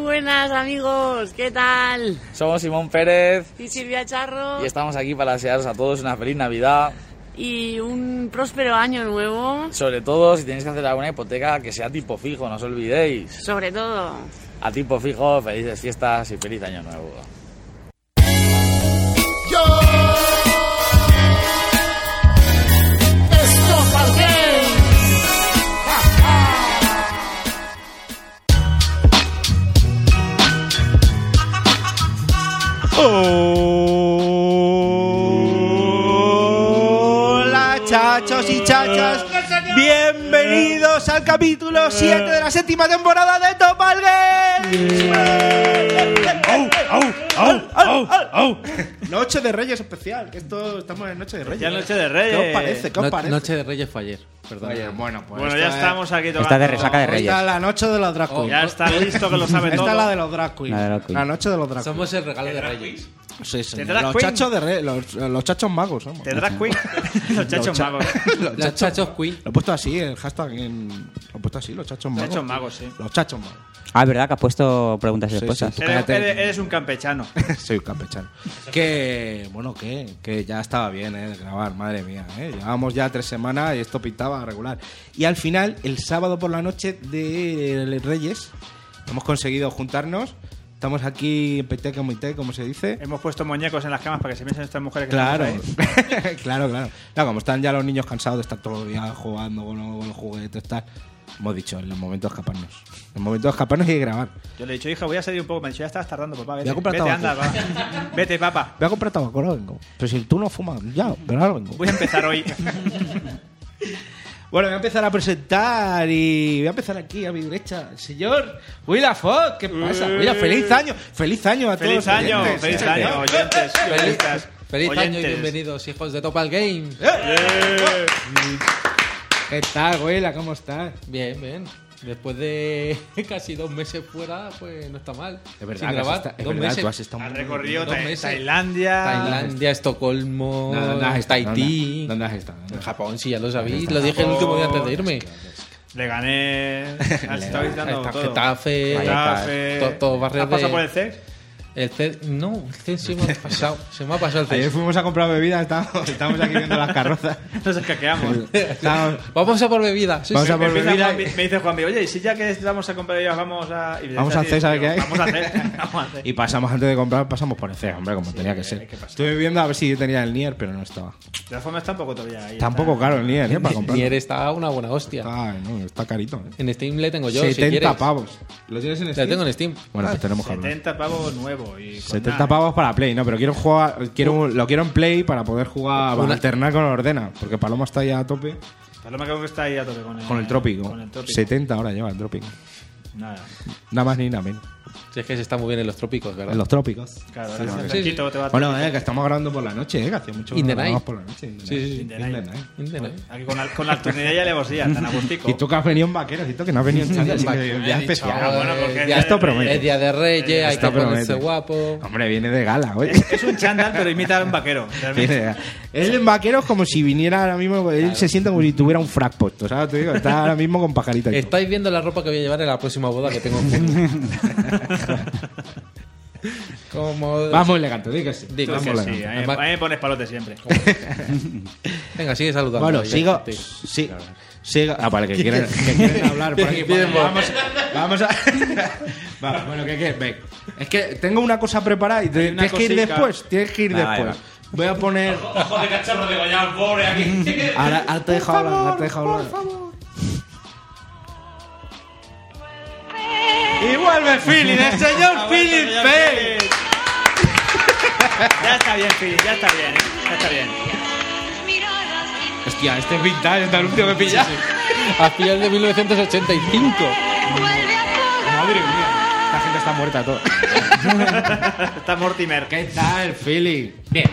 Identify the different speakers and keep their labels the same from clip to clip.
Speaker 1: buenas amigos, ¿qué tal?
Speaker 2: Somos Simón Pérez
Speaker 1: Y Silvia Charro
Speaker 2: y estamos aquí para desearos a todos una feliz Navidad.
Speaker 1: y un próspero año nuevo,
Speaker 2: Sobre todo si tenéis que hacer alguna hipoteca que sea tipo fijo, no os olvidéis.
Speaker 1: sobre todo.
Speaker 2: A tipo fijo, felices fiestas y feliz año nuevo.
Speaker 3: Yo. Estos alguien.
Speaker 4: Hola chachos y chachas, bienvenidos al capítulo 7 de la séptima temporada de Top Noche de Reyes especial, que esto estamos en Noche de Reyes.
Speaker 5: Ya noche de Reyes.
Speaker 4: ¿Qué os parece? ¿Qué os
Speaker 6: No-
Speaker 4: parece?
Speaker 6: Noche de Reyes fue ayer, perdón.
Speaker 4: Oye, bueno, pues
Speaker 5: Bueno, ya
Speaker 4: esta es-
Speaker 5: estamos aquí tocando.
Speaker 7: Está de resaca de
Speaker 4: Esta
Speaker 7: Reyes.
Speaker 4: es la noche de los drag queens.
Speaker 5: Ya está listo que lo sabe todo.
Speaker 4: Esta es la de los drag queens.
Speaker 7: La de drag queens.
Speaker 4: La noche de los Ah, drag queens.
Speaker 6: Somos el regalo de Reyes.
Speaker 4: Sí, señor.
Speaker 5: ¿De drag
Speaker 4: Los
Speaker 5: queen?
Speaker 4: chachos de re- los, los chachos magos, somos.
Speaker 5: Tendrás Queen. Los chachos magos.
Speaker 6: Los chachos Queen.
Speaker 4: Lo he puesto así, el hashtag en. Lo he puesto así, los chachos magos.
Speaker 5: Chachos magos, sí.
Speaker 4: Los chachos magos.
Speaker 7: Ah, es verdad que has puesto preguntas y
Speaker 4: Sí, sí.
Speaker 7: respuestas.
Speaker 4: Tú
Speaker 5: Eres,
Speaker 4: cállate.
Speaker 5: eres- eres un campechano.
Speaker 4: Soy un campechano. Que, bueno, que, que ya estaba bien, ¿eh? de grabar, madre mía. ¿eh? Llevábamos ya tres semanas y esto pintaba regular. Y al final, el sábado por la noche de Reyes, hemos conseguido juntarnos. Estamos aquí en Petec Comité, como se dice.
Speaker 5: Hemos puesto muñecos en las camas para que se piensen estas mujeres que
Speaker 4: Claro,
Speaker 5: estamos ahí.
Speaker 4: claro, claro. Claro, como están ya los niños cansados de estar todo el día jugando con los, con los juguetes, tal. Hemos dicho, en el momento de escaparnos. En el momento de escaparnos y de grabar.
Speaker 5: Yo le he dicho, hija, voy a salir un poco. Me ha dicho, ya estás tardando, papá. Vete,
Speaker 4: Voy a comprar
Speaker 5: vete anda,
Speaker 4: tabaco.
Speaker 5: va. Vete, papá.
Speaker 4: Voy a comprar tabaco, ahora vengo. Pero si tú no fumas, ya, pero ahora vengo.
Speaker 5: Voy a empezar hoy.
Speaker 4: Bueno, voy a empezar a presentar y voy a empezar aquí a mi derecha. El señor Willa Fox, ¿qué pasa? Willa, feliz año, feliz año a todos.
Speaker 5: Mm. feliz año,
Speaker 4: oyentes.
Speaker 5: feliz año, oyentes.
Speaker 6: Feliz,
Speaker 5: oyentes,
Speaker 6: feliz año y
Speaker 5: oyentes.
Speaker 6: bienvenidos, hijos de Topal Games.
Speaker 4: ¿Eh? ¿Qué tal, Willa? ¿Cómo estás?
Speaker 6: Bien, bien. Después de casi dos meses fuera, pues no está mal.
Speaker 4: Es verdad,
Speaker 6: Sin
Speaker 4: que has
Speaker 6: grabar,
Speaker 4: esta- es
Speaker 6: dos
Speaker 4: verdad,
Speaker 6: meses.
Speaker 4: tú has estado
Speaker 5: Has
Speaker 4: muy-
Speaker 5: recorrido
Speaker 6: Dos
Speaker 5: Ta-
Speaker 6: meses.
Speaker 5: Tailandia.
Speaker 6: Tailandia, Estocolmo,
Speaker 4: No, ¿Dónde has estado?
Speaker 6: Tahití,
Speaker 4: ¿Dónde has estado? ¿Dónde has estado?
Speaker 6: Japón, sí, ya lo sabéis.
Speaker 4: está
Speaker 6: Lo dije el
Speaker 5: Japón?
Speaker 6: último día antes de irme.
Speaker 5: Le gané. Has estado visitando
Speaker 6: Está
Speaker 5: todo.
Speaker 6: Getafe,
Speaker 5: Getafe.
Speaker 6: to- todo barrio
Speaker 5: ¿Has pasado
Speaker 6: de-
Speaker 5: por el CES?
Speaker 6: el CES. No, el CES se me ha pasado. Se me ha pasado el
Speaker 4: Ayer
Speaker 6: CES.
Speaker 4: fuimos a comprar bebidas, estábamos, estábamos aquí viendo las carrozas.
Speaker 5: Nos escaqueamos.
Speaker 4: Estábamos-
Speaker 6: Vamos a por bebida. Sí,
Speaker 4: Vamos
Speaker 6: sí.
Speaker 4: a por
Speaker 5: Empieza
Speaker 4: bebida
Speaker 5: Juanvi-
Speaker 4: y-
Speaker 5: me dice Juanvi, oye, y si ya que vamos a comprar ellas, vamos a. y
Speaker 4: Vamos
Speaker 5: dice
Speaker 4: a
Speaker 5: así,
Speaker 4: hacer, ¿sabes
Speaker 5: digo,
Speaker 4: qué hay?
Speaker 5: Vamos a hacer. Vamos a hacer.
Speaker 4: Y pasamos antes de comprar, pasamos por el CES, hombre, como tenía que ser. Estuve viendo a ver si yo tenía el Nier, pero no estaba.
Speaker 5: De todas formas, tampoco todavía. ahí
Speaker 4: Tampoco
Speaker 5: está.
Speaker 4: caro el Nier, ¿eh? Para
Speaker 6: Ni
Speaker 4: comprar.
Speaker 6: eres está una buena hostia.
Speaker 4: Está, no, está carito, ¿eh?
Speaker 6: En Steam le tengo yo, si
Speaker 4: 70
Speaker 6: quieres.
Speaker 4: pavos. ¿Lo tienes en
Speaker 6: La tengo en Steam.
Speaker 4: Bueno, pues tenemos que hablar.
Speaker 5: 70 pavos nuevo. Y con
Speaker 4: 70
Speaker 5: pues nada.
Speaker 4: pavos para Play, no, pero quiero jugar, quiero un- lo quiero en Play para poder jugar, para
Speaker 6: Uh. Una-
Speaker 4: alternar con Ordena, porque Paloma está ya a tope
Speaker 5: Paloma creo que está ahí a tope con el,
Speaker 4: con el Trópico.
Speaker 5: Con el trópico.
Speaker 4: 70 ahora lleva el Trópico.
Speaker 5: Nada.
Speaker 4: Nada más ni nada menos.
Speaker 6: Si es que se está muy bien en los trópicos, ¿verdad?
Speaker 4: En los Trópicos.
Speaker 5: Claro,
Speaker 4: Sí,
Speaker 5: ahora
Speaker 4: sí.
Speaker 5: el fresquito te va a
Speaker 4: Bueno, eh, que estamos grabando por la noche, eh, que hace mucho que
Speaker 6: In
Speaker 4: no
Speaker 6: the
Speaker 4: grabamos
Speaker 6: night.
Speaker 4: por la noche. in the
Speaker 6: Sí,
Speaker 4: night.
Speaker 6: sí, sí.
Speaker 4: In the night.
Speaker 6: De nada.
Speaker 5: Aquí con, la- con la altunidad y alevosía, tan agustico.
Speaker 4: Y tú que has venido en vaqueros, y tú que no has venido en chándal, así que
Speaker 6: Vaquero,
Speaker 4: ya ah,
Speaker 6: he dicho,
Speaker 4: especial.
Speaker 5: bueno,
Speaker 6: eh,
Speaker 5: porque
Speaker 6: ya
Speaker 5: es-
Speaker 4: esto promete.
Speaker 6: Es día de Reyes, hay
Speaker 4: Esto
Speaker 6: que ponerse
Speaker 4: promete.
Speaker 6: guapo.
Speaker 4: Hombre, viene de gala, oye.
Speaker 5: Es un chándal, pero imita a un vaquero.
Speaker 4: Tiene
Speaker 5: realmente.
Speaker 4: edad. Él en vaqueros como si viniera ahora mismo, él se siente como si tuviera un frac puesto, ¿sabes? Te digo, está ahora mismo con pajarita. y todo.
Speaker 6: Estáis viendo la ropa que voy a llevar en la próxima boda que tengo. Como.
Speaker 4: Va muy elegante, di que sí.
Speaker 6: Di que
Speaker 4: Va
Speaker 5: Tú
Speaker 4: muy
Speaker 5: que
Speaker 4: elegante.
Speaker 5: sí, a mí-
Speaker 6: Además-
Speaker 5: a mí me pones palote siempre.
Speaker 6: Venga, sigue saludando.
Speaker 4: Bueno,
Speaker 6: Ahí,
Speaker 4: sigo.
Speaker 6: gente.
Speaker 4: Sí. Sigo. Ah, para que quieran, que quieran hablar por aquí.
Speaker 6: Bien,
Speaker 4: Vale, vamos, vamos a. Va, bueno, ¿qué quieres? Ven. Es que tengo una cosa preparada y te-
Speaker 5: una
Speaker 4: tienes que ir
Speaker 5: cosica.
Speaker 4: después. Tienes que ir
Speaker 7: Vaya,
Speaker 4: después. Voy a poner. Ojo de cacharro de pobre aquí. Ahora, ahora te dejo hablar, ahora te dejo hablar.
Speaker 5: Y vuelve Philip, el
Speaker 8: Ah,
Speaker 5: señor Philip Pérez. Ya está bien, Philip, ya está bien, ya está bien.
Speaker 4: Hostia, este es vintage, este anuncio me pilla.
Speaker 6: A final de 1985.
Speaker 4: Madre mía. La gente está muerta todo.
Speaker 5: Está Mortimer.
Speaker 4: ¿Qué tal, Philly? Bien.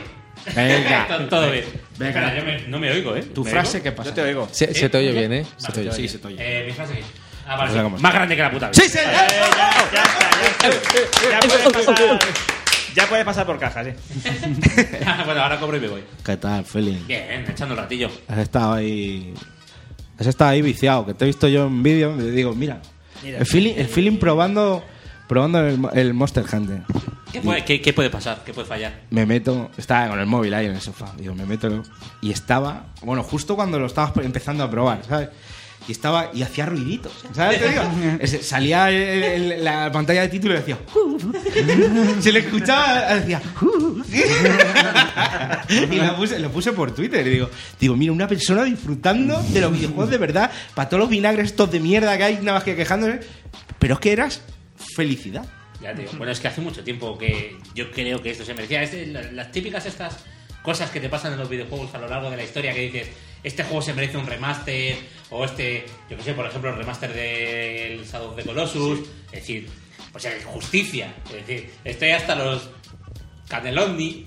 Speaker 4: Venga.
Speaker 9: Todo bien.
Speaker 4: Venga.
Speaker 9: Espera, yo me- no me oigo, ¿eh?
Speaker 4: ¿Tu
Speaker 9: ¿Me
Speaker 4: frase
Speaker 9: oigo?
Speaker 4: qué pasa?
Speaker 5: Yo te oigo.
Speaker 6: Se, se te oye bien, ¿eh? Se te oye
Speaker 4: Sí,
Speaker 6: bien.
Speaker 4: se te oye.
Speaker 9: Eh, mi frase aquí. Ah, vale,
Speaker 4: O sea,
Speaker 9: sí.
Speaker 4: como-
Speaker 9: Más grande que la puta.
Speaker 4: ¡Sí, señor!
Speaker 5: Eh, ya, ya está, ya está. Ya puedes pasar, ya puedes pasar por caja, sí.
Speaker 9: Ah, bueno, ahora cobro y me voy.
Speaker 4: ¿Qué tal, Philly?
Speaker 9: Bien, echando el ratillo.
Speaker 4: Has estado ahí. Has estado ahí viciado, que te he visto yo en vídeo y digo, mira.
Speaker 5: Mira.
Speaker 4: El feeling, el feeling probando probando el, mo- el Monster Hunter.
Speaker 9: ¿Qué puede, qué- qué puede pasar? ¿Qué puede fallar?
Speaker 4: Me meto, estaba con el móvil ahí en el sofá, digo, me meto y estaba, bueno, justo cuando lo estabas empezando a probar, ¿sabes? Y estaba y hacía ruiditos, ¿sabes? Te digo? Ese- Salía el- el- la pantalla de título y decía, se le escuchaba, decía, y lo puse, lo puse por Twitter y digo, digo, mira, una persona disfrutando de los videojuegos de verdad, para todos los vinagres estos de mierda que hay, nada más que quejándose, pero es que eras felicidad.
Speaker 9: Ya te digo. Bueno, es que hace mucho tiempo que yo creo que esto se merecía. Es de la- las típicas estas cosas que te pasan en los videojuegos a lo largo de la historia que dices, este juego se merece un remaster, o este, yo qué sé, por ejemplo, el remaster del Shadow of the Colossus. Es decir, o sea, justicia. Es decir, estoy hasta los Caneloni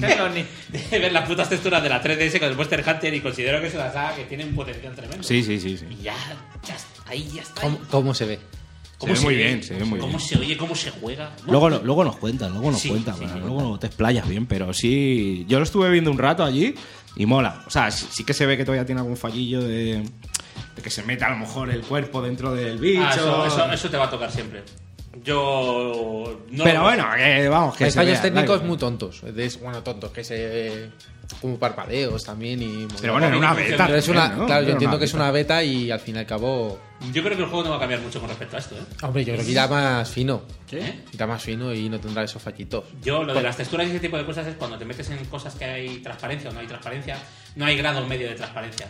Speaker 8: Caneloni.
Speaker 9: de ver las putas texturas de la 3DS con el Monster Hunter y considero que es una saga que tiene un potencial tremendo.
Speaker 4: sí, sí, sí.
Speaker 9: Y ya, ya ahí ya está.
Speaker 6: ¿Cómo, cómo se ve?
Speaker 9: ¿Cómo
Speaker 4: ve muy bien, se ve muy
Speaker 9: ¿Cómo
Speaker 4: bien.
Speaker 9: se oye? ¿Cómo se juega?
Speaker 4: Luego, lo- luego nos cuentan, luego nos
Speaker 9: Sí,
Speaker 4: cuentan,
Speaker 9: sí,
Speaker 4: bueno,
Speaker 9: sí,
Speaker 4: luego te explayas bien, pero sí, yo lo estuve viendo un rato allí y mola. O sea, sí, sí que se ve que todavía tiene algún fallillo de, de que se meta a lo mejor el cuerpo dentro del bicho.
Speaker 9: Ah, eso, eso- eso te va a tocar siempre. Yo. No
Speaker 4: pero
Speaker 9: lo-
Speaker 4: bueno, que vamos, que
Speaker 6: Hay
Speaker 4: se
Speaker 6: fallos
Speaker 4: vea,
Speaker 6: técnicos
Speaker 4: claro.
Speaker 6: muy tontos. De, bueno, tontos, que se. como parpadeos también y.
Speaker 4: Pero bueno, era una beta.
Speaker 6: Pero es una,
Speaker 4: también, ¿no?
Speaker 6: claro,
Speaker 4: Era
Speaker 6: yo entiendo que es una beta y al fin y al cabo.
Speaker 9: Yo creo que el juego no va a cambiar mucho con respecto a esto, ¿eh?
Speaker 6: Hombre, yo creo que irá más fino.
Speaker 9: ¿Eh?
Speaker 6: Irá más fino y no tendrá esos fallitos.
Speaker 9: Yo, lo de las texturas y ese tipo de cosas es cuando te metes en cosas que hay transparencia o no hay transparencia, no hay grado medio de transparencia.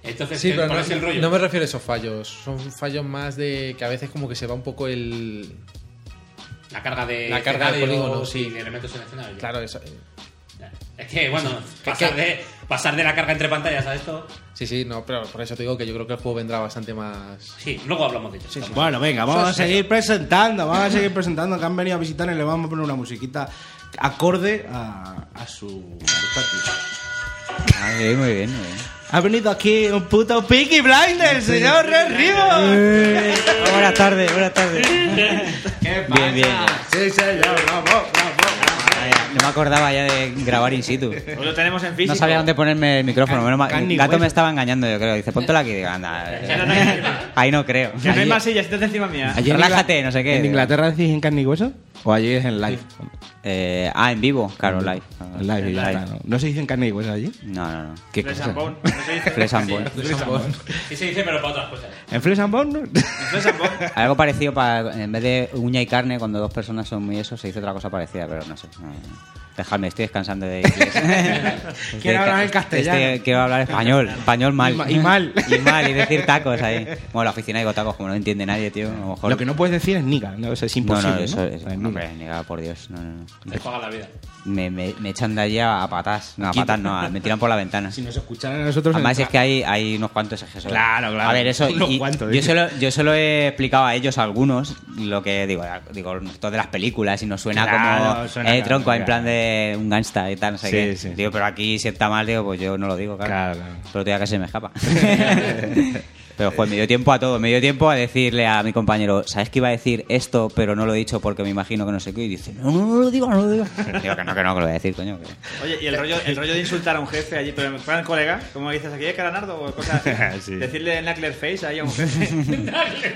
Speaker 9: Entonces,
Speaker 6: Sí,
Speaker 9: ¿qué-
Speaker 6: pero
Speaker 9: ¿cuál
Speaker 6: no,
Speaker 9: es el rollo?
Speaker 6: no me refiero a esos fallos. Son fallos más de que a veces como que se va un poco el.
Speaker 9: La carga de.
Speaker 6: La carga de
Speaker 9: escenarios
Speaker 6: polígonos, sí.
Speaker 9: y de elementos en escenario.
Speaker 6: Claro, eso- eh,
Speaker 9: Es que, bueno, pasar,
Speaker 6: que-
Speaker 9: De, pasar de la carga entre pantallas a esto.
Speaker 6: Sí, sí, no, pero por eso te digo que yo creo que el juego vendrá bastante más.
Speaker 9: Sí, luego hablamos de ello. Estamos-
Speaker 4: Bueno, venga, vamos a seguir presentando, vamos a seguir presentando que han venido a visitar y le vamos a poner una musiquita acorde a, a su, a su patio.
Speaker 7: Muy bien, muy bien. muy bien.
Speaker 4: Ha venido aquí un puto Peaky Blinder, señor Red Ribbon.
Speaker 7: buenas tardes, buenas tardes.
Speaker 4: ¿Qué
Speaker 7: Bien, bien, bien.
Speaker 4: Sí, señor, bravo, bravo.
Speaker 7: No me acordaba ya de grabar in situ.
Speaker 5: Pues
Speaker 8: Hoy lo tenemos en físico.
Speaker 7: No sabía dónde ponerme el micrófono. menos mal.
Speaker 4: Can- can ni
Speaker 7: Gato
Speaker 4: hueso.
Speaker 7: me estaba engañando, yo creo. Dice, póntelo aquí. Digo, anda. eh,
Speaker 8: Ya no, no hay-
Speaker 7: Ahí no creo.
Speaker 8: Que no hay más sillas, estás encima mía.
Speaker 7: Ayer- Relájate, no sé qué.
Speaker 4: ¿En Inglaterra decís en carne y hueso? ¿O allí es en live?
Speaker 7: Eh, ah, en vivo, claro, live.
Speaker 4: En live, y ya está, ¿no? ¿No se dice en carne y hueso allí?
Speaker 7: No, no, no.
Speaker 4: ¿Qué
Speaker 8: Flesh
Speaker 4: cosa?
Speaker 8: and bone, no se dice.
Speaker 7: Flesh and bone.
Speaker 9: Sí, se dice, pero para otras cosas.
Speaker 4: ¿En Flesh and Bone? no?
Speaker 8: Flesh and bone.
Speaker 7: Algo parecido para. En vez de uña y carne, cuando dos personas son muy eso, se dice otra cosa parecida, pero no sé. No, no. Dejadme, estoy descansando de inglés. Estoy
Speaker 4: Quiero hablar
Speaker 7: desca-
Speaker 4: en castellano.
Speaker 7: estoy- quiero hablar español, español mal.
Speaker 4: Y ma- y mal.
Speaker 7: y mal, y decir tacos ahí. Bueno, la oficina digo tacos, como no entiende nadie, tío. A lo mejor.
Speaker 4: Lo que no puedes decir es niga, no, eso es
Speaker 7: no,
Speaker 4: imposible.
Speaker 7: no,
Speaker 4: No,
Speaker 7: eso es.
Speaker 4: Ay, nunca.
Speaker 7: Hombre, negado por Dios. No, no, no.
Speaker 9: Te paga la vida.
Speaker 7: Me, me, me echan de allí a patas. No, a patas no, a- me tiran por la ventana.
Speaker 4: Si nos escucharan a nosotros...
Speaker 7: Además
Speaker 4: en-
Speaker 7: es que hay, hay unos cuantos ejes.
Speaker 4: Claro, claro.
Speaker 7: A ver, eso.
Speaker 4: Unos
Speaker 7: y-
Speaker 4: cuantos, ¿eh?
Speaker 7: yo,
Speaker 4: dice.
Speaker 7: se lo, yo se lo he explicado a ellos a algunos, lo que digo, a- digo, esto de las películas y nos suena
Speaker 4: Claro,
Speaker 7: como
Speaker 4: suena
Speaker 7: eh,
Speaker 4: claro,
Speaker 7: tronco en
Speaker 4: claro.
Speaker 7: plan de un gangsta y tal, no sé
Speaker 4: Sí,
Speaker 7: qué.
Speaker 4: sí.
Speaker 7: Digo, pero aquí si está mal, digo, pues yo no lo digo, claro.
Speaker 4: Claro, claro.
Speaker 7: Pero todavía casi se me escapa. pero pues me dio tiempo a todo, me dio tiempo a decirle a mi compañero, ¿sabes que iba a decir esto, pero no lo he dicho porque me imagino que no sé qué? Y dice, no, no, no lo digo, no lo digo. Digo que no, que no, que lo voy a decir, coño. que-
Speaker 8: Oye, y el rollo, el rollo de insultar a un jefe allí, pero en plan colega, como dices aquí, ¿eh, Caranardo? O cosas así.
Speaker 4: Sí.
Speaker 8: Decirle Knuckler Face ahí a un jefe.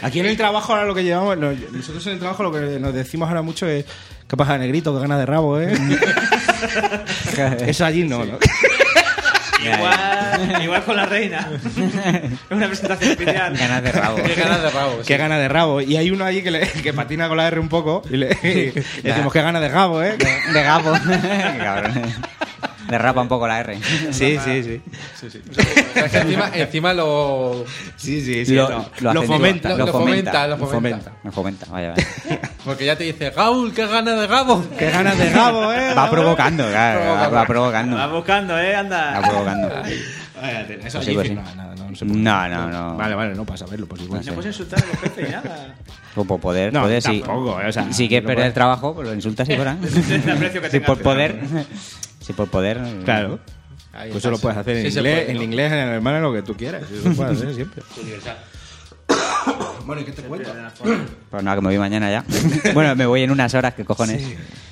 Speaker 4: Aquí en el trabajo ahora lo que llevamos... no, nosotros en el trabajo lo que nos decimos ahora mucho es... ¿Qué pasa, negrito? ¿Qué ganas de rabo, eh? eso allí no, ¿no?
Speaker 8: igual, igual con la reina. Es una presentación especial.
Speaker 7: Ganas de rabo.
Speaker 6: Qué ganas de rabo.
Speaker 4: Qué gana de rabo. Y hay uno allí que, le- que patina con la R un poco y le y decimos qué gana de rabo, ¿eh?
Speaker 7: De, de gapo. Qué cabrón. Derrapa un poco la R.
Speaker 4: Sí, sí, sí.
Speaker 6: Es que encima, encima lo,
Speaker 4: Sí, sí, sí.
Speaker 7: Lo,
Speaker 4: no.
Speaker 7: lo acentúa,
Speaker 4: fomenta.
Speaker 6: Lo- lo fomenta, lo fomenta.
Speaker 7: Lo fomenta, vaya, vaya.
Speaker 6: Porque ya te dice, Gaul, qué ganas de Gabo.
Speaker 4: Qué ganas de rabo, ¿eh?
Speaker 7: Va provocando, claro. va- Va
Speaker 8: Va
Speaker 7: provocando.
Speaker 8: buscando, ¿eh? Anda.
Speaker 7: Va provocando.
Speaker 4: Eso
Speaker 7: Pues
Speaker 4: allí
Speaker 7: sí, pues
Speaker 4: no,
Speaker 7: sí.
Speaker 4: nada, no, no se puede.
Speaker 7: No, no, no.
Speaker 4: Vale, vale, no pasa verlo, por supuesto.
Speaker 8: No puedes insultar a los jefes ni nada.
Speaker 7: O por Pues, poder,
Speaker 4: No,
Speaker 7: poder sí.
Speaker 4: tampoco, eh, o sea,
Speaker 7: si quieres
Speaker 4: no
Speaker 7: perder
Speaker 4: puedes.
Speaker 7: el trabajo, pues lo insultas y fuera.
Speaker 8: Desde el aprecio que
Speaker 7: Si por
Speaker 8: tengas.
Speaker 7: poder. Si por poder.
Speaker 4: Claro. Pues
Speaker 6: Ahí está,
Speaker 4: eso lo
Speaker 6: sí.
Speaker 4: puedes hacer en
Speaker 6: Sí se
Speaker 4: inglés,
Speaker 6: puede,
Speaker 4: en
Speaker 6: ¿no?
Speaker 4: inglés, en alemán, en lo que tú quieras. Eso lo puedes hacer siempre.
Speaker 9: Universal.
Speaker 4: Bueno, ¿y qué te cuento?
Speaker 7: Pues nada, que me voy mañana ya. bueno, me voy en unas horas, ¿qué cojones?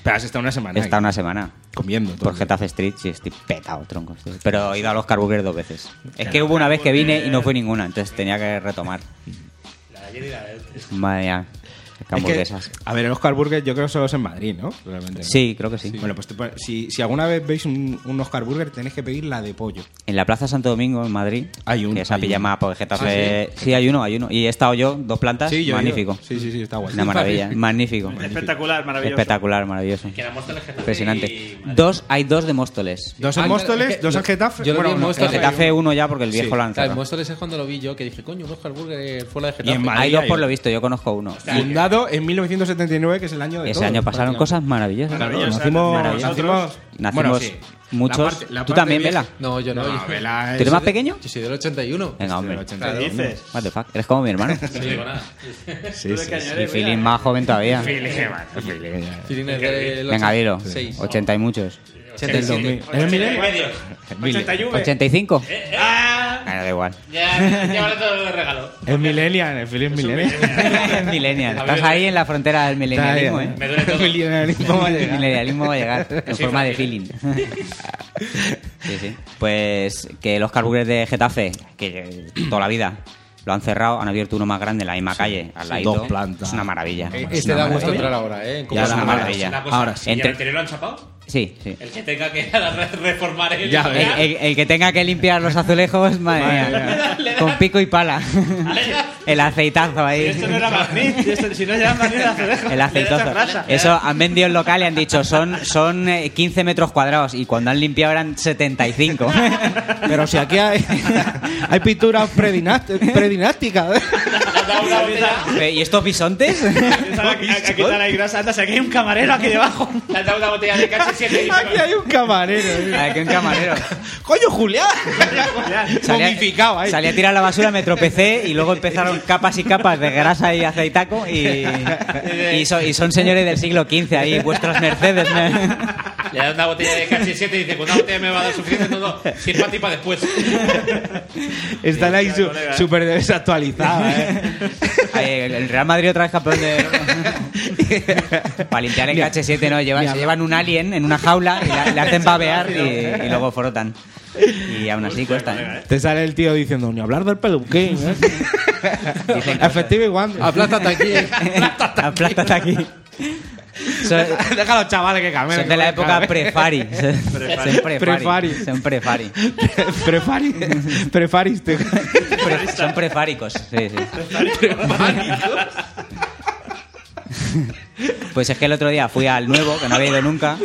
Speaker 4: Pero has estado una semana.
Speaker 7: He
Speaker 4: ahí,
Speaker 7: estado una semana.
Speaker 4: Comiendo. todo.
Speaker 7: Por Getafe Street, sí, estoy petado, tronco. estoy- Pero he ido a los Carburger dos veces. Es que hubo una vez que vine y no fue ninguna, entonces tenía que retomar.
Speaker 9: eh, La de ayer y la de antes.
Speaker 7: Madre mía. que hamburguesas.
Speaker 4: Es que, a ver, el Oscar Burger yo creo que solo es en Madrid, ¿no? Realmente, ¿no?
Speaker 7: Sí, creo que sí.
Speaker 4: Bueno, pues te pon- si, si alguna vez veis un, un Oscar Burger, tenéis que pedir la de pollo.
Speaker 7: En la Plaza Santo Domingo, en Madrid,
Speaker 4: Hay un-
Speaker 7: que esa
Speaker 4: hay un. Ah,
Speaker 7: pijama por Getafe- Sí, hay uno, hay uno. Y he estado yo, dos plantas,
Speaker 4: yo-
Speaker 7: magnífico.
Speaker 4: yo- sí, sí, sí, está guay.
Speaker 7: Una maravilla, magnífico.
Speaker 8: Espectacular, maravilloso.
Speaker 7: Espectacular, maravilloso.
Speaker 9: Que la Móstoles Getafe y
Speaker 7: Impresionante.
Speaker 9: Madrid.
Speaker 7: Dos, hay dos de Móstoles.
Speaker 4: Dos en
Speaker 6: Ah,
Speaker 4: Móstoles,
Speaker 6: es que
Speaker 4: dos en
Speaker 6: lo-
Speaker 4: Getafe.
Speaker 6: yo lo
Speaker 4: bueno,
Speaker 6: vi en
Speaker 4: no,
Speaker 7: El
Speaker 6: Móstoles.
Speaker 7: Getafe uno ya porque el viejo
Speaker 4: Sí.
Speaker 7: lo ha
Speaker 6: Claro, en
Speaker 7: lanzado.
Speaker 6: Móstoles es cuando lo vi yo, que dije, coño, un Oscar Burger eh, fuera de
Speaker 4: Y en
Speaker 6: Getafe.
Speaker 4: Madrid
Speaker 7: Hay dos por
Speaker 4: hay
Speaker 7: lo
Speaker 4: uno.
Speaker 7: visto, yo conozco uno.
Speaker 4: fundado en 1979, que es el año de
Speaker 7: Ese
Speaker 4: todo,
Speaker 7: año pasaron
Speaker 4: prácticamente.
Speaker 7: cosas maravillosas.
Speaker 8: Maravillosas.
Speaker 4: Nacimos,
Speaker 8: Maravillosas.
Speaker 4: nacimos,
Speaker 7: Nacimos
Speaker 4: bueno, sí.
Speaker 7: muchos.
Speaker 4: La parte- la
Speaker 7: ¿Tú
Speaker 4: parte
Speaker 7: también,
Speaker 4: vieja-
Speaker 7: Vela? Eh,
Speaker 6: No, yo no.
Speaker 4: No,
Speaker 6: yo-
Speaker 4: Vela
Speaker 7: ¿Tú
Speaker 4: es
Speaker 7: eres más pequeño?
Speaker 6: Yo soy del 81.
Speaker 7: Venga, hombre.
Speaker 4: del
Speaker 8: ¿Qué
Speaker 4: 82.
Speaker 8: dices?
Speaker 7: What the fuck, eres como mi hermano.
Speaker 9: No te digo nada.
Speaker 4: Sí, sí, sí.
Speaker 7: Y feeling más joven todavía.
Speaker 6: Feeling es del
Speaker 7: eh, Venga, dilo.
Speaker 6: 86.
Speaker 7: 80 y muchos.
Speaker 9: 82.
Speaker 7: ¿eh?
Speaker 4: ¿Es milenio?
Speaker 8: Espectacular.
Speaker 7: 85.
Speaker 9: Ah,
Speaker 7: Ah, no, da igual.
Speaker 9: ya, ya vale todo el regalo.
Speaker 4: Es millennial, el feeling millennial.
Speaker 7: Millennial. Estás ahí en la frontera del
Speaker 4: Está ahí,
Speaker 7: millennialismo,
Speaker 4: ¿eh?
Speaker 7: ¿eh?
Speaker 9: Me duele todo.
Speaker 4: El millennialismo va a
Speaker 7: El
Speaker 4: llegar.
Speaker 7: millennialismo va a llegar en
Speaker 9: Soy
Speaker 7: forma de feeling.
Speaker 9: frágil.
Speaker 7: Sí, sí. Pues que los carburetes de Getafe, que eh, toda la vida lo han cerrado, han abierto uno más grande en la misma calle, al
Speaker 4: sí,
Speaker 7: ladito.
Speaker 4: dos plantas.
Speaker 7: Es una maravilla.
Speaker 6: Eh,
Speaker 7: Es
Speaker 6: Este
Speaker 7: una
Speaker 6: da gusto
Speaker 7: maravilla.
Speaker 6: entrar ahora, ¿eh? En
Speaker 7: Ya es
Speaker 6: comparación
Speaker 7: una
Speaker 6: a-
Speaker 7: maravilla.
Speaker 9: Una cosa,
Speaker 4: Ahora,
Speaker 9: ¿y el
Speaker 7: entre-
Speaker 9: anterior lo han chapado?
Speaker 7: Sí, sí.
Speaker 9: El que tenga que re- reformar el...
Speaker 4: Ya
Speaker 7: El, el- el que tenga que limpiar los azulejos, madre mía. Con pico y pala. El aceitazo ahí.
Speaker 8: Esto no era barniz, esto- si no era barniz era cerezo.
Speaker 7: El aceitoso. Eso han vendido en local y han dicho son, son eh, 15 metros cuadrados y cuando han limpiado eran 75.
Speaker 4: Pero si aquí hay, hay pinturas predinast- predinásticas.
Speaker 7: Fe, ¿Y estos bisontes?
Speaker 8: Aquí está la grasa, anda, si aquí hay un camarero aquí debajo.
Speaker 9: Le han dado una botella de casi siete y
Speaker 4: aquí hay un camarero. tío.
Speaker 7: Aquí un camarero.
Speaker 4: ¡Coño, Julián! Momificado
Speaker 7: Salía,
Speaker 4: ahí.
Speaker 7: salí a tirar la basura, me tropecé y luego empezaron capas y capas de grasa y aceitaco y, y, so- y son señores del siglo XV ahí, vuestras mercedes. ¿no?
Speaker 9: Le dan una botella de casi siete y dice, con una botella me va a dar suficiente todo. Si es para ti, para después.
Speaker 4: Están ahí su- súper desactualizadas. ¿eh?
Speaker 7: Ahí, el- El Real Madrid otra vez campeón de... Para limpiar el H7 no, llevan, se llevan un alien en una jaula y la- le hacen babear y, y luego frotan. Y aún así cuesta. ¿eh?
Speaker 4: Te sale el tío diciendo, ni hablar del peluquín. ¿eh?".
Speaker 7: ¿eh?
Speaker 4: Efectivo y guante.
Speaker 7: Ah,
Speaker 6: Aplázate aquí.
Speaker 7: Aplástate aquí. Son,
Speaker 4: Deja a los chavales que caminen.
Speaker 7: son de la época prefari. Son prefari.
Speaker 4: Prefari.
Speaker 7: Son prefari.
Speaker 4: Prefari. Prefariste.
Speaker 7: Pre- Son prefáricos. Sí, sí. Pues es que el otro día fui al nuevo, que no había ido nunca.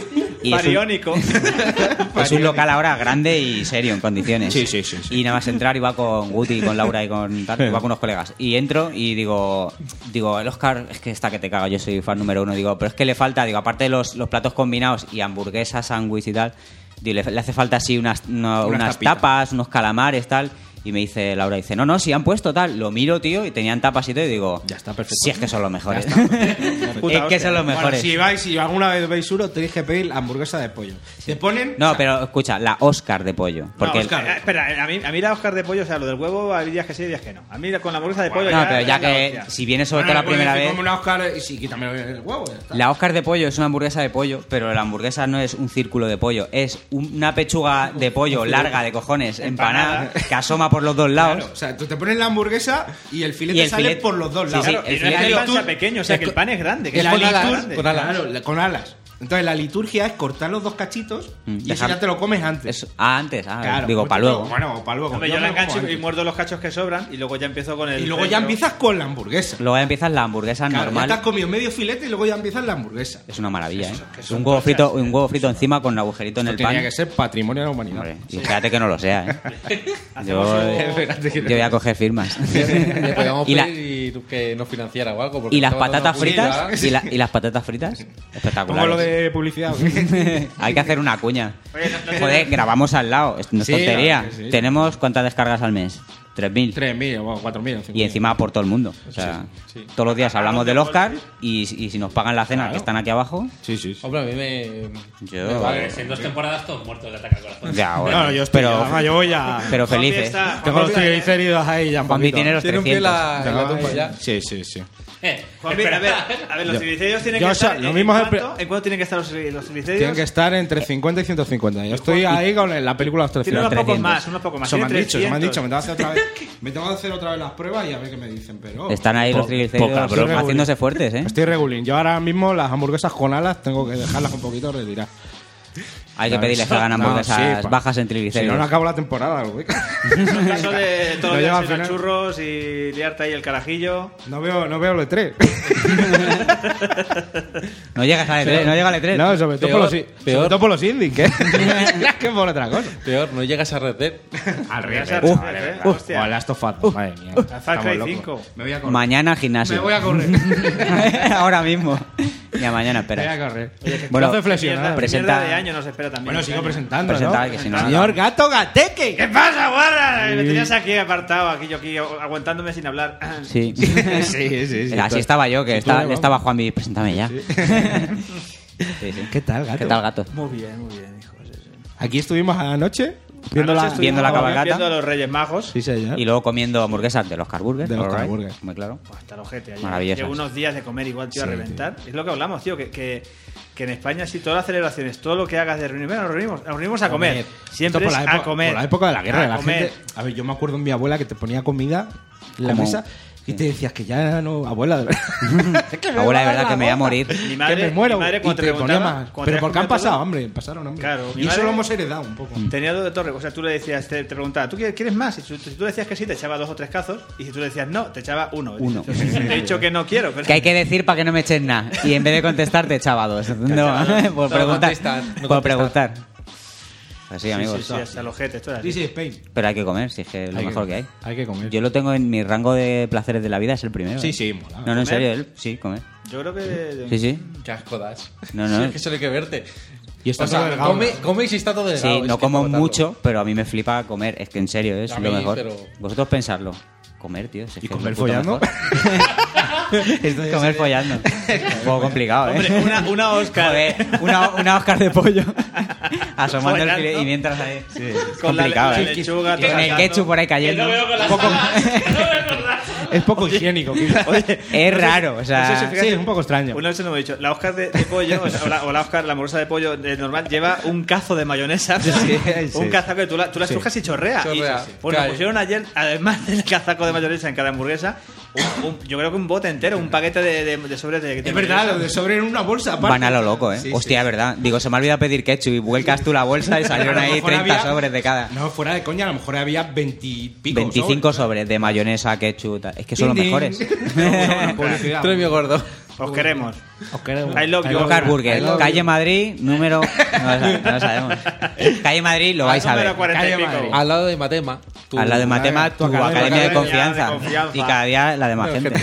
Speaker 7: Y es un,
Speaker 8: Pariónico.
Speaker 7: Es un local ahora grande y serio en condiciones.
Speaker 4: Sí, sí, sí, sí.
Speaker 7: Y nada más entrar iba con Guti, con Laura y con tal, iba con unos colegas. Y entro y digo, digo, el Oscar, es que está que te cago, yo soy fan número uno. Digo, pero es que le falta, digo, aparte de los, los platos combinados y hamburguesas, sándwich y tal, digo, le, le hace falta así unas, una-
Speaker 4: Unas
Speaker 7: unas
Speaker 4: tapitas.
Speaker 7: tapas, unos calamares, tal. Y me dice Laura, dice, no, no, si han puesto tal. Lo miro, tío, y tenían tapas y todo. Y digo,
Speaker 4: Ya está, perfecto.
Speaker 7: Si es que son los mejores.
Speaker 8: Puta
Speaker 7: es eh. que
Speaker 8: hostia.
Speaker 7: son los mejores.
Speaker 4: Bueno, si vais, si alguna vez veis uno, tenéis que pedir la hamburguesa de pollo. Te ponen.
Speaker 7: No, pero escucha, la Oscar de pollo. Porque
Speaker 8: No, Oscar, eh, espera, a mí, a mí la Oscar de pollo, o sea, lo del huevo, hay días que sí, hay días que no. A mí con la hamburguesa de pollo.
Speaker 7: No,
Speaker 8: ya,
Speaker 7: pero ya
Speaker 8: es la
Speaker 7: que
Speaker 8: hostia.
Speaker 7: si vienes sobre todo la
Speaker 4: Bueno,
Speaker 7: primera
Speaker 4: pues,
Speaker 7: vez.
Speaker 4: Como una Oscar y sí, quítame el huevo. ya está.
Speaker 7: La Oscar de pollo es una hamburguesa de pollo, pero la hamburguesa no es un círculo de pollo, es una pechuga de pollo larga de cojones, empanada, que asoma por los dos lados.
Speaker 4: Claro, o sea, tú te pones la hamburguesa y el filete
Speaker 7: Y el
Speaker 4: sale
Speaker 7: filete-
Speaker 4: por los dos
Speaker 7: sí,
Speaker 4: lados.
Speaker 7: sí,
Speaker 8: Claro, y no es que
Speaker 7: el filete-
Speaker 8: el pan sea pequeño, o sea, que el pan es grande. Que
Speaker 6: Es
Speaker 8: es
Speaker 6: con
Speaker 8: pan
Speaker 6: alas,
Speaker 8: grande.
Speaker 6: con alas.
Speaker 4: Claro, la- con alas. Entonces la liturgia es cortar los dos cachitos
Speaker 7: Mm,
Speaker 4: y eso
Speaker 7: dejar-
Speaker 4: ya te lo comes antes.
Speaker 7: Es- ah, antes, ah,
Speaker 4: Claro,
Speaker 7: digo,
Speaker 4: pues,
Speaker 7: para luego.
Speaker 4: Bueno, para luego.
Speaker 8: Hombre,
Speaker 4: Yo
Speaker 8: yo la
Speaker 4: me lo como
Speaker 8: engancho y
Speaker 4: antes.
Speaker 8: muerdo los cachos que sobran y luego ya empiezo con el.
Speaker 4: Y luego ya
Speaker 8: centro.
Speaker 4: empiezas con la hamburguesa.
Speaker 7: Luego ya empiezas la hamburguesa
Speaker 4: Claro, ya te has
Speaker 7: normal.
Speaker 4: comido medio filete y luego ya empiezas la hamburguesa.
Speaker 7: Es una maravilla, ¿eh?
Speaker 4: que son
Speaker 7: Un huevo
Speaker 4: cosas,
Speaker 7: frito, un huevo frito encima con un agujerito en el pan.
Speaker 4: ser patrimonio de la humanidad.
Speaker 7: Hombre, y espérate que no lo sea, ¿eh? Yo,
Speaker 6: eh,
Speaker 4: Espérate que
Speaker 7: yo
Speaker 4: no.
Speaker 7: voy a coger firmas.
Speaker 6: Le podíamos
Speaker 7: Y la-
Speaker 6: pedir y que nos financiara o algo. porque
Speaker 7: ¿Y las
Speaker 6: estaba dando
Speaker 7: patatas
Speaker 6: una publicidad.
Speaker 7: fritas? ¿Y, la- y las patatas fritas? Espectacular.
Speaker 4: Como lo de publicidad. ¿o qué?
Speaker 7: Hay que hacer una cuña.
Speaker 8: Oye, no- no-
Speaker 7: Joder, grabamos al lado. Esto No es
Speaker 4: Sí,
Speaker 7: tontería.
Speaker 4: claro que sí.
Speaker 7: Tenemos cuántas descargas al mes? 3.000.
Speaker 4: 3.000 o 4.000.
Speaker 7: Y
Speaker 4: 5.000.
Speaker 7: encima por todo el mundo. O sea, todos los días hablamos del Oscar y, y si nos pagan la cena, que están aquí abajo,
Speaker 4: Sí, sí. sí.
Speaker 6: Hombre, a mí me.
Speaker 7: yo...
Speaker 9: Pues en dos temporadas todos muertos de ataque al corazón.
Speaker 7: Ya, bueno.
Speaker 4: No, yo estoy.
Speaker 7: pero,
Speaker 4: ya, yo voy a.
Speaker 7: pero felices.
Speaker 8: está.
Speaker 4: Tengo los triglicéridos ahí ya un
Speaker 7: Juanmi
Speaker 4: poquito.
Speaker 7: tiene los
Speaker 6: Tiene un pie en
Speaker 7: 300.
Speaker 6: la, en la tumba ya.
Speaker 4: Sí, sí, sí.
Speaker 9: Eh,
Speaker 5: Juanmi, a ver, a ver, los
Speaker 4: Yo-
Speaker 5: iliceios tienen
Speaker 4: yo
Speaker 5: que
Speaker 4: o sea,
Speaker 5: estar.
Speaker 4: lo
Speaker 5: ¿en-
Speaker 4: mismo
Speaker 5: en,
Speaker 4: es el pre-
Speaker 5: cuánto, ¿En cuánto tienen que estar los, los iliceios?
Speaker 4: Tienen que estar entre 50 y 150. Yo estoy ahí con la película de los
Speaker 5: Tiene
Speaker 4: 300.
Speaker 5: unos pocos
Speaker 7: 300.
Speaker 5: más, unos pocos más.
Speaker 4: Eso me han
Speaker 5: tiene
Speaker 4: dicho, eso me han
Speaker 5: 300.
Speaker 4: dicho. Me tengo, que hacer otra vez, me tengo que hacer otra vez las pruebas y a ver qué me dicen, pero...
Speaker 7: Están ahí los
Speaker 2: Po-
Speaker 7: triglicéridos
Speaker 2: poca broma.
Speaker 7: haciéndose fuertes, ¿eh?
Speaker 4: Estoy regulín. Yo ahora mismo las hamburguesas con alas tengo que dejarlas un poquito retiradas.
Speaker 7: Hay que pedirles que hagan
Speaker 4: No,
Speaker 7: hamburguesas
Speaker 4: sí, pa-
Speaker 7: bajas en
Speaker 4: Si
Speaker 7: triglicéridos.
Speaker 4: no, no acabo la temporada, güey.
Speaker 5: Es un caso de todos
Speaker 4: Lo
Speaker 5: los
Speaker 4: lleva al
Speaker 5: días ir a
Speaker 4: final.
Speaker 5: churros y liarte ahí el carajillo.
Speaker 4: No veo, no veo el E E3.
Speaker 7: No llegas al E3, no llega al E3.
Speaker 4: No, sobre todo, por los, i-
Speaker 6: Peor,
Speaker 4: sobre
Speaker 6: peor.
Speaker 4: todo por los indies, ¿eh? que por otra cosa.
Speaker 6: Peor, no llegas a Red Dead.
Speaker 4: Al
Speaker 5: revés,
Speaker 4: revés.
Speaker 5: chaval, eh.
Speaker 4: vale,
Speaker 5: Hostia.
Speaker 4: O al Last of Us, madre mía.
Speaker 5: Far
Speaker 4: Estamos
Speaker 5: Cry
Speaker 4: locos.
Speaker 5: 5.
Speaker 4: Me voy a correr.
Speaker 7: Mañana
Speaker 4: Me
Speaker 7: gimnasio.
Speaker 4: voy a correr. Me
Speaker 7: Ahora mismo. Ya mañana,
Speaker 4: voy a
Speaker 7: espera.
Speaker 4: correr.
Speaker 7: Bueno,
Speaker 4: no hace flexión.
Speaker 5: Mierda,
Speaker 7: presenta-
Speaker 5: mierda de año nos espera también.
Speaker 4: Bueno,
Speaker 5: Este
Speaker 4: sigo
Speaker 5: año.
Speaker 4: presentando, ¿no?
Speaker 7: Presentad, que si no, no.
Speaker 4: Señor Gato Gateque.
Speaker 5: ¿Qué pasa, guarra? Me tenías aquí apartado, aquí yo aquí aguantándome sin hablar.
Speaker 7: Sí.
Speaker 4: sí, sí, sí.
Speaker 7: Así estaba yo, que
Speaker 4: Sí,
Speaker 7: estaba,
Speaker 4: vamos.
Speaker 7: estaba Juan B. Preséntame ya. Sí, sí.
Speaker 4: ¿Qué tal, gato?
Speaker 7: ¿Qué tal, gato?
Speaker 5: Muy bien, muy bien, hijo. sí, sí.
Speaker 4: Aquí estuvimos anoche viendo
Speaker 5: Anoche
Speaker 4: la...
Speaker 5: estuvimos
Speaker 7: viendo la cabalgata.
Speaker 5: Viendo a los Reyes Magos.
Speaker 4: Sí, señor.
Speaker 7: Y luego comiendo hamburguesas de los Carburger.
Speaker 4: De los
Speaker 7: all right.
Speaker 4: Carburger.
Speaker 7: Muy claro.
Speaker 5: Hasta el ojete. ayer.
Speaker 7: Maravilloso.
Speaker 5: Llevo unos días de comer igual, tío, a
Speaker 4: Sí,
Speaker 5: reventar. Es lo que hablamos, tío, que, que, que en España sí, todas las celebraciones, todo lo que hagas de reunir, bueno, nos reunimos, nos reunimos a comer. Siempre
Speaker 4: Esto
Speaker 5: es
Speaker 4: por la época,
Speaker 5: a comer.
Speaker 4: Por la época de la guerra,
Speaker 5: A
Speaker 4: de la
Speaker 5: comer.
Speaker 4: gente. A ver, yo me acuerdo de mi abuela que te ponía comida en la
Speaker 7: Como-
Speaker 4: mesa y te decías que ya no, abuela, de verdad. Es que me
Speaker 7: Abuela, de
Speaker 4: va a dar
Speaker 7: verdad
Speaker 4: la
Speaker 7: que me voy a
Speaker 4: gota.
Speaker 7: morir.
Speaker 5: Mi madre,
Speaker 4: que me muero.
Speaker 5: mi madre
Speaker 4: y
Speaker 5: cuando te
Speaker 4: te ponía
Speaker 5: preguntaba-
Speaker 4: más.
Speaker 5: cuando
Speaker 4: Pero
Speaker 5: te
Speaker 4: porque han
Speaker 5: preguntaba-
Speaker 4: pasado hambre, pasaron hambre.
Speaker 5: Claro, mi
Speaker 4: y eso
Speaker 5: madre-
Speaker 4: lo hemos heredado un poco.
Speaker 5: Tenía dos de torre, o sea, tú le decías, te, te preguntaba, ¿tú quieres- quieres más? Y si, tú- si tú decías que sí, te echaba dos o tres cazos, y si tú decías no, te echaba uno.
Speaker 7: Uno.
Speaker 5: Te he dicho que no quiero, pero
Speaker 7: ¿Qué hay que decir para que no me echen nada? Y en vez de contestarte, chavados. No, por preguntar.
Speaker 6: contestan, no
Speaker 7: por
Speaker 6: contestan.
Speaker 7: preguntar. Pues sí, amigos.
Speaker 5: Sí, sí, hasta el ojete, esto era así.
Speaker 4: Sí, sí, Spain.
Speaker 7: Pero hay que comer, si es que es lo
Speaker 4: Hay que
Speaker 7: mejor que,
Speaker 4: comer,
Speaker 7: hay.
Speaker 4: hay que comer.
Speaker 7: Yo lo tengo en mi rango de placeres de la vida, es el primero.
Speaker 4: Sí,
Speaker 7: ¿eh?
Speaker 4: sí, mola.
Speaker 7: No, no,
Speaker 5: ¿Comer?
Speaker 7: en serio, él, sí, comer.
Speaker 5: Yo creo que.
Speaker 7: Sí, sí.
Speaker 6: Qué asco das.
Speaker 7: No, no.
Speaker 6: Si es que solo hay que verte.
Speaker 4: Y está
Speaker 6: o sea,
Speaker 4: todo delgado.
Speaker 6: come, come y si está todo delgado.
Speaker 7: Sí,
Speaker 6: Ah, es
Speaker 7: no
Speaker 6: que
Speaker 7: como
Speaker 6: puedo
Speaker 7: mucho,
Speaker 6: matarlo.
Speaker 7: pero a mí me flipa comer. Es que en serio, ¿eh? es
Speaker 6: A
Speaker 7: lo
Speaker 6: mí,
Speaker 7: mejor.
Speaker 6: pero-
Speaker 7: Vosotros pensarlo. Comer, tío. si es
Speaker 4: ¿Y
Speaker 7: que es
Speaker 4: comer
Speaker 7: lo puto
Speaker 4: follando?
Speaker 7: mejor. comer follando. Un poco complicado, ¿eh?
Speaker 5: Hombre, una, una Oscar.
Speaker 7: Joder, una, una Oscar de pollo. Asomando el filete
Speaker 5: Follando.
Speaker 7: y mientras ahí. es
Speaker 5: Con la-
Speaker 7: complicado,
Speaker 5: la
Speaker 7: ¿eh?
Speaker 5: lechuga,
Speaker 7: Con el
Speaker 5: tocando.
Speaker 7: ketchup por ahí
Speaker 10: Que
Speaker 7: cayendo.
Speaker 10: no veo con las alas, no veo con las alas.
Speaker 4: Es poco higiénico. quizás.
Speaker 7: Es raro, o sea.
Speaker 5: no sé si-
Speaker 4: sí, es un poco extraño.
Speaker 5: Una vez se nos he dicho, la Oscar de, de pollo, o, sea, o la, o la Oscar, la hamburguesa de pollo de normal, lleva un cazo de mayonesa. un
Speaker 4: sí.
Speaker 5: cazaco que tú la, tú la estrujas y chorrea.
Speaker 6: Chorrea,
Speaker 5: Y- Bueno,
Speaker 6: cae.
Speaker 5: pusieron ayer, además del cazaco de mayonesa en cada hamburguesa, un- un- yo creo que un bote entero, un paquete de, de, de sobres de, de
Speaker 4: Es verdad, lo
Speaker 5: mayonesa.
Speaker 4: de sobre en una bolsa. aparte.
Speaker 7: Van a lo loco, ¿eh?
Speaker 4: Sí, sí.
Speaker 7: Hostia, verdad. Digo, se me ha olvidado pedir ketchup y vuelcas tú la bolsa y salieron
Speaker 4: A lo
Speaker 7: ahí
Speaker 4: mejor
Speaker 7: 30
Speaker 4: había-
Speaker 7: sobres de cada.
Speaker 4: No, fuera de coña, a lo mejor había 20 y pico.
Speaker 7: 25 sobres de mayonesa, ketchup. tal. Es que son los
Speaker 4: Ding, ding.
Speaker 7: mejores.
Speaker 4: No, publicidad.
Speaker 6: Premio gordo.
Speaker 5: Os queremos.
Speaker 4: Os queremos.
Speaker 5: I love you.
Speaker 7: Oscar Burger,
Speaker 4: I love
Speaker 7: calle
Speaker 4: you.
Speaker 7: Madrid, número. No lo, sa- no lo sabemos. Calle Madrid, lo vais a
Speaker 5: Número
Speaker 7: ver.
Speaker 5: 40 y
Speaker 4: Calle
Speaker 5: pico.
Speaker 4: Madrid.
Speaker 6: Al lado de Matema. eh, tu-
Speaker 7: Al lado de Matema,
Speaker 4: tu
Speaker 7: tu
Speaker 4: academia-
Speaker 7: academia de
Speaker 5: academia de
Speaker 7: confianza.
Speaker 5: confianza.
Speaker 7: Y cada día la de más gente.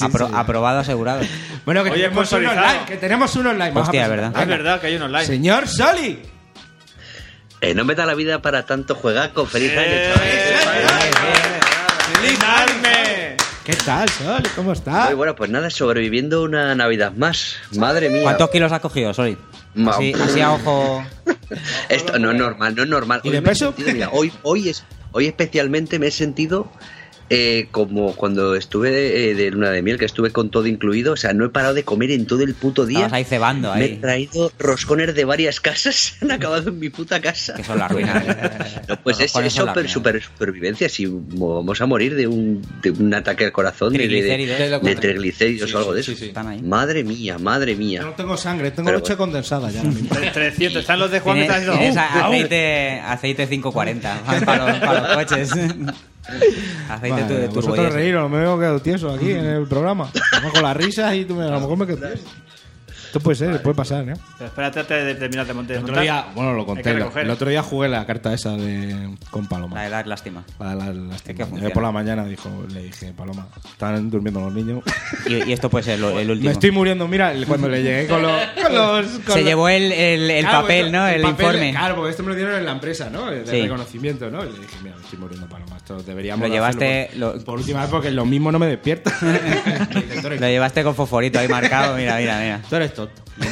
Speaker 7: Apro- Aprobado, asegurado.
Speaker 4: Bueno, que
Speaker 5: Oye,
Speaker 4: tenemos un
Speaker 5: sponsorizado.
Speaker 4: online. Que tenemos un online. Vamos a
Speaker 7: Hostia,
Speaker 4: presentar.
Speaker 7: ¿verdad?
Speaker 5: Ah, es verdad que hay un online.
Speaker 4: Señor Soli.
Speaker 11: Eh, no me da la vida para tanto juegaco. Feliz año,
Speaker 5: Eh,
Speaker 11: chavales.
Speaker 5: ¡Feliz Navidad!
Speaker 4: ¿Qué tal, Soli? ¿Cómo estás?
Speaker 7: Ah.
Speaker 11: Muy bueno, pues nada, sobreviviendo una Navidad más. Madre mía.
Speaker 7: ¿Cuántos kilos has cogido, Soli?
Speaker 11: Ma-
Speaker 7: Así, así a ojo.
Speaker 11: Esto no es normal, no es normal.
Speaker 4: ¿Y
Speaker 11: Hoy
Speaker 4: de
Speaker 11: me he
Speaker 4: peso?
Speaker 11: sentido- mira, hoy, hoy, es, hoy especialmente me he sentido eh, como cuando estuve de, eh, de luna de miel, que estuve con todo incluido. O sea, no he parado de comer en todo el puto día.
Speaker 7: Estabas ahí cebando,
Speaker 11: Me he
Speaker 7: ahí.
Speaker 11: traído roscones de varias casas, han acabado en mi puta casa.
Speaker 7: Que son la ruina.
Speaker 11: No, pues
Speaker 7: Los roscones
Speaker 11: es
Speaker 7: son
Speaker 11: eso,
Speaker 7: la
Speaker 11: pero
Speaker 7: ruina.
Speaker 11: super- supervivencia. Si mo- vamos a morir de un, de un ataque al corazón, de, de- de-
Speaker 7: Triglicéridos.
Speaker 6: Te lo
Speaker 11: de
Speaker 6: cuento.
Speaker 11: triglicéridos o algo de eso.
Speaker 6: sí.
Speaker 7: Están ahí.
Speaker 11: Madre mía, madre
Speaker 4: Yo no
Speaker 11: mía.
Speaker 4: tengo sangre, tengo
Speaker 11: Pero
Speaker 4: leche condensada ya. ahora mismo.
Speaker 5: 300. Están los de Juan que están haciendo.
Speaker 7: Tienes, tienes
Speaker 5: ¡Uh!
Speaker 7: a- aceite, aceite 540 para, los, para los coches. aceite
Speaker 4: Vale,
Speaker 7: tu- de turbo.
Speaker 4: vosotros
Speaker 7: diésel.
Speaker 4: reíros, me veo quedado tieso aquí en el programa. Vamos con las risas y tú me, a lo mejor me quedo tieso. Esto puede ser, puede pasar, ¿eh?
Speaker 5: Pero espérate antes de terminar de montar.
Speaker 4: El otro día, bueno, lo
Speaker 5: Hay
Speaker 4: conté.
Speaker 5: que
Speaker 4: lo-
Speaker 5: recoger.
Speaker 4: El otro día jugué la carta esa de con Paloma.
Speaker 7: La edad, lástima.
Speaker 4: La, la, las
Speaker 7: que
Speaker 4: tengo. Ayer
Speaker 7: funciona.
Speaker 4: por la mañana dijo, le dije, Paloma, están durmiendo los niños.
Speaker 7: Y, y esto puede ser lo- el último.
Speaker 4: Me estoy muriendo, mira, el- cuando le llegué con los... con los- con
Speaker 7: Se
Speaker 4: los-
Speaker 7: llevó el, el, el
Speaker 4: Claro,
Speaker 7: papel,
Speaker 4: esto-
Speaker 7: ¿no? El,
Speaker 4: papel,
Speaker 7: informe.
Speaker 4: Claro, porque esto me lo dieron en la empresa, ¿no? De
Speaker 7: Sí.
Speaker 4: reconocimiento, ¿no? Y le dije, mira, me estoy muriendo, Paloma, esto deberíamos...
Speaker 7: Lo
Speaker 4: de
Speaker 7: llevaste-
Speaker 4: hacerlo Por,
Speaker 7: lo-
Speaker 4: por última vez, porque lo mismo no me despierta. Tú eres-
Speaker 7: Lo llevaste con fosforito ahí marcado. Mira, mira, mira.
Speaker 4: tú eres tonto.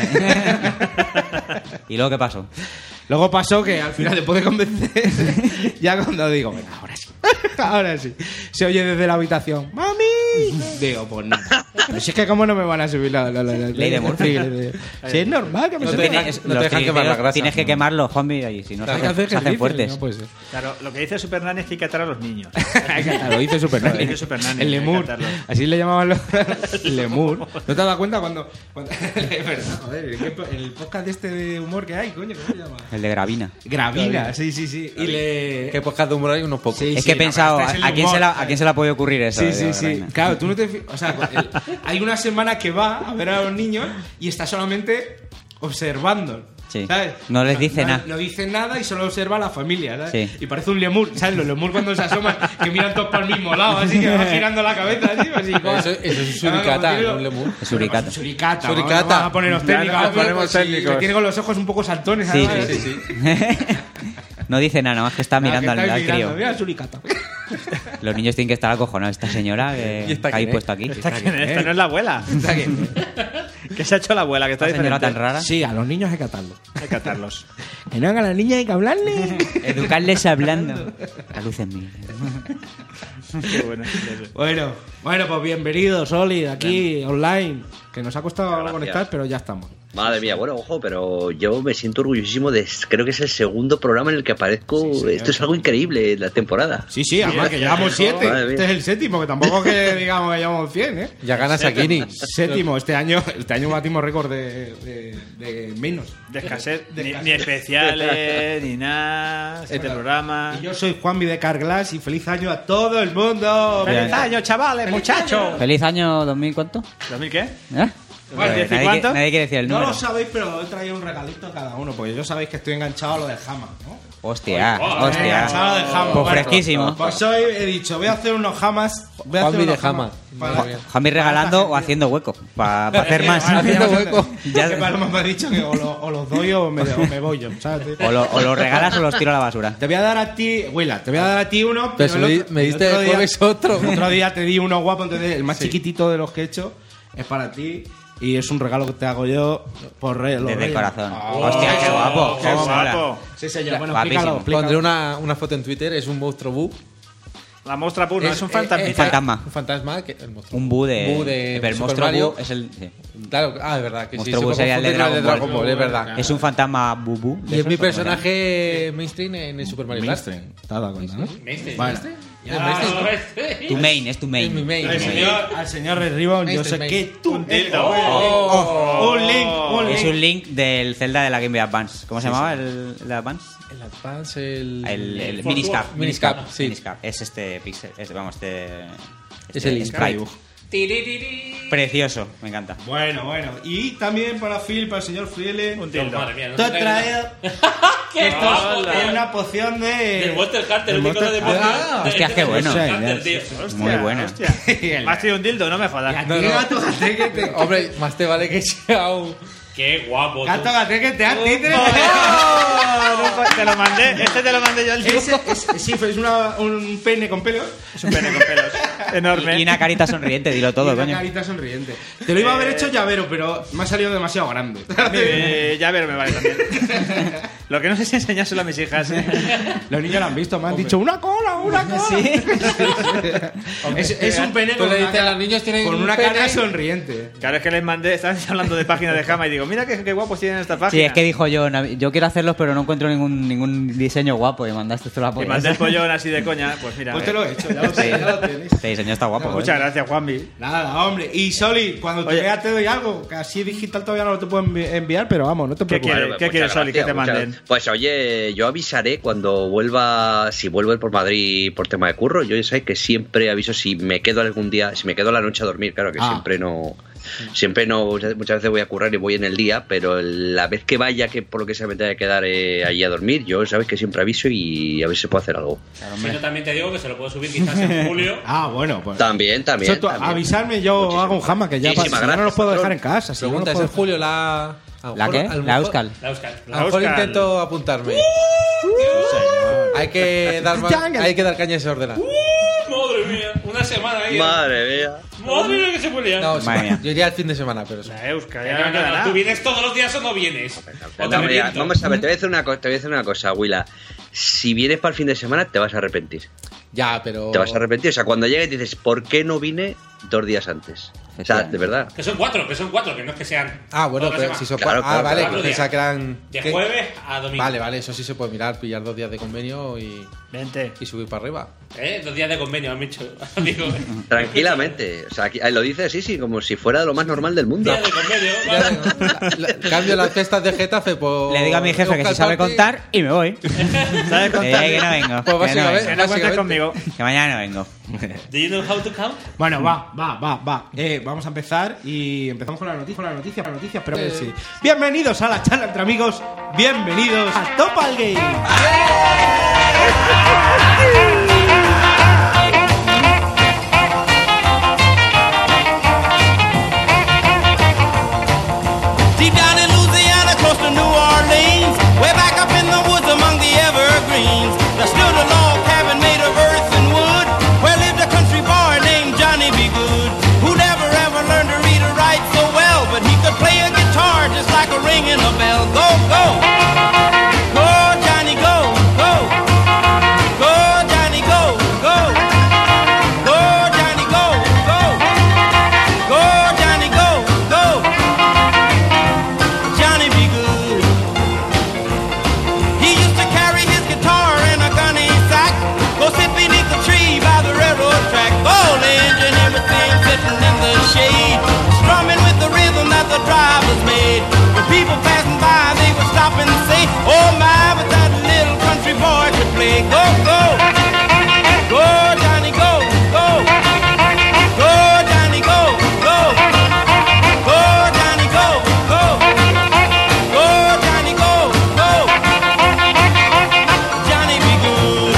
Speaker 7: ¿Y luego qué pasó?
Speaker 4: Luego pasó que al final después de convencer, ya cuando digo, venga, ahora sí, ahora sí, se oye desde la habitación, ¡Mami! Digo, pues nada. Pero si es que cómo no me van a subir la, la, la, la-
Speaker 7: Ley de Murphy.
Speaker 4: Si es normal que me
Speaker 7: Eso
Speaker 4: suban
Speaker 7: tiene-
Speaker 4: la-
Speaker 7: es-
Speaker 6: no te
Speaker 7: los
Speaker 6: dejan quemar la
Speaker 7: tiriceros
Speaker 6: grasa.
Speaker 7: Tienes que quemarlos, Juanmi, y si no se,
Speaker 6: Hay que hacer
Speaker 7: se hacen
Speaker 6: ejercicio,
Speaker 7: fuertes.
Speaker 6: No puede
Speaker 4: Pues, eh.
Speaker 6: ser.
Speaker 8: Claro, lo que dice Supernanny es que hay que atar a los niños.
Speaker 4: Lo dice Superman.
Speaker 8: Lo dice Supernanny,
Speaker 4: El
Speaker 8: hay que
Speaker 4: lemur.
Speaker 8: cantarlo.
Speaker 4: Así le llamaban los. lemur. ¿No te has dado cuenta cuando.? cuando- es verdad, joder. es que El podcast de este de humor que hay, coño, ¿cómo se llama?
Speaker 7: El de Gravina.
Speaker 4: Gravina, sí, sí, sí. Y le.
Speaker 6: Que pues cada humor hay unos pocos.
Speaker 4: Sí,
Speaker 7: es
Speaker 4: sí,
Speaker 7: que he
Speaker 4: no,
Speaker 7: pensado,
Speaker 4: pero este es
Speaker 7: ¿a,
Speaker 4: el
Speaker 7: a quién
Speaker 4: humor,
Speaker 7: se la- ¿a
Speaker 4: ¿sabes?
Speaker 7: quién se le ha podido ocurrir eso?
Speaker 4: Sí,
Speaker 7: de
Speaker 4: sí,
Speaker 7: la
Speaker 4: sí.
Speaker 7: reina?
Speaker 4: Claro, tú no te. fi- O sea, el- hay una semana que va a ver a los niños y está solamente observando.
Speaker 7: Sí.
Speaker 4: ¿sabes?
Speaker 7: No les dice nada.
Speaker 4: No dice nada y solo observa a la familia. ¿sabes?
Speaker 7: Sí.
Speaker 4: Y parece un lemur. ¿Sabes? Los lemur cuando se asoman, que miran todos para el mismo lado, así que van girando la cabeza. Así, así, como-
Speaker 6: Eso- eso es un
Speaker 4: Claro,
Speaker 6: suricata,
Speaker 4: como tiene-
Speaker 6: no un lemur.
Speaker 7: Es suricata.
Speaker 4: Suricata.
Speaker 6: Suricata.
Speaker 4: Vamos a poner los
Speaker 6: Ya,
Speaker 4: técnicos.
Speaker 6: nos
Speaker 4: vamos a poner
Speaker 6: ponemos
Speaker 4: los técnicos.
Speaker 6: técnicos.
Speaker 4: Que tiene con los ojos un poco saltones.
Speaker 7: Sí,
Speaker 4: además.
Speaker 7: sí, no dice nada, nada más que está
Speaker 4: Claro,
Speaker 7: mirando
Speaker 4: que
Speaker 7: al,
Speaker 4: estáis
Speaker 7: al
Speaker 4: mirando.
Speaker 7: crío.
Speaker 4: Mira, suricata.
Speaker 7: Los niños tienen que estar acojonados. Esta señora que
Speaker 6: ¿Y esta
Speaker 7: que hay
Speaker 6: quién es?
Speaker 7: puesto aquí.
Speaker 8: Esta, que- esta no es la abuela. ¿Qué se ha hecho la abuela? Que está
Speaker 7: Esta señora
Speaker 8: diferente.
Speaker 7: tan rara.
Speaker 4: Sí, a los niños hay que atarlos.
Speaker 8: Hay que atarlos.
Speaker 4: Que no, a la niña hay que hablarle.
Speaker 7: Educarles hablando. La luz en mí.
Speaker 8: Qué bueno. eso.
Speaker 4: Bueno, bueno, pues bienvenidos, Solid, aquí online. Que nos ha costado
Speaker 11: Gracias.
Speaker 4: conectar, pero ya estamos.
Speaker 11: Madre mía, bueno, ojo, pero yo me siento orgullosísimo de. Creo que es el segundo programa en el que aparezco. Esto es algo increíble en la temporada.
Speaker 4: Sí, sí, además que llevamos siete.
Speaker 11: Madre mía.
Speaker 4: Este es el séptimo, que tampoco que digamos que llevamos 100, ¿eh?
Speaker 6: Ya ganas a Kini.
Speaker 4: Séptimo, este año, este año batimos récord de, de, de menos.
Speaker 8: De escasez, ni, ni especiales, ni nada. Este programa.
Speaker 4: Y yo soy Juanmi de Carglass y feliz año a todo el mundo.
Speaker 8: ¡Feliz año, chavales, muchachos!
Speaker 7: Feliz año 2000, ¿cuánto?
Speaker 8: ¿2000 qué?
Speaker 7: ¿Eh?
Speaker 8: ¿Cuál? ¿Diez y
Speaker 7: nadie,
Speaker 8: cuánto?
Speaker 7: que- nadie quiere decir el
Speaker 4: No
Speaker 7: número.
Speaker 4: lo sabéis, pero he traído un regalito a cada uno, porque yo sabéis que estoy enganchado a lo del Hama, ¿no?
Speaker 7: Hostia,
Speaker 4: Eh,
Speaker 7: hostia.
Speaker 4: enganchado del Hama.
Speaker 7: Pues
Speaker 4: Bueno,
Speaker 7: fresquísimo.
Speaker 4: Pues hoy he dicho, voy a hacer unos Hamas. Voy a hacer
Speaker 6: Juanmi de
Speaker 4: unos
Speaker 6: Jama.
Speaker 4: Hamas.
Speaker 6: Madre mía.
Speaker 7: Jambi regalando o haciendo hueco. Para hacer más.
Speaker 6: Haciendo hueco.
Speaker 7: Ya-
Speaker 4: Que Paloma me ha dicho que o, lo- o los doy o me, o me voy yo, ¿sabes?
Speaker 7: O lo, o lo regalas o los tiro a la basura.
Speaker 4: Te voy a dar a ti, Huela, te voy a dar a ti uno.
Speaker 6: Pero si
Speaker 4: el
Speaker 6: me di-
Speaker 4: otro-
Speaker 6: me
Speaker 4: el
Speaker 6: diste el jueves otro.
Speaker 4: el otro día te di uno guapo, entonces el más chiquitito de los que he hecho es para ti y es un regalo que te hago yo por re, los
Speaker 7: Desde el
Speaker 4: Reyes. Ah.
Speaker 7: corazón. Hostia, qué guapo.
Speaker 8: Oh, ¡Qué
Speaker 7: cómo mola.
Speaker 8: guapo!
Speaker 4: Sí, señor. Bueno,
Speaker 7: Guapísimo.
Speaker 4: explícalo, explícalo.
Speaker 6: Pondré una, una foto en Twitter, es un monstruo bu.
Speaker 8: La mostra puro, es, un fantasma.
Speaker 7: eh, fantasma.
Speaker 6: Un fantasma, que el monstruo.
Speaker 7: Un bu de.
Speaker 6: Bu de
Speaker 7: pero el
Speaker 6: Super
Speaker 7: monstruo
Speaker 6: Mario.
Speaker 7: bu es el. sí.
Speaker 6: Claro, ah, es verdad. Que sí,
Speaker 7: Monstruo
Speaker 6: se
Speaker 7: bu sería el de
Speaker 6: confunde con
Speaker 7: Dragon, Ball.
Speaker 6: es verdad.
Speaker 7: Es un fantasma bubu.
Speaker 6: Y es mi personaje mainstream en el Super Mario Bros.
Speaker 4: Mainstream, ¿Te has dado cuenta, no?
Speaker 9: Mainstream.
Speaker 4: Bueno,
Speaker 7: ¿Este?
Speaker 9: Ah,
Speaker 7: Tu main, es tu main.
Speaker 6: Es mi main.
Speaker 4: al señor- al señor Red Ribbon, yo sé
Speaker 6: Mainstream,
Speaker 4: que tú.
Speaker 8: Un link, Oh. un
Speaker 7: Es un link del Zelda de la Game Boy Advance. ¿Cómo se llamaba el, el Advance?
Speaker 6: El Advance, el.
Speaker 7: El, el Miniscap.
Speaker 6: Miniscap, sí.
Speaker 7: Miniscap. Es este pixel. Es, vamos, este.
Speaker 6: Es el
Speaker 7: sprite.
Speaker 6: dibujo.
Speaker 7: Precioso, me encanta.
Speaker 4: Bueno, bueno. Y también para Phil, para el señor Friele.
Speaker 8: Un tildo.
Speaker 9: Madre mía, no
Speaker 4: Te
Speaker 9: se
Speaker 4: he
Speaker 9: te-
Speaker 4: traído
Speaker 9: ¡Qué guapo,
Speaker 4: es
Speaker 9: tío!
Speaker 4: una poción de.
Speaker 9: Del Walter Carter, Ah, el
Speaker 4: Del
Speaker 9: icono de
Speaker 4: Walter-
Speaker 9: Walter
Speaker 4: Ah,
Speaker 9: de-
Speaker 7: hostia,
Speaker 9: de-
Speaker 7: qué
Speaker 9: de-
Speaker 7: bueno.
Speaker 9: Walter Carter, tío.
Speaker 7: Muy buena.
Speaker 8: Hostia. Me has traído un dildo, no me jodas.
Speaker 6: No, no.
Speaker 4: Gato Gaté que te.
Speaker 6: Hombre, más te vale que sea un.
Speaker 9: Qué guapo. tú.
Speaker 4: Gato Gaté que te
Speaker 8: Oh.
Speaker 4: han títere.
Speaker 8: No, no, te lo mandé, este te lo mandé yo el dildo.
Speaker 4: Ese- ese- Sí, fue- es una- un pene con pelos.
Speaker 8: Es un pene con pelos. Enorme.
Speaker 7: Y, y una carita sonriente, dilo
Speaker 4: y
Speaker 7: todo,
Speaker 4: una
Speaker 7: coño.
Speaker 4: carita sonriente. Te lo iba a haber hecho llavero, pero me ha salido demasiado grande.
Speaker 8: Eh, ya ver, me vale también. Lo que no sé si enseñárselo a mis hijas. ¿eh?
Speaker 4: Los niños lo han visto, me han dicho una cola, una cola. es, es un pene
Speaker 6: Tú
Speaker 4: con
Speaker 6: le
Speaker 4: una,
Speaker 6: dices,
Speaker 4: cara-
Speaker 6: "Los niños tienen
Speaker 4: con
Speaker 6: un
Speaker 4: una
Speaker 6: pene".
Speaker 4: cara sonriente.
Speaker 8: Claro, es que les mandé, estaban hablando de páginas de jama y digo, mira qué, qué guapos tienen esta página.
Speaker 7: Sí, es que dijo yo, Navi- yo quiero hacerlos, pero no encuentro ningún, ningún diseño guapo y mandaste tú la
Speaker 8: Y
Speaker 7: polla.
Speaker 8: mandé el pollón así de coña, pues mira.
Speaker 4: Pues
Speaker 8: eh.
Speaker 4: te lo he hecho, ya lo,
Speaker 7: Sí.
Speaker 4: sé, ya lo tenéis.
Speaker 7: Este diseño está guapo. ¿eh?
Speaker 8: Muchas gracias, Juanmi.
Speaker 4: Nada, hombre. Y Soli, cuando te
Speaker 8: Oye.
Speaker 4: vea te doy algo. Que así digital todavía no lo te puedo envi- enviar, pero vamos, no te
Speaker 8: ¿Qué
Speaker 4: preocupes.
Speaker 8: quieres?
Speaker 11: Bueno,
Speaker 8: ¿Qué
Speaker 11: muchas
Speaker 8: quieres, Oli, que
Speaker 11: gracias,
Speaker 8: te
Speaker 11: muchas-
Speaker 8: manden?
Speaker 11: Pues oye, yo avisaré cuando vuelva, si vuelvo por Madrid por tema de curro, yo ya sabéis que siempre aviso si me quedo algún día, si me quedo a la noche a dormir, claro que
Speaker 4: Ah.
Speaker 11: siempre no,
Speaker 8: Mm.
Speaker 11: siempre no, muchas veces voy a currar y voy en el día, pero la vez que vaya, que por lo que sea me tenga que quedar eh, allí a dormir, yo sabéis que siempre aviso y a ver si puedo hacer algo.
Speaker 9: Si no, también te digo que se lo puedo subir quizás en julio.
Speaker 4: Ah, bueno, pues.
Speaker 11: También, también.
Speaker 4: Eso tú-
Speaker 11: también.
Speaker 4: Avisarme, yo
Speaker 11: Muchísimas-
Speaker 4: hago un jama que ya pasa.
Speaker 11: muchísimas
Speaker 4: Yo no los
Speaker 11: gracias,
Speaker 4: puedo dejar en
Speaker 11: patrón.
Speaker 4: casa. Si no
Speaker 6: Pregunta,
Speaker 4: los
Speaker 6: ¿es en
Speaker 4: puedo-
Speaker 6: julio la. a lo
Speaker 7: ¿La
Speaker 6: mejor-
Speaker 7: qué?
Speaker 6: a lo
Speaker 7: La
Speaker 6: mejor-
Speaker 7: Euskal.
Speaker 9: La Euskal. ¡Uh!
Speaker 6: A lo mejor
Speaker 8: Euskal.
Speaker 6: intento apuntarme. Hay que dar más-
Speaker 4: Jungle.
Speaker 6: hay que dar caña a ese ordenador.
Speaker 9: ¡Uh! Madre mía, una semana ahí.
Speaker 11: Madre mía.
Speaker 9: Madre mía, que se puede liar.
Speaker 6: No, sí,
Speaker 7: Madre mía.
Speaker 6: yo iría el fin de semana, pero sí.
Speaker 8: La Euska, ya
Speaker 9: No,
Speaker 8: no queda
Speaker 9: no, no, ¿Tú
Speaker 8: nada.
Speaker 9: vienes todos los días o no vienes? O te
Speaker 11: Hombre,
Speaker 9: arrepiento.
Speaker 11: vamos a ver, te voy a decir una, co- te voy a decir una cosa, Willa. Si vienes para el fin de semana, te vas a arrepentir.
Speaker 6: Ya, pero.
Speaker 11: Te vas a arrepentir. O sea, cuando llegues dices, ¿por qué no vine? dos días antes. O sea, de verdad.
Speaker 9: Que son cuatro, que son cuatro, que no es que sean.
Speaker 6: Ah, bueno,
Speaker 9: toda la
Speaker 6: que
Speaker 9: semana.
Speaker 6: si son
Speaker 11: Claro,
Speaker 6: cuatro. Ah,
Speaker 11: claro,
Speaker 6: vale,
Speaker 9: cuatro
Speaker 6: que
Speaker 9: días.
Speaker 6: pensaba que eran.
Speaker 9: De
Speaker 6: ¿qué?
Speaker 9: jueves a domingo.
Speaker 6: Vale, vale, eso sí se puede mirar, pillar dos días de convenio y,
Speaker 5: Vente.
Speaker 6: y subir para arriba.
Speaker 9: ¿Eh? Dos días de convenio, han dicho. Amigo.
Speaker 11: Tranquilamente. O sea, aquí, ahí lo dice así, sí, como si fuera lo más normal del mundo.
Speaker 9: Días de convenio.
Speaker 6: Ya,
Speaker 9: vale.
Speaker 6: no, la- la- cambio las fiestas de Getafe por.
Speaker 7: Le digo a mi jefe que
Speaker 6: Euskal
Speaker 7: si sabe
Speaker 6: Party.
Speaker 7: contar y me voy.
Speaker 5: ¿Sabes
Speaker 7: Le diré Eh, que no
Speaker 5: contar?
Speaker 7: vengo.
Speaker 6: Pues
Speaker 7: que,
Speaker 5: Que
Speaker 6: básicamente-
Speaker 7: no vengo.
Speaker 5: no cuentes
Speaker 6: Básicamente.
Speaker 5: conmigo.
Speaker 7: Que mañana no vengo.
Speaker 9: ¿Do you know how to count?
Speaker 5: Bueno, va.
Speaker 12: Va, va, va. Eh, vamos a empezar y empezamos con la noticia, con la noticia, con la noticia. Pero sí. Bienvenidos a la charla entre amigos. Bienvenidos a Topal Game.
Speaker 4: Deep down in Louisiana, close to New Orleans, way back up in the woods among the evergreens, there stood a log cabin made of earth and wood, where lived a country boy named Johnny B. Good, who never ever learned to read or write so well, but he could play a guitar just like a ringing a bell. Go, go, go, Johnny, go, go, go, Johnny, go, go, go, Johnny, go, go, go, Johnny, go, go. Johnny be good. He used to carry his guitar in a gunny sack. Go sit beneath the tree by the railroad track. Old engine, everything sitting in the shade. Strumming with the rhythm that the drivers made. When people passing by, they would stop and say, Oh my, but that little country boy could play. Go, go. Go, Johnny, go, go. Go, Johnny, go, go. Go, Johnny, go, go. Go, Johnny, go, go. Johnny be good.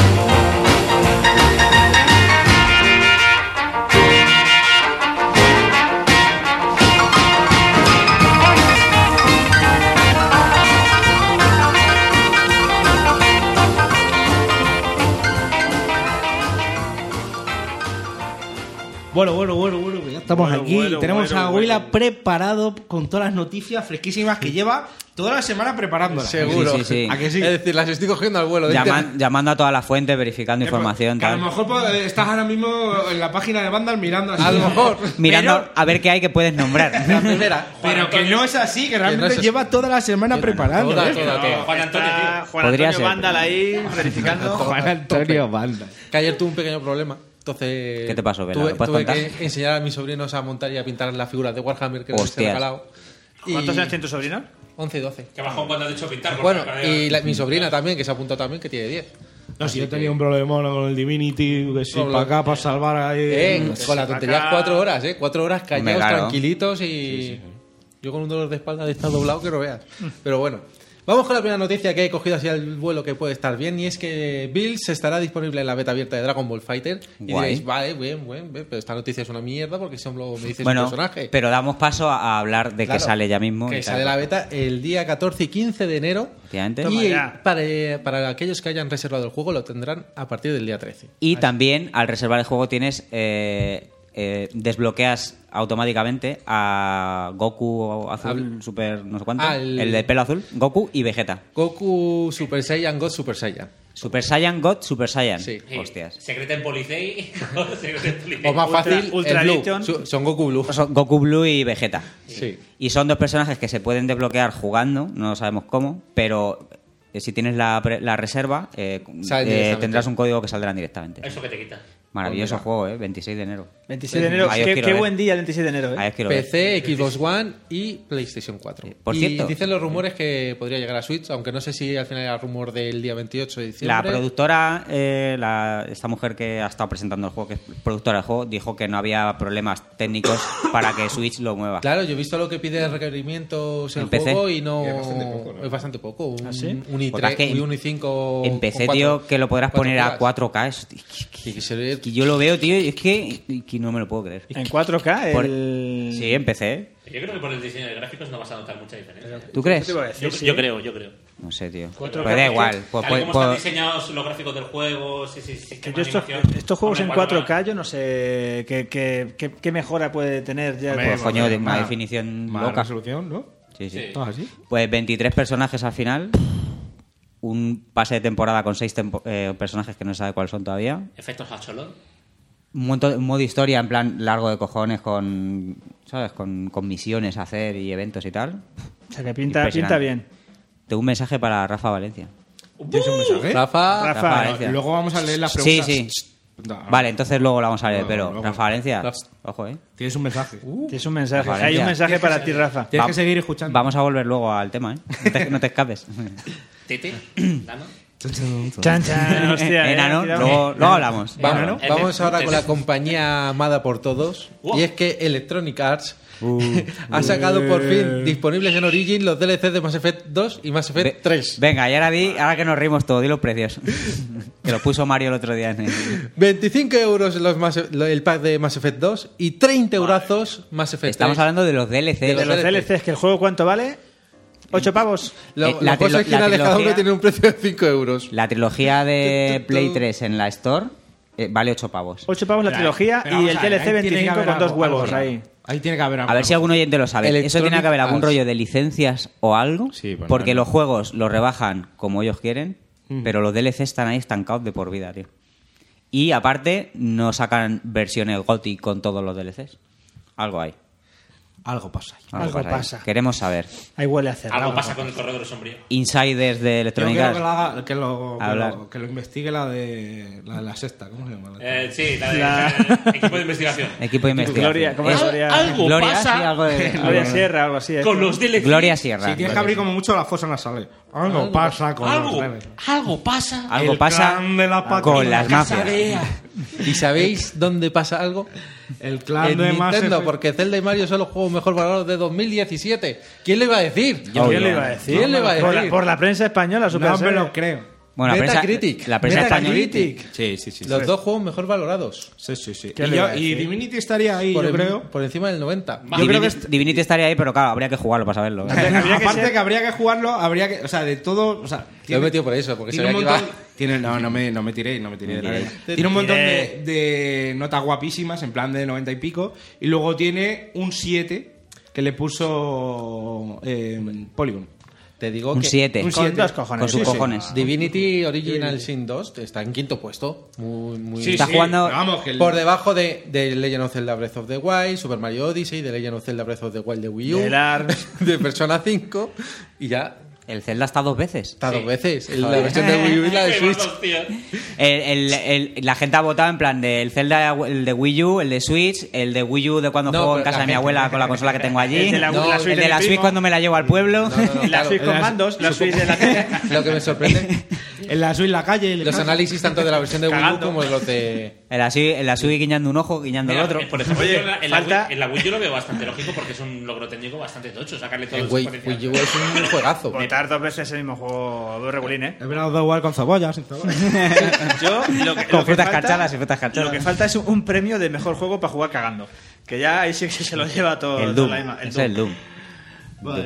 Speaker 12: Bueno, bueno, bueno, bueno, que ya estamos
Speaker 5: Bueno,
Speaker 12: aquí.
Speaker 5: bueno,
Speaker 12: Tenemos
Speaker 5: bueno,
Speaker 12: a Huila
Speaker 5: bueno.
Speaker 12: preparado con todas las noticias fresquísimas que lleva toda la semana preparándolas.
Speaker 6: Seguro.
Speaker 7: Sí, sí, sí.
Speaker 12: ¿A que sí?
Speaker 6: Es decir, las estoy cogiendo al vuelo. de
Speaker 7: Llaman-
Speaker 6: internet.
Speaker 7: llamando a todas las fuentes, verificando
Speaker 6: Eh,
Speaker 7: información.
Speaker 12: Que a
Speaker 7: Tal.
Speaker 12: lo mejor pues, estás ahora mismo en la página de Vandal mirando así.
Speaker 6: A lo mejor.
Speaker 7: Mirando a ver qué hay que puedes nombrar.
Speaker 6: La primera.
Speaker 12: Pero que no es así, que realmente
Speaker 6: no es así.
Speaker 12: lleva toda la semana preparando.
Speaker 6: Toda,
Speaker 12: ¿eh?
Speaker 6: toda, toda.
Speaker 9: Juan Antonio,
Speaker 5: Está
Speaker 9: tío.
Speaker 5: Juan
Speaker 7: Podría
Speaker 5: Antonio
Speaker 7: ser,
Speaker 5: Vandal ahí, verificando.
Speaker 12: Juan Antonio Vandal.
Speaker 6: Que ayer tuve un pequeño problema. Entonces,
Speaker 7: ¿Qué te pasó, Vela?
Speaker 6: tuve,
Speaker 7: ¿Lo puedes
Speaker 6: tuve
Speaker 7: contar?
Speaker 6: que enseñar a mis sobrinos a montar y a pintar las figuras de Warhammer que les he
Speaker 7: Hostias.
Speaker 6: regalado. Y-
Speaker 5: ¿Cuántos años tiene tu sobrino?
Speaker 6: 11 y 12.
Speaker 9: Que bajón cuando has dicho pintar. porque
Speaker 6: Bueno,
Speaker 9: acá
Speaker 6: y
Speaker 9: ya-
Speaker 6: la- mi sobrina también, que se ha apuntado también, que tiene 10.
Speaker 12: No, si yo tenía un problema con el Divinity, que sí,
Speaker 6: Problema.
Speaker 12: para acá, para Ah, pues salvar a...
Speaker 6: Eh, con la tontería
Speaker 5: acá-
Speaker 6: cuatro horas, ¿eh? Cuatro horas
Speaker 7: Hombre,
Speaker 6: callados,
Speaker 7: claro.
Speaker 6: tranquilitos y... Yo con un dolor de espalda de estar doblado que no veas. Pero bueno, vamos con la primera noticia que he cogido hacia el vuelo que puede estar bien y es que Bills estará disponible en la beta abierta de Dragon Ball Fighter. Y
Speaker 7: Guay.
Speaker 6: diréis, vale, bien, bien, bien, pero esta noticia es una mierda porque solo me dices un
Speaker 7: bueno,
Speaker 6: personaje.
Speaker 7: pero damos paso a, a hablar de
Speaker 6: Claro,
Speaker 7: que sale ya mismo.
Speaker 6: Que
Speaker 7: y tal.
Speaker 6: sale la beta el día 14 y 15 de enero.
Speaker 7: Efectivamente. Toma
Speaker 6: Y
Speaker 5: ya.
Speaker 6: para, eh, para aquellos que hayan reservado el juego lo tendrán a partir del día 13.
Speaker 7: Y también al reservar el juego tienes eh, eh, desbloqueas automáticamente a Goku azul, super no sé cuánto,
Speaker 6: Ah, el-
Speaker 7: el de pelo azul, Goku y Vegeta.
Speaker 6: Goku Super Saiyan God Super Saiyan.
Speaker 7: Super Saiyan God, Super Saiyan.
Speaker 6: Sí.
Speaker 9: Sí.
Speaker 7: Hostias.
Speaker 9: Secreta en Policei. Secreta en Policei.
Speaker 6: O más
Speaker 5: Ultra-
Speaker 6: fácil,
Speaker 5: Ultra
Speaker 6: el Blue.
Speaker 5: Edition.
Speaker 6: Su- Son Goku Blue.
Speaker 7: Son Goku Blue y Vegeta.
Speaker 6: Sí.
Speaker 7: Y son dos personajes que se pueden desbloquear jugando, no sabemos cómo, pero eh, si tienes la, pre- la reserva, eh,
Speaker 6: Salen
Speaker 7: eh,
Speaker 6: directamente.
Speaker 7: tendrás un código que saldrán directamente.
Speaker 9: Eso que te quita.
Speaker 7: Maravilloso
Speaker 6: Pues mira.
Speaker 7: juego, ¿eh? 26 de enero.
Speaker 5: 26 de enero.
Speaker 7: Ah, yo
Speaker 5: qué
Speaker 7: quiero
Speaker 5: qué
Speaker 7: ver.
Speaker 5: buen día el 26 de enero,
Speaker 7: Ahí
Speaker 5: ¿eh?
Speaker 7: os quiero ver.
Speaker 6: PC, Xbox One y PlayStation 4.
Speaker 7: Eh, Por
Speaker 6: y
Speaker 7: cierto.
Speaker 6: dicen los rumores que podría llegar a Switch, aunque no sé si al final era rumor del día 28 de
Speaker 7: La
Speaker 6: diciembre.
Speaker 7: productora, eh, la- esta mujer que ha estado presentando el juego, que es productora del juego, dijo que no había problemas técnicos para que Switch lo mueva.
Speaker 6: Claro, yo he visto lo que pide requerimientos en
Speaker 7: En PC.
Speaker 6: juego y no.
Speaker 12: Es bastante poco, ¿no?
Speaker 6: es bastante poco, Un,
Speaker 5: ¿Ah, sí?
Speaker 6: un
Speaker 7: Porque
Speaker 6: i3,
Speaker 7: es que
Speaker 6: un i5.
Speaker 7: en
Speaker 6: con
Speaker 7: PC,
Speaker 6: cuatro-
Speaker 7: tío, que lo podrás
Speaker 6: cuatro
Speaker 7: poner a
Speaker 6: gigas.
Speaker 7: 4K. es- es
Speaker 6: Y que se ve-
Speaker 7: que ¿Eh? yo lo veo, tío, y es que, y que no me lo puedo creer.
Speaker 5: En 4K,
Speaker 7: Por-
Speaker 5: el...
Speaker 7: Sí, en ¿eh? PC.
Speaker 9: Yo creo que por el diseño de gráficos no vas a notar mucha diferencia. ¿eh?
Speaker 7: ¿Tú crees?
Speaker 5: Te iba a decir,
Speaker 9: Yo,
Speaker 5: sí.
Speaker 9: yo creo, yo creo.
Speaker 7: No sé, tío. Pues
Speaker 5: Cuatro
Speaker 7: da
Speaker 5: K.
Speaker 7: igual. pues-
Speaker 9: Tal y
Speaker 7: pues-
Speaker 9: como
Speaker 7: pues-
Speaker 9: están diseñados los gráficos del juego, sí, sí, sí.
Speaker 5: Que yo estos, estos juegos en 4K, yo no sé qué, qué- qué- qué mejora puede tener ya.
Speaker 12: Hombre,
Speaker 7: pues, coño, de- una
Speaker 12: más-
Speaker 7: definición
Speaker 12: Más
Speaker 7: loca.
Speaker 12: resolución, ¿no?
Speaker 7: Sí, sí.
Speaker 9: Sí.
Speaker 12: Ah, sí.
Speaker 7: Pues 23 personajes al final. eh, Un pase de temporada con 6 personajes que no se sabe cuáles son todavía.
Speaker 9: Efectos a cholón.
Speaker 7: un, montón- un modo historia en plan largo de cojones con, ¿sabes? Con, con misiones a hacer y eventos y tal.
Speaker 8: O sea, que pinta,
Speaker 7: Impresionante.
Speaker 8: pinta bien.
Speaker 7: Tengo un mensaje para Rafa Valencia.
Speaker 12: Uh.
Speaker 6: Rafa,
Speaker 8: Rafa,
Speaker 7: Valencia.
Speaker 4: Luego vamos a leer las preguntas.
Speaker 7: Sí, sí.
Speaker 4: No,
Speaker 7: Vale, entonces luego la vamos a leer,
Speaker 4: No,
Speaker 7: pero
Speaker 4: Ah. luego.
Speaker 7: Rafa Valencia,
Speaker 6: Rafa.
Speaker 7: ojo, ¿eh?
Speaker 4: Tienes un mensaje.
Speaker 12: Uh.
Speaker 8: Tienes un mensaje.
Speaker 7: Valencia.
Speaker 8: Hay un mensaje para ti, Rafa.
Speaker 4: Tienes
Speaker 7: Va-
Speaker 4: que seguir escuchando.
Speaker 7: Vamos a volver luego al tema, ¿eh? No te, no te escapes.
Speaker 9: Tete, Dano.
Speaker 8: Chan, chan, hostia. eh,
Speaker 7: Enano,
Speaker 8: tira-
Speaker 7: luego, luego hablamos.
Speaker 6: Vamos,
Speaker 9: Bueno, ¿no?
Speaker 6: vamos ahora con la
Speaker 9: Entonces-
Speaker 6: compañía amada por todos.
Speaker 9: Wow.
Speaker 6: Y es que Electronic Arts
Speaker 7: Uh,
Speaker 6: ha sacado
Speaker 7: eh.
Speaker 6: por fin disponibles en Origin los DLCs de Mass Effect 2 y Mass
Speaker 7: Ve-
Speaker 6: Effect 3.
Speaker 7: Venga, y ahora di, ahora que nos rimos todo, di los precios. que los puso Mario el otro día en el-
Speaker 6: 25 euros los Mass- lo- el pack de Mass Effect 2 y 30 eurazos Mass Effect 3.
Speaker 7: Estamos hablando de los DLC.
Speaker 6: De
Speaker 8: De los DLCs, que el juego cuánto vale? ¿Ocho pavos?
Speaker 6: Lo,
Speaker 7: Eh,
Speaker 6: la,
Speaker 7: la
Speaker 6: cosa
Speaker 7: trilo-
Speaker 6: es que
Speaker 7: la
Speaker 6: una de cada uno
Speaker 7: trilogía-
Speaker 6: tiene un precio de 5 euros.
Speaker 7: La trilogía de
Speaker 6: Tu, tu, tu.
Speaker 7: Play 3 en la Store eh, vale 8 pavos.
Speaker 8: Ocho pavos la trilogía y
Speaker 4: Pero vamos
Speaker 8: el
Speaker 4: a ver,
Speaker 8: DLC
Speaker 4: ahí tiene que
Speaker 8: 25
Speaker 4: haber
Speaker 8: con dos
Speaker 4: algo,
Speaker 8: huevos
Speaker 4: algo.
Speaker 8: ahí.
Speaker 4: Ahí tiene que haber algo.
Speaker 7: A ver si algún oyente lo sabe. Eso tiene que haber algún
Speaker 6: Electronic
Speaker 7: rollo de licencias o algo,
Speaker 4: Sí, bueno,
Speaker 7: porque
Speaker 4: bueno.
Speaker 7: los juegos los rebajan como ellos quieren, pero los DLC están ahí estancados de por vida, tío. Y aparte, no sacan versiones GOTI con todos los DLCs. Algo hay.
Speaker 4: Algo pasa. ahí.
Speaker 8: Algo
Speaker 7: ahí.
Speaker 8: pasa.
Speaker 7: Queremos saber.
Speaker 8: Ahí huele a cerdo.
Speaker 9: Algo pasa con el corredor sombrío.
Speaker 7: Insiders de
Speaker 4: Yo
Speaker 7: Electronic
Speaker 4: quiero que lo,
Speaker 7: Arts.
Speaker 4: haga- que, lo, que
Speaker 7: Hablar.
Speaker 4: lo- que lo investigue la de la, de la sexta. ¿Cómo se llama?
Speaker 9: Eh, sí, la de
Speaker 8: La-
Speaker 9: equipo de investigación.
Speaker 7: Equipo de investigación.
Speaker 8: Gloria, ¿cómo es
Speaker 7: Eso.
Speaker 8: Gloria?
Speaker 9: Algo
Speaker 7: Gloria,
Speaker 9: pasa
Speaker 7: sí, algo de-
Speaker 8: Gloria
Speaker 7: algo-
Speaker 8: Sierra, algo así. ¿eh?
Speaker 9: con los DLC.
Speaker 7: Gloria Sierra.
Speaker 4: Sí, tienes que abrir como mucho la fosa nasal. eh. Algo, pasa con
Speaker 9: Algo,
Speaker 4: los bebés.
Speaker 9: algo pasa.
Speaker 7: Algo
Speaker 4: El
Speaker 7: pasa
Speaker 4: clan de la
Speaker 7: con
Speaker 4: patrona
Speaker 7: las
Speaker 9: Casa
Speaker 7: mafias.
Speaker 9: de Ea.
Speaker 6: ¿Y sabéis dónde pasa algo?
Speaker 4: El clan
Speaker 6: en
Speaker 4: de más
Speaker 6: Nintendo, porque Zelda y Mario son los juegos mejor valorados de 2017. ¿Quién lo iba a decir?
Speaker 7: Yo
Speaker 8: ¿Quién
Speaker 7: lo
Speaker 8: le iba a decir?
Speaker 6: Ah, ¿Quién le iba a
Speaker 8: Por la,
Speaker 6: decir?
Speaker 8: por la prensa española, super
Speaker 4: No me
Speaker 8: serio.
Speaker 4: lo creo.
Speaker 7: Bueno, la prensa,
Speaker 6: Metacritic.
Speaker 7: la prensa
Speaker 6: Metacritic.
Speaker 7: española-
Speaker 4: Sí, sí, sí.
Speaker 6: Los dos juegos mejor valorados.
Speaker 4: Sí, sí, sí.
Speaker 8: ¿Qué
Speaker 4: Y,
Speaker 8: le
Speaker 4: yo-
Speaker 8: iba a
Speaker 4: y Divinity estaría ahí,
Speaker 6: Por,
Speaker 4: yo
Speaker 6: en-
Speaker 4: creo.
Speaker 6: por encima del 90.
Speaker 7: Divini-
Speaker 4: creo que
Speaker 7: Divinity, estaría ahí, pero claro, habría que jugarlo para saberlo. ¿eh?
Speaker 8: Habría que
Speaker 4: Aparte
Speaker 8: ser-
Speaker 4: que habría que jugarlo, habría que. O sea, de todo. O sea,
Speaker 6: Lo he metido por eso, porque se
Speaker 4: tiene un
Speaker 6: ve que
Speaker 4: montón.
Speaker 6: iba-
Speaker 4: Tiene, no, no me, no me tiréis, no me tiréis. de la
Speaker 7: Tiréis.
Speaker 4: oreja. Tiene un montón de, de notas guapísimas, en plan de 90 y pico. Y luego tiene un 7 que le puso eh, Polygon.
Speaker 6: Te digo
Speaker 7: Un
Speaker 6: que
Speaker 7: 7.
Speaker 4: Un
Speaker 8: Con
Speaker 4: 7.
Speaker 8: dos cojones.
Speaker 7: Con
Speaker 4: Sí,
Speaker 7: sus
Speaker 4: Ah, sí.
Speaker 7: cojones.
Speaker 6: Divinity Original Sin 2 está en quinto puesto. Muy, muy
Speaker 7: Está jugando-
Speaker 4: pero Vamos, que el-
Speaker 6: Por debajo de, de Legend of Zelda Breath of the Wild, Super Mario Odyssey, de Legend of Zelda Breath of the Wild de Wii U,
Speaker 8: Del ARMS.
Speaker 6: de Persona 5 y ya
Speaker 7: El Zelda está dos veces.
Speaker 6: está dos veces. en La versión de Wii U y la de
Speaker 9: Ay, me
Speaker 6: Switch.
Speaker 9: mato, tío.
Speaker 7: El- el- el- la gente ha votado en plan del Zelda, el de Wii U, el de Switch, el de Wii U de cuando
Speaker 6: No,
Speaker 7: juego en
Speaker 6: pero
Speaker 7: casa
Speaker 6: la
Speaker 7: de mi
Speaker 6: gente-
Speaker 7: abuela con la consola que tengo allí.
Speaker 8: El de la-
Speaker 6: No, la Switch
Speaker 7: el
Speaker 8: de
Speaker 7: de la
Speaker 8: mi
Speaker 7: Switch
Speaker 8: primo.
Speaker 7: cuando me la llevo al pueblo.
Speaker 6: No, no, no,
Speaker 8: Y la
Speaker 6: claro.
Speaker 8: Switch con
Speaker 6: Las-
Speaker 8: mandos, la Switch de la
Speaker 6: Lo que me sorprende,
Speaker 4: En la suite, la calle. el-
Speaker 6: los análisis tanto de la versión de Wii U
Speaker 8: Cagando.
Speaker 6: como de los de...
Speaker 7: El así, el así guiñando un ojo, guiñando el
Speaker 9: Mira,
Speaker 7: otro.
Speaker 9: eh, Por ejemplo, yo en, la, en la
Speaker 8: falta-
Speaker 9: Wii, en la Wii yo lo veo bastante lógico porque es un logro técnico bastante tocho. Sacarle todo
Speaker 6: en
Speaker 9: el
Speaker 6: Wii,
Speaker 9: potencial.
Speaker 6: Wii U es un juegazo.
Speaker 8: Votar dos veces el mismo juego dos regulín, ¿eh?
Speaker 4: He venido igual con cebollas. sin cebollas.
Speaker 8: Yo, lo que,
Speaker 7: Con
Speaker 8: lo que
Speaker 7: frutas
Speaker 8: falta-
Speaker 7: cachadas y frutas
Speaker 8: Lo que
Speaker 7: cachadas.
Speaker 8: falta es un- un premio de mejor juego para jugar cagando. Que ya ahí sí que se lo lleva todo. toda
Speaker 7: El Doom.
Speaker 8: la misma-
Speaker 7: Ese es el Doom.
Speaker 9: No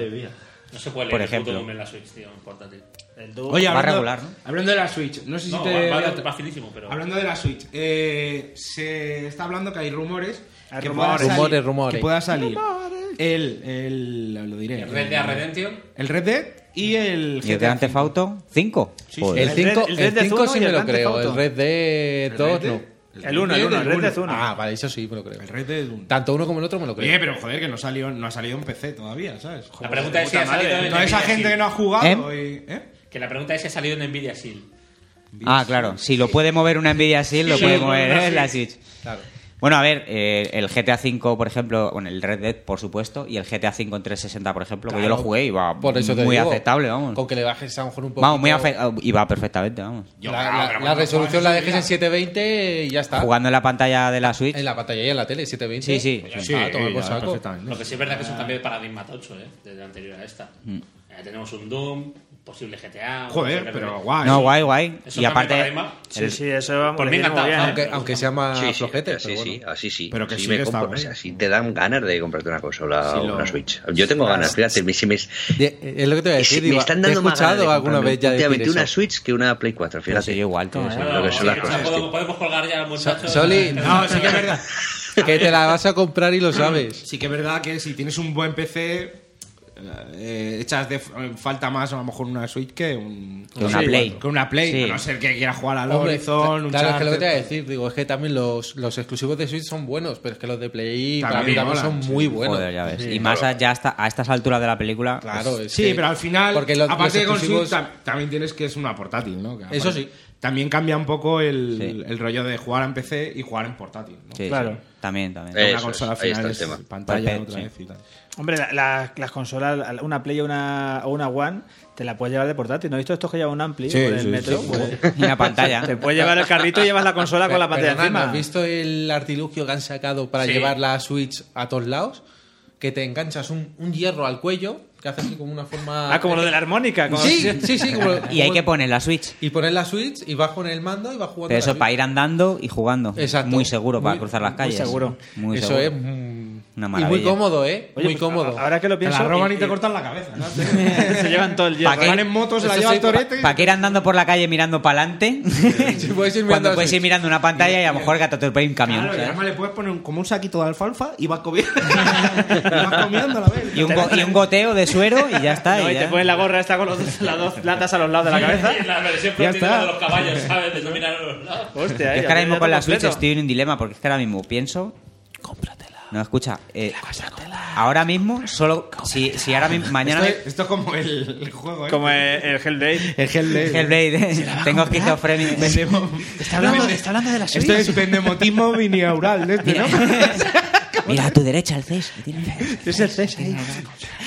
Speaker 9: se puede
Speaker 7: Por
Speaker 9: leer el puto
Speaker 7: ejemplo.
Speaker 9: nombre en la Switch, tío, portátil.
Speaker 8: El Doom.
Speaker 4: Oye,
Speaker 7: Va
Speaker 4: hablando,
Speaker 7: regular, ¿no?
Speaker 4: hablando de la Switch, no sé si
Speaker 9: No,
Speaker 4: te.
Speaker 9: va, va- va finísimo, pero.
Speaker 4: Hablando de la Switch, eh, se está hablando que hay rumores.
Speaker 8: Hay
Speaker 4: que
Speaker 8: rumores.
Speaker 4: pueda salir-
Speaker 6: Rumores, rumores.
Speaker 4: Que pueda salir el, el. Lo diré.
Speaker 9: Red Dead Redemption.
Speaker 4: El Red Dead y el
Speaker 7: ¿Y el Grand Theft Auto? ¿5?
Speaker 4: Sí,
Speaker 6: El
Speaker 8: El
Speaker 6: 5
Speaker 8: Red- el Red Death uno
Speaker 6: sí
Speaker 8: y
Speaker 6: me
Speaker 8: el
Speaker 6: lo
Speaker 8: Grand
Speaker 6: creo,
Speaker 8: Theft
Speaker 6: el
Speaker 8: Auto.
Speaker 6: Red Dead
Speaker 4: Red
Speaker 6: 2
Speaker 4: Dead?
Speaker 6: no.
Speaker 8: El uno, el uno, el Red Dead uno.
Speaker 6: Ah, vale, eso sí me lo creo.
Speaker 4: El Red Dead uno.
Speaker 6: Tanto uno como el otro me lo creo.
Speaker 4: Oye, pero joder, que no, salió, no ha salido en PC todavía, ¿sabes?
Speaker 9: La pregunta es si
Speaker 8: puta
Speaker 9: ha salido
Speaker 8: madre.
Speaker 9: en
Speaker 4: Toda esa
Speaker 9: Nvidia
Speaker 4: gente
Speaker 9: Shield.
Speaker 4: que no ha jugado. y- ¿eh?
Speaker 9: Que la pregunta es si ha salido en Nvidia Shield.
Speaker 7: Ah, claro. Si lo puede mover una Nvidia Shield, lo
Speaker 9: Sí,
Speaker 7: puede
Speaker 9: sí,
Speaker 7: mover
Speaker 9: sí.
Speaker 7: ¿eh? la Switch.
Speaker 6: Claro.
Speaker 7: Bueno, a ver, eh, el GTA V, por ejemplo, bueno, el Red Dead, por supuesto, y el GTA V en 360, por ejemplo, que yo lo jugué y va
Speaker 6: Por eso te
Speaker 7: muy
Speaker 6: digo,
Speaker 7: aceptable, vamos.
Speaker 6: Con que le bajes a lo mejor un poco.
Speaker 7: Vamos, muy afe- oh, y va perfectamente, vamos.
Speaker 6: La, la- la resolución la dejes en 720 y ya está.
Speaker 7: Jugando en la pantalla de la Switch.
Speaker 6: En la pantalla y en la tele, 720.
Speaker 7: Sí, sí.
Speaker 6: Pues ya está, a tomar por saco.
Speaker 9: Lo que sí es verdad
Speaker 4: Ah.
Speaker 9: que es un cambio de paradigma tocho, ¿eh? Desde la anterior a esta. Ya tenemos un Doom, un posible GTA. un
Speaker 4: Mm. Joder,
Speaker 9: posible
Speaker 4: pero
Speaker 9: Red-
Speaker 4: guay.
Speaker 7: No, guay, guay.
Speaker 9: Eso
Speaker 7: Y
Speaker 9: cambia
Speaker 7: aparte,
Speaker 9: el paradigma.
Speaker 8: Sí, sí, eso va
Speaker 9: Por
Speaker 8: le
Speaker 9: mí
Speaker 8: viene muy
Speaker 9: encantado,
Speaker 8: bien,
Speaker 9: vamos.
Speaker 8: ¿eh?
Speaker 6: Aunque, aunque sea más
Speaker 11: Sí, sí,
Speaker 6: flojete.
Speaker 11: así
Speaker 6: pero bueno.
Speaker 11: sí, así sí.
Speaker 4: Pero que
Speaker 11: Sí
Speaker 4: sí
Speaker 11: me
Speaker 4: que está
Speaker 11: compro-
Speaker 4: bueno.
Speaker 11: o sea, sí te dan ganas de comprarte una consola
Speaker 4: Sí,
Speaker 11: o
Speaker 4: lo-
Speaker 11: una Switch. Yo tengo ganas, fíjate, me- si me,
Speaker 6: De- Es lo que te voy a decir.
Speaker 11: si me
Speaker 6: Iba.
Speaker 11: están
Speaker 6: Eh, ¿Te he
Speaker 11: dando más ganas de
Speaker 6: escuchado alguna
Speaker 11: comprarme
Speaker 6: vez ya decir
Speaker 11: últimamente
Speaker 6: eso?
Speaker 11: una Switch que una Play 4,
Speaker 7: no
Speaker 11: fíjate.
Speaker 7: sé, yo igual, tío. eso.
Speaker 6: Eh,
Speaker 9: Bueno,
Speaker 11: Lo que son las
Speaker 9: ya
Speaker 11: cosas, este
Speaker 9: podemos,
Speaker 11: tío.
Speaker 9: podemos colgar ya al muchacho.
Speaker 6: Soli,
Speaker 4: No, sí que es verdad.
Speaker 6: que te la vas a comprar y lo sabes.
Speaker 4: Sí que es verdad que si tienes un buen PC. eh, echas de f- falta más a lo mejor una Switch que un-
Speaker 7: Que una Play.
Speaker 4: Que una Play,
Speaker 7: Sí.
Speaker 4: a no ser que quieras jugar al
Speaker 6: Hombre,
Speaker 4: Horizon, un
Speaker 6: claro, es que lo que te voy a
Speaker 4: Uncharted,
Speaker 6: decir, digo, es que también los, los exclusivos de Switch son buenos, pero es que los de Play
Speaker 4: También
Speaker 6: para mí también
Speaker 4: molan,
Speaker 6: son
Speaker 4: sí.
Speaker 6: muy buenos.
Speaker 7: Joder, ya ves.
Speaker 6: Sí.
Speaker 7: y más a- ya hasta, a estas alturas de la película.
Speaker 6: Claro, es
Speaker 4: pues, Sí,
Speaker 6: que-
Speaker 4: pero al final,
Speaker 6: porque los,
Speaker 4: aparte de
Speaker 6: los
Speaker 4: con
Speaker 6: exclusivos-
Speaker 4: Switch, tam- también tienes que es una portátil, ¿no? Que
Speaker 6: Eso
Speaker 4: aparte-
Speaker 6: sí.
Speaker 4: También cambia un poco el,
Speaker 7: Sí.
Speaker 4: el rollo de jugar en PC y jugar en portátil, ¿no?
Speaker 7: Sí,
Speaker 8: Claro.
Speaker 7: sí. También, también.
Speaker 11: Eh,
Speaker 4: Una
Speaker 11: Eso es,
Speaker 4: consola al
Speaker 11: ahí está
Speaker 4: final
Speaker 11: el
Speaker 4: es
Speaker 11: tema.
Speaker 4: pantalla
Speaker 7: Perfecto,
Speaker 4: otra
Speaker 7: sí.
Speaker 4: vez y tal.
Speaker 5: Hombre, la- la- las consolas, una Play o una, o una One, te la puedes llevar de portátil. ¿No has visto estos que llevan un Ampli
Speaker 4: Sí,
Speaker 5: por el
Speaker 4: sí,
Speaker 5: metro?
Speaker 4: sí.
Speaker 5: Pues,
Speaker 7: Y una pantalla.
Speaker 5: te puedes llevar el carrito y llevas la consola con la pantalla
Speaker 6: Perdonad, ¿no
Speaker 5: encima.
Speaker 6: ¿Has visto el artilugio que han sacado para
Speaker 9: Sí.
Speaker 6: llevar la Switch a todos lados? Que te enganchas un, un hierro al cuello, que hace así como una forma.
Speaker 5: Ah, como lo de la armónica. como-
Speaker 6: Sí, sí, sí. como-
Speaker 7: Y hay
Speaker 6: como-
Speaker 7: que poner la Switch.
Speaker 6: Y poner la Switch y vas con el mando y vas jugando.
Speaker 7: Pero
Speaker 6: la
Speaker 7: eso
Speaker 6: Switch.
Speaker 7: para ir andando y jugando.
Speaker 6: Exacto.
Speaker 7: Muy seguro para
Speaker 6: Muy-
Speaker 7: cruzar las
Speaker 6: muy
Speaker 7: calles.
Speaker 5: seguro.
Speaker 7: Muy
Speaker 6: Eso
Speaker 7: seguro.
Speaker 6: es. mm,
Speaker 7: Una
Speaker 6: y muy
Speaker 7: maravilla.
Speaker 6: cómodo, ¿eh?
Speaker 5: Oye,
Speaker 6: muy
Speaker 5: pues,
Speaker 6: cómodo.
Speaker 5: a- ahora que lo
Speaker 4: Te
Speaker 5: pienso. eh,
Speaker 4: la roban y
Speaker 5: y-
Speaker 4: te cortan la cabeza. ¿no?
Speaker 5: se llevan todo el hierro.
Speaker 7: ¿Pa' qué?
Speaker 4: Van en motos, se la
Speaker 6: Eso
Speaker 4: lleva
Speaker 6: sí,
Speaker 4: el torete. y-
Speaker 7: ¿Para qué ir andando por la calle mirando para adelante?
Speaker 6: Sí, puedes ir mirando
Speaker 7: cuando
Speaker 6: la
Speaker 7: puedes ir
Speaker 6: Switch.
Speaker 7: mirando una pantalla y a lo mejor que te atropella un camión.
Speaker 4: Claro, y
Speaker 7: ¿sabes?
Speaker 4: además le puedes poner un- como un saquito de alfalfa y vas comiendo. y vas comiendo a la vez.
Speaker 7: Y un, go- y un goteo de suero y ya está.
Speaker 5: No,
Speaker 7: y
Speaker 5: y te
Speaker 7: ya.
Speaker 5: ponen la gorra esta con los dos- las dos latas a los lados de la cabeza.
Speaker 9: La versión
Speaker 5: Ya
Speaker 9: protegida
Speaker 5: está.
Speaker 9: de los caballos, ¿sabes? De dominar a los lados.
Speaker 5: Hostia, eh,
Speaker 7: Yo es
Speaker 5: ya
Speaker 7: que ahora
Speaker 5: tiene
Speaker 7: mismo con
Speaker 5: todo
Speaker 7: la Switch
Speaker 5: completo.
Speaker 7: estoy en un dilema porque es que ahora mismo pienso. Cómpratela. No, escucha. eh, ahora mismo, solo. Si, si ahora mismo. Mañana.
Speaker 4: Esto,
Speaker 7: me-
Speaker 4: es- esto es como el, el juego, ¿eh?
Speaker 5: Como el, el Hellblade.
Speaker 4: el Hellblade.
Speaker 7: Hellblade, eh, tengo esquizofrenia.
Speaker 5: Está hablando, está hablando de la
Speaker 4: Esto es pendemotismo viniaural, de este, ¿no?
Speaker 7: Mira a tu derecha el CES. que tiene-
Speaker 5: Es el CES ahí.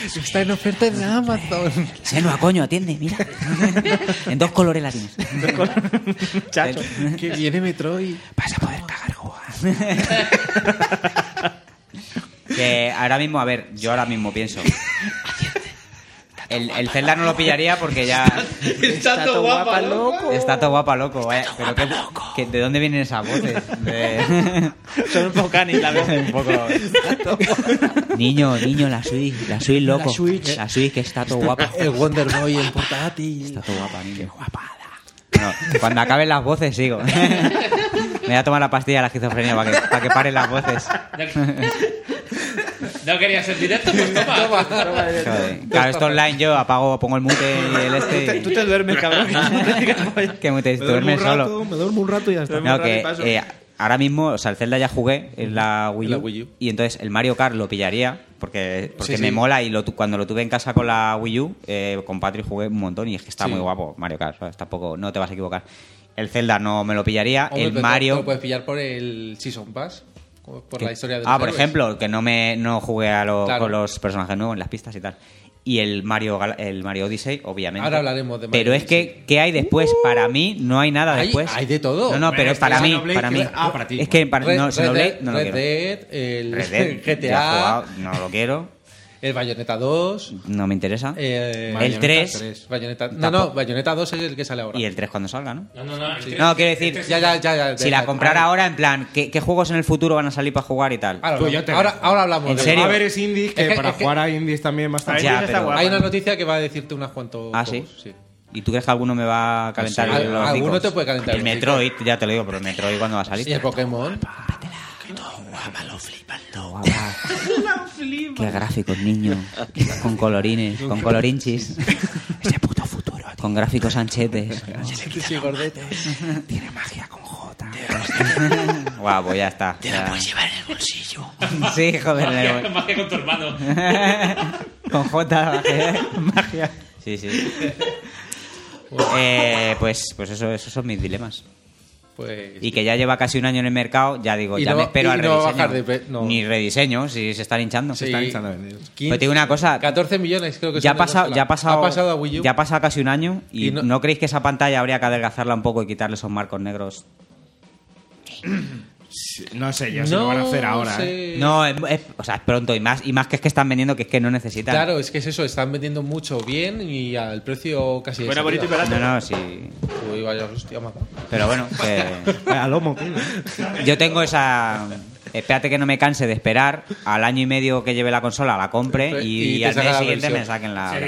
Speaker 6: Está en oferta en Amazon.
Speaker 7: Senua, coño, atiende, mira. en dos colores la tienes.
Speaker 5: Chacho.
Speaker 6: que viene Metroid.
Speaker 7: Vas a poder cagar que ahora mismo, a ver, yo ahora mismo pienso. El, el Zelda no lo pillaría porque ya
Speaker 5: Está todo guapa, loco.
Speaker 7: está todo guapa loco. vaya. Pero qué- qué- ¿de dónde vienen esas voces? De-
Speaker 5: Son un poco canis, la
Speaker 7: un
Speaker 5: verdad.
Speaker 7: poco. niño, niño, la Switch, la Switch loco. La Switch, que está todo guapa.
Speaker 6: El Wonder Boy en portátil.
Speaker 7: Está todo guapa, niño. guapada. cuando acaben las voces, sigo. Me voy a tomar la pastilla de la esquizofrenia para que, para que paren las voces.
Speaker 9: No quería ser directo, pues toma.
Speaker 7: Joder. Claro, esto online yo apago, pongo el mute y el este.
Speaker 5: Tú te duermes, cabrón.
Speaker 7: y- Que mute,
Speaker 4: Me duermo
Speaker 7: duerme
Speaker 4: un rato,
Speaker 7: solo.
Speaker 4: me duermo un rato y ya está.
Speaker 7: No, que eh, ahora mismo, o sea, el Zelda ya jugué en la Wii U.
Speaker 6: La Wii U.
Speaker 7: Y entonces el Mario Kart lo pillaría porque, porque
Speaker 6: Sí,
Speaker 7: me
Speaker 6: sí.
Speaker 7: mola. Y lo tu- cuando lo tuve en casa con la Wii U, eh, con Patrick jugué un montón y es que está muy guapo Mario Kart. ¿sabes? Tampoco, no te vas a equivocar. El Zelda no me lo pillaría.
Speaker 6: Hombre,
Speaker 7: el
Speaker 6: pero
Speaker 7: Mario.
Speaker 6: te Lo puedes pillar por el Season Pass. como Por la
Speaker 7: Que-
Speaker 6: historia de
Speaker 7: Ah, por ejemplo, que no me no jugué a lo-
Speaker 6: Claro.
Speaker 7: con los personajes nuevos en las pistas y tal. Y el Mario Gal- el Mario Odyssey, obviamente.
Speaker 6: Ahora hablaremos de Mario Uh.
Speaker 7: Pero es que ¿qué hay después? Para mí no hay nada
Speaker 6: Hay-
Speaker 7: después.
Speaker 6: hay de todo.
Speaker 7: No, no,
Speaker 6: Hombre,
Speaker 7: pero
Speaker 6: está
Speaker 7: para mí,
Speaker 4: este Xenoblade,
Speaker 7: para mí.
Speaker 4: que- ah, para ti.
Speaker 7: Es que para
Speaker 6: Red,
Speaker 7: no,
Speaker 6: Red
Speaker 7: Xenoblade
Speaker 6: Dead,
Speaker 7: no
Speaker 6: Red
Speaker 7: lo quiero.
Speaker 6: Dead, el
Speaker 7: Red Dead, ya he
Speaker 6: GTA,
Speaker 7: jugado, no lo quiero.
Speaker 6: el Bayonetta 2.
Speaker 7: No me interesa.
Speaker 6: eh,
Speaker 7: el 3
Speaker 6: Bayonetta, no, no, Bayonetta 2 es el que sale ahora.
Speaker 7: y el 3 cuando salga, ¿no?
Speaker 9: No, no, no. es que-
Speaker 7: No, quiero decir,
Speaker 6: eh, este Ya, ya, ya, ya,
Speaker 7: si
Speaker 6: deja-
Speaker 7: la comprara ahora, en plan, ¿qué, qué juegos en el futuro van a salir para jugar y tal?
Speaker 6: Ahora,
Speaker 4: Tú,
Speaker 6: hablamos.
Speaker 4: Pues yo te
Speaker 6: ahora,
Speaker 4: dejo.
Speaker 6: ahora hablamos
Speaker 7: ¿En
Speaker 6: de
Speaker 7: serio?
Speaker 4: A ver, es indies, que
Speaker 6: Es que-
Speaker 4: para
Speaker 6: es que-
Speaker 4: jugar a indies también más tarde.
Speaker 7: Ya,
Speaker 5: Está
Speaker 7: pero-
Speaker 5: guapa.
Speaker 6: Hay una noticia que va a decirte unas cuantos.
Speaker 7: Ah, sí.
Speaker 6: juegos, sí.
Speaker 7: ¿Y tú crees que alguno me va a calentar
Speaker 6: Al-
Speaker 7: los
Speaker 6: alguno
Speaker 7: hocicos?
Speaker 6: te puede calentar
Speaker 7: El
Speaker 6: los
Speaker 7: Metroid, ya te lo digo, pero el Metroid cuando va a salir.
Speaker 6: Y el Pokémon.
Speaker 7: Qué gráficos, niño. Con colorines, con colorinchis. Ese Este puto futuro. Con gráficos anchetes.
Speaker 6: Sí, gordete.
Speaker 7: Tiene magia con J. Guau, pues ya está. Te la puedes llevar en el bolsillo. Sí, joder. en el
Speaker 9: Magia,
Speaker 7: bol-
Speaker 9: magia con tu hermano.
Speaker 7: con J, magia. Sí, sí. Eh, pues, pues eso, esos son mis dilemas.
Speaker 6: Pues.
Speaker 7: Y que ya lleva casi un año en el mercado, ya digo,
Speaker 6: Y
Speaker 7: ya
Speaker 6: no-
Speaker 7: me espero
Speaker 6: y
Speaker 7: al
Speaker 6: no va a
Speaker 7: rediseño.
Speaker 6: bajar de pre- no.
Speaker 7: Ni rediseño, si se están hinchando.
Speaker 6: Sí.
Speaker 4: Están echando a vender.
Speaker 7: Pero te digo una cosa,
Speaker 6: 14 millones creo que
Speaker 7: ya ha
Speaker 6: son de
Speaker 7: pasado,
Speaker 6: Venezuela.
Speaker 7: ya ha pasado,
Speaker 6: Ha pasado a Wii U.
Speaker 7: ya ha pasado casi un año y,
Speaker 6: Y no-
Speaker 7: no, creéis que esa pantalla habría que adelgazarla un poco y quitarle esos marcos negros?
Speaker 4: No sé yo si lo van a hacer ahora. ¿eh?
Speaker 6: sé.
Speaker 7: No, es, es- o sea, es pronto y más y más que es que están vendiendo que es que no necesitan.
Speaker 6: Claro, es que es eso, están vendiendo mucho bien y al precio casi de
Speaker 5: Bueno,
Speaker 6: salida.
Speaker 5: bonito y barato.
Speaker 7: No, no, sí.
Speaker 6: Uy, vaya hostia, me ha dado.
Speaker 7: Pero bueno, que-
Speaker 4: A lomo.
Speaker 7: yo tengo esa espérate que no me canse de esperar al año y medio que lleve la consola, la compre y,
Speaker 6: Y te
Speaker 7: al
Speaker 6: saca
Speaker 7: mes
Speaker 6: la
Speaker 7: siguiente
Speaker 6: versión.
Speaker 7: me saquen la
Speaker 9: Sí,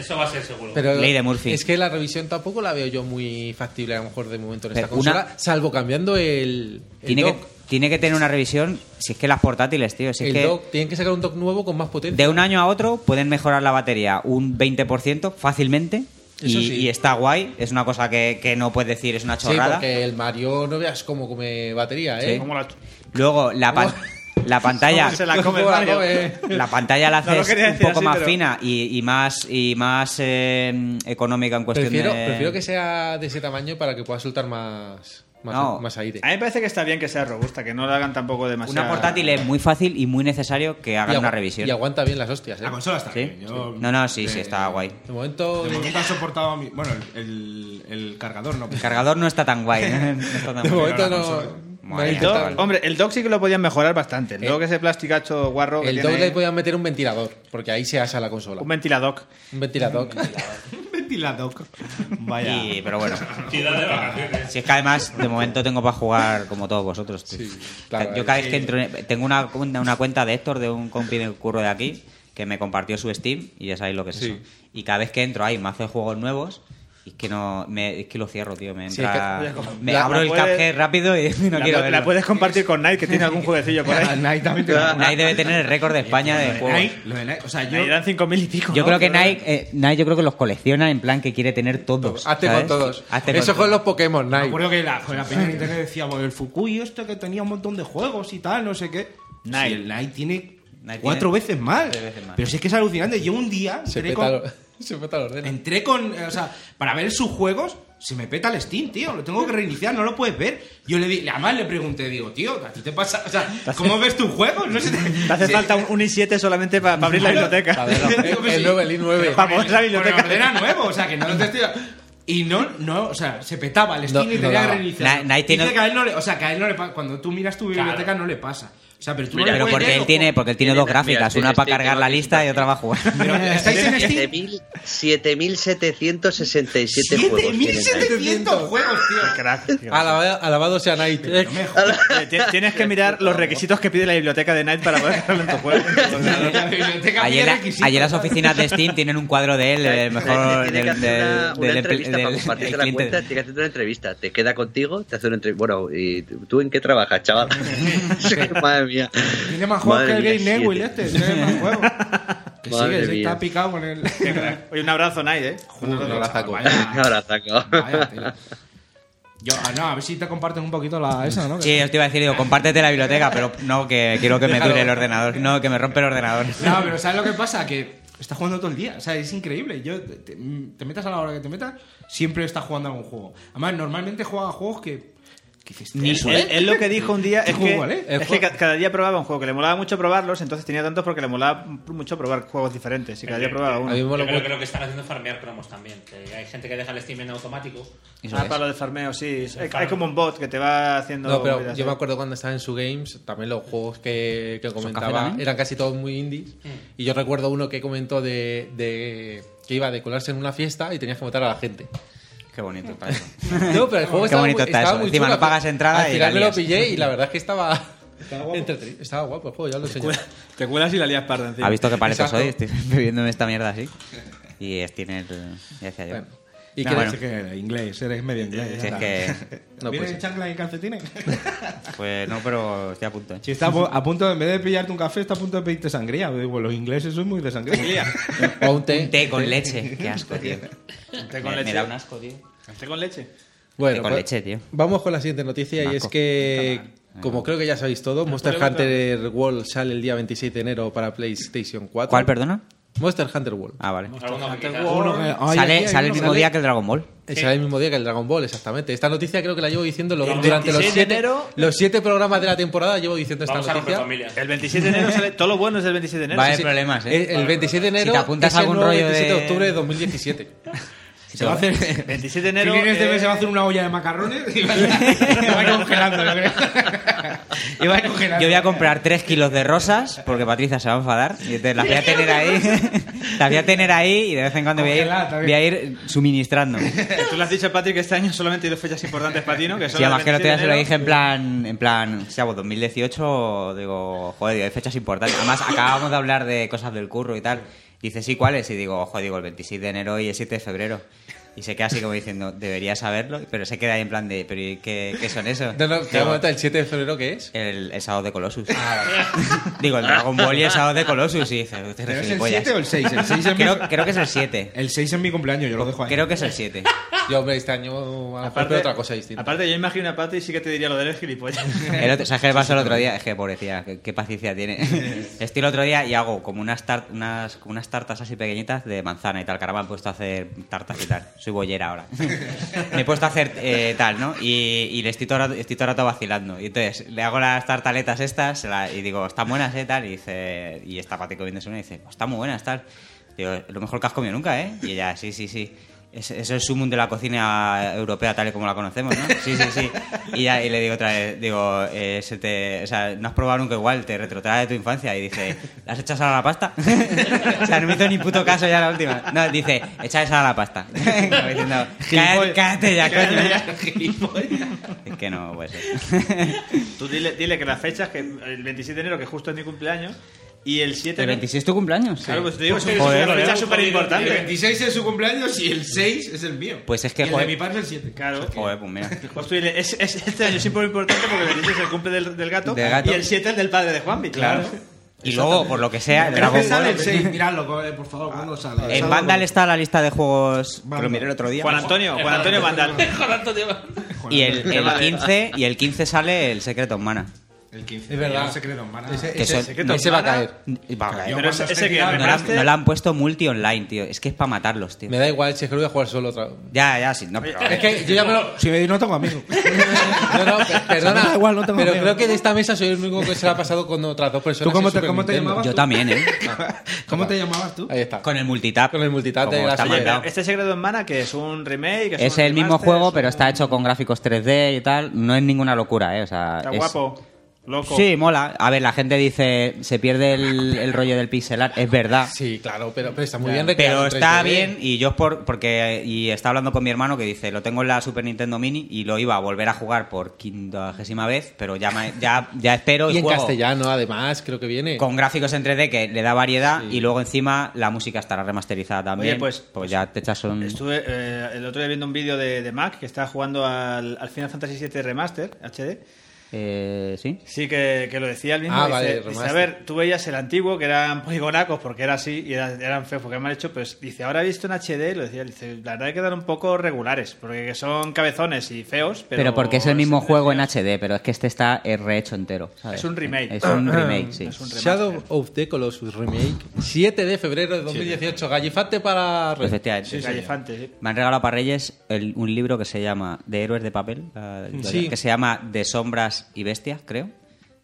Speaker 9: eso va a ser seguro.
Speaker 6: Pero
Speaker 7: Ley de Murphy.
Speaker 6: Es que la revisión tampoco la veo yo muy factible a lo mejor de momento en esta
Speaker 7: Pero una-
Speaker 6: consola, salvo cambiando el, el
Speaker 7: Tiene que,
Speaker 6: dock.
Speaker 7: Tiene que tener una revisión, si es que las portátiles, tío, si es
Speaker 6: El
Speaker 7: que
Speaker 6: dock, tienen que sacar un dock nuevo con más potencia.
Speaker 7: de un año a otro pueden mejorar la batería un 20% fácilmente.
Speaker 6: Eso
Speaker 7: Y,
Speaker 6: sí.
Speaker 7: y está guay, es una cosa que, que no puedes decir, es una
Speaker 6: Sí,
Speaker 7: chorrada.
Speaker 6: porque el Mario no veas cómo come batería,
Speaker 7: Sí.
Speaker 6: ¿eh?
Speaker 7: ¿Cómo
Speaker 5: Como la-
Speaker 7: Luego, la, pan- la pantalla.
Speaker 5: se la come el
Speaker 6: ¿Cómo la
Speaker 5: Mario?
Speaker 6: come?
Speaker 7: La pantalla la
Speaker 5: No lo
Speaker 7: haces
Speaker 5: quería
Speaker 7: un
Speaker 5: decir
Speaker 7: poco
Speaker 5: así,
Speaker 7: más
Speaker 5: pero-
Speaker 7: fina y, y más y más eh, económica en cuestión
Speaker 6: Prefiero,
Speaker 7: de.
Speaker 6: prefiero que sea de ese tamaño para que pueda soltar más, más,
Speaker 7: No.
Speaker 6: más aire.
Speaker 5: A mí me parece que está bien que sea robusta, que no la hagan tampoco demasiado.
Speaker 7: Una portátil es muy fácil y muy necesario que
Speaker 6: Y
Speaker 7: hagan
Speaker 6: agu-
Speaker 7: una revisión.
Speaker 6: Y aguanta bien las hostias, ¿eh?
Speaker 4: La consola está
Speaker 7: ¿Sí?
Speaker 4: bien. Yo- Eh,
Speaker 7: No, no, sí, sí, está guay.
Speaker 6: De momento.
Speaker 4: De momento ha soportado a mi. Bueno, el, el- el cargador no.
Speaker 7: El cargador no está tan guay. ¿eh? No está tan
Speaker 6: De
Speaker 7: guay.
Speaker 6: momento
Speaker 4: la
Speaker 6: no.
Speaker 4: consola.
Speaker 6: no
Speaker 7: Madre
Speaker 6: hay
Speaker 7: mía,
Speaker 6: que
Speaker 7: chaval.
Speaker 6: tal.
Speaker 5: Hombre, el dock sí que lo podían mejorar bastante. El
Speaker 6: Eh,
Speaker 5: dock, ese plasticacho guarro. que
Speaker 6: El
Speaker 5: tiene
Speaker 6: dock le
Speaker 5: ahí.
Speaker 6: podían meter un ventilador, porque ahí se asa la consola.
Speaker 5: Un ventilador.
Speaker 6: Un ventilador.
Speaker 4: Ventilador. Vaya.
Speaker 7: Y- pero bueno,
Speaker 9: Ciudad de vacaciones.
Speaker 7: si es que además de momento tengo para jugar como todos vosotros. tío.
Speaker 6: claro,
Speaker 7: Yo cada vez que entro, en- tengo una, una, una cuenta de Héctor de un compi de curro de aquí que me compartió su Steam y ya sabéis lo que es eso. Y cada vez que entro ahí me hace juegos nuevos. Y es que no, me, es que lo cierro, tío. Me,
Speaker 6: Sí, es que-
Speaker 7: entra- me
Speaker 6: la-
Speaker 7: abro
Speaker 5: la
Speaker 7: el
Speaker 5: puedes-
Speaker 7: Cuphead rápido y no
Speaker 5: La,
Speaker 7: quiero
Speaker 5: la
Speaker 7: verlo.
Speaker 5: puedes compartir con Night, que tiene algún jueguecillo por ahí.
Speaker 4: Nike también tiene una-
Speaker 7: Nike debe tener el récord de España de
Speaker 4: Lo de
Speaker 7: juegos.
Speaker 4: Nike, lo de Nike, O sea, yo.
Speaker 5: Ahí eran 5.000 y pico.
Speaker 7: Yo
Speaker 5: ¿no?
Speaker 7: creo que
Speaker 5: Pero-
Speaker 7: Nike, eh, Nike yo creo que los colecciona en plan que quiere tener todos.
Speaker 6: Hazte con
Speaker 7: ¿sabes?
Speaker 6: todos.
Speaker 7: Hazte con
Speaker 6: Eso con
Speaker 7: todos.
Speaker 6: los Pokémon,
Speaker 4: Me
Speaker 6: Nike.
Speaker 4: acuerdo que la, con la peña de Nintendo decía, bueno, el Fukui este que tenía un montón de juegos y tal, no sé qué.
Speaker 5: Nike.
Speaker 4: Sí, el Nike tiene
Speaker 7: Nike
Speaker 4: cuatro
Speaker 7: tiene
Speaker 4: veces, más.
Speaker 7: tres veces más.
Speaker 4: Pero si es que es alucinante. Yo un día
Speaker 6: Se
Speaker 4: entré
Speaker 6: peta,
Speaker 4: con,
Speaker 6: lo- se peta los dedos.
Speaker 4: entré con- eh, O sea, para ver sus juegos, se me peta el Steam, tío. Lo tengo que reiniciar, no lo puedes ver. Yo le di, además le pregunté, digo, tío, ¿a ti te pasa? O sea, ¿cómo ves tus juegos? No sé.
Speaker 5: Te hace
Speaker 4: Sí.
Speaker 5: falta un, un i7 solamente para abrir la biblioteca.
Speaker 6: El- El 9, el I9.
Speaker 5: Para poner la biblioteca.
Speaker 4: Con el ordenador nuevo, o sea, que no lo te estoy- Y no, no, o sea, se petaba el Steam
Speaker 6: No,
Speaker 4: y
Speaker 6: no
Speaker 4: tenía que
Speaker 6: daba.
Speaker 4: reiniciar.
Speaker 7: Na- Nike
Speaker 4: Dice
Speaker 7: tiene-
Speaker 4: que a él no le, o sea, que a él no le pasa. Cuando tú miras tu biblioteca no le pasa. O sea, pero tú no le
Speaker 7: Pero
Speaker 4: puedes
Speaker 7: porque
Speaker 4: ver
Speaker 7: él
Speaker 4: los
Speaker 7: tiene,
Speaker 4: juegos.
Speaker 7: porque él tiene
Speaker 11: Tiene
Speaker 7: dos
Speaker 11: la-
Speaker 7: gráficas,
Speaker 11: mira, este sí,
Speaker 7: una para
Speaker 11: estoy-
Speaker 7: cargar
Speaker 11: tengo
Speaker 7: la
Speaker 11: aquí
Speaker 7: lista y
Speaker 11: también.
Speaker 7: otra para jugar.
Speaker 4: Pero estáis en Steam.
Speaker 11: 7.000 7.767 juegos. tienen ahí.
Speaker 4: 7700 juegos, tío.
Speaker 5: Crack, tío.
Speaker 6: Alaba- Alabado sea Nike.
Speaker 5: Eh, ti- Tienes que mirar los requisitos que pide la biblioteca de Night para poder cargarlo en tu juego.
Speaker 4: La biblioteca
Speaker 7: Ayer,
Speaker 4: pide
Speaker 7: la-
Speaker 4: requisitos.
Speaker 7: ayer las oficinas de Steam tienen un cuadro de él, el Eh, mejor
Speaker 11: Tiene que
Speaker 7: del,
Speaker 11: hacer una-
Speaker 7: del-
Speaker 11: una
Speaker 7: del-
Speaker 11: entrevista
Speaker 7: del-
Speaker 11: para compartirse
Speaker 7: del
Speaker 11: la
Speaker 7: cliente.
Speaker 11: cuenta. Tiene que hacerte una entrevista. Te queda contigo, te hace una entrevista. Bueno, ¿y tú en qué trabajas, chaval? Madre mía.
Speaker 4: Tiene más juegos
Speaker 11: Madre
Speaker 4: que el
Speaker 11: mía,
Speaker 4: Game Newell
Speaker 11: siete.
Speaker 4: este. Tiene más juegos. Que sí,
Speaker 11: Madre
Speaker 4: que se
Speaker 11: mía.
Speaker 4: está picado con el.
Speaker 5: Oye, un abrazo, Night, ¿eh?
Speaker 4: Joder,
Speaker 6: la saco.
Speaker 4: chaval, vaya-
Speaker 11: Ahora saco.
Speaker 4: vaya tela. Yo, ah, no, a ver si te compartes un poquito la esa, ¿no?
Speaker 7: Sí, os te iba a decir, digo, compártete la biblioteca, pero no, que quiero que me dure el ordenador. No, que me rompe el ordenador.
Speaker 4: No, pero ¿sabes lo que pasa? Que está jugando todo el día. O sea, es increíble. Yo te, te- te metas a la hora que te metas, siempre está jugando algún juego. Además, normalmente juega a juegos que. que dices, "Eh,
Speaker 5: Él,
Speaker 4: "Tío,
Speaker 5: él- él lo que dijo un día es que,
Speaker 4: Google, ¿eh?
Speaker 5: es que ca- cada día probaba un juego que le molaba mucho probarlos, entonces tenía tantos porque le molaba mucho probar juegos diferentes y cada día probaba
Speaker 6: A mí
Speaker 5: uno.
Speaker 6: me lo
Speaker 9: Yo creo que lo que están haciendo es farmear cromos también. Que hay gente que deja el Steam en automático.
Speaker 7: Eso
Speaker 5: Ah,
Speaker 7: es.
Speaker 5: para lo de farmeo, sí. Hay,
Speaker 9: farm.
Speaker 5: hay como un bot que te va haciendo...
Speaker 6: No, pero
Speaker 5: movidas,
Speaker 6: yo
Speaker 5: ¿eh?
Speaker 6: me acuerdo cuando estaba en su Games, también los juegos que, que
Speaker 7: café
Speaker 6: comentaba
Speaker 7: también?
Speaker 6: eran casi todos muy indies. Y yo recuerdo uno que comentó de, de que iba a decolarse en una fiesta y tenías que matar a la gente.
Speaker 7: Qué bonito está eso.
Speaker 6: No, pero el juego
Speaker 7: Qué
Speaker 6: estaba,
Speaker 7: bonito
Speaker 6: muy,
Speaker 7: está
Speaker 6: estaba
Speaker 7: eso.
Speaker 6: muy
Speaker 7: Encima
Speaker 6: chulo.
Speaker 7: no pagas entrada
Speaker 6: Al
Speaker 7: y
Speaker 6: final
Speaker 7: la
Speaker 6: me lo
Speaker 7: lías.
Speaker 6: pillé y la verdad es que estaba. Estaba guapo, estaba guapo el juego, ya lo enseñé.
Speaker 5: Te cuelas y la lías parda encima.
Speaker 7: ¿Ha visto qué paleto
Speaker 6: Exacto.
Speaker 7: soy? Estoy bebiéndome esta mierda así. Y es tiene el... Ya decía yo.
Speaker 6: Bueno, y
Speaker 7: No,
Speaker 6: que-
Speaker 7: bueno,
Speaker 4: Es que eres inglés, eres medio inglés.
Speaker 7: si es que...
Speaker 6: No,
Speaker 4: ¿Vienes
Speaker 6: pues
Speaker 4: en chancla y calcetines?
Speaker 7: Pues no, pero estoy a punto. ¿eh?
Speaker 4: Si está a pu- a punto, de- en vez de pillarte un café, está a punto de pedirte sangría. Yo digo, los ingleses son muy de sangría.
Speaker 6: O un té.
Speaker 7: Un té con leche. Qué asco, tío.
Speaker 5: té con
Speaker 7: Me-
Speaker 5: leche.
Speaker 7: Me da un asco, tío.
Speaker 5: ¿Té con leche?
Speaker 6: Bueno,
Speaker 7: Té con
Speaker 6: pues,
Speaker 7: leche, tío.
Speaker 6: Vamos con la siguiente noticia y
Speaker 7: Naco.
Speaker 6: es que, como creo que ya sabéis todo, Monster Hunter World sale el día 26 de enero para PlayStation 4.
Speaker 7: ¿Cuál, perdona?
Speaker 6: Monster Hunter World.
Speaker 7: Ah, vale.
Speaker 9: Alguno que quizás-
Speaker 4: Uno que- eh, ay, aquí
Speaker 7: Sale,
Speaker 4: hay
Speaker 7: sale el
Speaker 4: uno.
Speaker 7: mismo día que el Dragon Ball.
Speaker 6: Eh, Será el mismo día que el Dragon Ball, exactamente. Esta noticia creo que la llevo diciendo lo-
Speaker 9: El
Speaker 6: durante los
Speaker 5: 26 de
Speaker 6: siete,
Speaker 5: enero-
Speaker 6: los siete programas de la temporada. Llevo diciendo esta
Speaker 9: Vamos a romper
Speaker 6: noticia.
Speaker 9: familias.
Speaker 5: El 27 de enero sale... Todo lo bueno es el 27 de enero.
Speaker 7: Vaya
Speaker 5: Sí, sí.
Speaker 7: problemas,
Speaker 6: Eh,
Speaker 7: ¿eh?
Speaker 6: El 26 de enero
Speaker 7: Si te apuntas
Speaker 6: es el
Speaker 7: algún
Speaker 6: nuevo
Speaker 7: rollo
Speaker 6: 27 de...
Speaker 7: de-
Speaker 6: octubre de 2017.
Speaker 4: Se va a hacer.
Speaker 5: 27 de enero...
Speaker 4: Fin de este
Speaker 5: eh,
Speaker 4: mes se va a hacer una olla de macarrones y va a, va congelando, yo creo. Y va congelando.
Speaker 7: Yo voy a comprar 3 kilos de rosas porque Patricia se va a enfadar. Y entonces las voy a tener ahí. las voy a tener ahí y de vez en cuando voy a ir,
Speaker 4: Congeladas también.
Speaker 7: voy a ir suministrando.
Speaker 5: Tú le has dicho a Patrick que este año solamente hay dos fechas importantes para ti, ¿no? Que son
Speaker 7: Si además
Speaker 5: el
Speaker 7: que el otro día se lo
Speaker 5: 27 de
Speaker 7: dije en plan, en plan, pues, si hago 2018, digo, joder, digo, hay fechas importantes. Además, acabamos de hablar de cosas del curro y tal. Dice, sí, ¿cuál es? Y digo, ojo, digo, el 26 de enero y el 7 de febrero. Y se queda así como diciendo, debería saberlo, pero se queda ahí en plan de, ¿pero ¿y qué, qué son esos?
Speaker 6: No, no, te
Speaker 7: Digo,
Speaker 6: aguanta el 7 de febrero que es.
Speaker 7: el, el sábado de Colossus. digo, el Dragon Ball y el sábado de Colossus. Y dice, "Usted
Speaker 4: ¿Pero es el
Speaker 7: gilipollas". Ah,
Speaker 4: 7 o el 6? El 6 es mi,
Speaker 7: Creo, creo que es el 7.
Speaker 4: el 6 es mi cumpleaños, yo lo dejo ahí.
Speaker 7: Creo que es el 7.
Speaker 6: Yo, hombre, este año a lo mejor veo otra cosa distinta.
Speaker 5: aparte, yo imagino una parte y sí que te diría lo del gilipollas.
Speaker 7: El otro, ¿Sabes qué me pasó el otro día? Es que pobrecía, qué, qué paciencia tiene. Estoy el otro día y hago como unas, tar- unas, como unas tartas así pequeñitas de manzana y tal, que ahora me han puesto a hacer tartas y tal. Soy bollera ahora. Me he puesto a hacer eh, tal, ¿no? Y, y le estoy todo, el rato- estoy todo el rato vacilando. Y entonces le hago las tartaletas estas se la- y digo, están buenas, ¿eh? Tal, y dice, y está Pati comiéndose una y dice, están muy buenas, tal. Digo, lo mejor que has comido nunca, ¿eh? Y ella, sí, sí, sí. Es, es el sumum de la cocina europea tal y como la conocemos, ¿no? Sí, sí, sí. Y, ya, y le digo otra vez, digo, eh, se te, o sea, no has probado nunca igual, te retrotrae de tu infancia. Y dice, ¿la has echado sal a la pasta? o sea, no me hizo ni puto caso ya la última. No, dice, echa sal a la pasta. Como diciendo, "Cállate- cállate ya, coño. es que no, pues...
Speaker 5: Tú dile, dile que las fechas, que el 27 de enero, que justo es mi cumpleaños, y el 7
Speaker 7: ¿El 26 es tu cumpleaños?
Speaker 5: Claro, pues te digo, es
Speaker 7: Joder.
Speaker 5: una fecha súper
Speaker 4: El
Speaker 5: importante.
Speaker 4: 26 es su cumpleaños y el 6 es el mío.
Speaker 7: Pues es que,
Speaker 4: Y el
Speaker 7: joder.
Speaker 4: de mi padre es el 7.
Speaker 5: Claro.
Speaker 7: Joder, pues mira.
Speaker 5: Pues tú dile, es, es- este año es súper importante porque el 26 es el cumple del, del gato,
Speaker 7: Del gato.
Speaker 5: y el 7 el del padre de Juanvi.
Speaker 7: Claro. Y luego, por lo que sea, el
Speaker 4: Creo
Speaker 7: Dragon
Speaker 4: que
Speaker 7: Ball-
Speaker 4: sale el 6. Miradlo, eh, por favor, no sale. Sale
Speaker 7: En
Speaker 4: por-
Speaker 7: Vandal está la lista de juegos que
Speaker 4: Vandal.
Speaker 7: lo miré el otro día.
Speaker 5: Juan Antonio, Juan Antonio Vandal.
Speaker 9: Juan Antonio.
Speaker 7: Y el, el 15 y el 15 sale el Secreto Mana.
Speaker 4: El 15.
Speaker 6: Es verdad.
Speaker 4: No se cree, don Mara.
Speaker 6: Ese,
Speaker 7: Que
Speaker 6: ese-
Speaker 7: son-
Speaker 6: ese
Speaker 7: no-
Speaker 6: va a caer.
Speaker 7: Va, vaya.
Speaker 5: Pero
Speaker 4: Yo cuando
Speaker 5: ese,
Speaker 4: esté
Speaker 5: ese que
Speaker 4: tirado,
Speaker 7: No le han-
Speaker 5: remembraste-
Speaker 7: no le han puesto multi online, tío. Es que es para matarlos, tío.
Speaker 6: Me da igual, si es que lo voy a jugar solo otra vez.
Speaker 7: Ya, ya, sí. No, pero-
Speaker 6: Es que yo ya me lo.
Speaker 4: Si me di, no tengo amigos.
Speaker 6: No, no, per- perdona.
Speaker 4: me da igual, no tengo
Speaker 6: pero
Speaker 4: miedo.
Speaker 6: creo que de esta mesa soy el único que se la ha pasado con otras dos personas.
Speaker 4: ¿Tú cómo
Speaker 6: en
Speaker 4: te-
Speaker 6: Super
Speaker 4: cómo te
Speaker 6: Nintendo.
Speaker 4: llamabas?
Speaker 7: Yo también, ¿eh?
Speaker 4: ¿Cómo te llamabas tú?
Speaker 6: Ahí está.
Speaker 7: Con el multitap.
Speaker 6: Con el multitap de
Speaker 7: Como
Speaker 6: la
Speaker 7: está
Speaker 6: serie.
Speaker 7: mandado.
Speaker 5: Este secreto en mana, que es un remake. que
Speaker 7: Es
Speaker 5: un
Speaker 7: el mismo
Speaker 5: remaster, Este
Speaker 7: juego,
Speaker 5: es
Speaker 7: pero
Speaker 5: un-
Speaker 7: está hecho con gráficos 3D y tal. No es ninguna locura, ¿eh? O sea,
Speaker 5: Está
Speaker 7: es-
Speaker 5: guapo, loco.
Speaker 7: Sí, mola. A ver, la gente dice, se pierde el, el rollo del pixelar. Es verdad.
Speaker 6: Sí, claro, pero, pero está muy bien recreado
Speaker 7: Pero
Speaker 6: en
Speaker 7: está
Speaker 6: 3D.
Speaker 7: bien y yo es por porque y está hablando con mi hermano que dice, lo tengo en la Super Nintendo Mini y lo iba a volver a jugar por quincuagésima vez, pero ya me- ya ya espero y,
Speaker 6: Y en
Speaker 7: juego
Speaker 6: castellano, además, creo que viene.
Speaker 7: con gráficos en 3D que le da variedad y luego encima la música estará remasterizada también.
Speaker 5: Oye, pues-
Speaker 7: ya te echas un
Speaker 5: Estuve eh, el otro día viendo un vídeo de, de Mac que estaba jugando al, al Final Fantasy VII Remaster HD.
Speaker 7: eh, sí.
Speaker 5: Sí, que, que lo decía el mismo.
Speaker 6: Ah,
Speaker 5: dice,
Speaker 6: vale,
Speaker 5: dice,
Speaker 6: remaster.
Speaker 5: a ver, tú veías el antiguo, que eran poligonacos porque era así y era- eran feos porque eran mal hecho, pero dice, ahora he visto en HD, y lo decía, dice, la verdad que quedan un poco regulares, porque son cabezones y feos, pero...
Speaker 7: Pero, porque es el mismo
Speaker 5: sí,
Speaker 7: juego en HD, pero es que este está rehecho entero. ¿sabes?
Speaker 5: Es un remake.
Speaker 7: Es un remake, sí.
Speaker 5: Es un remaster.
Speaker 6: Shadow of the Colossus Remake, 7 de febrero de 2018. Gallifate para. Red.
Speaker 7: Efectivamente.
Speaker 5: Sí, Gallifante, sí.
Speaker 7: Me han regalado para Reyes el- un libro que se llama De héroes de papel, la editorial,
Speaker 6: Sí.
Speaker 7: que se llama De sombras y bestias, creo.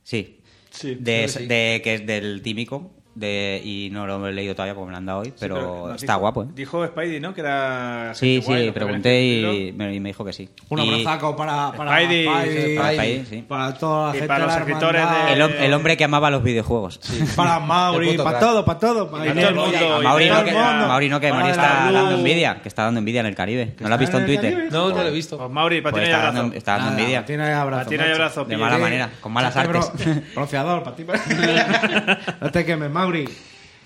Speaker 7: Sí.
Speaker 5: Sí,
Speaker 7: de, de- que es del tímico de, y no lo he leído todavía porque me lo han dado hoy, pero,
Speaker 5: nos
Speaker 7: está
Speaker 5: dijo-
Speaker 7: guapo, ¿eh?
Speaker 5: Dijo Spidey, ¿no? Que era...
Speaker 7: Sí,
Speaker 5: gente
Speaker 7: sí,
Speaker 5: guay, ¿no?
Speaker 7: pregunté y
Speaker 5: Pero-
Speaker 7: me, y me dijo que sí.
Speaker 4: Un
Speaker 7: Y
Speaker 4: abrazaco Pues, para, para
Speaker 5: Spidey,
Speaker 4: Spidey,
Speaker 7: para Spidey, sí.
Speaker 4: para toda
Speaker 5: Y
Speaker 4: la gente.
Speaker 5: para
Speaker 4: de
Speaker 5: los
Speaker 4: la
Speaker 5: escritores
Speaker 4: hermandad,
Speaker 5: de-
Speaker 7: el, hom- el hombre que amaba los videojuegos.
Speaker 4: Para Mauri,
Speaker 6: El puto
Speaker 4: para
Speaker 6: crack.
Speaker 4: todo, para todo.
Speaker 5: Y
Speaker 4: Para
Speaker 5: todo el mundo,
Speaker 7: A
Speaker 5: y
Speaker 7: Mauri
Speaker 5: todo
Speaker 7: no,
Speaker 5: el
Speaker 7: que,
Speaker 5: mundo.
Speaker 7: a Mauri no, que
Speaker 4: Para
Speaker 7: Mauri
Speaker 4: la
Speaker 7: está
Speaker 4: luz.
Speaker 7: dando envidia, que está dando envidia en el Caribe. ¿No lo has visto en
Speaker 4: en el
Speaker 7: Twitter?
Speaker 4: Caribe?
Speaker 6: No, no lo he visto.
Speaker 5: Pues Mauri,
Speaker 7: Pues
Speaker 5: patina y
Speaker 7: está
Speaker 5: abrazo.
Speaker 7: dando, está dando envidia.
Speaker 4: Tiene ahí abrazo.
Speaker 5: Patina y
Speaker 4: macho.
Speaker 5: abrazo,
Speaker 7: De
Speaker 5: pille.
Speaker 7: mala manera, con malas
Speaker 4: Chate,
Speaker 7: artes.
Speaker 4: bro. Bronceador, para ti. para- no te quemes, Mauri.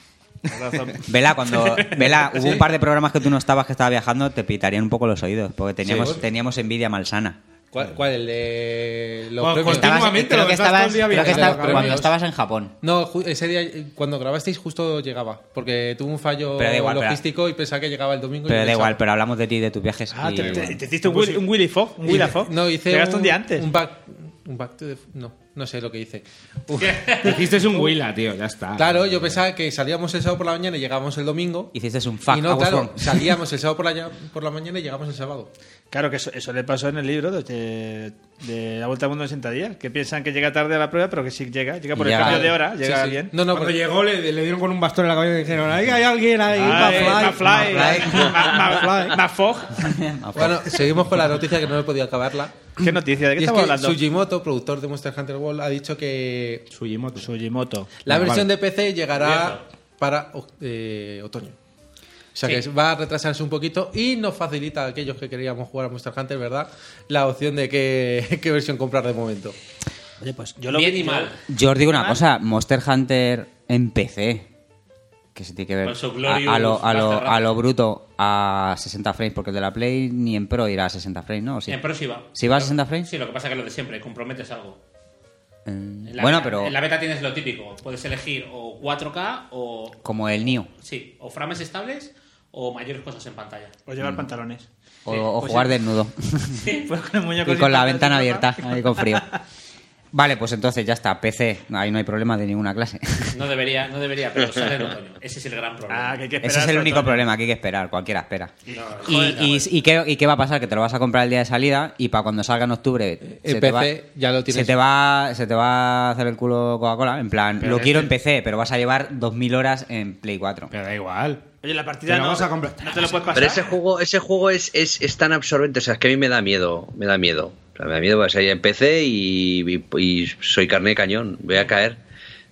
Speaker 5: Abrazo.
Speaker 7: Vela, cuando. Vela, hubo un par de programas que tú no estabas, que estaba viajando, te pitarían un poco los oídos, porque teníamos,
Speaker 6: Sí.
Speaker 7: teníamos envidia malsana.
Speaker 6: ¿Cuál, cuál? ¿El de los
Speaker 4: Pues
Speaker 6: premios?
Speaker 7: Estabas-
Speaker 4: Continuamente,
Speaker 7: creo
Speaker 4: lo
Speaker 7: que
Speaker 4: que estás
Speaker 7: estabas,
Speaker 4: todo el día
Speaker 7: creo que
Speaker 4: viajando,
Speaker 7: estabas-
Speaker 6: los
Speaker 7: cuando
Speaker 6: premios.
Speaker 7: estabas en Japón.
Speaker 6: No, ju- ese día, eh, cuando grabasteis, justo llegaba. Porque tuvo un fallo
Speaker 7: Pero da igual, pero-
Speaker 6: logístico y pensaba que llegaba el domingo. y
Speaker 7: Pero
Speaker 6: no
Speaker 7: da igual,
Speaker 6: llegaba.
Speaker 7: pero hablamos de ti y de tus viajes.
Speaker 5: Ah,
Speaker 7: y-
Speaker 5: te, te- te hiciste un, Willy, un Willy Fox, un Willa Fox.
Speaker 6: No, hice.
Speaker 5: Llegaste un, día antes.
Speaker 6: Un back. Un back to the- No, no sé lo que hice. Uf.
Speaker 4: Dijiste es un Willa, tío, ya está.
Speaker 6: Claro, yo pensaba que salíamos el sábado por la mañana y llegábamos el domingo.
Speaker 7: Ah, Hiciste un fuck,
Speaker 6: Y
Speaker 7: I
Speaker 6: no,
Speaker 7: was
Speaker 6: claro,
Speaker 7: wrong.
Speaker 6: salíamos el sábado por la, por la mañana y llegamos el sábado.
Speaker 5: Claro, que eso, eso le pasó en el libro de, de La Vuelta al Mundo en 80 días, que piensan que llega tarde a la prueba, pero que sí llega, llega por
Speaker 7: Llega.
Speaker 5: el cambio de hora,
Speaker 6: Sí,
Speaker 5: llega
Speaker 6: sí.
Speaker 5: bien.
Speaker 6: No, no,
Speaker 4: Cuando
Speaker 6: pero-
Speaker 4: llegó le, le dieron con un bastón en la cabeza y dijeron, ahí hay alguien ahí,
Speaker 5: Ah,
Speaker 4: McFly".
Speaker 5: eh, McFly, Ma- Ma- McFog.
Speaker 6: Bueno, seguimos con la noticia que no he podido acabarla.
Speaker 5: ¿Qué noticia? ¿De qué
Speaker 6: Y es
Speaker 5: estamos
Speaker 6: que
Speaker 5: hablando?
Speaker 6: Sugimoto, productor de Monster Hunter World, ha dicho que
Speaker 4: Sugimoto.
Speaker 5: Sugimoto.
Speaker 6: la
Speaker 4: Ah,
Speaker 6: versión
Speaker 4: vale.
Speaker 6: de PC llegará para o- eh, otoño. O sea que va a retrasarse un poquito y nos facilita a aquellos que queríamos jugar a Monster Hunter, ¿verdad? La opción de qué, qué versión comprar de momento.
Speaker 5: Oye, pues yo lo
Speaker 9: Bien
Speaker 5: vi-
Speaker 9: y mal.
Speaker 7: Yo os digo una cosa, Monster Hunter en PC. que se tiene que ver
Speaker 9: Con su
Speaker 7: a,
Speaker 9: Glorious
Speaker 7: a lo, a, lo,
Speaker 9: Master
Speaker 7: a lo bruto a 60 frames, porque el de la Play ni en Pro irá a 60 frames, ¿no? ¿O sí?
Speaker 9: En Pro Eh, sí va.
Speaker 7: ¿Sí va a 60 frames?
Speaker 9: Sí, lo que pasa es que lo de siempre, comprometes algo.
Speaker 7: Eh,
Speaker 9: En la
Speaker 7: bueno,
Speaker 9: beta-
Speaker 7: pero
Speaker 9: En la beta tienes lo típico. Puedes elegir o 4K o.
Speaker 7: como el Nio.
Speaker 9: Sí, o frames estables o mayores cosas en pantalla.
Speaker 5: O llevar pantalones.
Speaker 7: O,
Speaker 9: Sí,
Speaker 7: o
Speaker 5: pues
Speaker 7: jugar
Speaker 5: sí.
Speaker 7: desnudo.
Speaker 5: Pues con el muñeco
Speaker 7: y
Speaker 5: sin
Speaker 7: con la
Speaker 5: pantalones,
Speaker 7: ventana
Speaker 5: ¿no?
Speaker 7: abierta, ahí con frío. Vale, pues entonces ya está, PC, ahí no hay problema de ninguna clase.
Speaker 9: No debería, no debería, pero sale en otoño. Ese es el gran problema.
Speaker 5: Ah, que hay que
Speaker 7: Ese
Speaker 5: esperar
Speaker 7: es el
Speaker 5: hasta
Speaker 7: único
Speaker 5: otoño.
Speaker 7: problema que hay que esperar, cualquiera espera.
Speaker 9: No,
Speaker 7: Y,
Speaker 9: joder,
Speaker 7: y-
Speaker 9: no,
Speaker 7: y qué, y qué va a pasar? Que te lo vas a comprar el día de salida y para cuando salga en octubre
Speaker 6: En
Speaker 7: te
Speaker 6: PC
Speaker 7: va,
Speaker 6: ya lo tienes.
Speaker 7: Se te, va, se te va a hacer el culo Coca-Cola. En plan,
Speaker 4: Pero
Speaker 7: lo
Speaker 4: es
Speaker 7: quiero
Speaker 4: que-
Speaker 7: en PC, pero vas a llevar 2.000 horas en Play 4.
Speaker 4: Pero da igual.
Speaker 5: Oye, la
Speaker 4: Te
Speaker 5: partida
Speaker 4: lo
Speaker 5: no,
Speaker 4: vas a comprar.
Speaker 5: no te lo puedes pasar.
Speaker 11: Pero ese juego, ese juego es, es, es tan absorbente, o sea, es que a mí me da miedo, me da miedo. O sea, me da miedo, o sea, ya empecé y, y- y soy carne de cañón, voy a caer.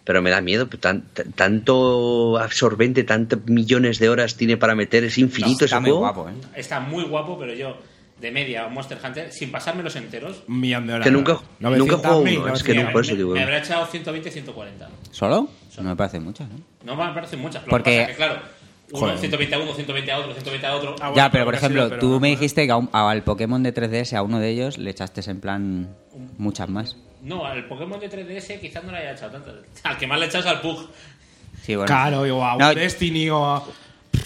Speaker 11: Pero me da miedo, pues, tan- t- tanto absorbente, tantos millones de horas tiene para meter, es infinito
Speaker 7: Está
Speaker 11: ese
Speaker 7: muy
Speaker 11: juego.
Speaker 7: guapo, ¿eh?
Speaker 9: Está muy guapo, pero yo, de media, Monster Hunter, sin pasarme los enteros,
Speaker 4: Un millón de horas.
Speaker 11: Que nunca- nunca he jugado uno,
Speaker 4: 900.000,
Speaker 11: es que
Speaker 9: mira,
Speaker 11: no,
Speaker 9: me,
Speaker 11: por eso digo.
Speaker 9: me habrá echado 120, 140.
Speaker 7: ¿Solo? No me parece mucho, ¿no?
Speaker 9: No me parecen muchas. Lo
Speaker 7: Porque-
Speaker 9: que pasa es que, claro, uno
Speaker 4: Joder.
Speaker 9: 120 a uno, 120 a otro, 120 a otro.
Speaker 5: bueno,
Speaker 7: ya, pero por
Speaker 5: porque ha sido,
Speaker 7: ejemplo,
Speaker 5: pero
Speaker 7: tú
Speaker 5: no,
Speaker 7: me
Speaker 5: no.
Speaker 7: dijiste que a un- al Pokémon de 3DS, a uno de ellos, le echaste en plan muchas más.
Speaker 9: No, al Pokémon de 3DS quizás no le haya echado tanto. Al que más le he echado es al Pug.
Speaker 7: Sí, bueno.
Speaker 4: Claro, o a un
Speaker 7: No,
Speaker 4: Destiny o a...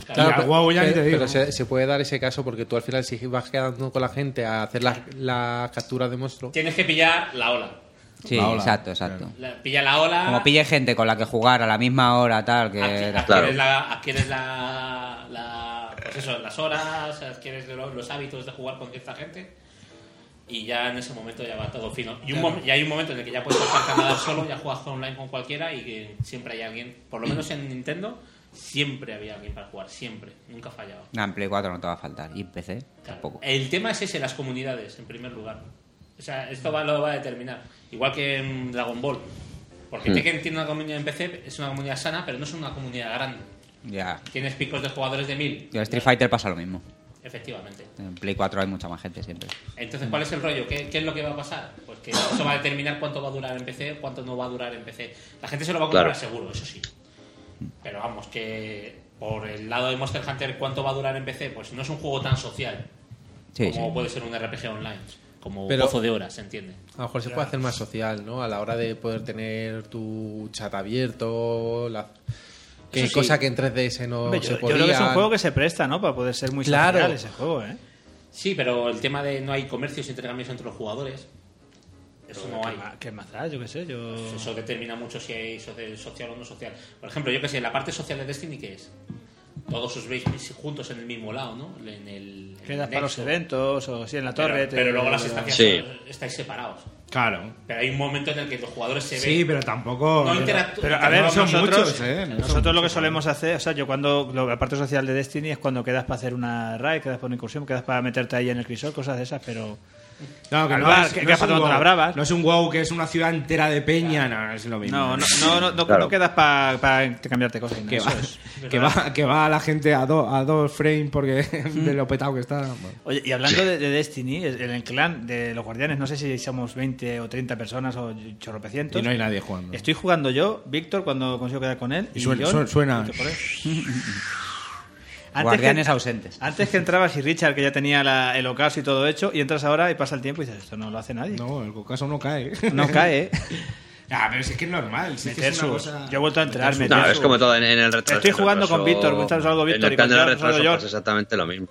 Speaker 6: Claro,
Speaker 4: Y al
Speaker 6: pero-
Speaker 4: WoW ya ni
Speaker 6: pero-
Speaker 4: te digo.
Speaker 6: pero se, se puede dar ese caso porque tú al final si vas quedando con la gente a hacer las las capturas de monstruo
Speaker 9: Tienes que pillar la ola.
Speaker 7: Sí,
Speaker 4: La ola,
Speaker 7: exacto, exacto.
Speaker 9: La- pilla la ola.
Speaker 7: Como pille gente con la que jugar a la misma hora, tal, que...
Speaker 9: adqui- adquieres,
Speaker 11: Claro.
Speaker 9: la, adquieres la, la- pues eso, las horas, adquieres lo- los hábitos de jugar con cierta gente y ya en ese momento ya va todo fino. Y, un mom- y hay un momento en el que ya puedes jugar Canadá solo, ya juegas online con cualquiera y que siempre hay alguien, por lo menos en Nintendo, siempre había alguien para jugar, siempre, nunca fallaba.
Speaker 7: Nah, en Play 4 no te va a faltar. Y en PC tampoco.
Speaker 9: El tema es ese, las comunidades, en primer lugar. O sea, esto va, lo va a determinar. Igual que en Dragon Ball. Porque Tekken tiene una comunidad en PC, es una comunidad sana, pero no es una comunidad grande.
Speaker 7: Ya.
Speaker 9: Tienes picos de jugadores de mil.
Speaker 7: Y en Street Fighter pasa lo mismo.
Speaker 9: Efectivamente.
Speaker 7: En Play 4 hay mucha más gente siempre.
Speaker 9: Entonces, ¿cuál es el rollo? ¿Qué, qué es lo que va a pasar? Pues que eso va a determinar cuánto va a durar en PC, cuánto no va a durar en PC. La gente se lo va a comprar
Speaker 11: Claro.
Speaker 9: seguro, eso sí. Pero vamos, que por el lado de Monster Hunter, cuánto va a durar en PC, pues no es un juego tan social
Speaker 7: Sí,
Speaker 9: como
Speaker 7: sí.
Speaker 9: puede ser un RPG online. Como
Speaker 6: Pero-
Speaker 9: pozo de horas, ¿se entiende?
Speaker 6: a lo mejor se puede hacer más social no a la hora de poder tener tu chat abierto la que
Speaker 9: Eso sí.
Speaker 6: cosa que en 3DS no
Speaker 5: Hombre,
Speaker 6: se
Speaker 5: Yo, yo
Speaker 6: podía
Speaker 5: creo que es un juego que se presta, ¿no? Para poder ser muy
Speaker 6: Claro.
Speaker 5: social ese juego, ¿eh?
Speaker 9: Sí, pero el tema de no hay comercios y intercambios entre los jugadores, eso no hay.
Speaker 5: ¿Qué ma- ¿Qué más da? Yo qué sé, yo...
Speaker 9: Pues Eso determina mucho si hay soci- social o no social. Por ejemplo, yo que sé, la parte social de Destiny, ¿qué es? Todos os veis juntos en el mismo lado, ¿no? En el. en el
Speaker 5: Quedas para los
Speaker 9: nexo.
Speaker 5: eventos o si en la
Speaker 9: Pero,
Speaker 5: torre... te-
Speaker 9: pero luego las estancias
Speaker 11: Sí.
Speaker 9: son- estáis separados.
Speaker 4: Claro.
Speaker 9: Pero hay un momento en el que los jugadores se
Speaker 4: Sí,
Speaker 9: ven.
Speaker 4: pero tampoco... eh,
Speaker 9: No interactúan.
Speaker 5: Pero a
Speaker 4: Que
Speaker 5: ver,
Speaker 4: no son
Speaker 5: nosotros,
Speaker 4: muchos, ¿eh? No son
Speaker 5: nosotros lo que solemos hacer, o sea, yo cuando lo- la parte social de Destiny es cuando quedas para hacer una raid, quedas para una incursión, quedas para meterte ahí en el crisol, cosas de esas, pero
Speaker 4: No, que
Speaker 5: Al
Speaker 4: no,
Speaker 5: bar,
Speaker 4: es,
Speaker 5: que-
Speaker 4: no
Speaker 5: que
Speaker 4: es
Speaker 5: ha
Speaker 4: un
Speaker 5: pasado con
Speaker 4: WoW.
Speaker 5: las bravas.
Speaker 4: No es un wow que es una ciudad entera de peña, no, no es lo mismo.
Speaker 5: no, no, no, no, no,
Speaker 11: Claro.
Speaker 5: no quedas para cambiarte cosas. ¿no?
Speaker 4: Que
Speaker 5: Eso
Speaker 4: va,
Speaker 5: es.
Speaker 4: que va, que va la gente a, do- a dos frames porque de
Speaker 5: Mm.
Speaker 4: lo petado que está. Bueno.
Speaker 5: Oye, y hablando de, de Destiny, en el clan de los guardianes, no sé si somos 20 o 30 personas o chorropecientos.
Speaker 4: Y no hay nadie jugando.
Speaker 5: Estoy jugando yo, Víctor, cuando consigo quedar con él.
Speaker 4: Y suena-
Speaker 5: John,
Speaker 4: su- suena-
Speaker 5: junto con él. Antes
Speaker 7: Guardianes
Speaker 5: que-
Speaker 7: ausentes.
Speaker 5: Antes que entrabas y Richard, que ya tenía la- el ocaso y todo hecho, y entras ahora y pasa el tiempo y dices, esto no lo hace nadie. No,
Speaker 4: No, el cocaso no cae.
Speaker 5: cae, ¿eh?
Speaker 4: Ah, pero si es que es normal. Si es que
Speaker 5: Meter
Speaker 4: es una
Speaker 5: sus-
Speaker 4: cosa-
Speaker 5: Yo he vuelto a entrar, meter
Speaker 11: No, es
Speaker 5: sus-
Speaker 11: como todo en, en el retraso.
Speaker 5: Estoy jugando
Speaker 11: retraso-
Speaker 5: con Víctor, mientras salgo Víctor y
Speaker 11: En el plan de
Speaker 5: cuando salgo
Speaker 11: retraso
Speaker 5: yo.
Speaker 11: pasa exactamente lo mismo.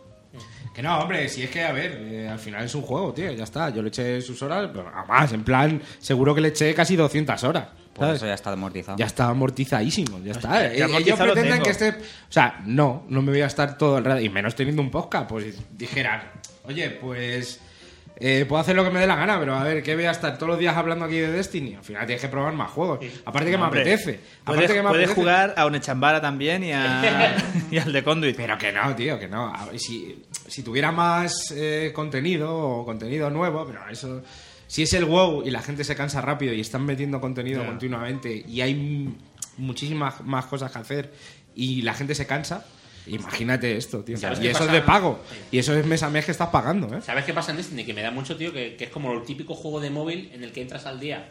Speaker 4: Que no, hombre, si es que, a ver, eh, al final es un juego, tío, ya está. Yo le eché sus horas, pero a más, en plan, seguro que le eché casi 200 horas.
Speaker 7: Por
Speaker 4: ¿sabes?
Speaker 7: eso ya está amortizado.
Speaker 4: Ya está amortizadísimo, ya está. Eh, Ellos
Speaker 5: amortizado lo tengo.
Speaker 4: pretenden que esté. O sea, no, no me voy a estar todo el rato. Y menos teniendo un podcast, pues dijera, oye, pues. eh, puedo hacer lo que me dé la gana, pero a ver, ¿qué voy a estar todos los días hablando aquí de Destiny? Al final tienes que probar más juegos. Aparte que me
Speaker 5: Hombre,
Speaker 4: apetece. Aparte
Speaker 5: Puedes,
Speaker 4: que me
Speaker 5: puedes
Speaker 4: apetece.
Speaker 5: jugar a un Echambara también y, a- y al de Conduit.
Speaker 4: Pero que no, tío, que no. A ver, Si, si tuviera más eh, contenido o contenido nuevo, pero eso. Si es el wow y la gente se cansa rápido y están metiendo contenido continuamente y hay m- muchísimas más cosas que hacer y la gente se cansa, imagínate esto, tío.
Speaker 9: ¿Sabes
Speaker 4: Y
Speaker 9: qué
Speaker 4: eso
Speaker 9: pasa?
Speaker 4: es de pago.
Speaker 9: Sí.
Speaker 4: Y eso es mes a mes que estás pagando, ¿eh?
Speaker 9: ¿Sabes qué pasa en Destiny? Que me da mucho, tío, que, que es como el típico juego de móvil en el que entras al día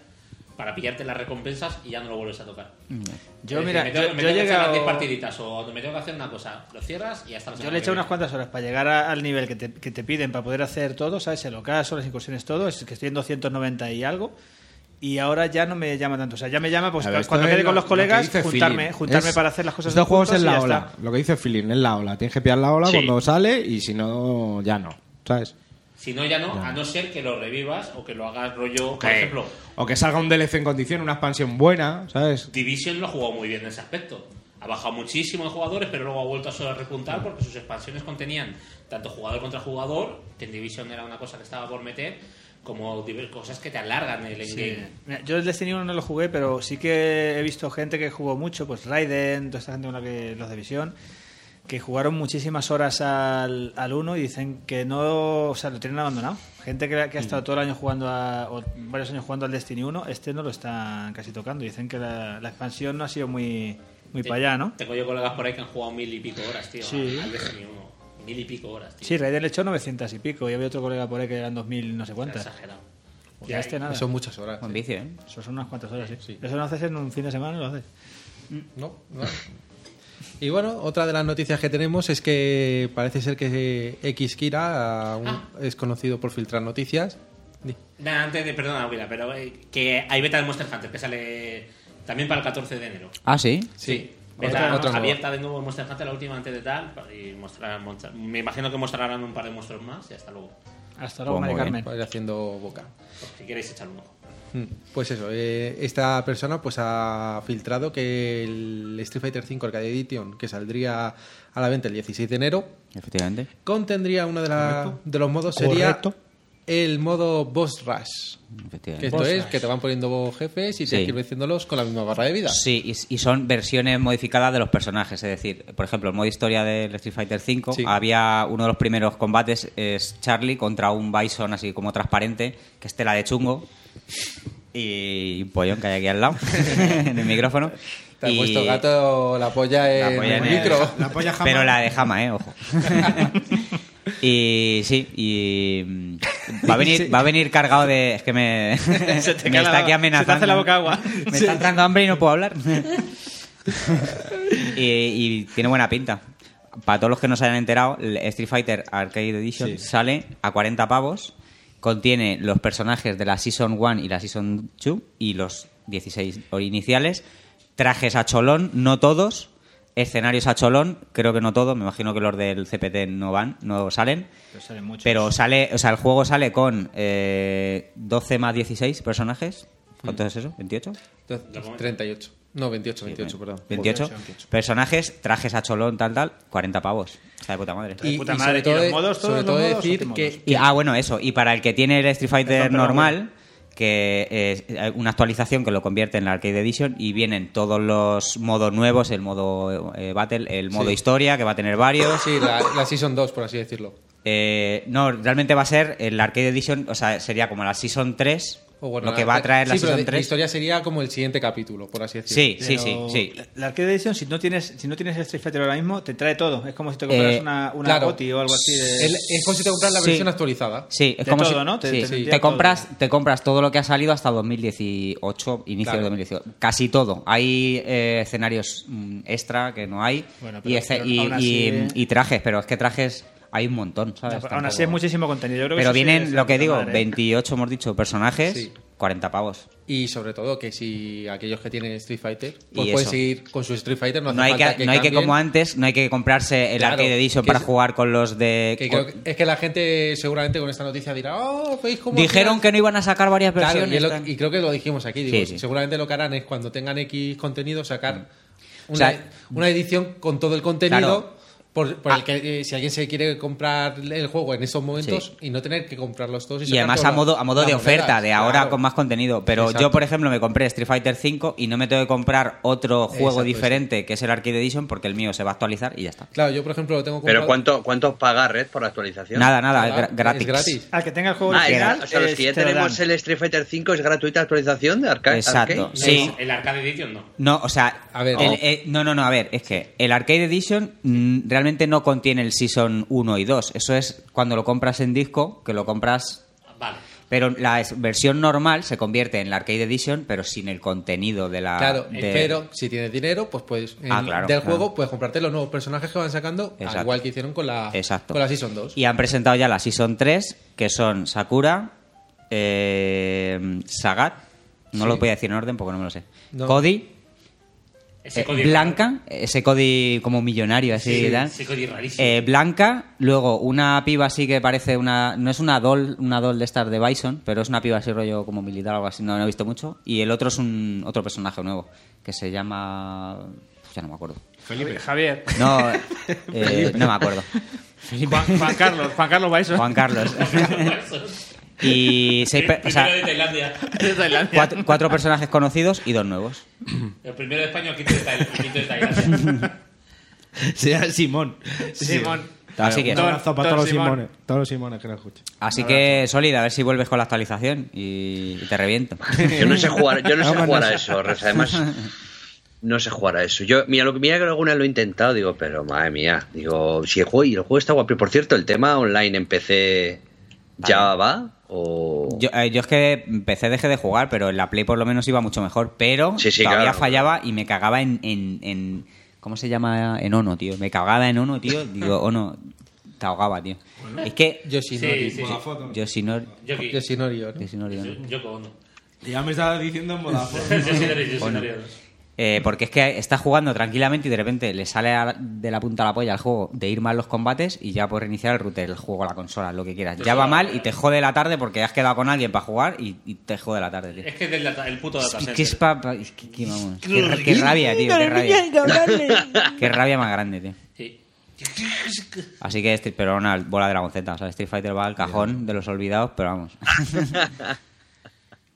Speaker 9: para pillarte las recompensas y ya no lo vuelves a tocar.
Speaker 5: Yo,
Speaker 9: Es decir,
Speaker 5: mira,
Speaker 9: me tengo,
Speaker 5: yo,
Speaker 9: me
Speaker 5: yo he
Speaker 9: tengo que hacer las 10
Speaker 5: llegado.
Speaker 9: partiditas o me tengo que hacer una cosa, lo cierras y hasta la
Speaker 5: Yo
Speaker 9: semana
Speaker 5: le he
Speaker 9: que
Speaker 5: echado unas
Speaker 9: viene.
Speaker 5: cuantas horas para llegar a- al nivel que te, que te piden para poder hacer todo, ¿sabes? El ocaso, las incursiones, todo. Es que estoy en 290 y algo. Y ahora ya no me llama tanto. O sea, ya me llama pues,
Speaker 4: A ver, esto
Speaker 5: cuando
Speaker 4: es
Speaker 5: quede
Speaker 4: lo-
Speaker 5: con los
Speaker 4: lo que
Speaker 5: colegas,
Speaker 4: dice
Speaker 5: juntarme,
Speaker 4: Philip.
Speaker 5: juntarme
Speaker 4: Es-
Speaker 5: para hacer las cosas
Speaker 4: Estos juegos
Speaker 5: juntos
Speaker 4: es
Speaker 5: y
Speaker 4: la
Speaker 5: ya
Speaker 4: ola.
Speaker 5: está.
Speaker 4: Lo que dice Filin, es la ola. Tienes que pillar la ola
Speaker 9: Sí.
Speaker 4: cuando sale y si no, ya no. ¿Sabes?
Speaker 9: Si no, ya no, a no ser que lo revivas o que lo hagas rollo, por
Speaker 4: Que-
Speaker 9: ejemplo,
Speaker 4: o que salga un DLC en condición, una expansión buena, ¿sabes?
Speaker 9: Division lo ha jugado muy bien en ese aspecto. Ha bajado muchísimo en jugadores, pero luego ha vuelto a solo repuntar porque sus expansiones contenían tanto jugador contra jugador, que en Division era una cosa que estaba por meter, como diver- cosas que te alargan el
Speaker 5: Sí.
Speaker 9: endgame.
Speaker 5: Mira, yo el Destiny 1 no lo jugué, pero sí que he visto gente que jugó mucho, pues Raiden, toda esta gente con la que los de visión, que jugaron muchísimas horas al, al 1 y dicen que no, o sea, lo tienen abandonado. Gente que, que ha
Speaker 7: Mm.
Speaker 5: estado todo el año jugando, a, o varios años jugando al Destiny 1, este no lo están casi tocando. Dicen que la, la expansión no ha sido muy, muy
Speaker 9: Te-
Speaker 5: para allá, ¿no?
Speaker 9: Tengo yo colegas por ahí que han jugado mil y pico horas, tío.
Speaker 5: Sí.
Speaker 9: Al Destiny 1. Mil y pico horas, tío.
Speaker 5: Sí, Raiden le echó 900 y pico, y había otro colega por ahí que eran 2000 no sé
Speaker 9: Está
Speaker 5: cuántas.
Speaker 9: Exagerado.
Speaker 5: Y a este nada.
Speaker 6: Son muchas horas.
Speaker 7: Buen vicio, ¿eh?
Speaker 5: Eso son unas cuantas horas, ¿sí? Eso no haces en un fin de semana, lo haces.
Speaker 6: No, no. Y bueno, otra de las noticias que tenemos es que parece ser que Xkira aún
Speaker 9: Ah.
Speaker 6: es conocido por filtrar noticias. Di.
Speaker 9: Nada, antes de, perdona, Willa, pero eh, que hay beta de Monster Hunter que sale también para el 14 de enero.
Speaker 7: Ah, sí.
Speaker 9: Sí.
Speaker 6: Otra-
Speaker 9: Beta
Speaker 6: otra nueva.
Speaker 9: abierta de nuevo en Monster Hunter, la última antes de tal. Y mostrar, mostrar- me imagino que mostrarán un par de monstruos más y hasta luego.
Speaker 5: Hasta luego, Mari
Speaker 7: Pues muy bien.
Speaker 5: Carmen.
Speaker 6: Para ir haciendo boca.
Speaker 9: Por si queréis echar un ojo.
Speaker 6: Mm, Pues eso, eh, esta persona pues ha filtrado que el Street Fighter V Arcade Edition, que saldría a la venta el 16 de enero,
Speaker 7: Efectivamente.
Speaker 6: contendría uno de, la- de los modos, sería el modo Boss Rush. Que
Speaker 7: Efectivamente.
Speaker 6: esto es que te van poniendo jefes y
Speaker 7: Sí.
Speaker 6: tienes que ir venciéndolos con la misma barra de vida.
Speaker 7: Sí, y, y son versiones modificadas de los personajes. Es decir, por ejemplo, el modo historia del Street Fighter V,
Speaker 6: Sí.
Speaker 7: había uno de los primeros combates, es Charlie contra un Bison así como transparente, que es tela de chungo. Y un pollón que hay aquí al lado, en el micrófono.
Speaker 6: Te has
Speaker 7: Y-
Speaker 6: puesto gato la polla en,
Speaker 7: la polla
Speaker 6: el
Speaker 7: en el-
Speaker 6: micro.
Speaker 7: Pero la de jama, eh, ojo. y sí, y mm, va a venir, va a venir cargado de. Es que me,
Speaker 5: te
Speaker 7: me
Speaker 5: cae la-
Speaker 7: está aquí
Speaker 5: se te
Speaker 7: amenazando.
Speaker 5: hace la boca agua.
Speaker 7: Me está entrando hambre y no puedo hablar. y, y tiene buena pinta. Para todos los que no se hayan enterado, el Street Fighter Arcade Edition sale a 40 pavos. Contiene los personajes de la Season 1 y la Season 2 y los 16 ori- iniciales. Trajes a cholón, no todos. Escenarios a cholón, creo que no todos. Me imagino que los del CPT no van, no salen.
Speaker 5: Pero salen muchos.
Speaker 7: Pero sale, o sea, el juego sale con eh, 12 más 16 personajes.
Speaker 5: Hmm.
Speaker 7: ¿Cuánto es eso? ¿28?
Speaker 6: Entonces, 38. No, 28, 28, perdón.
Speaker 7: 28 personajes, trajes a cholón, tal, tal, 40 pavos. Está de puta madre.
Speaker 5: de puta madre,
Speaker 6: sobre todo
Speaker 5: ¿y los
Speaker 6: de-
Speaker 5: modos, todos
Speaker 6: sobre
Speaker 5: los
Speaker 6: todo
Speaker 5: modos,
Speaker 6: decir
Speaker 5: últimos
Speaker 6: que
Speaker 5: dos?
Speaker 7: Y, ah, bueno, eso. Y para el que tiene el Street Fighter
Speaker 5: Perdón, perdón,
Speaker 7: normal, que es eh, una actualización que lo convierte en la Arcade Edition y vienen todos los modos nuevos, el modo eh, Battle, el modo
Speaker 6: Sí.
Speaker 7: Historia, que va a tener varios.
Speaker 6: sí, la, la Season 2, por así decirlo.
Speaker 7: Eh, no, realmente va a ser el Arcade Edition, o sea, sería como la Season 3,
Speaker 6: O bueno,
Speaker 7: lo que
Speaker 6: la-
Speaker 7: va a traer la
Speaker 6: sí, pero
Speaker 7: Season
Speaker 6: de-
Speaker 7: 3.
Speaker 6: historia sería como el siguiente capítulo, por así decirlo.
Speaker 7: Sí, sí, sí,
Speaker 5: Pero
Speaker 7: sí.
Speaker 5: la- La Arcade Edition, si no tienes, si no tienes el Street Fighter ahora mismo, te trae todo. Es como si te compras
Speaker 7: Eh,
Speaker 5: una, una
Speaker 6: claro.
Speaker 5: GOTY o algo así. De...
Speaker 6: El- es como si te compras la
Speaker 7: Sí.
Speaker 6: versión actualizada.
Speaker 7: Sí, es
Speaker 5: De
Speaker 7: como
Speaker 5: todo,
Speaker 7: si,
Speaker 5: ¿no? Te-
Speaker 7: sí,
Speaker 5: te-
Speaker 7: sí.
Speaker 5: tendría
Speaker 7: Te compras,
Speaker 5: todo.
Speaker 7: te compras todo lo que ha salido hasta 2018, inicio
Speaker 6: Claro.
Speaker 7: de 2018. Casi todo. Hay eh, escenarios mm, extra que no hay
Speaker 5: Bueno,
Speaker 7: y,
Speaker 5: pero-
Speaker 7: esce-
Speaker 5: pero
Speaker 7: y-
Speaker 5: aún así-
Speaker 7: y- y trajes, pero es que trajes hay un montón, ¿sabes?
Speaker 5: Aún así
Speaker 7: Tampoco-
Speaker 5: es muchísimo contenido. Yo creo que
Speaker 7: Pero
Speaker 5: eso sí
Speaker 7: vienen,
Speaker 5: es de
Speaker 7: lo que
Speaker 5: puta
Speaker 7: digo,
Speaker 5: madre.
Speaker 7: 28, hemos dicho, personajes,
Speaker 6: Sí.
Speaker 7: 40 pavos.
Speaker 6: Y sobre todo que si aquellos que tienen Street Fighter, pues
Speaker 7: Y
Speaker 6: pueden
Speaker 7: eso.
Speaker 6: seguir con su Street Fighter. No, hace
Speaker 7: No hay,
Speaker 6: falta
Speaker 7: que,
Speaker 6: que
Speaker 7: no hay que,
Speaker 6: cambien,
Speaker 7: como antes, no hay que comprarse el
Speaker 6: Claro,
Speaker 7: Arcade Edition
Speaker 6: que
Speaker 7: para
Speaker 6: es-
Speaker 7: jugar con los de...
Speaker 6: que creo que- es que la gente seguramente con esta noticia dirá, oh, veis cómo...
Speaker 7: Dijeron que no iban a sacar varias
Speaker 6: Claro,
Speaker 7: versiones.
Speaker 6: y, es lo-
Speaker 7: tal.
Speaker 6: y creo que lo dijimos aquí. digo,
Speaker 7: Sí, sí.
Speaker 6: Seguramente lo que harán es cuando tengan X contenido sacar
Speaker 7: Mm. O
Speaker 6: una,
Speaker 7: sea,
Speaker 6: una edición con todo el contenido.
Speaker 7: Claro.
Speaker 6: Por, por
Speaker 7: Ah.
Speaker 6: el que eh, si alguien se quiere comprar el juego en esos momentos y no tener que comprarlos todos. Y,
Speaker 7: Y
Speaker 6: sacar
Speaker 7: además a
Speaker 6: todas
Speaker 7: modo, a
Speaker 6: las-
Speaker 7: modo de
Speaker 6: las
Speaker 7: oferta,
Speaker 6: monedas,
Speaker 7: de ahora
Speaker 6: claro.
Speaker 7: con más contenido. Pero
Speaker 6: Exacto.
Speaker 7: yo, por ejemplo, me compré Street Fighter V y no me tengo que comprar otro juego
Speaker 6: Exacto,
Speaker 7: diferente que es el Arcade Edition porque el mío se va a actualizar y ya está.
Speaker 6: Claro, yo por ejemplo lo tengo
Speaker 11: Pero
Speaker 6: comprado-
Speaker 11: ¿cuánto, ¿cuánto paga Red por la actualización?
Speaker 7: Nada, nada,
Speaker 6: Nada,
Speaker 7: gra- gratis.
Speaker 6: Es gratis.
Speaker 5: Al que tenga el juego
Speaker 11: Ah, es
Speaker 5: original,
Speaker 11: gra- o sea, los
Speaker 5: es-
Speaker 11: que ya
Speaker 5: te
Speaker 7: Este
Speaker 5: lo dan.
Speaker 11: tenemos el Street Fighter 5 es gratuita actualización de arca- arcade.
Speaker 7: Exacto. Sí.
Speaker 9: El Arcade Edition no.
Speaker 7: No, o sea,
Speaker 6: A ver.
Speaker 7: el-
Speaker 6: No.
Speaker 7: eh, no, no, no, a ver, es que el Arcade Edition mm, realmente no contiene el Season 1 y 2. Eso es cuando lo compras en disco, que lo compras
Speaker 9: Vale.
Speaker 7: Pero la es- versión normal se convierte en la Arcade Edition, pero sin el contenido de la.
Speaker 6: Claro,
Speaker 7: Ah, de-
Speaker 6: pero si tienes dinero, pues puedes en-
Speaker 7: Ah, claro,
Speaker 6: del
Speaker 7: claro.
Speaker 6: juego puedes comprarte los nuevos personajes que van sacando,
Speaker 7: Exacto.
Speaker 6: al igual que hicieron con la Ah,
Speaker 7: Exacto.
Speaker 6: con la Season 2.
Speaker 7: Y han presentado ya la Season 3, que son Sakura, eh, Sagat, no
Speaker 6: Sí.
Speaker 7: lo voy a decir en orden porque no me lo sé,
Speaker 6: No.
Speaker 7: Cody,
Speaker 9: Ese
Speaker 7: eh,
Speaker 9: código-
Speaker 7: Blanca, ese Cody como millonario así
Speaker 9: Sí,
Speaker 7: y tal.
Speaker 9: ese Cody rarísimo.
Speaker 7: Eh, Blanca, luego una piba así que parece una. No es una doll, una doll de estas de Bison, pero es una piba así rollo como militar o algo así, no, no he visto mucho. Y el otro es un otro personaje nuevo, que se llama. pues Ya no me acuerdo.
Speaker 8: Felipe. Javier.
Speaker 7: No, eh, no me acuerdo.
Speaker 8: Juan, Juan Carlos. Juan Carlos Bison.
Speaker 7: Juan Carlos. y seis. pe- o sea,
Speaker 9: Primero de Tailandia.
Speaker 8: de Tailandia.
Speaker 7: cuatro, cuatro personajes conocidos y dos nuevos.
Speaker 9: El primero de España, el quinto de Tail- el quinto de Tailandia.
Speaker 4: Sea Simón.
Speaker 8: Simón.
Speaker 7: Así que,
Speaker 4: Un abrazo para
Speaker 8: Don
Speaker 4: todos los
Speaker 8: Simón.
Speaker 4: Simones. Todos los Simones que lo escuchan.
Speaker 7: así que Solid, a ver si vuelves con la actualización y, y te reviento.
Speaker 11: Yo no sé jugar, yo no sé
Speaker 4: Vámonos.
Speaker 11: jugar a eso, Rafa. Además, no sé jugar a eso. Yo, mira, lo, que- mira que alguna vez lo he intentado, digo, pero madre mía, digo, si el juego, y el juego está guapo. Por cierto, el tema online en PC ya va o
Speaker 7: Yo, eh, yo es que empecé, dejé de jugar, pero en la Play por lo menos iba mucho mejor. Pero
Speaker 11: Sí, sí,
Speaker 7: todavía
Speaker 11: claro.
Speaker 7: fallaba y me cagaba en, en, en- ¿Cómo se llama? En Ono, tío. Me cagaba en Ono, tío. Digo, Ono, te ahogaba, tío. Es que.
Speaker 6: Yoshinori.
Speaker 9: Sí, sí.
Speaker 7: Yo si no.
Speaker 9: Yoki.
Speaker 6: Yoshinori, ¿no?
Speaker 7: yo si no, yo no.
Speaker 9: Yoko Ono.
Speaker 4: Ya me estaba diciendo en Vodafone.
Speaker 9: Yoshinori, Yoshinori Ono.
Speaker 7: Eh, porque es que está jugando tranquilamente y de repente le sale a la- de la punta a la polla al juego de ir mal los combates y ya puedes reiniciar el router, el juego, la consola, lo que quieras. Ya va mal y te jode la tarde porque has quedado con alguien para jugar y, y te jode la tarde, tío.
Speaker 9: Es que es del data- el puto data
Speaker 7: Es que es
Speaker 9: center.
Speaker 7: pa- pa- es que- que vamos, qué ra- qué rabia, tío, qué rabia. Qué rabia más grande, tío.
Speaker 9: Sí.
Speaker 7: Así que, este- pero una bola de la o sea, Street Fighter va al cajón de los olvidados, pero vamos.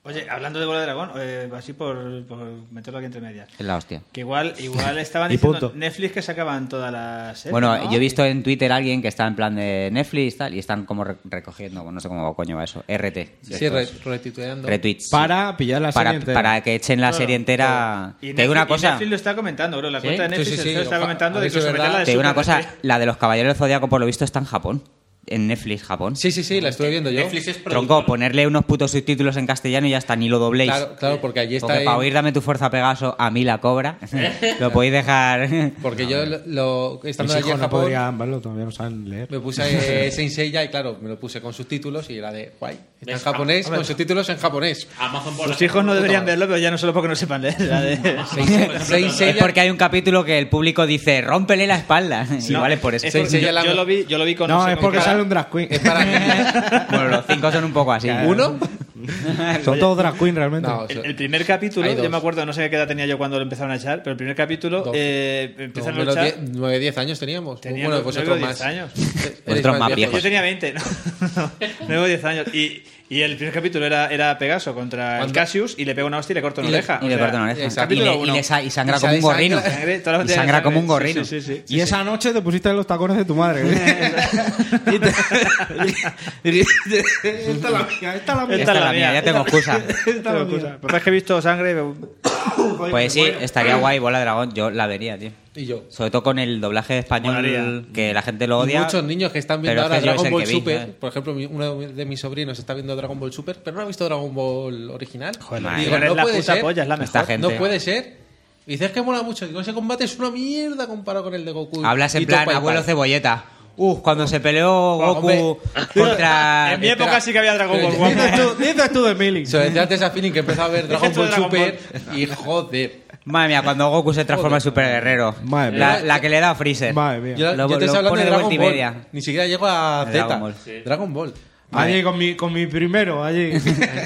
Speaker 5: Oye, hablando de Bola de Dragón, eh, así por, por meterlo aquí entre medias.
Speaker 7: Es la hostia.
Speaker 5: Que igual, igual estaban
Speaker 4: Y
Speaker 5: diciendo
Speaker 4: punto.
Speaker 5: Netflix que sacaban todas las series.
Speaker 7: Bueno,
Speaker 5: ¿no?
Speaker 7: yo he visto en Twitter a alguien que está en plan de Netflix tal, y están como re- recogiendo, bueno, no sé cómo coño va eso, RT.
Speaker 6: Sí, re- retituleando.
Speaker 7: retweets. sí.
Speaker 4: Para pillar la
Speaker 7: para,
Speaker 4: serie entera.
Speaker 7: para que echen la serie entera.
Speaker 5: Y
Speaker 7: te digo una
Speaker 5: Netflix- y
Speaker 7: cosa.
Speaker 5: Netflix lo está comentando, bro. La
Speaker 7: ¿Sí?
Speaker 5: cuenta de Netflix
Speaker 6: Sí, sí, sí,
Speaker 5: lo está ¿eh?
Speaker 6: ojalá-
Speaker 5: comentando
Speaker 6: a
Speaker 5: de
Speaker 6: ver si es
Speaker 5: incluso meterla
Speaker 6: verdad.
Speaker 5: de
Speaker 7: Te digo una
Speaker 5: Super
Speaker 7: cosa,
Speaker 5: Netflix.
Speaker 7: la de los Caballeros del Zodíaco por lo visto está en Japón. En Netflix, Japón.
Speaker 6: Sí, sí, sí, la estuve viendo yo.
Speaker 9: Netflix es
Speaker 7: Tronco,
Speaker 9: productor.
Speaker 7: ponerle unos putos subtítulos en castellano y ya está, ni lo dobléis.
Speaker 6: Claro, claro, porque allí está
Speaker 7: Porque para
Speaker 6: en-
Speaker 7: oír Dame tu fuerza Pegaso, a mí la cobra, lo podéis dejar...
Speaker 6: Porque yo lo, lo-
Speaker 4: Mis
Speaker 6: estando allí
Speaker 4: hijos
Speaker 6: en
Speaker 4: no
Speaker 6: Japón
Speaker 4: podrían verlo, todavía no saben leer.
Speaker 6: me puse eh, Sensei ya y claro, me lo puse con subtítulos y era de guay. Está en
Speaker 9: ¿Ves?
Speaker 5: Ah,
Speaker 6: japonés,
Speaker 9: Hombre.
Speaker 6: con subtítulos en japonés.
Speaker 9: Amazon por
Speaker 5: Los
Speaker 9: la-
Speaker 5: hijos no deberían verlo, pero ya no solo porque no sepan leer. la de-
Speaker 9: Por ejemplo,
Speaker 6: Saint
Speaker 7: Es
Speaker 6: Seiya-
Speaker 7: porque hay un capítulo que el público dice, rómpele la espalda. Igual es por eso.
Speaker 5: Es
Speaker 6: Sí,
Speaker 5: porque
Speaker 6: sí,
Speaker 5: yo,
Speaker 6: ya la-
Speaker 5: yo lo vi, yo lo vi con.
Speaker 4: No,
Speaker 5: sé,
Speaker 4: es
Speaker 5: con
Speaker 4: porque
Speaker 5: cara-
Speaker 4: sale un drag queen.
Speaker 6: Es para niños.
Speaker 7: Bueno, los cinco son un poco así.
Speaker 6: ¿Uno?
Speaker 4: Son todos drag queen realmente.
Speaker 6: No,
Speaker 5: El, el primer capítulo,
Speaker 6: Hay dos.
Speaker 5: yo me acuerdo, no sé qué edad tenía yo cuando lo empezaron a echar, pero el primer capítulo
Speaker 6: Dos.
Speaker 5: eh, empiezan a luchar.
Speaker 6: 9, 10 años teníamos.
Speaker 5: Tenía
Speaker 6: bueno,
Speaker 5: nueve-
Speaker 6: vosotros
Speaker 5: nueve o
Speaker 6: más.
Speaker 5: diez años.
Speaker 6: Eres
Speaker 7: Vosotros más
Speaker 6: viejo.
Speaker 5: Yo tenía 20, ¿no? Nueve o 10 años. Y, y el primer capítulo era, era Pegaso contra el
Speaker 6: Cuando-
Speaker 5: Cassius y le pega una hostia y le corta una
Speaker 6: Y le-
Speaker 5: oreja.
Speaker 7: Y
Speaker 5: O
Speaker 7: le
Speaker 5: sea,
Speaker 7: cortan oreja.
Speaker 6: exacto.
Speaker 7: Y, le-
Speaker 6: Capítulo
Speaker 7: y le sa- y sangra
Speaker 6: Y
Speaker 7: como un
Speaker 6: sangre-
Speaker 7: gorrino.
Speaker 5: sangre, toda la
Speaker 7: y
Speaker 5: botella de
Speaker 7: sangra
Speaker 5: sangre.
Speaker 7: como un gorrino.
Speaker 5: Sí, sí, sí, sí.
Speaker 4: y esa noche te pusiste en los tacones de tu madre. Y te- dijiste, esta es la mía, esta es la
Speaker 5: Esta
Speaker 4: mía.
Speaker 7: Esta es la mía, ya tengo excusa.
Speaker 4: Esta es la mía.
Speaker 5: Pero es que he visto sangre.
Speaker 7: Pues sí, estaría guay Bola de Dragón. Yo la vería, tío.
Speaker 6: Y yo.
Speaker 7: Sobre todo con el doblaje español
Speaker 5: Molaría.
Speaker 7: que la gente lo
Speaker 6: Y
Speaker 7: odia.
Speaker 6: Muchos niños que están
Speaker 7: pero
Speaker 6: viendo ahora
Speaker 7: es que yo es
Speaker 6: Dragon
Speaker 7: el
Speaker 6: Ball
Speaker 7: que vi,
Speaker 6: Super.
Speaker 7: ¿eh?
Speaker 6: Por ejemplo, mi- uno de mis sobrinos está viendo Dragon Ball Super, pero no ha visto Dragon Ball original.
Speaker 7: madre.
Speaker 6: Y
Speaker 5: Pero es la puta
Speaker 6: ser,
Speaker 5: polla, es la mejor.
Speaker 7: Esta gente.
Speaker 6: No puede ser. Y dices que mola mucho. Digo, ese combate es una mierda comparado con el de Goku.
Speaker 7: Hablas en
Speaker 6: y
Speaker 7: plan
Speaker 6: Topal
Speaker 7: abuelo
Speaker 6: Pal.
Speaker 7: cebolleta. Uh, cuando se peleó
Speaker 6: hombre.
Speaker 7: Goku contra.
Speaker 5: En mi época sí que había Dragon Ball
Speaker 6: Pero-
Speaker 5: guapo.
Speaker 4: Dices tú, dices tú de Milling.
Speaker 6: Se lo decía antes a Feeling que empezó a ver Dragon
Speaker 5: Esto de
Speaker 6: Ball
Speaker 5: Dragon
Speaker 6: Super y joder.
Speaker 7: Madre mía, cuando Goku se transforma en super guerrero.
Speaker 4: Madre mía.
Speaker 7: La, la que le da a Freezer.
Speaker 4: Madre mía.
Speaker 6: Yo,
Speaker 7: Lo-
Speaker 6: yo te
Speaker 7: lo
Speaker 6: estoy hablando
Speaker 7: pone
Speaker 6: de
Speaker 7: de
Speaker 6: Dragon
Speaker 7: vuelta y
Speaker 6: Ball.
Speaker 7: media.
Speaker 6: Ni siquiera llego a
Speaker 7: De
Speaker 6: Z.
Speaker 7: Dragon Ball.
Speaker 6: Dragon Ball.
Speaker 4: Allí con mi, con mi primero, allí.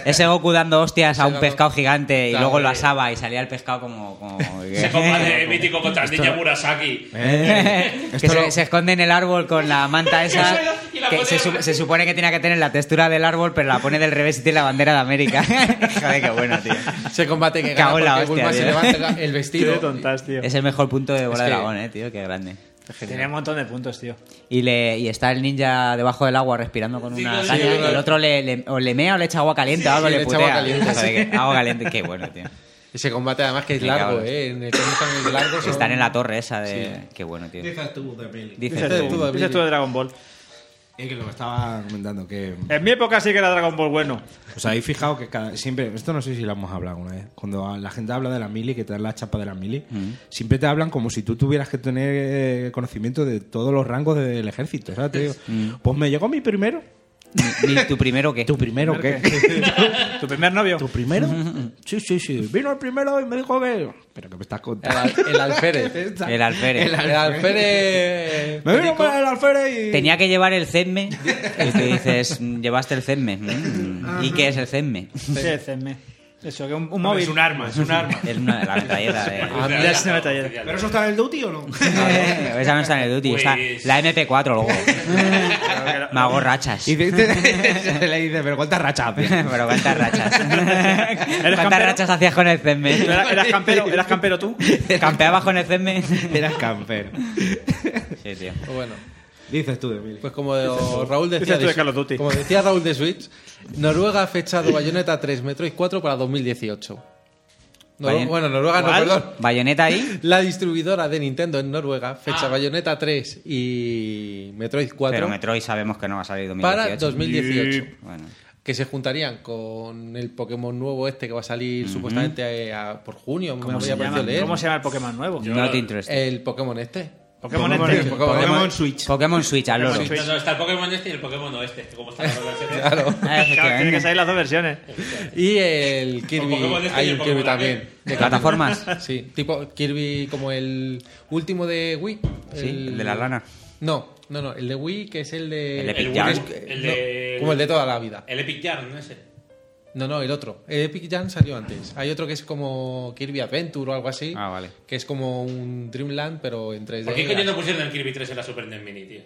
Speaker 7: Ese Goku dando hostias a un
Speaker 6: Claro.
Speaker 7: pescado gigante y
Speaker 6: Claro,
Speaker 7: luego lo
Speaker 6: eh.
Speaker 7: asaba y salía el pescado como. como-
Speaker 5: Eh,
Speaker 9: Se combate mítico contra el ninja Murasaki.
Speaker 7: que se, se esconde en el árbol con la manta esa.
Speaker 9: Eso era- y la
Speaker 7: que
Speaker 9: pone
Speaker 7: se,
Speaker 9: al
Speaker 7: su-
Speaker 9: revés.
Speaker 7: se supone que tenía que tener la textura del árbol, pero la pone del revés y tiene la bandera de América. Joder, qué bueno, tío.
Speaker 6: Se combate que
Speaker 7: Cago
Speaker 6: gana
Speaker 7: en la
Speaker 6: porque Bulma
Speaker 7: hostia,
Speaker 6: se
Speaker 7: tío.
Speaker 6: levanta el- el
Speaker 5: Tío,
Speaker 6: vestido.
Speaker 5: de tontas, tío.
Speaker 7: Es el mejor punto de bola
Speaker 6: Es
Speaker 7: de
Speaker 6: que-
Speaker 7: dragón, eh, tío. Qué grande.
Speaker 5: Tenía un montón de puntos, tío.
Speaker 7: Y, le, y está el ninja debajo del agua respirando con una
Speaker 9: sí,
Speaker 7: caña
Speaker 6: sí,
Speaker 7: y el
Speaker 6: claro.
Speaker 7: otro le, le- o le mea o le echa agua caliente o algo
Speaker 6: sí,
Speaker 7: le,
Speaker 6: le echa
Speaker 7: putea.
Speaker 6: agua caliente,
Speaker 7: Joder, que- agua caliente, qué bueno, tío.
Speaker 6: Ese combate además que es
Speaker 7: Me
Speaker 6: largo,
Speaker 7: cago en-
Speaker 6: eh. En el que están largo son-
Speaker 7: Están en la torre esa de... Qué bueno, tío.
Speaker 4: Dices tú de Milling.
Speaker 7: Dices
Speaker 5: Dices
Speaker 7: tú.
Speaker 5: tú, dices tú de Dragon Ball.
Speaker 4: Es que lo que estaba comentando, que
Speaker 5: En mi época sí que era Dragon Ball bueno.
Speaker 4: os habéis fijado que cada- siempre, esto no sé si lo hemos hablado alguna vez, cuando a- la gente habla de la mili, que te dan la chapa de la mili,
Speaker 7: Mm.
Speaker 4: siempre te hablan como si tú tuvieras que tener eh, conocimiento de todos los rangos del ejército. ¿sabes? Te digo,
Speaker 7: mm.
Speaker 4: pues me llegó mi primero.
Speaker 7: Ni- ni ¿Tu primero qué?
Speaker 4: ¿Tu primero qué?
Speaker 5: ¿Tu primer novio?
Speaker 4: ¿Tu primero? Sí, sí, sí. Vino el primero y me dijo que... ¿Pero qué me estás
Speaker 6: El,
Speaker 4: contando?
Speaker 6: al- el alférez.
Speaker 7: El alférez.
Speaker 6: El alférez.
Speaker 4: Me vino
Speaker 6: perico.
Speaker 4: para el alférez y...
Speaker 7: Tenía que llevar el CEDME. Y tú dices, mm, llevaste el CEDME. Mm, ¿Y qué es el CEDME?
Speaker 5: Sí, CM. Eso, que un, un móvil.
Speaker 4: arma, es un arma.
Speaker 7: Es una, la metralleta de...
Speaker 6: Ah,
Speaker 5: Ya es una batalla.
Speaker 4: ¿Pero eso está en el duty o no?
Speaker 7: Esa no está en el duty, está
Speaker 9: Pues-
Speaker 7: la MP4 luego. Me hago rachas.
Speaker 4: Y dice- se le dice, pero ¿cuántas rachas? tío?".
Speaker 7: Pero cuántas rachas. ¿Cuántas
Speaker 5: campero?
Speaker 7: rachas hacías con el
Speaker 5: ¿Tú
Speaker 7: CEDME?
Speaker 5: eras, eras campero, ¿Eras campero tú?
Speaker 7: ¿Campeabas con el CEDME?
Speaker 4: Eras campero.
Speaker 7: Sí, tío.
Speaker 6: Bueno,
Speaker 4: Dices tú de mil.
Speaker 6: pues como Raúl decía,
Speaker 5: dices tú de
Speaker 6: Su-
Speaker 5: Call of Duty.
Speaker 6: como decía Raúl de Switch, Noruega ha fechado Bayonetta 3, Metroid 4 para 2018. Nor-
Speaker 7: Bayon-
Speaker 6: bueno, Noruega no, perdón.
Speaker 7: ¿Bayoneta ahí?
Speaker 6: La distribuidora de Nintendo en Noruega fecha Bayonetta 3 y Metroid 4
Speaker 7: Pero Metroid sabemos que no va a salir 2018.
Speaker 6: para 2018.
Speaker 7: Bueno.
Speaker 6: Que se juntarían con el Pokémon nuevo este que va a salir supuestamente a- a- por junio. me
Speaker 5: ¿Cómo
Speaker 6: había
Speaker 5: se, llama,
Speaker 6: parecido leer.
Speaker 5: ¿Cómo se llama el Pokémon nuevo?
Speaker 7: No te interesa.
Speaker 6: El Pokémon este.
Speaker 5: Pokémon
Speaker 6: este.
Speaker 5: este.
Speaker 6: Pokémon,
Speaker 4: Pokémon Switch.
Speaker 7: Pokémon Switch, al loro.
Speaker 9: No, no, está el Pokémon este y el Pokémon no este. Como están las dos versiones.
Speaker 7: Ah,
Speaker 5: Claro, tiene que
Speaker 7: efectivamente.
Speaker 5: salir las dos versiones.
Speaker 6: Y el Kirby.
Speaker 9: Pokémon este y
Speaker 6: Hay
Speaker 9: el
Speaker 6: un
Speaker 9: Pokémon
Speaker 6: Kirby también.
Speaker 9: aquel.
Speaker 7: ¿De plataformas?
Speaker 6: Sí, tipo Kirby como el último de Wii.
Speaker 7: Sí, el de la lana.
Speaker 6: No, no, no, el de Wii que es el de...
Speaker 7: El Epic
Speaker 6: Wii
Speaker 7: Yarn.
Speaker 6: es-
Speaker 9: El
Speaker 6: no,
Speaker 9: de-
Speaker 6: Como el de toda la vida.
Speaker 9: El Epic Yarn, ¿no? Ese.
Speaker 6: No, no, el otro. El Epic Jam salió antes. Hay otro que es como Kirby Adventure o algo así.
Speaker 7: Ah, vale.
Speaker 6: Que es como un Dreamland, pero en 3D.
Speaker 9: ¿Por qué coño no pusieron el Kirby 3 en la Super NES Mini, tío?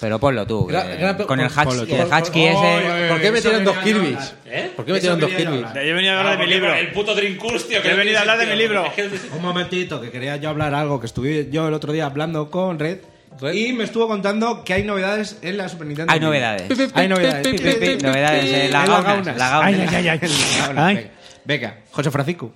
Speaker 7: Pero ponlo tú. que-
Speaker 6: Gran- gran-
Speaker 7: Pues, con el
Speaker 6: ponlo
Speaker 7: Hatch,
Speaker 6: tú.
Speaker 7: el Hatchkey
Speaker 6: Oh,
Speaker 7: ese.
Speaker 6: ¿Por qué metieron dos Kirby's?
Speaker 9: ¿Eh?
Speaker 6: ¿Por qué metieron dos Kirby's?
Speaker 5: Yo he venido a hablar de
Speaker 9: Ah,
Speaker 5: mi
Speaker 9: porque
Speaker 5: libro.
Speaker 9: por El puto Dream Curse, tío.
Speaker 5: Yo he
Speaker 9: no
Speaker 5: venido a
Speaker 9: tiene
Speaker 5: hablar de mi
Speaker 9: sentido.
Speaker 5: libro.
Speaker 9: Es que no tiene-
Speaker 4: Un momentito, que quería yo hablar algo, que estuve yo el otro día hablando con Red,
Speaker 6: Red.
Speaker 4: y me estuvo contando que hay novedades en la Super Nintendo.
Speaker 7: Hay
Speaker 4: Mini.
Speaker 7: novedades.
Speaker 4: Hay novedades.
Speaker 7: Pi, pi, pi, novedades, eh, la
Speaker 4: Hay
Speaker 7: gaunas, la gaunas.
Speaker 4: Ay, ay, ay, ay, la gaunas.
Speaker 5: Ay.
Speaker 4: Venga, Venga, José Francisco.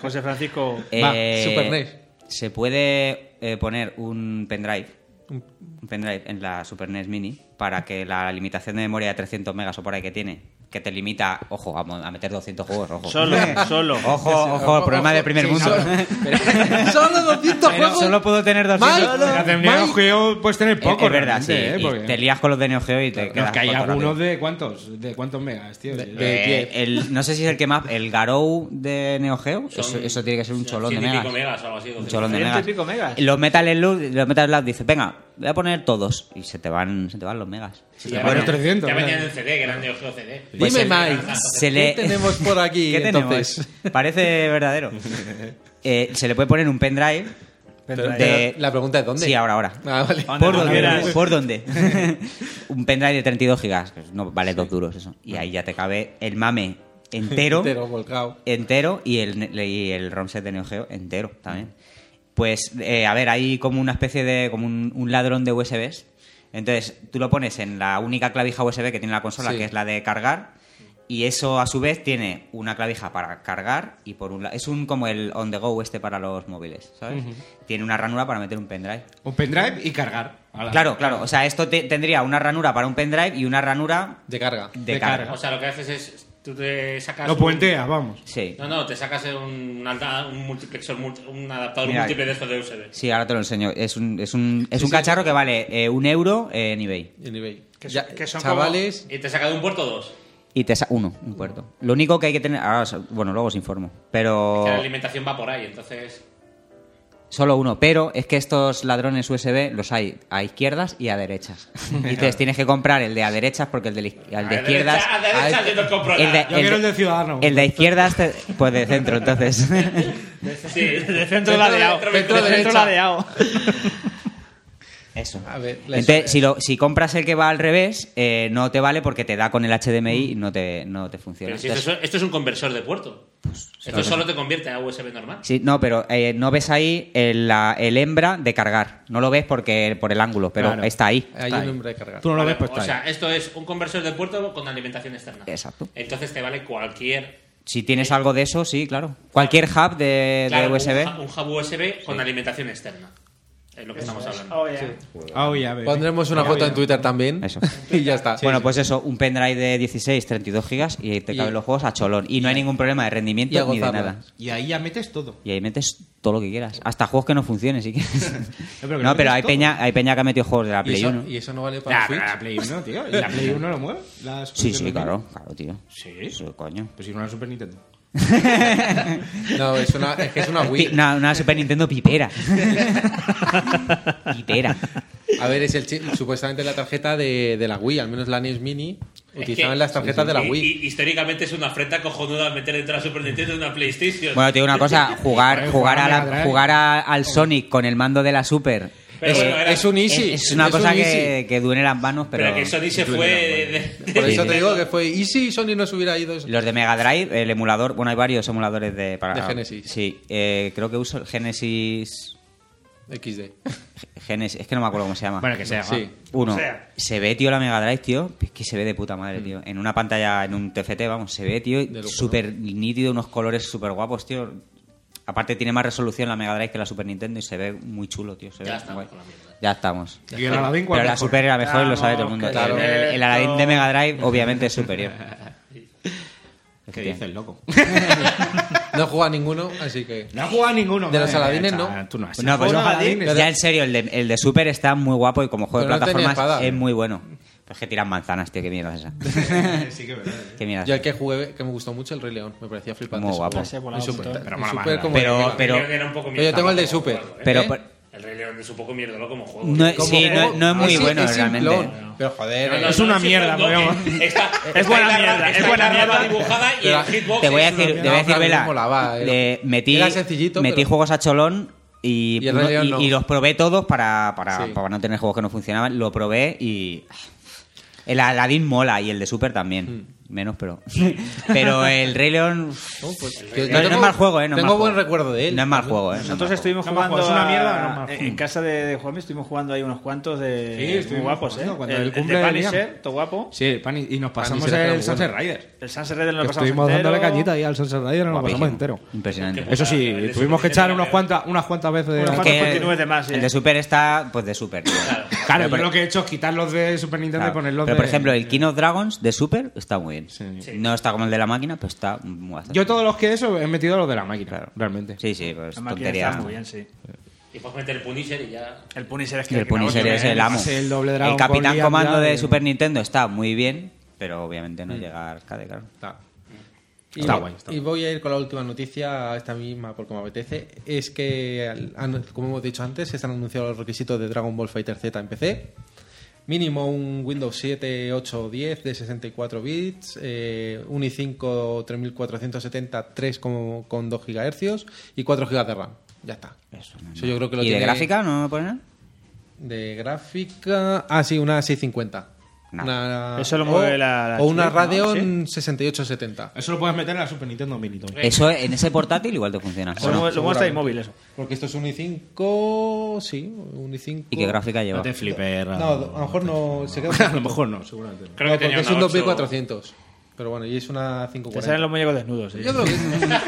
Speaker 5: José Francisco.
Speaker 6: Va,
Speaker 7: Eh,
Speaker 6: Super NES.
Speaker 7: Se puede eh, poner un pendrive. Un pendrive en la Super NES Mini para que la limitación de memoria de 300 megas o por ahí que tiene, que te limita, ojo, a, mo- a meter 200 juegos, ojo.
Speaker 5: Solo, solo.
Speaker 7: Ojo, ojo, problema de primer mundo.
Speaker 6: Solo 200
Speaker 7: Pero
Speaker 6: juegos.
Speaker 7: solo puedo tener 200.
Speaker 6: Mike,
Speaker 7: juegos.
Speaker 6: Mike,
Speaker 4: Tendríamos que yo, pues tener
Speaker 7: Es-
Speaker 4: poco.
Speaker 7: es verdad, sí.
Speaker 4: realmente, ¿eh?
Speaker 7: y
Speaker 4: Porque-
Speaker 7: Te lías con los de Neo Geo y te
Speaker 4: No,
Speaker 7: quedas
Speaker 4: es que hay
Speaker 7: corto
Speaker 4: algunos
Speaker 7: rápido.
Speaker 4: de cuántos, de cuántos megas, tío.
Speaker 6: De-
Speaker 4: Eh,
Speaker 7: Eh, el- no sé si es el que más. El Garou de Neo Geo. Eso,
Speaker 9: Son-
Speaker 7: eso tiene que ser un cholón de
Speaker 9: Ciento y pico
Speaker 7: megas.
Speaker 9: megas o algo así.
Speaker 7: Un cholón de
Speaker 5: Ciento y
Speaker 7: megas.
Speaker 5: pico megas.
Speaker 7: Y Los Metal Slug, los Metal Slug dice, venga, voy a poner todos. Y se te van, se te van los megas.
Speaker 9: Sí, ya
Speaker 4: Bueno,
Speaker 9: venían-
Speaker 4: 300,
Speaker 9: Ya venían
Speaker 4: ¿no?
Speaker 9: en CD, que eran Neo Geo CD.
Speaker 7: Pues
Speaker 6: Dime,
Speaker 7: el-
Speaker 6: Mike,
Speaker 7: se le-
Speaker 6: ¿qué tenemos por aquí
Speaker 7: ¿Qué tenemos?
Speaker 6: entonces?
Speaker 7: Parece verdadero. Eh, se le puede poner un pendrive.
Speaker 6: Pero-
Speaker 7: de-
Speaker 6: pero la pregunta es ¿dónde?
Speaker 7: Sí, ahora, ahora.
Speaker 6: Ah, vale.
Speaker 7: ¿Por
Speaker 5: no
Speaker 7: dónde?
Speaker 5: quieras.
Speaker 7: ¿Por dónde? un pendrive de 32 gigas. que No, vale dos duros eso. Y ahí ya te cabe el mame entero.
Speaker 6: Entero, volcado.
Speaker 7: entero y el, ne- y el ROM set de Neo Geo entero también. Pues, eh, a ver, hay como una especie de. como un, un ladrón de USBs. Entonces, tú lo pones en la única clavija USB que tiene la consola,
Speaker 6: Sí.
Speaker 7: que es la de cargar. Y eso, a su vez, tiene una clavija para cargar y por un lado. Es un como el on the go este para los móviles, ¿sabes? Tiene una ranura para meter un pendrive.
Speaker 4: Un pendrive y cargar. Ala.
Speaker 7: Claro, claro. O sea, esto te- tendría una ranura para un pendrive y una ranura
Speaker 6: De carga.
Speaker 7: de,
Speaker 4: de
Speaker 7: carga.
Speaker 4: carga.
Speaker 9: O sea, lo que haces es. Tú te sacas.
Speaker 4: Lo
Speaker 9: un-
Speaker 4: puenteas, vamos.
Speaker 7: Sí.
Speaker 9: No, no, te sacas un, alta- un multiplexor, multi- un adaptador
Speaker 7: Mira,
Speaker 9: múltiple de estos de USB.
Speaker 7: Sí, ahora te lo enseño. Es un, es un, es un cacharro que vale eh, un euro eh, en eBay.
Speaker 6: En eBay.
Speaker 5: Que son-
Speaker 6: Ya,
Speaker 5: que son
Speaker 6: chavales,
Speaker 9: Y te saca de un puerto dos.
Speaker 7: Y te sa uno, un puerto. Lo único que hay que tener. Ahora, os- bueno, luego os informo. Pero.
Speaker 9: Que la alimentación va por ahí, entonces.
Speaker 7: Solo uno. Pero es que estos ladrones USB los hay a izquierdas y a derechas. Entonces tienes que comprar el de a derechas porque el de, la iz- el de
Speaker 9: A
Speaker 7: izquierdas.
Speaker 9: derecha- a derecha yo no compro
Speaker 7: el de,
Speaker 9: nada.
Speaker 4: Yo quiero el de Ciudadano.
Speaker 7: el de izquierdas, te- pues de centro, entonces.
Speaker 9: Sí,
Speaker 5: De centro ladeado.
Speaker 9: centro,
Speaker 5: De centro
Speaker 9: centro derecha.
Speaker 5: ladeado.
Speaker 7: Eso.
Speaker 6: A ver, la
Speaker 7: Entonces,
Speaker 6: historia.
Speaker 7: si, lo, si compras el que va al revés, eh, no te vale porque te da con el HDMI y no te, no te funciona.
Speaker 9: Pero si
Speaker 7: Entonces-
Speaker 9: esto, es, esto es un conversor de puerto.
Speaker 6: Pues,
Speaker 9: esto solo te convierte a USB normal.
Speaker 7: Sí, no, pero eh, no ves ahí el, la- el hembra de cargar. No lo ves porque por el ángulo, pero
Speaker 4: Claro.
Speaker 7: está ahí.
Speaker 6: hay un nombre de carga.
Speaker 4: Tú no lo
Speaker 9: Vale,
Speaker 4: ves, pues
Speaker 9: o
Speaker 4: está ahí.
Speaker 9: sea, esto es un conversor de puerto con alimentación externa.
Speaker 7: Exacto.
Speaker 9: Entonces te vale cualquier.
Speaker 7: Si tienes algo de eso, sí, claro. Cualquier hub de, de
Speaker 9: claro, un
Speaker 7: USB.
Speaker 9: ja- Un, hub USB con alimentación externa. Es lo que estamos hablando.
Speaker 5: Oh, yeah.
Speaker 4: Ah, oye, a ver.
Speaker 6: Pondremos una foto en Twitter también.
Speaker 7: Eso.
Speaker 6: Y ya está.
Speaker 7: bueno, pues eso, un pendrive de 16, 32 gigas y te
Speaker 6: Y-
Speaker 7: caben los juegos a cholón. Y no hay ningún problema
Speaker 6: y
Speaker 7: de
Speaker 6: a
Speaker 7: rendimiento ni de
Speaker 6: gozarla.
Speaker 7: nada.
Speaker 4: Y ahí ya metes todo.
Speaker 7: Y ahí metes todo lo que quieras. Hasta juegos que no funcionen si quieres.
Speaker 4: pero que lo
Speaker 7: no,
Speaker 4: metes
Speaker 7: pero hay
Speaker 4: todo.
Speaker 7: peña, hay peña que ha metido juegos de la
Speaker 6: Y
Speaker 7: Play
Speaker 6: eso,
Speaker 7: 1.
Speaker 6: y eso no vale para
Speaker 4: La,
Speaker 6: el Switch.
Speaker 4: la Play 1, tío. ¿Y la Play 1 lo mueve? ¿La
Speaker 7: Sí, sí,
Speaker 4: Super
Speaker 7: claro,
Speaker 4: Nintendo?
Speaker 7: claro, tío.
Speaker 4: Sí.
Speaker 7: Eso, coño.
Speaker 4: Pues si no la Super Nintendo.
Speaker 6: No, es, una, es que es una
Speaker 7: Pi-
Speaker 6: Wii.
Speaker 7: Una, una Super Nintendo pipera. pipera.
Speaker 6: A ver, es el chip- supuestamente la tarjeta de, de la Wii, al menos la NES Mini. Utilizaban
Speaker 9: que-
Speaker 6: las tarjetas de la
Speaker 9: Y-
Speaker 6: Wii.
Speaker 9: y- históricamente es una afrenta cojonuda meter dentro de la Super Nintendo una PlayStation.
Speaker 7: Bueno, te digo una cosa, jugar, jugar, a la-
Speaker 4: Mega Drive.
Speaker 7: jugar a- al Sonic con el mando de la Super
Speaker 9: Pero
Speaker 7: eh,
Speaker 9: bueno, era-
Speaker 6: es un
Speaker 7: es,
Speaker 6: easy.
Speaker 7: es una cosa
Speaker 6: un
Speaker 7: que,
Speaker 6: easy.
Speaker 7: que duele las manos, pero,
Speaker 9: pero, que Sony se fue de, de-
Speaker 6: Por
Speaker 9: de-
Speaker 6: eso
Speaker 7: Sí.
Speaker 6: te digo que fue easy y Sony no se hubiera ido. eso.
Speaker 7: los de Mega Drive, el emulador, bueno, hay varios emuladores de... Para,
Speaker 6: De Genesis.
Speaker 7: Sí, eh, creo que uso el Genesis...
Speaker 6: XD.
Speaker 7: Genesis, es que no me acuerdo cómo se llama.
Speaker 4: Bueno, que sea. va.
Speaker 6: Sí.
Speaker 7: Uno,
Speaker 5: O sea.
Speaker 7: se ve, tío, la Mega Drive, tío. Es que se ve de puta
Speaker 6: Mm.
Speaker 7: madre, tío. En una pantalla, en un TFT, vamos, se ve, tío,
Speaker 6: lujo,
Speaker 7: súper nítido, unos colores súper guapos, tío. Aparte, tiene más resolución la Mega Drive que la Super Nintendo y se ve muy chulo, tío. Se
Speaker 9: Ya
Speaker 7: ve
Speaker 9: estamos
Speaker 7: guay.
Speaker 9: con la mierda.
Speaker 7: Ya estamos.
Speaker 4: Y el Aladdin, ¿cuál
Speaker 7: Pero la
Speaker 4: mejor?
Speaker 7: Super era mejor y lo sabe todo el mundo.
Speaker 5: Vamos,
Speaker 7: tío.
Speaker 6: claro.
Speaker 7: El, el Aladdin de Mega Drive, obviamente, es superior.
Speaker 4: ¿Qué dices, loco?
Speaker 6: No juega ninguno, así que.
Speaker 4: No ha jugado a ninguno.
Speaker 6: De los
Speaker 4: madre
Speaker 6: Aladines,
Speaker 4: mía,
Speaker 6: ¿no.
Speaker 4: chaval, Tú no has
Speaker 7: No, pues
Speaker 4: jugado a
Speaker 7: ojalá-
Speaker 4: Aladines.
Speaker 7: ya en serio, el de, el de Super está muy guapo y como juego
Speaker 6: Pero
Speaker 7: de
Speaker 6: no tenía
Speaker 7: plataformas
Speaker 6: espada.
Speaker 7: es muy bueno. Pero es que tiran manzanas, tío, qué mierda es esa.
Speaker 4: Sí, que es verdad.
Speaker 7: Qué mierda es
Speaker 6: Yo el que jugué, que me gustó mucho, el Rey León. Me parecía flipante.
Speaker 7: Muy
Speaker 6: ese
Speaker 7: guapo.
Speaker 6: juego.
Speaker 5: Se ha volado
Speaker 6: El
Speaker 5: un
Speaker 6: Super,
Speaker 5: montón.
Speaker 6: el
Speaker 4: Pero mola,
Speaker 6: Super
Speaker 4: mola.
Speaker 6: como
Speaker 7: Pero-
Speaker 6: de Mega.
Speaker 7: pero-
Speaker 9: Creo que era un poco
Speaker 6: Pero yo tengo el de
Speaker 9: como
Speaker 6: Super.
Speaker 9: juego, ¿eh?
Speaker 7: Pero,
Speaker 6: ¿Eh?
Speaker 7: por-
Speaker 9: El Rey León es un poco mierdolo como juego.
Speaker 7: No,
Speaker 6: Como
Speaker 7: sí, no,
Speaker 6: juego,
Speaker 7: no es eh, muy
Speaker 6: sí,
Speaker 7: bueno
Speaker 6: es
Speaker 7: realmente.
Speaker 6: simplón, Pero joder,
Speaker 9: No, no,
Speaker 4: Es
Speaker 9: no,
Speaker 4: una
Speaker 9: sí,
Speaker 4: mierda,
Speaker 9: no,
Speaker 4: vamos.
Speaker 9: que está-
Speaker 1: Es buena
Speaker 9: está ahí la-
Speaker 1: mierda, es
Speaker 9: está ahí
Speaker 1: buena
Speaker 9: la rama
Speaker 1: mierda.
Speaker 9: dibujada y
Speaker 6: Pero-
Speaker 9: el hitbox
Speaker 7: Te voy a
Speaker 9: es una
Speaker 7: decir,
Speaker 9: mierda.
Speaker 7: te voy a decir,
Speaker 6: No,
Speaker 7: Vela,
Speaker 6: molaba, era-
Speaker 7: le metí,
Speaker 6: era sencillito,
Speaker 7: metí
Speaker 6: pero-
Speaker 7: juegos a cholón y,
Speaker 6: Y el Rey
Speaker 7: no-
Speaker 6: León
Speaker 7: y-
Speaker 6: no.
Speaker 7: y los probé todos para, para,
Speaker 6: Sí.
Speaker 7: para no tener juegos que no funcionaban. Lo probé y... El Aladdin mola y el de Super también. Menos, pero... pero el Rey León... uff,
Speaker 6: No, pues, yo-
Speaker 7: No,
Speaker 6: yo
Speaker 7: no
Speaker 6: tengo-
Speaker 7: es mal juego, ¿eh? No es
Speaker 6: tengo
Speaker 7: mal
Speaker 6: buen
Speaker 7: juego.
Speaker 6: recuerdo de él.
Speaker 7: No es mal juego, ¿eh? No es mal
Speaker 5: Nosotros
Speaker 7: juego.
Speaker 5: estuvimos
Speaker 4: No me
Speaker 5: jugando
Speaker 4: acuerdo, es una
Speaker 5: a-
Speaker 4: mierda, no me acuerdo.
Speaker 5: en- en casa de, de Juanmi estuvimos jugando ahí unos cuantos de
Speaker 4: Sí,
Speaker 5: muy
Speaker 4: estuvimos
Speaker 5: guapos,
Speaker 4: jugando
Speaker 5: ¿eh?
Speaker 4: cuando
Speaker 5: El,
Speaker 4: el
Speaker 5: el
Speaker 4: cumple
Speaker 5: de
Speaker 4: de
Speaker 5: Punisher,
Speaker 4: Liam.
Speaker 5: todo guapo.
Speaker 4: Sí, pani- y nos pasamos
Speaker 6: Pani será
Speaker 4: el
Speaker 6: que era muy
Speaker 4: Sunset Rider.
Speaker 5: El Sunset Riders nos lo pasamos
Speaker 4: Estuvimos
Speaker 5: entero.
Speaker 4: dándole cañita ahí al Sunset Rider, nos lo
Speaker 7: Guapísimo.
Speaker 4: pasamos entero.
Speaker 7: Impresionante.
Speaker 9: Qué
Speaker 4: Eso sí,
Speaker 9: El de
Speaker 4: tuvimos
Speaker 9: Super
Speaker 4: que echar
Speaker 9: Nintendo,
Speaker 4: unas
Speaker 9: ¿eh?
Speaker 4: cuantas, unas cuantas veces.
Speaker 5: Unas
Speaker 4: Claro,
Speaker 5: cuantas-
Speaker 7: Que
Speaker 5: continúes de más, sí.
Speaker 7: El de Super está, pues de Super. tío.
Speaker 4: Claro,
Speaker 7: Pero-
Speaker 4: yo lo que he hecho es quitarlos de Super Nintendo
Speaker 7: Claro.
Speaker 4: y ponerlos
Speaker 7: Pero,
Speaker 4: de...
Speaker 7: por ejemplo, el King of Dragons de Super está muy bien.
Speaker 4: Sí.
Speaker 7: No está como el de la máquina, pero está muy bastante
Speaker 4: Yo todos los que he hecho he metido los de la máquina, realmente.
Speaker 7: Sí, sí, pues
Speaker 5: La máquina
Speaker 7: tontería.
Speaker 5: está muy bien, sí.
Speaker 9: Y puedes meter el Punisher y ya.
Speaker 5: El Punisher es
Speaker 7: Y
Speaker 5: que
Speaker 7: el Punisher es el amo.
Speaker 4: Es el doble Dragon Ball
Speaker 7: Capitán
Speaker 4: Liam
Speaker 7: Comando de
Speaker 4: Liam.
Speaker 7: Super Nintendo está muy bien, pero obviamente no llega a arcade, claro.
Speaker 4: Está.
Speaker 6: Y-
Speaker 4: Está guay, está
Speaker 6: Y voy a ir con la última noticia, esta misma, porque me apetece. Es que, al- han- como hemos dicho antes, se han anunciado los requisitos de Dragon Ball Fighter Z en PC. Mínimo un Windows 7, 8 o 10 de 64 bits, eh, un i5 3470, 3 con, con 2 GHz y 4 GB de RAM. Ya está. Eso yo creo que lo
Speaker 7: ¿Y de
Speaker 6: tiene-
Speaker 7: gráfica no me ponen?
Speaker 6: De gráfica. Ah, sí, una 650.
Speaker 7: No.
Speaker 6: Una-
Speaker 5: Eso lo mueve
Speaker 6: o,
Speaker 5: la- la
Speaker 6: o una
Speaker 5: chip, ¿no?
Speaker 6: Radeon 6870.
Speaker 4: Eso lo puedes meter en la Super Nintendo Mini, Tom.
Speaker 7: Eso en ese portátil igual te funciona. ¿o no?
Speaker 5: Lo luego está inmóvil eso.
Speaker 6: Porque esto es un i5, sí, un i5.
Speaker 7: ¿Y qué gráfica lleva?
Speaker 4: No te flipes.
Speaker 6: No,
Speaker 4: Raúl.
Speaker 6: a lo mejor no se queda.
Speaker 4: A lo mejor no, seguramente. no.
Speaker 9: Creo
Speaker 6: No,
Speaker 9: que tenía
Speaker 6: porque es
Speaker 9: una
Speaker 6: un
Speaker 9: ocho.
Speaker 6: 2400. Pero bueno, y es una
Speaker 5: Te salen
Speaker 6: 540.
Speaker 5: los muñecos desnudos. sí.
Speaker 6: Yo creo que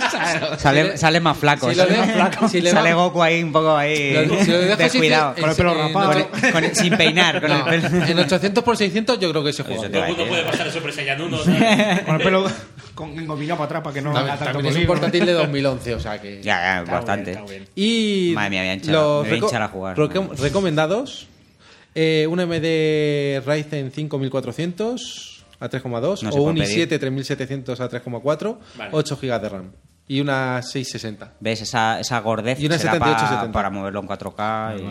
Speaker 7: Sale, sale más flaco.
Speaker 6: si lo
Speaker 7: sale
Speaker 6: dejo-
Speaker 7: más flaco.
Speaker 6: si le
Speaker 7: sale
Speaker 6: bajo-
Speaker 7: Goku ahí un poco ahí
Speaker 6: Lo- si lo dejo así,
Speaker 7: descuidado.
Speaker 6: sí,
Speaker 4: Con el pelo
Speaker 6: eh,
Speaker 4: rapado.
Speaker 6: no,
Speaker 7: Con- con el- sin peinar, con el
Speaker 6: no,
Speaker 7: pelo.
Speaker 6: en 800 por 600 yo creo que se juega.
Speaker 7: Eso te
Speaker 9: Todo
Speaker 7: va
Speaker 9: el
Speaker 7: a
Speaker 9: mundo
Speaker 7: decir.
Speaker 9: puede pasar el Super Saiyan 1. ¿sabes?
Speaker 4: Con el pelo con engominado para atrás para que no
Speaker 6: También,
Speaker 4: haga tanto
Speaker 6: también es un
Speaker 4: peligro.
Speaker 6: portátil de 2011, o sea que...
Speaker 7: Ya, ya, bastante.
Speaker 6: Y
Speaker 7: Madre mía, voy a hinchar- me voy a
Speaker 6: reco-
Speaker 7: hinchar a jugar,
Speaker 6: reco-
Speaker 7: madre.
Speaker 6: recomendados, eh, un AMD Ryzen 5400 a 3,2
Speaker 7: No se
Speaker 6: o un
Speaker 7: puede pedir.
Speaker 6: i7 3700 a 3,4,
Speaker 9: Vale.
Speaker 6: 8 GB de RAM y una 660.
Speaker 7: ¿Ves? Esa, esa gordez
Speaker 6: Y una
Speaker 7: será pa-
Speaker 6: 78-70.
Speaker 7: para moverlo en 4K y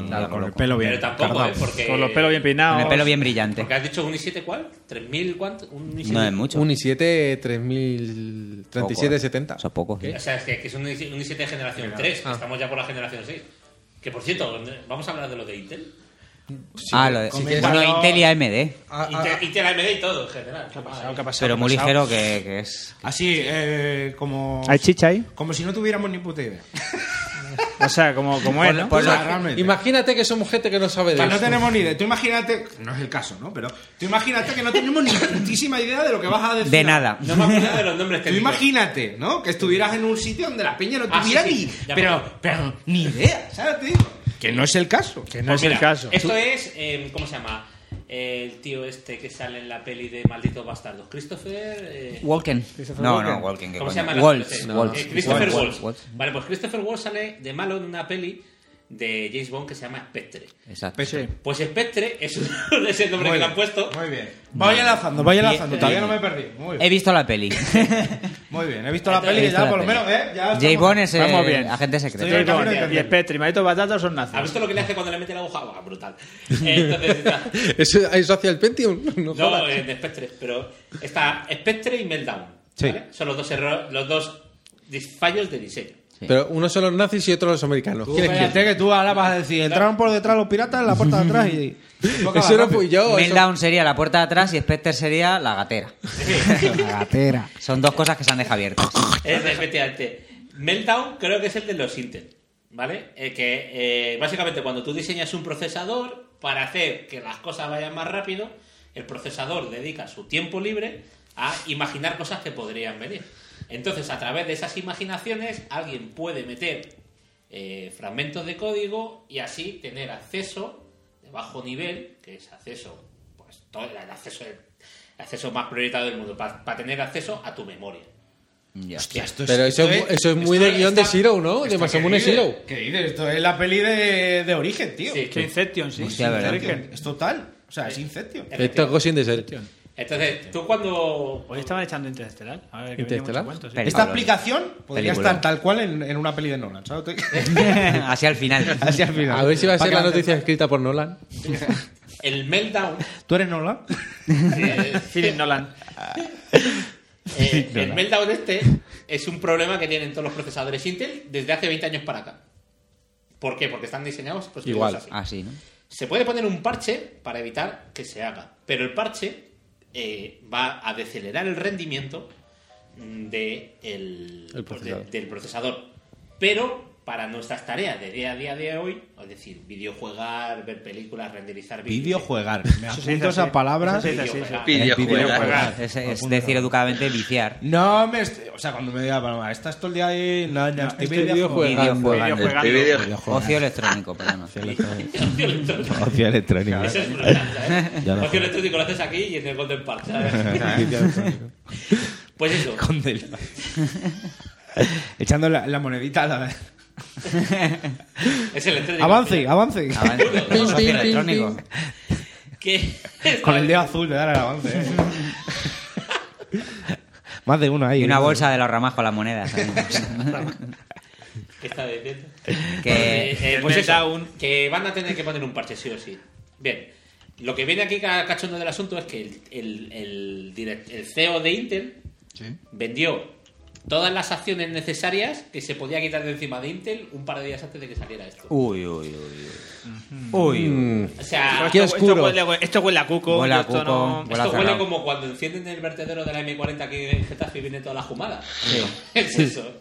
Speaker 4: Claro,
Speaker 7: algo
Speaker 4: con el
Speaker 7: loco.
Speaker 4: pelo bien.
Speaker 9: Pero tampoco, ¿eh?
Speaker 4: cargado.
Speaker 9: Porque.
Speaker 5: Con los pelos bien peinados.
Speaker 7: Con el pelo bien brillante.
Speaker 9: Porque has dicho un i7 cuál? ¿3000 cuánto? Un i7.
Speaker 7: No es mucho.
Speaker 6: Un i7 3000 3770.
Speaker 7: Eso es poco. ¿eh?
Speaker 9: O sea, es que, que es un i7 un i7 de generación 3. que
Speaker 6: Ah.
Speaker 9: Estamos ya por la generación 6. Que por cierto, vamos a hablar de lo de Intel.
Speaker 7: ah, lo de,
Speaker 6: si
Speaker 7: bueno,
Speaker 6: quieres-
Speaker 7: Intel y AMD.
Speaker 6: Ah, ah,
Speaker 9: Intel, Intel AMD y todo en general.
Speaker 5: Claro, ¿qué ha pasado?
Speaker 7: Pero
Speaker 5: ¿Qué ha
Speaker 7: muy
Speaker 5: pasado?
Speaker 7: ligero que, que es.
Speaker 4: Así, eh, como...
Speaker 5: ¿Hay chicha ahí?
Speaker 4: Como si no tuviéramos ni puta idea.
Speaker 5: O sea, como, como es, ¿no?
Speaker 4: Pues
Speaker 6: ah,
Speaker 4: no, realmente.
Speaker 6: Imagínate que somos gente que no
Speaker 4: O
Speaker 6: sabe de
Speaker 4: sea, Pues no
Speaker 6: esto.
Speaker 4: tenemos ni idea. Tú imagínate, no es el caso, ¿no? Pero tú imagínate que no tenemos ni putísima idea de lo que vas a decir.
Speaker 7: De nada.
Speaker 9: No me acuerdo de los nombres
Speaker 4: Tú
Speaker 9: técnicos.
Speaker 4: imagínate, ¿no? Que estuvieras en un sitio donde la peña no
Speaker 9: Ah, sí,
Speaker 4: tuviera
Speaker 9: sí.
Speaker 4: ni.
Speaker 9: Ya me
Speaker 4: Pero,
Speaker 9: acuerdo.
Speaker 7: pues,
Speaker 4: pero, ni idea, ¿sabes? Te digo. Que no es el caso.
Speaker 5: Que no
Speaker 9: Pues
Speaker 5: es el
Speaker 9: mira,
Speaker 5: caso.
Speaker 9: Esto es, eh, ¿cómo se llama? El tío este que sale en la peli de Malditos Bastardos. Christopher... eh,
Speaker 7: Walken.
Speaker 5: Christopher
Speaker 7: No,
Speaker 5: Walken.
Speaker 7: no, Walken. ¿qué
Speaker 9: ¿Cómo se
Speaker 7: coño?
Speaker 9: llama? el actor
Speaker 7: Waltz.
Speaker 9: este?
Speaker 7: Waltz.
Speaker 9: Eh, Christopher
Speaker 7: Waltz,
Speaker 9: Waltz.
Speaker 7: Waltz.
Speaker 9: Vale, pues Christopher Waltz sale de malo en una peli de James Bond que se llama Spectre.
Speaker 7: Exacto.
Speaker 9: Pues Spectre es, un- es el nombre que le han puesto.
Speaker 4: Muy bien. eh, Vaya lanzando, vaya lanzando. Todavía no me he perdido. Muy
Speaker 7: He
Speaker 4: bien.
Speaker 7: visto la peli.
Speaker 4: Muy bien. He visto la
Speaker 9: Entonces,
Speaker 4: peli y
Speaker 7: he visto
Speaker 4: ya, Pues
Speaker 7: la
Speaker 4: por lo
Speaker 7: peli.
Speaker 4: menos, ¿eh? Ya
Speaker 7: J.
Speaker 4: estamos-
Speaker 7: Bond es el
Speaker 5: Vamos bien.
Speaker 7: agente
Speaker 4: Estoy
Speaker 7: secreto.
Speaker 4: en el camino de
Speaker 5: Y
Speaker 4: entender.
Speaker 5: Espectro y Marito Batata son nazis.
Speaker 9: ¿Has visto lo que le hace cuando le mete la aguja? Buah, brutal. Entonces, está-
Speaker 6: ¿Eso, ¿Eso hacía el Pentium? No,
Speaker 9: no,
Speaker 6: jodas.
Speaker 9: eh, de Spectre, pero está Spectre y Meltdown.
Speaker 4: Sí.
Speaker 9: ¿vale? Son los dos, erro- los dos dis- fallos de diseño.
Speaker 6: Pero uno son los nazis y otro los americanos. ¿Quién es quién?
Speaker 4: Espérate que tú ahora vas a decir, entraron por detrás los piratas en la puerta de atrás y...
Speaker 6: Eso no fui yo. eso-
Speaker 7: Meltdown sería la puerta de atrás y Spectre sería la gatera.
Speaker 4: Gatera.
Speaker 7: Son dos cosas que se han dejado abiertas.
Speaker 9: Es, efectivamente. Meltdown creo que es el de los Intel, ¿vale? El que eh, básicamente cuando tú diseñas un procesador para hacer que las cosas vayan más rápido, el procesador dedica su tiempo libre a imaginar cosas que podrían venir. Entonces, a través de esas imaginaciones, alguien puede meter eh, fragmentos de código y así tener acceso de bajo nivel, que es acceso, pues todo el acceso, el acceso más prioritario del mundo, para tener acceso a tu memoria.
Speaker 4: Hostia, esto
Speaker 6: Pero eso, es mu- Pues, eso es muy de guión de Zero, ¿no? De Masamune Zero.
Speaker 4: ¿Qué dices? Esto es la peli de, de origen, tío.
Speaker 9: Sí.
Speaker 5: Que Inception, sí.
Speaker 7: Hostia,
Speaker 5: sí,
Speaker 7: ¿verdad?
Speaker 5: Inception.
Speaker 4: Es total. O sea, es Inception.
Speaker 6: Esto es Ghost in the Shell.
Speaker 9: Entonces, tú cuando.
Speaker 5: Hoy estaban echando Interestelar. A ver, que viene
Speaker 6: ¿Interestelar?
Speaker 5: mucho cuento, sí.
Speaker 7: Pero-
Speaker 4: Esta explicación podría
Speaker 7: Película.
Speaker 4: estar tal cual en, en una peli de Nolan, ¿sabes?
Speaker 7: Así al final.
Speaker 4: Así al final.
Speaker 6: A ver si va a ser
Speaker 4: Pa'
Speaker 6: la
Speaker 4: que
Speaker 6: noticia escrita por Nolan.
Speaker 9: El meltdown.
Speaker 4: ¿Tú eres Nolan? Ah.
Speaker 9: eh,
Speaker 5: Philip Nolan.
Speaker 9: eh, el meltdown este es un problema que tienen todos los procesadores Intel desde hace 20 años para acá. ¿Por qué? Porque están diseñados pues,
Speaker 6: Igual.
Speaker 4: ah,
Speaker 9: así.
Speaker 7: Así, ¿no?
Speaker 9: Se puede poner un parche para evitar que se haga, pero el parche eh, va a decelerar el rendimiento mm, de el-
Speaker 6: El
Speaker 9: pues,
Speaker 6: procesador.
Speaker 9: de- del procesador. Pero para nuestras tareas de día a día de hoy, es decir, videojugar, ver películas, renderizar vídeos.
Speaker 4: Videojuegar. Me
Speaker 5: se dice
Speaker 4: apunto esa
Speaker 5: así.
Speaker 4: palabra.
Speaker 5: Eso se dice así, sí.
Speaker 9: videojugar.
Speaker 11: Videojuegos.
Speaker 7: Es, es decir educadamente viciar.
Speaker 4: No me estoy... O sea, cuando me diga, palabra, estás todo el día ahí... No, no, estoy
Speaker 6: Este
Speaker 4: videojuego.
Speaker 6: videojuego.
Speaker 7: Videojuego.
Speaker 5: Videojuegando.
Speaker 11: Este video-
Speaker 7: Ocio electrónico, perdón.
Speaker 9: Ocio electrónico.
Speaker 4: Ocio electrónica.
Speaker 9: Ese es el problema, ¿sabes? Ocio electrónico lo haces aquí y en el Golden Park, ¿sabes? Pues eso.
Speaker 4: Con del- Echando la, la monedita a la...
Speaker 9: Es el electrónico.
Speaker 4: Avance, avance.
Speaker 7: Avance. Ocio electrónico.
Speaker 9: Que-
Speaker 4: Con el dedo azul le dan al avance. eh. Más de uno ahí.
Speaker 7: Y una
Speaker 4: ¿eh?
Speaker 7: bolsa de los ramas con las monedas. ahí.
Speaker 9: ¿Qué está diciendo?
Speaker 7: Que-
Speaker 9: Eh,
Speaker 5: el
Speaker 9: pues eso,
Speaker 5: meltdown.
Speaker 9: que van a tener que poner un parche, sí o sí. Bien. Lo que viene aquí ca- cachondo del asunto es que el, el- el direct- el CEO de Intel vendió todas las acciones necesarias que se podía quitar de encima de Intel un par de días antes de que saliera esto.
Speaker 7: Uy, uy, uy. uy. Uy,
Speaker 6: Hmm.
Speaker 7: uy.
Speaker 9: O sea,
Speaker 6: Qué
Speaker 5: Esto- esto
Speaker 6: oscuro.
Speaker 5: huele- Esto huele a cuco.
Speaker 7: Huele a
Speaker 5: esto
Speaker 7: cuco.
Speaker 5: no-
Speaker 7: Huele a
Speaker 9: Esto huele
Speaker 7: cerrado.
Speaker 9: como cuando encienden el vertedero de la M40 aquí en Getafe y viene toda la jumada. es eso.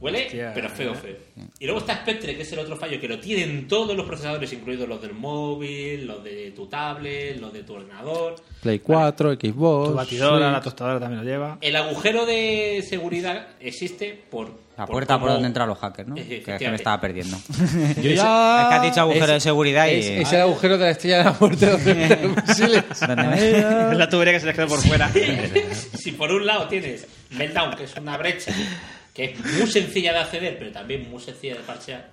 Speaker 9: Huele,
Speaker 5: Hostia,
Speaker 9: pero feo, feo. Y luego está Spectre, que es el otro fallo, que lo tienen todos los procesadores, incluidos los del móvil, los de tu tablet, los de tu ordenador.
Speaker 6: Play 4, Xbox.
Speaker 7: Pues
Speaker 5: Tu batidora,
Speaker 6: Switch.
Speaker 5: la tostadora también lo lleva.
Speaker 9: El agujero de seguridad existe por...
Speaker 7: La puerta por
Speaker 9: cómo-
Speaker 7: donde entran los hackers, ¿no?
Speaker 9: Sí, sí,
Speaker 7: Que, es que me
Speaker 9: efectivamente.
Speaker 7: estaba perdiendo.
Speaker 6: Yo
Speaker 7: Es que
Speaker 6: ya...
Speaker 7: has dicho agujero
Speaker 6: Es-
Speaker 7: de seguridad y.
Speaker 6: Es, es el agujero de la estrella de la muerte donde meten los misiles.
Speaker 7: ¿Dónde me-
Speaker 5: Es la tubería que se le quedó por fuera.
Speaker 9: si por un lado tienes Meltdown, que es una brecha que es muy sencilla de acceder, pero también muy sencilla de parchear.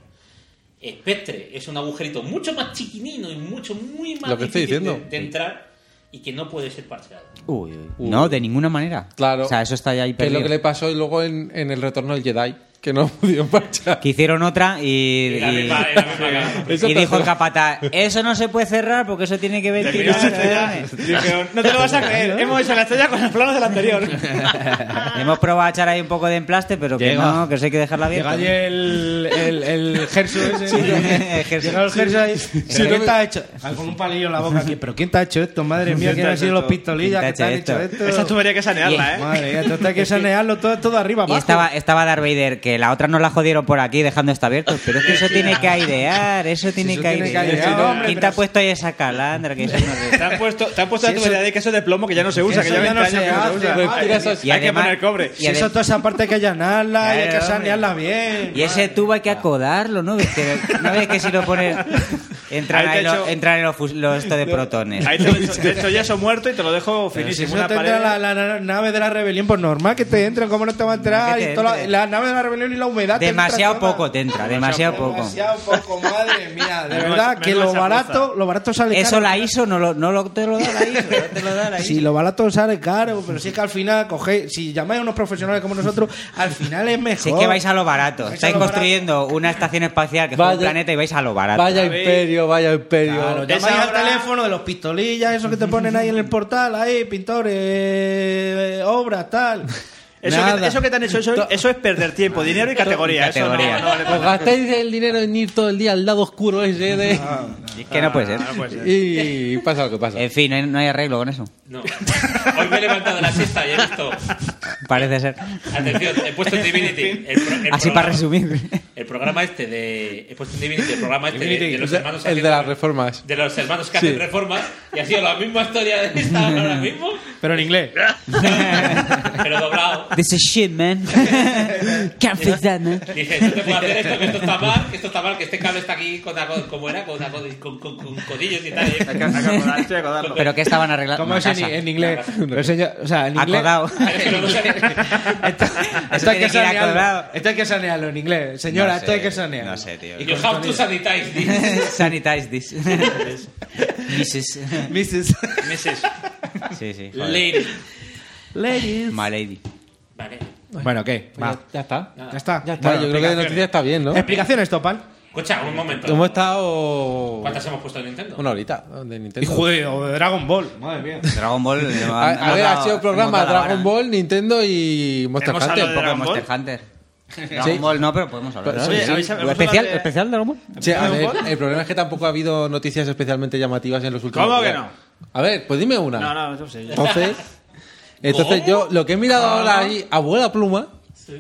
Speaker 9: Spectre es un agujerito mucho más chiquinino y mucho, muy más
Speaker 6: Lo que estoy
Speaker 9: difícil de-
Speaker 6: diciendo.
Speaker 9: De, entrar y que no puede ser parcheado.
Speaker 7: Uy, uy. No, de ninguna manera.
Speaker 6: Claro.
Speaker 7: O sea, eso está ya ahí
Speaker 6: Que es
Speaker 7: perdido.
Speaker 6: lo que le
Speaker 7: Que,
Speaker 6: pasó luego en, en el retorno del Jedi, que no pudieron marchar.
Speaker 7: hicieron otra y.
Speaker 9: Y la
Speaker 7: y-
Speaker 9: misma- eh. y la misma cara.
Speaker 7: y dijo el capatá, eso no se puede cerrar porque eso tiene que ventilar.
Speaker 5: Dijeron, no te lo vas a creer. Hemos hecho la estrella con los planos del anterior.
Speaker 7: Hemos probado a echar ahí un poco de emplaste, pero que
Speaker 4: Llega.
Speaker 7: no, que eso hay que dejarla
Speaker 4: Llega
Speaker 7: abierta.
Speaker 4: allí el, el, el Gerso ese.
Speaker 7: Gerso.
Speaker 4: Llega el Gerso ahí.
Speaker 6: Sí,
Speaker 4: ¿Pero
Speaker 6: no
Speaker 4: ¿Quién
Speaker 6: me-
Speaker 4: te ha hecho? Ah, Con un palillo en la boca aquí. ¿Pero quién te ha hecho esto? Madre
Speaker 5: ¿Quién
Speaker 4: mía, ¿quién
Speaker 5: te ha
Speaker 4: han sido
Speaker 5: hecho
Speaker 4: los
Speaker 5: esto?
Speaker 4: pistolillas que
Speaker 7: ¿Quién
Speaker 4: te
Speaker 7: te
Speaker 4: han
Speaker 7: ha
Speaker 4: hecho
Speaker 7: hecho
Speaker 4: esto?
Speaker 5: Esa tubería hay que sanearla, ¿eh?
Speaker 4: Madre mía, esto hay que sanearlo todo, todo arriba
Speaker 7: Y
Speaker 4: abajo.
Speaker 7: estaba, estaba Darth Vader, que que la otra nos la jodieron por aquí dejando esto abierto, pero es que eso tiene que aidear, eso tiene
Speaker 4: eso
Speaker 7: que
Speaker 4: tiene que
Speaker 7: aidear.
Speaker 4: aidear,
Speaker 7: ¿Quién
Speaker 4: hombre,
Speaker 7: te
Speaker 4: pero
Speaker 7: ha puesto ahí esa calandra? Que eso no se-
Speaker 5: Te han puesto, te han puesto la
Speaker 4: eso-
Speaker 5: tubería de queso de plomo que ya no se usa, que
Speaker 4: eso
Speaker 5: ya
Speaker 4: ya
Speaker 5: 20
Speaker 4: no se
Speaker 5: años que no se
Speaker 4: hace,
Speaker 5: usa.
Speaker 4: madre
Speaker 5: Tiras
Speaker 4: mía.
Speaker 5: así,
Speaker 7: Y
Speaker 5: hay que
Speaker 7: además-
Speaker 5: poner cobre.
Speaker 7: y
Speaker 4: Si eso
Speaker 7: adem-
Speaker 4: toda esa parte hay que allanarla y hay que
Speaker 7: Claro, hombre.
Speaker 4: sanearla bien.
Speaker 7: Y ese tubo hay que acodarlo, ¿no? ¿Ves que, ¿No ves que si lo pones... Entran
Speaker 5: Ahí te
Speaker 7: ahí,
Speaker 5: he
Speaker 7: los-
Speaker 5: hecho-
Speaker 7: entran ahí los, fus- los esto de protones.
Speaker 5: Ahí te lo he hecho, te he hecho yeso muerto y te lo dejo
Speaker 4: Pero si
Speaker 5: finísimo.
Speaker 4: eso
Speaker 5: una
Speaker 4: tendrá
Speaker 5: pared.
Speaker 4: la, la- la nave de la rebelión, pues normal que te entren, ¿cómo no te va a entrar?
Speaker 7: Que te
Speaker 4: Y toda la,
Speaker 7: entre.
Speaker 4: la nave de la rebelión y la humedad. te entra
Speaker 7: Demasiado
Speaker 4: toda.
Speaker 7: poco te entra, demasiado poco.
Speaker 4: Demasiado poco, madre mía. De
Speaker 5: Menuda-
Speaker 4: verdad que
Speaker 5: menuda
Speaker 4: lo
Speaker 5: chapuza.
Speaker 4: barato, lo barato sale
Speaker 7: Eso
Speaker 4: caro.
Speaker 7: la ISO no, lo, no lo- te lo da la ISO, no te lo da la ISO.
Speaker 4: Si lo barato sale caro, pero si es que al final cogéis, si llamáis a unos profesionales como nosotros, al final es mejor.
Speaker 7: Si es que vais a lo barato.
Speaker 4: Oh. Vais a
Speaker 7: Estáis
Speaker 4: lo barato.
Speaker 7: construyendo una estación espacial que es
Speaker 6: Vaya-
Speaker 7: un planeta y vais a lo barato.
Speaker 6: Vaya imperio, vaya imperio.
Speaker 4: Claro, llamáis
Speaker 5: Esa
Speaker 4: al
Speaker 5: hora-
Speaker 4: teléfono de los pistolillas, esos que te ponen ahí en el portal, ahí, pintores, eh, obras, tal.
Speaker 5: Eso, que,
Speaker 4: Nada.
Speaker 5: eso que te han hecho, eso, eso es perder tiempo, dinero y categoría. eso no-
Speaker 7: Categoría.
Speaker 5: no vale para
Speaker 6: Os gastáis el dinero en ir todo el día al lado oscuro ese de...
Speaker 4: Ah,
Speaker 7: Y es que no
Speaker 4: Pues
Speaker 7: puede ser.
Speaker 5: Ah,
Speaker 6: Y pasa lo que pasa.
Speaker 7: En fin, no hay- no hay arreglo con eso.
Speaker 9: No. Hoy me he levantado de la siesta y he visto.
Speaker 7: Parece ser.
Speaker 9: Atención, he puesto en Divinity. el pro- el
Speaker 7: Así
Speaker 9: programa-
Speaker 7: para resumir.
Speaker 9: El programa este de. He puesto en Divinity el programa este de, de los hermanos.
Speaker 6: el de
Speaker 9: haciendo-
Speaker 6: las reformas.
Speaker 9: De los hermanos que
Speaker 6: Sí.
Speaker 9: hacen reformas. Y ha sido la misma historia de esta ahora mismo.
Speaker 4: Pero en inglés.
Speaker 9: Pero doblado.
Speaker 7: This is shit, man. Can't fix that, man.
Speaker 9: Dije, no te puedo hacer esto, que esto está mal, que esto está mal, que este cable está aquí con, aco- como era, con, aco- con, con, con codillos y tal.
Speaker 5: Hay que- hay que acordar, hay que acordarlo.
Speaker 7: Pero que estaban arreglando.
Speaker 4: ¿Cómo
Speaker 7: una
Speaker 4: es en,
Speaker 7: casa.
Speaker 4: en inglés? Pero señor, o sea, en inglés.
Speaker 7: Acodado.
Speaker 9: Pero es que no sé.
Speaker 4: Esto,
Speaker 7: Eso
Speaker 4: esto hay
Speaker 7: tiene
Speaker 4: que
Speaker 7: que ir
Speaker 4: sanearlo.
Speaker 7: acodado.
Speaker 4: Esto hay que sanearlo en inglés. Señora,
Speaker 7: No
Speaker 4: esto hay
Speaker 7: sé,
Speaker 4: que sanearlo.
Speaker 7: no sé, tío.
Speaker 9: You have to sanitize this.
Speaker 7: Sanitize this. Mrs.
Speaker 4: Mrs.
Speaker 5: Meses.
Speaker 7: Sí, sí. joder.
Speaker 9: Lady.
Speaker 4: Ladies.
Speaker 7: My lady.
Speaker 9: Vale.
Speaker 4: Bueno, ¿qué? Va.
Speaker 6: Ya, ya está.
Speaker 4: Ya está.
Speaker 6: Ya está.
Speaker 4: Bueno,
Speaker 6: yo creo que de noticia está bien, ¿no?
Speaker 4: Explicaciones, Topal.
Speaker 9: Escucha, un momento.
Speaker 6: Hemos estado
Speaker 9: ¿Cuántas hemos puesto en Nintendo?
Speaker 6: una horita de Nintendo.
Speaker 4: Y juego de Dragon Ball. Madre mía.
Speaker 7: Dragon Ball. eh,
Speaker 6: A,
Speaker 7: hemos
Speaker 6: a ver,
Speaker 7: dado-
Speaker 6: ha sido programa
Speaker 7: hemos dado la
Speaker 6: Dragon
Speaker 7: vara.
Speaker 6: Ball, Nintendo y Monster
Speaker 5: Hemos hablado
Speaker 6: Hunter.
Speaker 5: de
Speaker 6: Poco-
Speaker 5: Dragon
Speaker 7: Monster Hunter.
Speaker 6: Sí.
Speaker 7: Dragon Ball no, pero podemos hablar.
Speaker 6: Pero,
Speaker 7: de
Speaker 6: oye,
Speaker 7: eso.
Speaker 5: ¿habéis- habéis
Speaker 7: especial,
Speaker 5: hablado de-
Speaker 7: especial Dragon Ball.
Speaker 6: Sí, a ver, el problema es que tampoco ha habido noticias especialmente llamativas en los últimos
Speaker 5: ¿Cómo que
Speaker 6: días.
Speaker 5: no?
Speaker 6: A ver, pues dime una.
Speaker 5: No, no, no sé.
Speaker 6: Entonces, entonces yo lo que he mirado ahora ahí, abuela pluma,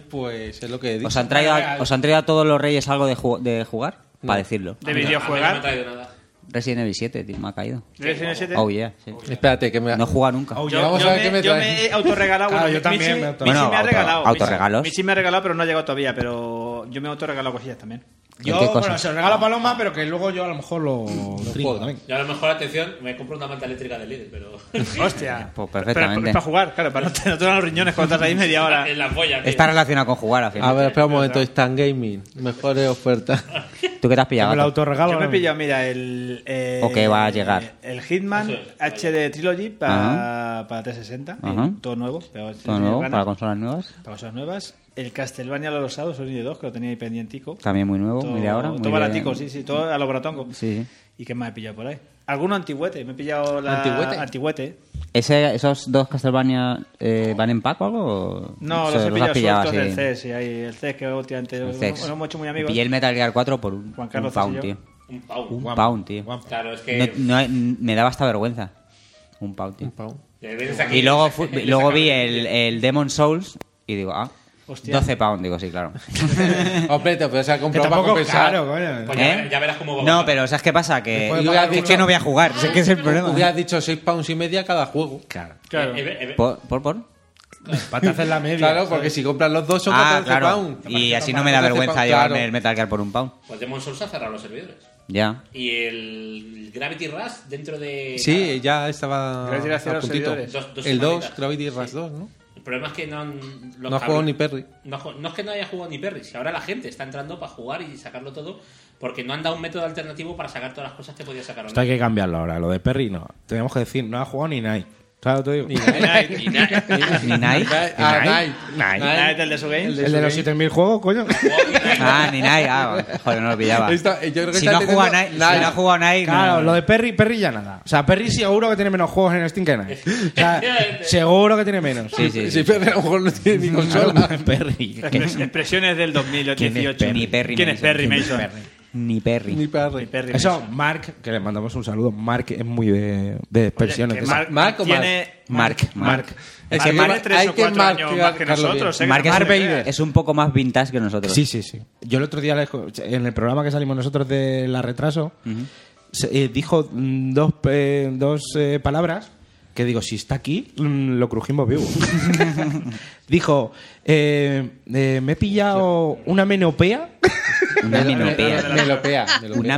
Speaker 6: pues es lo que he dicho.
Speaker 7: ¿Os han, traído, a- ¿Os han traído a todos los reyes algo de, ju- de jugar? Para decirlo.
Speaker 5: De
Speaker 9: A mí No me ha
Speaker 5: videojuegos.
Speaker 9: traído nada.
Speaker 7: Resident Evil 7, tío, me ha caído.
Speaker 5: ¿De 7?
Speaker 7: Oh, yeah. sí.
Speaker 6: Espérate, que me...
Speaker 7: No he jugado nunca.
Speaker 5: Yo,
Speaker 6: Vamos
Speaker 5: yo
Speaker 6: a ver qué
Speaker 5: me,
Speaker 6: me
Speaker 5: yo
Speaker 6: traes.
Speaker 5: me he autorregalado.
Speaker 4: Claro,
Speaker 5: bueno,
Speaker 4: yo también
Speaker 5: Michi-
Speaker 4: me auto-
Speaker 5: Michi
Speaker 7: Bueno,
Speaker 5: me ha
Speaker 7: auto-
Speaker 5: regalado. Michi-
Speaker 7: autorregalos.
Speaker 5: Michi me ha regalado, pero no ha llegado todavía. Pero yo me he autorregalado cosillas también.
Speaker 7: ¿En qué
Speaker 4: Yo, bueno,
Speaker 7: cosas?
Speaker 4: se lo regalo a Paloma, pero que luego yo a lo mejor lo trinco también.
Speaker 9: Yo a lo mejor, atención, me compro una manta eléctrica de Lidl, pero.
Speaker 5: Hostia.
Speaker 7: Pues
Speaker 5: Pero- Pero,
Speaker 7: perfectamente.
Speaker 5: es para jugar, claro, para no te no te dan los riñones cuando estás ahí media hora.
Speaker 9: en la polla, tío.
Speaker 7: Está relacionado con jugar al
Speaker 6: A
Speaker 7: final.
Speaker 6: ver, espera un momento, Stan Gaming, mejores ofertas.
Speaker 7: ¿Tú qué te has pillado?
Speaker 4: Me lo
Speaker 7: gato?
Speaker 4: autorregalo.
Speaker 5: Yo me he
Speaker 4: ¿no?
Speaker 5: pillado, mira, el. eh,
Speaker 7: ¿O qué va a llegar?
Speaker 5: El Hitman
Speaker 9: Eso es.
Speaker 5: HD Trilogy para, para 360.
Speaker 7: Ajá.
Speaker 5: Todo nuevo. pero
Speaker 7: ¿Todo
Speaker 5: tenía
Speaker 7: nuevo?
Speaker 5: ganas.
Speaker 7: ¿Para consolas nuevas?
Speaker 5: Para cosas nuevas. El Castlevania Los Osados, Sonido 2, que lo tenía ahí pendientico.
Speaker 7: También muy nuevo, muy de ahora.
Speaker 5: Todo
Speaker 7: muy de-
Speaker 5: baratico, sí, sí, todo a lo baratongo.
Speaker 7: Sí, sí.
Speaker 5: ¿Y qué más he pillado por ahí? Alguno antigüete, me he pillado la
Speaker 6: ¿Antigüete?
Speaker 5: antigüete.
Speaker 7: ¿Ese, ¿Esos dos Castlevania eh, van en pack o algo? o
Speaker 5: No, los
Speaker 7: se-
Speaker 5: he pillado
Speaker 7: has pillado
Speaker 5: sueltos
Speaker 7: así?
Speaker 5: del CES, sí, ahí, el CES que últimamente
Speaker 7: El
Speaker 5: no
Speaker 7: Zex.
Speaker 5: no hemos hecho muy amigos.
Speaker 7: Pillé el Metal Gear 4 por un,
Speaker 5: Juan Carlos
Speaker 7: un pound,
Speaker 5: Cecilio.
Speaker 7: tío.
Speaker 9: Un pau.
Speaker 7: Un pound, tío.
Speaker 9: Claro, es que.
Speaker 7: No- no he- me daba hasta vergüenza. Un pound, tío.
Speaker 9: te vienes aquí-
Speaker 7: Y luego, fu-
Speaker 9: vienes
Speaker 7: luego
Speaker 9: acá-
Speaker 7: vi el, el Demon Souls y digo, ah,
Speaker 5: Hostia.
Speaker 7: 12 pounds. Digo, sí, claro.
Speaker 6: Hombre, te puedes haber
Speaker 4: Que
Speaker 6: comprado para
Speaker 4: tampoco es
Speaker 6: compensar.
Speaker 4: caro, coño.
Speaker 9: Pues
Speaker 7: ¿Eh?
Speaker 9: ya, verás- ya verás cómo va.
Speaker 7: No, pero ¿sabes qué pasa? Que,
Speaker 6: Después pagar Ah,
Speaker 7: es que no voy a jugar. Es que es el problema.
Speaker 6: Hubieras dicho 6 pounds y media cada juego.
Speaker 4: Claro.
Speaker 5: Claro.
Speaker 9: Eh, eh, eh,
Speaker 7: ¿Por? ¿Por? por?
Speaker 4: Para te hacer la media.
Speaker 6: Claro, porque si compras los dos son
Speaker 7: Ah,
Speaker 6: 14
Speaker 7: claro.
Speaker 6: pounds.
Speaker 7: Y así no me da
Speaker 6: 14
Speaker 7: vergüenza
Speaker 6: pound,
Speaker 7: llevarme
Speaker 6: claro.
Speaker 7: el Metal Gear por un pound.
Speaker 9: Pues Demon Souls ha cerrado los servidores.
Speaker 7: Ya.
Speaker 9: Y el Gravity Rush dentro de.
Speaker 6: Sí, ya estaba
Speaker 5: Gravity Rush
Speaker 6: a
Speaker 5: los
Speaker 6: puntito.
Speaker 5: servidores.
Speaker 9: Dos- dos
Speaker 6: el 2,
Speaker 9: semanitas.
Speaker 6: Gravity Rush
Speaker 9: Sí.
Speaker 6: 2, ¿no?
Speaker 9: El problema es que no han. los
Speaker 6: No ha jugado
Speaker 9: cabrones-
Speaker 6: ni Perry.
Speaker 9: No, ha jugado- no es que no haya jugado ni Perry, si ahora la gente está entrando para jugar y sacarlo todo, porque no han dado un método alternativo para sacar todas las cosas que podía sacar.
Speaker 4: Esto hay que cambiarlo ahora. Lo de Perry no. Tenemos que decir, no ha jugado ni Nike. ¿Sabes lo que te digo?
Speaker 9: Ni nada.
Speaker 7: Ni Nike.
Speaker 4: Nike.
Speaker 6: Ah, Nike.
Speaker 4: Nike.
Speaker 5: Ah, ¿es el de su game?
Speaker 4: El de los 7000 juegos, coño.
Speaker 7: Ah, ni Nike. Ah, joder, no lo pillaba.
Speaker 6: Está- yo creo que
Speaker 7: Si
Speaker 6: está
Speaker 7: no ha jugado Nike,
Speaker 6: teniendo-
Speaker 7: si no ha jugado Nike,
Speaker 4: Claro,
Speaker 7: no.
Speaker 4: lo de Perry, Perry ya nada. O sea, Perry seguro que tiene menos juegos en Steam que Nike. O sea, seguro que tiene menos.
Speaker 7: Sí, sí,
Speaker 6: Si
Speaker 7: sí.
Speaker 6: Perry a lo mejor no tiene ni consola.
Speaker 4: Perry.
Speaker 5: Expres- Expresiones del 2018.
Speaker 7: ¿Quién es Perry? Ni Perry
Speaker 5: ¿Quién es
Speaker 7: Mason.
Speaker 5: Perry Mason?
Speaker 7: Ni Perry.
Speaker 6: Ni Perry.
Speaker 5: Ni Perry
Speaker 4: Eso,
Speaker 5: Mason.
Speaker 4: Mark, que le mandamos un saludo. Mark es muy de, de expresiones.
Speaker 5: Que
Speaker 4: de
Speaker 5: Mark,
Speaker 4: esas.
Speaker 6: Mark o
Speaker 5: tiene
Speaker 7: Mark.
Speaker 4: Mark.
Speaker 5: Mark
Speaker 6: Es que
Speaker 5: tiene
Speaker 6: Mark-
Speaker 5: tres
Speaker 6: hay
Speaker 5: o
Speaker 6: que
Speaker 5: cuatro
Speaker 6: marcar-
Speaker 5: años más que
Speaker 6: marcarlo bien.
Speaker 5: nosotros. ¿eh?
Speaker 7: Mark
Speaker 5: Que no
Speaker 7: es,
Speaker 5: te
Speaker 4: Bader.
Speaker 5: creas.
Speaker 7: es un poco más vintage que nosotros.
Speaker 4: Sí, sí, sí. Yo el otro día, le escu- en el programa que salimos nosotros de La Retraso, se- eh, dijo mm, dos, eh, dos eh, palabras que digo, si está aquí, mm, lo crujimos vivo. dijo, eh, eh, me he pillado una menopea.
Speaker 7: Una menopea.
Speaker 6: Melopea. melopea.
Speaker 7: Una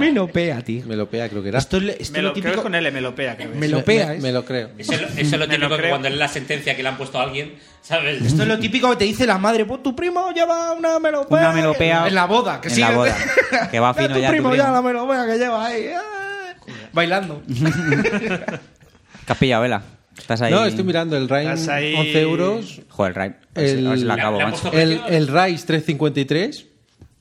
Speaker 4: menopea, tío.
Speaker 6: Melopea, creo que era.
Speaker 4: Esto es, esto es
Speaker 5: Me
Speaker 4: lo
Speaker 5: lo creo que
Speaker 4: típico.
Speaker 5: es con L, me lo pea. creo que es.
Speaker 4: Melopea,
Speaker 7: ¿eh?
Speaker 6: Me,
Speaker 4: es.
Speaker 6: me lo creo.
Speaker 9: Eso, es lo- eso es
Speaker 5: Me
Speaker 9: lo
Speaker 5: lo
Speaker 9: típico que
Speaker 5: creo.
Speaker 9: cuando es la sentencia que le han puesto a alguien, ¿sabes?
Speaker 4: Esto es lo típico que te dice la madre, pues tu primo lleva una melopea.
Speaker 7: Una melopea.
Speaker 4: En la boda, que
Speaker 7: En
Speaker 4: sí.
Speaker 7: la boda. Que va fino
Speaker 4: tu
Speaker 7: ya, tu
Speaker 4: primo
Speaker 7: primo.
Speaker 4: ya la melopea que lleva ahí. ah, Bailando.
Speaker 7: ¿Qué has pillado, Vela? ¿Estás ahí?
Speaker 6: No, estoy mirando el Rain
Speaker 5: Estás ahí-
Speaker 6: 11 euros.
Speaker 7: Joder, Ryan.
Speaker 6: El-
Speaker 7: A ver si la acabo,
Speaker 9: Le han
Speaker 7: macho.
Speaker 9: puesto
Speaker 6: El,
Speaker 9: precio-
Speaker 6: el Rice 353.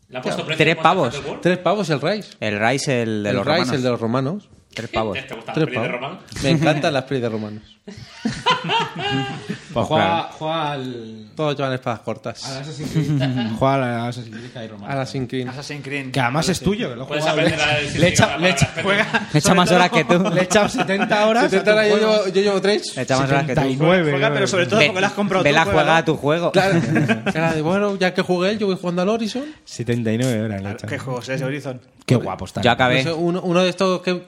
Speaker 9: le han puesto precio
Speaker 7: tres
Speaker 9: en
Speaker 7: pavos.
Speaker 9: Monster World.
Speaker 6: Tres pavos el Rice.
Speaker 7: El Rice, el de
Speaker 6: el
Speaker 7: los
Speaker 6: Rice,
Speaker 7: romanos.
Speaker 6: el de los romanos.
Speaker 7: Tres pavos.
Speaker 9: ¿Te gusta la
Speaker 6: Tres
Speaker 9: peli de
Speaker 6: pavos.
Speaker 9: Román?
Speaker 6: Me encantan las pelis de romanos.
Speaker 4: Pues
Speaker 6: juega-
Speaker 4: al.
Speaker 6: Todos llevan espadas cortas.
Speaker 4: Assassin's Creed. Juega al Assassin's Creed Pues Cairo Romano.
Speaker 6: A la Sin Creed.
Speaker 5: Assassin's Creed.
Speaker 4: Ah, Que además es tuyo, que lo
Speaker 9: Puedes
Speaker 4: juega.
Speaker 9: aprender a decir
Speaker 4: Le he echado-
Speaker 9: palabras,
Speaker 4: le he echado-
Speaker 9: pero-
Speaker 7: Me echa más horas que tú.
Speaker 4: Le he echado 70 horas. a tu
Speaker 6: 70 horas, yo,
Speaker 4: juego.
Speaker 6: llevo, yo llevo tres.
Speaker 7: Me echa más horas que tú.
Speaker 4: 79,
Speaker 5: Juega,
Speaker 4: ¿no?
Speaker 5: pero sobre todo porque lo has comprado tú.
Speaker 7: Vela juega
Speaker 5: juégalo.
Speaker 7: a tu juego.
Speaker 6: Claro. Cara de, bueno, ya que jugué él, yo voy jugando al Horizon.
Speaker 4: 79 horas le he echado.
Speaker 5: ¿Qué juegos es Horizon?
Speaker 4: Qué guapo está.
Speaker 7: Yo
Speaker 6: No
Speaker 7: acabé.
Speaker 6: sé, uno, uno de estos que.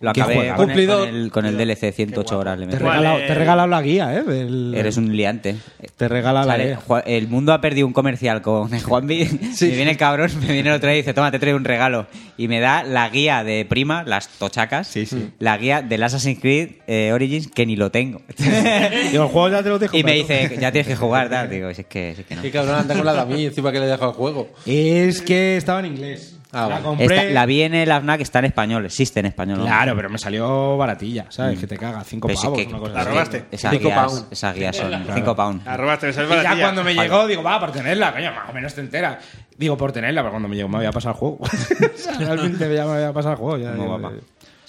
Speaker 7: Lo
Speaker 4: ¿Qué
Speaker 7: acabé
Speaker 4: juega?
Speaker 7: con, el,
Speaker 6: Cumplidor.
Speaker 7: con, el, con el DLC 108 horas. Le
Speaker 4: Te he
Speaker 7: metí.
Speaker 5: Vale.
Speaker 4: regalado, te he regalado la guía, ¿eh? del-
Speaker 7: Eres un liante.
Speaker 4: Te regala la
Speaker 7: Sale,
Speaker 4: guía.
Speaker 7: Ju- el mundo ha perdido un comercial con el Juanvi. Me viene el cabrón, me viene el otro día y dice, toma, te traigo un regalo. Y me da la guía de Prima, las tochacas, la guía del Assassin's Creed eh, Origins, que ni lo tengo.
Speaker 4: Digo, el juego ya te lo dejo.
Speaker 7: y me
Speaker 4: pero-
Speaker 7: dice, ya tienes que jugar, tal. Digo, si es que, si es que no.
Speaker 6: Qué cabrón anda con la de a mí encima que le he dejado el juego.
Speaker 4: Es que estaba en inglés.
Speaker 6: Ah,
Speaker 4: la
Speaker 6: vale.
Speaker 4: compré.
Speaker 7: Esta- la vi en el AFNAC, está en español, existe en español. ¿no?
Speaker 4: Claro, pero me salió baratilla, ¿sabes? Que te caga, 5
Speaker 7: Pero si es
Speaker 4: pavos,
Speaker 7: que-
Speaker 4: una cosa
Speaker 5: La
Speaker 7: es que
Speaker 4: así.
Speaker 5: robaste.
Speaker 7: Esas
Speaker 6: Cinco
Speaker 7: guías,
Speaker 6: pound.
Speaker 7: esas guías son 5 pounds.
Speaker 5: Arroba te
Speaker 4: Y ya
Speaker 5: salva
Speaker 4: cuando me llegó, digo, va, por tenerla, coño, más o menos te entera. Digo, por tenerla, pero cuando me llegó me había pasado el juego. O sea, Realmente ya me había pasado el juego. Ya,
Speaker 7: Muy
Speaker 4: digo,
Speaker 7: guapa.
Speaker 4: eh,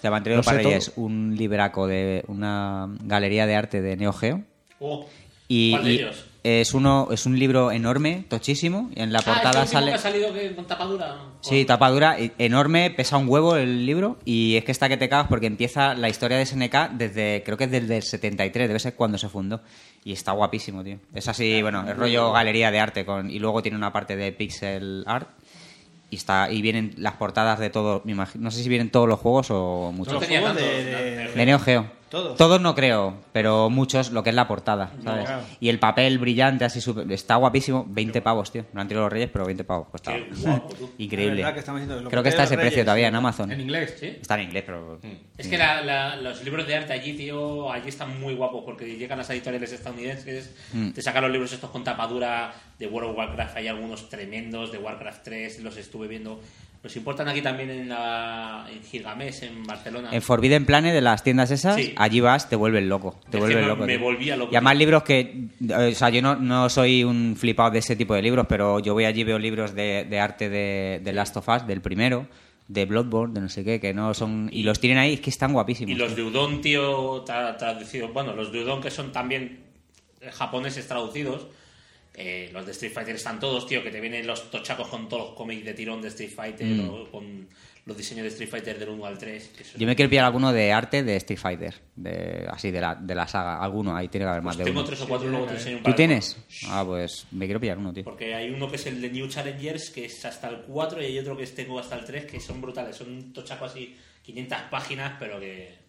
Speaker 7: Te van
Speaker 4: Lo
Speaker 7: traído
Speaker 4: sé
Speaker 7: para Reyes un libraco de una galería de arte de Neo Geo.
Speaker 9: Oh,
Speaker 7: Y,
Speaker 9: ¿Cuál de
Speaker 7: y
Speaker 9: ellos?
Speaker 7: es uno es un libro enorme, tochísimo, y en la portada
Speaker 9: ah, ¿es el último
Speaker 7: sale
Speaker 9: que ha salido que- con tapadura.
Speaker 7: Sí, tapadura e- enorme, pesa un huevo el libro y es que está que te cagas porque empieza la historia de SNK desde creo que es desde el 73, debe ser cuando se fundó y está guapísimo, tío. Es así, bueno, es rollo galería de arte con y luego tiene una parte de pixel art y está y vienen las portadas de todo, me imagino, no sé si vienen todos los juegos o muchos.
Speaker 9: No tenía tanto.
Speaker 5: de-
Speaker 9: no,
Speaker 7: De Neo Geo.
Speaker 5: Todos.
Speaker 7: no creo, pero muchos, lo que es la portada, ¿sabes?
Speaker 5: claro.
Speaker 7: Y el papel brillante, así, súper- está guapísimo. 20 pavos, tío. No han tirado los reyes, pero 20 pavos. Costaba.
Speaker 9: Qué guapo, tú.
Speaker 7: Increíble.
Speaker 5: La verdad que estamos diciendo, lo
Speaker 7: creo
Speaker 5: que
Speaker 7: que está
Speaker 5: es
Speaker 7: ese
Speaker 5: los
Speaker 7: precio
Speaker 5: Reyes,
Speaker 7: todavía en Amazon.
Speaker 9: inglés, sí.
Speaker 7: Está en inglés, pero...
Speaker 9: Es que la- la- los libros de arte allí, tío, allí están muy guapos porque llegan las editoriales estadounidenses, te sacan los libros estos con tapadura de World of Warcraft, hay algunos tremendos de Warcraft 3, los estuve viendo. Los importan aquí también en, la, en Gigamés, en Barcelona.
Speaker 7: En Forbidden Planet, de las tiendas esas,
Speaker 9: Sí.
Speaker 7: allí vas, te vuelven loco. Te
Speaker 9: Es
Speaker 7: vuelven
Speaker 9: que me-
Speaker 7: loco.
Speaker 9: me
Speaker 7: tío.
Speaker 9: volvía loco,
Speaker 7: Y además
Speaker 9: tío.
Speaker 7: libros que... eh, O sea, yo no, no soy un flipado de ese tipo de libros, pero yo voy allí veo libros de, de arte de, de Last of Us, del primero, de Bloodborne, de no sé qué, que no son... Y los tienen ahí, es que están guapísimos.
Speaker 9: Y
Speaker 7: tío.
Speaker 9: los de Udon, tío, tra- traducidos. Bueno, los de Udon que son también eh, japoneses traducidos. eh, los de Street Fighter están todos, tío, que te vienen los tochacos con todos los cómics de tirón de Street Fighter o con los diseños de Street Fighter del 1 al 3. que eso-
Speaker 7: Mm. Yo me quiero pillar alguno de arte de Street Fighter, de, así de la, de la saga. Alguno, ahí tiene que haber más
Speaker 9: Pues
Speaker 7: de
Speaker 9: tengo
Speaker 7: uno.
Speaker 9: tres o cuatro, luego te enseño un
Speaker 7: ¿Tú
Speaker 9: par de
Speaker 7: tienes?
Speaker 9: cosas.
Speaker 7: Ah, pues me quiero pillar uno, tío.
Speaker 9: Porque hay uno que es el de New Challengers, que es hasta el 4, y hay otro que tengo hasta el 3, que son brutales. Son un tochaco así, 500 páginas, pero que,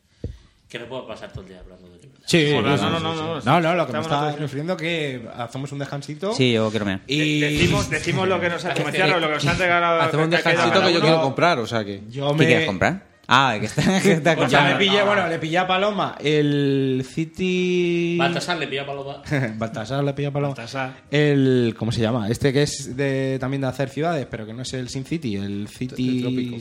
Speaker 9: que me puedo pasar todo el día hablando de libros.
Speaker 4: Sí,
Speaker 5: Joder,
Speaker 4: sí,
Speaker 5: no, no,
Speaker 4: sí,
Speaker 5: no,
Speaker 4: sí.
Speaker 5: no, no.
Speaker 4: no, no, lo que me
Speaker 5: Estamos
Speaker 4: estaba
Speaker 5: nosotros.
Speaker 4: refiriendo que hacemos un descansito.
Speaker 7: Sí, yo quiero mirar.
Speaker 4: Y
Speaker 5: Decimos, decimos lo que nos ha comerciado, lo que nos han regalado.
Speaker 6: Hacemos un
Speaker 5: que ha quedado
Speaker 6: descansito que yo
Speaker 5: cada
Speaker 6: quiero
Speaker 5: uno.
Speaker 6: comprar, o sea que.
Speaker 4: yo
Speaker 7: ¿Qué
Speaker 4: me.
Speaker 7: quieres comprar? Ah, que está, que está
Speaker 4: O sea, me
Speaker 7: comprando.
Speaker 4: pillé, bueno, le pillé a Paloma el City.
Speaker 9: Baltasar le pilla paloma.
Speaker 4: Baltasar le pillé a Paloma.
Speaker 5: Baltasar.
Speaker 4: El. ¿Cómo se llama? Este que es de, también de hacer ciudades, pero que no es el Sin City, el City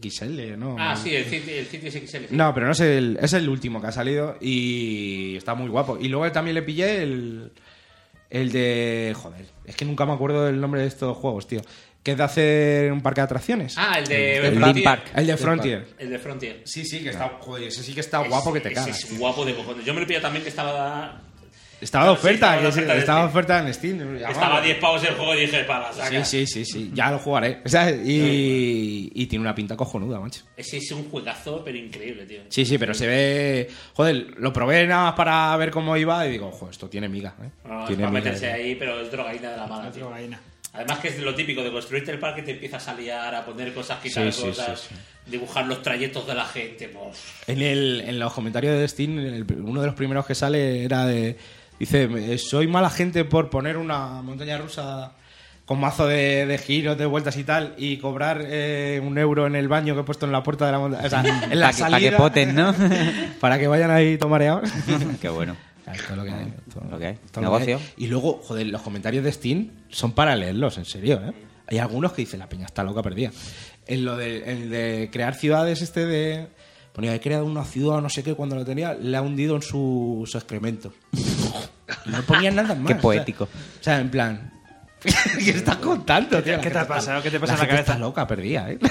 Speaker 4: XL, ¿no?
Speaker 9: Ah, sí, el City, el City XXL.
Speaker 4: No, pero no es el, es el último que ha salido y está muy guapo. Y luego también le pillé el, el de... Joder, es que nunca me acuerdo del nombre de estos juegos, tío. Que es de hacer un parque de atracciones.
Speaker 9: Ah, el de
Speaker 7: El
Speaker 9: Frontier.
Speaker 7: Link Park.
Speaker 4: el de Frontier.
Speaker 9: El de Frontier.
Speaker 4: Sí, sí, que está... Joder, ese sí que está guapo que te
Speaker 9: Ese- ese
Speaker 4: cagas.
Speaker 9: Es guapo de cojones. Yo me lo pillo también que estaba.
Speaker 4: Estaba de
Speaker 9: Sí,
Speaker 4: oferta,
Speaker 9: estaba de
Speaker 4: que
Speaker 9: oferta
Speaker 4: se-
Speaker 9: de
Speaker 4: estaba de
Speaker 9: Steam.
Speaker 4: oferta en Steam. llamaba.
Speaker 9: Estaba a 10 pavos el juego y dije, para, saca.
Speaker 4: Sí, sí, sí, sí, ya lo jugaré. O sea, y, y tiene una pinta cojonuda, macho.
Speaker 9: Ese es un juegazo, pero increíble, tío.
Speaker 4: Sí, sí, pero se ve. Joder, lo probé nada más para ver cómo iba y digo, joder, esto tiene miga. ¿eh?
Speaker 9: No, Ah, es
Speaker 4: tiene
Speaker 9: para
Speaker 4: miga,
Speaker 9: meterse
Speaker 4: eh.
Speaker 9: ahí, pero es drogaína de la mala, tío.
Speaker 5: Cocaína.
Speaker 9: Además que es lo típico de construirte el parque, te empiezas a liar, a poner cosas, quitar
Speaker 4: Sí, sí,
Speaker 9: cosas,
Speaker 4: sí,
Speaker 9: dibujar los trayectos de la gente. pues.
Speaker 4: En, el, en los comentarios de Steam, en el- uno de los primeros que sale era de. Dice, "Eh, soy mala gente por poner una montaña rusa con mazo de, de giros, de vueltas y tal, y cobrar eh, un euro en el baño que he puesto en la puerta de la montaña. O sea, en la
Speaker 7: Pa' que- pa' que
Speaker 4: salida.
Speaker 7: poten, ¿no?
Speaker 4: para que vayan ahí tomareados.
Speaker 7: Qué bueno.
Speaker 4: Claro, todo lo
Speaker 5: Ah,
Speaker 4: que hay, todo-
Speaker 7: Lo que hay.
Speaker 4: todo lo que hay.
Speaker 7: Negocio.
Speaker 4: Y luego, joder, los comentarios de Steam son para leerlos, en serio, ¿eh? Hay algunos que dicen, la peña está loca perdida. En lo de, en de crear ciudades, este de... Ponía, he creado una ciudad, no sé qué, cuando lo tenía, le ha hundido en sus excrementos. Y no ponía nada más.
Speaker 7: Qué
Speaker 4: o sea-
Speaker 7: poético.
Speaker 4: O sea, en plan... ¿Qué estás contando, tío? La
Speaker 5: qué te
Speaker 4: gente
Speaker 5: ha
Speaker 4: está-
Speaker 5: pasado? ¿Qué te pasa en la
Speaker 4: gente
Speaker 5: cabeza?
Speaker 4: está loca perdida, ¿eh?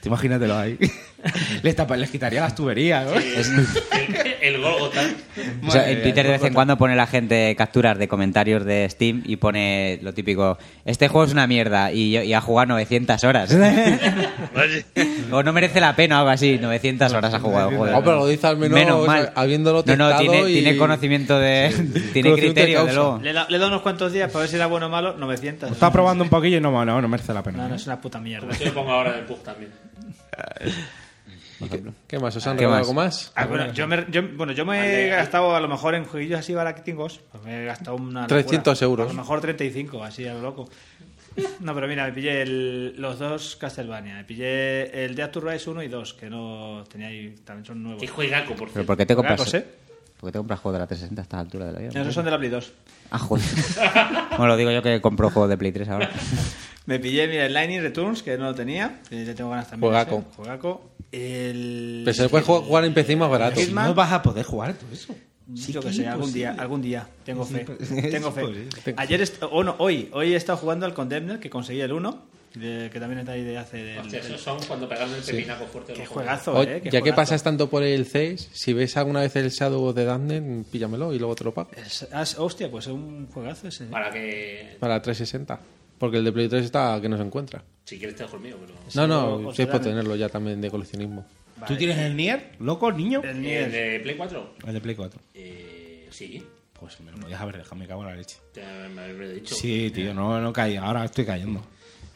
Speaker 4: Te imagínatelo ahí. Les, tapa- les quitaría las tuberías, ¿no?
Speaker 9: El, el Golgotha.
Speaker 7: O sea,
Speaker 4: Madre
Speaker 7: en
Speaker 4: mía,
Speaker 7: Twitter de
Speaker 4: el
Speaker 7: vez en
Speaker 4: Golgotha.
Speaker 7: cuando pone la gente capturas de comentarios de Steam y pone lo típico, este juego es una mierda y, yo- y ha jugado 900 horas. o no merece la pena o algo así, 900 horas ha jugado. joder.
Speaker 6: Oh, pero lo dice al menos, o sea, habiéndolo
Speaker 7: No, no,
Speaker 6: testado
Speaker 7: tiene,
Speaker 6: y-
Speaker 7: tiene conocimiento de...
Speaker 6: Conocimiento
Speaker 7: tiene
Speaker 6: de
Speaker 7: criterio, de
Speaker 6: causa.
Speaker 7: luego.
Speaker 5: Le he da- le he dado unos cuantos días para ver si era bueno o malo. 900.
Speaker 4: Lo estaba probando un poquillo y no, no, no merece la pena.
Speaker 5: No,
Speaker 4: ¿eh?
Speaker 5: no es una puta mierda.
Speaker 9: Yo lo pongo ahora en el PUG también.
Speaker 6: ¿Qué más? ¿Os han
Speaker 7: ¿Qué
Speaker 6: regalado
Speaker 7: más?
Speaker 5: Ah,
Speaker 6: algo más?
Speaker 5: bueno, yo me, yo- bueno, yo me he gastado a lo mejor en jueguillos así baraquitingos. Pues me he gastado una. locura.
Speaker 6: 300 euros.
Speaker 5: A lo mejor 35, así a lo loco. No, pero mira, me pillé el- los dos Castlevania. Me pillé el de Arthur Rise 1 y 2, que no tenía ahí. También son nuevos.
Speaker 9: Qué juegaco, por
Speaker 7: ¿Pero
Speaker 9: cierto.
Speaker 7: por qué te compras?
Speaker 5: Gacos, ¿eh?
Speaker 7: ¿Por qué te compras juegos de la 360 a esta altura de la vida?
Speaker 5: Esos son de la Play 2.
Speaker 7: Ah, joder. Como lo digo yo que compro juegos de Play 3 ahora.
Speaker 5: Me pillé, mira, el Lightning Returns, que no lo tenía. que le tengo ganas también.
Speaker 6: Juegaco.
Speaker 5: ese, Juegaco. El.
Speaker 6: Pero se puede jugar- jugar en PC más barato.
Speaker 4: Si no vas a poder jugar tú eso.
Speaker 5: yo que sé, algún día, algún día. Tengo fe.
Speaker 4: imposible.
Speaker 5: Tengo
Speaker 4: Es
Speaker 5: fe.
Speaker 4: imposible.
Speaker 5: Ayer, est- o no, hoy, hoy he estado jugando al Condemner, que conseguí el 1, de- que también está ahí de hace. del-
Speaker 9: Hostia,
Speaker 5: del-
Speaker 9: esos son cuando pegaron el pepinaco fuerte.
Speaker 5: qué
Speaker 9: los
Speaker 5: juegazo,
Speaker 6: O-
Speaker 5: eh. qué
Speaker 6: ya que
Speaker 5: juegazo.
Speaker 6: pasas tanto por el CES, si ves alguna vez el Shadow of the Damned, píllamelo y luego te lo pago.
Speaker 5: Es- ah, hostia, pues es un juegazo ese.
Speaker 9: Para que.
Speaker 6: Para 360. Porque el de Play 3 está que no se encuentra.
Speaker 9: Si quieres, te dejo el mío, pero.
Speaker 6: No,
Speaker 5: o- o
Speaker 6: no, sí
Speaker 5: se
Speaker 6: es por
Speaker 5: dan-
Speaker 6: tenerlo ya también de coleccionismo.
Speaker 4: ¿Tú tienes el Nier, loco, niño?
Speaker 5: El
Speaker 9: ¿El
Speaker 5: Nier.
Speaker 9: de Play 4?
Speaker 4: El de Play 4.
Speaker 9: Eh, sí.
Speaker 4: Pues me lo podías haber dejado, me cago en la leche.
Speaker 9: Ya me habéis dicho.
Speaker 4: Sí, tío, no, no caí, ahora estoy cayendo.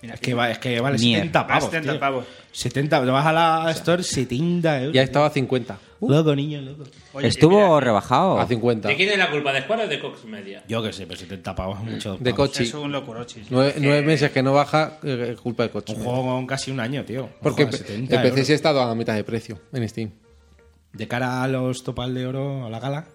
Speaker 5: Mira,
Speaker 4: es, que va- es que vale
Speaker 7: Nier.
Speaker 4: 70 pavos.
Speaker 5: Ah, 70
Speaker 4: tío.
Speaker 5: pavos.
Speaker 4: 70, te vas a la Store, 70 euros. Uh.
Speaker 6: Ya estaba a 50.
Speaker 4: Loco, niño, loco.
Speaker 5: Oye,
Speaker 7: ¿Estuvo
Speaker 5: y mira,
Speaker 7: rebajado?
Speaker 6: A 50.
Speaker 9: ¿De quién es la culpa? ¿De Square o de Cox Media?
Speaker 4: Yo qué sé, pero 70 pavos es mucho.
Speaker 6: De
Speaker 4: pavos.
Speaker 6: coche.
Speaker 5: Es un locurochi.
Speaker 6: Nueve, nueve meses que no baja, eh, culpa de coche.
Speaker 4: Un juego con casi un año, tío.
Speaker 6: Porque
Speaker 4: Joder,
Speaker 6: el
Speaker 4: 70
Speaker 6: PC sí ha
Speaker 4: euros.
Speaker 6: estado a mitad de precio en Steam.
Speaker 4: De cara a los Topal de Oro, a la gala.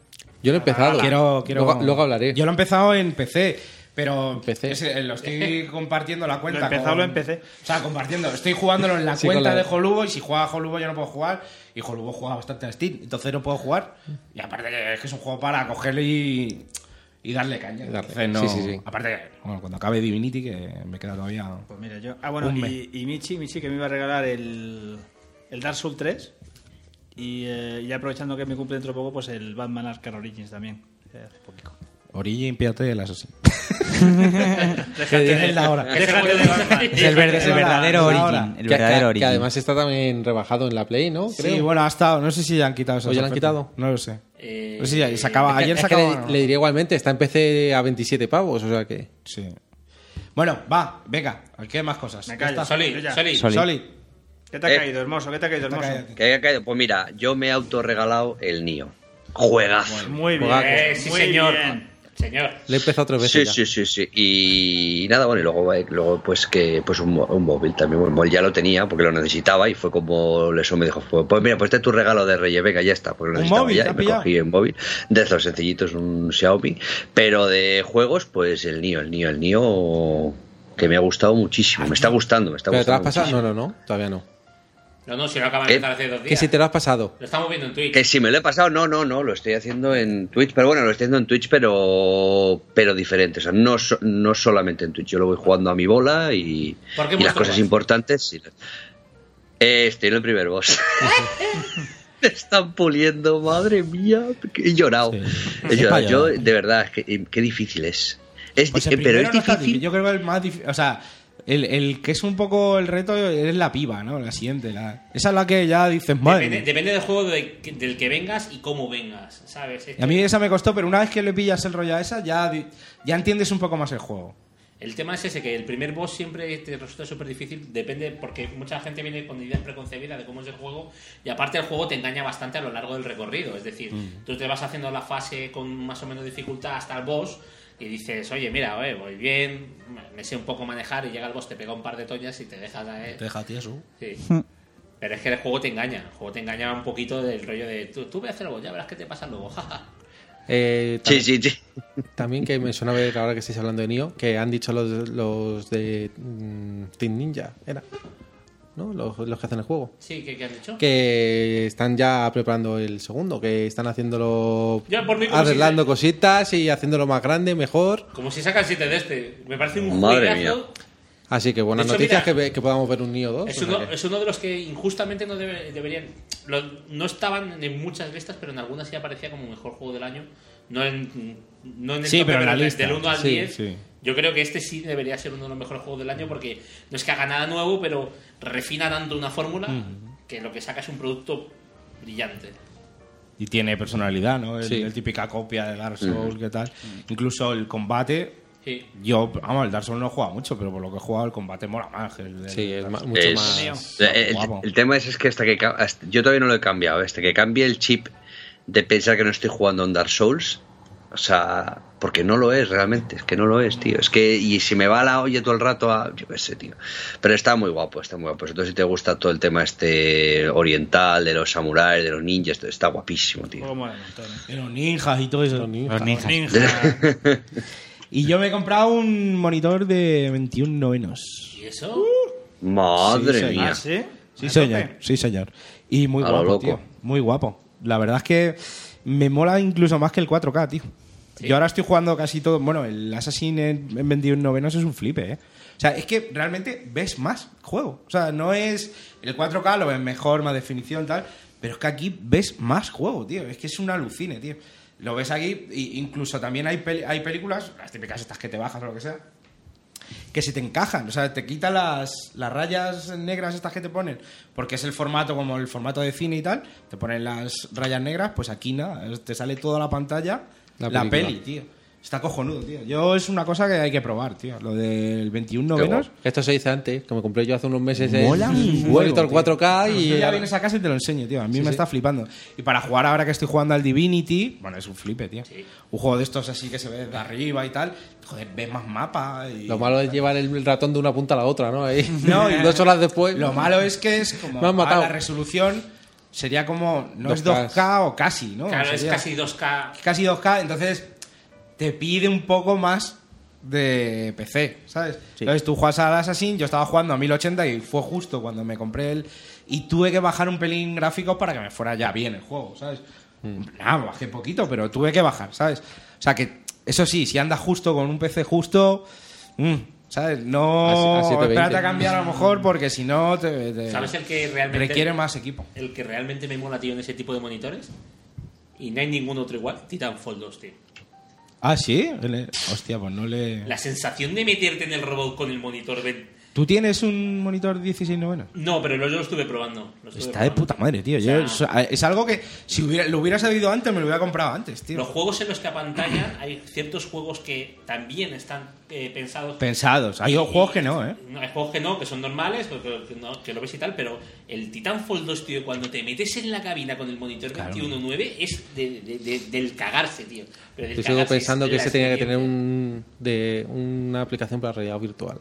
Speaker 6: Yo lo he empezado.
Speaker 4: Ah, Quiero, quiero...
Speaker 6: Luego, luego hablaré.
Speaker 4: Yo lo he empezado en PC, pero
Speaker 6: PC.
Speaker 4: es- eh, lo estoy compartiendo la cuenta.
Speaker 5: Lo he empezado,
Speaker 4: con-
Speaker 5: lo empecé.
Speaker 4: O sea, compartiendo. Estoy jugándolo en la
Speaker 6: Sí,
Speaker 4: cuenta
Speaker 6: con la-
Speaker 4: de Holubo y si juega Holubo yo no puedo jugar. Y Holubo juega bastante a Steam, entonces no puedo jugar. Y aparte que es que es un juego para cogerle y, y darle caña.
Speaker 6: Darle.
Speaker 4: Entonces no...
Speaker 6: Sí, sí, sí.
Speaker 4: Aparte que, bueno, cuando acabe Divinity que me queda todavía...
Speaker 5: Pues mira, yo. Ah, bueno,
Speaker 4: Un
Speaker 5: y, y Michi, Michi, que me iba a regalar el, el Dark Souls 3. Y eh, ya aprovechando que me cumple dentro de poco, pues el Batman Arkham Origins también. eh, Hace poquito.
Speaker 4: Origin, pídate el asesino.
Speaker 5: Déjate
Speaker 4: Es la hora.
Speaker 9: Déjate de Batman.
Speaker 7: El, verde- el verdadero
Speaker 4: Ahora, ahora.
Speaker 7: Origin.
Speaker 6: Que-
Speaker 7: El
Speaker 6: que-
Speaker 7: verdadero
Speaker 6: que,
Speaker 7: Origin.
Speaker 6: además está también rebajado en la Play, ¿no?
Speaker 4: Sí,
Speaker 6: Creo.
Speaker 4: bueno, ha estado. No sé si ya han quitado esa
Speaker 6: ¿O ya la han quitado?
Speaker 4: No lo sé.
Speaker 9: Eh,
Speaker 4: No sé si ya- se acaba.
Speaker 6: Es que-
Speaker 4: Ayer
Speaker 6: es
Speaker 4: se
Speaker 6: que
Speaker 4: acaba.
Speaker 6: le, le diría igualmente, está en PC a 27 pavos, o sea que...
Speaker 4: Sí. Bueno, va, venga, aquí hay más cosas.
Speaker 5: Me callo.
Speaker 4: Ya está.
Speaker 5: Yo
Speaker 9: Soli,
Speaker 5: ya.
Speaker 9: Soli.
Speaker 7: Soli.
Speaker 4: Solid.
Speaker 5: ¿Qué te ha
Speaker 11: Eh,
Speaker 5: caído, hermoso? ¿Qué te ha caído, hermoso?
Speaker 4: cállate.
Speaker 11: Que haya caído. Pues mira, yo me he autorregalado el Nio. Juegazo.
Speaker 5: Pues Muy bien.
Speaker 6: Jugaco.
Speaker 9: Eh, sí,
Speaker 5: muy
Speaker 9: señor.
Speaker 5: bien.
Speaker 9: Señor.
Speaker 6: Le he empezado tres veces
Speaker 11: Sí,
Speaker 6: ya.
Speaker 11: sí, sí, sí. Y nada, bueno, y luego, eh, luego pues que pues un, mo- un móvil también. Bueno, el móvil ya lo tenía porque lo necesitaba y fue como eso me dijo, pues pues mira, pues este es tu regalo de Reyes, venga, ya está, porque lo
Speaker 4: ¿Un
Speaker 11: necesitaba
Speaker 4: móvil?
Speaker 11: ya
Speaker 4: ¿Te
Speaker 11: y
Speaker 4: has
Speaker 11: me
Speaker 4: pillado?
Speaker 11: cogí un móvil de esos sencillitos, un Xiaomi, pero de juegos, pues el Nio, el Nio, el Nio que me ha gustado muchísimo, me está gustando, me está
Speaker 6: ¿Pero te lo has
Speaker 11: gustando.
Speaker 6: pasado? No,
Speaker 11: muchísimo.
Speaker 6: no, no, todavía no.
Speaker 9: No, no, si lo acaba de
Speaker 11: ¿Qué?
Speaker 9: empezar hace dos
Speaker 6: Que
Speaker 9: días.
Speaker 6: si te lo has pasado.
Speaker 9: Lo estamos viendo en Twitch.
Speaker 11: Que si me lo he pasado, no, no, no, lo estoy haciendo en Twitch, pero bueno, lo estoy haciendo en Twitch, pero pero diferente, o sea, no, so- no solamente en Twitch, yo lo voy jugando a mi bola y,
Speaker 9: ¿Por qué
Speaker 11: y las
Speaker 9: monstruo
Speaker 11: cosas
Speaker 9: vas?
Speaker 11: importantes. sí. Eh, estoy en el primer boss. Te están puliendo, madre mía. He llorado. He llorado. Yo, de verdad, qué, qué difícil es. Es-
Speaker 4: Pues el
Speaker 11: eh, pero
Speaker 4: primero
Speaker 11: es
Speaker 4: no está
Speaker 11: difícil.
Speaker 4: Yo creo que el más difícil. O sea, el, el que es un poco el reto es la piba, ¿no? La siguiente. La, esa es la que ya dices, madre.
Speaker 9: Depende,
Speaker 4: mía.
Speaker 9: depende del juego de- del que vengas y cómo vengas, ¿sabes? Este-
Speaker 4: Y a mí esa me costó, pero una vez que le pillas el rollo a esa, ya, di- ya entiendes un poco más el juego.
Speaker 9: El tema es ese, que el primer boss siempre te resulta súper difícil, depende, porque mucha gente viene con ideas preconcebidas de cómo es el juego, y aparte el juego te engaña bastante a lo largo del recorrido, es decir,
Speaker 11: Mm.
Speaker 9: tú te vas haciendo la fase con más o menos dificultad hasta el boss, y dices, oye, mira, oye, voy bien, me sé un poco manejar, y llega el boss, te pega un par de toñas y te deja... eh,
Speaker 6: Te deja tieso.
Speaker 9: Sí.
Speaker 11: Mm.
Speaker 9: Pero es que el juego te engaña, el juego te engaña un poquito del rollo de, tú, tú ve a hacer algo, ya verás qué te pasa luego, jaja.
Speaker 6: Eh,
Speaker 11: Sí,
Speaker 6: también,
Speaker 11: sí, sí.
Speaker 6: también que me suena ver que ahora que estáis hablando de Nio, que han dicho los, los de mm, Team Ninja, era, ¿no? Los, los que hacen el juego.
Speaker 9: Sí, ¿qué, qué has dicho?
Speaker 6: Que están ya preparando el segundo, que están haciéndolo.
Speaker 9: Ya, por mí, como
Speaker 6: arreglando cositas y haciéndolo más grande, mejor.
Speaker 9: Como si sacan 7 de este, me parece un
Speaker 11: Madre
Speaker 9: juegazo.
Speaker 11: mía.
Speaker 6: Así que buenas
Speaker 9: De hecho,
Speaker 6: noticias
Speaker 9: mira,
Speaker 6: que, ve- que podamos ver un
Speaker 4: Oh,
Speaker 6: Nio 2.
Speaker 9: Es
Speaker 4: pues
Speaker 6: o sea
Speaker 9: uno,
Speaker 6: que-
Speaker 9: es uno de los que injustamente no debe- deberían. lo- no estaban en muchas listas, pero en algunas sí aparecía como mejor juego del año. No en, no en el
Speaker 4: Sí,
Speaker 9: tope,
Speaker 4: pero en la
Speaker 9: de-
Speaker 4: lista.
Speaker 9: del 1 al
Speaker 4: Sí,
Speaker 9: 10.
Speaker 4: sí.
Speaker 9: Yo creo que este sí debería ser uno de los mejores juegos del año porque no es que haga nada nuevo, pero refina tanto una fórmula que lo que saca es un producto brillante.
Speaker 4: Y tiene personalidad, ¿no? El,
Speaker 6: Sí. Mm.
Speaker 4: el típica copia de Dark Souls, ¿qué tal? Incluso el combate.
Speaker 9: Sí.
Speaker 4: Yo, vamos, el Dark Souls no he jugado mucho, pero por lo que he jugado, el combate mola más. que el-
Speaker 6: Sí, es
Speaker 4: el-
Speaker 6: ma- mucho
Speaker 11: Es-
Speaker 6: más.
Speaker 11: el- el,
Speaker 4: guapo.
Speaker 11: el tema es, es que hasta que ca- hasta- yo todavía no lo he cambiado, hasta que cambie el chip de pensar que no estoy jugando en Dark Souls, o sea, porque no lo es realmente, es que no lo es, tío, es que y si me va la olla todo el rato a yo qué sé, tío. Pero está muy guapo, está muy guapo. Entonces si te gusta todo el tema este oriental de los samuráis, de los ninjas, está guapísimo, tío.
Speaker 4: Oh.
Speaker 5: Juego mola un montón, ¿eh?
Speaker 4: de los ninjas y todo eso.
Speaker 7: Los ninjas.
Speaker 5: Ninja.
Speaker 4: Y yo me he comprado un monitor de 21 novenos.
Speaker 9: ¿Y eso?
Speaker 4: Uh,
Speaker 11: Madre
Speaker 4: Sí, sí,
Speaker 11: mía.
Speaker 5: Ah, ¿sí?
Speaker 4: Sí,
Speaker 5: ¿A
Speaker 4: señor.
Speaker 5: tope?
Speaker 4: Sí, señor. Y muy
Speaker 11: A lo
Speaker 4: guapo,
Speaker 11: loco.
Speaker 4: tío. Muy guapo. La verdad es que me mola incluso más que el 4K, tío. Yo ahora estoy jugando casi todo. Bueno, el Assassin en en 21 novenos es un flipe, ¿eh? O sea, es que realmente ves más juego. O sea, no es. El 4K lo ves mejor, más definición, tal. Pero es que aquí ves más juego, tío. Es que es un alucine, tío. Lo ves aquí, i- incluso también hay, peli- hay películas, las típicas estas que te bajas o lo que sea, que se te encajan, o sea, te quita las, las rayas negras estas que te ponen, porque es el formato como el formato de cine y tal, te ponen las rayas negras, pues aquí nada, es- te sale toda la pantalla,
Speaker 6: La
Speaker 4: la,
Speaker 6: película.
Speaker 4: peli, tío. Está cojonudo, tío. Yo es una cosa que hay que probar, tío. Lo del 21 novenos.
Speaker 6: Esto se dice antes, que me compré yo hace unos meses
Speaker 4: Mola
Speaker 6: el
Speaker 4: un huevo,
Speaker 6: monitor
Speaker 4: tío.
Speaker 6: 4K y.
Speaker 4: Yo ya vienes a casa y te lo enseño, tío. A mí
Speaker 6: Sí,
Speaker 4: me
Speaker 6: sí.
Speaker 4: está flipando. Y para jugar ahora que estoy jugando al Divinity, bueno, es un flipe, tío.
Speaker 9: Sí.
Speaker 4: Un juego de estos así que se ve desde arriba y tal. Joder, ves más mapas. y-
Speaker 6: Lo malo es llevar el ratón de una punta a la otra, ¿no? Ahí,
Speaker 4: No, y-
Speaker 6: dos horas después.
Speaker 4: Lo malo es que es como
Speaker 6: Me
Speaker 4: ah,
Speaker 6: han matado.
Speaker 4: la resolución sería como no
Speaker 6: 2K.
Speaker 4: es 2K o casi, ¿no?
Speaker 9: Claro, es
Speaker 4: Sería
Speaker 9: casi 2K.
Speaker 4: casi 2K, entonces te pide un poco más de PC, ¿sabes? Entonces tú juegas al Assassin, yo estaba jugando a 1080 y fue justo cuando me compré el y tuve que bajar un pelín gráficos para que me fuera ya bien el juego, ¿sabes? Nada, bajé poquito, pero tuve que bajar, ¿sabes? O sea que eso sí, si andas justo con un PC justo, mm, ¿sabes? No
Speaker 6: A si- a 720.
Speaker 4: espérate a cambiar a lo mejor porque si no te, te-
Speaker 9: ¿Sabes el que realmente
Speaker 4: Eh, requiere más equipo.
Speaker 9: el que realmente me mola, tío, en ese tipo de monitores. Y no hay ningún otro igual, Titanfall 2, tío.
Speaker 4: Ah, sí, Le- hostia, pues no le
Speaker 9: La sensación de meterte en el robot con el monitor de...
Speaker 4: ¿Tú tienes un monitor 16 novenos?
Speaker 9: No, pero lo- yo lo estuve probando. lo estuve
Speaker 4: Está de
Speaker 9: probando.
Speaker 4: puta madre, tío. Yo-
Speaker 9: O sea,
Speaker 4: so- a- es algo que si hubiera- lo hubiera sabido antes, me lo hubiera comprado antes, tío.
Speaker 9: Los juegos en los que apantallan, hay ciertos juegos que también están eh, pensados...
Speaker 4: Pensados. Hay
Speaker 9: Y-
Speaker 4: juegos que no, ¿eh?
Speaker 9: Hay juegos que no, que son normales, que, que no- que lo ves y tal, pero el Titanfall 2, tío, cuando te metes en la cabina con el monitor 21.9 es de- de- de- del cagarse, tío. Pero del
Speaker 6: Yo sigo
Speaker 9: cagarse, es
Speaker 6: pensando que
Speaker 9: la
Speaker 6: ese tenía que tener un,
Speaker 9: experiencia.
Speaker 6: de, una aplicación para realidad virtual.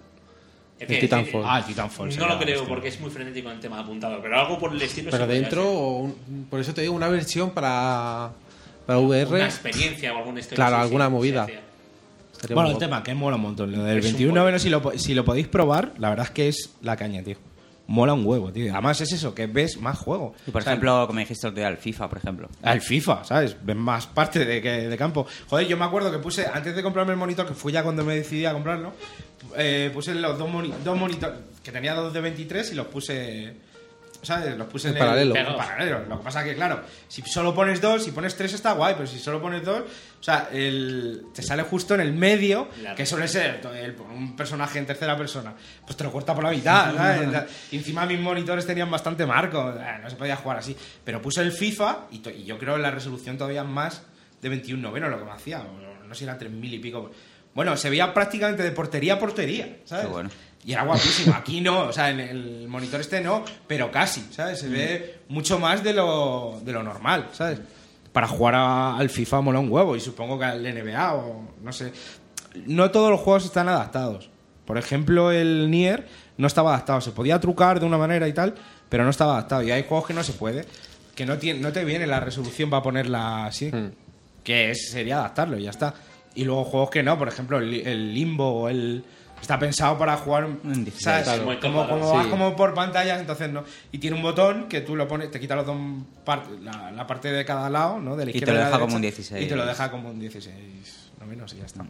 Speaker 9: Es
Speaker 6: el
Speaker 9: que-
Speaker 6: Titanfall.
Speaker 4: Ah, el Titanfall.
Speaker 9: No
Speaker 4: sería
Speaker 9: lo creo
Speaker 4: hostia.
Speaker 9: porque es muy frenético en el tema de apuntado, pero algo por el estilo.
Speaker 6: Pero
Speaker 9: se podría
Speaker 6: dentro,
Speaker 9: hacer.
Speaker 6: o un- por eso te digo, una versión para, para VR.
Speaker 9: Una experiencia o alguna historia.
Speaker 6: Claro,
Speaker 9: así,
Speaker 6: alguna
Speaker 9: sí,
Speaker 6: movida.
Speaker 9: sí, sí.
Speaker 6: Estaría
Speaker 4: Bueno,
Speaker 6: muy
Speaker 4: el
Speaker 6: guapo.
Speaker 4: tema que mola un montón. Lo del
Speaker 9: Es un
Speaker 4: 21
Speaker 9: buen-
Speaker 4: menos, si lo, po- si lo podéis probar, la verdad es que es la caña, tío. Mola un huevo, tío. Además es eso, que ves más juego.
Speaker 7: Y por
Speaker 4: O sea,
Speaker 7: ejemplo, como dijiste el otro día, el FIFA, por ejemplo.
Speaker 4: Al FIFA, ¿sabes? Ves más parte de, que- de campo. Joder, yo me acuerdo que puse, antes de comprarme el monitor, que fue ya cuando me decidí a comprarlo, eh, puse los dos, monitores, dos monitor- que tenía dos de 23 y los puse ¿sabes? Los puse
Speaker 6: En
Speaker 4: en,
Speaker 6: paralelo.
Speaker 4: El, en paralelo. Lo que pasa que, claro, si solo pones dos, si pones tres está guay, pero si solo pones dos, o sea, el, te sale justo en el medio,
Speaker 9: Claro.
Speaker 4: que suele ser el- un personaje en tercera persona, pues te lo corta por la mitad, ¿sabes? Y encima mis monitores tenían bastante marco, eh, no se podía jugar así. Pero puse el FIFA y, to- y yo creo la resolución todavía más de 21 noveno lo que me hacía, o no sé, era 3.000 y pico. Bueno, se veía prácticamente de portería a portería, ¿sabes?
Speaker 7: Qué bueno.
Speaker 4: Y era guapísimo. Aquí no, o sea, en el monitor este no, pero casi, ¿sabes? Se ve mucho más de lo, de lo normal, ¿sabes? Para jugar a- al FIFA mola un huevo y supongo que al NBA o no sé. No todos los juegos están adaptados. Por ejemplo, el Nier no estaba adaptado. Se podía trucar de una manera y tal, pero no estaba adaptado. Y hay juegos que no se puede, que no, tiene, no te viene la resolución para ponerla así que es- sería adaptarlo y ya está. Y luego juegos que no, por ejemplo, el, el Limbo o el. Está pensado para jugar.
Speaker 7: Mm,
Speaker 4: ¿sabes?
Speaker 9: claro. Muy
Speaker 4: Como,
Speaker 9: cómodo,
Speaker 4: como vas
Speaker 6: sí.
Speaker 4: como por pantallas, entonces no. Y tiene un botón que tú lo pones, te quita los dos par- la, la parte de cada lado, ¿no? De la
Speaker 7: Y te
Speaker 4: izquierda
Speaker 7: lo
Speaker 4: a la
Speaker 7: deja como un
Speaker 4: derecha,
Speaker 7: 16.
Speaker 4: Y te lo deja como un 16. No menos y ya está.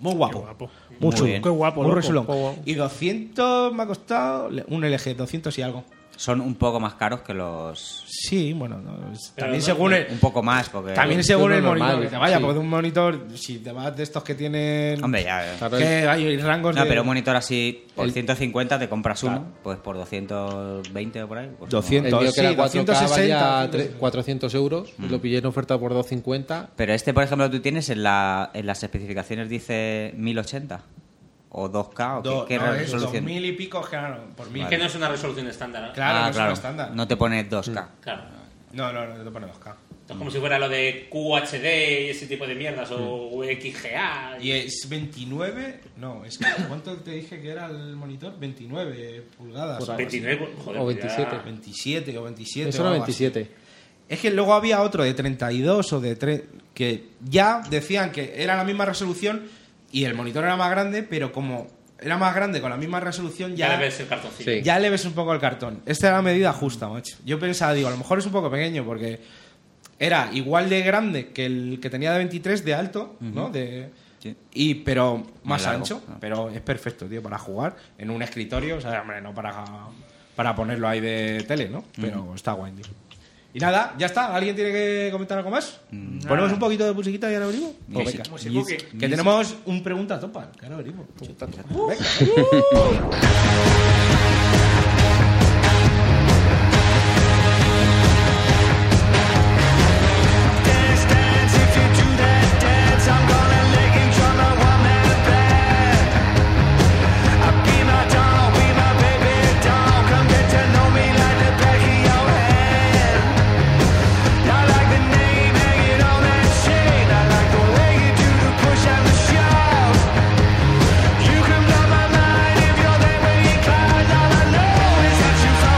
Speaker 4: Muy guapo.
Speaker 7: Muy
Speaker 4: Mucho.
Speaker 7: bien.
Speaker 5: Qué guapo,
Speaker 4: Muy
Speaker 5: loco.
Speaker 4: resulón.
Speaker 6: Qué guapo.
Speaker 4: Y 200 me ha costado le- un LG, 200 y algo.
Speaker 7: Son un poco más caros que los.
Speaker 4: Sí, bueno, no, es-
Speaker 9: Pero
Speaker 4: también
Speaker 9: no-
Speaker 4: según el,
Speaker 7: Un poco más, porque.
Speaker 4: También según
Speaker 6: es
Speaker 4: el
Speaker 6: lo normal,
Speaker 4: monitor que te vaya,
Speaker 6: sí.
Speaker 4: porque un monitor, si te vas de estos que tienen.
Speaker 7: Hombre, ya.
Speaker 6: Claro,
Speaker 4: que hay rangos
Speaker 7: No,
Speaker 4: de.
Speaker 7: pero un monitor así, por
Speaker 6: El-
Speaker 7: 150 te compras uno, pues por 220 o por ahí. pues no.
Speaker 4: 200.
Speaker 6: El mío que era
Speaker 4: Sí,
Speaker 6: 4K
Speaker 4: 260,
Speaker 6: valía tre- 400 euros.
Speaker 9: Mm.
Speaker 6: Lo pillé en oferta por 250.
Speaker 7: Pero este, por ejemplo, tú tienes en, la, en las especificaciones dice 1080 o 2K o qué-
Speaker 4: do-
Speaker 7: qué,
Speaker 4: no, es
Speaker 7: resolución.
Speaker 4: 2000 y pico, claro, por mil.
Speaker 9: Que no es una resolución estándar, ¿no?
Speaker 4: Claro, no
Speaker 7: ah,
Speaker 4: es
Speaker 7: claro.
Speaker 4: un estándar. No.
Speaker 7: No te pones 2K.
Speaker 9: Claro.
Speaker 4: no, no, no te pone 2K.
Speaker 9: Esto es como si fuera lo de QHD y ese tipo de mierdas, o XGA.
Speaker 4: Y es 29. No, es que. ¿Cuánto te dije que era el monitor? 29 pulgadas. o algo así.
Speaker 9: 29, joder,
Speaker 6: O
Speaker 9: pues ya-
Speaker 6: 27.
Speaker 4: 27 o 27.
Speaker 6: Eso
Speaker 4: o
Speaker 6: era
Speaker 4: algo así.
Speaker 6: 27.
Speaker 4: Es que luego había otro de 32 o de 3 que ya decían que era la misma resolución y el monitor era más grande, pero como era más grande con la misma resolución
Speaker 9: Ya
Speaker 4: ya,
Speaker 9: le ves el cartoncillo.
Speaker 6: Sí.
Speaker 4: ya le ves un poco el cartón. Esta era la medida justa, macho. Yo pensaba, digo, a lo mejor es un poco pequeño porque era igual de grande que el que tenía de 23 de alto, ¿no? De
Speaker 7: Sí.
Speaker 4: y pero más
Speaker 7: largo,
Speaker 4: ancho,
Speaker 7: ah.
Speaker 4: pero es perfecto, tío, para jugar en un escritorio, o sea, hombre, no para para ponerlo ahí de tele, ¿no? Pero está guay, tío. Y nada, ya está. ¿Alguien tiene que comentar algo más? Ponemos un poquito de musiquita y ahora venimos. O
Speaker 7: Music.
Speaker 4: venga.
Speaker 5: Musicuque.
Speaker 4: Que tenemos un pregunta topa. Que ahora venimos. Pregunta topa. Venga.
Speaker 3: You can blow my mind if you're there when you close all the love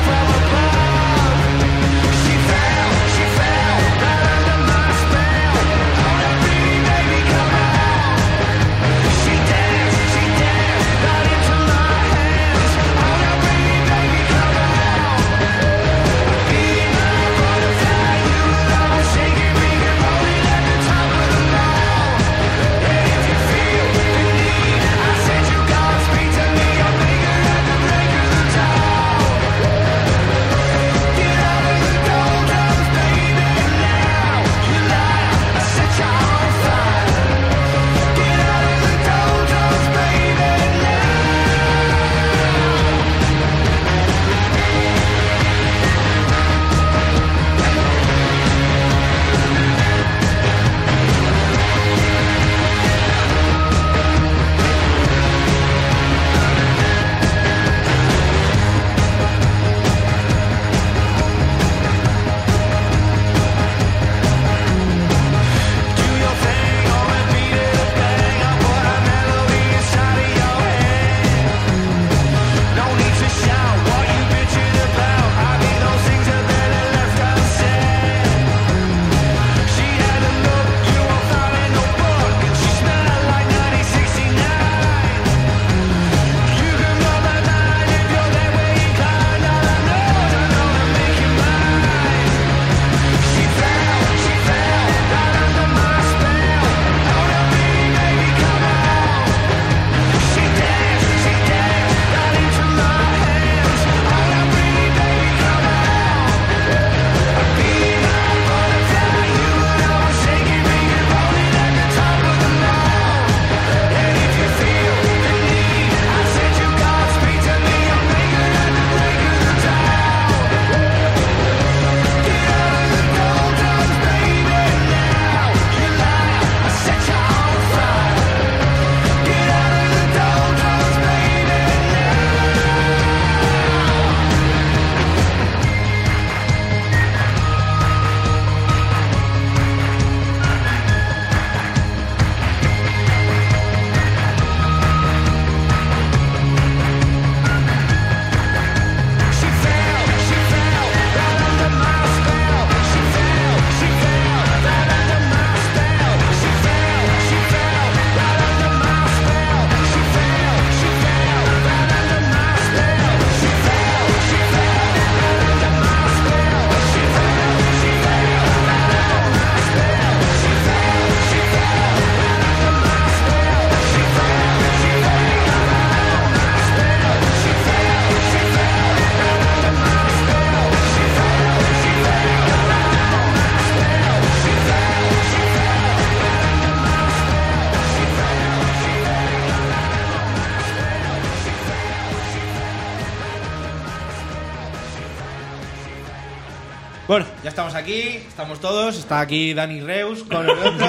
Speaker 4: Bueno, ya estamos aquí, estamos todos. Está aquí Dani Reus con el otro.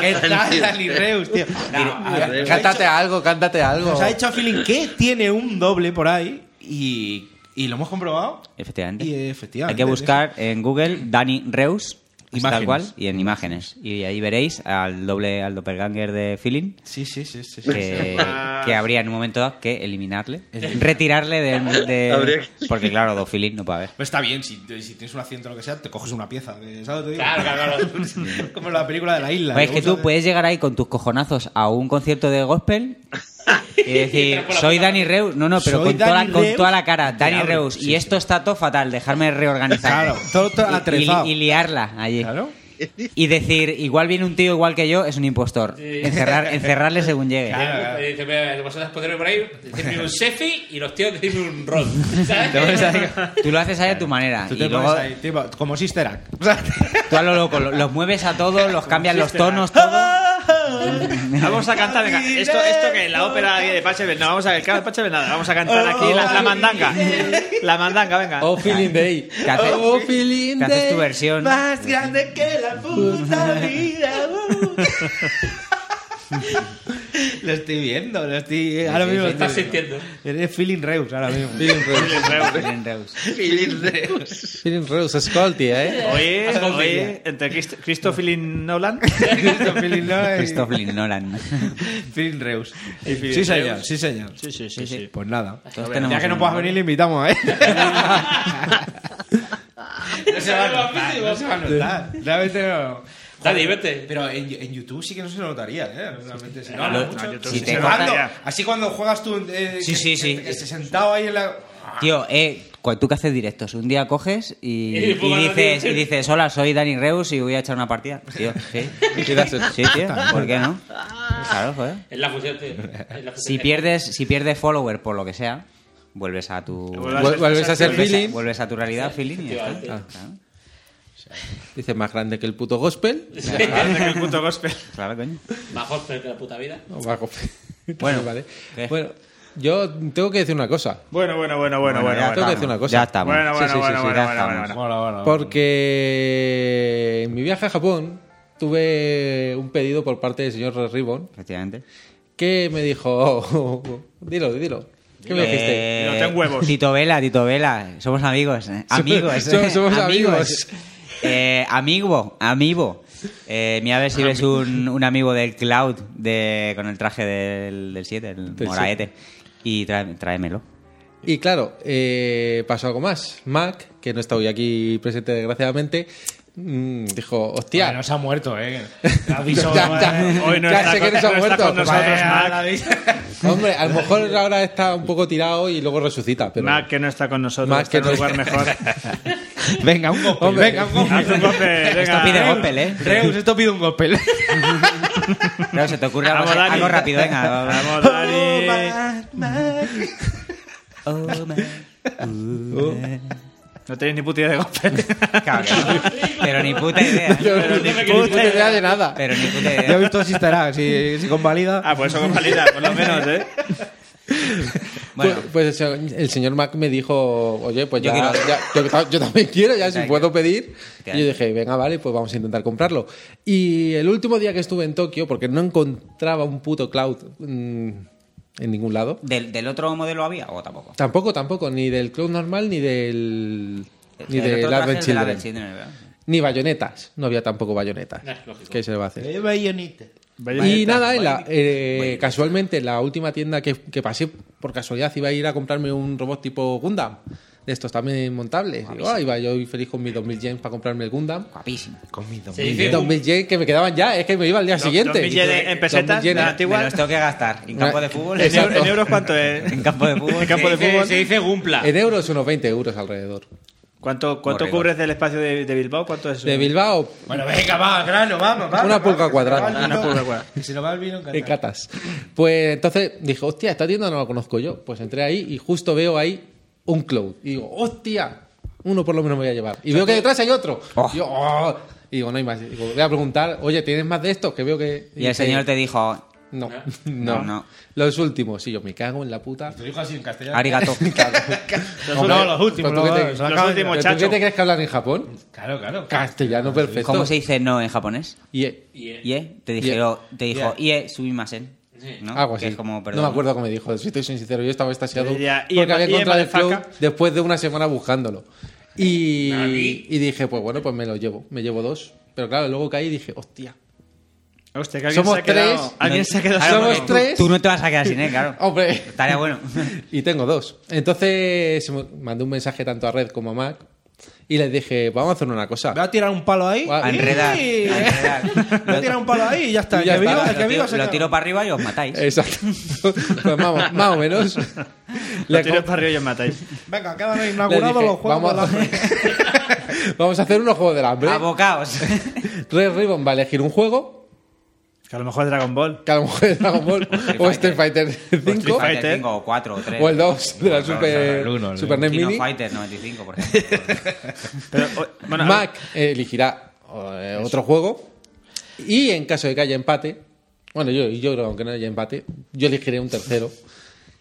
Speaker 4: ¿Qué tal, Dani Reus, tío? No,
Speaker 11: Dani
Speaker 4: a-
Speaker 11: Reus.
Speaker 4: nos ha hecho-
Speaker 6: Cántate algo, cántate algo.
Speaker 4: Nos ha hecho feeling que tiene un doble por ahí y, y lo hemos comprobado.
Speaker 7: Efectivamente.
Speaker 4: Y efectivamente.
Speaker 7: Hay que buscar en Google Dani Reus, así
Speaker 4: Imágenes.
Speaker 7: tal cual, y en imágenes. Y ahí veréis al doble, al doppelganger de Feeling,
Speaker 4: Sí, sí, sí. sí, sí.
Speaker 7: que, que habría en un momento dado que eliminarle, retirarle del... del-
Speaker 11: Habría que-
Speaker 7: porque claro, dos Feeling no para ver.
Speaker 4: Pero está bien, si, si tienes un acento o lo que sea, te coges una pieza. ¿sabes lo que te digo?
Speaker 9: Claro, claro,
Speaker 4: Como la película de la isla.
Speaker 7: Oye, Pues es que
Speaker 4: Luego
Speaker 7: tú
Speaker 4: sale-
Speaker 7: puedes llegar ahí con tus cojonazos a un concierto de gospel y decir, soy Dani Reus. No, no, pero
Speaker 4: Soy
Speaker 7: con toda,
Speaker 4: Dani
Speaker 7: con
Speaker 4: Reus.
Speaker 7: toda la cara, Dani
Speaker 4: Claro,
Speaker 7: Reus.
Speaker 4: sí,
Speaker 7: y esto está todo fatal, dejarme reorganizar.
Speaker 4: Claro, todo- todo
Speaker 7: Y- y-
Speaker 4: atrezado.
Speaker 7: Y, liarla allí.
Speaker 4: Claro.
Speaker 7: Y decir, igual viene un tío igual que yo, es un impostor.
Speaker 9: Sí.
Speaker 7: Encerrar, encerrarle según llegue.
Speaker 9: claro. Y dice, "Mira, Vosotras pondréis por ahí, decidme un sefi y los tíos decidme un rol. ¿Sabes?
Speaker 7: Te pones ahí- Tú lo haces ahí a tu manera.
Speaker 4: Tú
Speaker 7: y
Speaker 4: te
Speaker 7: luego
Speaker 4: pones ahí, tipo, como Sister Act. O sea,
Speaker 7: tú a lo loco, lo- los mueves a todos, los cambias los tonos, todo.
Speaker 8: Vamos a cantar, venga, esto, esto que la ópera de Pachelbel, no, vamos a ver, cada Pachelbel nada, vamos a cantar aquí la, la mandanga, la mandanga, venga.
Speaker 6: Oh, feeling day.
Speaker 7: Te haces-
Speaker 6: Oh, feeling
Speaker 7: te haces tu
Speaker 6: day.
Speaker 7: versión.
Speaker 4: Más grande que la puta vida. uh. lo estoy viendo, lo estoy. Ahora
Speaker 7: sí,
Speaker 4: mismo.
Speaker 7: sí,
Speaker 4: lo estoy
Speaker 9: estás
Speaker 4: viendo. Eres feeling Reus ahora mismo.
Speaker 7: Feeling Reus.
Speaker 11: Feeling Reus.
Speaker 6: Feeling Reus, Scolti, ¿eh?
Speaker 5: Oye, oye, entre Christ Christopher y Nolan.
Speaker 4: feeling, no, y-
Speaker 7: Christoph Lin Nolan.
Speaker 4: feeling Reus. sí, señor, sí, señor.
Speaker 5: Sí, sí, sí, sí.
Speaker 4: Pues nada.
Speaker 7: Todos tenemos
Speaker 4: Ya que no
Speaker 7: un-
Speaker 4: puedas venir, le invitamos, ¿eh? no se va a notar. No se va a notar. Realmente no.
Speaker 9: Dani, vete.
Speaker 4: Pero en, en YouTube sí que no se notaría, ¿eh? Realmente se
Speaker 7: Lo-
Speaker 4: nota mucho.
Speaker 7: YouTube si te
Speaker 4: Observando.
Speaker 5: corta-
Speaker 4: Así cuando juegas tú. eh,
Speaker 7: Sí,
Speaker 4: que-
Speaker 7: sí, sí.
Speaker 4: Que, que estés sentado ahí en la.
Speaker 7: Tío, eh, cu- tú que haces directos, un día coges y,
Speaker 9: Y
Speaker 7: y
Speaker 9: pongo la
Speaker 7: dices,
Speaker 9: tele.
Speaker 7: y dices, hola, soy Dani Reus y voy a echar una partida. Tío, sí. Sí, tío, ¿por qué no? Claro, joder.
Speaker 9: Es la fusión, tío. Es la fusión.
Speaker 7: Si pierdes, si pierdes follower por lo que sea, vuelves a tu...
Speaker 6: Vuel- Vuelves a ser
Speaker 7: Vuelves a,
Speaker 6: feeling.
Speaker 7: vuelves a tu realidad, feeling, y ya está. Ah, Claro,
Speaker 6: Dice más grande que el puto gospel.
Speaker 5: el puto gospel.
Speaker 7: claro, coño.
Speaker 9: Bajo que la puta vida.
Speaker 6: No, va, gospel.
Speaker 7: Bueno,
Speaker 6: vale.
Speaker 4: eh.
Speaker 7: ¿qué?
Speaker 6: Bueno, yo tengo que decir una cosa.
Speaker 5: Bueno, bueno, bueno, bueno, bueno.
Speaker 7: ya
Speaker 6: tengo que
Speaker 7: estamos.
Speaker 6: decir una cosa.
Speaker 7: Ya estamos.
Speaker 5: Bueno, bueno,
Speaker 6: Sí, sí, sí,
Speaker 5: bueno,
Speaker 6: sí,
Speaker 5: bueno,
Speaker 7: ya
Speaker 5: bueno,
Speaker 7: estamos.
Speaker 5: bueno.
Speaker 6: Ah, Porque en mi viaje a Japón tuve un pedido por parte del señor Red Ribbon
Speaker 7: Efectivamente.
Speaker 6: que me dijo... dilo, dilo. ¿Qué me dijiste?
Speaker 7: Eh,
Speaker 5: No ten huevos.
Speaker 7: Tito Vela, Tito Vela, somos amigos, eh. amigos, eh.
Speaker 6: somos- somos amigos.
Speaker 7: Eh, amigo, amigo. Eh, mira a ver si ves un, un amigo del Cloud de, con el traje del del 7, el
Speaker 6: Del
Speaker 7: moraete. Y trae- tráemelo.
Speaker 6: Y claro, eh, pasó algo más. Mac, que no está hoy aquí presente desgraciadamente, mm, dijo, hostia...
Speaker 4: Ah, no se ha muerto, ¿eh?
Speaker 6: Ya, ya.
Speaker 5: Hoy no
Speaker 6: Ya
Speaker 5: está
Speaker 6: sé que
Speaker 5: con-
Speaker 6: no se ha
Speaker 5: no está
Speaker 6: muerto.
Speaker 5: con nosotros,
Speaker 6: Vale,
Speaker 5: Mac.
Speaker 6: Hombre, a lo mejor ahora está un poco tirado y luego resucita. Pero...
Speaker 5: Mac, que no está con nosotros,
Speaker 6: Mac,
Speaker 5: está en
Speaker 6: que
Speaker 5: un
Speaker 6: no-
Speaker 5: lugar mejor.
Speaker 4: Venga, un gospel.
Speaker 6: Hombre.
Speaker 4: Venga, un gospel.
Speaker 5: Haz un gospel,
Speaker 7: Esto pide
Speaker 5: venga.
Speaker 7: Gospel, ¿eh?
Speaker 4: Reus, esto pide un gospel.
Speaker 7: Claro, se te ocurre algo,
Speaker 5: Vamos, Dani.
Speaker 7: algo rápido, venga. va, va.
Speaker 5: Vamos, Dani.
Speaker 7: Oh, man. Oh, man.
Speaker 5: No tenéis ni puta idea de gospel.
Speaker 7: Claro que no. Pero ni puta idea. ¿eh?
Speaker 6: Yo no tengo ni puta idea de nada.
Speaker 7: Pero ni puta
Speaker 4: Ya he
Speaker 7: idea.
Speaker 4: visto si estará, si, si convalida.
Speaker 5: Ah, pues eso con valida, por lo menos, ¿eh?
Speaker 7: Bueno,
Speaker 6: Pues- pues el señor- el señor Mac me dijo, oye, pues
Speaker 7: Yo
Speaker 6: ya-
Speaker 7: quiero.
Speaker 6: ya- yo, ta- yo también quiero, ya si
Speaker 7: Venga.
Speaker 6: puedo pedir.
Speaker 7: Claro.
Speaker 6: Y yo dije, venga, vale, pues vamos a intentar comprarlo. Y el último día que estuve en Tokio, porque no encontraba un puto cloud mm, en ningún lado.
Speaker 7: ¿del, del otro modelo había o tampoco?
Speaker 6: Tampoco, tampoco, ni del cloud normal, ni del... Ni
Speaker 7: El otro
Speaker 6: del
Speaker 7: traje
Speaker 6: Advent
Speaker 7: es del
Speaker 6: Children.
Speaker 7: Advent Children, ¿verdad?
Speaker 6: Ni bayonetas. No había tampoco bayonetas.
Speaker 9: No, es lógico.
Speaker 6: ¿Qué se le va a
Speaker 4: Eh,
Speaker 6: hacer? Y
Speaker 5: Bayoneta.
Speaker 6: nada, en la- eh, casualmente, la última tienda que, que pasé por casualidad iba a ir a comprarme un robot tipo Gundam. De estos también montables. Digo, ah, iba yo feliz con mis 2000 yens para comprarme el Gundam.
Speaker 7: Guapísimo.
Speaker 9: Se
Speaker 6: Y
Speaker 9: dice,
Speaker 6: 2000 yens que me quedaban ya, es que me iba al día siguiente.
Speaker 5: 2000 yen en
Speaker 6: 2000
Speaker 5: eh, pesetas,
Speaker 6: yen en-
Speaker 5: ¿verdad?
Speaker 7: Me
Speaker 5: Igual.
Speaker 7: los tengo que gastar. ¿En campo de fútbol?
Speaker 5: ¿En, eu- en euros cuánto es?
Speaker 7: En campo de fútbol.
Speaker 5: En campo de
Speaker 9: se dice-
Speaker 5: fútbol.
Speaker 9: se dice Gumpla.
Speaker 6: En euros, unos 20 euros alrededor.
Speaker 5: ¿Cuánto, cuánto
Speaker 7: Correcto.
Speaker 5: cubres del espacio de, de Bilbao? ¿Cuánto es?
Speaker 6: De Bilbao,
Speaker 4: Bueno, venga, va, al grano, vamos, vamos.
Speaker 6: Una pulga cuadrada.
Speaker 4: Una pulga cuadrada. Se nos va el vino en
Speaker 6: en
Speaker 4: Qatar.
Speaker 6: catas. Pues entonces dije, hostia, esta tienda no la conozco yo. Pues entré ahí y justo veo ahí un cloud. Y digo, hostia, uno por lo menos me voy a llevar. Y veo que detrás hay otro.
Speaker 7: Oh.
Speaker 6: Y, yo, "Oh". Y digo, no hay más. Y digo, voy a preguntar, oye, ¿tienes más de estos? Que veo que.
Speaker 7: Y el
Speaker 6: dice,
Speaker 7: señor te dijo,
Speaker 6: No,
Speaker 4: ¿Eh?
Speaker 9: No.
Speaker 6: no.
Speaker 7: No.
Speaker 6: Los últimos, sí, yo me cago en la puta.
Speaker 4: Lo dijo así en castellano.
Speaker 7: Arigato.
Speaker 6: Hombre,
Speaker 4: no, los últimos,
Speaker 6: ¿pero tú qué te-
Speaker 4: los- los
Speaker 6: ¿pero
Speaker 4: últimos,
Speaker 6: ¿Tú qué
Speaker 4: chacho.
Speaker 6: te crees que hablan en Japón?
Speaker 4: Claro, claro.
Speaker 6: Castellano perfecto.
Speaker 7: ¿Cómo se dice no en japonés?
Speaker 6: Y-
Speaker 9: Y-
Speaker 7: Ye. Te dijo, te dijo, ye, subimasen.
Speaker 9: Eh, Sí.
Speaker 7: ¿no?
Speaker 6: Algo así.
Speaker 7: Que es como,
Speaker 6: No
Speaker 7: perdón.
Speaker 6: me acuerdo cómo me dijo, si estoy sincero, yo estaba estasiado
Speaker 5: Yo diría, "Y
Speaker 6: porque
Speaker 5: en-
Speaker 6: había
Speaker 5: y en
Speaker 6: encontrado el flow
Speaker 5: Madafaka".
Speaker 6: después de una semana buscándolo. Y,
Speaker 9: Nani.
Speaker 6: y dije, pues bueno, pues me lo llevo, me llevo dos. Pero claro, luego caí y dije, hostia.
Speaker 5: Hostia, que alguien
Speaker 6: Somos
Speaker 5: se ha quedado-
Speaker 6: tres.
Speaker 5: Alguien se ha quedado
Speaker 7: Claro,
Speaker 6: Somos
Speaker 7: porque tú-
Speaker 6: tres.
Speaker 7: Tú no te vas a quedar sin él, claro.
Speaker 6: Hombre.
Speaker 7: Estaría bueno.
Speaker 6: Y tengo dos. Entonces se me- mandé un mensaje tanto a Red como a Mac y les dije, vamos a hacer una cosa.
Speaker 4: Voy a tirar un palo ahí.
Speaker 6: Va-
Speaker 7: A enredar. a enredar.
Speaker 4: Voy a tirar un palo ahí y ya está.
Speaker 6: Y ya
Speaker 4: El que
Speaker 6: está.
Speaker 4: viva- el
Speaker 7: Lo
Speaker 4: que viva
Speaker 7: tiro-
Speaker 4: se
Speaker 7: Lo
Speaker 4: queda.
Speaker 7: tiro para arriba y os matáis.
Speaker 6: Exacto. Pues más, más o menos.
Speaker 5: Lo
Speaker 6: Le
Speaker 5: tiráis
Speaker 6: co-
Speaker 5: para arriba y os matáis.
Speaker 4: Venga, quedan
Speaker 6: le
Speaker 4: inaugurados
Speaker 6: dije,
Speaker 4: los juegos
Speaker 6: vamos,
Speaker 4: del hambre.
Speaker 6: vamos a hacer unos juegos del hambre.
Speaker 7: Abocaos.
Speaker 6: Red Ribbon va a elegir un juego
Speaker 5: Que a lo mejor Dragon Ball.
Speaker 6: que a lo mejor es Dragon Ball o Street Fighter 5
Speaker 5: Fighter.
Speaker 7: Cinco o cuatro o tres.
Speaker 6: o el 2 de la
Speaker 7: Claro,
Speaker 6: Super,
Speaker 4: el uno, el
Speaker 6: Super NES
Speaker 7: Kino
Speaker 6: Mini.
Speaker 7: Fighter 95, por ejemplo.
Speaker 5: Pero, o- bueno,
Speaker 6: Mac eh, elegirá eh, otro juego y en caso de que haya empate, bueno, yo, yo creo que aunque no haya empate, yo elegiré un tercero.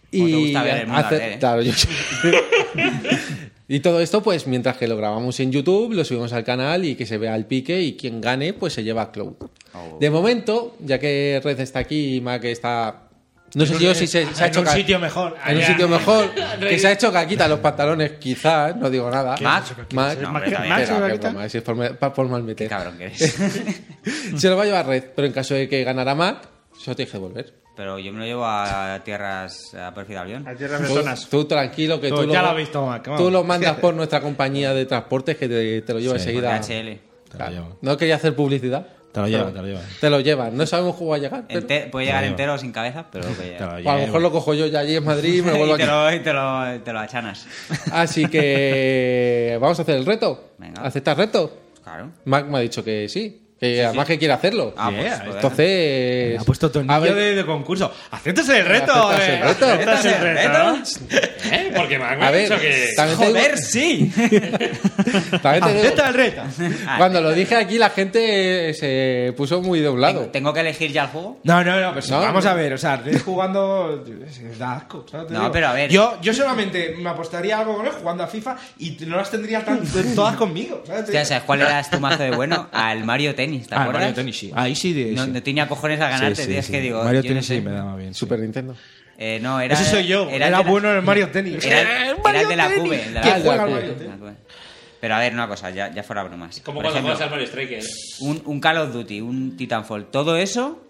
Speaker 7: te gusta ver el mundo
Speaker 6: hace-
Speaker 7: arder, ¿eh?
Speaker 6: claro, yo- y todo esto, pues mientras que lo grabamos en YouTube, lo subimos al canal y que se vea el pique y quien gane, pues se lleva a Cloud. De momento, ya que Red está aquí y Mac está... No sé yo si se, se ha
Speaker 4: En
Speaker 6: hecho
Speaker 4: un
Speaker 6: ca-
Speaker 4: sitio mejor.
Speaker 6: en un
Speaker 9: Allá.
Speaker 6: sitio mejor
Speaker 9: Rey.
Speaker 6: que se ha hecho caquita los pantalones quizás no digo nada
Speaker 7: Mac.
Speaker 6: Mac
Speaker 7: No,
Speaker 6: Mac-
Speaker 7: hombre, está bien.
Speaker 6: Espera,
Speaker 5: ¿se lo
Speaker 6: qué
Speaker 5: quita?
Speaker 6: broma, si es por, me- pa- por mal meter.
Speaker 7: Cabrón que eres.
Speaker 6: se lo va a llevar Red pero en caso de que ganara Mac se lo tiene que devolver
Speaker 7: Pero yo me lo llevo a tierras a perfil de avión.
Speaker 5: a tierras
Speaker 6: tú,
Speaker 5: bretonas.
Speaker 6: tú tranquilo que
Speaker 4: Tú
Speaker 6: tú,
Speaker 4: ya lo has visto, Mac, vamos.
Speaker 6: tú lo mandas por nuestra compañía de transportes que te, te lo lleva enseguida
Speaker 7: HL.
Speaker 6: Claro.
Speaker 4: llevan.
Speaker 6: no quería hacer publicidad
Speaker 4: Te lo llevan, te lo llevan.
Speaker 6: te lo llevan no sabemos cómo va a llegar pero-
Speaker 7: Ente- puede llegar entero o sin cabeza, pero puede llegar.
Speaker 6: o a lo mejor lo cojo yo ya allí en Madrid y me lo vuelvo
Speaker 7: Y
Speaker 6: aquí
Speaker 7: te lo, y te lo, te lo achanas.
Speaker 6: así que vamos a hacer el reto
Speaker 7: Venga.
Speaker 6: ¿aceptas reto?
Speaker 7: Claro.
Speaker 6: Mac me ha dicho que sí que además que quiere hacerlo
Speaker 7: Ah,
Speaker 4: Yeah,
Speaker 7: pues, pues,
Speaker 6: Entonces.
Speaker 4: Ha puesto tu
Speaker 6: a
Speaker 4: anillo
Speaker 6: ver,
Speaker 4: de, de concurso. ¡Aceptas el reto!
Speaker 6: ¿Aceptas el
Speaker 4: eh!
Speaker 6: reto?
Speaker 4: ¡Aceptas el reto!
Speaker 9: ¿Eh? Porque me
Speaker 6: a
Speaker 9: han
Speaker 6: ver,
Speaker 9: dicho que.
Speaker 6: también te digo-
Speaker 4: ¡Joder, sí!
Speaker 6: también te digo,
Speaker 4: ¡Acepta el reto!
Speaker 7: ah,
Speaker 6: Cuando lo dije aquí, la gente eh, se puso muy de un
Speaker 7: ¿Tengo,
Speaker 6: lado.
Speaker 7: tengo que elegir ya el juego?
Speaker 4: No, no, no, pero si-
Speaker 6: No,
Speaker 4: vamos
Speaker 6: no.
Speaker 4: a ver, o sea, Red jugando eh, da asco, ¿sabes? Te
Speaker 7: No,
Speaker 4: digo.
Speaker 7: pero a ver.
Speaker 4: Yo, yo solamente me apostaría algo con él jugando a FIFA y t- no las tendría tan, todas conmigo, ¿sabes? Te
Speaker 7: Hostia,
Speaker 4: digo.
Speaker 7: ¿sabes cuál era tu mazo de bueno? Al Mario Tennis, ¿te
Speaker 4: Ah,
Speaker 7: acuerdas?
Speaker 4: Mario Tennis, sí. Ahí sí, de,
Speaker 7: No,
Speaker 4: sí.
Speaker 7: no tenía cojones a ganarte,
Speaker 4: Sí, sí,
Speaker 7: tío, es
Speaker 4: sí.
Speaker 7: que digo.
Speaker 4: Mario
Speaker 7: yo no
Speaker 4: Tennis
Speaker 7: sé.
Speaker 4: sí me da más bien. sí.
Speaker 6: Super Nintendo.
Speaker 7: Eh, no, era.
Speaker 4: Ese soy yo, era,
Speaker 7: Era, el de la-
Speaker 4: bueno en el Mario Tennis.
Speaker 7: Era, era el de la Cube. el de la
Speaker 6: ¿Quién
Speaker 7: Cube.
Speaker 6: juega al
Speaker 7: Sí,
Speaker 6: Mario
Speaker 7: sí, la Cube. Pero a ver, una cosa, ya, ya fuera bromas.
Speaker 9: Como
Speaker 7: Por
Speaker 9: cuando
Speaker 7: ejemplo,
Speaker 9: juegas al Mario Striker. ¿eh?
Speaker 7: un, un Call of Duty, un Titanfall, todo eso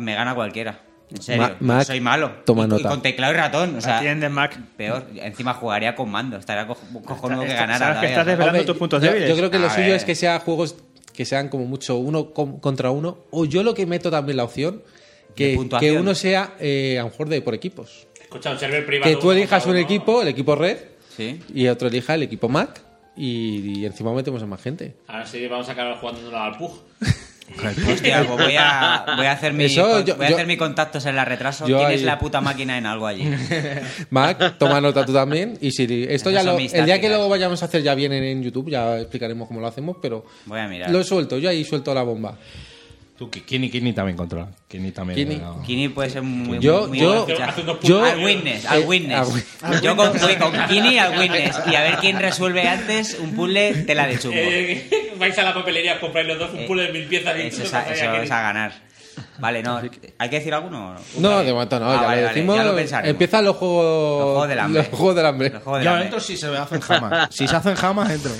Speaker 7: me gana cualquiera. En serio,
Speaker 6: Ma- Mac,
Speaker 7: soy malo.
Speaker 6: toma
Speaker 7: Y- y
Speaker 6: nota.
Speaker 7: con teclado y ratón, o sea,
Speaker 5: Atiende, Mac.
Speaker 7: peor. Encima jugaría con mando, estaría co cojonudo que
Speaker 5: Está- está-
Speaker 7: ganara.
Speaker 5: sabes que estás
Speaker 7: todavía, ¿sabes?
Speaker 5: desvelando
Speaker 6: Hombre,
Speaker 5: tus puntos
Speaker 6: yo,
Speaker 5: débiles.
Speaker 6: yo creo que lo
Speaker 7: A
Speaker 6: suyo
Speaker 7: ver.
Speaker 6: es que sea juegos que sean como mucho uno con- contra uno. O yo lo que meto también la opción que,
Speaker 7: puntuación.
Speaker 6: que uno sea eh, a lo mejor de por equipos.
Speaker 9: Escucha, un server privado.
Speaker 6: Que tú elijas un
Speaker 9: ¿no?
Speaker 6: equipo, el equipo red,
Speaker 7: Sí.
Speaker 6: y otro elija el equipo Mac, y, y encima metemos a más gente.
Speaker 9: Ahora sí, vamos a acabar jugando al Pug.
Speaker 7: Hostia, pues voy a, voy a hacer mi,
Speaker 6: Eso, yo-
Speaker 7: voy a
Speaker 6: yo-
Speaker 7: hacer mis contactos en la retraso.
Speaker 6: Yo
Speaker 7: ¿Quién
Speaker 6: ahí-
Speaker 7: es la puta máquina en algo allí?
Speaker 6: Mac, toma nota tú también. Y si esto
Speaker 7: Esas
Speaker 6: ya
Speaker 7: son
Speaker 6: lo,
Speaker 7: mis
Speaker 6: el día que
Speaker 7: tácticas.
Speaker 6: lo vayamos a hacer ya bien en, en YouTube, ya explicaremos cómo lo hacemos, pero
Speaker 7: Voy a mirar.
Speaker 6: lo suelto, yo ahí suelto la bomba.
Speaker 4: Tú, que Kini, Kini también controla. Kini también.
Speaker 6: Kini.
Speaker 4: no.
Speaker 7: Kini puede ser muy
Speaker 6: Yo-
Speaker 7: muy
Speaker 6: yo-
Speaker 7: buen fichaje.
Speaker 9: Hace unos
Speaker 6: yo-
Speaker 7: al Witness, al
Speaker 6: eh, a
Speaker 7: Witness.
Speaker 6: Win-
Speaker 7: Yo con, voy con Kini al Witness y a ver quién resuelve antes un puzzle tela de chungo.
Speaker 9: Eh, vais a la papelería, os compráis los dos
Speaker 6: Eh,
Speaker 9: un puzzle de mil piezas. y
Speaker 7: Eso es,
Speaker 9: no
Speaker 7: a,
Speaker 9: sabéis
Speaker 7: eso
Speaker 9: a qué-
Speaker 7: es a ganar. Vale, no. ¿Hay que decir alguno? o
Speaker 6: No, de momento no,
Speaker 7: Ah,
Speaker 6: ya
Speaker 7: vale,
Speaker 6: lo
Speaker 7: vale,
Speaker 6: decimos.
Speaker 7: ya lo pensaremos.
Speaker 6: Empiezan los
Speaker 7: Los
Speaker 6: juegos,
Speaker 7: juegos del hambre.
Speaker 6: los juegos del hambre.
Speaker 7: Los juegos del
Speaker 4: Yo
Speaker 7: hambre.
Speaker 4: entro si se me hacen jamas. Si se hacen jamas, entro.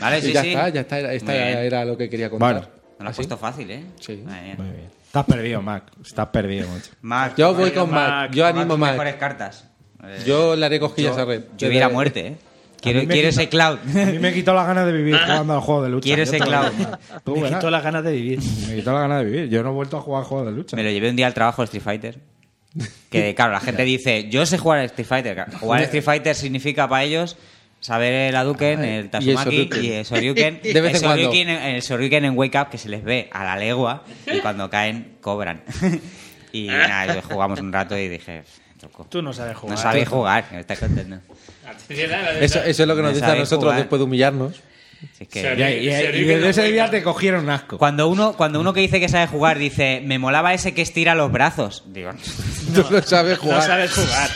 Speaker 7: Vale,
Speaker 6: Y
Speaker 7: sí,
Speaker 6: ya
Speaker 7: sí.
Speaker 6: está, ya está, era- esta
Speaker 7: Muy bien.
Speaker 6: era, lo que quería contar.
Speaker 4: Bueno.
Speaker 7: Me lo has puesto fácil, ¿eh?
Speaker 6: Sí.
Speaker 7: Madre mía.
Speaker 4: Muy bien. Estás perdido, Mac. Estás perdido, mucho.
Speaker 7: Marc,
Speaker 6: Yo voy con
Speaker 5: Mac,
Speaker 6: Mac, yo
Speaker 7: Marc,
Speaker 6: animo a
Speaker 7: tus
Speaker 6: Mac.
Speaker 7: mejores cartas. Eh,
Speaker 6: Yo le haré cosquillas a
Speaker 7: yo,
Speaker 6: Red.
Speaker 7: yo hubiera muerte, ¿eh? Quiero,
Speaker 4: mí me
Speaker 7: quiero
Speaker 4: quita-
Speaker 7: ese cloud.
Speaker 4: A mí me quitó las ganas de vivir jugando al juego de lucha.
Speaker 7: Quiero
Speaker 4: Yo
Speaker 7: ese
Speaker 4: te lo
Speaker 7: clavo.
Speaker 4: digo, Mac. Tú
Speaker 5: Ah. Me
Speaker 4: verás.
Speaker 5: quitó las ganas de vivir.
Speaker 4: Me quitó la gana de vivir. Yo no he vuelto a jugar juegos de lucha.
Speaker 7: Me lo llevé un día al trabajo Street Fighter. Que claro, la gente dice, yo sé jugar a Street Fighter. Claro, Jugar a Street Fighter significa para ellos saber el Hadouken, el Tatsumaki
Speaker 6: Shoryuken.
Speaker 7: y el Shoryuken.
Speaker 6: De vez
Speaker 7: el,
Speaker 6: en cuando.
Speaker 7: Shoryuken en, el Shoryuken en Wake Up que se les ve a la legua y cuando caen cobran. y nada, yo jugamos un rato y dije, truco.
Speaker 5: Tú no sabes jugar.
Speaker 7: No sabéis jugar, me estás contando.
Speaker 9: Antes de Ah, nada,
Speaker 6: Eso, eso es lo que nos
Speaker 7: Me
Speaker 6: dice a
Speaker 7: sabéis
Speaker 6: nosotros
Speaker 7: jugar.
Speaker 6: después de humillarnos.
Speaker 7: Si es que-
Speaker 5: Eh,
Speaker 9: Se
Speaker 4: Y, ahí- y ahí-
Speaker 9: Se
Speaker 4: y
Speaker 9: ríe
Speaker 4: desde
Speaker 9: que
Speaker 4: ese
Speaker 9: no
Speaker 4: día
Speaker 9: cuenta.
Speaker 4: te cogieron asco.
Speaker 7: Cuando uno, cuando uno que dice que sabe jugar dice, me molaba ese que estira los brazos. Digo,
Speaker 6: Tú no sabes jugar.
Speaker 8: No sabes jugar.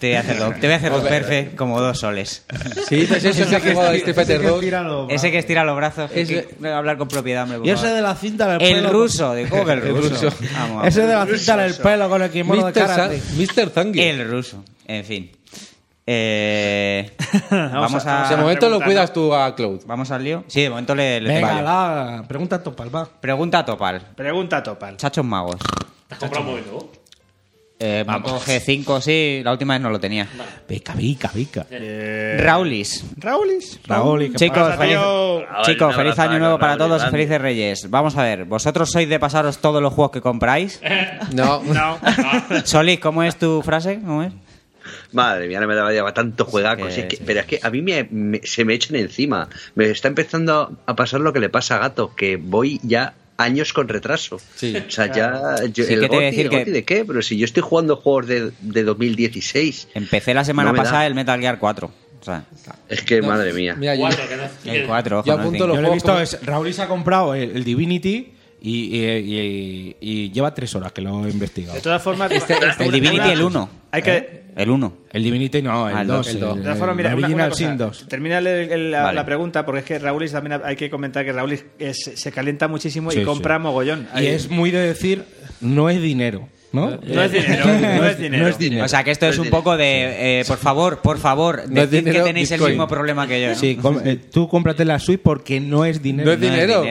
Speaker 7: te voy a hacer, lo- te voy a hacer los perfe como dos soles.
Speaker 6: Si dices eso, es que ha jugado a Street Fighter 2.
Speaker 7: Ese que estira los brazos. que-
Speaker 6: Ese-
Speaker 7: que- hablar con propiedad, hombre. por
Speaker 4: Y ese
Speaker 7: favor.
Speaker 4: de la cinta del
Speaker 7: El
Speaker 4: pelo.
Speaker 7: ruso, de ¿cómo que el
Speaker 6: El
Speaker 7: ruso?
Speaker 6: ruso.
Speaker 7: Vamos,
Speaker 4: Ese de
Speaker 7: vamos.
Speaker 4: la cinta del pelo con el kimono de
Speaker 6: Mr. Sa-
Speaker 4: karate.
Speaker 6: Mr. Zangief.
Speaker 7: El ruso. En fin. Eh, vamos,
Speaker 6: O sea, de
Speaker 7: a,
Speaker 6: momento lo cuidas tú a Cloud.
Speaker 7: vamos al lío. Sí, de momento le, le
Speaker 4: Venga,
Speaker 7: vale.
Speaker 4: la pregunta topal, va.
Speaker 7: Pregunta a Topal.
Speaker 5: Pregunta Topal.
Speaker 7: Chachos magos.
Speaker 9: ¿Te has comprado un móvil nuevo?
Speaker 7: Eh, Moto G5, sí, la última vez no lo tenía.
Speaker 4: Vica, vica, vica.
Speaker 7: Raulis.
Speaker 5: ¿Raulis?
Speaker 4: Raúl, ¿y qué
Speaker 7: Chicos,
Speaker 5: pasa,
Speaker 7: feliz,
Speaker 5: tío?
Speaker 7: chicos, feliz
Speaker 11: Raúl,
Speaker 7: año nuevo para
Speaker 11: Raúl,
Speaker 7: todos,
Speaker 11: grande.
Speaker 7: felices reyes. Vamos a ver, ¿vosotros sois de pasaros todos los juegos que compráis?
Speaker 6: No.
Speaker 9: No, no.
Speaker 7: Solís, ¿cómo es tu frase? ¿Cómo es?
Speaker 11: Madre mía, no me daba ya tanto juegaco.
Speaker 7: Sí,
Speaker 11: si es que-
Speaker 7: sí.
Speaker 11: pero es que a mí me- me- se me echan encima. Me está empezando a pasar lo que le pasa a Gato, que voy ya años con retraso.
Speaker 6: Sí.
Speaker 11: o sea, ya. yo-
Speaker 7: Sí,
Speaker 11: el
Speaker 7: que te voy a
Speaker 11: Goti,
Speaker 7: decir
Speaker 11: el
Speaker 7: que-
Speaker 11: Goti de qué? Pero si yo estoy jugando juegos de, de 2016.
Speaker 7: Empecé la semana
Speaker 11: No me da.
Speaker 7: pasada el Metal Gear 4. O sea,
Speaker 11: Es que, madre mía.
Speaker 6: Mira, yo,
Speaker 9: Cuatro, que no.
Speaker 7: el 4, ojo,
Speaker 6: Yo
Speaker 7: ¿no? En
Speaker 6: apunto
Speaker 7: fin.
Speaker 6: los-
Speaker 4: Yo lo he visto,
Speaker 6: como-
Speaker 4: es- Raúl se ha comprado el, el Divinity y, y- y- y lleva tres horas que lo he investigado.
Speaker 5: De todas formas,
Speaker 7: Este, El Divinity, el Eh, 1.
Speaker 5: Hay que.
Speaker 7: El 1.
Speaker 4: El Divinity no,
Speaker 7: Ah,
Speaker 4: el
Speaker 7: el
Speaker 4: 2.
Speaker 7: dos, el dos.
Speaker 5: De todas formas, mira, una- una
Speaker 4: Original
Speaker 5: cosa.
Speaker 4: Sin 2.
Speaker 5: Termina el- el- la,
Speaker 7: Vale.
Speaker 5: la pregunta, porque es que Raúlis también hay que comentar que Raúlis eh, se, se calienta muchísimo
Speaker 4: Sí,
Speaker 5: y
Speaker 4: sí.
Speaker 5: compra mogollón.
Speaker 4: Y
Speaker 5: Ahí-
Speaker 4: es muy de decir, no es dinero, ¿no? Eh,
Speaker 5: No es dinero, no es dinero.
Speaker 4: No es dinero.
Speaker 7: O sea, que esto es un poco de, eh, por favor, por favor,
Speaker 6: No es
Speaker 7: decid que
Speaker 6: dinero,
Speaker 7: tenéis el
Speaker 6: Bitcoin.
Speaker 7: mismo problema que yo. ¿no?
Speaker 4: Sí, com- eh, tú cómprate la Switch porque no es dinero.
Speaker 6: No es dinero.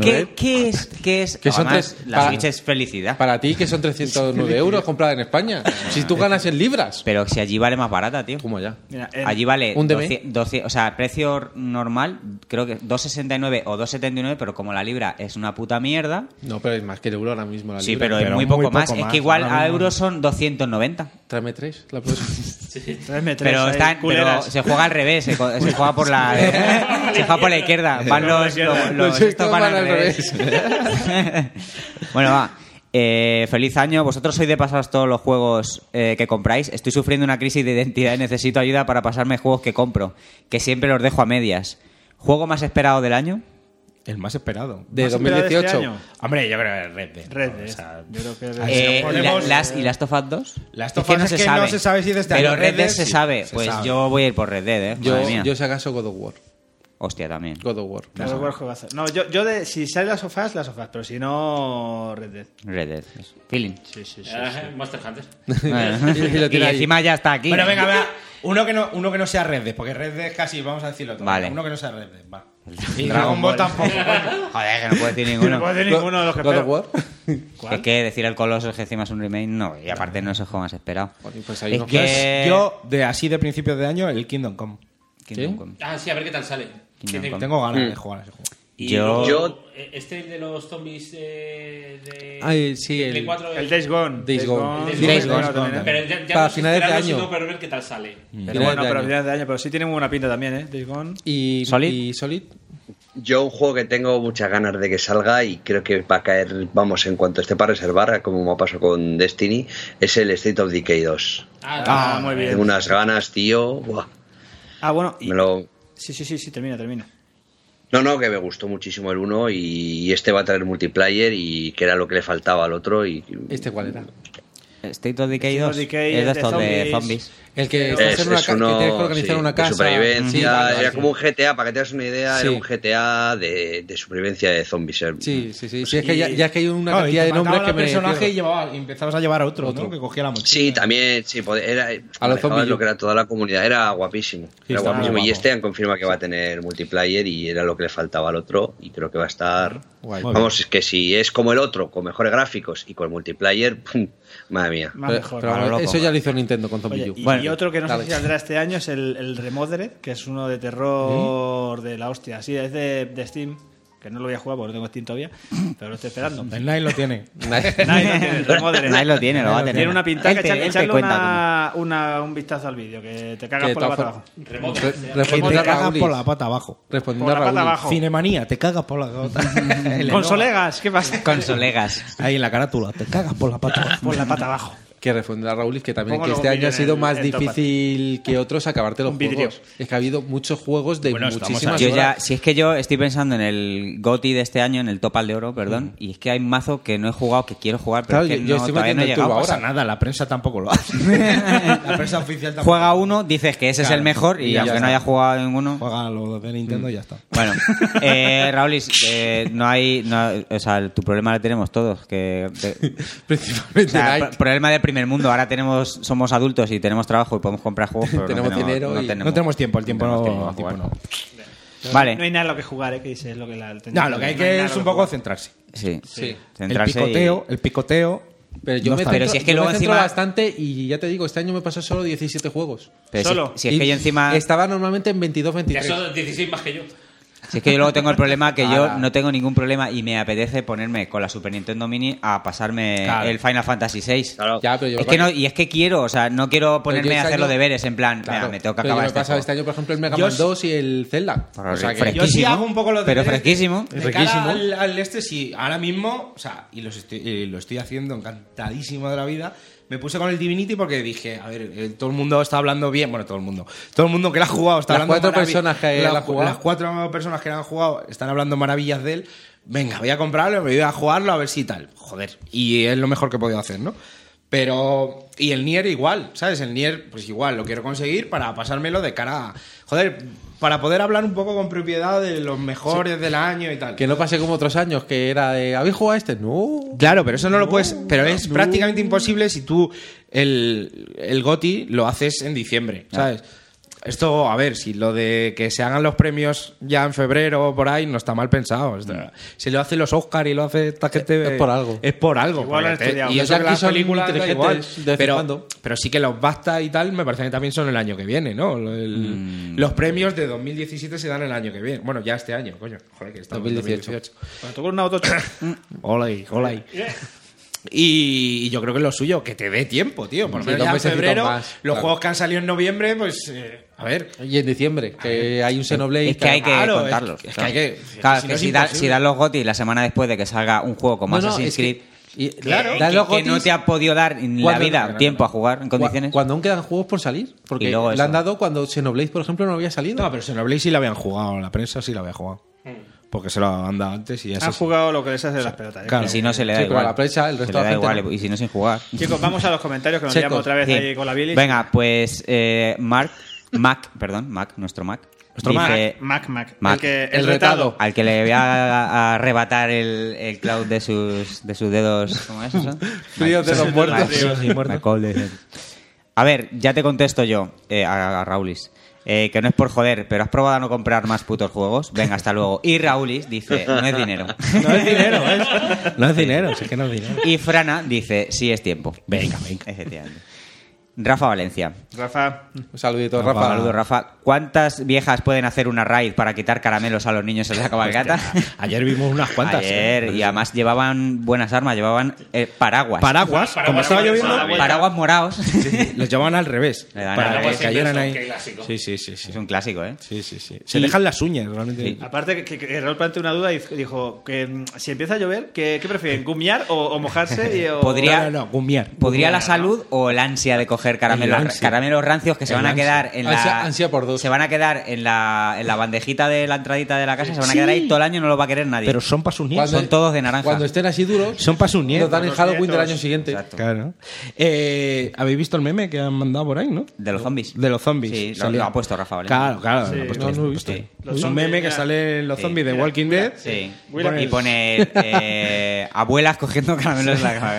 Speaker 7: ¿Qué,
Speaker 6: ¿Eh?
Speaker 7: qué es? ¿Qué es?
Speaker 6: Que son
Speaker 7: Además,
Speaker 6: tres-
Speaker 7: la
Speaker 6: para-
Speaker 7: Switch es felicidad.
Speaker 6: Para ti, que son 309 euros comprada en España. Si
Speaker 4: Eh,
Speaker 6: tú ganas en libras.
Speaker 7: Pero si allí vale más barata, tío.
Speaker 6: ¿Cómo ya?
Speaker 5: Mira, eh,
Speaker 7: Allí vale
Speaker 6: un DB.
Speaker 7: 200, 200, o sea, precio normal, creo que 2,69 o 2,79, pero como la libra es una puta mierda,
Speaker 6: No, pero es más que el euro ahora mismo. La
Speaker 7: sí,
Speaker 6: libra.
Speaker 7: pero, es
Speaker 4: pero
Speaker 7: muy
Speaker 4: muy
Speaker 7: poco,
Speaker 4: poco
Speaker 7: más. Es
Speaker 4: más,
Speaker 7: que igual
Speaker 4: ahora
Speaker 7: a
Speaker 4: mismo.
Speaker 7: euros son 290.
Speaker 6: Tráeme tres. La próxima.
Speaker 5: tráeme tres
Speaker 7: Pero,
Speaker 5: ahí,
Speaker 7: están, pero
Speaker 5: culeras.
Speaker 7: se juega al revés, se, co- se juega por la se juega por la izquierda, van los, los, los-
Speaker 6: Los
Speaker 7: estos van al revés. bueno, va. Eh, feliz año. Vosotros sois de pasaros todos los juegos eh, que compráis. Estoy sufriendo una crisis de identidad y necesito ayuda para pasarme juegos que compro, que siempre los dejo a medias. ¿Juego más esperado del año?
Speaker 4: El más esperado.
Speaker 6: De
Speaker 5: ¿Más esperado de este
Speaker 6: 2018.
Speaker 5: año?
Speaker 4: Hombre, yo creo que es Red Dead.
Speaker 5: Red
Speaker 4: O
Speaker 5: Dead.
Speaker 4: sea,
Speaker 5: Yo creo que Red Dead.
Speaker 7: Eh,
Speaker 4: nos ponemos-
Speaker 7: la- las, ¿Y Last of Us 2?
Speaker 4: Last of Us es que no se sabe si es de este
Speaker 7: Pero
Speaker 4: año.
Speaker 7: Red Dead
Speaker 4: Red
Speaker 7: se
Speaker 4: Dead
Speaker 7: sabe.
Speaker 4: sí, se
Speaker 7: Pues
Speaker 4: sabe.
Speaker 7: yo voy a ir por Red Dead, ¿eh? Madre
Speaker 6: yo,
Speaker 7: mía.
Speaker 6: yo si acaso God of War.
Speaker 7: Hostia, también.
Speaker 6: God of War.
Speaker 5: God of War juegazo. No, yo, yo de, si sale las sofás, las sofás, pero si no, Red Dead.
Speaker 7: Red Dead. Feeling.
Speaker 9: Ah, Monster Hunter.
Speaker 6: Y- y lo
Speaker 7: y
Speaker 6: tiene ahí.
Speaker 7: encima ya está aquí.
Speaker 4: Bueno, venga, venga. Uno que, no, uno que no sea Red Dead, porque Red Dead casi, vamos a decirlo todo.
Speaker 7: Vale.
Speaker 4: Uno que no sea Red Dead, va. Y Dragon Ball tampoco. coño.
Speaker 7: Joder, que no puedo decir
Speaker 5: No
Speaker 7: ninguno.
Speaker 5: puedo decir ninguno de los que
Speaker 6: God of
Speaker 5: espero.
Speaker 6: War.
Speaker 7: Es que decir el Coloso es que encima es un remake, no. Y aparte no es el juego más esperado.
Speaker 6: Joder, pues hay
Speaker 7: es
Speaker 6: unos
Speaker 7: que...
Speaker 4: Yo, de así de principios de año, el Kingdom Come.
Speaker 7: Kingdom
Speaker 6: ¿Sí?
Speaker 7: Come.
Speaker 9: Ah, sí, a ver qué tal sale.
Speaker 7: Kingdom
Speaker 9: Tiene-
Speaker 7: Come.
Speaker 4: Tengo ganas de jugar a ese juego.
Speaker 9: Y
Speaker 7: Yo-
Speaker 9: yo...
Speaker 11: Yo-
Speaker 9: Este de los zombies eh, de.
Speaker 6: Ah, eh, sí,
Speaker 9: de
Speaker 6: el-
Speaker 9: Play 4,
Speaker 5: El Days Gone.
Speaker 6: Days Gone.
Speaker 9: Days
Speaker 6: Days
Speaker 9: Gone,
Speaker 5: también,
Speaker 6: Gone
Speaker 5: ¿eh?
Speaker 6: también.
Speaker 9: Pero ya, ya
Speaker 6: Para
Speaker 9: no es
Speaker 6: finales de
Speaker 9: esperarlo,
Speaker 6: año. Mm.
Speaker 9: sino Pero ver qué tal sale.
Speaker 5: Pero
Speaker 6: Finales
Speaker 5: bueno,
Speaker 6: de
Speaker 5: pero
Speaker 6: año.
Speaker 5: finales de año, pero sí tiene muy buena pinta también, ¿eh? Days Gone.
Speaker 6: Y
Speaker 7: Solid.
Speaker 6: Y Solid.
Speaker 11: Yo un juego que tengo muchas ganas de que salga y creo que va a caer, vamos, en cuanto esté para reservar, como me pasó con Destiny, es el State of Decay 2.
Speaker 5: Ah, muy bien.
Speaker 11: Tengo unas ganas, tío. Buah,
Speaker 5: Ah, bueno. y-
Speaker 11: me lo...
Speaker 5: Sí, sí, sí, sí, termina, termina.
Speaker 11: No, no, que me gustó muchísimo el 1 y este va a traer multiplayer y que era lo que le faltaba al otro y...
Speaker 6: ¿Este cuál era?
Speaker 7: State of Decay
Speaker 5: State of
Speaker 7: 2
Speaker 5: Decay
Speaker 7: es de
Speaker 5: es de
Speaker 7: estos de
Speaker 5: zombies.
Speaker 7: zombies.
Speaker 6: El que,
Speaker 11: Es,
Speaker 6: estás en una
Speaker 11: es
Speaker 6: ca- que
Speaker 11: uno,
Speaker 6: tienes que organizar
Speaker 11: sí,
Speaker 6: una
Speaker 11: de
Speaker 6: casa.
Speaker 11: supervivencia,
Speaker 6: Sí, vale,
Speaker 11: era
Speaker 6: vale.
Speaker 11: como un GTA, para que te hagas una idea,
Speaker 6: Sí.
Speaker 11: era un GTA de, de supervivencia de zombies. eh.
Speaker 6: Sí, sí, sí. sí es que ya, ya es que hay una cantidad
Speaker 4: y
Speaker 6: de
Speaker 4: te
Speaker 6: nombres
Speaker 4: mataban
Speaker 6: que
Speaker 4: al
Speaker 6: me.
Speaker 4: personaje y,
Speaker 6: pierdo.
Speaker 4: llevaba, y empezabas a llevar a otro,
Speaker 6: Otro.
Speaker 4: ¿no? Que cogía la mochila.
Speaker 11: Sí, también, sí, pod- era
Speaker 6: A los
Speaker 11: manejabas
Speaker 6: zombies.
Speaker 11: lo que era toda la comunidad, era guapísimo. Era
Speaker 4: está muy
Speaker 11: guapísimo.
Speaker 4: guapo.
Speaker 11: Y este han confirmado que va a tener multiplayer y era lo que le faltaba al otro y creo que va a estar...
Speaker 6: Guay.
Speaker 4: Muy
Speaker 11: Vamos, es que si es como el otro, con mejores gráficos y con multiplayer, pum, madre mía.
Speaker 5: Más
Speaker 6: Pero-
Speaker 5: mejor.
Speaker 6: pero
Speaker 7: a lo
Speaker 6: bueno,
Speaker 7: loco.
Speaker 6: eso ya lo hizo Nintendo con Zombie
Speaker 5: Oye,
Speaker 6: U.
Speaker 5: y,
Speaker 7: Bueno,
Speaker 5: y otro que no
Speaker 6: dale.
Speaker 5: sé si saldrá este año es el, el Remothered, que es uno de terror de la hostia. Sí, es de, de Steam, que no lo voy a jugar porque no tengo Steam todavía, pero lo estoy esperando.
Speaker 4: El Nine lo tiene.
Speaker 5: Nadie lo tiene, el Remothered.
Speaker 7: Nadie lo tiene, lo va a tener.
Speaker 5: Tiene una pintaca,
Speaker 7: Él te-
Speaker 5: echa-
Speaker 7: él te
Speaker 5: echarle
Speaker 7: cuenta
Speaker 5: una- una- un vistazo al vídeo, que te cagas
Speaker 6: Que
Speaker 5: por
Speaker 6: de
Speaker 5: la pata
Speaker 6: todas
Speaker 5: abajo.
Speaker 6: formas-
Speaker 9: Remoto.
Speaker 6: Re-
Speaker 4: Que
Speaker 6: Respondiendo
Speaker 4: te
Speaker 6: a
Speaker 4: cagas
Speaker 6: Raúl.
Speaker 4: por la pata abajo.
Speaker 6: Respondiendo
Speaker 5: Por la
Speaker 6: a
Speaker 5: pata
Speaker 6: Raúl.
Speaker 5: abajo.
Speaker 4: Cinemanía, te cagas por la pata.
Speaker 5: Con solegas, ¿qué pasa?
Speaker 7: Con solegas.
Speaker 4: Ahí en la carátula, te cagas por la pata abajo.
Speaker 5: Por la pata abajo.
Speaker 6: que refundar Raúl, que también
Speaker 5: Pongo
Speaker 6: que
Speaker 5: luego
Speaker 6: este
Speaker 5: un
Speaker 6: año
Speaker 5: vídeo
Speaker 6: ha
Speaker 5: en
Speaker 6: sido
Speaker 5: el-
Speaker 6: más
Speaker 5: en Top Hat.
Speaker 6: difícil que otros acabarte los
Speaker 5: Un vidrio.
Speaker 6: juegos. Es que ha habido muchos juegos de
Speaker 2: Bueno, estamos
Speaker 6: muchísimas
Speaker 7: Yo ya,
Speaker 6: horas.
Speaker 7: si es que yo estoy pensando en el GOTI de este año, en el Topal de Oro, perdón, y es que hay mazo que no he jugado, que quiero jugar,
Speaker 6: Mm.
Speaker 7: pero
Speaker 6: Claro,
Speaker 7: es que
Speaker 6: yo- yo
Speaker 7: no,
Speaker 6: estoy
Speaker 7: todavía no he
Speaker 6: metiendo el
Speaker 7: llegado.
Speaker 6: turbo
Speaker 7: O sea,
Speaker 6: ahora.
Speaker 2: pasa nada, la prensa tampoco lo hace.
Speaker 4: La prensa oficial tampoco.
Speaker 7: Juega uno, dices que ese es el mejor, y,
Speaker 4: ya
Speaker 7: aunque no
Speaker 4: está.
Speaker 7: haya jugado ninguno...
Speaker 4: Juega los de Nintendo y ya está.
Speaker 7: Bueno, eh, Raulis, eh, no hay... no- o sea, tu problema lo tenemos todos, que... de-
Speaker 6: Principalmente
Speaker 7: o sea,
Speaker 6: Nike.
Speaker 7: pro- problema del primer mundo. Ahora tenemos, somos adultos y tenemos trabajo y podemos comprar juegos, pero no
Speaker 6: Tenemos dinero y-
Speaker 4: No tenemos tiempo, el tiempo
Speaker 7: no
Speaker 4: no.
Speaker 7: tenemos tiempo
Speaker 4: el
Speaker 7: de
Speaker 4: tiempo
Speaker 7: jugar.
Speaker 4: no.
Speaker 7: Vale.
Speaker 5: No hay nada lo que jugar, ¿eh? Que dice lo que la
Speaker 4: No, lo que hay
Speaker 5: no
Speaker 4: que
Speaker 5: nada
Speaker 4: es
Speaker 5: lo
Speaker 4: un poco
Speaker 5: jugar.
Speaker 4: centrarse.
Speaker 7: Sí.
Speaker 6: Sí.
Speaker 7: Centrarse
Speaker 4: el picoteo,
Speaker 7: y-
Speaker 4: el picoteo.
Speaker 6: Pero yo
Speaker 4: no
Speaker 6: me
Speaker 4: está bien.
Speaker 6: centro,
Speaker 7: Pero si es que
Speaker 6: yo me
Speaker 7: luego
Speaker 6: centro
Speaker 7: encima-
Speaker 6: bastante y ya te digo, este año me pasó solo 17 juegos.
Speaker 7: pero si-
Speaker 5: Solo.
Speaker 7: Si, es que
Speaker 6: Y
Speaker 7: yo encima...
Speaker 6: Estaba normalmente en 22,
Speaker 9: Ya
Speaker 6: 23.
Speaker 9: son 16 más que yo.
Speaker 7: Si es que yo luego tengo el problema que yo
Speaker 6: Ala.
Speaker 7: no tengo ningún problema y me apetece ponerme con la Super Nintendo Mini a pasarme
Speaker 6: Claro.
Speaker 7: el Final Fantasy VI.
Speaker 11: Claro.
Speaker 6: Ya, pero yo
Speaker 7: Es
Speaker 6: me
Speaker 7: que no,
Speaker 6: paso-
Speaker 7: y es que quiero, o sea, no quiero ponerme
Speaker 6: yo
Speaker 7: a
Speaker 6: este
Speaker 7: hacer los
Speaker 6: año-
Speaker 7: deberes en plan,
Speaker 6: Claro,
Speaker 7: mira, me tengo que
Speaker 6: pero yo
Speaker 7: acabar
Speaker 6: me he
Speaker 7: este,
Speaker 6: pasado
Speaker 7: juego.
Speaker 6: este año, por ejemplo, el Mega
Speaker 4: Yo
Speaker 6: Man
Speaker 4: sí-
Speaker 6: 2 y el Zelda. O sea que-
Speaker 7: fresquísimo,
Speaker 4: yo sí hago un poco los
Speaker 7: pero
Speaker 4: deberes.
Speaker 7: fresquísimo.
Speaker 4: De cara al, al este, sí, ahora mismo, o sea, y, los estoy- y lo estoy haciendo encantadísimo de la vida. Me puse con el Divinity porque dije, a ver, eh, todo el mundo está hablando bien, bueno, todo el mundo, todo el mundo que la ha jugado está
Speaker 6: Las
Speaker 4: hablando
Speaker 6: cuatro
Speaker 4: maravi-
Speaker 6: personas que
Speaker 4: la-
Speaker 6: la han jugado.
Speaker 4: las cuatro personas que la han jugado están hablando maravillas de él. Venga, voy a comprarlo, voy a jugarlo a ver si tal. Joder, y es lo mejor que he podido hacer, ¿no? Pero y el Nier igual, ¿sabes? El Nier pues igual lo quiero conseguir para pasármelo de cara a joder, para poder hablar un poco con propiedad de los mejores del año y tal.
Speaker 6: Que no pase como otros años, que era de. ¿Habéis jugado a este? No.
Speaker 4: Claro, pero eso no, lo puedes. Pero es prácticamente imposible si tú el, el GOTI lo haces en diciembre, ¿sabes? Esto, a ver, si lo de que se hagan los premios ya en febrero o por ahí no está mal pensado. Esto- Si lo hacen los Oscar y lo hace esta gente.
Speaker 6: Es por algo.
Speaker 4: Es por algo.
Speaker 5: Igual
Speaker 4: porque
Speaker 5: han estudiado.
Speaker 4: y
Speaker 6: Los
Speaker 4: eso que
Speaker 6: yankees
Speaker 4: las
Speaker 6: son
Speaker 4: películas da
Speaker 6: inteligentes
Speaker 4: igual,
Speaker 6: de vez en
Speaker 4: pero,
Speaker 6: cuando.
Speaker 4: pero sí que los BAFTA y tal me parece que también son el año que viene, ¿no? El- Los premios de 2017 se dan el año que viene. Bueno, ya este año, coño. Joder, que estamos en
Speaker 6: 2018.
Speaker 4: 2018.
Speaker 5: Cuando tú con una auto...
Speaker 4: Hola, ahí, hola. ahí. Y, y yo creo que es lo suyo, que te dé tiempo, tío. Por lo
Speaker 6: Sí,
Speaker 4: menos
Speaker 6: dos
Speaker 4: ya en
Speaker 6: mesecitos
Speaker 4: febrero,
Speaker 6: más,
Speaker 4: los
Speaker 6: claro.
Speaker 4: juegos que han salido en noviembre, pues. eh, a ver.
Speaker 6: Y en diciembre, que hay un Xenoblade.
Speaker 7: Es que hay que
Speaker 4: claro, es-
Speaker 7: contarlos.
Speaker 4: es que
Speaker 7: claro.
Speaker 4: hay que-
Speaker 7: Claro,
Speaker 4: si
Speaker 7: que
Speaker 4: no es
Speaker 7: si, da-
Speaker 4: imposible.
Speaker 7: si dan los GOTI la semana después de que salga un juego como
Speaker 6: No, no,
Speaker 7: Assassin's
Speaker 6: es que-
Speaker 7: Creed,
Speaker 6: y-
Speaker 7: que-
Speaker 6: dan
Speaker 7: que,
Speaker 6: los
Speaker 7: no
Speaker 6: gotis
Speaker 7: te ha podido dar en la
Speaker 6: cuando-
Speaker 7: vida tiempo a jugar en condiciones.
Speaker 6: cua- Cuando aún quedan juegos por salir. Porque
Speaker 7: Y
Speaker 6: le
Speaker 7: luego eso.
Speaker 6: han dado cuando Xenoblade, por ejemplo, no había salido.
Speaker 4: No, pero Xenoblade sí la habían jugado, la prensa sí la había jugado. Porque se lo han dado antes y
Speaker 6: Ah,
Speaker 4: ya
Speaker 5: Han
Speaker 4: se.
Speaker 5: jugado lo que les hace de las pelotas. ¿eh?
Speaker 4: Claro.
Speaker 7: y si no se le da
Speaker 6: Sí, pero a
Speaker 7: igual.
Speaker 6: la prensa, el resto
Speaker 7: se
Speaker 6: de
Speaker 7: le
Speaker 6: la
Speaker 7: da
Speaker 6: gente
Speaker 7: igual
Speaker 6: no.
Speaker 7: y si no sin jugar.
Speaker 5: Chicos, vamos a los comentarios que nos
Speaker 6: Chicos,
Speaker 5: llama otra vez
Speaker 7: Sí.
Speaker 5: ahí con la bilis.
Speaker 7: Venga, pues eh, Mark, Mac, perdón, Mac, nuestro Mac.
Speaker 4: Nuestro
Speaker 7: dice,
Speaker 5: Mac, Mac,
Speaker 7: Mac.
Speaker 5: El, que, el,
Speaker 6: El
Speaker 5: retado.
Speaker 6: retado.
Speaker 7: Al que le voy a, a arrebatar el, el cloud de sus, de sus dedos. ¿Cómo es eso?
Speaker 6: Fríos dedos muertos.
Speaker 7: Vale. My cold dead. A ver, ya te contesto yo eh, a, a Raulis. Eh, que no es por joder, pero has probado a no comprar más putos juegos. Venga, hasta luego. Y Raulis dice: No es dinero.
Speaker 4: No es dinero, es. No es dinero, si es que no es dinero.
Speaker 7: Y Frana dice: Sí es tiempo.
Speaker 4: Venga, venga.
Speaker 7: Efectivamente. Rafa Valencia.
Speaker 5: Rafa,
Speaker 6: Un saludito,
Speaker 4: Rafa,
Speaker 6: Rafa.
Speaker 7: Saludos, Rafa. ¿Cuántas viejas pueden hacer una raid para quitar caramelos a los niños en la cabalgata?
Speaker 4: Ayer vimos unas cuantas. ¿eh?
Speaker 7: Ayer, y además llevaban buenas armas, llevaban eh, paraguas.
Speaker 4: Paraguas,
Speaker 9: Paraguas,
Speaker 4: como estaba
Speaker 9: paraguas,
Speaker 4: lloviendo,
Speaker 9: paraguas.
Speaker 7: Paraguas morados.
Speaker 4: los llevaban al revés.
Speaker 7: Le dan al
Speaker 4: Para
Speaker 7: revés,
Speaker 4: que cayeran
Speaker 9: siempre es un
Speaker 4: ahí.
Speaker 9: clásico.
Speaker 4: Sí, sí, sí. sí.
Speaker 7: es un clásico, ¿eh?
Speaker 4: Sí, sí, sí. Se dejan las uñas, realmente.
Speaker 7: Sí.
Speaker 5: aparte que, que- que Raúl planteó una duda y dijo que mm, si empieza a llover, ¿qué, qué prefieren? ¿Gumiar o, o mojarse? Y, o-
Speaker 4: No, no,
Speaker 7: Podría-
Speaker 4: no, gumiar.
Speaker 7: ¿Podría la salud o el ansia de coger caramelos,
Speaker 4: El ansia.
Speaker 7: caramelos rancios que se
Speaker 4: El
Speaker 7: van a
Speaker 4: ansia.
Speaker 7: quedar en la
Speaker 6: Ansia- ansia por dos.
Speaker 7: se van a quedar en la, en la bandejita de la entradita de la casa, se van a quedar ahí todo el año no lo va a querer nadie.
Speaker 4: Pero son para sus nietos.
Speaker 7: Cuando- Son todos de naranja.
Speaker 6: Cuando estén así duros,
Speaker 4: Son para sus
Speaker 6: los
Speaker 4: nietos.
Speaker 6: dan en
Speaker 5: Los
Speaker 6: Halloween del
Speaker 5: nietos.
Speaker 6: año siguiente.
Speaker 7: Exacto.
Speaker 4: Claro. Eh, ¿Habéis visto el meme que han mandado por ahí, no?
Speaker 7: de los zombies.
Speaker 4: De los zombies.
Speaker 7: Sí, lo-
Speaker 4: Salía.
Speaker 7: lo ha puesto Rafa Valencia.
Speaker 4: Claro, claro.
Speaker 5: Sí,
Speaker 4: lo ha puesto,
Speaker 6: no,
Speaker 4: lo
Speaker 6: no he
Speaker 4: ha
Speaker 6: visto.
Speaker 4: puesto.
Speaker 5: Los
Speaker 4: Es un
Speaker 5: zombies,
Speaker 4: meme que
Speaker 5: ya.
Speaker 4: sale en los
Speaker 7: Sí.
Speaker 4: zombies de
Speaker 5: Mira,
Speaker 4: Walking
Speaker 5: mira.
Speaker 4: Dead.
Speaker 7: Sí.
Speaker 5: Mira.
Speaker 7: Y poner eh, abuelas cogiendo caramelos de la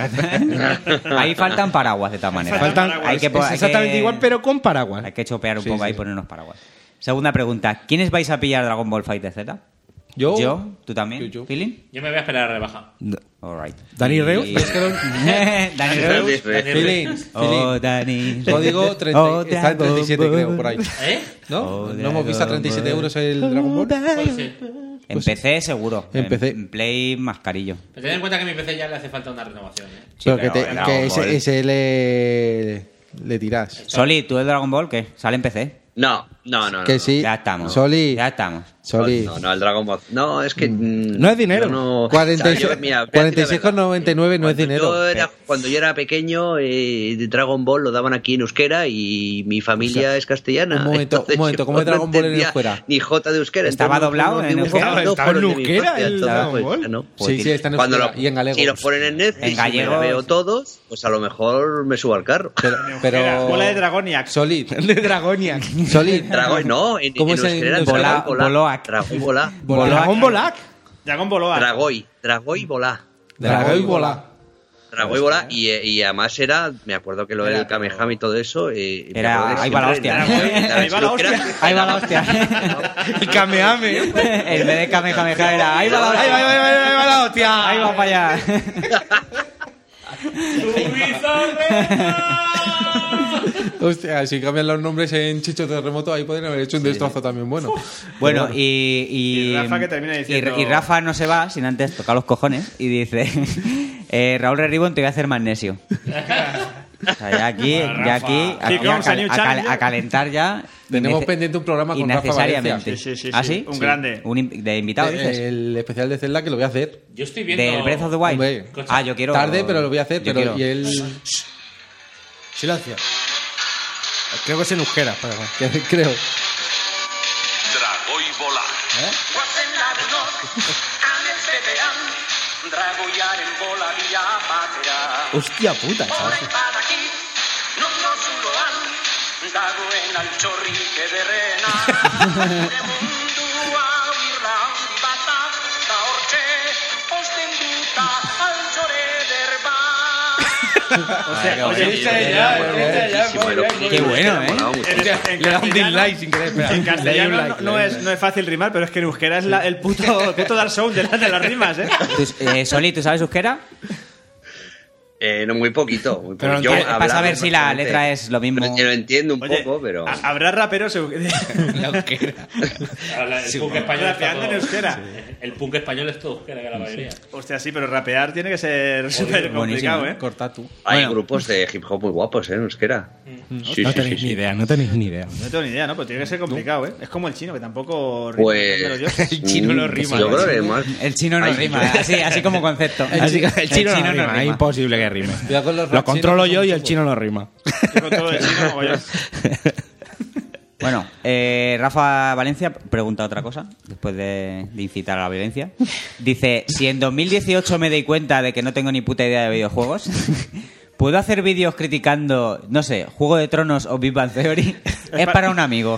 Speaker 7: cabalgata. Ahí faltan paraguas de tal manera.
Speaker 4: Faltan,
Speaker 7: hay que, po-
Speaker 4: es
Speaker 7: hay
Speaker 4: exactamente
Speaker 7: que-
Speaker 4: igual, pero con paraguas.
Speaker 7: Hay que chopear un
Speaker 4: Sí,
Speaker 7: poco ahí y
Speaker 4: sí.
Speaker 7: poner unos paraguas. Segunda pregunta. ¿Quiénes vais a pillar Dragon Ball Fighter Z?
Speaker 6: Yo.
Speaker 7: ¿Yo? ¿Tú también?
Speaker 6: Yo, yo.
Speaker 7: ¿Feeling?
Speaker 9: Yo me voy a esperar a la rebaja.
Speaker 7: All right.
Speaker 4: ¿Dani Reus?
Speaker 7: Y- Dani Reus.
Speaker 6: Feeling,
Speaker 7: Oh,
Speaker 6: feeling.
Speaker 7: Dani.
Speaker 6: eh, Código 30,
Speaker 7: Oh,
Speaker 6: está en 37,
Speaker 7: Dragon
Speaker 6: creo,
Speaker 7: Ball.
Speaker 6: por ahí.
Speaker 9: ¿Eh?
Speaker 6: ¿No?
Speaker 7: Oh,
Speaker 6: ¿No hemos visto a 37
Speaker 7: Dragon
Speaker 6: euros el Dragon Ball?
Speaker 9: Puede ser.
Speaker 7: En PC seguro.
Speaker 6: En PC.
Speaker 7: En Play más carillo.
Speaker 9: Pero ten en cuenta que a mi PC ya le hace falta una renovación. ¿eh?
Speaker 6: Pero
Speaker 7: Sí,
Speaker 6: que, te-
Speaker 7: pero Dragon
Speaker 6: que
Speaker 7: Ball.
Speaker 6: ese, ese le, le tirás.
Speaker 7: Soli, ¿tú el Dragon Ball qué? ¿Sale en PC?
Speaker 11: No, No, no, no.
Speaker 13: Que sí.
Speaker 7: Ya estamos.
Speaker 13: Soli.
Speaker 7: Ya estamos.
Speaker 13: Soli.
Speaker 11: No, no, el Dragon Ball. No, es que. mm,
Speaker 4: No es dinero.
Speaker 11: yo no-
Speaker 13: 46
Speaker 11: o sea, yo, mira, voy a decir la verdad.
Speaker 13: 46,99 no es dinero.
Speaker 11: Yo era- cuando yo era pequeño, eh, Dragon Ball lo daban aquí en euskera y mi familia es castellana.
Speaker 13: un momento,
Speaker 11: Entonces,
Speaker 13: un momento,
Speaker 11: yo
Speaker 13: ¿cómo es
Speaker 11: no
Speaker 13: Dragon Ball en
Speaker 11: entendía
Speaker 13: euskera?
Speaker 11: Ni J de euskera.
Speaker 7: ¿Estaba
Speaker 11: entonces,
Speaker 7: doblado
Speaker 11: no
Speaker 7: en
Speaker 11: dibujos
Speaker 7: euskera?
Speaker 11: no
Speaker 4: ¿Estaba en
Speaker 11: fueron de mi
Speaker 4: euskera
Speaker 11: infancia,
Speaker 4: el
Speaker 11: entonces,
Speaker 4: Dragon
Speaker 11: pues,
Speaker 4: Ball?
Speaker 11: no.
Speaker 13: Sí, sí, está en
Speaker 11: Cuando
Speaker 13: euskera
Speaker 11: lo-
Speaker 13: y en galego.
Speaker 11: Si los ponen en Netflix,
Speaker 7: En
Speaker 11: y me
Speaker 7: gallego.
Speaker 11: los veo todos, pues a lo mejor me subo al carro.
Speaker 13: Pero, pero
Speaker 5: Bola de Dragoniac.
Speaker 13: Solid,
Speaker 4: De Dragonia.
Speaker 13: Solid,
Speaker 11: Dragon, no, en,
Speaker 13: ¿Cómo
Speaker 11: en
Speaker 13: es en
Speaker 11: euskera era
Speaker 13: euskera?
Speaker 11: Dragon
Speaker 7: Bolac.
Speaker 11: Bolá. Dragon Bolá.
Speaker 4: Dragon Bolak.
Speaker 5: Dragon Ball
Speaker 11: Dragoy, Dragoy Bolá.
Speaker 13: Dragoy Bola.
Speaker 11: Dragoy Bola, y, eh, y además era, me acuerdo que lo del Kamehame y todo eso. eh, me
Speaker 7: Era,
Speaker 11: acuerdo de
Speaker 7: ahí va la
Speaker 11: siempre,
Speaker 7: hostia.
Speaker 11: la- la-
Speaker 5: Ahí va la
Speaker 11: lo que era-
Speaker 7: Ahí va la hostia.
Speaker 4: El Kameame.
Speaker 7: en vez de Kamehameha era. Ahí va la
Speaker 4: Ahí va, ahí
Speaker 7: hostia.
Speaker 4: va, ahí va, ahí va la hostia.
Speaker 7: Ahí va para allá.
Speaker 6: Hostia, si cambian los nombres en Chicho Terremoto, ahí podrían haber hecho un destrozo también bueno.
Speaker 7: Bueno, y, y,
Speaker 5: Y Rafa que termina
Speaker 7: y-
Speaker 5: diciendo-
Speaker 7: y Rafa no se va sin antes tocar los cojones y dice: eh, Raúl Reribon te voy a hacer magnesio. O sea, ya aquí,
Speaker 5: Bueno,
Speaker 7: ya
Speaker 5: Rafa.
Speaker 7: aquí, aquí
Speaker 5: Here
Speaker 7: a,
Speaker 5: comes a
Speaker 7: cal-
Speaker 5: new
Speaker 7: a cal-
Speaker 5: challenge.
Speaker 7: a calentar ya.
Speaker 6: Tenemos
Speaker 7: innece-
Speaker 6: pendiente un programa con Rafa
Speaker 7: Innecesariamente.
Speaker 6: Valencia. Eh,
Speaker 5: Sí, sí, sí,
Speaker 7: ¿Ah,
Speaker 5: sí.
Speaker 7: sí?
Speaker 5: Un
Speaker 7: Sí.
Speaker 5: grande.
Speaker 7: Un in- de invitado, dices.
Speaker 6: El especial de Zelda que lo voy a hacer.
Speaker 9: Yo estoy viendo.
Speaker 7: Del Breath of the Wild.
Speaker 6: Hombre.
Speaker 7: Ah, yo quiero.
Speaker 6: Tarde, pero lo voy a hacer.
Speaker 7: yo
Speaker 6: Pero,
Speaker 7: quiero.
Speaker 6: y él.
Speaker 4: Silencio. Creo que es en euskera. espera, espera.
Speaker 6: que- creo.
Speaker 3: Dragoi bola.
Speaker 7: ¿Eh?
Speaker 4: Hostia puta, chaval.
Speaker 7: Qué bueno, ¿eh?
Speaker 4: Le da un dislike sin querer.
Speaker 5: En
Speaker 4: espera. Le di un
Speaker 5: castellano
Speaker 4: like,
Speaker 5: no, no
Speaker 4: le di un
Speaker 5: es, no es fácil rimar, pero es que en euskera es la- el puto, el puto Dark Souls de, la- de las rimas, ¿eh?
Speaker 7: Tú- eh, Soli, ¿tú sabes euskera?
Speaker 11: Eh, no, muy poquito. Muy
Speaker 4: Pero
Speaker 11: poco.
Speaker 4: entiende-
Speaker 11: hablaba
Speaker 7: para saber si la
Speaker 11: perfectamente.
Speaker 7: letra es lo mismo.
Speaker 11: Pero yo lo entiendo un
Speaker 5: Oye,
Speaker 11: poco, pero.
Speaker 5: ha- Habrá raperos eus-
Speaker 9: Ahora, El punk español está
Speaker 5: rapeando en
Speaker 9: todo-
Speaker 5: euskera.
Speaker 9: El punk español es todo euskera, que la mayoría.
Speaker 5: Hostia, sí, pero rapear tiene que ser súper complicado,
Speaker 7: buenísimo,
Speaker 5: ¿eh?
Speaker 6: Corta tú.
Speaker 11: Hay
Speaker 7: bueno. Mm.
Speaker 11: grupos de hip hop muy guapos, ¿eh? En euskera. Sí,
Speaker 4: No
Speaker 11: sí,
Speaker 4: tenéis
Speaker 11: sí,
Speaker 4: ni
Speaker 11: sí.
Speaker 4: idea, no tenéis ni idea.
Speaker 5: No tengo ni idea, ¿no? Pero tiene que ser complicado, ¿eh? Es como el chino, que tampoco rima, pero yo-
Speaker 11: Pues.
Speaker 4: El chino no
Speaker 11: mm,
Speaker 4: rima,
Speaker 11: Yo
Speaker 4: el
Speaker 5: ¿eh?
Speaker 11: creo que
Speaker 4: chino.
Speaker 11: más.
Speaker 7: El chino no
Speaker 11: Ay,
Speaker 7: rima, así, así como concepto.
Speaker 4: Así que el chino, no rima, es
Speaker 7: rima.
Speaker 4: imposible que rime.
Speaker 6: Cuidado con los
Speaker 4: Lo
Speaker 6: raps
Speaker 4: controlo
Speaker 6: chinos,
Speaker 4: yo
Speaker 6: son
Speaker 4: y
Speaker 6: muy
Speaker 4: el chino no rima.
Speaker 5: yo con todo el chino, como yo.
Speaker 7: Bueno, eh, Rafa Valencia pregunta otra cosa, después de, de incitar a la violencia. Dice, si en 2018 me doy cuenta de que no tengo ni puta idea de videojuegos, ¿puedo hacer vídeos criticando, no sé, Juego de Tronos o Big Bang Theory? Es para un amigo.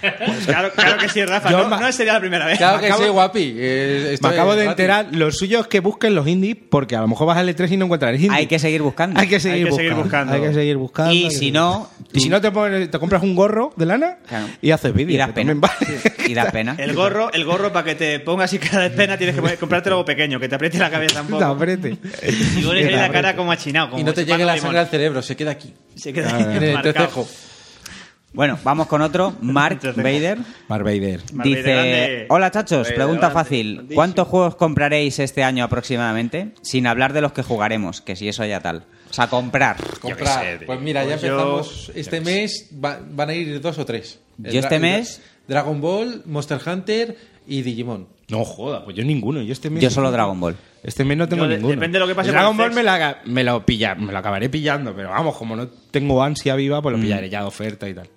Speaker 5: Pues claro, claro que sí, Rafa.
Speaker 4: Yo
Speaker 5: No,
Speaker 4: ma-
Speaker 5: no sería la primera vez.
Speaker 6: Claro que
Speaker 4: acabo-
Speaker 6: sí, guapi. eh, esto
Speaker 4: Me acabo
Speaker 6: es
Speaker 4: de
Speaker 6: gratis.
Speaker 4: enterar, lo suyo es que busquen los indies, porque a lo mejor vas al E3 y no encuentras el indie.
Speaker 7: Hay que seguir buscando.
Speaker 4: Hay que seguir,
Speaker 5: Hay que seguir
Speaker 4: buscando,
Speaker 5: buscando.
Speaker 4: Hay que seguir buscando.
Speaker 7: Y
Speaker 4: hay que
Speaker 7: si
Speaker 4: seguir
Speaker 7: no,
Speaker 4: buscando. Y si no te, pones- te compras un gorro de lana
Speaker 7: Claro.
Speaker 4: y haces vídeo.
Speaker 7: Y das
Speaker 4: que
Speaker 7: pena.
Speaker 4: también vale.
Speaker 7: Y das pena.
Speaker 5: El gorro, el gorro para que te pongas y cara de pena tienes que poner- comprártelo algo pequeño, que te apriete la cabeza un
Speaker 4: No,
Speaker 5: poco.
Speaker 4: espérate.
Speaker 5: Y luego le sale la cara como achinado. Como
Speaker 6: Y no te
Speaker 5: chupando
Speaker 6: llegue la
Speaker 5: limón.
Speaker 6: sangre al cerebro, se queda aquí.
Speaker 5: Se
Speaker 4: Ah,
Speaker 5: queda
Speaker 4: eh.
Speaker 5: ahí
Speaker 6: En el
Speaker 5: marcado.
Speaker 6: entrecejo.
Speaker 7: Bueno, vamos con otro. Mark
Speaker 5: Entonces,
Speaker 7: Vader
Speaker 4: Mark Vader.
Speaker 5: Marvel grande. Eh,
Speaker 7: dice... Hola chachos,
Speaker 11: Marvel
Speaker 7: pregunta
Speaker 11: grande,
Speaker 7: fácil.
Speaker 11: grandísimo.
Speaker 7: ¿Cuántos juegos compraréis este año aproximadamente? Sin hablar de los que jugaremos, que si eso ya tal. O sea, comprar.
Speaker 6: Comprar. pues mira, ya
Speaker 5: Pues yo-
Speaker 6: empezamos. este mes va- van a ir dos o tres. El
Speaker 7: Yo este
Speaker 6: el
Speaker 7: mes-
Speaker 6: Dragon Ball, Monster Hunter y Digimon.
Speaker 4: No joda, pues yo ninguno. Yo, este mes,
Speaker 7: Yo solo Dragon Ball.
Speaker 4: Este mes no tengo
Speaker 5: Yo de-
Speaker 4: ninguno.
Speaker 5: depende de lo que pase
Speaker 4: El Dragon
Speaker 5: con
Speaker 4: Ball
Speaker 5: el
Speaker 4: me, la, me, lo pilla, me lo acabaré pillando, pero vamos, como no tengo ansia viva, pues lo
Speaker 6: Mm.
Speaker 4: pillaré ya de oferta y tal.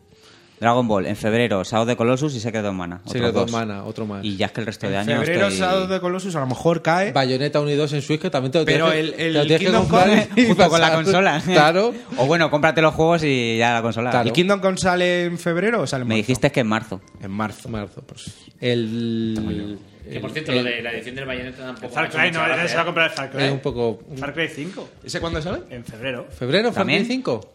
Speaker 7: Dragon Ball en febrero, Shadow de Colossus y Secret of Mana. otros
Speaker 6: Secret of
Speaker 7: dos.
Speaker 6: Mana, otro más.
Speaker 7: Y ya es que el resto de
Speaker 4: En
Speaker 7: año.
Speaker 4: febrero,
Speaker 7: estoy-
Speaker 4: Shadow de Colossus, a lo mejor cae.
Speaker 6: Bayonetta 1 y 2 en Switch, que también te lo
Speaker 4: Pero
Speaker 6: tienes
Speaker 4: el-
Speaker 6: que-
Speaker 4: el
Speaker 6: te lo tienes que
Speaker 4: Kingdom
Speaker 6: comprar
Speaker 4: Come-
Speaker 6: y
Speaker 7: junto con la
Speaker 6: pasar.
Speaker 7: consola.
Speaker 6: Claro.
Speaker 7: O bueno, cómprate los juegos y ya la consola.
Speaker 4: ¿El Kingdom Come sale en febrero o sale en
Speaker 7: Me
Speaker 4: marzo?
Speaker 7: dijiste que en marzo.
Speaker 4: En marzo.
Speaker 6: Marzo, pues. El.
Speaker 9: Que por cierto,
Speaker 6: el-
Speaker 9: lo de la edición del Bayonetta tampoco. me ha
Speaker 5: Far
Speaker 9: hecho
Speaker 5: Cry,
Speaker 9: mucha
Speaker 5: no,
Speaker 9: gracia,
Speaker 5: ese se va a
Speaker 9: ¿eh?
Speaker 5: comprar el Far
Speaker 6: Es un
Speaker 5: Cry.
Speaker 6: poco.
Speaker 5: Far Cry 5,
Speaker 6: ¿Ese cuándo sale?
Speaker 5: en febrero.
Speaker 6: ¿Febrero? ¿Far Cry
Speaker 7: ¿También?
Speaker 6: 5?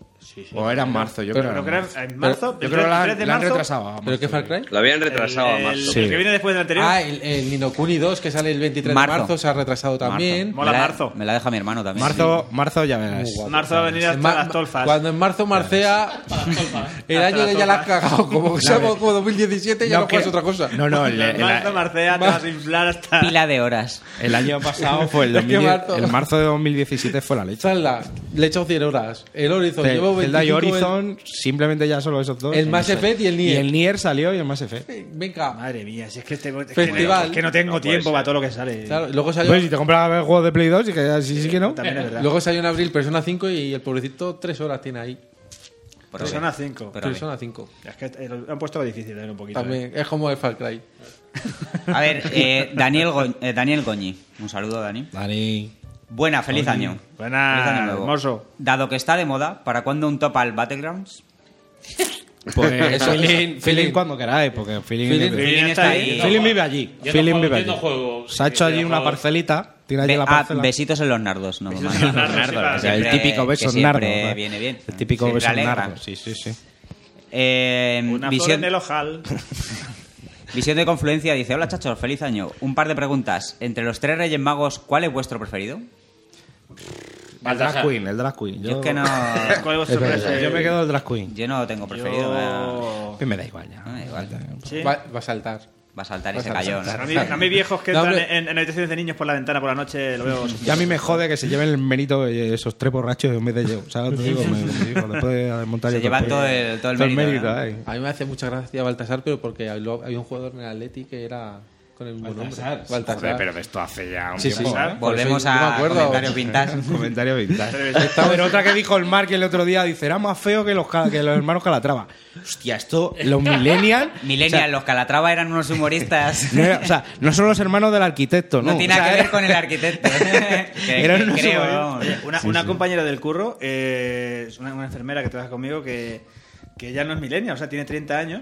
Speaker 4: O era en marzo, yo
Speaker 6: Pero
Speaker 4: creo.
Speaker 5: Creo que
Speaker 4: que era en marzo.
Speaker 5: era en marzo.
Speaker 4: Yo
Speaker 5: el
Speaker 4: creo que la,
Speaker 5: 3 de
Speaker 4: la han
Speaker 5: marzo.
Speaker 4: retrasado. a marzo.
Speaker 6: ¿Pero qué Far Cry?
Speaker 7: ¿eh?
Speaker 11: Lo habían
Speaker 5: El,
Speaker 11: retrasado a
Speaker 5: el-
Speaker 11: marzo.
Speaker 5: el que viene después del anterior.
Speaker 6: Ah, el, el Nino Kuni 2 que sale el 23
Speaker 7: Marzo.
Speaker 6: de marzo se ha retrasado
Speaker 7: Marzo.
Speaker 6: también.
Speaker 5: Mola
Speaker 7: Me la-
Speaker 5: marzo.
Speaker 7: Me la deja mi hermano también.
Speaker 4: Marzo, marzo ya verás.
Speaker 5: marzo va a venir hasta
Speaker 6: En mar-
Speaker 5: las tolfas.
Speaker 6: Cuando en marzo marcea, el año que ya la has cagado. Como que seamos como 2017, ya no,
Speaker 4: que-
Speaker 6: juegas otra cosa.
Speaker 4: No, no, el, el-
Speaker 5: En marzo, Marcea, te vas a inflar hasta.
Speaker 7: Pila de horas.
Speaker 4: el año pasado fue el,
Speaker 6: Es que
Speaker 4: 2010
Speaker 6: marzo.
Speaker 4: el marzo de 2017 fue la leche.
Speaker 6: Zelda, Le he echado 100 horas. El Horizon,
Speaker 4: Zelda
Speaker 6: llevo 25
Speaker 4: y
Speaker 6: en-
Speaker 4: Horizon, simplemente ya solo esos dos.
Speaker 6: El
Speaker 4: no
Speaker 6: Mass
Speaker 4: sé.
Speaker 6: Effect y el Nier.
Speaker 4: Y el Nier salió y el Mass Effect.
Speaker 6: Venga.
Speaker 5: Madre mía, si es que este es que no-
Speaker 6: Festival.
Speaker 5: es que no tengo
Speaker 6: No puede
Speaker 5: tiempo
Speaker 6: ser.
Speaker 5: para todo lo que sale.
Speaker 6: Claro, luego salió,
Speaker 4: Pues si te compras el juego de Play 2 y que así sí, que no.
Speaker 5: También es verdad.
Speaker 6: luego salió en abril Persona 5 y el pobrecito 3 horas tiene ahí.
Speaker 5: Persona 5.
Speaker 7: Pero-
Speaker 6: Persona 5.
Speaker 5: Es que eh, lo han puesto difícil también un poquito. eh.
Speaker 6: También es como el Far Cry.
Speaker 7: A ver, eh, Daniel, Go- eh, Daniel Goñi. Un saludo, Dani.
Speaker 4: Eh. Dani.
Speaker 7: Buena, feliz año.
Speaker 5: Buena,
Speaker 7: Feliz año nuevo.
Speaker 5: hermoso.
Speaker 7: Dado que está de moda, ¿para cuándo un top al Battlegrounds?
Speaker 4: Pues
Speaker 6: Eso,
Speaker 4: feeling,
Speaker 6: feeling.
Speaker 4: feeling cuando queráis, porque feeling,
Speaker 6: Feeling-
Speaker 4: feeling,
Speaker 7: Feeling está ahí.
Speaker 4: vive allí.
Speaker 9: Yo no
Speaker 4: feeling
Speaker 9: juego-
Speaker 4: vive
Speaker 9: yo no
Speaker 4: allí.
Speaker 9: juego-
Speaker 4: Se ha hecho
Speaker 9: yo
Speaker 4: allí
Speaker 9: no
Speaker 4: una
Speaker 9: juego-
Speaker 4: parcelita. Tiene allí
Speaker 7: Be-
Speaker 4: la
Speaker 7: ah,
Speaker 4: parcela.
Speaker 7: besitos en los nardos, no mamá.
Speaker 4: O sea, el
Speaker 7: Siempre-
Speaker 4: típico beso
Speaker 7: que
Speaker 4: en nardo.
Speaker 7: siempre
Speaker 4: ¿no?
Speaker 7: viene bien.
Speaker 4: El típico
Speaker 7: Siempre
Speaker 4: beso en
Speaker 7: alegra.
Speaker 4: nardo. Sí, sí, sí.
Speaker 7: Eh,
Speaker 5: Una flor
Speaker 7: visión,
Speaker 5: en el ojal.
Speaker 7: Visión de Confluencia dice: Hola, chachos, feliz año. Un par de preguntas. Entre los tres Reyes Magos, ¿cuál es vuestro preferido?
Speaker 4: El drag queen, el drag queen.
Speaker 7: Yo es que no.
Speaker 5: ¿Cuál es
Speaker 4: Es
Speaker 5: vuestro
Speaker 4: verdad,
Speaker 5: precio?
Speaker 4: Yo me quedo el drag queen.
Speaker 7: Yo no tengo preferido. eh.
Speaker 5: Yo-
Speaker 4: Que Me da igual ya.
Speaker 7: Me da igual.
Speaker 5: Sí.
Speaker 6: Va, va a saltar.
Speaker 7: Va a saltar ese cayón.
Speaker 5: A mí, a mí viejos que
Speaker 6: No,
Speaker 5: entran
Speaker 6: hombre.
Speaker 5: en, en habitaciones de niños por la ventana por la noche lo veo.
Speaker 4: Ya a mí me jode que se lleven el mérito de esos tres borrachos en vez de yo. ¿Sabes lo que te digo? Me- me digo, después de montar
Speaker 7: Se
Speaker 4: yo
Speaker 7: llevan
Speaker 4: todo
Speaker 7: todo el- todo el mérito, ¿eh? ¿no?
Speaker 4: ahí.
Speaker 6: A mí me hace mucha gracia Baltasar, pero porque luego había un jugador en el Atleti que era con el
Speaker 4: eh.
Speaker 6: mismo nombre. Baltasar.
Speaker 13: Joder, pero esto hace ya un
Speaker 6: Sí, sí.
Speaker 13: tiempo. ¿eh?
Speaker 7: Volvemos
Speaker 6: Yo me
Speaker 7: a
Speaker 6: acuerdo.
Speaker 7: comentario pintas.
Speaker 4: Comentario vintage. Esta pero otra que dijo el Mark el otro día, dice, era más feo que los, ca- que los hermanos Calatrava. Hostia, esto, los millennials...
Speaker 7: Millennial, los Calatrava eran unos humoristas.
Speaker 4: no era- o sea, no son los hermanos del arquitecto, ¿no?
Speaker 7: No tiene
Speaker 4: O sea,
Speaker 7: nada que ver
Speaker 4: era-
Speaker 7: con el arquitecto. Que-
Speaker 4: Eran
Speaker 7: que
Speaker 4: unos
Speaker 7: creo,
Speaker 4: humoristas.
Speaker 7: vamos.
Speaker 5: Oye, una, una compañera del curro, eh, es una, una enfermera que trabaja conmigo que, que ya no es milenia, o sea, tiene 30 años.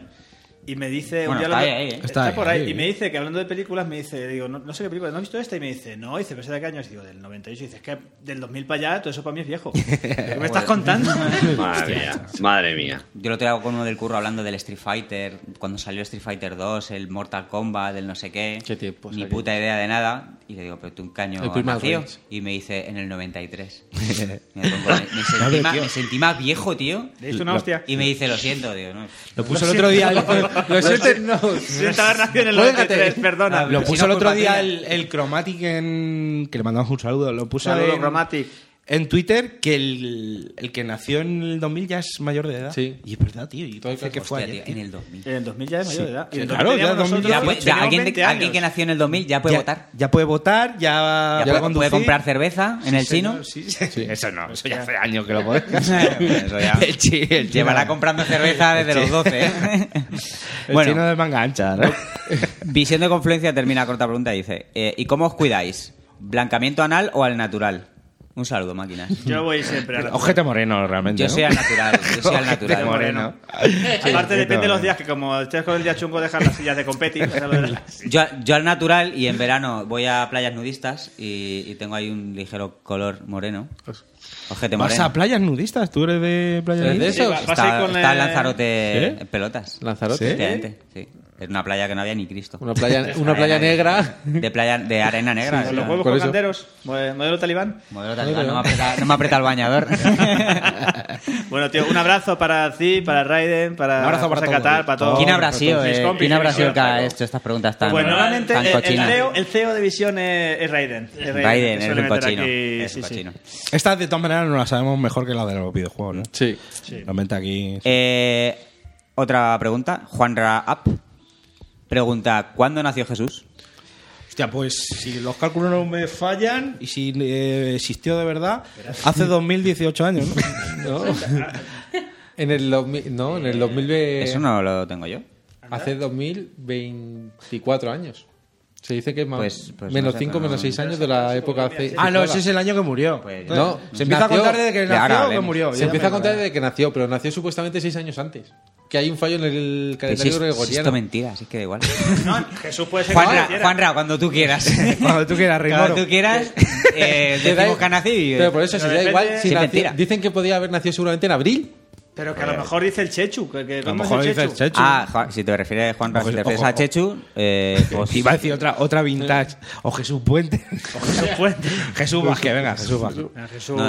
Speaker 5: Y me dice,
Speaker 7: Bueno,
Speaker 5: un día
Speaker 7: está
Speaker 5: hablando-
Speaker 7: ahí, ahí, ¿eh?
Speaker 5: está,
Speaker 4: Está
Speaker 5: por
Speaker 4: ahí,
Speaker 5: ahí,
Speaker 4: ahí,
Speaker 5: y
Speaker 4: ¿eh?
Speaker 5: me dice que hablando de películas, me dice, digo, no, no sé qué película, ¿no has visto esta? Y me dice, no, y dice, pero esa de qué año? Y digo, del 98, y dice, es que del 2000 para allá, todo eso para mí es viejo. ¿Qué me estás contando?
Speaker 11: Madre mía, madre mía.
Speaker 7: Yo lo traigo con uno del curro hablando del Street Fighter, cuando salió Street Fighter 2, el Mortal Kombat, el no sé qué.
Speaker 6: Qué tiempos
Speaker 7: Ni
Speaker 6: aquellos.
Speaker 7: puta idea de nada. Y le digo, pero tú un caño
Speaker 6: El
Speaker 7: has
Speaker 6: Primal
Speaker 7: nacido.
Speaker 6: Rage.
Speaker 7: Y me dice, en el 93. me, pongo- me- me sentí más, me sentí más viejo, tío.
Speaker 5: Le diste una hostia.
Speaker 7: Y me dice, lo siento, tío. No.
Speaker 4: Lo puso el otro día... el-
Speaker 6: Lo siento, no.
Speaker 5: Siento haber nacido en el
Speaker 6: Juégate.
Speaker 5: 93, perdona.
Speaker 4: Lo
Speaker 7: si
Speaker 4: puso
Speaker 7: no,
Speaker 4: el otro
Speaker 7: culpa
Speaker 4: día
Speaker 7: tuya.
Speaker 4: el, el Chromatic en. que le mandamos un saludo. Lo puso
Speaker 5: Saludo,
Speaker 4: en,
Speaker 5: Chromatic.
Speaker 4: en Twitter que el, el que nació en el 2000 ya es mayor de edad.
Speaker 6: Sí.
Speaker 4: Y es verdad, tío. Y parece que fue
Speaker 7: Hostia,
Speaker 4: ayer.
Speaker 7: tío, en el 2000.
Speaker 5: En el 2000 ya es mayor de edad. Y en el
Speaker 4: claro,
Speaker 5: 2000
Speaker 4: ya
Speaker 5: teníamos
Speaker 4: 2000
Speaker 7: Ya
Speaker 5: nosotros-
Speaker 7: puede- ya
Speaker 5: teníamos
Speaker 7: alguien de-
Speaker 5: 20
Speaker 7: alguien
Speaker 5: años.
Speaker 7: que nació en el 2000 ya puede
Speaker 4: ya,
Speaker 7: votar.
Speaker 4: ya puede votar, ya,
Speaker 7: Ya
Speaker 4: puede
Speaker 7: puede, puede
Speaker 4: conducir.
Speaker 7: comprar cerveza en el chino.
Speaker 4: Sí, sí.
Speaker 13: Eso no, eso ya hace años que lo podemos.
Speaker 7: Eso ya.
Speaker 4: El chi- el chino.
Speaker 7: Llevará comprando cerveza desde los 12. ¿eh?
Speaker 4: El
Speaker 7: bueno,
Speaker 4: chino de manga ancha, ¿no?
Speaker 7: Visión de confluencia termina corta pregunta y dice: eh, ¿Y cómo os cuidáis? ¿Blancamiento anal o al natural? Un saludo, máquinas.
Speaker 5: Yo voy siempre a la
Speaker 4: Ojete moreno, realmente.
Speaker 7: Yo
Speaker 4: ¿no?
Speaker 7: soy al natural. Yo soy al natural.
Speaker 4: moreno.
Speaker 5: Aparte depende de los días que como estés con el día chungo dejar las sillas de competi. o sea, lo de la-
Speaker 7: Yo, yo al natural y en verano voy a playas nudistas y, y tengo ahí un ligero color moreno. Ojete
Speaker 4: ¿Vas a
Speaker 7: moreno.
Speaker 4: playas nudistas? ¿Tú eres de playas
Speaker 6: ¿Eres de
Speaker 4: nudistas?
Speaker 6: eso?
Speaker 5: va- vas ahí
Speaker 7: Está,
Speaker 5: con
Speaker 7: está
Speaker 5: el-
Speaker 7: Lanzarote
Speaker 4: ¿Sí?
Speaker 7: en pelotas.
Speaker 6: Lanzarote.
Speaker 7: Efectivamente,
Speaker 4: ¿Eh?
Speaker 7: sí. Era una playa que no había ni Cristo.
Speaker 6: Una playa, una playa negra.
Speaker 7: De playa de arena negra.
Speaker 5: Con
Speaker 7: sí.
Speaker 5: los huevos
Speaker 6: Por
Speaker 5: con
Speaker 6: eso.
Speaker 5: canderos, mo- modelo talibán.
Speaker 7: Modelo talibán, no me aprieta, no me aprieta el bañador.
Speaker 5: Bueno, tío, un abrazo para ti, para Raiden, para
Speaker 4: Un abrazo para
Speaker 5: José
Speaker 4: todos,
Speaker 5: Catar,
Speaker 4: tío.
Speaker 5: para todos.
Speaker 7: ¿Quién habrá sido,
Speaker 5: Mis
Speaker 7: eh?
Speaker 5: compis,
Speaker 7: ¿Quién
Speaker 5: mis
Speaker 7: habrá sido el que ha
Speaker 5: amigos.
Speaker 7: hecho estas preguntas tan,
Speaker 5: Bueno, Pues normalmente
Speaker 7: tan
Speaker 5: el, el
Speaker 7: cochinas?
Speaker 5: CEO, el CEO de Visión es, es Raiden. Es que
Speaker 7: Raiden es
Speaker 5: suele
Speaker 7: un
Speaker 5: meter
Speaker 7: cochino.
Speaker 5: aquí-
Speaker 7: es un
Speaker 5: sí, sí.
Speaker 7: cochino.
Speaker 4: Estas, de todas maneras, no las sabemos mejor que las de los videojuegos, ¿no?
Speaker 6: Sí.
Speaker 4: Realmente aquí.
Speaker 7: Eh, otra pregunta. Juan Raap pregunta: ¿Cuándo nació Jesús?
Speaker 4: Hostia, pues si los cálculos no me fallan y si eh, existió de verdad, hace 2018 años. ¿no?
Speaker 6: ¿No? en el 2000, no, en el 2000
Speaker 4: Eh.
Speaker 6: ve-
Speaker 7: Eso no lo tengo yo.
Speaker 6: hace 2024 años. Se dice que más
Speaker 7: Pues- pues
Speaker 6: menos
Speaker 7: no sé,
Speaker 6: 5,
Speaker 7: no.
Speaker 6: menos 6 años de la época ce-
Speaker 4: Ah, no,
Speaker 6: cristiana.
Speaker 4: ese es el año que murió.
Speaker 7: Pues,
Speaker 4: No,
Speaker 6: no,
Speaker 4: se empieza
Speaker 6: nació-
Speaker 4: a contar desde que
Speaker 7: Ya, ahora
Speaker 4: nació o que
Speaker 7: hablemos.
Speaker 4: murió.
Speaker 6: Se
Speaker 4: ya
Speaker 6: empieza a
Speaker 4: me
Speaker 6: contar
Speaker 4: acuerdo.
Speaker 6: desde que nació, pero nació supuestamente 6 años antes. Que hay un fallo en el
Speaker 7: Pero
Speaker 6: calendario
Speaker 7: si es- si esto
Speaker 6: gregoriano.
Speaker 7: es mentira, así que da igual.
Speaker 5: No, Jesús puede ser
Speaker 7: Juan,
Speaker 5: que
Speaker 7: Ra,
Speaker 5: quiera.
Speaker 7: Juan Ra, cuando tú quieras.
Speaker 4: Cuando tú quieras, Rey
Speaker 7: Cuando
Speaker 4: Moro.
Speaker 7: tú quieras, eh,
Speaker 6: Que da-
Speaker 7: decimos que ha nacido y-
Speaker 6: Pero por eso,
Speaker 5: Pero
Speaker 6: si da
Speaker 5: depende-
Speaker 6: igual, si
Speaker 7: Sí,
Speaker 6: nació-
Speaker 7: mentira.
Speaker 6: dicen que podía haber nacido seguramente en abril.
Speaker 5: Pero que a lo
Speaker 7: Eh,
Speaker 5: mejor dice el Chechu. Que, que
Speaker 4: A lo
Speaker 5: ¿cómo es
Speaker 4: mejor dice el
Speaker 5: Chechu?
Speaker 4: Chechu.
Speaker 7: Ah, Juan- si te refieres, Juan Ra, si te
Speaker 4: Ojo,
Speaker 7: refieres
Speaker 4: ojo,
Speaker 7: a
Speaker 4: ojo.
Speaker 7: Chechu, eh, pues-
Speaker 4: Iba a decir otra, otra vintage. O Jesús Puente.
Speaker 5: Jesús Fuente.
Speaker 4: Jesús Vázquez, venga, Jesús Vázquez.
Speaker 5: Jesús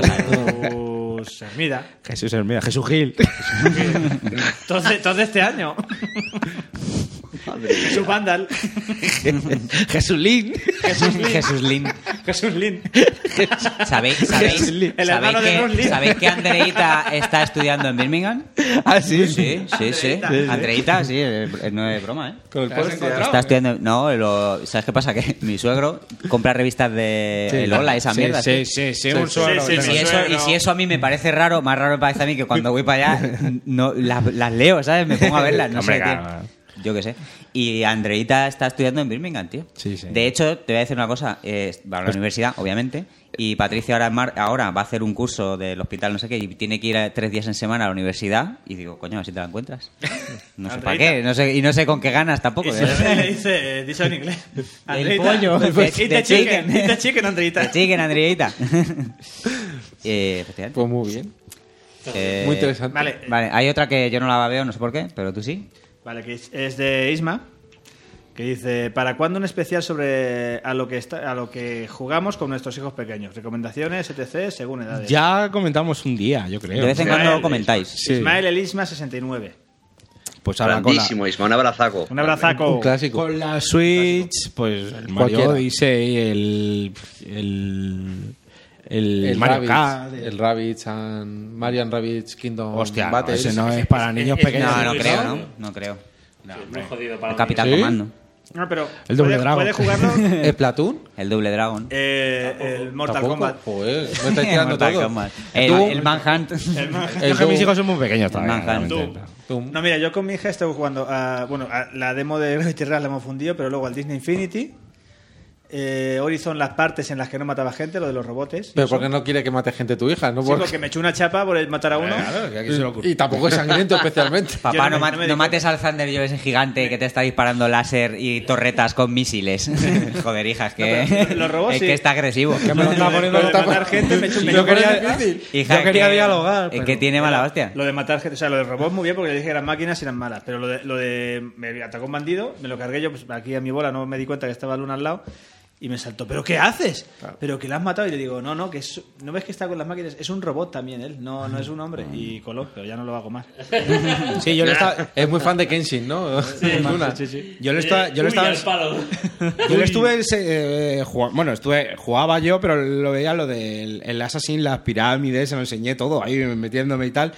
Speaker 5: Hermida.
Speaker 4: Jesús Hermida, Jesús Gil.
Speaker 5: Entonces, entonces este año.
Speaker 8: Jesús Vandal.
Speaker 4: Jesús Lin.
Speaker 8: Jesús Lin.
Speaker 7: Jesús Lin.
Speaker 8: Jesús Lin.
Speaker 7: ¿Sabéis, sabéis,
Speaker 8: El
Speaker 7: sabéis,
Speaker 8: hermano de Bruce
Speaker 7: que,
Speaker 8: Lee.
Speaker 7: ¿Sabéis que Andreita está estudiando en Birmingham?
Speaker 4: Ah, sí.
Speaker 7: Sí, sí, sí. Andreita, sí, eh, eh, no es broma, ¿eh?
Speaker 6: Con el
Speaker 5: Pues,
Speaker 6: post,
Speaker 7: Está estudiando. No, lo- ¿sabes qué pasa? Que mi suegro compra revistas de el Lola, esa mierda.
Speaker 4: Sí,
Speaker 7: sí.
Speaker 4: sí, sí, un suegro.
Speaker 7: Y si, eso, y si eso a mí me parece raro, más raro me parece a mí que cuando voy para allá no, las, las leo, ¿sabes? Me pongo a verlas, no
Speaker 13: Hombre,
Speaker 7: sé.
Speaker 13: claro.
Speaker 7: tío. Yo qué sé. Y Andreita está estudiando en Birmingham, tío.
Speaker 4: Sí, sí.
Speaker 7: De hecho, te voy a decir una cosa. eh, va a la universidad, obviamente. Y Patricia ahora, en mar- ahora va a hacer un curso del hospital, no sé qué, y tiene que ir a- tres días en semana a la universidad. Y digo, coño, a ver si te la encuentras. No sé para qué, no sé, y no sé con qué ganas tampoco. ¿eh?
Speaker 8: Y
Speaker 7: de
Speaker 8: se
Speaker 7: verdad.
Speaker 8: le
Speaker 5: eh,
Speaker 8: dice, dicho en inglés. Andreita,
Speaker 7: pollo,
Speaker 8: the-
Speaker 7: pues,
Speaker 8: eat
Speaker 7: the
Speaker 8: the chicken,
Speaker 7: chicken.
Speaker 8: eat the chicken, Andreita.
Speaker 7: Te siguen, Andrieita. Eh, efectivamente.
Speaker 6: Pues muy bien.
Speaker 7: Eh,
Speaker 6: Muy interesante.
Speaker 5: Vale,
Speaker 7: Vale, hay otra que yo no la veo, no sé por qué, pero tú sí.
Speaker 5: Vale, que es- es de Isma, que dice, ¿para cuándo un especial sobre a lo que, está, a lo que jugamos con nuestros hijos pequeños? Recomendaciones, etc., según edades.
Speaker 4: Ya comentamos un día, yo creo.
Speaker 7: De vez en
Speaker 5: Ismael,
Speaker 7: cuando comentáis.
Speaker 4: Sí.
Speaker 5: Ismael el Isma 69.
Speaker 4: Pues ahora con la,
Speaker 11: Grandísimo, Isma. Un abrazaco.
Speaker 5: Un abrazaco.
Speaker 6: Un clásico.
Speaker 4: con la Switch, pues el Mario
Speaker 6: Cualquiera.
Speaker 4: Odyssey, el. el. el,
Speaker 6: El
Speaker 4: Mario
Speaker 6: Rabbids,
Speaker 4: Kart.
Speaker 6: el Rabbids and Marian Rabbids Kingdom
Speaker 4: Hostia, no,
Speaker 6: Battles.
Speaker 4: ese no es para niños
Speaker 9: es-
Speaker 4: pequeños.
Speaker 7: No, no
Speaker 9: Sí,
Speaker 7: creo,
Speaker 9: ¿no?
Speaker 7: ¿no? No creo.
Speaker 9: Muy jodido para
Speaker 7: El
Speaker 9: los
Speaker 7: Capital
Speaker 6: ¿Sí?
Speaker 7: Comando.
Speaker 5: No, pero
Speaker 4: El doble
Speaker 5: puede,
Speaker 4: dragón.
Speaker 5: puede jugarlo
Speaker 6: ¿El Platoon?
Speaker 7: El Double Dragon.
Speaker 5: eh, el Mortal
Speaker 6: ¿Tampoco?
Speaker 5: Kombat.
Speaker 6: Joder, me estáis tirando
Speaker 7: Mortal
Speaker 6: todo.
Speaker 7: Kombat. El,
Speaker 6: Tú-
Speaker 7: el Manhunt.
Speaker 5: El ma-
Speaker 4: Yo
Speaker 6: el
Speaker 4: que mis
Speaker 6: Doom.
Speaker 4: hijos son muy pequeños todavía.
Speaker 7: Manhattan.
Speaker 4: realmente.
Speaker 6: Doom.
Speaker 5: No, mira, yo con mi hija estoy jugando a, bueno, a la demo de Gravity Rush la hemos fundido, pero luego al Disney Infinity. Eh, Horizon, las partes en las que no mataba gente, lo de los robotes.
Speaker 6: Pero porque no quiere que mate gente tu hija, ¿no?
Speaker 5: Sí,
Speaker 6: Porque-
Speaker 5: porque me echó una chapa por el matar a uno.
Speaker 4: Claro, que aquí se lo ocurre.
Speaker 6: Y tampoco es sangriento especialmente.
Speaker 5: Yo
Speaker 7: Papá,
Speaker 5: no
Speaker 7: no,
Speaker 5: me-
Speaker 7: ma-
Speaker 5: no me
Speaker 7: no
Speaker 5: di
Speaker 7: mates al Thunder Joe, ese gigante que te está disparando láser y torretas con misiles. Joder, hija, es que,
Speaker 5: No, pero los robos
Speaker 7: es
Speaker 5: sí.
Speaker 7: que está agresivo.
Speaker 4: Que me lo está poniendo
Speaker 5: Lo de
Speaker 4: el taco.
Speaker 5: matar gente me-
Speaker 4: Sí,
Speaker 5: me-
Speaker 4: yo quería,
Speaker 6: difícil.
Speaker 7: Hija,
Speaker 4: yo quería
Speaker 7: que-
Speaker 4: dialogar.
Speaker 7: Es
Speaker 4: pero-
Speaker 7: que tiene mala hostia.
Speaker 5: Lo de matar gente, o sea, lo de robots muy bien porque le dije que eran máquinas y eran malas, pero lo de, lo de me atacó un bandido, me lo cargué yo pues, aquí a mi bola, no me di cuenta que estaba Luna al lado y me saltó, ¿pero qué haces? Pero que la has matado y le digo, no, no, que es, no ves que está con las máquinas, es un robot también él, no, no es un hombre
Speaker 4: Ah.
Speaker 5: y coló, pero ya no lo hago más.
Speaker 6: Sí, yo le estaba- Es muy fan de Kenshin, ¿no? Luna.
Speaker 4: Yo lo estaba. Yo lo estaba Yo lo estuve. eh, jugando- bueno, estuve, jugaba yo, pero lo veía lo del el Assassin, las pirámides, se lo enseñé todo ahí metiéndome y tal.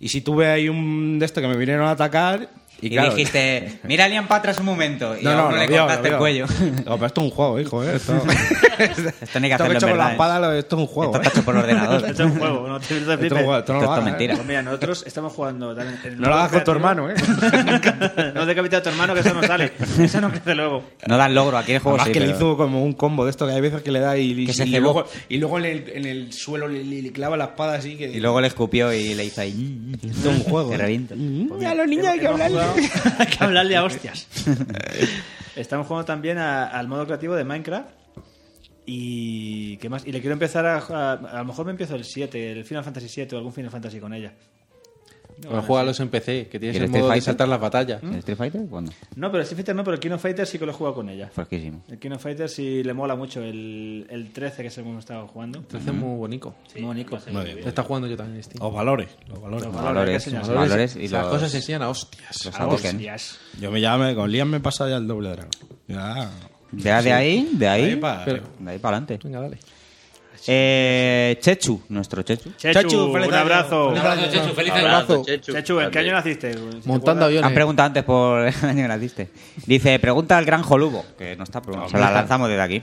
Speaker 4: Y si tuve ahí un de esto que me vinieron a atacar. Y,
Speaker 7: Y,
Speaker 4: claro,
Speaker 7: dijiste, mira a Liam para atrás un momento. Y
Speaker 4: No,
Speaker 7: a
Speaker 4: no,
Speaker 7: uno
Speaker 4: lo
Speaker 7: le
Speaker 4: vio, lo
Speaker 7: cortaste el
Speaker 4: vio.
Speaker 7: cuello.
Speaker 4: No, pero esto es un juego, hijo, ¿eh? Esto,
Speaker 7: Esto no hay que
Speaker 4: esto que he
Speaker 7: hacerlo
Speaker 4: hecho con
Speaker 7: en
Speaker 4: la
Speaker 7: verdad. ¿eh?
Speaker 4: espada, lo- esto es un juego.
Speaker 7: Esto está
Speaker 4: ¿eh?
Speaker 7: hecho por ordenador.
Speaker 5: Esto es un juego, no te,
Speaker 4: Esto es un juego, esto no
Speaker 7: Esto
Speaker 4: lo
Speaker 7: es
Speaker 4: hagas, ¿eh?
Speaker 7: mentira.
Speaker 5: Pues mira, nosotros estamos jugando. también en el
Speaker 4: No lo hagas con tu
Speaker 5: creativo.
Speaker 4: hermano, ¿eh?
Speaker 5: no decapita a tu hermano, que eso no sale. Eso no crece luego.
Speaker 7: No dan logro, aquí el juego
Speaker 4: Además
Speaker 7: sí,
Speaker 4: que le
Speaker 7: pero-
Speaker 4: hizo como un combo de esto que hay veces que le da y, y-
Speaker 7: Que se
Speaker 4: y
Speaker 7: cebó.
Speaker 4: luego, y luego en, el, en el suelo le, le- le clava la espada así que
Speaker 7: Y luego le escupió y le hizo ahí.
Speaker 4: esto es un juego.
Speaker 7: Te reviento.
Speaker 5: Pues
Speaker 4: Mm, a los niños hay que hablarle.
Speaker 5: Hay que hablarle a hostias. Estamos jugando también a- al modo creativo de Minecraft. Y qué más. Y le quiero empezar a, a. a lo mejor me empiezo el 7, el Final Fantasy 7 o algún Final Fantasy con ella.
Speaker 6: Bueno, juegalos en PC, que tienes
Speaker 7: ¿Quieres Mm.
Speaker 6: el modo de
Speaker 7: Street Fighter?
Speaker 6: saltar las batallas.
Speaker 7: ¿El Street Fighter? ¿Cuándo?
Speaker 5: No, pero el Street Fighter no, pero el Kino Fighter sí que lo he jugado con ella.
Speaker 7: Fresquísimo.
Speaker 5: El Kino Fighter sí le mola mucho el, el 13 que es el que hemos estado jugando.
Speaker 6: Entonces Este es muy bonito.
Speaker 5: Muy bonito.
Speaker 6: Está jugando yo también en Steam.
Speaker 4: Los valores, los valores.
Speaker 5: Los valores,
Speaker 7: valores,
Speaker 5: que enseñas.
Speaker 7: los valores Oh, y
Speaker 6: O sea,
Speaker 7: los-
Speaker 6: cosas se enseñan a hostias.
Speaker 7: Los
Speaker 5: A
Speaker 7: Hadouken.
Speaker 5: hostias.
Speaker 4: Yo me llamo, con Liam me pasa ya el doble dragón. Ya.
Speaker 7: Ya de ahí, de ahí.
Speaker 4: Ahí pa-
Speaker 7: pero- De ahí para adelante.
Speaker 6: Venga, dale.
Speaker 7: Eh, Chechu, nuestro Chechu.
Speaker 5: Chechu,
Speaker 4: Chechu, feliz
Speaker 5: un
Speaker 4: año.
Speaker 5: abrazo.
Speaker 9: Un abrazo, Chechu, feliz año.
Speaker 6: Abrazo.
Speaker 11: Chechu,
Speaker 5: Chechu, ¿en qué año
Speaker 11: también.
Speaker 5: naciste? ¿Te
Speaker 6: Montando
Speaker 5: acuerdas?
Speaker 6: aviones.
Speaker 7: Han preguntado antes por el año que naciste. Dice, pregunta al gran Jolubo, que no está, pero se la lanzamos desde aquí.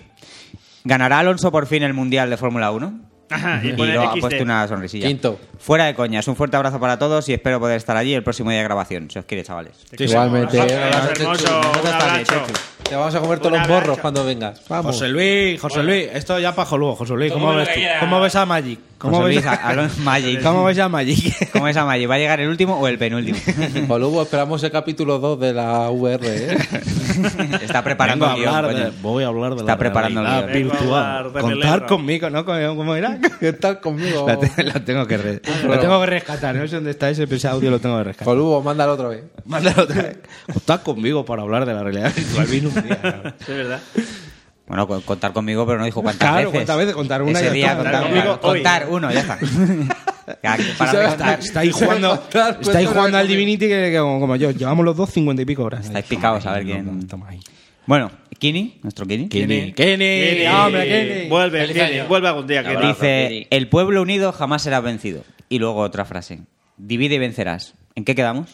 Speaker 7: ¿Ganará Alonso por fin el Mundial de Fórmula 1?
Speaker 5: Ajá,
Speaker 7: Y,
Speaker 5: y pone
Speaker 7: lo ha
Speaker 5: XD.
Speaker 7: puesto una sonrisilla.
Speaker 6: Quinto.
Speaker 7: Fuera de coñas, un fuerte abrazo para todos y espero poder estar allí el próximo día de grabación, si os quiere, chavales.
Speaker 5: Te queremos.
Speaker 6: Igualmente.
Speaker 5: Un abrazo,
Speaker 6: Gracias,
Speaker 5: hermoso,
Speaker 6: Chechu. Nosotros
Speaker 5: un
Speaker 6: también,
Speaker 5: abrazo.
Speaker 6: Chechu. Te vamos a comer todos
Speaker 5: Un
Speaker 6: los
Speaker 5: abrazo.
Speaker 6: borros cuando vengas. Vamos.
Speaker 4: José Luis, José Luis, esto ya para Luego, José Luis, ¿cómo
Speaker 9: Tómalo
Speaker 4: ves,
Speaker 9: que
Speaker 4: tú?
Speaker 9: ya.
Speaker 4: ¿cómo ves a Magic? ¿Cómo
Speaker 7: José
Speaker 4: ves
Speaker 7: Luis, a- Alonso Magic.
Speaker 4: ¿Cómo ves a Magic?
Speaker 7: ¿Cómo es Amaya? ¿Va a llegar el último o el penúltimo?
Speaker 6: Colubo, esperamos el capítulo 2 de la VR, ¿eh?
Speaker 7: Está preparando el
Speaker 4: Vengo
Speaker 7: guión,
Speaker 4: a hablar
Speaker 7: coño.
Speaker 4: de- voy a hablar de
Speaker 7: Está
Speaker 4: la
Speaker 7: preparando el
Speaker 4: realidad
Speaker 5: guión. Vengo a
Speaker 4: virtual.
Speaker 5: hablar de
Speaker 4: Contar
Speaker 5: Belerra.
Speaker 4: conmigo, ¿no? ¿Cómo era?
Speaker 6: ¿Qué tal conmigo?
Speaker 4: La, te- la tengo que re- la tengo que rescatar, no sé dónde está ese, pero ese audio lo tengo que rescatar.
Speaker 6: Colubo, mándalo otra vez.
Speaker 4: Mándalo otra vez. Contad conmigo para hablar de la realidad virtual. Vino un día, cabrón.
Speaker 5: Sí, es verdad.
Speaker 7: Bueno, con- contar conmigo, pero no dijo cuántas
Speaker 4: Claro,
Speaker 7: veces.
Speaker 4: cuántas veces, contar una y
Speaker 7: Ese
Speaker 4: ya
Speaker 7: día,
Speaker 4: está.
Speaker 7: contar,
Speaker 5: Contar conmigo
Speaker 7: contar uno, ya está. Para
Speaker 4: Sí,
Speaker 7: restar.
Speaker 4: está ahí jugando, está ahí jugando al Divinity que, que como, como yo. Llevamos los dos cincuenta y pico horas.
Speaker 7: Estáis picados a ver quién. Bueno, Kini, nuestro Kini.
Speaker 4: Kenny, Kenny, hombre, Kenny.
Speaker 8: Vuelve,
Speaker 9: Feliz
Speaker 8: Kenny,
Speaker 9: año.
Speaker 8: vuelve algún día, Kenny.
Speaker 7: Dice: El pueblo unido jamás será vencido. Y luego otra frase: Divide y vencerás. ¿En qué quedamos?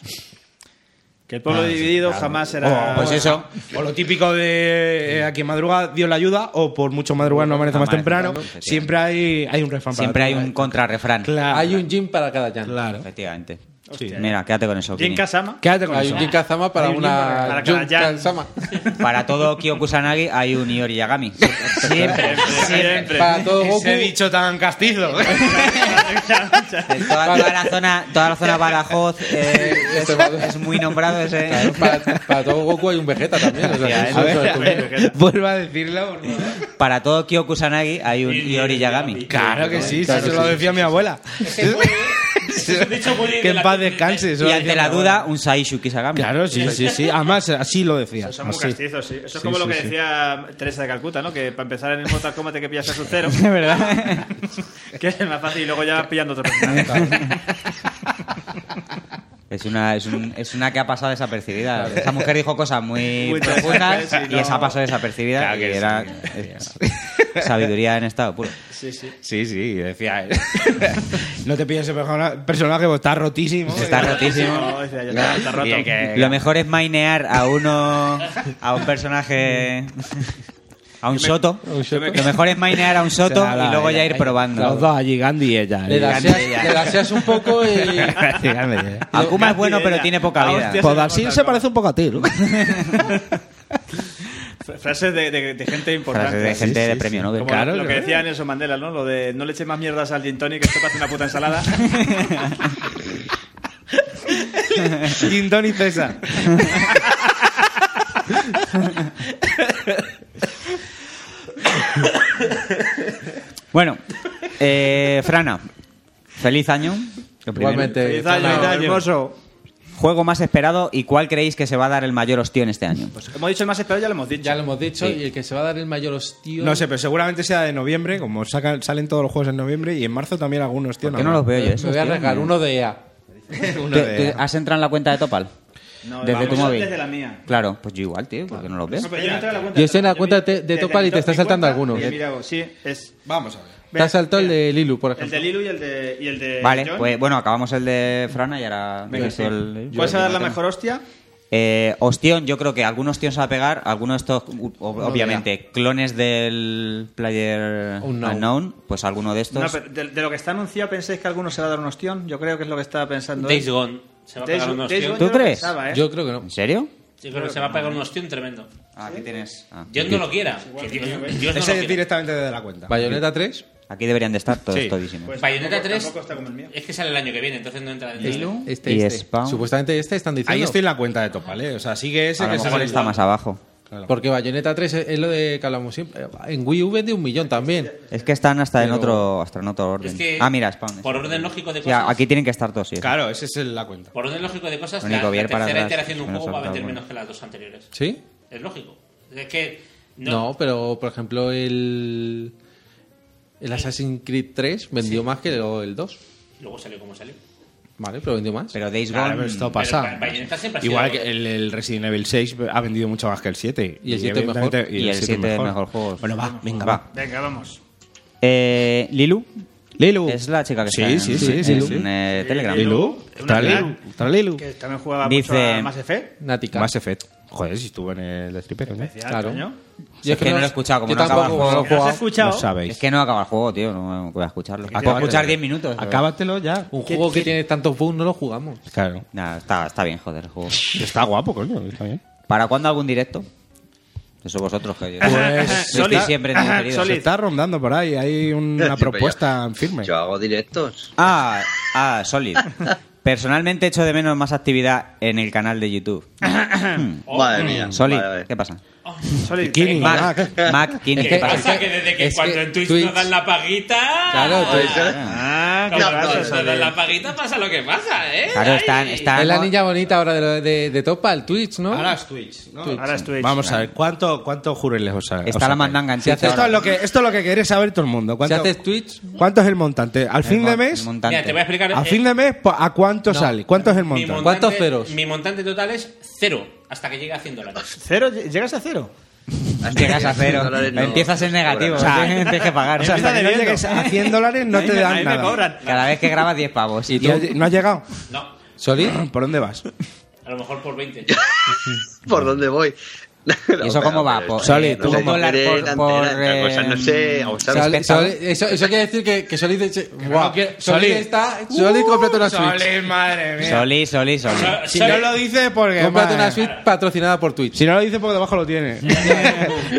Speaker 5: Que el
Speaker 4: Ah,
Speaker 5: pueblo dividido jamás
Speaker 4: Oh,
Speaker 5: será.
Speaker 7: pues eso.
Speaker 4: O lo típico de eh, a quien madruga Dios la ayuda, o por mucho madrugar no amanece más
Speaker 7: Amanece
Speaker 4: temprano.
Speaker 7: temprano.
Speaker 4: Siempre hay, hay un refrán para
Speaker 7: Siempre hay
Speaker 4: todo. ¿eh?
Speaker 7: un contrarrefrán.
Speaker 4: Claro.
Speaker 6: Hay un gym para cada llanta.
Speaker 4: Claro.
Speaker 7: Efectivamente. Mira, quédate con eso.
Speaker 5: Jin
Speaker 7: Kini.
Speaker 5: Kasama.
Speaker 4: Quédate con
Speaker 6: Hay
Speaker 4: eso.
Speaker 6: un Jin Kazama para
Speaker 4: Hay un gym para
Speaker 6: una
Speaker 5: cada- para cada
Speaker 6: Jun Kazama.
Speaker 7: Para todo Kyokusanagi hay un Iori Yagami. Siempre.
Speaker 8: Siempre.
Speaker 6: Para todo Goku.
Speaker 4: Ese dicho tan castizo. Ah,
Speaker 7: En Toda, toda la zona, toda la zona Badajoz eh, es, es muy nombrado ese. eh.
Speaker 6: Claro, para, para todo Goku hay un Vegeta también. o sea,
Speaker 7: Sí,
Speaker 6: eso- eso es
Speaker 8: Venga,
Speaker 6: tu-
Speaker 8: Kenny.
Speaker 4: Vuelvo a decirlo. por favor.
Speaker 7: Para todo Kyokusanagi hay un Iori Yagami.
Speaker 4: Claro que sí,
Speaker 6: Claro
Speaker 4: eso
Speaker 6: que
Speaker 4: lo
Speaker 6: sí.
Speaker 4: decía mi abuela.
Speaker 9: dicho muy bien
Speaker 4: que
Speaker 9: de
Speaker 4: en
Speaker 9: la-
Speaker 4: paz descanse. eso
Speaker 7: Y
Speaker 4: lo
Speaker 7: ante
Speaker 4: decía
Speaker 7: la
Speaker 4: mi abuela.
Speaker 7: duda, un Saishu Kisagami.
Speaker 4: Claro, sí, sí, sí. Además, así lo decía.
Speaker 5: Son muy
Speaker 4: así.
Speaker 5: castizos, sí. Eso es
Speaker 4: Sí,
Speaker 5: como lo
Speaker 4: sí,
Speaker 5: que
Speaker 4: sí.
Speaker 5: decía Teresa de Calcuta, ¿no? Que para empezar en el Mortal Kombat hay que pillarse a su cero,
Speaker 7: De verdad.
Speaker 5: que es el más fácil, y luego ya vas pillando otro personaje.
Speaker 7: Es una, es, un- es una que ha pasado desapercibida. Esa mujer dijo cosas muy,
Speaker 5: Muy
Speaker 7: profundas
Speaker 5: interesantes, sí,
Speaker 7: y esa
Speaker 5: no.
Speaker 7: pasó desapercibida. y era es- sabiduría en estado puro.
Speaker 4: Sí, sí, decía él. no te pilles ese persona- personaje, porque está rotísimo.
Speaker 7: Está rotísimo.
Speaker 5: No, decía yo, está- está roto.
Speaker 4: Y que-
Speaker 7: Lo mejor es mainear a uno, a un personaje, a un soto. Lo mejor es mainear a un
Speaker 4: O
Speaker 7: soto
Speaker 4: sea, la-
Speaker 7: y luego ya ir
Speaker 4: Los
Speaker 7: probando.
Speaker 4: dos allí, Gandhi y ella.
Speaker 6: Le daseas, le daseas un poco y.
Speaker 4: Sí, Gandhi y ella.
Speaker 7: Akuma es bueno, pero tiene
Speaker 5: Ah,
Speaker 7: poca vida.
Speaker 4: Pues Darcy se parece un poco a ti, ¿no?
Speaker 5: Fra- Frases de, de- de gente importante.
Speaker 7: Frases de
Speaker 5: Sí,
Speaker 7: gente
Speaker 5: sí,
Speaker 7: de
Speaker 5: sí.
Speaker 7: premio Nobel.
Speaker 5: Como
Speaker 4: Claro,
Speaker 5: lo que
Speaker 4: claro.
Speaker 5: decía Nelson Mandela, ¿no? Lo de no le eches más mierdas al gin tonic, que esto parece una puta ensalada.
Speaker 4: Gintón y César.
Speaker 7: Bueno, eh, Frana, feliz año. lo primero.
Speaker 6: Igualmente.
Speaker 5: Feliz año,
Speaker 6: Fran,
Speaker 5: feliz año.
Speaker 6: hermoso.
Speaker 7: Juego más esperado y cuál creéis que se va a dar el mayor ostión este año.
Speaker 5: Pues hemos dicho el más esperado, ya lo hemos dicho.
Speaker 6: Ya lo hemos dicho, y el que se va a dar el mayor hostío.
Speaker 4: No sé, pero seguramente sea de noviembre, como sacan, salen todos los juegos en noviembre y en marzo también algunos, tío.
Speaker 7: ¿Por qué no los veo yo?
Speaker 6: eh, Me
Speaker 7: esos,
Speaker 6: voy a
Speaker 7: tío?
Speaker 6: arreglar uno de EA.
Speaker 4: Uno
Speaker 7: ¿Tú-
Speaker 4: de-
Speaker 7: tú ¿Has entrado en la cuenta de Topal?
Speaker 5: No,
Speaker 7: desde
Speaker 5: vamos,
Speaker 7: tu móvil.
Speaker 5: Desde la mía.
Speaker 7: Claro, pues yo igual, tío, porque no los veo.
Speaker 5: No, pero yo no entré a la cuenta
Speaker 6: Yo
Speaker 5: de
Speaker 6: estoy en la
Speaker 5: Topal,
Speaker 6: cuenta
Speaker 5: vi-
Speaker 6: de- de
Speaker 5: desde
Speaker 6: Topal y te
Speaker 5: mi
Speaker 6: está saltando
Speaker 5: cuenta,
Speaker 6: alguno.
Speaker 5: y mira, hago, sí, es... eh,
Speaker 4: Vamos a ver.
Speaker 6: Te has saltado el de Lilu, por
Speaker 5: El
Speaker 6: ejemplo.
Speaker 5: de Lilu y el de, y el de
Speaker 7: Vale,
Speaker 5: Eh, John.
Speaker 7: pues bueno, acabamos el de Frana y ahora
Speaker 5: Venga,
Speaker 7: empiezo
Speaker 5: sí.
Speaker 7: el-
Speaker 5: ¿Cuál será la mejor hostia?
Speaker 7: Eh, ostión, yo creo que algún ostión se va a pegar, alguno de estos, u- o- obviamente, clones del player
Speaker 6: Unknown.
Speaker 7: unknown. pues alguno de estos.
Speaker 5: No, pero de, de lo que está anunciado, ¿pensáis que alguno se va a dar un ostión? Yo creo que es lo que estaba pensando.
Speaker 9: Days
Speaker 5: él.
Speaker 9: Gone. Se va a
Speaker 5: Days-
Speaker 9: pegar un
Speaker 5: Days
Speaker 9: ostión.
Speaker 5: Gone
Speaker 7: ¿Tú
Speaker 5: yo lo
Speaker 7: crees?
Speaker 5: pensaba, ¿eh?
Speaker 6: Yo creo que no.
Speaker 7: ¿En serio?
Speaker 9: Yo creo que se va a pegar un ostión tremendo.
Speaker 7: Ah, aquí tienes. ah.
Speaker 9: Dios no lo quiera. Que Dios, Dios no
Speaker 4: Ese
Speaker 9: lo
Speaker 4: es
Speaker 9: quiera.
Speaker 4: directamente desde la cuenta.
Speaker 6: Bayonetta 3.
Speaker 7: Aquí deberían de estar todos
Speaker 4: Sí.
Speaker 7: todísimos.
Speaker 5: Pues
Speaker 9: Bayonetta
Speaker 5: tampoco-
Speaker 9: 3.
Speaker 5: Tampoco está como el mío.
Speaker 9: Es que sale el año que viene, entonces no entra dentro. de-
Speaker 6: Este,
Speaker 7: Y
Speaker 6: este.
Speaker 7: Spawn.
Speaker 6: Supuestamente este están diciendo.
Speaker 4: Ahí estoy en la cuenta de Topal, ¿eh? O sea, sigue ese
Speaker 7: a lo
Speaker 4: que se
Speaker 7: mejor
Speaker 4: sale
Speaker 7: está más abajo.
Speaker 6: Porque Bayonetta 3 es es lo de que hablamos siempre. En Wii U vende un millón también.
Speaker 7: Es que están hasta en
Speaker 6: Pero-
Speaker 7: otro, hasta en otro orden.
Speaker 9: Es que-
Speaker 7: ah, mira, Spawn.
Speaker 9: Por orden lógico de
Speaker 7: O sea,
Speaker 9: cosas.
Speaker 7: aquí tienen que estar todos, sí.
Speaker 4: Claro, ese es el- la cuenta.
Speaker 9: Por orden lógico de cosas,
Speaker 7: Único
Speaker 9: la, la
Speaker 7: bien para
Speaker 9: tercera
Speaker 7: atrás,
Speaker 9: iteración de un
Speaker 7: menos
Speaker 9: juego va a
Speaker 7: saltado,
Speaker 9: vender
Speaker 7: bueno.
Speaker 9: menos que las dos anteriores.
Speaker 6: ¿Sí?
Speaker 9: Es lógico. Es que.
Speaker 6: No.
Speaker 9: No.
Speaker 6: pero por ejemplo el. El Assassin's Creed 3 vendió más que el el 2.
Speaker 9: Luego salió como salió.
Speaker 6: Vale, pero vendió más.
Speaker 7: Pero Days Gone.
Speaker 4: Claro, pero esto
Speaker 9: Pero
Speaker 4: pasa.
Speaker 9: Bayonetta siempre ha sido-
Speaker 4: Igual que el, el Resident Evil 6 ha vendido mucho más que el 7.
Speaker 6: Y el 7 mejor.
Speaker 4: evidentemente-
Speaker 7: Y el 7 mejor. juego.
Speaker 4: Bueno, va, venga,
Speaker 7: Va.
Speaker 4: va.
Speaker 5: Venga, vamos.
Speaker 7: Eh, Lilu.
Speaker 4: Lilu.
Speaker 7: Es la chica que
Speaker 4: Sí,
Speaker 7: está en-
Speaker 4: sí, sí,
Speaker 7: en,
Speaker 4: sí,
Speaker 7: en,
Speaker 4: sí.
Speaker 7: eh, Telegram.
Speaker 4: Lilu. Está Lilu. Está Lilu.
Speaker 5: Que también jugaba mucho
Speaker 7: Dice-
Speaker 5: a Mass Effect.
Speaker 6: Natica.
Speaker 4: Más Effect. Joder, si estuvo en el stripper. ¿no?
Speaker 5: Decía,
Speaker 6: Claro.
Speaker 5: coño.
Speaker 6: Yo
Speaker 7: Es que no lo he escuchado, como no acaba el
Speaker 6: no lo he
Speaker 7: juego.
Speaker 5: ¿Lo has
Speaker 6: jugado.
Speaker 4: No
Speaker 5: escuchado?
Speaker 4: sabéis.
Speaker 7: Es que no acaba el juego, tío. No voy a escucharlo. Puedo escuchar 10 minutos. pero-
Speaker 4: Acábatelo ya.
Speaker 6: Un juego que tiene tantos bugs no lo jugamos.
Speaker 4: Claro.
Speaker 7: Nah, está, está bien, joder, el juego.
Speaker 4: Está guapo, coño. Está bien.
Speaker 7: ¿Para cuándo algún directo? Eso vosotros que yo.
Speaker 4: Pues,
Speaker 7: yo estoy
Speaker 5: Solid.
Speaker 7: siempre en diferido.
Speaker 4: Se está rondando por ahí. Hay una
Speaker 11: Siempre
Speaker 4: propuesta
Speaker 11: yo.
Speaker 4: en firme.
Speaker 11: Yo hago directos.
Speaker 7: Ah, ah, Solid. Personalmente echo de menos más actividad en el canal de YouTube.
Speaker 11: Madre mía.
Speaker 7: Solid,
Speaker 11: Ah, Vale, vale.
Speaker 7: Mm. ¿qué pasa?
Speaker 5: Solid.
Speaker 4: Kini,
Speaker 5: venga.
Speaker 4: Mac.
Speaker 7: Mac, Mac, Kini,
Speaker 6: Es
Speaker 7: ¿qué
Speaker 6: que-
Speaker 7: pasa?
Speaker 6: es
Speaker 9: Pasa que desde que
Speaker 6: es
Speaker 9: cuando
Speaker 6: que
Speaker 9: en Twitch,
Speaker 6: Twitch-
Speaker 9: nos dan la paguita.
Speaker 6: Claro, Twitch-
Speaker 7: Ah,
Speaker 9: Como
Speaker 5: no,
Speaker 9: la-
Speaker 5: no,
Speaker 9: con la paguita pasa lo que pasa, ¿eh?
Speaker 7: Claro, están. están
Speaker 6: Es la niña bonita ahora de, lo- de, de Topa, el Twitch, ¿no?
Speaker 4: Ahora es Twitch, ¿no?
Speaker 5: Ahora es Twitch.
Speaker 4: Vamos a ver, ¿cuánto, cuánto jures les os ha- os
Speaker 7: Está la
Speaker 4: sacáis?
Speaker 7: mandanga en
Speaker 6: Si
Speaker 7: Twitch
Speaker 6: haces-
Speaker 4: Esto
Speaker 7: ahora.
Speaker 4: es, lo que, esto es lo que queréis saber todo el mundo.
Speaker 6: Si
Speaker 4: ¿Cuánto,
Speaker 6: haces Twitch,
Speaker 4: cuánto es el montante? ¿Al fin de
Speaker 7: Mon-
Speaker 4: mes?
Speaker 7: montante.
Speaker 9: Mira, te voy a explicar.
Speaker 4: ¿A
Speaker 9: eh,
Speaker 4: fin de mes po- a cuánto sale? ¿Cuánto es el
Speaker 9: mi
Speaker 4: montante?
Speaker 9: montante-
Speaker 6: ¿Cuántos ceros?
Speaker 9: Mi montante total es cero, hasta que llegue a 100 dólares.
Speaker 5: ¿Cero? ¿Llegas a cero?
Speaker 7: Llegas a cero.
Speaker 11: Dólares no.
Speaker 7: Empiezas en negativo. tienes que pagar.
Speaker 4: O sea, hasta Pues, que no llegues a 100 dólares no te dan nada.
Speaker 7: Cada vez que grabas 10 pavos.
Speaker 4: ¿Y tú no has llegado?
Speaker 9: No,
Speaker 6: Solís,
Speaker 4: ¿Por dónde vas?
Speaker 9: a lo mejor por 20.
Speaker 11: ¿Por dónde voy?
Speaker 7: ¿Y eso cómo va? Por-
Speaker 4: Soli, tú
Speaker 11: no sé,
Speaker 7: cómo-
Speaker 11: dólar por, por,
Speaker 7: eh,
Speaker 11: cosa, no sé, o sea,
Speaker 6: Solís-
Speaker 7: Respetado.
Speaker 6: Solís- eso, eso quiere decir que, que Solís... dice- Guau,
Speaker 4: que-
Speaker 6: Solís
Speaker 4: Solís. Uh,
Speaker 6: está... Solís completo una Switch.
Speaker 4: madre
Speaker 7: Soli, Soli, Soli.
Speaker 4: Si no lo dice porque...
Speaker 6: Cómprate una
Speaker 4: madre-
Speaker 6: Switch patrocinada por Twitch.
Speaker 4: Si no lo dice porque debajo lo tiene.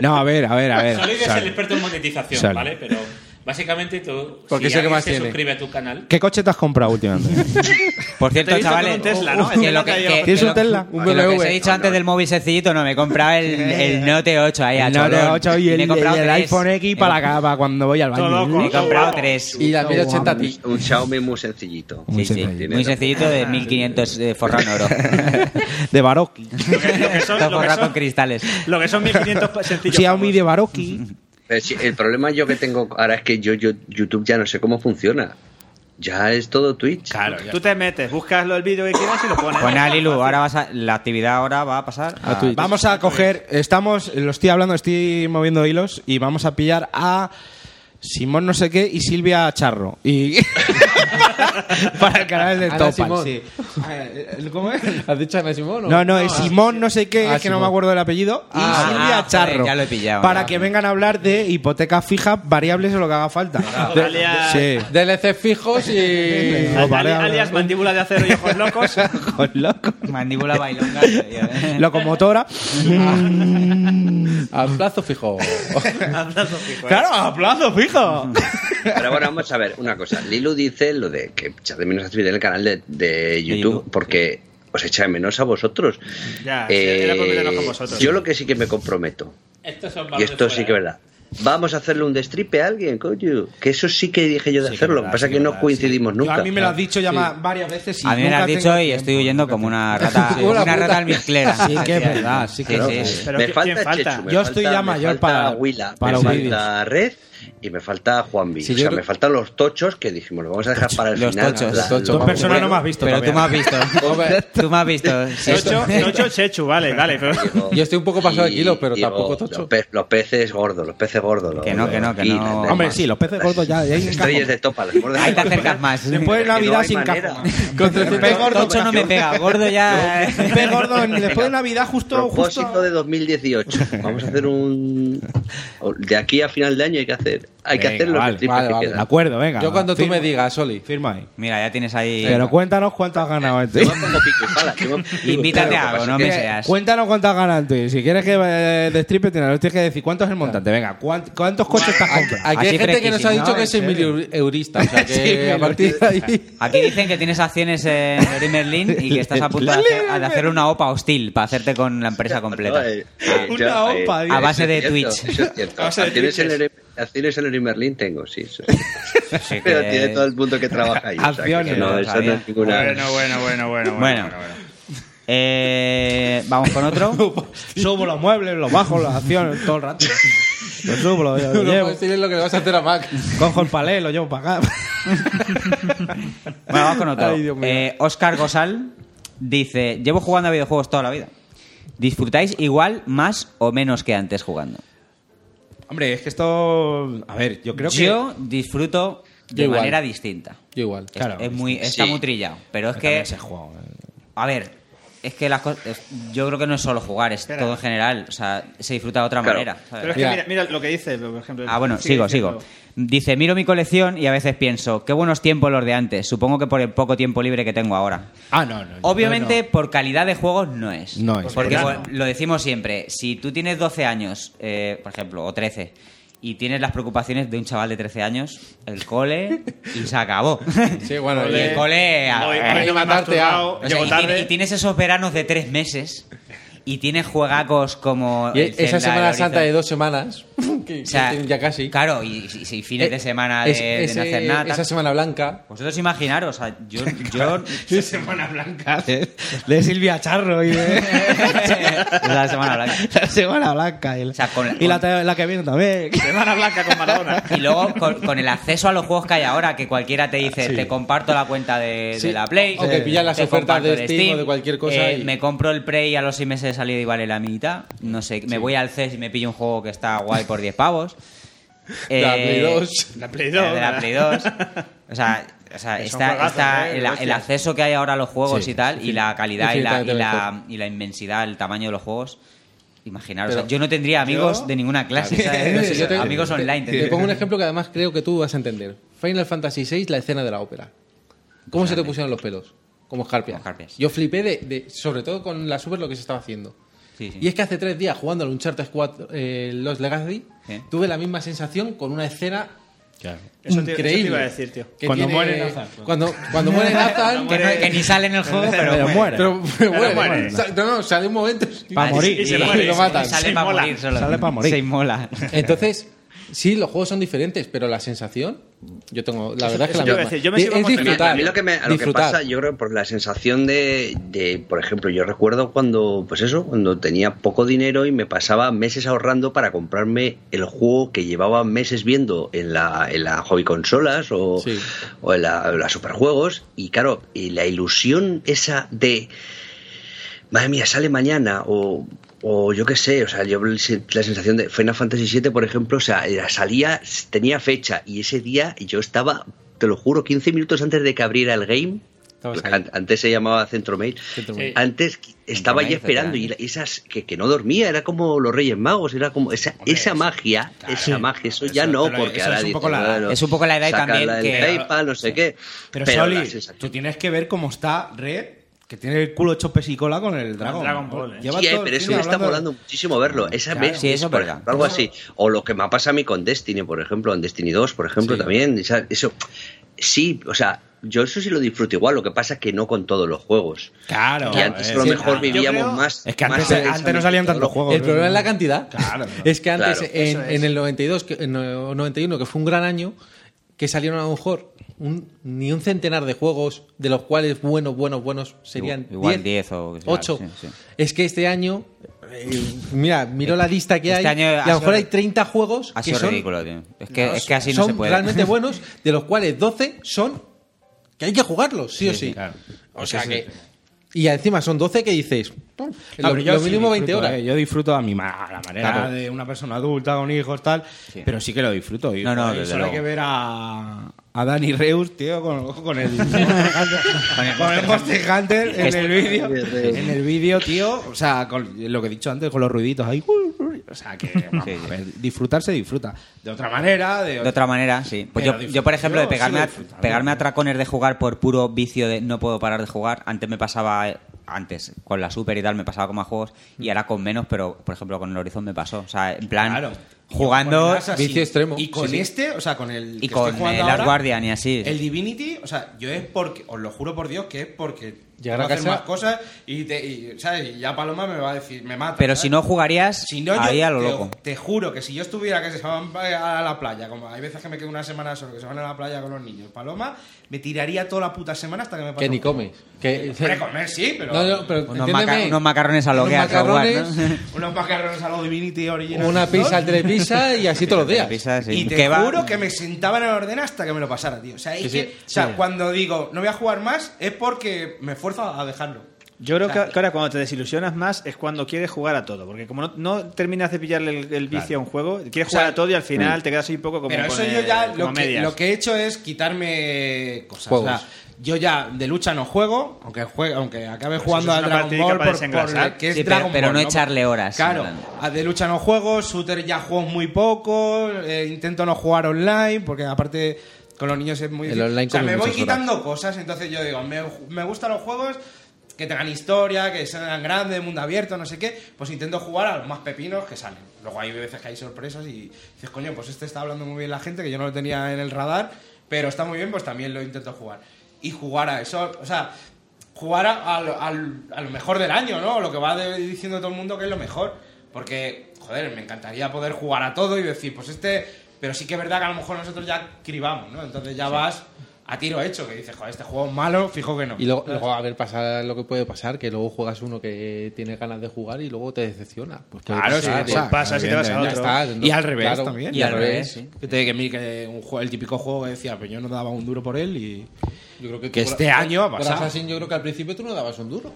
Speaker 4: no, a ver, a ver, a ver.
Speaker 9: Solid es el
Speaker 4: Soli.
Speaker 9: experto en monetización,
Speaker 4: Sale.
Speaker 9: ¿vale? Pero básicamente tú.
Speaker 6: Porque es el
Speaker 9: si
Speaker 6: que
Speaker 9: alguien
Speaker 6: más
Speaker 9: se
Speaker 6: tiene.
Speaker 9: suscribe a tu canal.
Speaker 4: ¿Qué coche te has comprado últimamente?
Speaker 7: Por
Speaker 5: Te
Speaker 7: cierto,
Speaker 5: he visto
Speaker 7: chavales.
Speaker 5: con un Tesla, ¿no?
Speaker 7: que lo que-
Speaker 5: Encima
Speaker 7: que-
Speaker 5: que-
Speaker 4: ¿Tienes
Speaker 7: que
Speaker 4: un
Speaker 7: lo-
Speaker 4: Tesla? Un
Speaker 7: que Lo que os
Speaker 6: BMW.
Speaker 7: he dicho antes del móvil sencillito, no, me he comprado el, el Note 8 ahí a
Speaker 4: El Note
Speaker 7: cholón.
Speaker 4: 8 y
Speaker 7: eh, Me
Speaker 4: el,
Speaker 7: he comprado
Speaker 4: y el
Speaker 7: tres.
Speaker 4: iPhone X para la cava cuando voy al baño.
Speaker 5: Todo
Speaker 7: Me he
Speaker 5: loco.
Speaker 7: comprado tres.
Speaker 6: Y la 1080 ti.
Speaker 11: un Xiaomi muy sencillito.
Speaker 4: Muy
Speaker 7: Sí, sí,
Speaker 4: sencillito.
Speaker 7: Muy sencillito de 1500 de forrado en oro.
Speaker 4: De Baroque.
Speaker 5: Lo que, lo que son,
Speaker 7: Está
Speaker 5: lo que
Speaker 7: forrado con
Speaker 5: son,
Speaker 7: cristales.
Speaker 5: lo que son 1500 pa- sencillos.
Speaker 4: Xiaomi de Baroque.
Speaker 11: Pero sí, el problema yo que tengo ahora es que yo, yo YouTube ya no sé cómo funciona. Ya es todo Twitch. Claro.
Speaker 5: Tú te metes, buscas lo- el vídeo que quieras y lo pones.
Speaker 7: Pues nada, Lilu, ahora vas a, la actividad ahora va a pasar a,
Speaker 4: Ah, Vamos a coger, estamos, lo estoy hablando, estoy moviendo hilos y vamos a pillar a Simón no sé qué y Silvia Charro. Y para el canal del
Speaker 6: Ana
Speaker 4: Topal,
Speaker 6: Simón.
Speaker 4: sí. ¿Cómo es?
Speaker 6: ¿Has dicho Ana Simón o
Speaker 4: No, no, es Simón no sé qué,
Speaker 6: Ah,
Speaker 4: es que no
Speaker 6: Simón.
Speaker 4: me acuerdo del apellido, y
Speaker 7: Ah,
Speaker 4: Silvia
Speaker 7: ah, joder,
Speaker 4: Charro.
Speaker 7: ya lo he pillado,
Speaker 4: Para
Speaker 7: ya.
Speaker 4: que vengan a hablar de hipotecas fijas, variables o lo que haga falta. De-
Speaker 5: alias-
Speaker 4: sí.
Speaker 6: DLC fijos y...
Speaker 4: No,
Speaker 5: Ali-
Speaker 4: vale,
Speaker 5: alias
Speaker 4: vale.
Speaker 5: mandíbula de acero y ojos locos.
Speaker 4: Con loco-
Speaker 7: mandíbula bailonga.
Speaker 4: Locomotora.
Speaker 6: A plazo fijo.
Speaker 5: Abrazo fijo, ¿eh?
Speaker 4: Pues claro, a plazo fijo.
Speaker 11: Pero bueno, vamos a ver una cosa. Lilu dice lo de que echa de menos actividad en el canal de, de YouTube,
Speaker 7: YouTube,
Speaker 11: porque os echa de menos a vosotros. Eh,
Speaker 5: Ya, sí, era por meternos con vosotros.
Speaker 11: Yo lo que sí que me comprometo,
Speaker 9: Estos son
Speaker 11: y
Speaker 9: valores
Speaker 11: esto sí
Speaker 9: fuera.
Speaker 11: que es verdad. Vamos a hacerle un destripe a alguien, coño. Que eso sí que dije yo de hacerlo. Lo que pasa es que no coincidimos nunca.
Speaker 4: a mí me lo has dicho ya ma- varias veces. y
Speaker 7: a mí me lo
Speaker 4: nunca
Speaker 7: has dicho
Speaker 4: tengo
Speaker 7: y
Speaker 4: tiempo.
Speaker 7: estoy huyendo como una rata,
Speaker 6: Sí.
Speaker 7: una
Speaker 6: Una
Speaker 7: rata
Speaker 6: puta.
Speaker 7: almizclera.
Speaker 4: Sí, que es verdad, sí que
Speaker 7: sí,
Speaker 4: es
Speaker 7: sí.
Speaker 5: Pero
Speaker 11: me
Speaker 5: ¿qui-
Speaker 11: falta
Speaker 5: ¿quién falta?
Speaker 11: Chechu, me
Speaker 4: Yo estoy
Speaker 11: falta-
Speaker 4: ya
Speaker 11: me
Speaker 4: mayor
Speaker 11: falta
Speaker 4: para-
Speaker 11: Huila,
Speaker 4: para
Speaker 11: me
Speaker 4: Ubidis.
Speaker 11: falta Red y me falta Juanvi.
Speaker 6: Sí,
Speaker 11: o
Speaker 6: yo
Speaker 11: sea,
Speaker 6: creo-
Speaker 11: me faltan los tochos que dijimos, los vamos a dejar para el
Speaker 7: Los
Speaker 11: final.
Speaker 7: tochos,
Speaker 11: la-
Speaker 7: los tochos.
Speaker 11: lo
Speaker 4: Dos
Speaker 11: más
Speaker 4: personas no
Speaker 11: bueno.
Speaker 4: me has visto. ¿eh?
Speaker 7: Pero tú
Speaker 4: todavía.
Speaker 7: me has visto. tú me has visto. Sí.
Speaker 5: Tocho, tocho Chechu, vale, vale. pero-
Speaker 11: Digo,
Speaker 6: Yo estoy un poco pasado de
Speaker 11: y-
Speaker 6: kilo, pero
Speaker 11: digo,
Speaker 6: tampoco tocho.
Speaker 11: Los, pe- los peces gordos, los peces gordos. los-
Speaker 7: Que no, que no, que
Speaker 11: y-
Speaker 7: no.
Speaker 11: las-
Speaker 4: Hombre, sí, los peces gordos ya. ya hay
Speaker 11: Las estrellas de topa, las gordas.
Speaker 7: Ahí te acercas más.
Speaker 4: Después de
Speaker 11: Que no
Speaker 4: Navidad
Speaker 11: hay
Speaker 4: sin
Speaker 11: manera.
Speaker 4: cajón.
Speaker 6: Con 300
Speaker 4: Pez gordo,
Speaker 7: Tocho no me pega, gordo ya.
Speaker 4: Pez gordo, después de Navidad justo...
Speaker 11: Propósito
Speaker 4: justo...
Speaker 11: de 2018. Vamos a hacer un. De aquí a final de año hay que hacer. Hay que
Speaker 4: Venga,
Speaker 11: hacer los
Speaker 4: vale,
Speaker 11: destripes
Speaker 6: vale,
Speaker 11: que
Speaker 6: vale.
Speaker 11: quedan.
Speaker 4: De acuerdo, venga.
Speaker 6: Yo cuando tú
Speaker 4: firma-
Speaker 6: me digas, Soli.
Speaker 4: Firma ahí.
Speaker 7: Mira, ya tienes ahí.
Speaker 4: Pero cuéntanos cuánto has ganado
Speaker 11: Yo
Speaker 4: antes.
Speaker 11: me pongo pico y pala, yo me-
Speaker 7: Invítate a
Speaker 11: Claro,
Speaker 7: algo,
Speaker 11: lo que
Speaker 7: no
Speaker 11: pasa
Speaker 7: me
Speaker 11: es que-
Speaker 7: seas.
Speaker 4: Cuéntanos cuánto has ganado antes. Si quieres que eh, destripe, tienes tienes que decir cuánto es el montante. Venga, ¿cuánt- ¿cuántos coches te has comprado?
Speaker 6: Aquí
Speaker 7: Así
Speaker 6: hay gente que nos ha
Speaker 7: fresquísimo,
Speaker 6: dicho
Speaker 7: ¿no?
Speaker 6: que
Speaker 7: En
Speaker 6: es milieurista. O sea que
Speaker 4: Sí, me
Speaker 6: a
Speaker 4: lo
Speaker 6: partir de ahí...
Speaker 7: Aquí dicen que tienes acciones en Merlin y que estás a punto de hacer, de hacer una OPA hostil para hacerte con la empresa completa.
Speaker 11: No, eh, eh,
Speaker 4: Una
Speaker 11: yo, eh,
Speaker 4: opa,
Speaker 7: A base de
Speaker 11: eso es
Speaker 7: Twitch.
Speaker 11: cierto, Eso es cierto. Acciones en el- Acciones en el Merlin tengo, sí. eso sí.
Speaker 7: Así que-
Speaker 11: Pero tiene todo el mundo que trabaja ahí. o sea, que
Speaker 4: Acciones,
Speaker 11: no,
Speaker 7: lo
Speaker 11: eso no
Speaker 7: sabía.
Speaker 11: es ninguna.
Speaker 13: bueno, bueno, bueno.
Speaker 7: Bueno. Eh, Vamos con otro.
Speaker 4: Subo los muebles, los bajo, las acciones, todo el rato. Los subo, los los
Speaker 6: No
Speaker 4: llevo.
Speaker 6: puedes decirle lo que le vas a hacer a Mac.
Speaker 4: Cojo el palé, lo llevo para acá.
Speaker 7: Bueno, vamos con otro.
Speaker 4: Ay, Dios mío.
Speaker 7: Eh, Oscar Gosal dice: Llevo jugando a videojuegos toda la vida. ¿Disfrutáis igual, más o menos que antes jugando?
Speaker 4: Hombre, es que esto. A ver, yo creo que.
Speaker 7: Yo disfruto de
Speaker 6: Yo igual.
Speaker 7: manera distinta.
Speaker 6: Yo igual.
Speaker 7: Es- es muy, está
Speaker 11: Sí.
Speaker 7: muy trillado. Pero es
Speaker 4: También
Speaker 7: que,
Speaker 4: se juega, eh.
Speaker 7: a ver, es que las cosas. Yo creo que no es solo jugar, es todo en general. O sea, se disfruta de otra
Speaker 11: Claro.
Speaker 7: manera. ¿sabes?
Speaker 5: Pero es que mira, mira lo que dice, por ejemplo.
Speaker 7: Ah, bueno,
Speaker 5: Sigue
Speaker 7: sigo, sigo.
Speaker 5: diciendo.
Speaker 7: Dice, miro mi colección y a veces pienso, qué buenos tiempos los de antes. Supongo que por el poco tiempo libre que tengo ahora.
Speaker 4: Ah, no, no.
Speaker 7: Obviamente,
Speaker 4: no,
Speaker 7: por calidad de juegos no es.
Speaker 4: No es,
Speaker 7: Porque
Speaker 4: claro.
Speaker 7: bueno, lo decimos siempre, si tú tienes 12 años, eh, por ejemplo, o 13, y tienes las preocupaciones de un chaval de 13 años, el cole, y se acabó.
Speaker 6: Sí, bueno.
Speaker 7: y el cole... a-
Speaker 5: Hoy,
Speaker 7: eh,
Speaker 5: hoy no me he
Speaker 6: Matarte a-
Speaker 5: masturbado,
Speaker 7: o sea,
Speaker 5: llego
Speaker 7: y,
Speaker 5: tarde.
Speaker 7: y tienes esos veranos de tres meses Y tiene juegacos como.
Speaker 6: Y
Speaker 7: el Zelda,
Speaker 6: esa
Speaker 7: el
Speaker 6: Semana
Speaker 7: Horizon.
Speaker 6: Santa de dos semanas, que
Speaker 7: O sea,
Speaker 6: tienen ya casi. Eh,
Speaker 7: Claro, y, y- y fines de semana de,
Speaker 6: Es-
Speaker 7: de
Speaker 6: ese-
Speaker 7: no hacer nada. tal.
Speaker 6: Esa semana blanca.
Speaker 7: Vosotros imaginaros, o sea, yo, yo
Speaker 13: Semana Blanca.
Speaker 4: De Silvia Charro y de...
Speaker 7: la semana blanca.
Speaker 4: la Semana Blanca. Y la,
Speaker 7: O sea, con la-
Speaker 4: y la- la que viene también.
Speaker 8: Semana Blanca con Maradona.
Speaker 7: Y luego con, con el acceso a los juegos que hay ahora, que cualquiera te dice, te comparto la cuenta de,
Speaker 6: Sí.
Speaker 7: de la Play. eh,
Speaker 6: O que pillas las
Speaker 7: te
Speaker 6: ofertas
Speaker 7: comparto
Speaker 6: de
Speaker 7: el
Speaker 6: Steam o de cualquier cosa
Speaker 7: eh,
Speaker 6: y-
Speaker 7: Me compro el Play y a los seis meses de salida y vale la mitad. No sé, me voy al CES y me pillo un juego que está guay por 10 pavos.
Speaker 6: La
Speaker 7: Eh,
Speaker 6: Play 2.
Speaker 8: La Play
Speaker 7: eh,
Speaker 8: 2.
Speaker 7: de la Play 2. O sea, o sea,
Speaker 8: Que son
Speaker 7: está,
Speaker 8: juegazos,
Speaker 7: está
Speaker 8: eh,
Speaker 7: el, el
Speaker 8: hostias.
Speaker 7: acceso que hay ahora a los juegos
Speaker 6: Sí,
Speaker 7: y tal, y la calidad y la, y,
Speaker 6: infinitamente
Speaker 7: la, y la inmensidad, el tamaño de los juegos. Imaginaros, o sea,
Speaker 6: Pero
Speaker 7: yo no tendría amigos
Speaker 6: yo-
Speaker 7: de ninguna clase, ¿sabes?
Speaker 6: Sí, yo te-
Speaker 7: amigos
Speaker 6: te-
Speaker 7: online.
Speaker 6: Te,
Speaker 7: tendría.
Speaker 6: pongo un ejemplo que además creo que tú vas a entender. Final Fantasy VI, la escena de la ópera. ¿Cómo se te pusieron los pelos? Como escarpias.
Speaker 7: Como escarpias.
Speaker 6: Yo flipé de, de- sobre todo con la Super lo que se estaba haciendo.
Speaker 7: Sí, sí.
Speaker 6: Y es que hace tres días jugando al Uncharted 4 eh, Los Legacy,
Speaker 7: Sí.
Speaker 6: tuve la misma sensación con una escena
Speaker 5: Eso te- eso te
Speaker 6: increíble.
Speaker 5: iba a decir, tío.
Speaker 6: que
Speaker 4: Cuando
Speaker 6: tiene-
Speaker 4: muere Nathan.
Speaker 6: Cuando, cuando muere Nathan,
Speaker 7: que, no- que ni sale en el juego, pero,
Speaker 4: Pero
Speaker 7: bueno.
Speaker 4: muere.
Speaker 6: pero, pero muere.
Speaker 8: muere.
Speaker 6: Sa- No, no, sale un momento.
Speaker 4: Pa'
Speaker 7: Ah,
Speaker 4: morir.
Speaker 7: sí,
Speaker 4: Y
Speaker 8: se
Speaker 7: sí,
Speaker 8: muere,
Speaker 7: lo
Speaker 8: se
Speaker 7: matan.
Speaker 8: muere.
Speaker 7: Sale
Speaker 8: Se
Speaker 7: para
Speaker 8: inmola.
Speaker 7: morir solo.
Speaker 4: Sale pa' morir.
Speaker 7: Se inmola.
Speaker 6: Entonces, sí, los juegos son diferentes, pero la sensación, yo tengo, la verdad es que
Speaker 5: eso
Speaker 6: la
Speaker 5: te iba a
Speaker 6: misma.
Speaker 5: decir, yo me sigo
Speaker 6: es
Speaker 5: manteniendo.
Speaker 6: disfrutar,
Speaker 5: Claro,
Speaker 11: a mí lo que, me, lo que
Speaker 6: disfrutar.
Speaker 11: pasa, yo creo, por la sensación de, de, por ejemplo, yo recuerdo cuando, pues eso, cuando tenía poco dinero y me pasaba meses ahorrando para comprarme el juego que llevaba meses viendo en la, en la hobby consolas o,
Speaker 6: Sí.
Speaker 11: o en la, en la superjuegos. Y claro, y la ilusión esa de, madre mía, sale mañana o... O yo qué sé, o sea, yo la sensación de Final Fantasy VII, por ejemplo, o sea, era- salía, tenía fecha y ese día yo estaba, te lo juro, 15 minutos antes de que abriera el game,
Speaker 6: Estabas ahí.
Speaker 11: An- antes se llamaba Centro Mail.
Speaker 9: Mail.
Speaker 11: Antes qui- estaba
Speaker 7: Mail,
Speaker 11: ya esperando y
Speaker 7: etcétera.
Speaker 11: la- esas que, que no dormía, era como los Reyes Magos, era como esa, esa magia, esa magia, eso, ya no,
Speaker 13: pero
Speaker 11: porque
Speaker 13: eso
Speaker 11: ahora
Speaker 13: es un
Speaker 11: dices,
Speaker 13: poco la edad.
Speaker 11: bueno,
Speaker 7: Es un poco la edad y
Speaker 11: sácala
Speaker 7: también
Speaker 11: del
Speaker 7: que-
Speaker 11: PayPal, no sé qué.
Speaker 4: Pero,
Speaker 11: la
Speaker 4: Soli,
Speaker 11: sensación-
Speaker 4: tú tienes que ver cómo está Red, que tiene el culo hecho pesicola con el Dragon,
Speaker 5: Dragon Ball, eh.
Speaker 4: Lleva
Speaker 11: Sí, eh,
Speaker 4: todo el
Speaker 11: pero eso
Speaker 4: cine
Speaker 11: me está
Speaker 4: hablando de-
Speaker 11: molando muchísimo verlo. Esa
Speaker 7: Claro.
Speaker 11: vez,
Speaker 7: Sí, eso es
Speaker 11: por
Speaker 7: verdad.
Speaker 11: ejemplo, algo así. O lo que me pasa a mí con Destiny, por ejemplo, en Destiny 2, por ejemplo, también. esa- eso, sí, o sea, yo eso sí lo disfruto igual. Lo que pasa es que no con todos los juegos.
Speaker 4: Claro.
Speaker 11: Y antes
Speaker 4: eh,
Speaker 11: a lo
Speaker 4: sí,
Speaker 11: mejor
Speaker 4: claro.
Speaker 11: vivíamos
Speaker 5: creo-
Speaker 11: más.
Speaker 4: Es que
Speaker 11: más
Speaker 4: antes,
Speaker 11: intensamente
Speaker 4: antes no salían
Speaker 11: todos
Speaker 4: tantos
Speaker 11: los
Speaker 4: juegos.
Speaker 6: El problema es la cantidad.
Speaker 4: Claro, claro.
Speaker 6: Es que antes,
Speaker 11: Claro,
Speaker 6: en,
Speaker 5: eso es.
Speaker 6: en el 92 que- en el 91, que fue un gran año, que salieron a lo mejor un- ni un centenar de juegos, de los cuales buenos, buenos, buenos serían
Speaker 7: Igual- igual 10 o-
Speaker 6: 8.
Speaker 7: claro, sí, sí.
Speaker 6: Es que este año, eh, mira, miro la lista que
Speaker 7: Este
Speaker 6: hay,
Speaker 7: año
Speaker 6: y
Speaker 7: ha
Speaker 6: a lo mejor
Speaker 7: sido-
Speaker 6: hay 30 juegos
Speaker 7: Ha
Speaker 6: que
Speaker 7: sido
Speaker 6: son,
Speaker 7: ridículo, tío. Es que, es que así
Speaker 6: Pues
Speaker 7: no
Speaker 6: son
Speaker 7: se puede.
Speaker 6: realmente buenos, de los cuales 12 son que hay que jugarlos, sí, o sí. O sea que... Y encima son 12 que dices, "Ah,
Speaker 4: No,
Speaker 6: lo,
Speaker 4: pero yo
Speaker 6: lo
Speaker 4: sí
Speaker 6: mínimo 20
Speaker 4: disfruto,
Speaker 6: horas.
Speaker 4: eh, Yo disfruto a mi ma- a la manera
Speaker 7: Claro.
Speaker 4: de una persona adulta con hijos, tal. Pero sí que lo disfruto. Y,
Speaker 7: No, no,
Speaker 4: joder,
Speaker 7: desde
Speaker 4: solo hay
Speaker 7: luego.
Speaker 4: que ver a, a Dani Reus, tío, con, con el. con el- con el Monster Hunter en el vídeo. En el vídeo, tío. O sea, con lo que he dicho antes, con los ruiditos ahí. uh, uh, O sea, que vamos,
Speaker 7: Sí, sí.
Speaker 4: a ver, disfrutar se disfruta. De otra manera, de,
Speaker 7: De otra manera, sí. Pues
Speaker 4: Pero
Speaker 7: yo,
Speaker 4: disfr-
Speaker 7: yo, por ejemplo,
Speaker 4: yo
Speaker 7: de pegarme,
Speaker 4: sigo
Speaker 7: a,
Speaker 4: disfrutando.
Speaker 7: pegarme a tracones de jugar por puro vicio de no puedo parar de jugar, antes me pasaba, eh, antes con la Super y tal, me pasaba con más juegos y ahora con menos, pero por ejemplo con el Horizon me pasó. O sea, en plan,
Speaker 4: Claro.
Speaker 7: jugando.
Speaker 4: Con el Assassin.
Speaker 6: vicio extremo.
Speaker 4: Y con
Speaker 6: Sí, sí.
Speaker 4: este, o sea, con el. que
Speaker 7: Y con
Speaker 4: estoy jugando
Speaker 7: el Last
Speaker 4: ahora,
Speaker 7: Guardian y así.
Speaker 4: El Divinity, o sea, yo es porque, os lo juro por Dios, que es porque.
Speaker 6: Llegar a
Speaker 4: quiero hacer
Speaker 6: casa-
Speaker 4: más cosas y, te, y, ¿sabes? y ya Paloma me va a decir, me mata.
Speaker 7: Pero
Speaker 4: ¿sabes?
Speaker 7: si no jugarías,
Speaker 4: Si no, yo Pues
Speaker 7: ahí a lo
Speaker 4: te,
Speaker 7: loco.
Speaker 4: te juro que si yo estuviera que se van a la playa, como hay veces que me quedo una semana solo, que se van a la playa con los niños, Paloma, me tiraría toda la puta semana hasta que me pase
Speaker 6: Que ni
Speaker 4: un juego.
Speaker 6: comes. Que,
Speaker 4: Hombre, comer sí, pero.
Speaker 6: no, no, pero
Speaker 7: Unos,
Speaker 6: entiéndeme,
Speaker 7: maca- unos macarrones a lo
Speaker 6: unos
Speaker 7: que a jugar, ¿no?
Speaker 6: macarrones,
Speaker 4: Unos macarrones a lo Divinity original.
Speaker 6: una
Speaker 4: ¿no?
Speaker 6: pizza al telepizza y así todos los días.
Speaker 7: Pizza, sí.
Speaker 4: Y te
Speaker 7: Kebab.
Speaker 4: juro que me sentaba en el orden hasta que me lo pasara, tío. O sea, es
Speaker 6: Sí, sí.
Speaker 4: que- o sea,
Speaker 6: Sí.
Speaker 4: cuando digo no voy a jugar más es porque me esfuerzo a dejarlo.
Speaker 5: Yo creo que, que ahora cuando te desilusionas más es cuando quieres jugar a todo, porque como no, no terminas de pillarle el, el vicio a un juego, quieres
Speaker 4: sea, mm.
Speaker 5: jugar a todo y al final te quedas ahí un poco como
Speaker 4: Pero
Speaker 5: con
Speaker 4: eso
Speaker 5: el-
Speaker 4: yo ya
Speaker 5: como
Speaker 4: lo que,
Speaker 5: medias.
Speaker 4: lo que he hecho es quitarme cosas.
Speaker 6: Juegos.
Speaker 4: O sea, yo ya de lucha no juego, aunque juegue, aunque acabe
Speaker 5: eso
Speaker 4: jugando
Speaker 5: es
Speaker 4: a
Speaker 5: una
Speaker 4: Dragon
Speaker 5: partidita
Speaker 4: Ball
Speaker 5: para
Speaker 4: por, por
Speaker 5: desengrasar.
Speaker 4: la que es
Speaker 7: Sí, pero-
Speaker 4: Dragon
Speaker 7: pero
Speaker 4: Ball,
Speaker 7: no echarle horas,
Speaker 4: Claro,
Speaker 7: en plan.
Speaker 4: a Ah, de lucha no juego, shooter ya juego muy poco, eh, intento no jugar online porque aparte con los niños es muy
Speaker 6: El
Speaker 4: difícil.
Speaker 6: online
Speaker 4: o sea,
Speaker 6: come
Speaker 4: me voy
Speaker 6: muchas horas.
Speaker 4: quitando cosas, entonces yo digo, me, me gustan los juegos que tengan historia, que sean grandes, mundo abierto, no sé qué, pues intento jugar a los más pepinos que salen. Luego hay veces que hay sorpresas y dices, coño, pues este está hablando muy bien la gente, que yo no lo tenía en el radar, pero está muy bien, pues también lo intento jugar. Y jugar a eso, o sea, jugar a, a lo- al- a lo mejor del año, ¿no? Lo que va de- diciendo todo el mundo que es lo mejor. Porque, joder, me encantaría poder jugar a todo y decir, pues este. Pero sí que es verdad que a lo mejor nosotros ya cribamos, ¿no? Entonces ya vas a tiro hecho, que dices, joder, este juego es malo, fijo que no.
Speaker 6: Y luego, luego, a ver, pasa lo que puede pasar, que luego juegas uno que tiene ganas de jugar y luego te decepciona. Pues puede
Speaker 4: Claro,
Speaker 6: pasar,
Speaker 4: sí,
Speaker 6: ¿no?
Speaker 4: pues pasa si te vas a
Speaker 6: Ya
Speaker 4: otro.
Speaker 6: está,
Speaker 4: y
Speaker 6: no-
Speaker 4: al revés
Speaker 6: claro,
Speaker 4: también.
Speaker 7: Y al revés, sí.
Speaker 4: Que, te- que mira, que un juego- el típico juego que decía, pues yo no daba un duro por él y.
Speaker 6: Yo creo que,
Speaker 4: Que
Speaker 6: por-
Speaker 4: este año ha
Speaker 6: por
Speaker 4: pasado.
Speaker 6: Assassin yo creo que al principio tú no dabas un duro.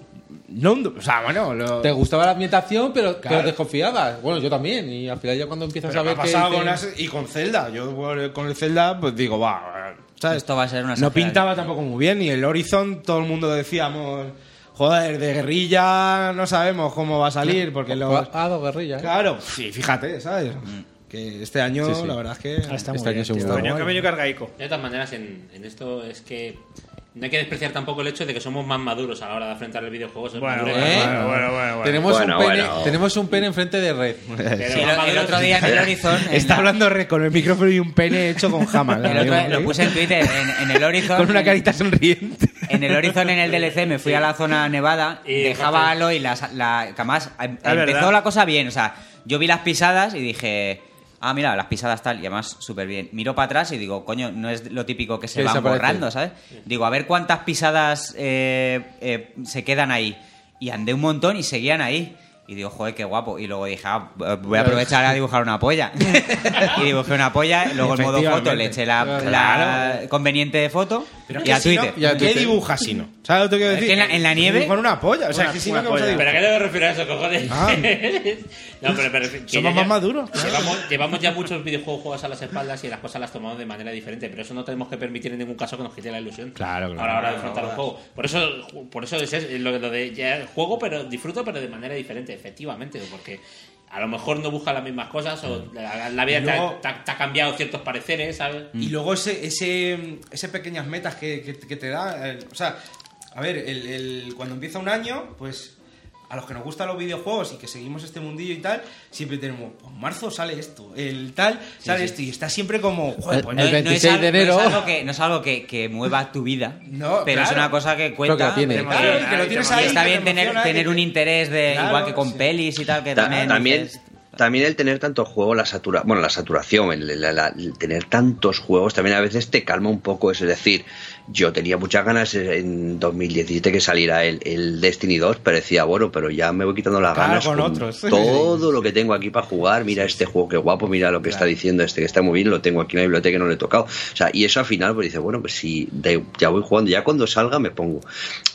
Speaker 4: No un du- O sea, bueno, lo.
Speaker 6: Te gustaba la ambientación, pero,
Speaker 4: Claro.
Speaker 6: pero desconfiabas. Bueno, yo también. Y al final ya cuando empiezas
Speaker 4: Pero
Speaker 6: a
Speaker 4: me
Speaker 6: ver
Speaker 4: ha
Speaker 6: que
Speaker 4: pasado
Speaker 6: dicen-
Speaker 4: con As- y con Zelda. Yo bueno, con el Zelda, pues digo, va. ¿sabes?
Speaker 7: Esto va a ser una
Speaker 4: No
Speaker 7: exageración.
Speaker 4: pintaba tampoco muy bien. Y el Horizon, todo el mundo decíamos, joder, de guerrilla no sabemos cómo va a salir.
Speaker 7: Pues,
Speaker 4: Porque los.
Speaker 6: Ah, dos guerrillas. ¿eh?
Speaker 4: Claro, sí, fíjate, ¿sabes? Que este año,
Speaker 6: Sí, sí.
Speaker 4: la verdad es que.
Speaker 5: Ah, está muy
Speaker 6: Este año
Speaker 5: bien, tío.
Speaker 6: seguro.
Speaker 5: Coño, que ha venido cargaico.
Speaker 9: De todas maneras, en, en esto es que no hay que despreciar tampoco el hecho de que somos más maduros a la hora de afrontar el videojuego. Somos
Speaker 5: Bueno,
Speaker 9: maduros,
Speaker 6: ¿Eh?
Speaker 5: bueno, bueno, bueno, bueno.
Speaker 6: Tenemos,
Speaker 11: Bueno,
Speaker 6: un pene,
Speaker 11: bueno.
Speaker 6: tenemos un pene enfrente de red.
Speaker 9: pero
Speaker 7: Sí,
Speaker 9: más
Speaker 7: lo- el
Speaker 9: maduros-
Speaker 7: otro día en el Horizon. en
Speaker 4: Está
Speaker 7: la-
Speaker 4: hablando re- con el micrófono y un pene hecho con jama.
Speaker 7: el otro día lo puse en Twitter. En, en el Horizon.
Speaker 4: Con una carita sonriente.
Speaker 7: En el Horizon, en el DLC, me fui a la zona nevada,
Speaker 9: Y
Speaker 7: dejaba a
Speaker 9: dejaste-
Speaker 7: Aloy y las, la, que además em- empezó
Speaker 5: verdad.
Speaker 7: la cosa bien. O sea, yo vi las pisadas y dije, ah, mira, las pisadas tal, y además súper bien. Miro para atrás y digo, coño, no es lo típico que se
Speaker 6: Que
Speaker 7: van
Speaker 6: desaparece.
Speaker 7: borrando, ¿sabes? Digo, a ver cuántas pisadas eh, eh, se quedan ahí. Y andé un montón y seguían ahí. Y digo, joder, qué guapo. Y luego dije, ah, eh, voy a aprovechar a dibujar una polla. y dibujé una polla, luego el modo foto, le eché la, la conveniente foto y a Twitter.
Speaker 6: Y a
Speaker 4: ¿Qué
Speaker 6: Twitter.
Speaker 4: dibujas si no? ¿Sabes lo que quiero
Speaker 7: Es
Speaker 4: decir?
Speaker 7: que en la- en la nieve-
Speaker 4: Con una polla. O sea,
Speaker 5: Una-
Speaker 4: que si
Speaker 5: una
Speaker 4: no, ¿qué vamos a
Speaker 5: polla.
Speaker 4: dibujar?
Speaker 9: ¿Pero a qué te refieres a eso, cojones?
Speaker 4: Ah.
Speaker 9: no, pero, pero que
Speaker 4: Somos
Speaker 9: ya-
Speaker 4: más maduros, claro.
Speaker 9: Llevamos, llevamos ya muchos videojuegos juegos a las espaldas y las cosas las tomamos de manera diferente, pero eso no tenemos que permitir en ningún caso que nos quite la ilusión
Speaker 4: Claro, claro.
Speaker 9: a la hora de enfrentar un juego. Por eso, por eso es es lo, lo de ya juego, pero disfruto, pero de manera diferente, efectivamente, porque a lo mejor no busca las mismas cosas o la, la vida
Speaker 4: Mm. Y
Speaker 9: te ha-
Speaker 4: luego- Mm.
Speaker 9: te, ha, te ha cambiado ciertos pareceres, ¿sabes?
Speaker 7: Mm.
Speaker 4: Y luego ese, ese, ese pequeñas metas que, que- que te da. el- o sea, a ver, el, el- cuando empieza un año, pues a los que nos gustan los videojuegos y que seguimos este mundillo y tal, siempre tenemos, pues marzo sale esto, el tal sale esto, y está siempre como, joder, pues
Speaker 6: El- el
Speaker 7: No- no es
Speaker 6: 26
Speaker 7: algo-
Speaker 6: de enero.
Speaker 7: No es algo que, no es algo que, que mueva tu vida,
Speaker 4: No,
Speaker 7: pero es
Speaker 4: claro.
Speaker 7: una cosa que cuenta.
Speaker 6: Creo que la tiene.
Speaker 7: porque-
Speaker 4: Claro, y que lo tienes
Speaker 7: y
Speaker 4: ahí,
Speaker 7: está
Speaker 4: que te
Speaker 7: bien tener,
Speaker 4: emociona,
Speaker 7: tener
Speaker 4: que
Speaker 7: un
Speaker 4: te-
Speaker 7: interés de
Speaker 4: Claro,
Speaker 7: igual que con
Speaker 4: sí.
Speaker 7: pelis y tal que
Speaker 11: Ta-
Speaker 7: también.
Speaker 11: también,
Speaker 7: dices,
Speaker 11: también el tener tanto juego, la satura, bueno, la saturación, el, la- la- el tener tantos juegos también a veces te calma un poco. Es decir, yo tenía muchas ganas en 2017 que saliera el, el Destiny 2, pero decía, bueno, pero ya me voy quitando las
Speaker 4: Claro,
Speaker 11: ganas
Speaker 4: con
Speaker 11: con
Speaker 4: otros.
Speaker 11: todo lo que tengo aquí para jugar. Mira este juego que guapo, mira lo que está diciendo este que está muy bien, lo tengo aquí en la biblioteca y no lo he tocado. O sea, y eso al final pues dice, bueno, pues si de- ya voy jugando, ya cuando salga me pongo.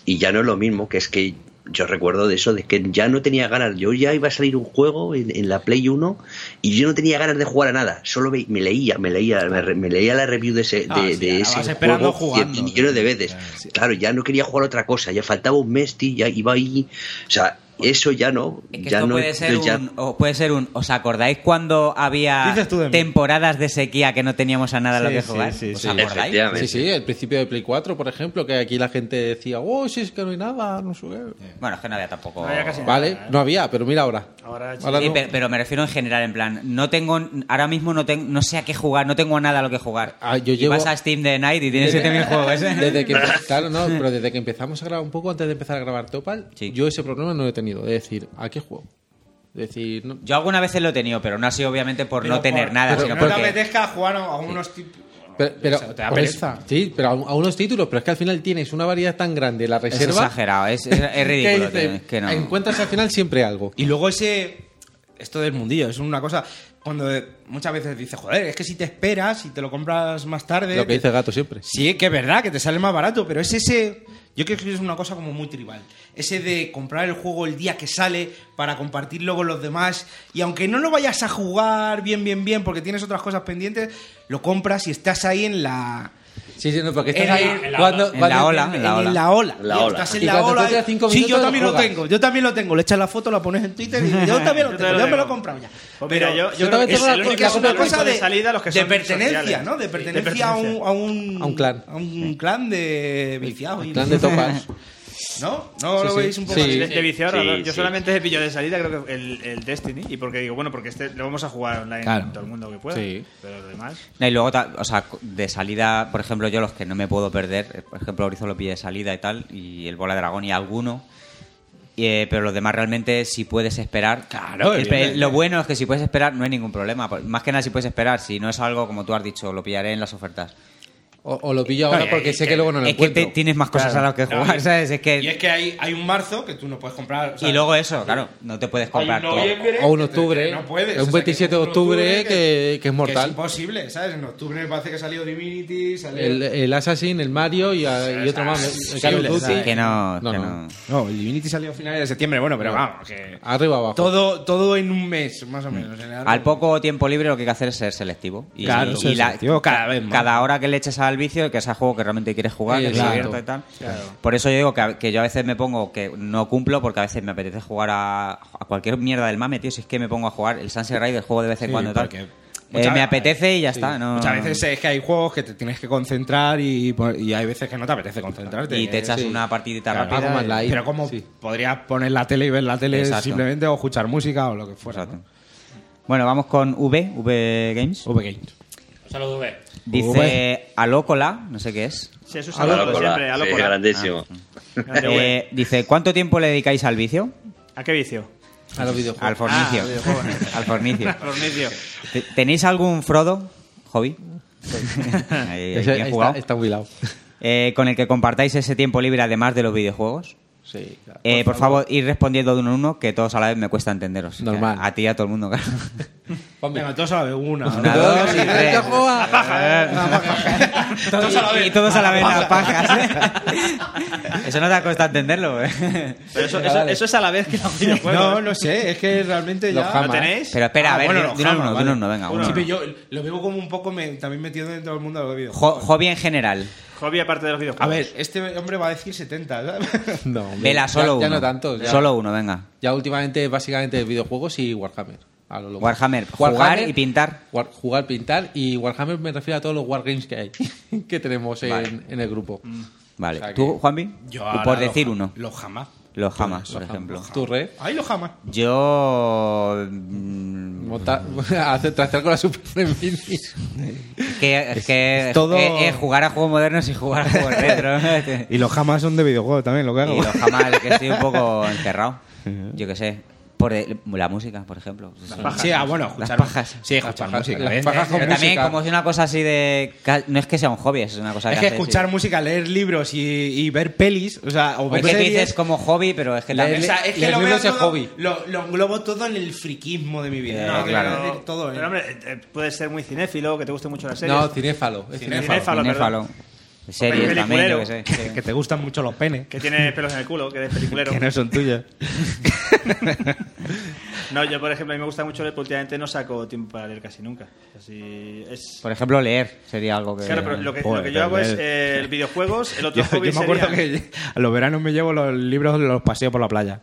Speaker 11: Y ya no es lo mismo, que es que yo recuerdo de eso, de que ya no tenía ganas. Yo ya iba a salir un juego en, en la Play 1 y yo no tenía ganas de jugar a nada. Solo ve- me leía, me leía, me, re- me leía la review de ese, de,
Speaker 4: Ah, sí,
Speaker 11: de
Speaker 4: la vas
Speaker 11: ese
Speaker 4: esperando
Speaker 11: juego
Speaker 4: jugando.
Speaker 11: cien millones de veces. Claro, ya no quería jugar a otra cosa. Ya faltaba un mes, tío, ya iba ahí. O sea, eso ya no.
Speaker 7: Es que
Speaker 11: ya
Speaker 7: esto
Speaker 11: no
Speaker 7: puede ser,
Speaker 11: entonces ya-
Speaker 7: un, o puede ser un. ¿Os acordáis cuando había
Speaker 4: Dices tú de mí.
Speaker 7: temporadas de sequía que no teníamos a nada a lo
Speaker 4: Sí,
Speaker 7: que
Speaker 4: sí,
Speaker 7: jugar?
Speaker 4: sí,
Speaker 7: ¿Os
Speaker 4: sí.
Speaker 7: acordáis?
Speaker 11: Efectivamente.
Speaker 6: Sí, sí, el principio de Play 4, por ejemplo, que aquí la gente decía, oh, si es que no hay nada, no sé qué".
Speaker 7: Bueno, es que no había tampoco.
Speaker 5: No había casi nada.
Speaker 6: Vale, no había, pero mira ahora.
Speaker 5: Ahora,
Speaker 7: Ah, Sí,
Speaker 6: no.
Speaker 7: pero, pero me refiero en general, en plan, no tengo, ahora mismo no tengo, no sé a qué jugar, no tengo a nada a lo que jugar.
Speaker 6: Ah, yo
Speaker 7: y
Speaker 6: llevo-
Speaker 7: vas a Steam de Night y tienes 7000 juegos. ¿eh?
Speaker 6: Desde que, claro, no, pero desde que empezamos a grabar un poco antes de empezar a grabar Topal,
Speaker 7: Sí.
Speaker 6: yo ese problema no lo he tenido. De decir, ¿a qué juego? De decir, no-
Speaker 7: Yo alguna vez lo he tenido, pero no ha sido obviamente por
Speaker 4: Pero
Speaker 7: no tener
Speaker 4: por-
Speaker 7: nada,
Speaker 4: pero
Speaker 7: sino
Speaker 4: no te
Speaker 7: porque
Speaker 4: apetezca jugar a, a unos tipos.
Speaker 6: Pero, pero-
Speaker 4: o sea, te da
Speaker 6: pues,
Speaker 4: pereza.
Speaker 6: sí, pero a, a unos títulos, pero es que al final tienes una variedad tan grande, la
Speaker 7: es
Speaker 6: reserva.
Speaker 7: exagerado, es, es- es
Speaker 6: que
Speaker 7: ridículo.
Speaker 6: dices,
Speaker 7: tío, es que no.
Speaker 6: Encuentras al final siempre algo.
Speaker 4: Y luego ese. Esto del mundillo, es una cosa. Cuando de- muchas veces dices, joder, es que si te esperas y te lo compras más tarde.
Speaker 6: Lo que
Speaker 4: te-
Speaker 6: dice el gato siempre.
Speaker 4: Sí, que es verdad, que te sale más barato, pero es ese. Yo creo que es una cosa como muy tribal. Ese de comprar el juego el día que sale para compartirlo con los demás. Y aunque no lo vayas a jugar bien, bien, bien, porque tienes otras cosas pendientes, lo compras y estás ahí en la.
Speaker 6: Sí, sí, no, porque estás
Speaker 4: En la-
Speaker 6: ahí
Speaker 9: en la
Speaker 6: cuando,
Speaker 7: ola. En
Speaker 6: cuando-
Speaker 7: la ola.
Speaker 4: en, en la ola.
Speaker 11: La
Speaker 4: Tío,
Speaker 11: ola.
Speaker 4: Estás en
Speaker 6: Y
Speaker 4: la
Speaker 6: cuando
Speaker 4: ola.
Speaker 6: te queda cinco
Speaker 4: sí,
Speaker 6: minutos,
Speaker 4: yo
Speaker 6: lo
Speaker 4: también lo
Speaker 6: juegas.
Speaker 4: tengo. Yo también lo tengo. Le echas la foto, la pones en Twitter y yo también lo
Speaker 5: Yo
Speaker 4: tengo.
Speaker 5: te lo
Speaker 4: Yo me lo he
Speaker 5: tengo.
Speaker 4: comprado ya.
Speaker 5: Pues
Speaker 4: Pero
Speaker 5: mira, yo- yo
Speaker 4: porque
Speaker 6: también tengo
Speaker 4: es-
Speaker 6: la-
Speaker 4: porque
Speaker 6: la
Speaker 4: es una
Speaker 6: copia del
Speaker 4: cosa
Speaker 5: punto
Speaker 4: de,
Speaker 5: de salida, los que
Speaker 4: de
Speaker 5: son
Speaker 4: pertenencia,
Speaker 5: sociales.
Speaker 4: ¿no? De
Speaker 5: Sí, de
Speaker 4: pertenencia a, un,
Speaker 5: pertenencia.
Speaker 4: a, un,
Speaker 6: A un clan.
Speaker 4: A un clan de viciados.
Speaker 6: El
Speaker 4: y-
Speaker 6: clan de Topal.
Speaker 4: ¿No? ¿No
Speaker 6: Sí,
Speaker 4: lo
Speaker 6: sí.
Speaker 4: veis un poco
Speaker 6: Sí.
Speaker 4: así?
Speaker 5: De, de vicio ahora,
Speaker 11: Sí,
Speaker 5: ¿no? yo
Speaker 11: sí.
Speaker 5: solamente he pillado de salida, creo que el, el Destiny. Y porque digo, bueno, porque este lo vamos a jugar online
Speaker 4: Claro.
Speaker 5: todo el mundo que pueda.
Speaker 4: Sí.
Speaker 5: Pero lo demás.
Speaker 7: No, y luego, ta- o sea, de salida, por ejemplo, yo los que no me puedo perder, eh, por ejemplo, Orizo lo pillé de salida y tal, y el Bola Dragón y alguno. y, eh, pero los demás realmente, si puedes esperar.
Speaker 4: Claro,
Speaker 7: El-
Speaker 4: evidente.
Speaker 7: Lo bueno es que si puedes esperar, no hay ningún problema. Por- Más que nada, si puedes esperar, si no es algo como tú has dicho, lo pillaré en las ofertas.
Speaker 6: O, o lo pillo ahora porque sé que luego no lo
Speaker 7: es que
Speaker 6: encuentro.
Speaker 7: te- tienes más cosas a las que jugar, ¿sabes? Es
Speaker 6: Eh,
Speaker 7: que.
Speaker 4: Y es que hay, hay un marzo que tú no puedes comprar. o sea,
Speaker 7: Y luego eso, claro, no te puedes
Speaker 4: hay
Speaker 7: comprar
Speaker 4: un
Speaker 7: todo.
Speaker 4: noviembre.
Speaker 6: O un
Speaker 4: que te-
Speaker 6: octubre,
Speaker 4: que no puedes,
Speaker 6: un
Speaker 4: o sea, que
Speaker 6: 27 de
Speaker 4: un
Speaker 6: octubre que- que es mortal.
Speaker 4: es imposible, ¿sabes? En octubre parece que salió Divinity, salió.
Speaker 6: El, el Assassin, el Mario y, a- y otro más. El Call of
Speaker 4: sí,
Speaker 6: Duty.
Speaker 4: sí,
Speaker 7: Que no,
Speaker 6: No,
Speaker 7: que
Speaker 6: no.
Speaker 7: no.
Speaker 4: No, el Divinity salió a finales de septiembre, bueno, pero vamos, que.
Speaker 6: Arriba abajo.
Speaker 4: Todo, todo en un mes, más o menos. en el árbol.
Speaker 7: Al poco tiempo libre lo que hay que hacer es ser selectivo. Y,
Speaker 4: Claro,
Speaker 7: y
Speaker 4: ser selectivo, cada vez más.
Speaker 7: Cada hora que le eches al vicio, que es al juego que realmente quieres jugar, que es
Speaker 6: Exacto.
Speaker 7: abierto y tal. Por eso yo digo que, a- que yo a veces me pongo que no cumplo porque a veces me apetece jugar a, a cualquier mierda del mame, tío. Si es que me pongo a jugar el Sunset Rider, juego de vez en cuando y tal.
Speaker 4: porque
Speaker 7: Eh,
Speaker 4: muchas-
Speaker 7: me apetece y ya está. No,
Speaker 4: Muchas veces es que hay juegos que te tienes que concentrar y, y hay veces que no te apetece concentrarte.
Speaker 7: Y te echas
Speaker 6: sí.
Speaker 7: una partidita
Speaker 4: Claro,
Speaker 7: rápida.
Speaker 6: algo más
Speaker 7: y-
Speaker 6: light.
Speaker 4: Pero como
Speaker 6: Sí.
Speaker 4: podrías poner la tele y ver la tele
Speaker 7: Exacto.
Speaker 4: simplemente o escuchar música o lo que fuera.
Speaker 7: Exacto. Bueno, vamos con V, V Games.
Speaker 4: ¿no? VG.
Speaker 9: Un saludo, V.
Speaker 7: Dice Alócola, no sé qué es.
Speaker 5: Sí, eso es
Speaker 11: A
Speaker 5: algo
Speaker 4: pues
Speaker 11: lo cola,
Speaker 5: siempre, a lo
Speaker 11: sí,
Speaker 5: cola.
Speaker 11: grandísimo.
Speaker 4: Ah,
Speaker 5: Grande, güey.
Speaker 7: Eh, dice, ¿cuánto tiempo le dedicáis al vicio?
Speaker 5: ¿A qué vicio?
Speaker 6: A los videojuegos.
Speaker 7: Al fornicio.
Speaker 5: Ah, videojuegos.
Speaker 7: al fornicio.
Speaker 5: Fornicio.
Speaker 7: ¿Te- ¿Tenéis algún Frodo? ¿Hobby? Ahí, ahí,
Speaker 6: Ese
Speaker 7: bien
Speaker 6: está,
Speaker 7: jugado.
Speaker 6: está muy lado.
Speaker 7: Eh, con el que compartáis ese tiempo libre además de los videojuegos.
Speaker 6: Sí, claro.
Speaker 7: Eh, por favor, ir respondiendo de uno a uno, que todos a la vez me cuesta entenderos.
Speaker 6: Normal.
Speaker 7: A ti y a todo el mundo, claro.
Speaker 4: Venga, todos a la vez, una.
Speaker 7: Una,
Speaker 4: dos.
Speaker 7: dos y tres. Todos a la vez. Y todos a la vez las pajas. ¿eh? Eso no te ha costado entenderlo. eh.
Speaker 5: Pero eso, eso, eso es a la vez que los videojuegos.
Speaker 4: No, no sé, es que realmente
Speaker 6: Los
Speaker 4: ya...
Speaker 6: Hamas.
Speaker 5: ¿Lo tenéis?
Speaker 7: Pero espera,
Speaker 4: Ah,
Speaker 7: a ver,
Speaker 4: bueno,
Speaker 7: de-
Speaker 4: los
Speaker 7: de uno a uno,
Speaker 4: Hamas,
Speaker 7: de uno
Speaker 4: vale.
Speaker 7: a uno, venga. uno a
Speaker 4: Sí,
Speaker 7: uno.
Speaker 4: pero yo lo veo como un poco me- también metido dentro del mundo de los videojuegos.
Speaker 7: Jo- hobby en general.
Speaker 5: Hobby aparte de los videojuegos.
Speaker 4: A ver, este hombre va a decir 70, ¿sabes?
Speaker 6: No, hombre,
Speaker 7: Vela, solo
Speaker 6: ya,
Speaker 7: uno.
Speaker 6: Ya no tanto. Ya,
Speaker 7: Solo uno, venga.
Speaker 6: ya últimamente, básicamente, videojuegos y Warhammer. A lo loco.
Speaker 7: Warhammer, jugar y pintar.
Speaker 6: War- jugar, pintar. Y Warhammer me refiero a todos los Wargames que hay, que tenemos en, en el grupo.
Speaker 5: Mm,
Speaker 7: Vale.
Speaker 6: O sea que-
Speaker 7: ¿Tú, Juanvi?
Speaker 4: Yo
Speaker 7: Tú
Speaker 4: ahora
Speaker 7: por
Speaker 4: los
Speaker 7: decir
Speaker 4: Hamas.
Speaker 7: uno. Pues,
Speaker 4: Los jamás.
Speaker 7: Los Hamas, por ejemplo.
Speaker 6: Tu red.
Speaker 4: Ay, los jamás.
Speaker 7: Yo. mm,
Speaker 6: monta- hacer trastear con la Super Mini.
Speaker 7: Es que, es que
Speaker 4: es todo-
Speaker 7: es- es jugar a juegos modernos y jugar a juegos retro.
Speaker 4: Y los jamás son de videojuegos también, lo que hago.
Speaker 7: y los jamás, que estoy un poco encerrado. Yo qué sé. Por el- la música, por ejemplo.
Speaker 4: Sí, ah, bueno, escuchar...
Speaker 7: Las pajas.
Speaker 4: Sí, escuchar música.
Speaker 6: las
Speaker 4: ¿ves?
Speaker 6: pajas
Speaker 4: Es
Speaker 6: con
Speaker 7: Pero también,
Speaker 6: música.
Speaker 7: como es una cosa así de. ca- No es que sea un hobby, es una cosa
Speaker 4: que
Speaker 7: haces y-
Speaker 4: escuchar música, leer libros y, y ver pelis, o sea, o ver
Speaker 7: Hombre, que tú
Speaker 4: series...
Speaker 7: dices como hobby, pero es que
Speaker 6: Leer-
Speaker 7: también.
Speaker 4: O sea, es que
Speaker 6: Leer
Speaker 4: lo veo
Speaker 6: libros es
Speaker 4: todo,
Speaker 6: hobby.
Speaker 4: Lo, lo englobo todo en el friquismo de mi vida.
Speaker 7: Eh,
Speaker 4: No,
Speaker 7: claro.
Speaker 4: quiero decir todo, ¿eh?
Speaker 5: Pero hombre, eh, eh, puedes ser muy cinéfilo, que te guste mucho la serie.
Speaker 6: No, cinéfalo. es
Speaker 5: Cinéfalo.
Speaker 6: cinéfalo.
Speaker 7: cinéfalo. Series también,
Speaker 5: peliculero.
Speaker 7: yo qué sé.
Speaker 4: Que- que te gustan mucho los penes.
Speaker 5: Que tiene pelos en el culo, que eres peliculero.
Speaker 4: Que no son tuyos.
Speaker 5: No, yo, por ejemplo, a mí me gusta mucho leer, pero últimamente no saco tiempo para leer casi nunca. Así es...
Speaker 7: Por ejemplo, leer sería algo que.
Speaker 5: Claro, pero lo que, lo
Speaker 4: Joder,
Speaker 5: que yo hago es
Speaker 4: leer.
Speaker 5: eh, videojuegos, el otro
Speaker 4: Yo,
Speaker 5: hobby
Speaker 4: yo me acuerdo
Speaker 5: sería-
Speaker 4: que a los veranos me llevo los libros, los paseo por la playa.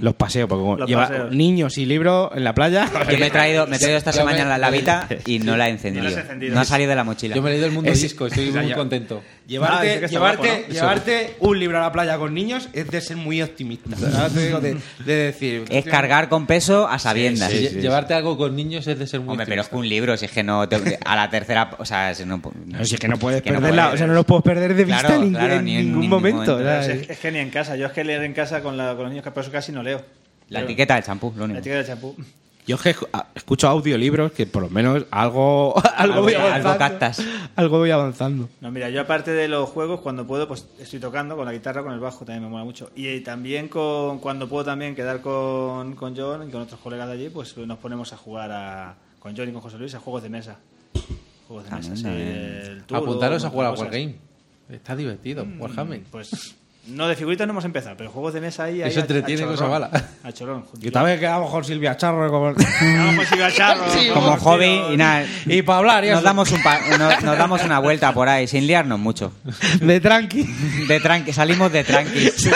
Speaker 4: Los paseo, porque como
Speaker 5: Los
Speaker 4: lleva
Speaker 5: paseos.
Speaker 4: niños y libros en la playa.
Speaker 7: Yo me he traído, me he traído esta
Speaker 6: Yo me-
Speaker 7: semana la lavita y no la he encendido.
Speaker 5: No la has encendido.
Speaker 7: No ha salido de la mochila.
Speaker 6: Yo me he leído el mundo
Speaker 4: Es-
Speaker 6: disco, estoy
Speaker 4: o sea,
Speaker 6: muy
Speaker 4: ya-
Speaker 6: contento.
Speaker 5: Ah,
Speaker 4: Llevarte,
Speaker 5: dice que está
Speaker 4: llevarte,
Speaker 5: guapo, ¿no?
Speaker 4: llevarte un libro a la playa con niños es de ser muy optimista. Ahora te digo de, de decir.
Speaker 7: Es cargar con peso a sabiendas.
Speaker 6: Lle- Llevarte algo con niños es de ser muy
Speaker 7: Hombre, pero es
Speaker 6: optimista.
Speaker 7: que un libro, si es que no. te- a la tercera. O sea, si no. pues,
Speaker 4: No, si es que no puedes
Speaker 7: que no
Speaker 4: perderla,
Speaker 7: puedes.
Speaker 4: o sea, no los puedo perder de vista
Speaker 7: Claro,
Speaker 4: en,
Speaker 7: claro,
Speaker 4: en
Speaker 7: ni en
Speaker 4: ningún
Speaker 7: ningún
Speaker 4: momento.
Speaker 7: momento.
Speaker 4: o sea,
Speaker 5: Pero Es, es que ni en casa. Yo es que leer en casa con, la- con los niños, que por eso casi no leo.
Speaker 7: La
Speaker 5: Pero-
Speaker 7: etiqueta del champú, lo
Speaker 5: La
Speaker 7: único.
Speaker 5: etiqueta del champú.
Speaker 4: Yo es que escu- a- escucho audiolibros que por lo menos algo, algo,
Speaker 7: Algo-
Speaker 4: voy
Speaker 7: algo
Speaker 4: avanzando.
Speaker 7: captas.
Speaker 4: Algo voy avanzando.
Speaker 5: No, mira, yo aparte de los juegos, cuando puedo, pues estoy tocando con la guitarra, con el bajo, también me mola mucho. Y eh, también con, cuando puedo también quedar con, con John y con otros colegas de allí, pues nos ponemos a jugar a, con John y con José Luis a juegos de mesa. Juegos de
Speaker 7: Ah,
Speaker 5: mesa, sí.
Speaker 7: anda,
Speaker 5: el Tudor,
Speaker 6: Apuntaros a
Speaker 5: un
Speaker 6: jugar a
Speaker 5: montón de
Speaker 6: Wargame. Está divertido, Warhammer.
Speaker 5: cosas. Pues no, de figuritas no hemos empezado, pero juegos de mesa ahí...
Speaker 6: Eso
Speaker 5: ahí a-
Speaker 6: entretiene
Speaker 5: a
Speaker 6: cosa
Speaker 5: chorrón.
Speaker 6: mala.
Speaker 5: A chorón.
Speaker 4: Yo también quedamos con Silvia Charro como-
Speaker 5: No, pues iba a charro.
Speaker 7: Como hobby y nada.
Speaker 4: y para hablar y
Speaker 7: Nos
Speaker 4: eso.
Speaker 7: damos, un pa- nos, nos damos una vuelta por ahí, sin liarnos mucho.
Speaker 4: de tranqui.
Speaker 7: De tranqui, salimos de tranquis.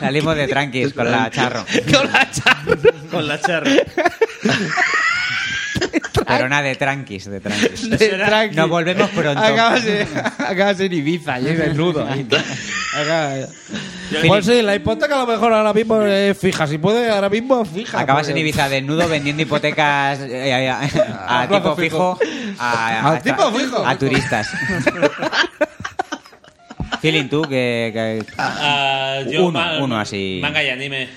Speaker 7: Salimos de tranquis. con la charro.
Speaker 4: Con la charro.
Speaker 5: Con la charra.
Speaker 7: Pero nada de tranquis, de tranquis.
Speaker 4: De tranqui.
Speaker 7: Nos volvemos pronto.
Speaker 4: Acabas en, acabas en Ibiza, yo desnudo. ahí. Pues sí, la hipoteca a lo mejor ahora mismo es fija. Si puede, ahora mismo fija.
Speaker 7: Acabas
Speaker 4: porque-
Speaker 7: en Ibiza desnudo vendiendo hipotecas eh, a- a- a,
Speaker 4: A plazo
Speaker 7: tipo fijo, a,
Speaker 4: Al tipo
Speaker 7: tra-
Speaker 4: fijo.
Speaker 7: a turistas. Feeling tú que, que-
Speaker 9: Ah, yo
Speaker 7: uno,
Speaker 9: ma-
Speaker 7: uno así.
Speaker 9: Manga y anime. eh,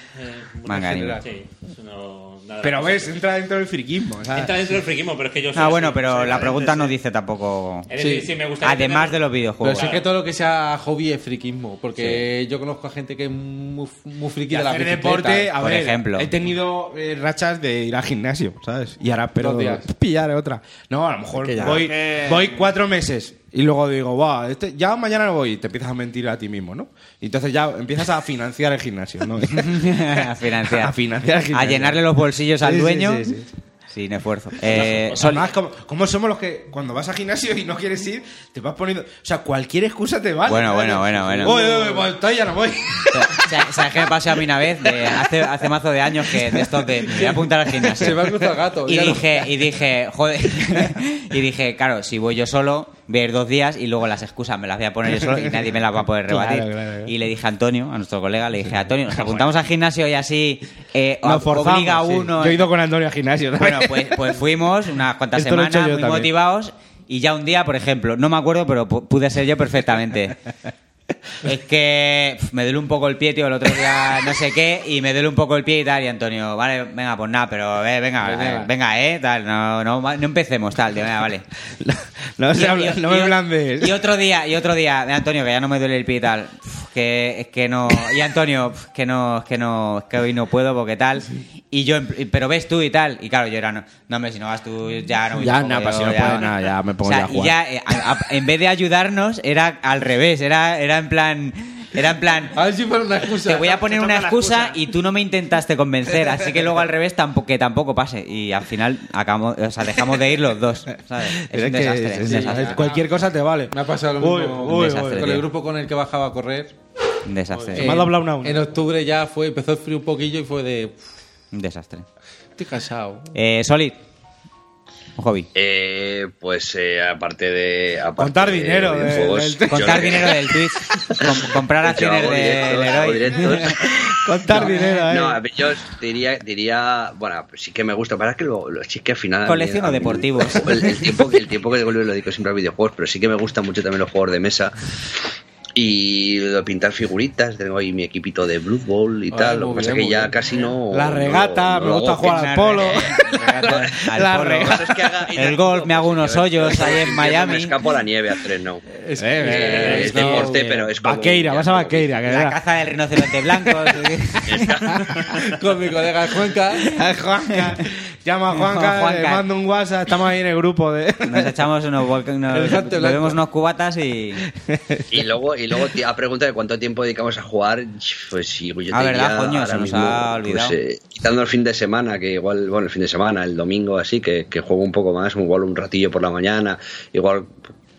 Speaker 7: Manga y anime.
Speaker 9: Sí, eso no- nada
Speaker 4: Pero
Speaker 9: más.
Speaker 4: ves, entra dentro del friquismo. ¿eh? o sea,
Speaker 9: Entra dentro del friquismo, pero es que yo soy
Speaker 7: Ah, bueno,
Speaker 9: así,
Speaker 7: pero
Speaker 9: soy
Speaker 7: la
Speaker 9: valiente,
Speaker 7: pregunta
Speaker 9: sí.
Speaker 7: no dice tampoco.
Speaker 9: Es decir,
Speaker 6: Sí.
Speaker 9: sí, me gusta.
Speaker 7: Además de los
Speaker 6: Pero
Speaker 7: videojuegos.
Speaker 6: sé que todo lo que sea hobby es friquismo, porque yo conozco a gente que es muy, muy friki
Speaker 4: y
Speaker 6: de la
Speaker 4: hacer
Speaker 6: bicicleta.
Speaker 4: deporte, a
Speaker 7: por
Speaker 4: ver,
Speaker 7: ejemplo.
Speaker 4: he tenido eh, rachas de ir al gimnasio, ¿sabes? Y ahora, pero
Speaker 6: Dos días.
Speaker 4: pillar otra. No, a lo mejor
Speaker 6: que ya.
Speaker 4: voy,
Speaker 5: Eh.
Speaker 4: voy cuatro meses y luego digo, va, este, ya mañana no voy. Y te empiezas a mentir a ti mismo, ¿no? Y entonces ya empiezas a financiar el gimnasio, ¿no?
Speaker 7: a financiar.
Speaker 4: A financiar el
Speaker 7: A
Speaker 4: gimnasio.
Speaker 7: llenarle los bolsillos al
Speaker 4: Sí, sí,
Speaker 7: dueño.
Speaker 4: sí, sí.
Speaker 7: Sin esfuerzo. Eh,
Speaker 4: O sea,
Speaker 7: Sol-
Speaker 4: además, ¿cómo, cómo somos los que cuando vas al gimnasio y no quieres ir, te vas poniendo. O sea, cualquier excusa te vale.
Speaker 7: Bueno,
Speaker 4: ¿no?
Speaker 7: bueno, bueno, bueno.
Speaker 4: Voy, voy, voy, voy, todavía no voy.
Speaker 7: Sa- ¿Sabes qué me pasó a mí una vez? De hace, hace mazo de años que de estos de. Me voy a apuntar al gimnasio.
Speaker 6: Se me ha cruzado el gato,
Speaker 7: Y
Speaker 6: ya lo-
Speaker 7: dije, y dije, joder. Y dije, claro, si voy yo solo, voy a ir dos días y luego las excusas me las voy a poner yo solo y nadie me las va a poder rebatir.
Speaker 4: Claro, claro, claro.
Speaker 7: Y le dije a Antonio, a nuestro colega, le dije, Antonio, nos apuntamos al gimnasio y así eh,
Speaker 4: Nos forzamos,
Speaker 7: obliga a
Speaker 4: sí.
Speaker 7: uno.
Speaker 4: Yo he ido con Antonio al gimnasio. ¿no?
Speaker 7: Bueno, pues, pues fuimos unas cuantas
Speaker 4: Esto lo he hecho
Speaker 7: semanas
Speaker 4: yo
Speaker 7: muy
Speaker 4: también.
Speaker 7: motivados y ya un día, por ejemplo, no me acuerdo, pero pu- pude ser yo perfectamente. Es que pf, me duele un poco el pie, tío, el otro día no sé qué, y me duele un poco el pie y tal, y Antonio, vale, venga, pues nada, pero eh, venga, eh, venga, eh, tal, no, no, va- no empecemos, tal, tío, venga, vale.
Speaker 4: no, se
Speaker 7: Y-
Speaker 4: habla-
Speaker 7: y-
Speaker 4: no
Speaker 7: y-
Speaker 4: me blandes.
Speaker 7: Y otro día, y otro día, eh, Antonio, que ya no me duele el pie y tal, pf, que es que no, y Antonio, pf, que no, es que no, es que hoy no puedo porque tal, y yo, en pl- pero ves tú y tal, y claro, yo era, no, no hombre, si no vas tú, ya no voy
Speaker 4: Ya,
Speaker 7: tampoco
Speaker 4: nada,
Speaker 7: yo,
Speaker 4: pues si no puedes, nada, ya me pongo
Speaker 7: O sea,
Speaker 4: ya a
Speaker 7: y
Speaker 4: jugar.
Speaker 7: ya, eh, a- a- en vez de ayudarnos, era al revés, era, era en plan, era en plan, "Oh,
Speaker 6: A ver si fuera una excusa.
Speaker 7: te voy a poner
Speaker 5: te
Speaker 7: una
Speaker 5: toca la
Speaker 7: excusa
Speaker 5: excusa.
Speaker 7: y tú no me intentaste convencer, así que luego al revés tampoco, que tampoco pase. Y al final acabamos, o sea, dejamos de ir los dos. ¿sabes? Es,
Speaker 4: Es
Speaker 7: un
Speaker 4: que-
Speaker 7: desastre.
Speaker 4: sí,
Speaker 7: es un
Speaker 4: sí,
Speaker 7: desastre.
Speaker 4: es- Cualquier cosa te vale.
Speaker 6: Me ha pasado lo
Speaker 4: Uy,
Speaker 6: mismo
Speaker 4: uy,
Speaker 7: un
Speaker 4: uy.
Speaker 7: desastre,
Speaker 6: con el
Speaker 7: tío.
Speaker 6: grupo con el que bajaba a correr.
Speaker 7: Un desastre.
Speaker 4: Eh, me ha doblado una a una.
Speaker 6: En octubre ya fue, empezó el frío un poquillo y fue de. "Uf,
Speaker 7: Un desastre.
Speaker 6: Eh, Estoy cansado.
Speaker 7: Eh, Solid. Un hobby.
Speaker 11: Eh, pues eh, aparte de. aparte
Speaker 4: Contar
Speaker 11: de
Speaker 4: dinero, de-
Speaker 11: videojuegos,
Speaker 4: del-
Speaker 11: yo
Speaker 7: Contar
Speaker 11: lo que-
Speaker 7: dinero del Twitch. com- comprar
Speaker 11: Yo
Speaker 7: acciones
Speaker 11: hago
Speaker 7: del
Speaker 11: directos, hago
Speaker 7: Leroy.
Speaker 11: directos.
Speaker 4: Contar dinero, ¿eh?
Speaker 11: No, a ver, yo diría, diría, bueno, pues sí que me gusta, para que lo, lo- sí que al final...
Speaker 7: Colecciono
Speaker 11: a mí-
Speaker 7: deportivos.
Speaker 11: El, el tiempo, el tiempo que devuelvo lo dedico siempre a videojuegos, pero sí que me gustan mucho también los juegos de mesa. Y lo de pintar figuritas, tengo ahí mi equipito de Blue Ball y
Speaker 6: Ah,
Speaker 11: tal, lo
Speaker 6: muy
Speaker 11: que pasa es
Speaker 6: bien,
Speaker 11: que
Speaker 6: muy
Speaker 11: ya
Speaker 6: bien.
Speaker 11: casi no...
Speaker 4: La
Speaker 11: no-
Speaker 4: regata,
Speaker 11: no
Speaker 4: me
Speaker 11: lo
Speaker 4: gusta
Speaker 11: hago.
Speaker 4: jugar al polo.
Speaker 7: Al
Speaker 4: La
Speaker 7: polo.
Speaker 4: regata.
Speaker 11: Cosas que haga ir
Speaker 7: El
Speaker 11: al
Speaker 7: golf
Speaker 11: club,
Speaker 7: me hago
Speaker 11: pues,
Speaker 7: unos
Speaker 11: yo-
Speaker 7: hoyos ahí
Speaker 11: yo
Speaker 7: en
Speaker 11: Me
Speaker 7: Miami.
Speaker 11: escapo a la nieve a tres, no.
Speaker 4: Es, eh, eh,
Speaker 11: Es
Speaker 4: es no-
Speaker 11: deporte, pero es como-
Speaker 4: Vaqueira, vas a Vaqueira. que
Speaker 7: La
Speaker 4: era-
Speaker 7: caza del rinoceronte blanco.
Speaker 6: Con mi colega Cuenca.
Speaker 4: Ay, Juanca. Llama a Juanca,
Speaker 7: Juanca.
Speaker 4: le mando un WhatsApp. Estamos ahí en el grupo de.
Speaker 7: Nos echamos unos volcanes.
Speaker 6: Elefante blanco.
Speaker 7: Bebemos unos cubatas y.
Speaker 11: Y luego, y luego tía, a pregunta de cuánto tiempo dedicamos a jugar, pues sí, yo
Speaker 7: Ah, ¿verdad,
Speaker 11: te diría
Speaker 7: coño?
Speaker 11: ahora
Speaker 7: Se nos
Speaker 11: mismo,
Speaker 7: ha
Speaker 11: pues,
Speaker 7: olvidado.
Speaker 11: eh, quitando el fin de semana, que igual, bueno, el fin de semana, el domingo así, que, que juego un poco más, igual un ratillo por la mañana, igual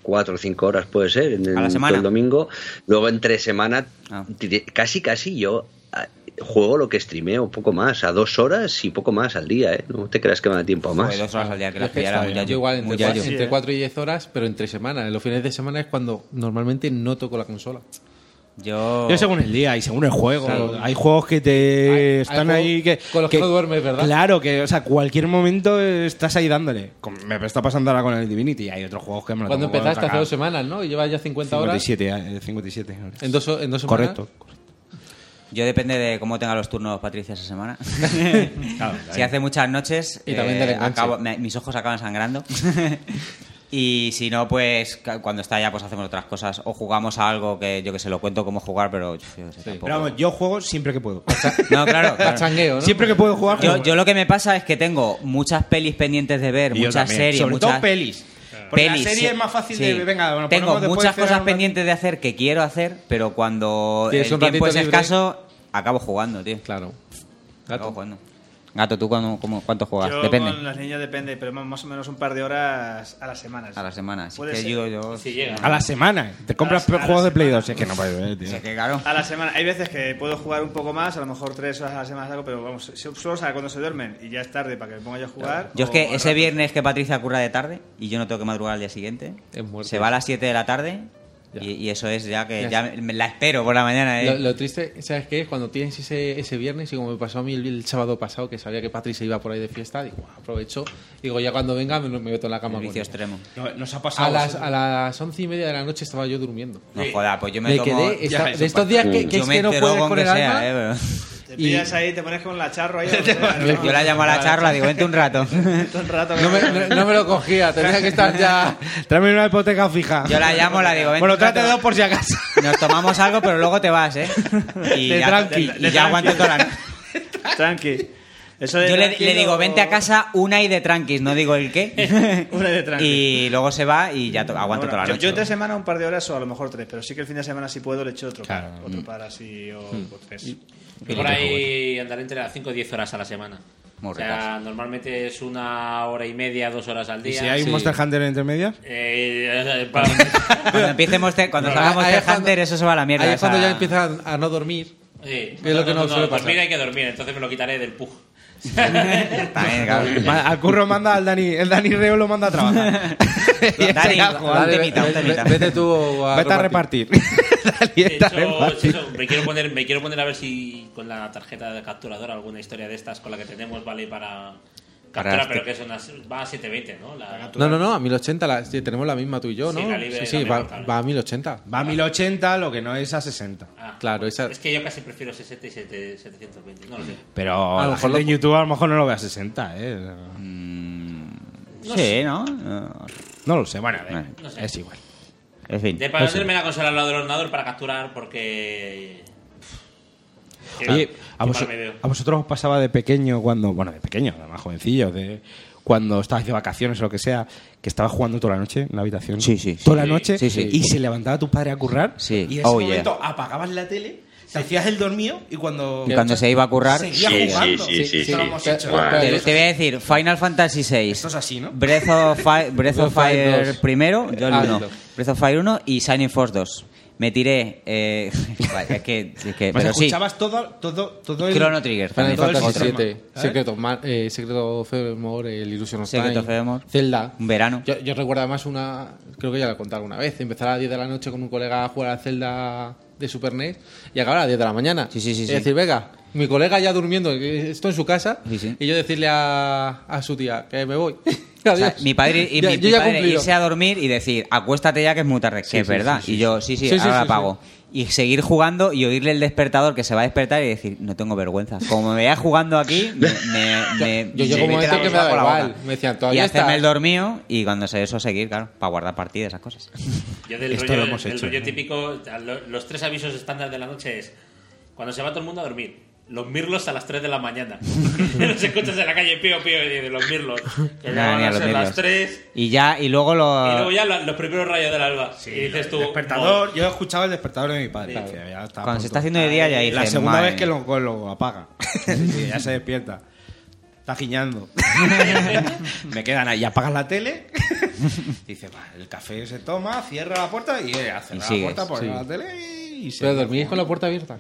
Speaker 11: cuatro o cinco horas puede ser en, en
Speaker 7: la
Speaker 11: todo
Speaker 7: semana?
Speaker 11: el domingo. Luego entre semana,
Speaker 7: Ah.
Speaker 11: tire- casi casi yo ah, juego lo que streameo, poco más, a dos horas y poco más al día, ¿eh? No te creas que me da tiempo a más.
Speaker 7: Joder, dos horas al día que
Speaker 6: Yo
Speaker 7: las
Speaker 6: es que
Speaker 7: pillara
Speaker 6: estaba-
Speaker 7: muy
Speaker 6: yo
Speaker 7: yayo,
Speaker 6: igual
Speaker 7: muy
Speaker 6: entre,
Speaker 7: yayo.
Speaker 6: cuatro, entre cuatro y 10 horas, pero entre semana. En los fines de semana es cuando normalmente no toco la consola.
Speaker 7: Yo.
Speaker 4: Yo según el día y según el juego.
Speaker 6: Claro.
Speaker 4: Hay juegos que te
Speaker 6: hay
Speaker 4: están
Speaker 6: juegos
Speaker 4: ahí que.
Speaker 6: con los que no duermes, ¿verdad?
Speaker 4: Claro, que, o sea, cualquier momento eh, estás ahí dándole. Como Me está pasando ahora con el Divinity. Hay otros juegos que me lo
Speaker 6: Cuando
Speaker 4: tengo que
Speaker 6: empezaste hace
Speaker 4: sacar.
Speaker 6: dos semanas, ¿no? Y llevas ya 50 horas.
Speaker 4: 57, eh, 57 horas.
Speaker 6: En dos, en dos semanas.
Speaker 4: Correcto.
Speaker 7: Yo depende de cómo tenga los turnos Patricia esa semana. si hace muchas noches, eh,
Speaker 6: Y también del enganche.
Speaker 7: acabo- me- mis ojos acaban sangrando. y si no, pues ca- cuando está ya, pues hacemos otras cosas. O jugamos a algo que yo que se lo cuento cómo jugar, pero yo qué sé, tampoco.
Speaker 4: Pero vamos, yo juego siempre que puedo.
Speaker 7: No, claro. claro.
Speaker 6: Pachangueo, ¿no?
Speaker 4: Siempre que puedo jugar,
Speaker 7: Yo,
Speaker 4: juego.
Speaker 7: yo lo que me pasa es que tengo muchas pelis pendientes de ver,
Speaker 4: Y yo
Speaker 7: muchas
Speaker 4: también.
Speaker 7: series,
Speaker 4: Sobre
Speaker 7: muchas
Speaker 4: todo pelis. Porque la
Speaker 7: pelis,
Speaker 4: serie
Speaker 7: sí.
Speaker 4: es más fácil
Speaker 7: Sí.
Speaker 4: de. Venga, bueno, pues
Speaker 7: Tengo
Speaker 4: ponemos después
Speaker 7: muchas
Speaker 4: de cenar
Speaker 7: cosas
Speaker 4: un
Speaker 7: pendientes de hacer que quiero hacer, pero cuando el
Speaker 6: Tienes un
Speaker 7: tiempo
Speaker 6: ratito
Speaker 7: es
Speaker 6: libre.
Speaker 7: escaso, acabo jugando, tío.
Speaker 6: Claro.
Speaker 7: Gato. jugando. Gato, ¿tú cuándo- cómo- cuánto juegas?
Speaker 5: Yo
Speaker 7: Depende.
Speaker 5: con los niños depende, pero más o menos un par de horas a la semana.
Speaker 7: A la semana. Si es
Speaker 5: Puede
Speaker 7: que
Speaker 5: ser.
Speaker 7: yo, yo...
Speaker 9: Si llega.
Speaker 4: rato. A la semana. ¿eh? Te compras
Speaker 5: A la- a la
Speaker 4: juegos de Play
Speaker 5: semana.
Speaker 4: 2. Es que no puede ver, tío.
Speaker 7: si es que, claro.
Speaker 5: A la semana. Hay veces que puedo jugar un poco más, a lo mejor tres horas a la semana algo, pero vamos, se- solo sabe cuando se duermen y ya es tarde para que me ponga yo a jugar.
Speaker 7: Yo es
Speaker 5: o
Speaker 7: que
Speaker 5: al
Speaker 7: ese
Speaker 5: rato.
Speaker 7: viernes que Patricia curra de tarde y yo no tengo que madrugar al día siguiente,
Speaker 6: Es muerte.
Speaker 7: se va a las 7 de la tarde Y, y eso es ya que ya me- la espero por la mañana. ¿eh?
Speaker 6: Lo, lo triste, ¿sabes qué? Es cuando tienes ese, ese viernes y como me pasó a mí el, el sábado pasado que sabía que Patri se iba por ahí de fiesta, digo, "Buah, aprovecho, digo, ya cuando venga me, me meto en la cama.
Speaker 7: El
Speaker 6: con
Speaker 7: vicio
Speaker 6: él".
Speaker 7: extremo.
Speaker 4: Nos ha
Speaker 6: A
Speaker 4: pasado.
Speaker 6: las, a las once y media de la noche estaba yo durmiendo.
Speaker 7: No joda, pues yo me,
Speaker 6: Me
Speaker 7: tomo...
Speaker 6: quedé esta-
Speaker 8: Ya, eso
Speaker 6: de estos días que, que
Speaker 7: yo
Speaker 6: es
Speaker 7: me
Speaker 6: que no puedes
Speaker 7: drogo
Speaker 6: con
Speaker 7: aunque
Speaker 6: el
Speaker 7: sea,
Speaker 6: alma.
Speaker 7: ¿eh?
Speaker 5: Te
Speaker 6: Y-
Speaker 5: pillas ahí, te pones con la charro ahí.
Speaker 7: pero- Yo la llamo a la charla, digo, vente un rato.
Speaker 5: Todo el rato.
Speaker 6: No me, no- no me lo cogía, tenía que estar ya.
Speaker 4: Tráeme una hipoteca fija.
Speaker 7: Yo la llamo, la digo, vente
Speaker 4: Bueno,
Speaker 7: un rato.
Speaker 4: trate dos por si acaso.
Speaker 7: Nos tomamos algo, pero luego te vas, ¿eh? Y
Speaker 4: De
Speaker 7: ya,
Speaker 4: tranqui,
Speaker 7: y
Speaker 4: de
Speaker 7: ya aguanto toda la noche.
Speaker 5: Tranqui. Eso de
Speaker 7: Yo le,
Speaker 5: tranqui
Speaker 7: le
Speaker 5: lo-
Speaker 7: digo, vente a casa una y de tranquis, no digo el qué.
Speaker 5: Una de tranqui.
Speaker 7: Y luego se va y ya to- aguanto
Speaker 5: Bueno,
Speaker 7: toda la
Speaker 5: yo,
Speaker 7: noche.
Speaker 5: yo entre semana un par de horas o a lo mejor tres, pero sí que el fin de semana si puedo le echo otro, par, otro
Speaker 7: Mm.
Speaker 5: par así o o tres.
Speaker 9: Yo por ahí andaré entre las 5 y 10 horas a la semana.
Speaker 7: Muy
Speaker 9: o sea, normalmente es una hora y media, dos horas al día.
Speaker 4: ¿Y si hay un Monster Hunter entre medias?
Speaker 9: Eh, eh, para-
Speaker 7: Cuando empecemos, cuando salgamos
Speaker 6: Ahí
Speaker 7: de
Speaker 6: es cuando-
Speaker 7: Hunter, eso se va a la mierda.
Speaker 6: Ahí es cuando
Speaker 7: esa-
Speaker 6: ya empiezan a no dormir.
Speaker 9: Sí.
Speaker 6: Es lo que nos suele
Speaker 9: dormir
Speaker 6: pasar.
Speaker 9: hay que dormir, entonces me lo quitaré del pug.
Speaker 7: También, cabrón.
Speaker 4: Va, Al curro manda al Dani, el Dani Reo lo manda a trabajar. Y ese
Speaker 7: Dani,
Speaker 4: ya
Speaker 7: un
Speaker 4: juega.
Speaker 6: Dale,
Speaker 7: temita, un
Speaker 6: ve- ve-
Speaker 7: temita.
Speaker 6: Vete tú a
Speaker 4: Vete a
Speaker 6: repartir.
Speaker 4: repartir. Dani,
Speaker 9: De
Speaker 4: vete a
Speaker 9: hecho, es
Speaker 4: repartir.
Speaker 9: eso, me, quiero poner, me quiero poner a ver si con la tarjeta de capturadora alguna historia de estas con la que tenemos vale para
Speaker 7: Para
Speaker 9: captura,
Speaker 7: este-
Speaker 9: pero que son las, va a 720, ¿no? La,
Speaker 6: No, no, no, a 1080 la- sí, tenemos la misma tú y yo,
Speaker 9: Sí,
Speaker 6: ¿no?
Speaker 9: la libre-
Speaker 6: sí, sí,
Speaker 9: la
Speaker 6: va,
Speaker 9: misma, claro.
Speaker 6: va a 1080.
Speaker 4: Va a 1080, lo que no es a 60.
Speaker 9: Ah,
Speaker 6: Claro, esa-
Speaker 9: Es que yo casi prefiero 60 y 7- 720, no lo sé.
Speaker 4: Pero a
Speaker 6: A lo
Speaker 4: lo
Speaker 6: mejor
Speaker 4: mejor en
Speaker 6: lo-
Speaker 4: YouTube a lo mejor no lo ve a 60, ¿eh?
Speaker 7: Sí, ¿no? No,
Speaker 4: No lo sé, bueno, a ver,
Speaker 7: Vale.
Speaker 9: No sé.
Speaker 4: es igual.
Speaker 7: En fin.
Speaker 9: De para ponerme la consola al lado del ordenador para capturar porque... Qué mal-
Speaker 4: Oye, a,
Speaker 9: qué
Speaker 4: vos-
Speaker 9: mal me veo.
Speaker 4: a vosotros os pasaba de pequeño cuando, bueno, de pequeño, más jovencillo, de cuando estabais de vacaciones o lo que sea, que estabas jugando toda la noche en la habitación.
Speaker 7: Sí, sí, sí.
Speaker 4: Toda la
Speaker 7: Sí,
Speaker 4: noche
Speaker 7: sí, sí.
Speaker 4: y se levantaba tu padre a currar
Speaker 7: Sí.
Speaker 4: y en ese
Speaker 7: Oh, yeah.
Speaker 4: momento apagabas la tele, te hacías el dormido y cuando
Speaker 7: Y cuando se iba a currar...
Speaker 4: seguías
Speaker 13: Sí, sí,
Speaker 4: jugando.
Speaker 13: sí, sí,
Speaker 4: Esto
Speaker 13: sí.
Speaker 4: lo hemos
Speaker 6: Pero-
Speaker 4: hecho.
Speaker 6: pero- pero-
Speaker 7: Te, te voy a decir, Final Fantasy VI.
Speaker 4: Esto es así, ¿no?
Speaker 7: Breath of, Fi- Breath of
Speaker 6: Breath of Fire
Speaker 7: Fire
Speaker 6: 2.
Speaker 7: primero, yo el
Speaker 6: Ah,
Speaker 7: 1.
Speaker 6: el dos.
Speaker 7: Breath of Fire 1 y Shining Force 2. Me tiré. Eh, es que. es que-
Speaker 4: Pues
Speaker 7: pero sí.
Speaker 4: escuchabas todo, todo, todo el...
Speaker 7: Chrono Trigger.
Speaker 6: Final
Speaker 7: también.
Speaker 4: todo el
Speaker 6: Fantasy
Speaker 4: sistema,
Speaker 6: VII,
Speaker 4: ¿sabes?
Speaker 6: Secreto, Ma- eh, Secreto of Evermore, el Illusion of
Speaker 7: Secret
Speaker 6: Time,
Speaker 7: of Evermore,
Speaker 6: Zelda.
Speaker 7: un verano.
Speaker 6: Yo, yo recuerdo además una, creo que ya la he contado alguna vez, empezar a las 10 de la noche con un colega a jugar a Zelda de Super NES y acabar a las 10 de la mañana.
Speaker 7: Sí, sí, sí,
Speaker 6: Es
Speaker 7: sí.
Speaker 6: decir, venga, mi colega ya durmiendo, que esto en su casa,
Speaker 7: Sí, sí.
Speaker 6: y yo decirle a, a su tía que me voy.
Speaker 7: O sea,
Speaker 6: Adiós.
Speaker 7: mi padre, y
Speaker 6: Ya-
Speaker 7: mi,
Speaker 6: yo
Speaker 7: mi
Speaker 6: ya he
Speaker 7: padre
Speaker 6: cumplido.
Speaker 7: irse a dormir y decir, acuéstate ya que es muy tarde, que es
Speaker 6: sí,
Speaker 7: verdad.
Speaker 6: sí, sí,
Speaker 7: y yo, sí,
Speaker 6: Sí,
Speaker 7: sí,
Speaker 6: sí,
Speaker 7: ahora
Speaker 6: sí,
Speaker 7: la
Speaker 6: sí.
Speaker 7: apago. Y seguir jugando y oírle el despertador que se va a despertar y decir, no tengo vergüenza. Como me veas jugando aquí, me. me, me-
Speaker 6: yo llego
Speaker 7: me
Speaker 6: un momento
Speaker 7: meto la
Speaker 6: que me
Speaker 7: mano
Speaker 6: da
Speaker 7: por la
Speaker 6: igual.
Speaker 7: boca.
Speaker 6: Me decían, "Todavía
Speaker 7: Y hacerme
Speaker 6: estás".
Speaker 7: el dormido y cuando se eso seguir, claro, para guardar partidas, esas cosas.
Speaker 9: Yo del
Speaker 4: Esto
Speaker 9: rollo,
Speaker 4: lo hemos
Speaker 9: del
Speaker 4: hecho,
Speaker 9: rollo
Speaker 4: ¿eh?
Speaker 9: típico, a lo- los tres avisos estándar de la noche es cuando se va todo el mundo a dormir, los mirlos a las 3 de la mañana. los escuchas en la calle, pío, pío, y de los mirlos. Que ya
Speaker 7: Madre
Speaker 9: van
Speaker 7: mía,
Speaker 9: a
Speaker 7: los Ah.
Speaker 9: ser las
Speaker 7: nervios.
Speaker 9: 3.
Speaker 7: Y ya, y luego lo.
Speaker 9: Y luego ya lo- los primeros rayos del alba. y dices tú,
Speaker 4: despertador, yo escuchaba el despertador de mi padre. decía, ya está,
Speaker 7: Cuando
Speaker 4: punto.
Speaker 7: se está haciendo de día ya dices,
Speaker 4: La segunda
Speaker 7: "Madre
Speaker 4: vez que
Speaker 7: mía".
Speaker 4: lo, lo apaga. Sí, ya se despierta. Está giñando. Me quedan ahí. Apagas la tele. Dice, va, el café se toma, cierra la puerta y eh, a cerrar
Speaker 7: Y
Speaker 4: la
Speaker 7: sigues,
Speaker 4: puerta, poner
Speaker 6: sí.
Speaker 4: la tele y se.
Speaker 6: Pero dormís con la puerta abierta.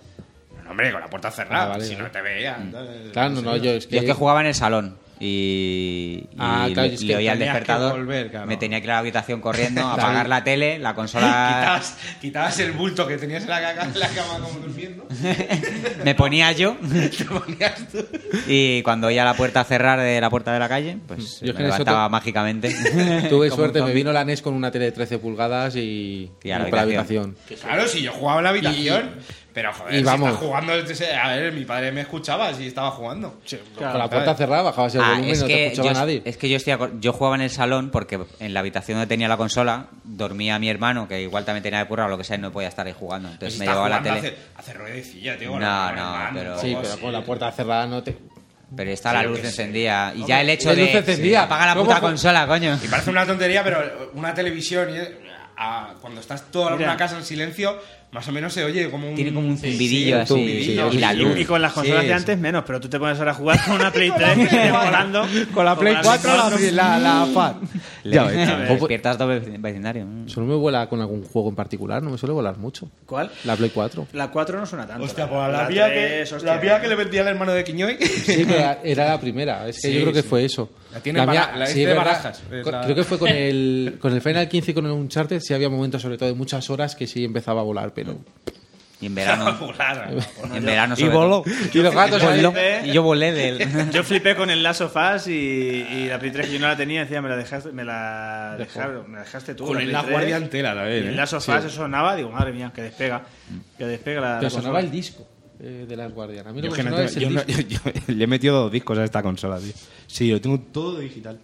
Speaker 4: No, hombre, con la puerta cerrada,
Speaker 6: Ah, vale,
Speaker 4: si no
Speaker 6: vale.
Speaker 4: te veía. entonces-
Speaker 6: Claro, no, no, yo es que...
Speaker 7: Yo es que jugaba en el salón y, y
Speaker 6: Ah, claro,
Speaker 7: le,
Speaker 6: es que
Speaker 7: le oía el
Speaker 4: tenías que
Speaker 7: despertador.
Speaker 4: volver, claro.
Speaker 7: Me tenía que ir a la habitación corriendo, apagar la tele, la consola.
Speaker 4: Quitabas, quitabas el bulto que tenías en la, caca- en la cama como durmiendo.
Speaker 7: me ponía yo. y cuando oía la puerta cerrar de la puerta de la calle, pues
Speaker 6: Yo es que
Speaker 7: me
Speaker 6: en eso
Speaker 7: levantaba
Speaker 6: te-
Speaker 7: mágicamente.
Speaker 6: Tuve suerte, me vino la NES con una tele de 13 pulgadas y,
Speaker 7: Y a la
Speaker 6: y para
Speaker 7: habitación.
Speaker 4: Claro, si yo jugaba en la habitación. Pero joder,
Speaker 6: y vamos.
Speaker 4: si estás jugando. A ver, mi padre me escuchaba si estaba jugando.
Speaker 6: Con la puerta cerrada bajabas el
Speaker 7: Ah,
Speaker 6: volumen y
Speaker 7: es
Speaker 6: no te
Speaker 7: que,
Speaker 6: escuchaba
Speaker 7: yo,
Speaker 6: nadie.
Speaker 7: es que yo estoy acor- yo jugaba en el salón porque en la habitación donde tenía la consola dormía mi hermano que igual también tenía de curra o lo que sea y no podía estar ahí jugando entonces
Speaker 9: Pues
Speaker 4: Si
Speaker 7: me
Speaker 4: estás
Speaker 7: llevaba la
Speaker 4: jugando,
Speaker 7: tele
Speaker 4: Hace, hace ruedecilla, tío.
Speaker 7: No,
Speaker 4: la-
Speaker 7: no,
Speaker 4: la- la-
Speaker 7: pero-
Speaker 4: un
Speaker 6: Sí,
Speaker 4: poco
Speaker 6: pero
Speaker 4: así.
Speaker 6: con la puerta cerrada no te.
Speaker 7: Pero está la luz encendida. Y ya el hecho
Speaker 6: La
Speaker 7: de.
Speaker 6: luz encendida.
Speaker 7: Apaga la
Speaker 6: ¿Cómo
Speaker 7: puta
Speaker 6: fue?
Speaker 7: consola, coño.
Speaker 4: Y parece una tontería, pero una televisión, y, ah, cuando estás toda
Speaker 5: Mira.
Speaker 4: una casa en silencio, Más o menos se oye como un.
Speaker 7: Tiene como un zumbidillo así,
Speaker 4: zumbidillo,
Speaker 7: y la
Speaker 4: sí,
Speaker 7: luz.
Speaker 4: sí.
Speaker 5: Y con las consolas
Speaker 4: Sí,
Speaker 5: de
Speaker 4: sí.
Speaker 5: antes menos, pero tú te pones ahora a jugar con una Play 3 volando.
Speaker 4: Con la Play 4, la, la, la Fat.
Speaker 7: Le-
Speaker 4: Ya ves.
Speaker 7: Despiertas doble vecindario. mm.
Speaker 6: Solo me vuela con algún juego en particular, no me suele volar mucho.
Speaker 5: ¿Cuál?
Speaker 6: La Play 4.
Speaker 5: La 4 no suena tanto.
Speaker 4: Hostia, pues la vía
Speaker 5: vía
Speaker 4: que, la vía que le vendía el hermano de Quiñoy.
Speaker 6: Sí, pero era- era la primera. Es que
Speaker 4: Sí,
Speaker 6: yo creo que
Speaker 4: sí.
Speaker 6: fue eso.
Speaker 4: La tiene bara- la este
Speaker 6: sí, es
Speaker 4: de
Speaker 6: verdad.
Speaker 4: barajas, es
Speaker 6: Co-
Speaker 4: la-
Speaker 6: Creo que fue con el, con el Final 15 y con el Uncharted. Sí había momentos, sobre todo de muchas horas, que sí empezaba a volar, pero...
Speaker 7: Y en verano. y en verano
Speaker 6: Y
Speaker 7: sobre
Speaker 6: voló.
Speaker 7: todo.
Speaker 6: Y los gatos ahí.
Speaker 7: Voló. Y yo volé del...
Speaker 5: Yo flipé con el Last of Us y, y la Play 3 que yo no la tenía, decía, me la dejaste, me la dejaron, me la dejaste tú.
Speaker 4: Con el
Speaker 5: Play
Speaker 4: La
Speaker 5: 3".
Speaker 4: Guardia entera
Speaker 5: Y
Speaker 4: también.
Speaker 5: el
Speaker 4: ¿eh?
Speaker 5: Last of Us eso sonaba, digo, madre mía, que despega. Que despega la.
Speaker 6: Pero
Speaker 5: la
Speaker 6: sonaba
Speaker 5: consola.
Speaker 6: el disco eh, de las Guardian. A mí lo
Speaker 4: Yo
Speaker 6: que
Speaker 4: que no
Speaker 6: sonaba
Speaker 4: tengo-
Speaker 6: es el
Speaker 4: yo no-
Speaker 6: disco.
Speaker 4: yo- yo- le he metido dos discos a esta consola, tío. Sí, lo tengo todo digital.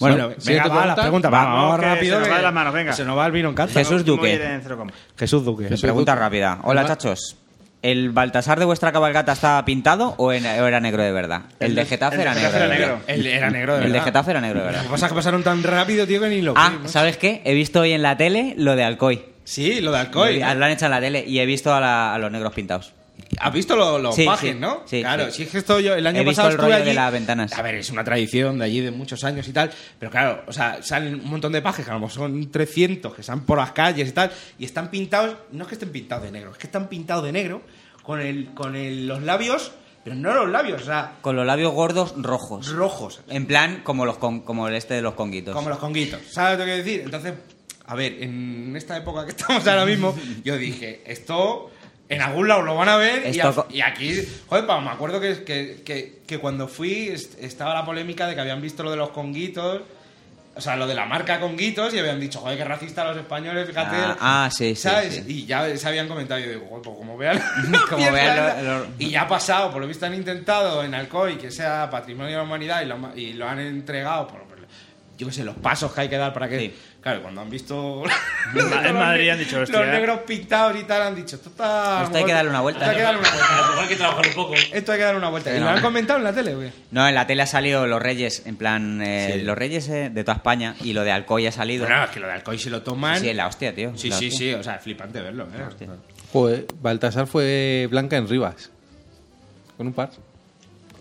Speaker 7: Bueno,
Speaker 6: siguiente
Speaker 4: venga, va, las
Speaker 6: pregunta.
Speaker 4: preguntas. va, Vamos,
Speaker 5: Vamos, que
Speaker 4: rápido.
Speaker 5: se nos va
Speaker 4: que-
Speaker 5: de las manos, venga.
Speaker 4: Se nos va el vino en calza.
Speaker 7: Jesús
Speaker 4: ¿no?
Speaker 5: Muy
Speaker 7: Duque.
Speaker 5: bien, cero coma.
Speaker 4: Jesús Duque.
Speaker 7: Pregunta rápida. Hola, chachos. ¿El Baltasar de vuesta cabalgata estaba pintado o, en- o era negro de verdad? El de Getafe era
Speaker 5: el de
Speaker 7: negro.
Speaker 5: Getafe
Speaker 7: de
Speaker 5: era
Speaker 7: verdad.
Speaker 4: El, era negro, de
Speaker 7: El de
Speaker 4: verdad.
Speaker 7: Getafe era negro de verdad.
Speaker 4: Las cosas que pasaron tan rápido, tío, que ni lo
Speaker 7: Ah,
Speaker 4: vimos.
Speaker 7: ¿sabes qué? He visto hoy en la tele lo de Alcoy.
Speaker 4: Sí, lo de
Speaker 7: Lo
Speaker 4: Alcoy.
Speaker 7: han hecho en la tele y he visto a, la- a los negros pintados.
Speaker 4: ¿Has visto lo- los
Speaker 7: Sí,
Speaker 4: pajes,
Speaker 7: sí,
Speaker 4: no?
Speaker 7: sí,
Speaker 4: claro,
Speaker 7: sí.
Speaker 4: si es que esto yo el año
Speaker 7: He visto
Speaker 4: pasado
Speaker 7: el
Speaker 4: estuve
Speaker 7: rollo de
Speaker 4: allí-
Speaker 7: las ventanas.
Speaker 4: A ver, es una tradición de allí de muchos años y tal, pero claro, o sea, salen un montón de pajes, que a lo mejor son 300 que están por las calles y tal, y están pintados, no es que estén pintados de negro, es que están pintados de negro con el con el- los labios, pero no los labios, o sea,
Speaker 7: Con los labios gordos rojos.
Speaker 4: rojos,
Speaker 7: En plan, como, los con- como el este de los conguitos.
Speaker 4: como los conguitos. ¿Sabes lo que quiero decir? Entonces, a ver, en esta época que estamos ahora mismo, yo dije, esto en algún lado lo van a ver y,
Speaker 7: Esto
Speaker 4: a-
Speaker 7: co-
Speaker 4: y aquí, joder, pa, me acuerdo que, que, que- que cuando fui es- estaba la polémica de que habían visto lo de los conguitos. O sea, lo de la marca Conguitos y habían dicho, joder, qué racista los españoles, fíjate.
Speaker 7: Ah, ah, sí, sí,
Speaker 4: ¿Sabes?
Speaker 7: sí.
Speaker 4: Y ya se habían comentado, yo digo, joder, pues como vean.
Speaker 7: Como vean lo-
Speaker 4: mierda esa.
Speaker 7: lo-
Speaker 4: Y ya ha pasado, por lo visto han intentado en Alcoy que sea patrimonio de la humanidad y lo, ma- y lo han entregado por, por- yo qué sé, los pasos que hay que dar para que.
Speaker 7: Sí.
Speaker 4: Claro, cuando han visto.
Speaker 5: en Madrid han dicho, hostia.
Speaker 4: Los negros pintados y tal han dicho, esto está.
Speaker 7: Esto hay que darle una vuelta.
Speaker 4: Esto hay que darle una vuelta.
Speaker 9: Igual que trabajar un poco.
Speaker 4: Esto hay que darle una vuelta.
Speaker 7: Sí,
Speaker 4: ¿Y
Speaker 7: no.
Speaker 4: lo han comentado en la tele, güey?
Speaker 7: No, en la tele ha salido Los Reyes, en plan, eh, Los Reyes eh, de toda España y lo de Alcoy ha salido.
Speaker 4: Bueno, es que lo de Alcoy se lo toman.
Speaker 7: Sí, en la hostia, tío.
Speaker 4: Sí,
Speaker 7: La
Speaker 4: sí,
Speaker 7: hostia.
Speaker 4: sí, o sea, es flipante verlo, ¿eh?
Speaker 6: Joder, Baltasar fue blanca en Rivas. Con un par.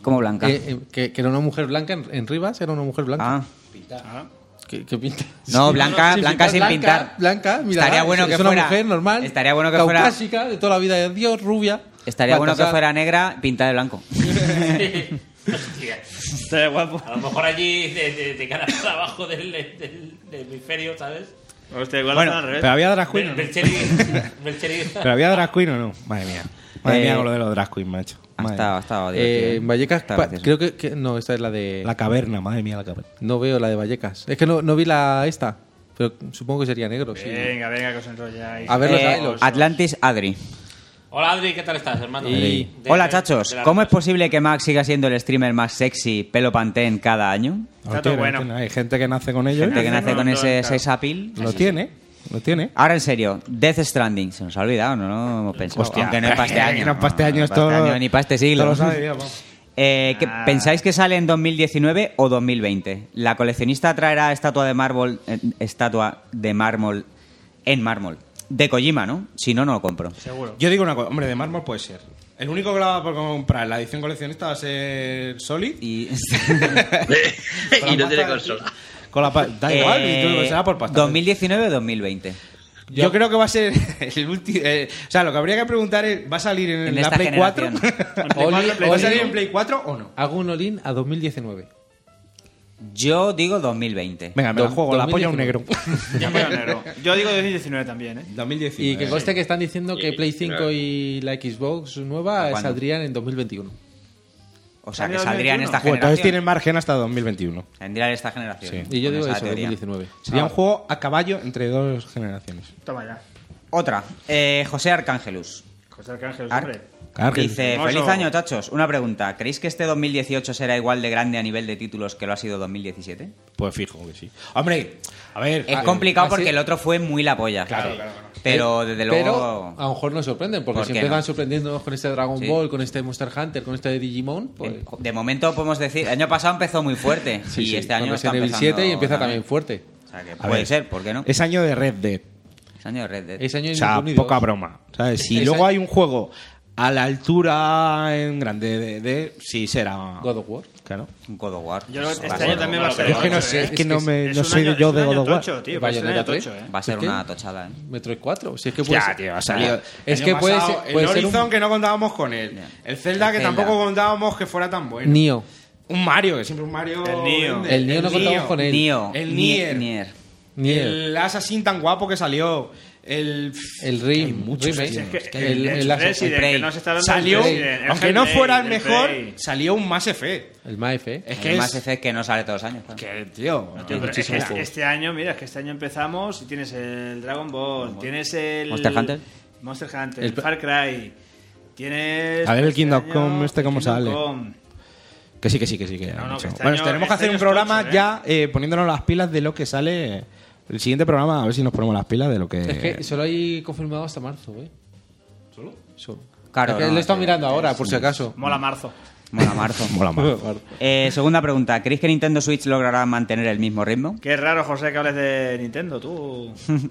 Speaker 7: Como blanca.
Speaker 6: Eh, eh, que, que era una mujer blanca en, en Rivas, era una mujer blanca.
Speaker 7: Ah.
Speaker 6: ¿Qué, qué pinta?
Speaker 7: No, blanca,
Speaker 6: Sí,
Speaker 7: blanca sin pintar.
Speaker 6: Blanca, mira.
Speaker 7: Estaría bueno
Speaker 6: es
Speaker 7: que
Speaker 6: una
Speaker 7: fuera-
Speaker 6: mujer normal.
Speaker 7: estaría bueno que fuera-
Speaker 6: caucásica, de toda la vida de Dios, rubia.
Speaker 7: Estaría bueno que
Speaker 6: Baltasar. eh,
Speaker 7: fuera negra pintada de blanco.
Speaker 9: Hostia.
Speaker 5: Está guapo.
Speaker 9: A lo mejor allí de, de, de cara para abajo del, del, del hemisferio, ¿sabes?
Speaker 5: Hostia, igual
Speaker 4: Bueno,
Speaker 5: está al revés.
Speaker 4: pero había drag queen. o no?
Speaker 9: Ber- Bercheri. Bercheri.
Speaker 4: ¿Pero había drag queen o no? Madre mía. Madre
Speaker 7: Eh,
Speaker 4: mía con lo de los drag queen, macho.
Speaker 7: Ha
Speaker 4: Madre
Speaker 7: estado, ha
Speaker 4: mía.
Speaker 7: estado divertido.
Speaker 6: Eh, en Vallecas,
Speaker 7: Está
Speaker 6: pa-
Speaker 7: gracioso.
Speaker 6: creo que, que- No, esta es la de.
Speaker 4: La caverna, madre mía, la caverna.
Speaker 6: No veo la de Vallecas. Es que no, no vi la esta. Pero supongo que sería negro, sí.
Speaker 5: Venga, venga, que os enrolláis.
Speaker 6: A ver los
Speaker 7: Eh,
Speaker 6: diálogos.
Speaker 7: Atlantis Adri.
Speaker 9: Hola Adri, ¿qué tal estás, hermano?
Speaker 7: Y-
Speaker 9: De-
Speaker 7: Hola
Speaker 9: de-
Speaker 7: chachos,
Speaker 9: de la-
Speaker 7: ¿cómo es posible que Max siga siendo el streamer más sexy pelo pantén cada año?
Speaker 5: Está todo
Speaker 4: No tiene,
Speaker 5: bueno.
Speaker 4: no tiene. Hay gente que nace con ellos.
Speaker 7: Gente que nace con
Speaker 5: no,
Speaker 7: ese
Speaker 5: claro.
Speaker 7: sex appeal.
Speaker 4: Lo tiene, lo tiene.
Speaker 7: Ahora en serio, Death Stranding, se nos ha olvidado, no lo hemos pensado. Aunque no es para este año.
Speaker 4: No es para este año,
Speaker 7: No es para
Speaker 4: esto-
Speaker 7: este año, ni para este siglo.
Speaker 4: esto lo sabe, ya, vamos.
Speaker 7: Eh, ¿qué-
Speaker 5: Ah.
Speaker 7: ¿Pensáis que sale en 2019 o 2020? ¿La coleccionista traerá estatua de mármol, eh, estatua de mármol en mármol? De Kojima, ¿no? Si no, no lo compro.
Speaker 5: Seguro.
Speaker 4: Yo digo una cosa, hombre, de mármol puede ser. El único que la va a comprar en la edición coleccionista va a ser Solid.
Speaker 7: Y...
Speaker 11: y no tiene consola.
Speaker 4: Con la pa- da igual, y tú-
Speaker 7: Eh,
Speaker 4: será por pasta.
Speaker 7: 2019 o 2020.
Speaker 4: Yo creo que va a ser el último. o sea, lo que habría que preguntar es: ¿va a salir en,
Speaker 7: En
Speaker 4: la
Speaker 7: esta
Speaker 4: Play 4?
Speaker 7: generación.
Speaker 6: Oli-
Speaker 4: ¿Va a
Speaker 6: Oli-
Speaker 4: salir en Play 4 o no?
Speaker 6: Hago un olín a 2019.
Speaker 7: Yo digo 2020.
Speaker 4: Venga, me la
Speaker 6: Do-
Speaker 4: juego, la apoya un
Speaker 6: 2019.
Speaker 4: negro.
Speaker 5: Ya me lo negro. Yo digo 2019 también, ¿eh?
Speaker 4: 2019.
Speaker 6: Y que conste que están diciendo que
Speaker 11: Sí,
Speaker 6: Play
Speaker 11: claro.
Speaker 6: 5 y la Xbox nueva
Speaker 7: ¿Cuándo?
Speaker 6: saldrían en 2021.
Speaker 7: O sea,
Speaker 5: Sale
Speaker 7: que saldría en
Speaker 5: 2021.
Speaker 7: esta
Speaker 4: Bueno, entonces tienen
Speaker 7: generación.
Speaker 4: margen hasta 2021.
Speaker 7: Saldría en esta generación.
Speaker 6: Y yo
Speaker 7: con
Speaker 6: digo
Speaker 7: esa
Speaker 6: eso,
Speaker 7: teoría.
Speaker 6: 2019.
Speaker 4: Sería un juego a caballo entre dos generaciones.
Speaker 5: Toma ya.
Speaker 7: Otra. Eh, José Arcángelus.
Speaker 5: José Arcángel,
Speaker 4: Ah,
Speaker 7: Ar-
Speaker 5: Pues, hombre.
Speaker 4: Arcángelus.
Speaker 7: Dice,
Speaker 5: Hermoso.
Speaker 7: feliz año, tachos. Una pregunta. ¿Creéis que este 2018 será igual de grande a nivel de títulos que lo ha sido 2017?
Speaker 4: Pues fijo que sí. Hombre, a ver.
Speaker 7: Es
Speaker 4: a-
Speaker 7: complicado
Speaker 6: Eh, así-
Speaker 7: porque el otro fue muy la polla.
Speaker 4: Claro, claro, claro.
Speaker 7: Pero desde luego...
Speaker 6: Eh, Pero ah, a lo mejor nos sorprenden, porque
Speaker 7: ¿Por
Speaker 6: si
Speaker 7: qué
Speaker 6: empiezan
Speaker 7: no?
Speaker 6: sorprendiéndonos con este Dragon
Speaker 7: Sí.
Speaker 6: Ball, con este Monster Hunter, con este de Digimon, pues.
Speaker 7: eh, De momento podemos decir, el año pasado empezó muy fuerte
Speaker 6: sí,
Speaker 7: y
Speaker 6: sí,
Speaker 7: este año
Speaker 6: con
Speaker 7: está
Speaker 6: Resident Evil
Speaker 7: empezando
Speaker 6: 7 y empieza también fuerte.
Speaker 7: O sea, que
Speaker 4: A
Speaker 7: puede
Speaker 4: ver.
Speaker 7: ser, ¿por qué no?
Speaker 4: Es año de Red Dead.
Speaker 7: Seis años Red Dead.
Speaker 6: Seis
Speaker 4: O
Speaker 6: años
Speaker 4: sea,
Speaker 6: Unidos.
Speaker 4: poca broma. ¿sabes? Si
Speaker 6: Esa-
Speaker 4: luego hay un juego a la altura en grande de, de- sí será
Speaker 6: God of War.
Speaker 4: claro.
Speaker 7: Un God of War.
Speaker 5: Yo creo que
Speaker 7: Va a
Speaker 5: este
Speaker 7: ser
Speaker 5: año también
Speaker 7: un-
Speaker 5: va a ser.
Speaker 6: Yo es que no
Speaker 5: tocho,
Speaker 6: sé,
Speaker 5: ¿eh?
Speaker 6: es
Speaker 4: Es
Speaker 6: que
Speaker 4: que no, me,
Speaker 5: Es
Speaker 4: no
Speaker 5: un
Speaker 4: soy
Speaker 5: año-
Speaker 4: yo
Speaker 5: es
Speaker 4: de
Speaker 5: un
Speaker 4: God
Speaker 5: año
Speaker 4: of War.
Speaker 5: tocho, tío, va a ser un año
Speaker 6: Bayonetta 3.
Speaker 5: tocho, ¿eh?
Speaker 7: Va a ser
Speaker 6: Es que-
Speaker 7: una tochada, ¿eh?
Speaker 6: Metroid 4. Si es que puede
Speaker 4: Ya,
Speaker 6: ser-
Speaker 4: tío, ha salido.
Speaker 6: Es
Speaker 4: Pues, El
Speaker 6: que
Speaker 4: año
Speaker 6: puede
Speaker 4: pasado,
Speaker 6: ser, puede
Speaker 4: el
Speaker 6: ser
Speaker 4: Horizon
Speaker 6: un
Speaker 4: que no contábamos con él.
Speaker 7: Ya.
Speaker 4: El Zelda que
Speaker 7: El
Speaker 4: tampoco
Speaker 7: Zelda.
Speaker 4: contábamos que fuera tan bueno.
Speaker 6: Nio.
Speaker 4: Un Mario, que siempre un Mario.
Speaker 5: El Nioh.
Speaker 4: vende.
Speaker 6: El Nio no contábamos
Speaker 4: Nioh.
Speaker 6: con él.
Speaker 7: Nio.
Speaker 4: el Nier.
Speaker 6: Nier.
Speaker 4: El Assassin tan guapo que salió. El.
Speaker 6: El Rim. remake.
Speaker 4: tío.
Speaker 5: Es que
Speaker 6: el, el,
Speaker 5: el
Speaker 6: Assassin-
Speaker 5: Resident,
Speaker 7: Prey.
Speaker 5: que no se está dando el
Speaker 4: Salió,
Speaker 5: Resident, el
Speaker 4: aunque no
Speaker 5: Hellblade,
Speaker 4: fuera el mejor,
Speaker 5: Prey.
Speaker 4: salió un Mass Effect.
Speaker 6: el Maef, ¿eh?
Speaker 4: Es
Speaker 7: Es
Speaker 4: que
Speaker 7: que
Speaker 4: es-
Speaker 7: más Effect que no sale todos los años. claro.
Speaker 4: Que, tío,
Speaker 5: Tío, pero
Speaker 4: hay
Speaker 5: es que
Speaker 4: muchísimos
Speaker 5: este,
Speaker 4: juegos.
Speaker 5: este año, mira, es que este año empezamos y tienes el Dragon Ball, tienes el.
Speaker 7: Monster Hunter.
Speaker 5: Monster Hunter,
Speaker 6: El
Speaker 5: el
Speaker 6: pe-
Speaker 5: Far Cry. Tienes.
Speaker 4: A ver el
Speaker 5: este
Speaker 4: Kingdom
Speaker 5: año
Speaker 4: Come este cómo
Speaker 5: Kingdom
Speaker 4: sale.
Speaker 5: Come.
Speaker 4: Que sí, que sí, que sí. Que
Speaker 5: no,
Speaker 4: hay
Speaker 5: que
Speaker 4: mucho.
Speaker 5: este
Speaker 4: bueno,
Speaker 5: año-
Speaker 4: tenemos
Speaker 5: este
Speaker 4: que hacer
Speaker 5: año
Speaker 4: un
Speaker 5: es
Speaker 4: programa
Speaker 5: tocho, ¿eh?
Speaker 4: ya eh, poniéndonos las pilas de lo que sale. El siguiente programa, a ver si nos ponemos las pilas de lo que.
Speaker 6: Es
Speaker 7: Eh,
Speaker 6: que solo hay confirmado hasta marzo, ¿eh? ¿Solo? Solo.
Speaker 7: Claro,
Speaker 6: Es que
Speaker 7: no,
Speaker 6: lo he estado
Speaker 7: sí,
Speaker 6: mirando
Speaker 7: sí,
Speaker 6: ahora,
Speaker 7: sí.
Speaker 6: por si acaso.
Speaker 5: Mola marzo.
Speaker 7: Mola marzo.
Speaker 4: Mola más.
Speaker 7: Eh, segunda pregunta. ¿Creéis que Nintendo Switch logrará mantener el mismo ritmo?
Speaker 5: Qué raro, José, que hables de Nintendo, tú.
Speaker 4: Pues,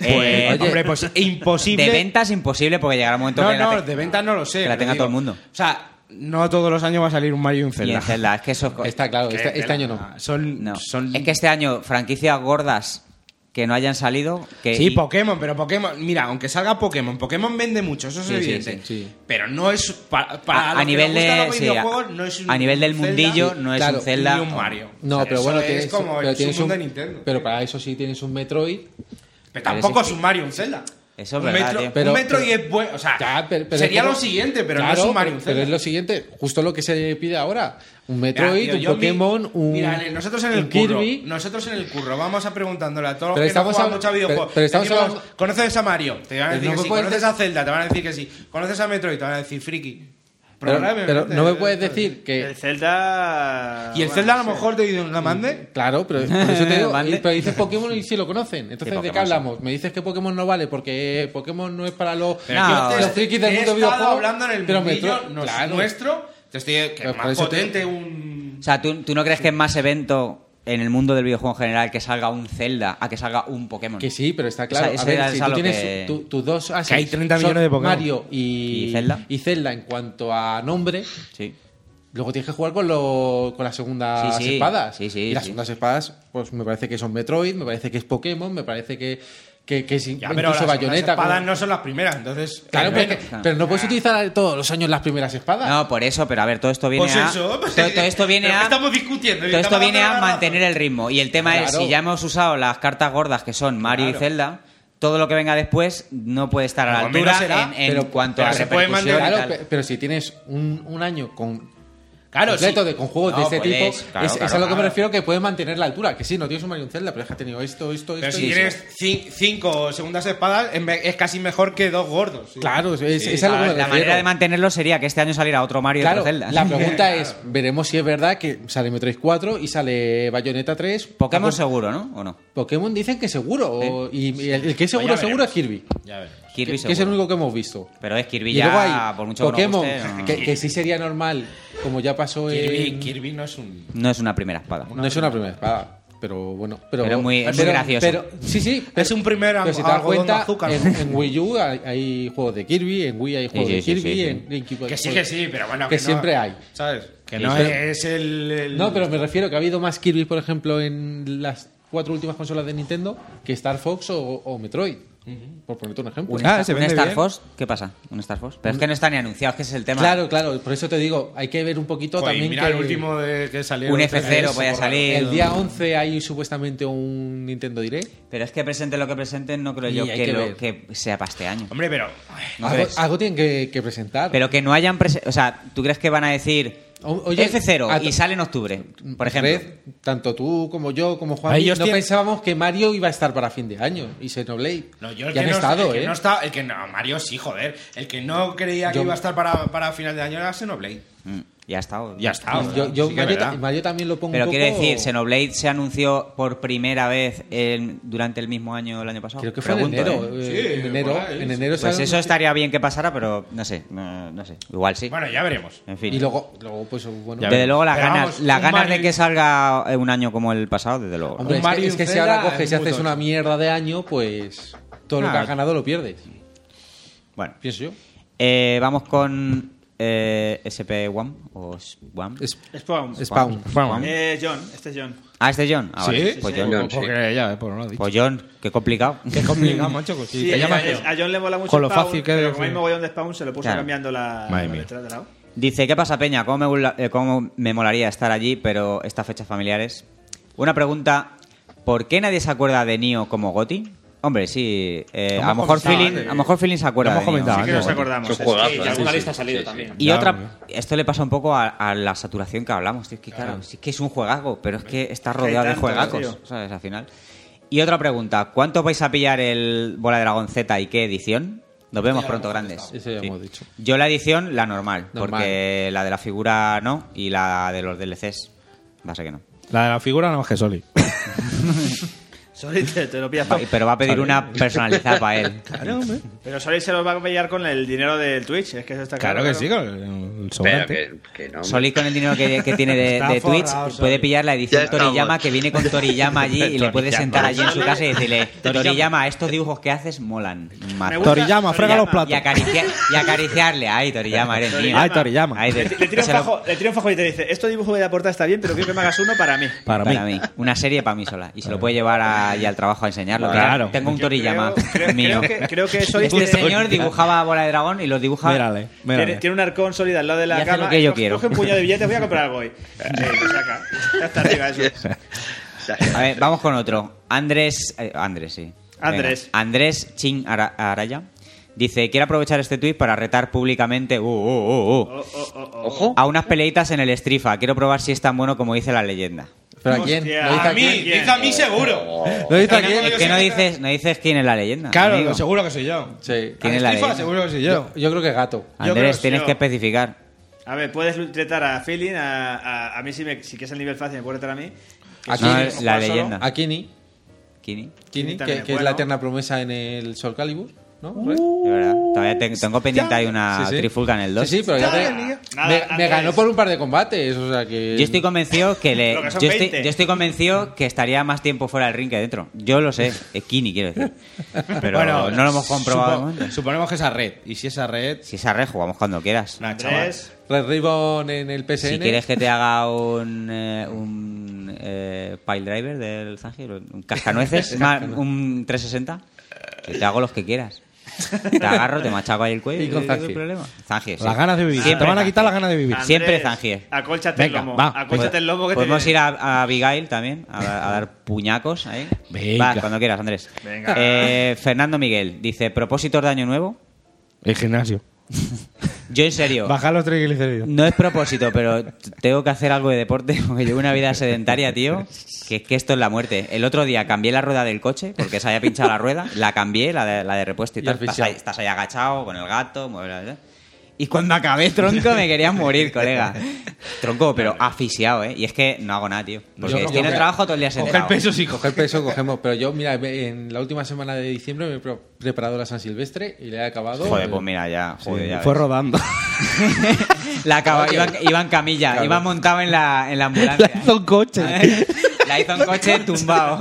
Speaker 7: Eh,
Speaker 4: hombre, pues imposible.
Speaker 7: De ventas imposible porque llegará un momento
Speaker 4: No,
Speaker 7: que la
Speaker 4: no,
Speaker 7: te-
Speaker 4: de ventas no lo sé.
Speaker 7: que la
Speaker 4: pero
Speaker 7: tenga
Speaker 4: digo,
Speaker 7: todo el mundo.
Speaker 4: O sea, no todos los años va a salir un Mario y un
Speaker 7: Y
Speaker 4: Zelda.
Speaker 7: en Zelda. Es que eso...
Speaker 6: Está claro, este, este año no.
Speaker 4: Son,
Speaker 7: No.
Speaker 4: son-
Speaker 7: Es que este año franquicias gordas que no hayan salido... Que
Speaker 4: Sí,
Speaker 7: y-
Speaker 4: Pokémon, pero Pokémon. Mira, aunque salga Pokémon, Pokémon vende mucho, eso es
Speaker 7: Sí, sí,
Speaker 4: evidente.
Speaker 6: sí, sí.
Speaker 4: Pero no es. pa- Para,
Speaker 7: A- a
Speaker 4: los que
Speaker 7: nivel
Speaker 4: nos gustan los
Speaker 7: de- sí,
Speaker 4: videojuegos,
Speaker 7: a-
Speaker 4: no es
Speaker 7: a
Speaker 4: un
Speaker 7: nivel del
Speaker 4: Zelda
Speaker 7: mundillo, no es
Speaker 6: claro,
Speaker 7: un Zelda.
Speaker 4: Ni un Mario.
Speaker 6: No,
Speaker 4: O sea,
Speaker 6: pero
Speaker 4: eso
Speaker 6: bueno,
Speaker 4: es
Speaker 6: tienes,
Speaker 4: como
Speaker 6: pero
Speaker 4: el
Speaker 6: tienes
Speaker 4: mundo
Speaker 6: un-
Speaker 4: de Nintendo.
Speaker 6: Pero para eso sí tienes un Metroid.
Speaker 4: Pero
Speaker 7: Pero
Speaker 4: tampoco
Speaker 7: es-
Speaker 4: es un Mario, un Zelda.
Speaker 7: Eso es
Speaker 4: un
Speaker 7: verdad,
Speaker 4: metro,
Speaker 7: tío.
Speaker 4: un
Speaker 6: Pero-
Speaker 4: metro y
Speaker 6: pero-
Speaker 4: es bueno. O sea,
Speaker 6: Ya, pero- pero es
Speaker 4: sería
Speaker 6: como-
Speaker 4: lo siguiente, pero
Speaker 6: Claro,
Speaker 4: no es un Mario, un
Speaker 6: pero-
Speaker 4: Zelda.
Speaker 6: Pero es lo siguiente, justo lo que se pide ahora. Un
Speaker 4: Ya,
Speaker 6: Metroid,
Speaker 4: tío,
Speaker 6: un
Speaker 4: yo mi-
Speaker 6: Pokémon, un.
Speaker 4: Mira, Ale, nosotros en el
Speaker 6: un
Speaker 4: curro,
Speaker 6: Kirby.
Speaker 4: nosotros en el curro vamos a preguntándole a todos
Speaker 6: Pero
Speaker 4: los que no
Speaker 6: estamos
Speaker 4: juegan
Speaker 6: hab-
Speaker 4: mucho a videojuegos.
Speaker 6: pero- pero estamos
Speaker 4: Decimos,
Speaker 6: hablando-
Speaker 4: ¿Conoces a Mario? Te van a decir
Speaker 6: Pero no
Speaker 4: que
Speaker 6: me
Speaker 4: sí.
Speaker 6: puedes
Speaker 4: ¿Conoces a Zelda? Te van a decir que sí. ¿Conoces a Metroid? Te van a decir friki.
Speaker 6: Pero,
Speaker 4: Probablemente,
Speaker 6: pero no me puedes
Speaker 4: eh,
Speaker 6: decir que.
Speaker 5: El Zelda.
Speaker 4: Y el
Speaker 5: bueno,
Speaker 4: Zelda a lo
Speaker 5: no sé.
Speaker 4: mejor te dice una mande.
Speaker 6: Claro, pero por eso te digo,
Speaker 7: Vale.
Speaker 6: y- pero dices Pokémon y sí lo conocen. Entonces, ¿de qué
Speaker 7: Pokémon sí.
Speaker 6: hablamos? Me dices que Pokémon no vale porque Pokémon no es para los,
Speaker 7: No,
Speaker 6: los
Speaker 7: te-
Speaker 6: los frikis del
Speaker 4: he
Speaker 6: mundo
Speaker 4: estado
Speaker 6: videojuego.
Speaker 4: hablando en el
Speaker 6: pero
Speaker 4: mundillo
Speaker 6: Metroid-
Speaker 4: nos-
Speaker 6: claro.
Speaker 4: nuestro. Te estoy que
Speaker 6: Pero por
Speaker 4: más
Speaker 6: eso te-
Speaker 4: potente un
Speaker 7: O sea, ¿tú, tú no crees que es más evento en el mundo del videojuego en general que salga un Zelda a que salga un Pokémon?
Speaker 6: Que sí, pero está
Speaker 7: Esa-
Speaker 6: claro.
Speaker 7: esa
Speaker 6: a ver,
Speaker 7: era-
Speaker 6: si
Speaker 7: esa
Speaker 6: tú
Speaker 7: lo
Speaker 6: tienes
Speaker 7: que-
Speaker 6: tu- tus dos assets,
Speaker 4: Que hay 30
Speaker 6: son
Speaker 4: millones de Pokémon.
Speaker 6: Mario y,
Speaker 7: ¿Y Zelda?
Speaker 6: y Zelda en cuanto a nombre,
Speaker 7: Sí.
Speaker 6: luego tienes que jugar con, lo, con las segundas
Speaker 7: Sí, sí.
Speaker 6: espadas.
Speaker 7: Sí, sí,
Speaker 6: y las
Speaker 7: sí.
Speaker 6: segundas espadas, pues me parece que son Metroid, me parece que es Pokémon, me parece que, que, que es
Speaker 4: Ya, pero las,
Speaker 6: incluso
Speaker 4: las
Speaker 6: Bayonetta.
Speaker 4: espadas
Speaker 6: como-
Speaker 4: no son las primeras, entonces
Speaker 6: Claro, pero,
Speaker 4: bueno,
Speaker 6: es que- pero no puedes utilizar todos los años las primeras espadas.
Speaker 7: No, por eso, pero a ver, todo esto viene
Speaker 4: pues
Speaker 7: a.
Speaker 4: eso, pues,
Speaker 7: todo, todo esto viene
Speaker 4: ¿pero qué
Speaker 7: a.
Speaker 4: estamos discutiendo.
Speaker 7: Todo esto
Speaker 4: Estamos
Speaker 7: viene
Speaker 4: dando
Speaker 7: a
Speaker 4: la razón.
Speaker 7: mantener el ritmo. Y el tema es,
Speaker 6: Claro.
Speaker 7: si ya hemos usado las cartas gordas que son Mario y Zelda, todo lo que venga después no puede estar a la
Speaker 4: Como menos
Speaker 7: altura
Speaker 4: será,
Speaker 7: en, en
Speaker 6: pero-
Speaker 7: cuanto
Speaker 4: pero
Speaker 7: a
Speaker 4: se puede mantener-
Speaker 7: repercusión y
Speaker 6: Claro,
Speaker 7: tal.
Speaker 6: pe- pero si tienes un, un año con
Speaker 4: Claro,
Speaker 6: completo
Speaker 4: sí.
Speaker 6: de, con juegos de
Speaker 7: No,
Speaker 6: este
Speaker 7: puedes,
Speaker 6: tipo,
Speaker 7: claro,
Speaker 6: es, es
Speaker 7: claro,
Speaker 6: a lo que me
Speaker 7: claro.
Speaker 6: refiero que puedes mantener la altura. Que sí, no tienes un Mario y un Zelda, pero es que ha tenido esto, esto,
Speaker 4: Pero
Speaker 6: esto.
Speaker 4: si
Speaker 6: y-
Speaker 4: tienes cin- cinco segundas espadas, es me- es casi mejor que dos gordos. sí.
Speaker 6: Claro, es, es a lo que me
Speaker 7: la
Speaker 6: refiero.
Speaker 7: manera de mantenerlo sería que este año saliera otro Mario y
Speaker 6: Claro,
Speaker 7: otro Zelda.
Speaker 6: la pregunta es, veremos si es verdad que sale Metroid 4 y sale Bayonetta 3.
Speaker 7: Pokémon
Speaker 6: Poco-
Speaker 7: seguro, ¿no? ¿O no?
Speaker 6: Pokémon dicen que seguro. o- Y, y el, el que
Speaker 4: Pues
Speaker 6: es seguro, seguro es Kirby. que,
Speaker 7: Kirby
Speaker 6: que
Speaker 7: seguro.
Speaker 6: es el único que hemos visto.
Speaker 7: Pero es Kirby
Speaker 6: Y
Speaker 7: ya,
Speaker 6: luego hay
Speaker 7: por mucho
Speaker 6: Pokémon,
Speaker 7: que no nos guste, no-
Speaker 6: que, que sí sería normal, como ya pasó
Speaker 4: Kirby,
Speaker 6: en...
Speaker 4: Kirby no es un.
Speaker 7: no es una primera espada.
Speaker 6: No es una primera espada, pero bueno. Pero,
Speaker 7: Pero muy- es muy gracioso.
Speaker 6: pero- sí, sí.
Speaker 4: Es un primer
Speaker 6: pero si te das
Speaker 4: algodón de
Speaker 6: cuenta,
Speaker 4: azúcar,
Speaker 6: en,
Speaker 4: ¿no?
Speaker 6: en Wii U hay, hay juegos de Kirby, en Wii hay juegos
Speaker 7: sí,
Speaker 6: de
Speaker 7: sí,
Speaker 6: Kirby,
Speaker 7: sí, sí.
Speaker 6: en GameCube hay
Speaker 4: Que sí, que
Speaker 6: juegos-
Speaker 4: sí, pero bueno.
Speaker 6: Que
Speaker 4: no-
Speaker 6: siempre hay.
Speaker 4: ¿Sabes? Que
Speaker 6: Sí,
Speaker 4: no
Speaker 6: pero-
Speaker 4: es el, el-
Speaker 6: No, pero me refiero que ha habido más Kirby, por ejemplo, en las cuatro últimas consolas de Nintendo que Star Fox o, o Metroid. Por ponerte un ejemplo.
Speaker 7: ¿Un,
Speaker 4: Ah,
Speaker 7: Star-
Speaker 4: se
Speaker 7: un
Speaker 4: vende
Speaker 7: Star
Speaker 4: bien.
Speaker 7: Fox? ¿Qué pasa? ¿Un Star Fox? Pero es que no está ni anunciado, es que ese es el tema.
Speaker 6: Claro, claro, por eso te digo, hay que ver un poquito
Speaker 4: Joder,
Speaker 6: también
Speaker 4: mira
Speaker 6: que
Speaker 4: el último de que salió.
Speaker 7: Un
Speaker 4: el otro día,
Speaker 7: F0
Speaker 4: ese,
Speaker 7: puede
Speaker 4: por-
Speaker 7: salir.
Speaker 6: el día 11 hay supuestamente un Nintendo Direct.
Speaker 7: Pero es que presente lo que presenten, no creo
Speaker 6: Y
Speaker 7: yo
Speaker 6: hay
Speaker 7: que,
Speaker 6: que
Speaker 7: lo-
Speaker 6: ver.
Speaker 7: que sea para este año.
Speaker 4: Hombre, pero.
Speaker 7: ¿No
Speaker 6: algo,
Speaker 7: crees?
Speaker 6: algo tienen que, que presentar.
Speaker 7: Pero que no hayan prese- O sea, ¿tú crees que van a decir
Speaker 6: O- oye, a
Speaker 7: F0
Speaker 6: to-
Speaker 7: y sale en octubre? Por ejemplo.
Speaker 6: Red, tanto tú como yo, como Juan,
Speaker 4: Ahí ellos
Speaker 6: no
Speaker 4: tienen-
Speaker 6: pensábamos que Mario iba a estar para fin de año y Xenoblade.
Speaker 4: No, yo el
Speaker 6: y
Speaker 4: que
Speaker 6: han
Speaker 4: no,
Speaker 6: estado,
Speaker 4: el que
Speaker 6: ¿eh?
Speaker 4: no está, el que no, Mario sí, joder. El que no creía
Speaker 6: Yo-
Speaker 4: que iba a estar para, para final de año era Xenoblade.
Speaker 7: Mm, Ya está. o-
Speaker 4: Ya está.
Speaker 6: yo, yo
Speaker 4: Sí que es
Speaker 6: Mario, ta-
Speaker 4: verdad.
Speaker 6: Mario también lo pongo
Speaker 7: Pero
Speaker 6: un
Speaker 7: quiero
Speaker 6: poco-
Speaker 7: decir, Xenoblade se anunció por primera vez en- durante el mismo año, el año pasado.
Speaker 6: Creo que fue
Speaker 7: Pregunto,
Speaker 6: en enero.
Speaker 7: ¿eh?
Speaker 6: eh,
Speaker 4: Sí,
Speaker 6: en enero,
Speaker 4: por ahí,
Speaker 6: en enero
Speaker 7: Pues
Speaker 6: se
Speaker 7: eso
Speaker 6: anunció-
Speaker 7: estaría bien que pasara, pero no sé. No, no sé. Igual sí.
Speaker 4: Bueno, ya veremos.
Speaker 7: En fin.
Speaker 6: Y luego, luego pues bueno.
Speaker 7: desde luego las
Speaker 4: Pero
Speaker 7: ganas,
Speaker 4: vamos,
Speaker 7: las
Speaker 4: un
Speaker 7: ganas
Speaker 4: Mario-
Speaker 7: de que salga eh, un año como el pasado, desde luego.
Speaker 6: Hombre,
Speaker 4: Un
Speaker 6: es que-
Speaker 4: Mario y
Speaker 6: es que,
Speaker 4: un
Speaker 6: si ahora
Speaker 4: Zelda
Speaker 6: coges
Speaker 4: es
Speaker 6: y
Speaker 4: muy
Speaker 6: haces
Speaker 4: tocho.
Speaker 6: una mierda de año, pues. Todo lo que
Speaker 7: Ah.
Speaker 6: has ganado lo pierdes.
Speaker 7: Bueno,
Speaker 6: Pienso yo.
Speaker 7: eh, vamos con eh, SP1 o SPAM.
Speaker 5: Spawn.
Speaker 6: Spawn.
Speaker 7: Spawn.
Speaker 5: Eh, John, este es John.
Speaker 7: Ah, este es John. Ah, vale. Pues John.
Speaker 4: Porque ya, eh, pues no lo he dicho.
Speaker 7: Pues John, qué complicado.
Speaker 4: Qué complicado, macho. que si
Speaker 5: Sí,
Speaker 4: te
Speaker 5: a,
Speaker 4: llamas
Speaker 5: a- a John le mola mucho
Speaker 4: Con lo
Speaker 5: Spawn,
Speaker 4: fácil que
Speaker 5: pero
Speaker 4: es,
Speaker 5: como hay
Speaker 4: sí.
Speaker 5: mogollón de Spawn se lo puso
Speaker 7: Claro.
Speaker 5: cambiando la,
Speaker 4: Madre
Speaker 5: la
Speaker 4: mía.
Speaker 5: letra de lado.
Speaker 7: Dice, ¿qué pasa, Peña? ¿Cómo me, burla- eh, cómo me molaría estar allí, pero estas fechas familiares? Una pregunta, ¿por qué nadie se acuerda de Nio como Goti? Hombre, sí, eh,
Speaker 6: Lo
Speaker 7: a, lo
Speaker 6: hemos
Speaker 7: mejor
Speaker 6: comentado
Speaker 7: feeling,
Speaker 6: antes.
Speaker 7: a lo mejor Feeling se acuerda
Speaker 4: Lo hemos
Speaker 7: de Neo.
Speaker 4: comentado
Speaker 5: Sí que
Speaker 4: antes.
Speaker 5: nos acordamos.
Speaker 11: Es un juegazo,
Speaker 9: Sí,
Speaker 11: ¿eh?
Speaker 9: y alguna
Speaker 11: Sí,
Speaker 9: lista ha
Speaker 11: sí,
Speaker 9: salido
Speaker 11: sí,
Speaker 9: también.
Speaker 7: Y
Speaker 4: Ya, hombre.
Speaker 7: otra, esto le pasa un poco a, a la saturación que hablamos, tío, es que claro, sí que es un juegazo, pero es que está
Speaker 5: hay
Speaker 7: rodeado
Speaker 5: tantos,
Speaker 7: de juegacos,
Speaker 5: tío.
Speaker 7: ¿sabes? Al final. Y otra pregunta, ¿cuánto vais a pillar el Bola de Dragón Z y qué edición? Nos vemos pronto, grandes.
Speaker 6: Eso ya hemos dicho.
Speaker 7: Yo la edición, la normal,
Speaker 6: Normal.
Speaker 7: porque la de la figura no y la de los DLCs, va a ser que no.
Speaker 4: La de la figura no es que Soli.
Speaker 5: Sorry, te, te lo pillas
Speaker 7: Va-
Speaker 5: todo.
Speaker 7: pero va a pedir una personalizada para él.
Speaker 5: Pero Sorry se lo va a pillar con el dinero del Twitch. Es que eso está
Speaker 4: Claro
Speaker 5: claro.
Speaker 4: que sí, con el- el
Speaker 11: Pero
Speaker 4: sobrante.
Speaker 11: que, que no.
Speaker 7: Solís con el dinero que, que tiene de,
Speaker 5: Está
Speaker 7: de Twitch
Speaker 5: forrado,
Speaker 7: puede
Speaker 5: Solís.
Speaker 7: pillar la edición
Speaker 11: Ya estamos.
Speaker 7: Toriyama que viene con Toriyama allí y le puede sentar allí en su casa y decirle Toriyama, estos dibujos que haces molan. mazo".
Speaker 5: Me gusta
Speaker 4: Toriyama, frega los
Speaker 7: Y,
Speaker 4: platos.
Speaker 7: acariciar- y acariciarle. Ay, Toriyama, eres mío.
Speaker 4: Ay, Toriyama.
Speaker 7: Ay, de-
Speaker 5: Le, le tira un
Speaker 7: se lo-
Speaker 5: fajo, le tira un fajo y te dice: Esto dibujo de la portada está bien, pero quiero que me hagas uno para mí.
Speaker 4: Para,
Speaker 7: para
Speaker 4: mí.
Speaker 7: mí. Una serie para mí sola. Y se lo puede llevar a- allí al trabajo a enseñarlo. Mira,
Speaker 4: Claro.
Speaker 7: Tengo un Toriyama
Speaker 5: creo,
Speaker 7: mío.
Speaker 5: creo que, creo que Solís
Speaker 7: Este
Speaker 5: tiene-
Speaker 7: señor dibujaba bola de dragón y lo dibuja.
Speaker 4: Mírale, mírale.
Speaker 5: Tiene, tiene un arcón sólido al lado de
Speaker 7: Y
Speaker 5: la
Speaker 7: hace lo
Speaker 5: cama.
Speaker 7: que yo
Speaker 5: coge,
Speaker 7: quiero.
Speaker 5: coge un puñado de billetes, voy a comprar algo hoy. Eh, lo saca. Ya está arriba eso.
Speaker 7: A ver, vamos con otro. Andrés. eh, Andrés, sí.
Speaker 5: Andrés.
Speaker 7: Venga. Andrés Chin Ara- Araya. Dice: Quiero aprovechar este tuit para retar públicamente uh, uh, uh, uh,
Speaker 5: Oh, oh, oh, oh.
Speaker 11: Ojo.
Speaker 7: a unas peleitas en el Strifa. Quiero probar si es tan bueno como dice la leyenda.
Speaker 6: ¿Pero a quién?
Speaker 5: Hostia.
Speaker 6: ¿Lo dice
Speaker 5: A mí,
Speaker 6: quién?
Speaker 5: dice a mí
Speaker 13: seguro.
Speaker 4: ¿Lo dice
Speaker 7: Es
Speaker 4: aquí?
Speaker 7: que, no dices, no dices quién es la leyenda.
Speaker 4: Claro,
Speaker 7: amigo.
Speaker 4: seguro que soy yo.
Speaker 6: Sí.
Speaker 7: ¿Quién es la
Speaker 4: Estifa,
Speaker 7: leyenda?
Speaker 4: seguro que soy yo. Ah,
Speaker 6: Yo, yo creo que gato.
Speaker 5: Yo creo
Speaker 7: Andrés,
Speaker 5: que
Speaker 7: tienes
Speaker 5: sí,
Speaker 7: que
Speaker 5: o-
Speaker 7: especificar.
Speaker 5: A ver, puedes retar a Feeling, a, a, a mí si, me, si quieres el nivel fácil me puedes retar a mí. Que
Speaker 6: ¿A
Speaker 5: si
Speaker 6: quién?
Speaker 5: quieres
Speaker 7: No, la
Speaker 5: jugar solo,
Speaker 7: leyenda.
Speaker 6: A Kini.
Speaker 7: Kini.
Speaker 6: Kini, que,
Speaker 5: también,
Speaker 6: que es
Speaker 5: bueno.
Speaker 6: la eterna promesa en el Sol Calibur, ¿no?
Speaker 4: Uh,
Speaker 7: De verdad. Todavía te- tengo pendiente ahí una
Speaker 6: Sí, sí.
Speaker 7: trifulca en el 2.
Speaker 6: Sí, sí, pero ya te-
Speaker 5: Nada,
Speaker 6: me,
Speaker 5: Andrés.
Speaker 6: me ganó por un par de combates, o sea que...
Speaker 7: Yo estoy convencido que le.
Speaker 5: Lo que son
Speaker 7: yo, estoy,
Speaker 5: 20.
Speaker 7: yo estoy convencido que estaría más tiempo fuera del ring que dentro. Yo lo sé, eh, Kini quiero decir. Pero no lo hemos comprobado. de
Speaker 4: supo-
Speaker 7: momento.
Speaker 4: Suponemos que esa red. Y si esa red.
Speaker 7: Si es a red, jugamos cuando quieras.
Speaker 4: Nah, chaval.
Speaker 5: Tres.
Speaker 6: Red Ribbon en el PSN.
Speaker 7: Si quieres que te haga un, eh, un eh, pile driver del Zangir, un cascanueces, ma- un 360, que te hago los que quieras. Te agarro, te machaco ahí el cuello.
Speaker 6: Y con
Speaker 7: ¿qué- qué
Speaker 6: Zangier.
Speaker 7: problema? Zangier, sí.
Speaker 4: Las ganas de vivir.
Speaker 7: Siempre
Speaker 4: Te van a quitar las
Speaker 7: Zangier.
Speaker 4: ganas de vivir.
Speaker 5: Andrés,
Speaker 7: Siempre Zangier.
Speaker 5: Acólchate el
Speaker 4: Venga,
Speaker 5: lomo.
Speaker 4: va,
Speaker 7: pues
Speaker 5: Acólchate el lomo que te
Speaker 7: Podemos ir a, a Abigail también, a, a dar puñacos ahí.
Speaker 4: Venga.
Speaker 7: Va, cuando quieras, Andrés. Eh, Fernando Miguel dice, propósitos de año nuevo.
Speaker 4: El gimnasio.
Speaker 7: Yo en serio,
Speaker 4: Bajar los triglicéridos.
Speaker 7: no es propósito, pero t- tengo que hacer algo de deporte porque llevo una vida sedentaria, tío, que es que esto es la muerte. El otro día cambié la rueda del coche porque se había pinchado la rueda, la cambié, la de, la de repuesto y,
Speaker 6: Y
Speaker 7: tal.
Speaker 6: has
Speaker 7: Estás
Speaker 6: pinchado.
Speaker 7: ahí, estás ahí agachado con el gato, mueve la- Y cuando acabé, tronco, me quería morir, colega. Tronco, pero asfixiado, ¿eh? Y es que no hago nada, tío. Porque
Speaker 6: Yo
Speaker 7: estoy en el
Speaker 6: coge-
Speaker 7: trabajo todo el día
Speaker 6: Coge
Speaker 7: sentado.
Speaker 6: el peso, sí, coge el peso, cogemos. Pero yo, mira, me- en la última semana de diciembre me he pro- preparado la San Silvestre y le he acabado.
Speaker 7: Joder, pues mira, ya. Joder, ya
Speaker 4: Fue
Speaker 7: ves.
Speaker 4: rodando.
Speaker 7: La acaba- iba, iba en camilla,
Speaker 6: Claro.
Speaker 7: iba montado en la, en la ambulancia.
Speaker 4: La hizo un coche.
Speaker 7: La hizo en coche tumbado.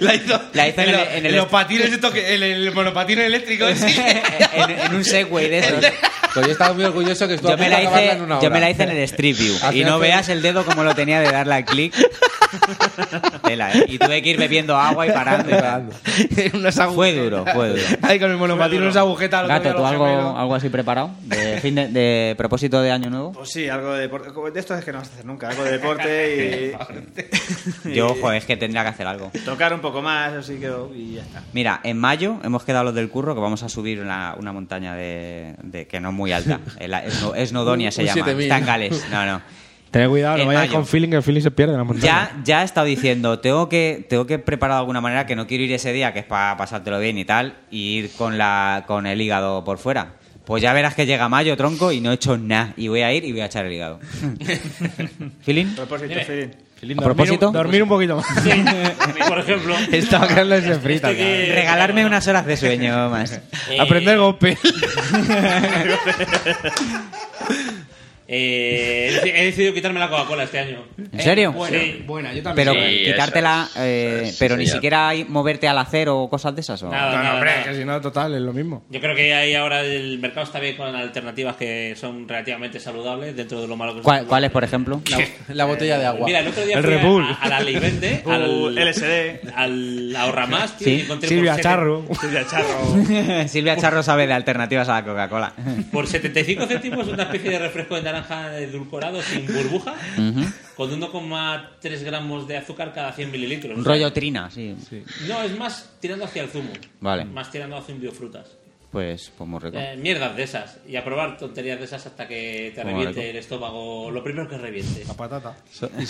Speaker 4: La hizo,
Speaker 7: La hizo en el- en el-
Speaker 4: los patines estos que- en el monopatín eléctrico. sí.
Speaker 7: en, en un Segway de esos.
Speaker 6: Pues yo estaba muy orgulloso que estuvo
Speaker 7: Yo me, la hice, yo me la hice en el Street View.
Speaker 6: Al
Speaker 7: Y
Speaker 6: final
Speaker 7: no
Speaker 6: fue-
Speaker 7: veas el dedo como lo tenía de darle al clic. Tela, ¿eh? Y tuve que ir bebiendo agua y parando. y parando.
Speaker 4: Unas agujetas.
Speaker 7: Fue duro, fue duro.
Speaker 4: Ay, con el monopatín, unas agujetas. al otro
Speaker 7: Gato,
Speaker 4: día
Speaker 7: ¿tú
Speaker 4: los
Speaker 7: algo,
Speaker 4: gemelos.
Speaker 7: algo así preparado? ¿De, fin de, de propósito de año nuevo?
Speaker 5: Pues sí, algo de deporte. Como De esto es que no vas a hacer nunca. Algo de deporte y.
Speaker 7: Yo, joder, es que tendría que hacer algo.
Speaker 5: Tocar un poco más, así quedó. Y ya está.
Speaker 7: Mira, en mayo hemos quedado los del curro que vamos a subir una, una montaña de, de- que no es muy alta. El- Es, no- es Nodonia, se
Speaker 6: Un
Speaker 7: llama.
Speaker 6: 7000.
Speaker 7: Está en Gales. No, no.
Speaker 4: Tened cuidado, no
Speaker 7: En
Speaker 4: vayas
Speaker 7: mayo.
Speaker 4: con feeling, que el feeling se pierde en la montaña.
Speaker 7: Ya, ya he estado diciendo, tengo que, tengo que preparar de alguna manera que no quiero ir ese día, que es para pasártelo bien y tal, y ir con, la, con el hígado por fuera. Pues ya verás que llega mayo, tronco, y no he hecho nada. Y voy a ir y voy a echar el hígado. ¿Feeling?
Speaker 5: Propósito,
Speaker 9: Mire.
Speaker 5: Feeling.
Speaker 4: Feeling, dormir
Speaker 7: a
Speaker 4: un-
Speaker 7: propósito-
Speaker 4: Dormir un poquito más.
Speaker 9: Por ejemplo.
Speaker 4: Estaba Carlos en
Speaker 9: Esto
Speaker 4: frita,
Speaker 9: que-
Speaker 4: cabrón.
Speaker 7: Regalarme unas horas de sueño más.
Speaker 9: Eh,
Speaker 4: Aprender golpe.
Speaker 9: Eh, he deci- he decidido quitarme la Coca-Cola este año.
Speaker 7: ¿En serio?
Speaker 9: Bueno,
Speaker 7: Sí.
Speaker 4: Buena, yo
Speaker 7: Pero
Speaker 11: Sí, eso
Speaker 7: quitártela,
Speaker 11: es,
Speaker 7: eh,
Speaker 11: eso es,
Speaker 7: pero
Speaker 11: sí,
Speaker 7: ni
Speaker 11: señor.
Speaker 7: siquiera hay moverte al acero o cosas de esas. ¿o?
Speaker 9: Nada,
Speaker 4: No, no,
Speaker 9: nada,
Speaker 4: hombre,
Speaker 9: nada.
Speaker 4: que si no, total, es lo mismo.
Speaker 9: Yo creo que ahí ahora el mercado está bien con alternativas que son relativamente saludables dentro de lo malo que son.
Speaker 7: ¿Cuál- ¿Cuáles, por ejemplo?
Speaker 6: La botella de agua.
Speaker 9: Mira, el otro día
Speaker 4: El
Speaker 9: fui
Speaker 4: Red Bull.
Speaker 9: a, a la Ley Vende,
Speaker 4: Uh,
Speaker 9: al
Speaker 8: LSD.
Speaker 9: al ahorra más, tío,
Speaker 7: Sí.
Speaker 9: y encontré por,
Speaker 4: Silvia
Speaker 9: sete-
Speaker 4: Charro.
Speaker 7: Silvia Charro sabe de alternativas a la Coca-Cola.
Speaker 9: por 75 céntimos una especie de refresco de naranja edulcorado sin burbuja, con 1,3 gramos de azúcar cada 100 mililitros.
Speaker 7: Un rollo trina, sí.
Speaker 9: No, es más tirando hacia el zumo.
Speaker 7: Vale.
Speaker 9: Más tirando hacia un biofrutas.
Speaker 7: Pues, pues muy rico.
Speaker 9: Eh, mierdas de esas. Y a probar tonterías de esas hasta que te
Speaker 7: Como
Speaker 9: reviente
Speaker 7: algo.
Speaker 9: el estómago. Lo primero que reviente.
Speaker 4: Patata.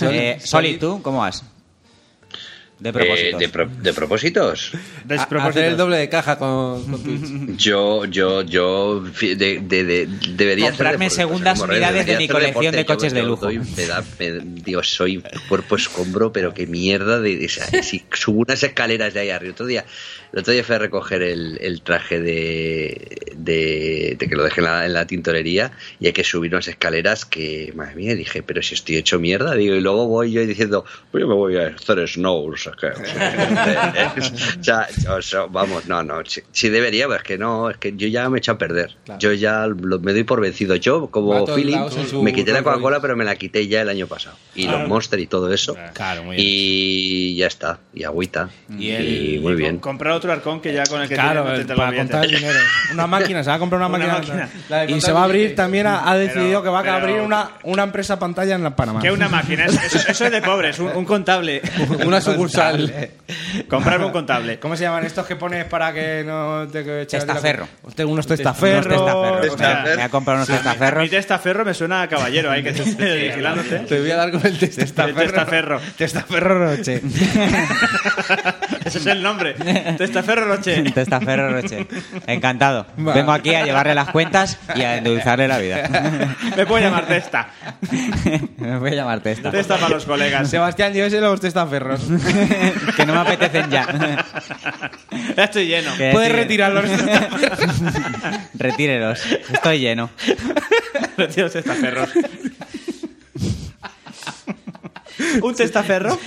Speaker 7: Eh, Soli, ¿tú cómo vas? De propósito.
Speaker 11: Eh, de, pro- de propósitos.
Speaker 6: A- Hacer el doble de caja con, con Twitch.
Speaker 11: Yo, yo, yo fi- de, de- de- debería hacer
Speaker 7: Comprarme
Speaker 11: deporte,
Speaker 7: segundas
Speaker 11: Moreno,
Speaker 7: unidades de
Speaker 11: debería
Speaker 7: mi
Speaker 11: hacer
Speaker 7: colección de
Speaker 11: deporte.
Speaker 7: coches
Speaker 11: Yo-
Speaker 7: de
Speaker 11: yo
Speaker 7: lujo.
Speaker 11: doy- me da- me- Dios, soy cuerpo escombro, pero qué mierda de o sea, si subo unas escaleras de ahí arriba. Otro día, el otro día fui a recoger el, el traje de, de, de que lo dejé en la, en la tintorería y hay que subir unas escaleras que, madre mía, dije, pero si estoy hecho mierda, digo, y luego voy yo diciendo, pues yo me voy a hacer snow, no sé qué. o sea, o sea, vamos, no, no, sí, sí debería, pero es que no, es que yo ya me he hecho a perder. Yo ya lo- me doy por vencido. Yo,
Speaker 6: Va a
Speaker 11: como
Speaker 6: todos
Speaker 11: feeling,
Speaker 6: lados en su
Speaker 11: me quité la
Speaker 6: Rolls
Speaker 11: Coca-Cola,
Speaker 6: Royce.
Speaker 11: pero me la quité ya el año pasado. Y los Monster y todo eso.
Speaker 13: Ah. Claro, muy bien.
Speaker 11: Y ya está, y agüita.
Speaker 7: Mm.
Speaker 11: Y, muy bien.
Speaker 5: Comprar otro arcón que ya con el que
Speaker 4: Claro,
Speaker 5: tienes no te
Speaker 4: para
Speaker 5: lo
Speaker 4: contar el
Speaker 5: billetes.
Speaker 4: dinero. Una máquina, se va a comprar una máquina.
Speaker 5: máquina.
Speaker 6: La de
Speaker 4: Y
Speaker 6: contar
Speaker 4: se va a abrir
Speaker 6: billetes.
Speaker 4: también, ha, ha decidido que va
Speaker 5: pero-
Speaker 4: a abrir una, una empresa pantalla en la Panamá.
Speaker 5: Que una máquina, eso, eso- eso es de pobres, un, un contable.
Speaker 6: Una sucursal.
Speaker 5: Comprarme un contable.
Speaker 4: ¿Cómo se llaman estos que pones para que no te que eches la-
Speaker 7: Testaferro.
Speaker 4: Usted- Unos testaferros.
Speaker 7: Testaferros.
Speaker 11: testaferros.
Speaker 7: Me- Me ha comprado unos
Speaker 5: Mi
Speaker 7: testaferros.
Speaker 5: testaferro me suena a caballero, ahí que te esté vigilándote.
Speaker 6: Te voy a dar con el
Speaker 4: Este
Speaker 6: test.
Speaker 5: El testaferro.
Speaker 4: Testaferro Roche.
Speaker 5: Ese es el nombre. Testaferro Roche.
Speaker 7: Testaferro Roche. Encantado.
Speaker 4: Vale.
Speaker 7: Vengo aquí a llevarle las cuentas y a endulzarle la vida.
Speaker 5: Me puedo llamar Testa.
Speaker 7: Me voy a llamar Testa.
Speaker 5: Testa para los colegas.
Speaker 4: Sebastián, llévese los testaferros.
Speaker 7: que no me apetecen ya.
Speaker 5: Ya estoy lleno.
Speaker 7: Que
Speaker 4: Puedes
Speaker 7: decir-
Speaker 4: retirarlos.
Speaker 7: Retírelos. Estoy lleno.
Speaker 5: Retiro los testaferros. ¿Un testaferro?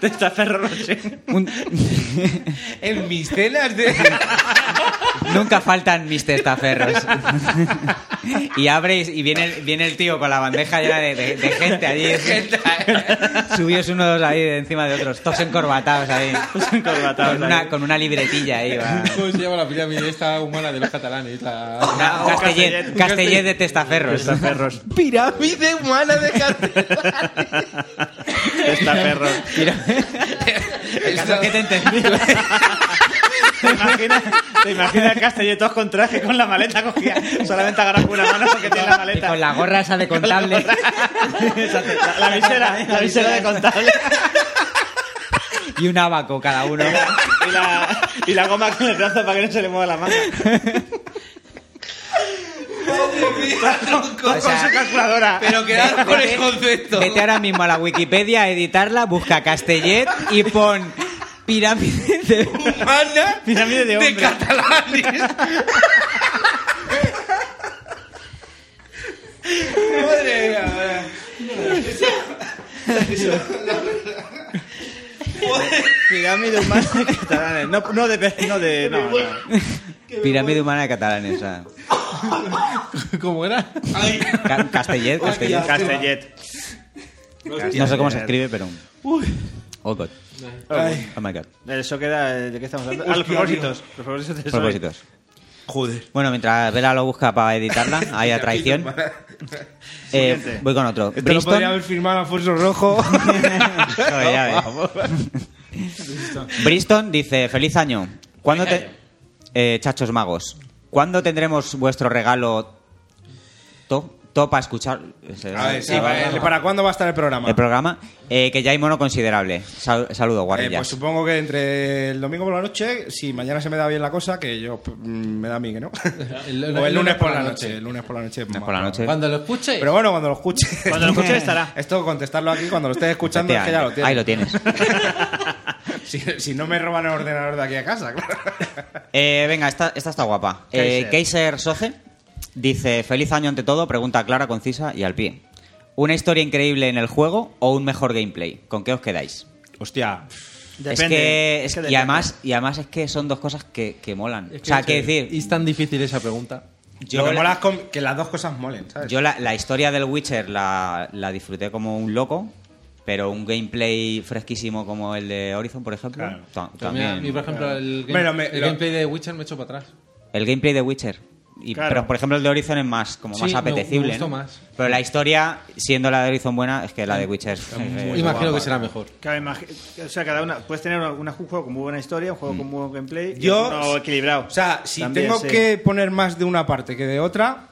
Speaker 5: testaferro Roche.
Speaker 7: Un-
Speaker 4: en mis cenas de.
Speaker 7: Nunca faltan mis testaferros. y abres y viene el, viene el tío con la bandeja llena de, de- de gente allí. Subíos unos ahí de encima de otros, todos encorbatados ahí.
Speaker 5: Encorbatados
Speaker 7: con, una,
Speaker 5: Pues ahí.
Speaker 7: con una libretilla ahí.
Speaker 4: Ah.
Speaker 7: va.
Speaker 6: ¿Cómo se llama la pirámide esta humana de los catalanes? La-
Speaker 7: Una- un Castellet, Castellet de testaferros.
Speaker 5: Testaferros.
Speaker 4: Pirámide humana de cartel.
Speaker 5: Testaferros.
Speaker 7: Caso que te he entendido.
Speaker 5: ¿Te imaginas, te imaginas a Castelletos con traje con la maleta cogida? Solamente agarra con una mano porque tiene la
Speaker 7: Y
Speaker 5: maleta.
Speaker 7: con la gorra esa de contable.
Speaker 5: La, la visera, la visera de contable.
Speaker 7: y un abaco cada uno.
Speaker 5: Y la, y la goma con el brazo para que no se le mueva la mano. Con,
Speaker 7: O sea,
Speaker 5: su calculadora.
Speaker 4: Pero quedad con el concepto.
Speaker 7: Vete ahora mismo a la Wikipedia, a editarla, busca Castellet y pon pirámide de...
Speaker 4: Humana
Speaker 5: Pirámide de
Speaker 4: de
Speaker 5: hombre.
Speaker 4: catalanes. Madre mía, madre.
Speaker 5: Pirámide humana de catalanes. No, no de... No de no, no.
Speaker 7: Pirámide humana de catalanes. o sea.
Speaker 6: ¿Cómo era?
Speaker 7: Ca- Castellet, Castellet.
Speaker 5: Castellet.
Speaker 7: No sé cómo se escribe, pero. Oh God. Oh my God.
Speaker 5: Eso queda... ¿De qué estamos hablando? A los propósitos. Los propósitos de
Speaker 7: Propósitos.
Speaker 4: Joder.
Speaker 7: Bueno, mientras Vela lo busca para editarla, ahí a traición. Eh,
Speaker 5: Siguiente.
Speaker 7: voy con otro.
Speaker 4: Esto lo podría
Speaker 7: Bristol.
Speaker 4: haber firmado Alfonso Rojo.
Speaker 7: Joder, ya ves. Bristol dice: Feliz año. ¿Cuándo
Speaker 9: Feliz
Speaker 7: te...
Speaker 9: año.
Speaker 7: Eh, chachos magos, ¿cuándo tendremos vuestro regalo top to para escuchar?
Speaker 4: A ver, sí, vale. ¿Para cuándo va a estar el programa?
Speaker 7: El programa, eh, que ya hay mono considerable. Sal- saludo,
Speaker 4: Eh,
Speaker 7: guarrillas.
Speaker 4: pues supongo que entre el domingo por la noche, si mañana se me da bien la cosa, que yo mm, me da a mí que no.
Speaker 6: El-
Speaker 4: o el lunes por la noche. El lunes por la noche. es
Speaker 7: Lunes
Speaker 4: más
Speaker 7: por la noche.
Speaker 6: Cuando lo escuche.
Speaker 4: Pero bueno, cuando lo escuche.
Speaker 5: Cuando lo escuche estará.
Speaker 4: Esto contestarlo aquí cuando lo estés escuchando es que ya lo tienes.
Speaker 7: Este Ahí lo tienes.
Speaker 4: Si, si no me roban el ordenador de aquí a casa, claro.
Speaker 7: Eh, venga, esta, esta está guapa. Eh, Kaiser Soce Dice, feliz año ante todo, pregunta clara, concisa y al pie. ¿Una historia increíble en el juego o un mejor gameplay? ¿Con qué os quedáis?
Speaker 4: Hostia.
Speaker 7: Es que, es- y, además, y además es que son dos cosas que, que molan. o sea, que decir,
Speaker 6: Es tan difícil esa pregunta.
Speaker 7: yo,
Speaker 4: Lo que
Speaker 7: la,
Speaker 4: mola es con- que las dos cosas molen, ¿sabes?
Speaker 7: yo la- la historia del Witcher la, la disfruté como un loco, pero un gameplay fresquísimo como el de Horizon, por ejemplo,
Speaker 4: Claro.
Speaker 7: ta-
Speaker 6: Pero mira,
Speaker 7: también.
Speaker 6: y por ejemplo, el, game-
Speaker 4: Pero me-
Speaker 6: el
Speaker 4: lo-
Speaker 6: gameplay de Witcher me echo para atrás.
Speaker 7: El gameplay de Witcher. Y-
Speaker 5: Claro.
Speaker 7: Pero por ejemplo el de Horizon es más como
Speaker 6: Sí,
Speaker 7: más
Speaker 6: me- me
Speaker 7: apetecible.
Speaker 6: gustó
Speaker 7: ¿no?
Speaker 6: más.
Speaker 7: Pero la historia, siendo la de Horizon buena, es que la de Witcher. es
Speaker 6: Imagino
Speaker 7: Pues guapa.
Speaker 6: que será mejor.
Speaker 5: Claro, imagi- o sea, cada una. Puedes tener una- una- un juego con muy buena historia, un juego con muy buen gameplay. y
Speaker 4: Mm. Yo-
Speaker 5: otro equilibrado.
Speaker 4: O sea, si
Speaker 5: También,
Speaker 4: tengo
Speaker 5: sí.
Speaker 4: que poner más de una parte que de otra,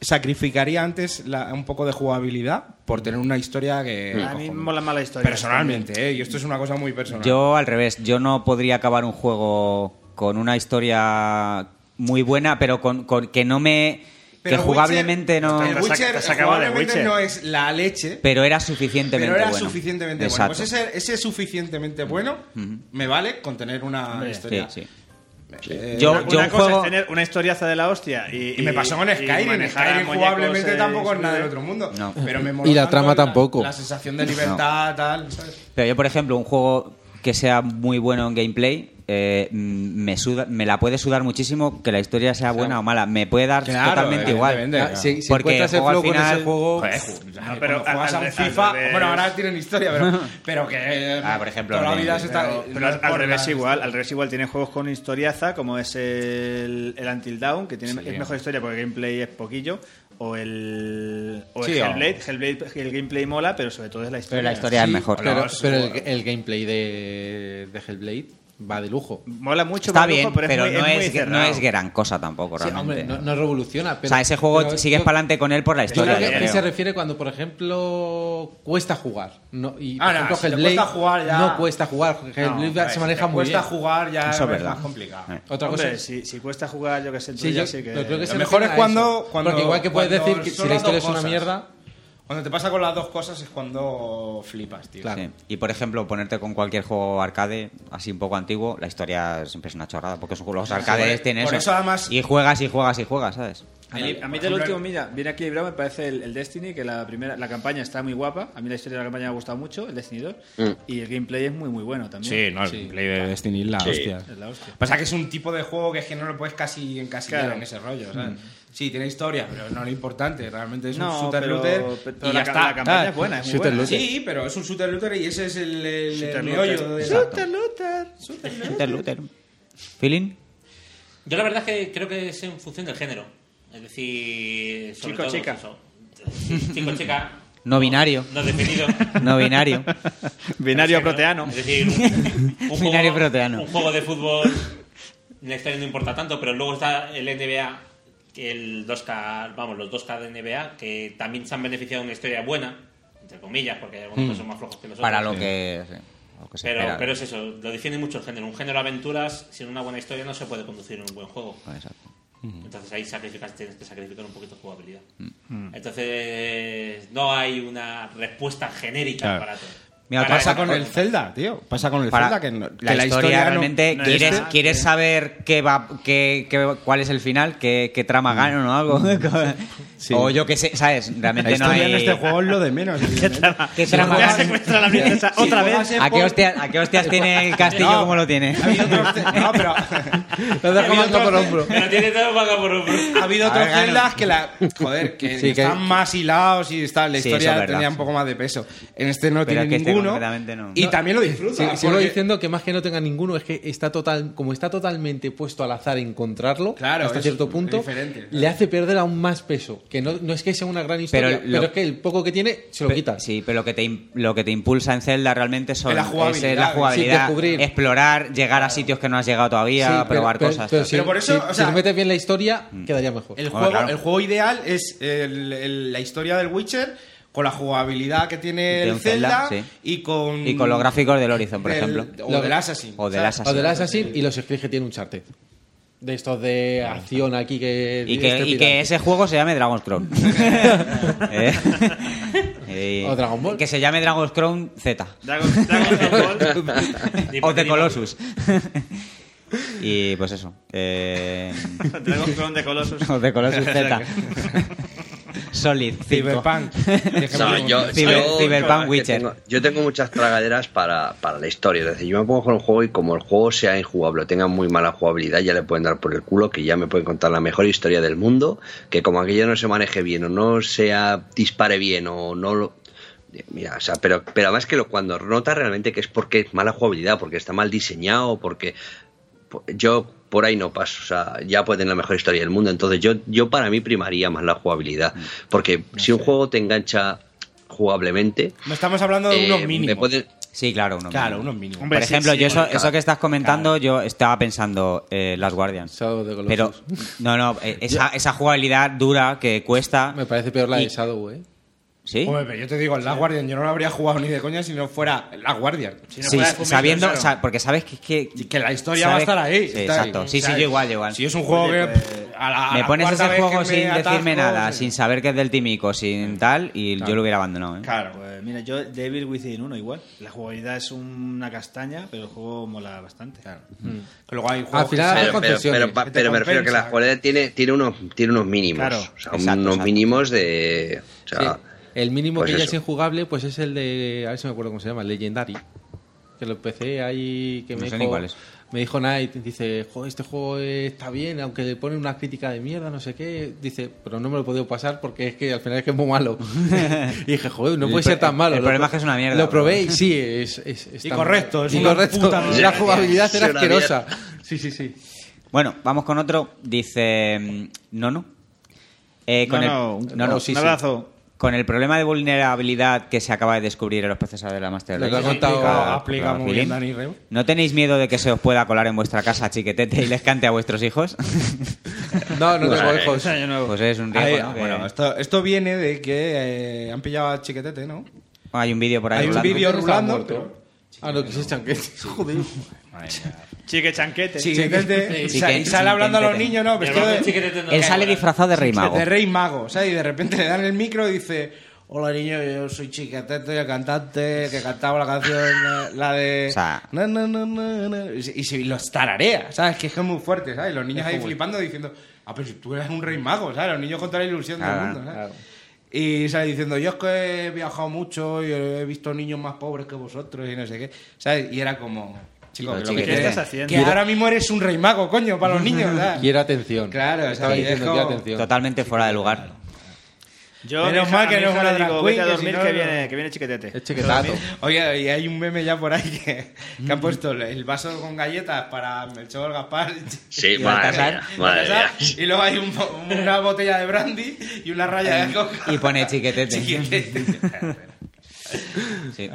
Speaker 4: sacrificaría antes la- un poco de jugabilidad por tener una historia que.
Speaker 7: Mm.
Speaker 5: A mí me mola más la historia.
Speaker 4: Personalmente, ¿eh? Y esto es una cosa muy personal.
Speaker 7: Yo al revés, yo no podría acabar un juego con una historia muy buena, pero con, con- que no me
Speaker 4: Pero
Speaker 7: que
Speaker 4: Witcher-
Speaker 7: jugablemente no.
Speaker 4: El Witcher,
Speaker 5: te sacaba de
Speaker 4: jugablemente
Speaker 5: Witcher.
Speaker 4: no es la leche,
Speaker 7: Pero era suficientemente
Speaker 4: pero era
Speaker 7: bueno.
Speaker 4: suficientemente
Speaker 7: Exacto.
Speaker 4: bueno. Pues ese, ese suficientemente bueno me vale con tener una historia.
Speaker 7: Sí, sí.
Speaker 4: Eh,
Speaker 7: Yo-
Speaker 5: Una,
Speaker 7: yo
Speaker 5: una
Speaker 7: un
Speaker 5: cosa
Speaker 7: juego-
Speaker 5: es tener una historiaza de la hostia. Y,
Speaker 4: Y me pasó con
Speaker 5: y
Speaker 4: Skyrim.
Speaker 5: manejar
Speaker 4: Skyrim
Speaker 5: muñecos,
Speaker 4: jugablemente
Speaker 5: eh,
Speaker 4: tampoco es nada del
Speaker 5: eh,
Speaker 4: otro mundo.
Speaker 7: No.
Speaker 4: Pero me
Speaker 6: Y la
Speaker 4: moló
Speaker 6: trama
Speaker 4: tanto
Speaker 6: tampoco.
Speaker 4: La sensación de libertad, tal. ¿sabes?
Speaker 7: Pero yo, por ejemplo, un juego que sea muy bueno en gameplay, eh, mm, me, suda- me la puede sudar muchísimo que la historia sea buena o mala. Me puede dar
Speaker 4: Claro,
Speaker 7: totalmente igual.
Speaker 4: evidentemente, claro.
Speaker 6: Ah, Si, si
Speaker 7: Porque
Speaker 6: encuentras el
Speaker 7: juego al
Speaker 6: flow con
Speaker 7: final-
Speaker 6: ese juego.
Speaker 4: Joder, ju-
Speaker 5: No,
Speaker 4: pero
Speaker 5: pero
Speaker 4: cuando juegas a
Speaker 5: al-
Speaker 4: un
Speaker 5: al
Speaker 4: FIFA,
Speaker 5: revés.
Speaker 4: bueno, ahora tienen historia, pero, pero que
Speaker 7: Ah, por ejemplo,
Speaker 4: toda la
Speaker 7: el-
Speaker 4: vida se está
Speaker 5: Pero, pero
Speaker 4: no es
Speaker 5: al-
Speaker 4: por
Speaker 5: al revés
Speaker 4: la-
Speaker 5: igual, al revés igual tiene juegos con historiaza como es el, el Until Dawn que tiene es mejor historia porque el gameplay es poquillo o el o el
Speaker 4: Sí, o-
Speaker 5: Hellblade, Hellblade el gameplay mola, pero sobre todo es la historia.
Speaker 7: Pero la historia es mejor.
Speaker 6: Pero, pero el, el gameplay de, de Hellblade va de lujo.
Speaker 5: mola mucho,
Speaker 7: Está
Speaker 5: pero
Speaker 7: bien,
Speaker 5: pero es
Speaker 7: pero
Speaker 5: muy-
Speaker 7: no,
Speaker 5: es muy
Speaker 7: es, no
Speaker 5: cerrado.
Speaker 7: es gran cosa tampoco,
Speaker 6: Sí,
Speaker 7: realmente.
Speaker 6: hombre, no, no revoluciona. Pero,
Speaker 7: o sea, ese juego
Speaker 6: pero
Speaker 7: sigues
Speaker 6: yo-
Speaker 7: para adelante con él por la
Speaker 6: Yo
Speaker 7: historia.
Speaker 6: creo que
Speaker 7: yo
Speaker 6: aquí se
Speaker 7: creo.
Speaker 6: refiere cuando, por ejemplo, cuesta jugar. No, y, por
Speaker 4: Ah, no,
Speaker 6: ejemplo,
Speaker 4: si te
Speaker 6: Hellblade
Speaker 4: cuesta jugar ya-
Speaker 6: No cuesta jugar. Hellblade
Speaker 4: joder,
Speaker 6: se
Speaker 4: si
Speaker 6: maneja
Speaker 4: te
Speaker 6: muy
Speaker 4: cuesta
Speaker 6: bien.
Speaker 4: jugar ya
Speaker 7: Eso es
Speaker 4: es
Speaker 7: verdad.
Speaker 4: más complicado.
Speaker 7: Eh.
Speaker 6: Otra cosa
Speaker 5: Hombre,
Speaker 6: es...
Speaker 5: si, si cuesta jugar, yo que sé, en tu
Speaker 6: Sí,
Speaker 5: día,
Speaker 6: yo,
Speaker 5: sí que
Speaker 6: yo creo que se
Speaker 4: Lo mejor
Speaker 6: refiere
Speaker 4: es
Speaker 6: a
Speaker 4: cuando-
Speaker 6: eso.
Speaker 4: cuando-
Speaker 6: Porque igual que puedes
Speaker 4: cuando
Speaker 6: decir que si
Speaker 4: son
Speaker 6: la
Speaker 4: las
Speaker 6: historia es
Speaker 4: dos
Speaker 6: una
Speaker 4: cosas.
Speaker 6: mierda...
Speaker 4: Cuando te pasa con las dos cosas es cuando flipas, tío.
Speaker 6: Claro.
Speaker 7: Sí. Y por ejemplo, ponerte con cualquier juego arcade, así un poco antiguo, la historia siempre es una chorrada, porque esos juegos arcades
Speaker 4: por-
Speaker 7: tienen
Speaker 4: por
Speaker 7: eso.
Speaker 4: eso, además-
Speaker 7: Y juegas y juegas y juegas, ¿sabes?
Speaker 5: A mí, a mí
Speaker 4: Por
Speaker 5: del
Speaker 4: ejemplo,
Speaker 5: último, mira, bien equilibrado me parece el, el Destiny, que la primera, la campaña está muy guapa. A mí la historia de la campaña me ha gustado mucho, el Destiny 2.
Speaker 7: Mm.
Speaker 5: Y el gameplay es muy, muy bueno también.
Speaker 13: Sí, no, el gameplay de Destiny la hostia.
Speaker 5: Es la hostia.
Speaker 4: Pasa que es un tipo de juego que es que no lo puedes casi encasillar
Speaker 5: Claro.
Speaker 4: en ese rollo, ¿sabes? Sí, tiene historia, pero no lo importante. Realmente es un
Speaker 5: Mm. No,
Speaker 4: shooter
Speaker 5: pero-
Speaker 4: looter
Speaker 5: pero
Speaker 4: y
Speaker 5: la
Speaker 4: ya
Speaker 5: ca-
Speaker 4: está.
Speaker 5: la campaña
Speaker 4: Ah,
Speaker 5: es buena, es muy
Speaker 4: shooter
Speaker 5: buena.
Speaker 4: looter. Sí, pero es un shooter looter y ese es el, el- el
Speaker 5: Shooter
Speaker 4: meollo
Speaker 5: looter.
Speaker 4: de
Speaker 7: Luther, Luther. ¿Feeling?
Speaker 9: Yo la verdad es que creo que es en función del género. Es decir, sobre
Speaker 5: Chico,
Speaker 9: todo,
Speaker 5: chica.
Speaker 9: eso. Chico, chica.
Speaker 7: No binario.
Speaker 9: No definido.
Speaker 7: No binario.
Speaker 5: Binario
Speaker 9: No sé, ¿no?
Speaker 5: proteano.
Speaker 9: Es decir, un, un
Speaker 7: Binario
Speaker 9: juego,
Speaker 7: proteano.
Speaker 9: un juego de fútbol la historia no importa tanto, pero luego está el NBA, que el 2K, vamos, los 2K de NBA, que también se han beneficiado de una historia buena, entre comillas, porque algunos son más flojos que los otros.
Speaker 7: Hmm. Para lo que, sí, lo que se
Speaker 9: Pero,
Speaker 7: espera.
Speaker 9: pero es eso, lo defiende mucho el género. Un género de aventuras sin una buena historia no se puede conducir en un buen juego. Hmm.
Speaker 7: Exacto.
Speaker 9: Entonces ahí sacrificas, tienes que sacrificar un poquito de jugabilidad.
Speaker 7: Hmm.
Speaker 9: Hmm. Entonces no hay una respuesta genérica
Speaker 13: Claro.
Speaker 9: para todo.
Speaker 7: Mira,
Speaker 9: Para
Speaker 7: pasa
Speaker 9: eso-
Speaker 7: con el
Speaker 4: Zelda, tío. Pasa con el
Speaker 7: Para-
Speaker 4: Zelda que, no- que
Speaker 7: la, historia,
Speaker 4: no-
Speaker 7: realmente
Speaker 4: no es
Speaker 7: quieres,
Speaker 4: este.
Speaker 7: quieres saber qué va qué, qué- cuál es el final qué, qué
Speaker 4: Mm.
Speaker 7: trama gana o algo o yo qué sé sabes
Speaker 4: La
Speaker 7: realmente no
Speaker 4: historia
Speaker 7: hay
Speaker 4: en este juego es lo de menos. evidentemente.
Speaker 7: qué trama
Speaker 5: Voy a
Speaker 7: gana?
Speaker 5: secuestrar a la princesa otra
Speaker 4: Sí,
Speaker 5: vez.
Speaker 4: sí.
Speaker 7: ¿A qué, hostias, ¿A qué hostias tiene el castillo
Speaker 4: No.
Speaker 7: como lo tiene?
Speaker 4: Ha habido otros ce- no, pero
Speaker 6: Lo dejo
Speaker 4: Había
Speaker 6: mando por
Speaker 4: otros-
Speaker 6: hombro.
Speaker 9: Pero tiene todo vaca por hombro.
Speaker 4: ha habido otros
Speaker 7: Hagan-
Speaker 4: celdas que la joder que
Speaker 6: Sí, que-
Speaker 4: están más hilados y está la
Speaker 7: Sí,
Speaker 4: historia
Speaker 7: eso es verdad,
Speaker 4: tenía un
Speaker 7: sí.
Speaker 4: poco más de peso. En este no
Speaker 7: Pero es que
Speaker 4: tiene
Speaker 7: este
Speaker 4: ninguno
Speaker 7: concretamente no.
Speaker 4: y
Speaker 7: No,
Speaker 4: también lo disfruta.
Speaker 6: Sí, sigo
Speaker 4: Ah, porque-
Speaker 6: diciendo que más que no tenga ninguno es que está total, como está totalmente puesto al azar encontrarlo
Speaker 4: Claro,
Speaker 6: hasta
Speaker 4: es
Speaker 6: cierto punto,
Speaker 4: diferente, claro.
Speaker 6: le hace perder aún más peso. Que no, no es que sea una gran historia, pero,
Speaker 7: Pero lo-
Speaker 6: es que el poco que tiene se lo
Speaker 7: Pe-
Speaker 6: quita.
Speaker 7: Sí, pero lo que te, im- lo que te impulsa en Zelda realmente son,
Speaker 4: Es la jugabilidad,
Speaker 7: es la
Speaker 4: sí,
Speaker 7: jugabilidad,
Speaker 6: descubrir.
Speaker 7: explorar, llegar a sitios que no has llegado
Speaker 6: Sí,
Speaker 7: todavía, probar
Speaker 6: pero-
Speaker 7: cosas. Mm.
Speaker 6: Pero,
Speaker 7: tal.
Speaker 6: si,
Speaker 4: Pero por eso,
Speaker 6: si-
Speaker 4: o
Speaker 6: si
Speaker 4: sea-
Speaker 6: le metes bien la historia, quedaría mejor.
Speaker 4: El
Speaker 7: Hombre,
Speaker 4: juego,
Speaker 7: claro.
Speaker 4: el juego ideal es el- el- la historia del Witcher con la jugabilidad que tiene
Speaker 7: De
Speaker 4: el
Speaker 7: un Zelda,
Speaker 4: Zelda,
Speaker 7: sí.
Speaker 4: y con
Speaker 7: Y con los gráficos del Horizon, por
Speaker 4: del-
Speaker 7: ejemplo.
Speaker 4: o
Speaker 6: Lo-
Speaker 4: del Assassin.
Speaker 7: o del
Speaker 4: ¿sabes?
Speaker 7: Assassin.
Speaker 6: O del Assassin y los skills que tiene un charted. De estos de acción aquí que. este
Speaker 7: Y que, y que ese juego se llame Dragon's Crown. Eh, eh,
Speaker 6: O Dragon Ball.
Speaker 7: Que se llame Dragon's Crown Z.
Speaker 5: Dragon, Dragon Ball.
Speaker 9: Ni
Speaker 7: o The
Speaker 9: Pokémon.
Speaker 7: Colossus. Y pues eso. Eh...
Speaker 8: Tenemos clon de Colossus.
Speaker 7: Los de Colossus Z. Solid. cinco.
Speaker 4: Cyberpunk.
Speaker 11: No, yo,
Speaker 7: Ciber-
Speaker 11: yo-
Speaker 7: Cyberpunk
Speaker 11: yo
Speaker 7: Witcher.
Speaker 11: tengo, yo tengo muchas tragaderas para, para la historia. Es decir, yo me pongo con el juego y como el juego sea injugable o tenga muy mala jugabilidad, ya le pueden dar por el culo que ya me pueden contar la mejor historia del mundo. Que como aquello no se maneje bien o no sea dispare bien o no lo. Mira, o sea, pero, pero además que lo, cuando nota realmente que es porque es mala jugabilidad, porque está mal diseñado, porque po- yo por ahí no paso, o sea, ya pueden la mejor historia del mundo, entonces yo, yo para mí primaría más la jugabilidad, porque si un juego te engancha jugablemente,
Speaker 4: No estamos
Speaker 7: Ah,
Speaker 4: hablando de unos
Speaker 11: eh,
Speaker 4: mínimos.
Speaker 11: me puede-
Speaker 7: Sí, claro, uno
Speaker 4: Claro,
Speaker 7: mismo.
Speaker 4: unos mínimos.
Speaker 7: Por ejemplo, yo eso,
Speaker 11: claro.
Speaker 7: eso que estás comentando, yo estaba pensando eh, Las Guardians.
Speaker 6: Shadow of the Colossus.
Speaker 7: Pero, no, no, eh, esa, esa jugabilidad dura que cuesta.
Speaker 6: Me parece peor la
Speaker 7: Y-
Speaker 6: de Shadow, ¿eh?
Speaker 7: ¿Sí?
Speaker 4: Hombre, pero yo te digo, la Guardian, yo no lo habría jugado ni de coña si no fuera la Guardian.
Speaker 5: Si no
Speaker 7: sí,
Speaker 5: fuera de Fumigación,
Speaker 7: sabiendo,
Speaker 5: claro.
Speaker 7: sa- porque sabes que, que,
Speaker 4: Y que la historia va a estar ahí,
Speaker 7: Sí,
Speaker 4: está ahí.
Speaker 7: exacto. Sí, sí,
Speaker 4: ¿Sabes?
Speaker 7: yo igual, yo igual.
Speaker 4: Si es un juego
Speaker 5: Oye,
Speaker 4: que.
Speaker 5: pues,
Speaker 4: a la- a
Speaker 7: me
Speaker 4: la
Speaker 7: pones
Speaker 4: cuarta
Speaker 7: ese
Speaker 4: vez
Speaker 7: juego
Speaker 4: que
Speaker 7: sin
Speaker 4: me
Speaker 7: decirme
Speaker 4: atasco, pues,
Speaker 7: nada,
Speaker 4: sí.
Speaker 7: sin saber que es del tímico, sin tal, y yo lo hubiera abandonado. ¿eh?
Speaker 4: Claro.
Speaker 5: Pues mira, yo Devil Within 1 igual. La jugabilidad es una castaña, pero el juego mola bastante. Mm.
Speaker 4: Que luego hay juegos
Speaker 6: Al final
Speaker 7: Ah,
Speaker 4: que
Speaker 6: hay
Speaker 11: Pero, pero-
Speaker 6: concesiones.
Speaker 11: pero pa-
Speaker 4: que te
Speaker 11: pero me refiero que la
Speaker 4: compensa.
Speaker 11: jugabilidad tiene, tiene, unos, tiene unos mínimos,
Speaker 5: Claro,
Speaker 11: o sea,
Speaker 7: exacto,
Speaker 11: unos
Speaker 7: exacto.
Speaker 11: mínimos de... o sea,
Speaker 6: Sí. El mínimo
Speaker 11: pues
Speaker 6: que ya
Speaker 11: eso.
Speaker 6: es injugable, pues es el de. A ver si me acuerdo cómo se llama, el Legendary. Que lo empecé ahí. Que
Speaker 7: No
Speaker 6: me
Speaker 7: sé ni
Speaker 6: dijo,
Speaker 7: cuál es.
Speaker 6: Me dijo Knight, dice, joder, este juego eh, está bien, aunque le pone una crítica de mierda, no sé qué. Dice, pero no me lo he podido pasar porque es que al final es que es muy malo. y dije, joder, no
Speaker 7: El
Speaker 6: puede
Speaker 7: pro-
Speaker 6: ser tan malo.
Speaker 7: el
Speaker 6: Lo pro-
Speaker 7: problema es que es una mierda,
Speaker 6: Lo probé y
Speaker 7: pero-
Speaker 6: sí, es. es, es tan-
Speaker 4: Incorrecto, es
Speaker 6: y
Speaker 4: una
Speaker 6: correcto.
Speaker 4: puta mierda.
Speaker 6: La jugabilidad era
Speaker 11: Es una mierda.
Speaker 6: asquerosa. Sí, sí, sí.
Speaker 7: Bueno, vamos con otro. Dice. mm, No, no. Eh, con el-
Speaker 5: no, un-
Speaker 7: no, no,
Speaker 5: un
Speaker 7: sí, sí.
Speaker 5: abrazo.
Speaker 7: Con el problema de vulnerabilidad que se acaba de descubrir en los procesadores de la Master
Speaker 6: Lo que
Speaker 7: Race.
Speaker 6: ha contado-
Speaker 7: Claro,
Speaker 4: aplica
Speaker 7: claro,
Speaker 4: muy bien
Speaker 7: Filín.
Speaker 4: Dani Reu.
Speaker 7: ¿No tenéis miedo de que se os pueda colar en vuestra casa chiquetete y les cante a vuestros hijos?
Speaker 6: No, no tengo
Speaker 11: Vale.
Speaker 6: hijos.
Speaker 5: Año nuevo.
Speaker 7: pues es un
Speaker 4: Ahí- eh,
Speaker 7: riesgo, ¿no? Que-
Speaker 4: Bueno, esto, esto viene de que eh, han pillado a Chiquetete, ¿no?
Speaker 7: Hay un vídeo por ahí.
Speaker 4: Hay un
Speaker 7: volando.
Speaker 4: vídeo
Speaker 6: Estaba
Speaker 4: rulando,
Speaker 6: muerto. Ah, no, que sí, chanquete. Joder.
Speaker 5: Chique chanquete.
Speaker 4: Chiquetete.
Speaker 7: Sí,
Speaker 4: o sea,
Speaker 7: que-
Speaker 4: y sale hablando a los
Speaker 7: Chiquetete.
Speaker 4: niños, ¿no? Vestido de,
Speaker 7: Él sale disfrazado de rey mago.
Speaker 4: de rey mago, o sea, y de repente le dan el micro y dice... Hola niño, yo soy Chiquetete, el cantante que cantaba la canción, la- la de...
Speaker 7: O sea-
Speaker 4: Na, na, na, na, na", y se- y se los tararea, ¿sabes? Que es que es muy fuerte, ¿sabes? Los niños ahí flipando diciendo... Ah, pero si tú eres un rey mago, ¿sabes? Los niños con toda la ilusión
Speaker 7: Claro,
Speaker 4: del mundo, ¿sabes? Y sale diciendo, yo es que he viajado mucho y he visto niños más pobres que vosotros y no sé qué. ¿Sabes? Y era como... Chico,
Speaker 7: Pero
Speaker 4: que lo que
Speaker 7: chiquete.
Speaker 4: te-
Speaker 7: ¿Qué estás
Speaker 5: haciendo?
Speaker 4: Que ahora mismo eres un rey mago, coño, para los niños. ¿sabes?
Speaker 6: Quiero atención.
Speaker 4: Claro,
Speaker 6: estaba
Speaker 4: sí,
Speaker 6: diciendo
Speaker 4: es
Speaker 6: quiero
Speaker 4: como-
Speaker 6: atención.
Speaker 7: Totalmente fuera de lugar.
Speaker 5: Yo
Speaker 4: Menos
Speaker 5: mi hija-
Speaker 4: mal
Speaker 5: a
Speaker 4: que
Speaker 5: mi
Speaker 4: no
Speaker 5: hija
Speaker 4: es una
Speaker 5: le
Speaker 4: drag
Speaker 5: digo, vete a
Speaker 4: queen, que si
Speaker 5: dormir
Speaker 4: no,
Speaker 5: que
Speaker 4: no.
Speaker 5: viene, que viene chiquetete.
Speaker 7: Este-
Speaker 6: Es chiquetazo.
Speaker 4: Oye, y hay un meme ya por ahí que, que
Speaker 7: Mm.
Speaker 4: han puesto el vaso con galletas para Melchor Gaspar.
Speaker 11: Sí,
Speaker 4: y
Speaker 11: madre
Speaker 4: Baltasar,
Speaker 11: mía, madre
Speaker 4: Baltasar,
Speaker 11: mía.
Speaker 4: Y luego hay un bo- una botella de brandy y una raya de coca.
Speaker 7: Y pone chiquetete.
Speaker 4: Chiquete.
Speaker 7: Sí.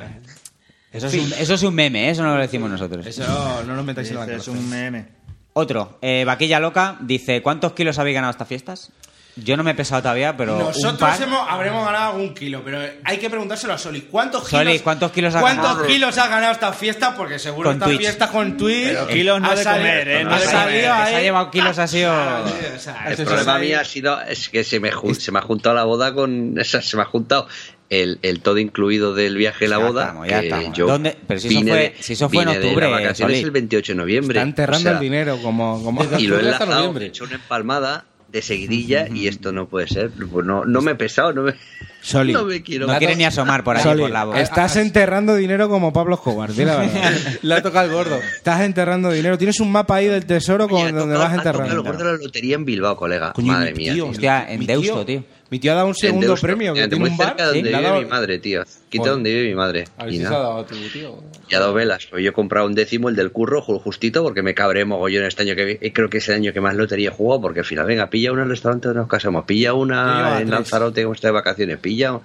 Speaker 7: Eso, es un, eso es un meme, ¿eh? eso no lo decimos nosotros.
Speaker 4: Eso no nos metáis en la
Speaker 5: Este es
Speaker 4: cabeza.
Speaker 5: un meme.
Speaker 7: Otro, eh, Vaquilla Loca dice: ¿Cuántos kilos habéis ganado estas fiestas? Yo no me he pesado todavía, pero. un
Speaker 4: Nosotros
Speaker 7: par.
Speaker 4: hemos, habremos ganado algún kilo, pero hay que preguntárselo a Soli. ¿Cuántos kilos,
Speaker 7: Soli, ¿cuántos kilos ha
Speaker 4: cuántos
Speaker 7: ganado?
Speaker 4: kilos ha ganado esta fiesta? Porque seguro
Speaker 7: Con
Speaker 4: esta
Speaker 7: Twitch.
Speaker 4: fiesta con Twitch.
Speaker 5: Pero kilos no
Speaker 4: ha
Speaker 5: de
Speaker 4: salido-
Speaker 5: comer, ¿eh? No
Speaker 4: ha
Speaker 5: de
Speaker 4: salido
Speaker 5: comer.
Speaker 7: Que se ha
Speaker 4: ahí-
Speaker 7: llevado kilos ha sido.
Speaker 4: Claro, tío, o sea,
Speaker 11: El
Speaker 4: eso
Speaker 11: problema
Speaker 4: es ahí.
Speaker 11: mío ha sido es que se me, ju- se me ha juntado la boda con o sea, se me ha juntado el, el todo incluido del viaje y la
Speaker 7: Ya
Speaker 11: boda.
Speaker 7: estamos, ya
Speaker 11: que
Speaker 7: estamos.
Speaker 11: yo
Speaker 7: ¿Dónde? Pero si eso
Speaker 11: vine
Speaker 7: fue-
Speaker 11: de-
Speaker 7: si eso fue en
Speaker 11: vine de
Speaker 7: octubre,
Speaker 11: las vacaciones
Speaker 7: Solís.
Speaker 11: el 28 de noviembre.
Speaker 4: Está enterrando
Speaker 11: O sea,
Speaker 4: el dinero como... como...
Speaker 11: Y lo
Speaker 6: Octubre
Speaker 11: he
Speaker 6: hasta
Speaker 11: enlazado,
Speaker 6: noviembre.
Speaker 11: he hecho una empalmada de seguidilla y esto no puede ser. Pues no, no me he pesado, no me,
Speaker 4: Soli,
Speaker 11: no me quiero.
Speaker 7: No quiere ni asomar por ahí,
Speaker 4: Soli,
Speaker 7: por la boca.
Speaker 4: estás enterrando dinero como Pablo Escobar, di la verdad.
Speaker 6: Le ha tocado el gordo.
Speaker 4: Estás enterrando dinero. Tienes un mapa ahí del tesoro
Speaker 11: Oye, ha
Speaker 4: con, donde
Speaker 11: tocado-
Speaker 4: vas
Speaker 11: ha tocado
Speaker 4: enterrando.
Speaker 11: el gordo de la lotería en Bilbao, colega. Madre mía. tío.
Speaker 7: Hostia, en
Speaker 4: mi
Speaker 7: Deusto, tío.
Speaker 4: Mi Ah, tío ha dado un
Speaker 11: En
Speaker 4: segundo
Speaker 11: Deusto,
Speaker 4: premio que
Speaker 11: fíjate,
Speaker 4: tiene
Speaker 11: muy
Speaker 4: un bar. ¿eh?
Speaker 11: cerca de donde
Speaker 4: Le ha
Speaker 11: vive
Speaker 4: dado-
Speaker 11: mi madre, tío. Quita
Speaker 4: Joder.
Speaker 11: donde vive mi madre.
Speaker 6: A ver
Speaker 11: Y
Speaker 6: si se ha
Speaker 11: nada.
Speaker 6: dado a tu tío.
Speaker 11: Ya dos velas. Pues Yo he comprado un décimo, el del curro, ju- justito, porque me cabré mogollón este año que vi- y creo que es el año que más lotería he jugado, porque al final, venga, pilla una en el restaurante donde nos casamos, pilla
Speaker 4: Yo llevaba
Speaker 11: una en
Speaker 4: tres.
Speaker 11: Lanzarote como está de vacaciones, pilla.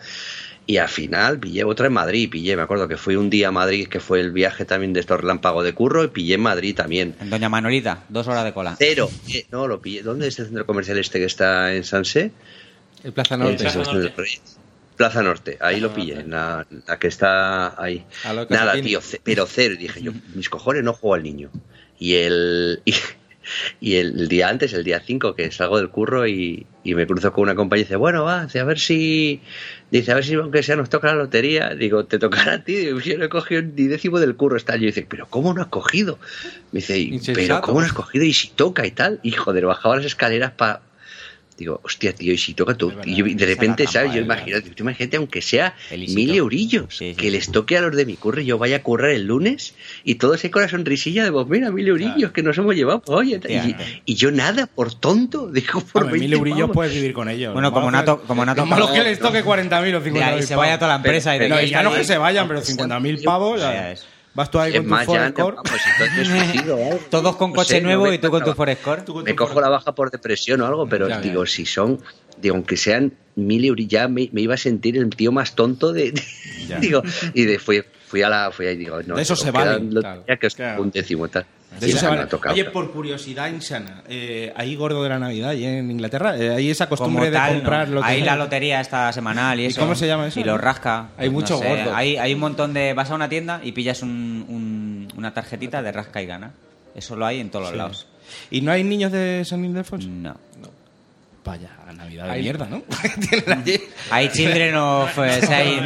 Speaker 11: Y al final pillé otra en Madrid, pillé, me acuerdo que fui un día a Madrid, que fue el viaje también de estos relámpagos de curro, y pillé en Madrid también.
Speaker 7: En Doña Manolita, dos horas de cola.
Speaker 11: Cero. Eh, no, lo pillé. ¿Dónde es el centro comercial este que está en Sanse?
Speaker 6: El Plaza Norte.
Speaker 11: Plaza Norte. Plaza Norte, ahí lo pillé, la, la que está ahí.
Speaker 6: A lo que
Speaker 11: Nada,
Speaker 6: se tiene.
Speaker 11: tío, ce- pero cero. Y Dije yo, mis cojones no juego al niño. Y el. y- Y el, el día antes, el día 5, que salgo del curro y, y me cruzo con una compañía y dice, bueno, va, dice, a ver si, dice, a ver si aunque sea nos toca la lotería. Digo, te tocará a ti. Digo, yo no he cogido ni décimo del curro este año. Y dice, pero ¿cómo no has cogido? Me dice, "Y- pero
Speaker 6: Insensato.
Speaker 11: ¿cómo no has cogido? Y si toca y tal. Y joder, bajaba las escaleras para... Digo, hostia, tío, y si toca tú. Y yo- y de repente, ¿sabes? Yo imagino, tú imagínate, aunque sea mil eurillos, que les toque a los de mi curro y yo vaya a currar el lunes y todos ahí con la sonrisilla de, pues mira, mil eurillos que nos hemos llevado, pues, oye, tal". y, y yo nada, por tonto, digo, por
Speaker 4: Hombre, mil
Speaker 11: 20
Speaker 4: eurillos
Speaker 11: pavos.
Speaker 4: puedes vivir con ellos.
Speaker 7: Bueno,
Speaker 4: Lo
Speaker 7: como
Speaker 4: malo
Speaker 7: no
Speaker 4: que-
Speaker 7: to- como no
Speaker 4: Lo
Speaker 7: to-
Speaker 4: malo Ah, que les toque 40.000 o 50.000
Speaker 7: De ahí se vaya toda la empresa y de
Speaker 4: No,
Speaker 7: que
Speaker 4: ya
Speaker 7: está
Speaker 4: no
Speaker 7: ahí-
Speaker 4: que se vayan, pero 50.000 pavos. ya.
Speaker 7: Ya es.
Speaker 4: Vas tú ahí
Speaker 11: Es
Speaker 4: con tu
Speaker 11: más, ya,
Speaker 4: Ford Core.
Speaker 11: pues entonces suicido o algo.
Speaker 7: Todos con
Speaker 11: No
Speaker 7: coche
Speaker 11: sé, no
Speaker 7: nuevo
Speaker 11: me
Speaker 7: y tú con tu
Speaker 11: importa.
Speaker 7: Forescore.
Speaker 11: Me cojo la baja por depresión o algo, pero
Speaker 4: Ya, ya.
Speaker 11: digo, si son, digo, aunque sean mil euros, ya me, me iba a sentir el tío más tonto de. de- digo, y de, fui, fui a la. Fui ahí, digo, no,
Speaker 4: De eso
Speaker 11: pero
Speaker 4: se
Speaker 11: queda
Speaker 4: valen,
Speaker 11: lo-
Speaker 4: claro.
Speaker 11: ya que os
Speaker 4: Claro.
Speaker 11: un décimo y tal.
Speaker 4: De
Speaker 11: Y
Speaker 4: eso
Speaker 11: la
Speaker 4: se
Speaker 11: que
Speaker 4: van
Speaker 11: me
Speaker 4: a-
Speaker 11: ha tocado.
Speaker 4: Oye, por curiosidad insana, eh, ahí gordo de la Navidad, ahí en Inglaterra, eh, hay esa
Speaker 7: Como
Speaker 4: costumbre
Speaker 7: tal,
Speaker 4: de
Speaker 7: no.
Speaker 4: comprar lotería.
Speaker 7: Ahí la lotería está semanal y eso.
Speaker 4: cómo se llama eso?
Speaker 7: Y lo rasca.
Speaker 6: Hay mucho gordo.
Speaker 7: Hay, hay un montón de... Vas a una tienda y pillas un- un- una tarjetita de rasca y gana. Eso lo hay en todos los lados.
Speaker 4: ¿Y no hay niños de San Ildefonso?
Speaker 7: No.
Speaker 4: Vaya, la Navidad de
Speaker 6: Hay-
Speaker 4: mierda, ¿no? Tienen allí-
Speaker 7: Hay children of... eh,
Speaker 6: Ahí
Speaker 7: Saint-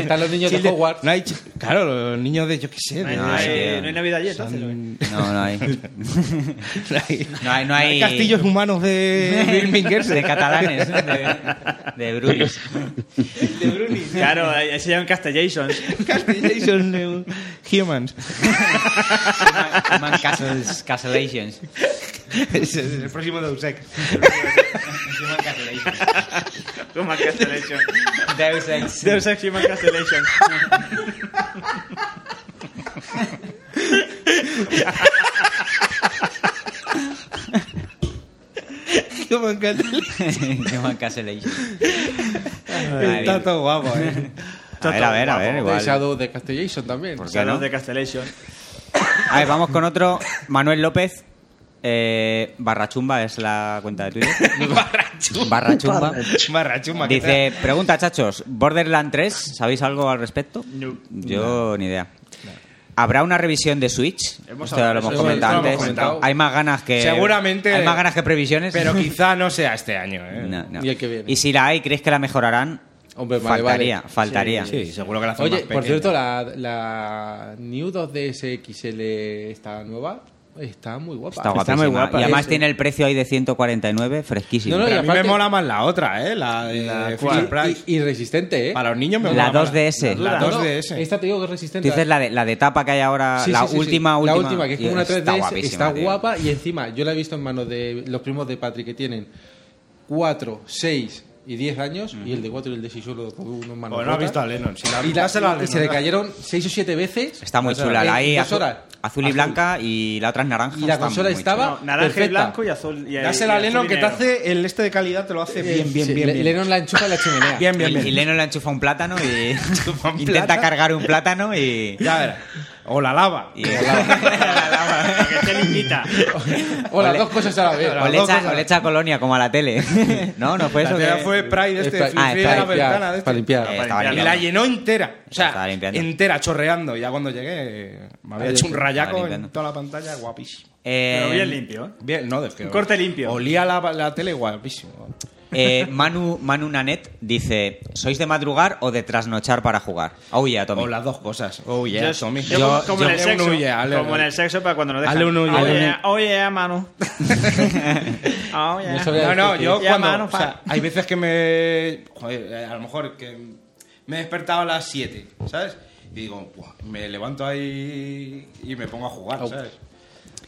Speaker 6: Están los niños de
Speaker 4: Children-
Speaker 6: Hogwarts.
Speaker 4: No hay chi- claro, los niños de, yo qué sé.
Speaker 5: No hay,
Speaker 4: de-
Speaker 5: no hay-
Speaker 7: tío.
Speaker 5: no hay Navidad ayer,
Speaker 4: San-
Speaker 5: entonces. ¿no?
Speaker 7: No, no hay.
Speaker 4: No hay,
Speaker 7: No hay- no hay-
Speaker 4: castillos humanos de Birmingham.
Speaker 7: De catalanes. De, de Brulis.
Speaker 5: Claro, ahí se llaman Castellations.
Speaker 4: Castellations eh, Humans.
Speaker 7: Human Castles, Castellations.
Speaker 4: Es el próximo de Ex.
Speaker 7: Human Castellations.
Speaker 5: Human Castellations.
Speaker 7: Deus Ex.
Speaker 5: Deus Ex Human Castellations.
Speaker 4: Human Castellations.
Speaker 7: Human Castellations. Ay,
Speaker 4: Está todo guapo, eh.
Speaker 7: A ver, a ver, a ver.
Speaker 6: De
Speaker 7: Igual.
Speaker 6: Shadow de Castellation también.
Speaker 7: ¿Por qué
Speaker 5: Shadow
Speaker 7: no?
Speaker 5: de Castellations.
Speaker 7: A ver, vamos con otro. Manuel López. eh, Barrachumba es la cuenta de Twitter. Barrachumba.
Speaker 4: Chumbarra, chumba. ¿qué
Speaker 7: Dice, pregunta, chachos. Borderland 3, ¿sabéis algo al respecto? Yo ni idea. ¿Habrá una revisión de Switch?
Speaker 5: Hemos
Speaker 7: Esto ya lo
Speaker 5: hablado de
Speaker 7: hemos
Speaker 6: eso,
Speaker 7: comentado
Speaker 6: lo hemos
Speaker 7: antes.
Speaker 6: comentado.
Speaker 7: Hay más ganas que.
Speaker 4: Seguramente-
Speaker 7: Hay más ganas que
Speaker 4: tal?
Speaker 7: previsiones.
Speaker 4: Pero quizá no sea este año, eh.
Speaker 7: No, no.
Speaker 6: Y el que viene.
Speaker 7: Y si la hay, ¿crees que la mejorarán?
Speaker 6: Hombre, vale,
Speaker 7: faltaría,
Speaker 6: vale.
Speaker 7: faltaría.
Speaker 4: Sí, seguro que la hacen
Speaker 6: Oye,
Speaker 4: más
Speaker 6: por
Speaker 4: pequeña.
Speaker 6: cierto, la, la New 2DS XL, esta nueva, está muy guapa.
Speaker 7: Está guapísima.
Speaker 5: muy guapa,
Speaker 7: Y además
Speaker 5: sí.
Speaker 7: tiene el precio ahí de 149, fresquísimo.
Speaker 6: No, no,
Speaker 4: Pero a mí me
Speaker 6: aparte-
Speaker 4: mola más la otra, eh. La de Fisher Price.
Speaker 6: Y, y- y resistente, ¿eh?
Speaker 4: Para los niños me
Speaker 7: La
Speaker 4: mola más
Speaker 7: 2DS.
Speaker 4: La
Speaker 6: No, no,
Speaker 4: 2DS.
Speaker 6: Esta te digo que es resistente.
Speaker 7: Tú dices la de, la de tapa que hay ahora,
Speaker 6: Sí,
Speaker 7: la,
Speaker 6: sí, sí, sí.
Speaker 7: última,
Speaker 6: La
Speaker 7: última,
Speaker 6: última, que es como una 3DS.
Speaker 7: Está
Speaker 6: Está,
Speaker 7: guapísima. tío.
Speaker 6: guapa y encima yo la he visto en manos de los primos de Patrick que tienen 4, 6 y 10 años y el de 4 y el de 6 solo con unos manos
Speaker 4: Pues no ha
Speaker 6: rotas.
Speaker 4: visto a Lennon. Si la,
Speaker 6: y, la-
Speaker 4: dásela a
Speaker 6: y se le
Speaker 4: Lennon.
Speaker 6: cayeron 6 o 7 veces.
Speaker 7: Está muy
Speaker 6: O sea,
Speaker 7: chula.
Speaker 6: en
Speaker 7: La hay
Speaker 6: dos
Speaker 7: azul,
Speaker 6: horas.
Speaker 7: azul y blanca y la otra es naranja.
Speaker 6: Y la
Speaker 7: Está
Speaker 6: consola
Speaker 7: muy
Speaker 6: estaba-
Speaker 7: chula.
Speaker 5: No, naranja y
Speaker 6: Perfecta.
Speaker 5: blanco y azul. Y,
Speaker 4: Dásela
Speaker 5: y
Speaker 4: a
Speaker 5: azul
Speaker 4: Lennon
Speaker 5: y
Speaker 4: que te
Speaker 5: negro.
Speaker 4: hace el este de calidad, te lo hace bien, bien,
Speaker 6: Sí,
Speaker 4: bien.
Speaker 6: Le-
Speaker 4: bien.
Speaker 6: Lennon la enchufa en la chimenea.
Speaker 4: Bien, bien,
Speaker 7: Y-
Speaker 4: bien.
Speaker 7: Y Leno le enchufa un plátano y
Speaker 4: un
Speaker 7: intenta
Speaker 4: plátano.
Speaker 7: cargar un plátano y...
Speaker 4: Ya verás. O la lava.
Speaker 7: y- la lava.
Speaker 5: Que esté limpita.
Speaker 6: O
Speaker 7: O
Speaker 6: las
Speaker 7: le-
Speaker 6: dos cosas a la vez.
Speaker 7: O le echa, o le echa colonia como a la tele. no, no fue
Speaker 4: La
Speaker 7: eso.
Speaker 4: tela
Speaker 7: que-
Speaker 4: fue Pride este,
Speaker 6: Ah,
Speaker 4: fifí de
Speaker 7: Sprite,
Speaker 4: la
Speaker 7: ya,
Speaker 4: ventana de este.
Speaker 6: Para limpiar.
Speaker 7: Eh, estaba
Speaker 4: Y
Speaker 7: limpiando.
Speaker 4: la llenó entera. O sea,
Speaker 7: Estaba limpiando.
Speaker 4: entera, chorreando. Ya cuando llegué, eh, me había
Speaker 6: Ah,
Speaker 4: hecho un
Speaker 6: estaba
Speaker 4: rayaco en
Speaker 7: limpiando.
Speaker 4: toda la pantalla, guapísimo.
Speaker 7: Eh,
Speaker 5: Pero bien limpio. ¿eh?
Speaker 4: Bien, no, de que-
Speaker 5: Un corte limpio.
Speaker 4: Olía la, la tele guapísimo.
Speaker 7: eh, Manu, Manu Nanet dice: ¿Sois de madrugar o de trasnochar para jugar? Oh, yeah, Tommy.
Speaker 4: O las dos cosas. Oh, yeah,
Speaker 5: Yo-
Speaker 4: Tommy.
Speaker 5: yo como- como en el
Speaker 4: un
Speaker 5: sexo.
Speaker 4: huye, ale-
Speaker 5: como en el sexo para cuando nos dejan.
Speaker 4: Hazle un huye.
Speaker 5: Oye, oye, eh, Manu. Ah, Oye. eh.
Speaker 6: No sabía-
Speaker 4: No, no, yo
Speaker 5: Ya,
Speaker 4: cuando.
Speaker 5: mano,
Speaker 4: o sea, hay veces que me. Joder, eh, a lo mejor que me he despertado a las 7, ¿sabes? Y digo, "Buah", me levanto ahí y me pongo a jugar, ¿sabes?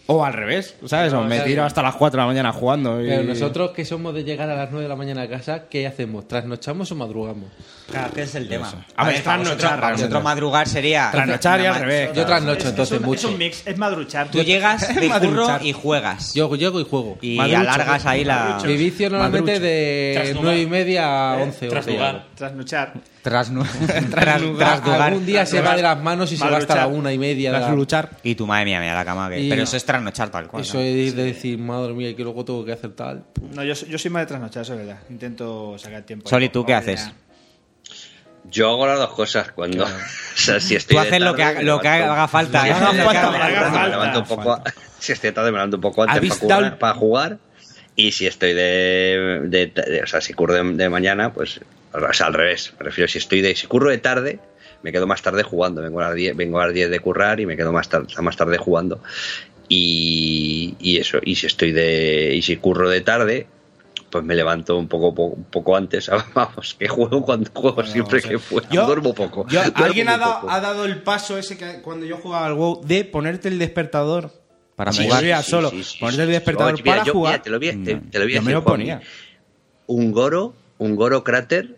Speaker 4: O al revés, ¿sabes? O me
Speaker 6: claro.
Speaker 4: tiro hasta las 4 de la mañana jugando. y-
Speaker 6: Pero nosotros que somos de llegar a las 9 de la mañana a casa, ¿qué hacemos? ¿Trasnochamos o madrugamos?
Speaker 7: Claro, ¿qué es el tema?
Speaker 4: A ver,
Speaker 7: para
Speaker 4: trasnochar,
Speaker 7: vosotros- para vosotros
Speaker 4: trasnochar.
Speaker 7: madrugar sería.
Speaker 4: Trasnochar y al
Speaker 7: Una ma-
Speaker 4: revés.
Speaker 6: Yo
Speaker 4: claro.
Speaker 5: Es-
Speaker 6: trasnocho,
Speaker 5: es
Speaker 6: entonces
Speaker 5: un- Es
Speaker 6: mucho.
Speaker 5: un mix, es madruchar.
Speaker 7: Tú llegas de curro
Speaker 4: Madruchar.
Speaker 7: y juegas.
Speaker 6: Yo llego y juego.
Speaker 7: y
Speaker 6: Madrucho.
Speaker 7: alargas ahí la.
Speaker 6: Mi vicio normalmente
Speaker 4: Madrucho.
Speaker 6: de
Speaker 9: Trasnugar.
Speaker 6: 9 y media a 11.
Speaker 9: Traslugar.
Speaker 5: Trasnuchar.
Speaker 7: Trasnu- tras-
Speaker 6: Trasnugar.
Speaker 7: Trasnugar.
Speaker 6: Algún día se va de las manos y se va hasta la
Speaker 5: Madruchar.
Speaker 6: una y media. de la-
Speaker 4: Tras luchar.
Speaker 7: Y tu madre mía, mira la cama que.
Speaker 6: Y-
Speaker 7: Pero eso es trasnochar tal cual.
Speaker 6: Eso
Speaker 7: ¿no?
Speaker 6: es de decir, madre mía, que luego tengo que hacer tal.
Speaker 5: No, yo, soy- yo soy más de trasnochar, eso es verdad. Intento sacar tiempo.
Speaker 7: Sol, ¿y tú qué
Speaker 5: Oye,
Speaker 7: haces?
Speaker 11: Yo hago las dos cosas cuando. O sea, si estoy.
Speaker 7: Tú
Speaker 11: de
Speaker 7: haces lo
Speaker 11: tarde,
Speaker 7: que haga-
Speaker 11: me
Speaker 7: lo que
Speaker 11: levanto-
Speaker 7: haga falta.
Speaker 11: Si
Speaker 7: Haga
Speaker 11: estoy de
Speaker 7: falta,
Speaker 11: tarde,
Speaker 7: haga
Speaker 11: me levanto-
Speaker 7: falta.
Speaker 11: me levanto un poco a- Si estoy de tarde, me levanto un poco antes para
Speaker 7: visto
Speaker 11: jugar,
Speaker 7: al-
Speaker 11: para jugar. Y si estoy de. de- de- o sea, si curro de, de mañana, pues. O sea, al revés. Me refiero, si estoy de. Si curro de tarde. Me quedo más tarde jugando, vengo a las 10, vengo a las 10 de currar y me quedo más tarde, más tarde jugando. Y, y eso, y si estoy de. Y si curro de tarde, pues me levanto un poco, po- un poco antes. Vamos, que juego cuando juego siempre que puedo.
Speaker 4: Yo-
Speaker 11: duermo poco.
Speaker 4: Yo-
Speaker 11: duermo
Speaker 4: ¿Alguien ha
Speaker 11: muy
Speaker 4: dado,
Speaker 11: poco.
Speaker 4: ha dado el paso ese que cuando yo jugaba al WoW de ponerte el despertador?
Speaker 7: Para
Speaker 4: Sí,
Speaker 7: jugar.
Speaker 4: sí, sí, solo.
Speaker 11: sí, sí,
Speaker 4: ponerte
Speaker 11: sí,
Speaker 4: el
Speaker 11: sí.
Speaker 4: despertador
Speaker 11: Oye, mira,
Speaker 4: para
Speaker 11: yo-
Speaker 4: jugar. Mm.
Speaker 11: mira, te lo voy a- te- te lo voy a
Speaker 4: yo me
Speaker 11: decir,
Speaker 4: lo
Speaker 11: Juanmi.
Speaker 4: ponía.
Speaker 11: Un goro, un goro cráter.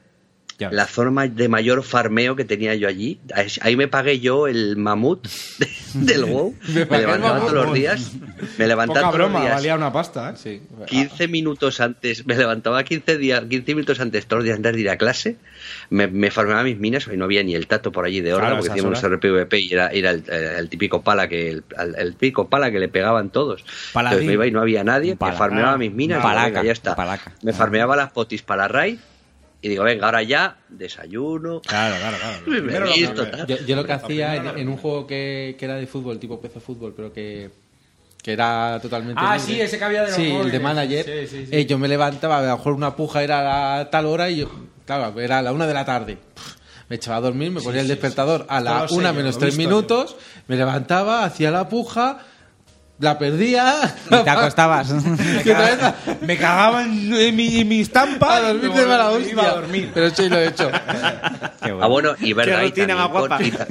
Speaker 4: Ya.
Speaker 11: La forma de mayor farmeo que tenía yo allí, ahí- ahí me pagué yo el mamut de- del WoW. Me,
Speaker 4: pagué el
Speaker 11: levantaba
Speaker 4: mamut.
Speaker 11: todos los días. Me levantaba
Speaker 4: Poca
Speaker 11: todos los
Speaker 4: broma,
Speaker 11: días.
Speaker 4: valía una pasta, ¿eh? Sí.
Speaker 11: 15 minutos antes, me levantaba 15, días, 15 minutos antes todos los días antes de ir a clase, me, me farmeaba mis minas, y no había ni el tato por allí de oro,
Speaker 4: Claro,
Speaker 11: porque
Speaker 4: esas
Speaker 11: hacíamos un
Speaker 4: horas.
Speaker 11: server PvP y era, era el, eh, el típico pala que el, al- el pico pala que le pegaban todos.
Speaker 4: Paladín.
Speaker 11: Entonces me iba y no había nadie,
Speaker 7: Un pala.
Speaker 11: me farmeaba mis minas, y digo,
Speaker 7: Palaca,
Speaker 11: venga, ya está.
Speaker 7: palaca.
Speaker 11: Me farmeaba las potis para raid y digo, venga, ahora ya, desayuno.
Speaker 4: Claro, claro, claro.
Speaker 11: me
Speaker 4: Primero lo
Speaker 11: visto,
Speaker 4: primero.
Speaker 11: tal.
Speaker 6: Yo, yo lo que hacía en, en un juego que, que era de fútbol, tipo PC Fútbol, pero que, que era totalmente.
Speaker 13: Ah,
Speaker 6: libre.
Speaker 13: sí, ese que había de los
Speaker 6: Sí, el de
Speaker 13: móviles.
Speaker 6: manager.
Speaker 13: Sí, sí, sí.
Speaker 6: Eh, yo me levantaba, a lo mejor una puja era a tal hora y yo. Claro, era a la una de la tarde. Me echaba a dormir, me ponía el despertador a
Speaker 4: Esto
Speaker 6: la
Speaker 4: lo sé
Speaker 6: una
Speaker 4: yo,
Speaker 6: menos
Speaker 4: lo he
Speaker 6: tres
Speaker 4: visto
Speaker 6: minutos, me levantaba, hacía la puja, la perdía.
Speaker 7: Y te acostabas.
Speaker 6: y otra vez a-
Speaker 4: Me cagaba en, en mi, en mi estampa.
Speaker 6: a dormir de mala hostia. Pero sí lo he hecho.
Speaker 7: Qué bueno.
Speaker 11: Ah, bueno, y verdad. y
Speaker 5: rutina más
Speaker 11: también con-
Speaker 5: guapa.
Speaker 11: y ta-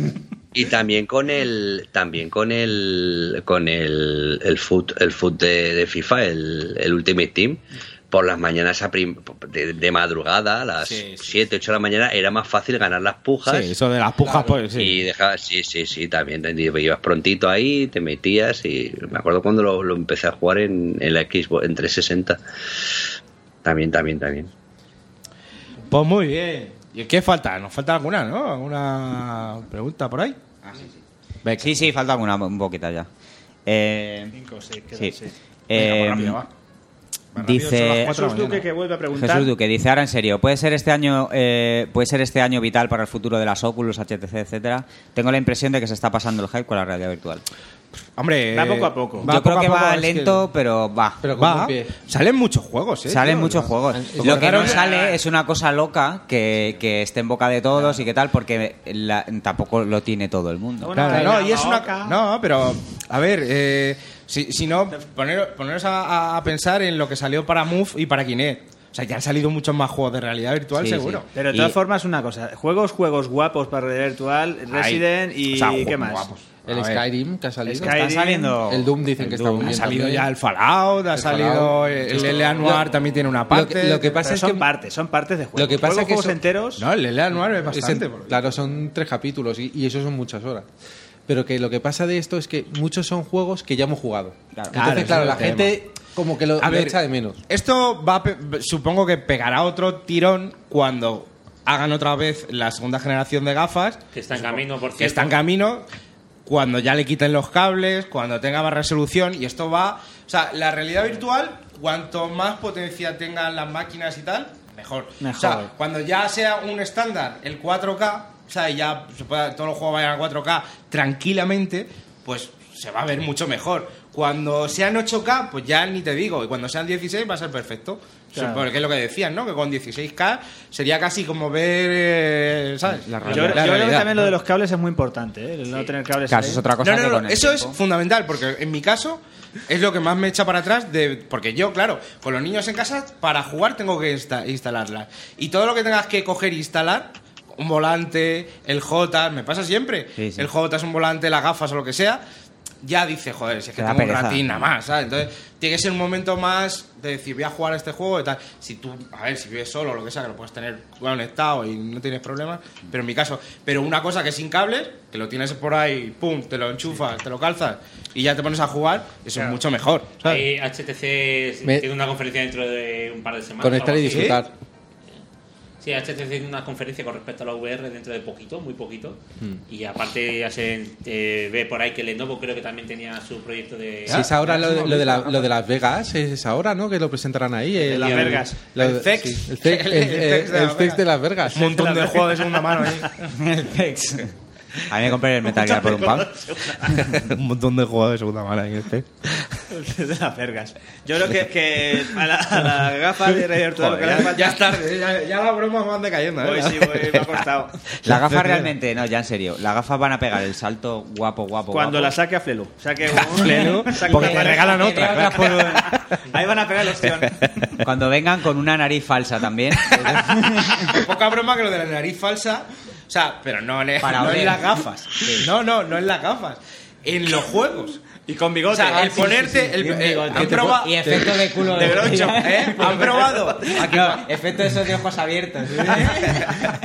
Speaker 11: Y, también con el también con el con el, el foot el foot de, de FIFA, el, el Ultimate Team, por las mañanas a prim- de, de madrugada, a las 7, 8 de la mañana, era más fácil ganar las pujas.
Speaker 13: Sí, eso de las pujas, pues sí.
Speaker 11: Y dejabas, sí, sí, sí, también. te- te Ibas prontito ahí, te metías y me acuerdo cuando lo, lo empecé a jugar en, en la Xbox, en 360. También, también, también.
Speaker 4: Pues muy bien. ¿Y qué falta? Nos falta alguna, ¿no? ¿Alguna pregunta por ahí?
Speaker 7: Venga. Sí, sí, falta alguna, un poquito ya. Eh,
Speaker 5: Cinco, seis, quedan,
Speaker 7: sí.
Speaker 5: sí.
Speaker 7: Eh,
Speaker 4: pues, Venga, pues rápido, va. Más rápido, son las
Speaker 7: dice
Speaker 4: cuatro de la
Speaker 5: Jesús Duque
Speaker 4: mañana.
Speaker 5: que vuelve a preguntar.
Speaker 7: Jesús Duque dice ahora en serio puede ser este año eh, puede ser este año vital para el futuro de las Oculus HTC etcétera tengo la impresión de que se está pasando el hype con la realidad virtual
Speaker 4: Hombre,
Speaker 5: Va
Speaker 4: eh,
Speaker 5: poco a poco.
Speaker 7: yo creo
Speaker 4: poco a
Speaker 7: que
Speaker 4: poco,
Speaker 7: va
Speaker 4: es que
Speaker 7: lento pero va
Speaker 6: Pero con
Speaker 4: Va.
Speaker 6: un pie.
Speaker 4: Salen muchos juegos, ¿eh?
Speaker 7: Salen
Speaker 4: tío?
Speaker 7: muchos
Speaker 4: Yo-
Speaker 7: juegos. Lo que no sale es una cosa loca que, que esté en boca de todos y que tal, porque la- tampoco lo tiene todo el mundo.
Speaker 5: Bueno,
Speaker 4: Claro,
Speaker 5: Venga,
Speaker 4: no, y es una.
Speaker 5: loca.
Speaker 4: No, pero. A ver, eh, si, si no, poner, poneros a, a- a pensar en lo que salió para Move y para Kinect. O sea, ya han salido muchos más juegos de realidad virtual,
Speaker 7: Sí,
Speaker 4: seguro.
Speaker 7: sí.
Speaker 5: Pero de todas
Speaker 7: Y-
Speaker 5: formas, una cosa: juegos, juegos guapos para realidad virtual, Resident y.
Speaker 4: O sea,
Speaker 5: ¿Qué
Speaker 4: juegos
Speaker 5: más?
Speaker 4: guapos.
Speaker 6: El
Speaker 4: A ver.
Speaker 6: Skyrim que ha salido.
Speaker 5: Skyrim. oh,
Speaker 7: Está saliendo.
Speaker 6: El Doom dicen que está muy
Speaker 4: Ha
Speaker 6: bien.
Speaker 4: salido
Speaker 6: también.
Speaker 4: ya el Fallout, ha
Speaker 6: El
Speaker 4: salido
Speaker 6: Fallout.
Speaker 4: el L.A. Noir,
Speaker 6: Lo-
Speaker 4: también tiene una
Speaker 6: Lo
Speaker 4: parte.
Speaker 6: que, lo que
Speaker 5: Pero
Speaker 6: pasa es
Speaker 5: son
Speaker 6: que.
Speaker 5: partes, son partes de juegos.
Speaker 6: Lo que pasa
Speaker 5: Juego,
Speaker 6: es que
Speaker 5: juegos
Speaker 6: son-
Speaker 5: enteros.
Speaker 4: No, el L.A. Noir es
Speaker 6: Es
Speaker 4: bastante.
Speaker 6: en-
Speaker 4: porque-
Speaker 6: claro, son tres capítulos y, y eso son muchas horas. Pero que lo que pasa de esto es que muchos son juegos que ya hemos jugado.
Speaker 4: Claro,
Speaker 7: Claro.
Speaker 6: Entonces, claro,
Speaker 4: ese
Speaker 6: la
Speaker 4: es el
Speaker 6: gente como que lo,
Speaker 4: A
Speaker 6: lo
Speaker 4: ver,
Speaker 6: echa de menos.
Speaker 4: Esto va a pe- supongo que pegará otro tirón cuando hagan otra vez la segunda generación de gafas,
Speaker 9: Que está en camino, por
Speaker 4: que
Speaker 9: cierto.
Speaker 4: está en camino, cuando ya le quiten los cables, cuando tenga más resolución y esto va, o sea, la realidad virtual, cuanto más potencia tengan las máquinas y tal, mejor.
Speaker 5: Mejor.
Speaker 4: O sea, cuando ya sea un estándar el 4K, o sea, y ya se pueda- todos los juegos vayan a 4K tranquilamente, pues se va a ver mucho mejor. Cuando sean 8K, pues ya ni te digo, y cuando sean 16 va a ser perfecto.
Speaker 5: Claro.
Speaker 4: Porque es lo que decían, ¿no? Que con 16K sería casi como ver, eh, ¿sabes?
Speaker 7: La
Speaker 5: Yo,
Speaker 7: realidad.
Speaker 5: yo creo que
Speaker 4: realidad,
Speaker 5: también
Speaker 4: ¿no?
Speaker 5: lo de los cables es muy importante, ¿eh? El no tener cables.
Speaker 7: Claro,
Speaker 5: ahí.
Speaker 7: eso es otra cosa.
Speaker 4: No,
Speaker 7: que
Speaker 4: no, no,
Speaker 7: con el
Speaker 4: eso es
Speaker 7: tiempo-
Speaker 4: fundamental, porque en mi caso es lo que más me echa para atrás, de, porque yo, claro, con los niños en casa, para jugar tengo que insta- instalarlas. Y todo lo que tengas que coger e instalar, un volante, el J, me pasa siempre,
Speaker 7: Sí, sí.
Speaker 4: el J es un volante, las gafas o lo que sea, ya dice, joder, si es que
Speaker 7: Te da
Speaker 4: tengo un
Speaker 7: pereza.
Speaker 4: ratín nada más, ¿sabes? Entonces, tiene que ser un momento más de decir, voy a jugar a este juego y tal. Si tú, a ver, si vives solo o lo que sea, que lo puedes tener conectado y no tienes problemas, pero en mi caso, pero una cosa que sin cables, que lo tienes por ahí, pum, te lo enchufas, te lo calzas y ya te pones a jugar, eso es mucho mejor, ¿sabes?
Speaker 9: Ahí HTC
Speaker 6: Me-
Speaker 9: tiene una conferencia dentro de un par de semanas.
Speaker 6: Conectar
Speaker 9: o
Speaker 6: y
Speaker 9: algo así.
Speaker 6: disfrutar.
Speaker 9: Sí, HTC tiene una conferencia con respecto a la VR dentro de poquito, muy poquito.
Speaker 4: Hmm.
Speaker 9: Y aparte ya se eh, ve por ahí que Lenovo creo que también tenía su proyecto de...
Speaker 6: Si es ahora lo, de- lo de la- lo de Las Vegas, es, es ahora, ¿no? Que lo presentarán ahí. El,
Speaker 5: Las
Speaker 6: el-
Speaker 5: Vegas.
Speaker 6: lo-
Speaker 5: El Zex.
Speaker 6: sí, el Zex,
Speaker 5: El Zex
Speaker 6: el- el-
Speaker 5: de Las
Speaker 6: el Zex de Las Vegas.
Speaker 4: Un montón de juegos de segunda mano ahí.
Speaker 7: El Tex. A mí me compré el Metal Gear por un palo.
Speaker 4: un montón de juegos de segunda mano ahí. este.
Speaker 5: de las vergas.
Speaker 8: Yo creo que, que a, la, a la gafa de realidad virtual lo que le hace falta.
Speaker 4: es tarde, ya, ya las bromas van decayendo.
Speaker 8: Voy,
Speaker 4: ¿eh?
Speaker 8: sí, voy, me ha costado.
Speaker 7: La gafa realmente, no, ya en serio. Las gafas van a pegar el salto guapo, guapo.
Speaker 8: Cuando
Speaker 7: guapo.
Speaker 8: la saque a Flelu. Saque
Speaker 7: Flelu,
Speaker 8: un, saque una
Speaker 7: porque te
Speaker 8: pareja.
Speaker 7: regalan otra,
Speaker 8: Tiene
Speaker 7: claro.
Speaker 8: por un- Ahí van a pegar el ostión.
Speaker 7: Cuando vengan con una nariz falsa también.
Speaker 4: Poca broma que lo de la nariz falsa. O sea, pero no, en-
Speaker 7: Para
Speaker 4: no
Speaker 7: oler.
Speaker 4: en las gafas. No, no, no en las gafas. En los juegos.
Speaker 8: Y con bigote.
Speaker 4: O sea, el
Speaker 7: Ah, sí,
Speaker 4: ponerte. El, eh, han, proba-
Speaker 7: y efecto de culo
Speaker 4: de Groucho, ¿eh? Han probado.
Speaker 7: No, efecto de esos de ojos abiertos.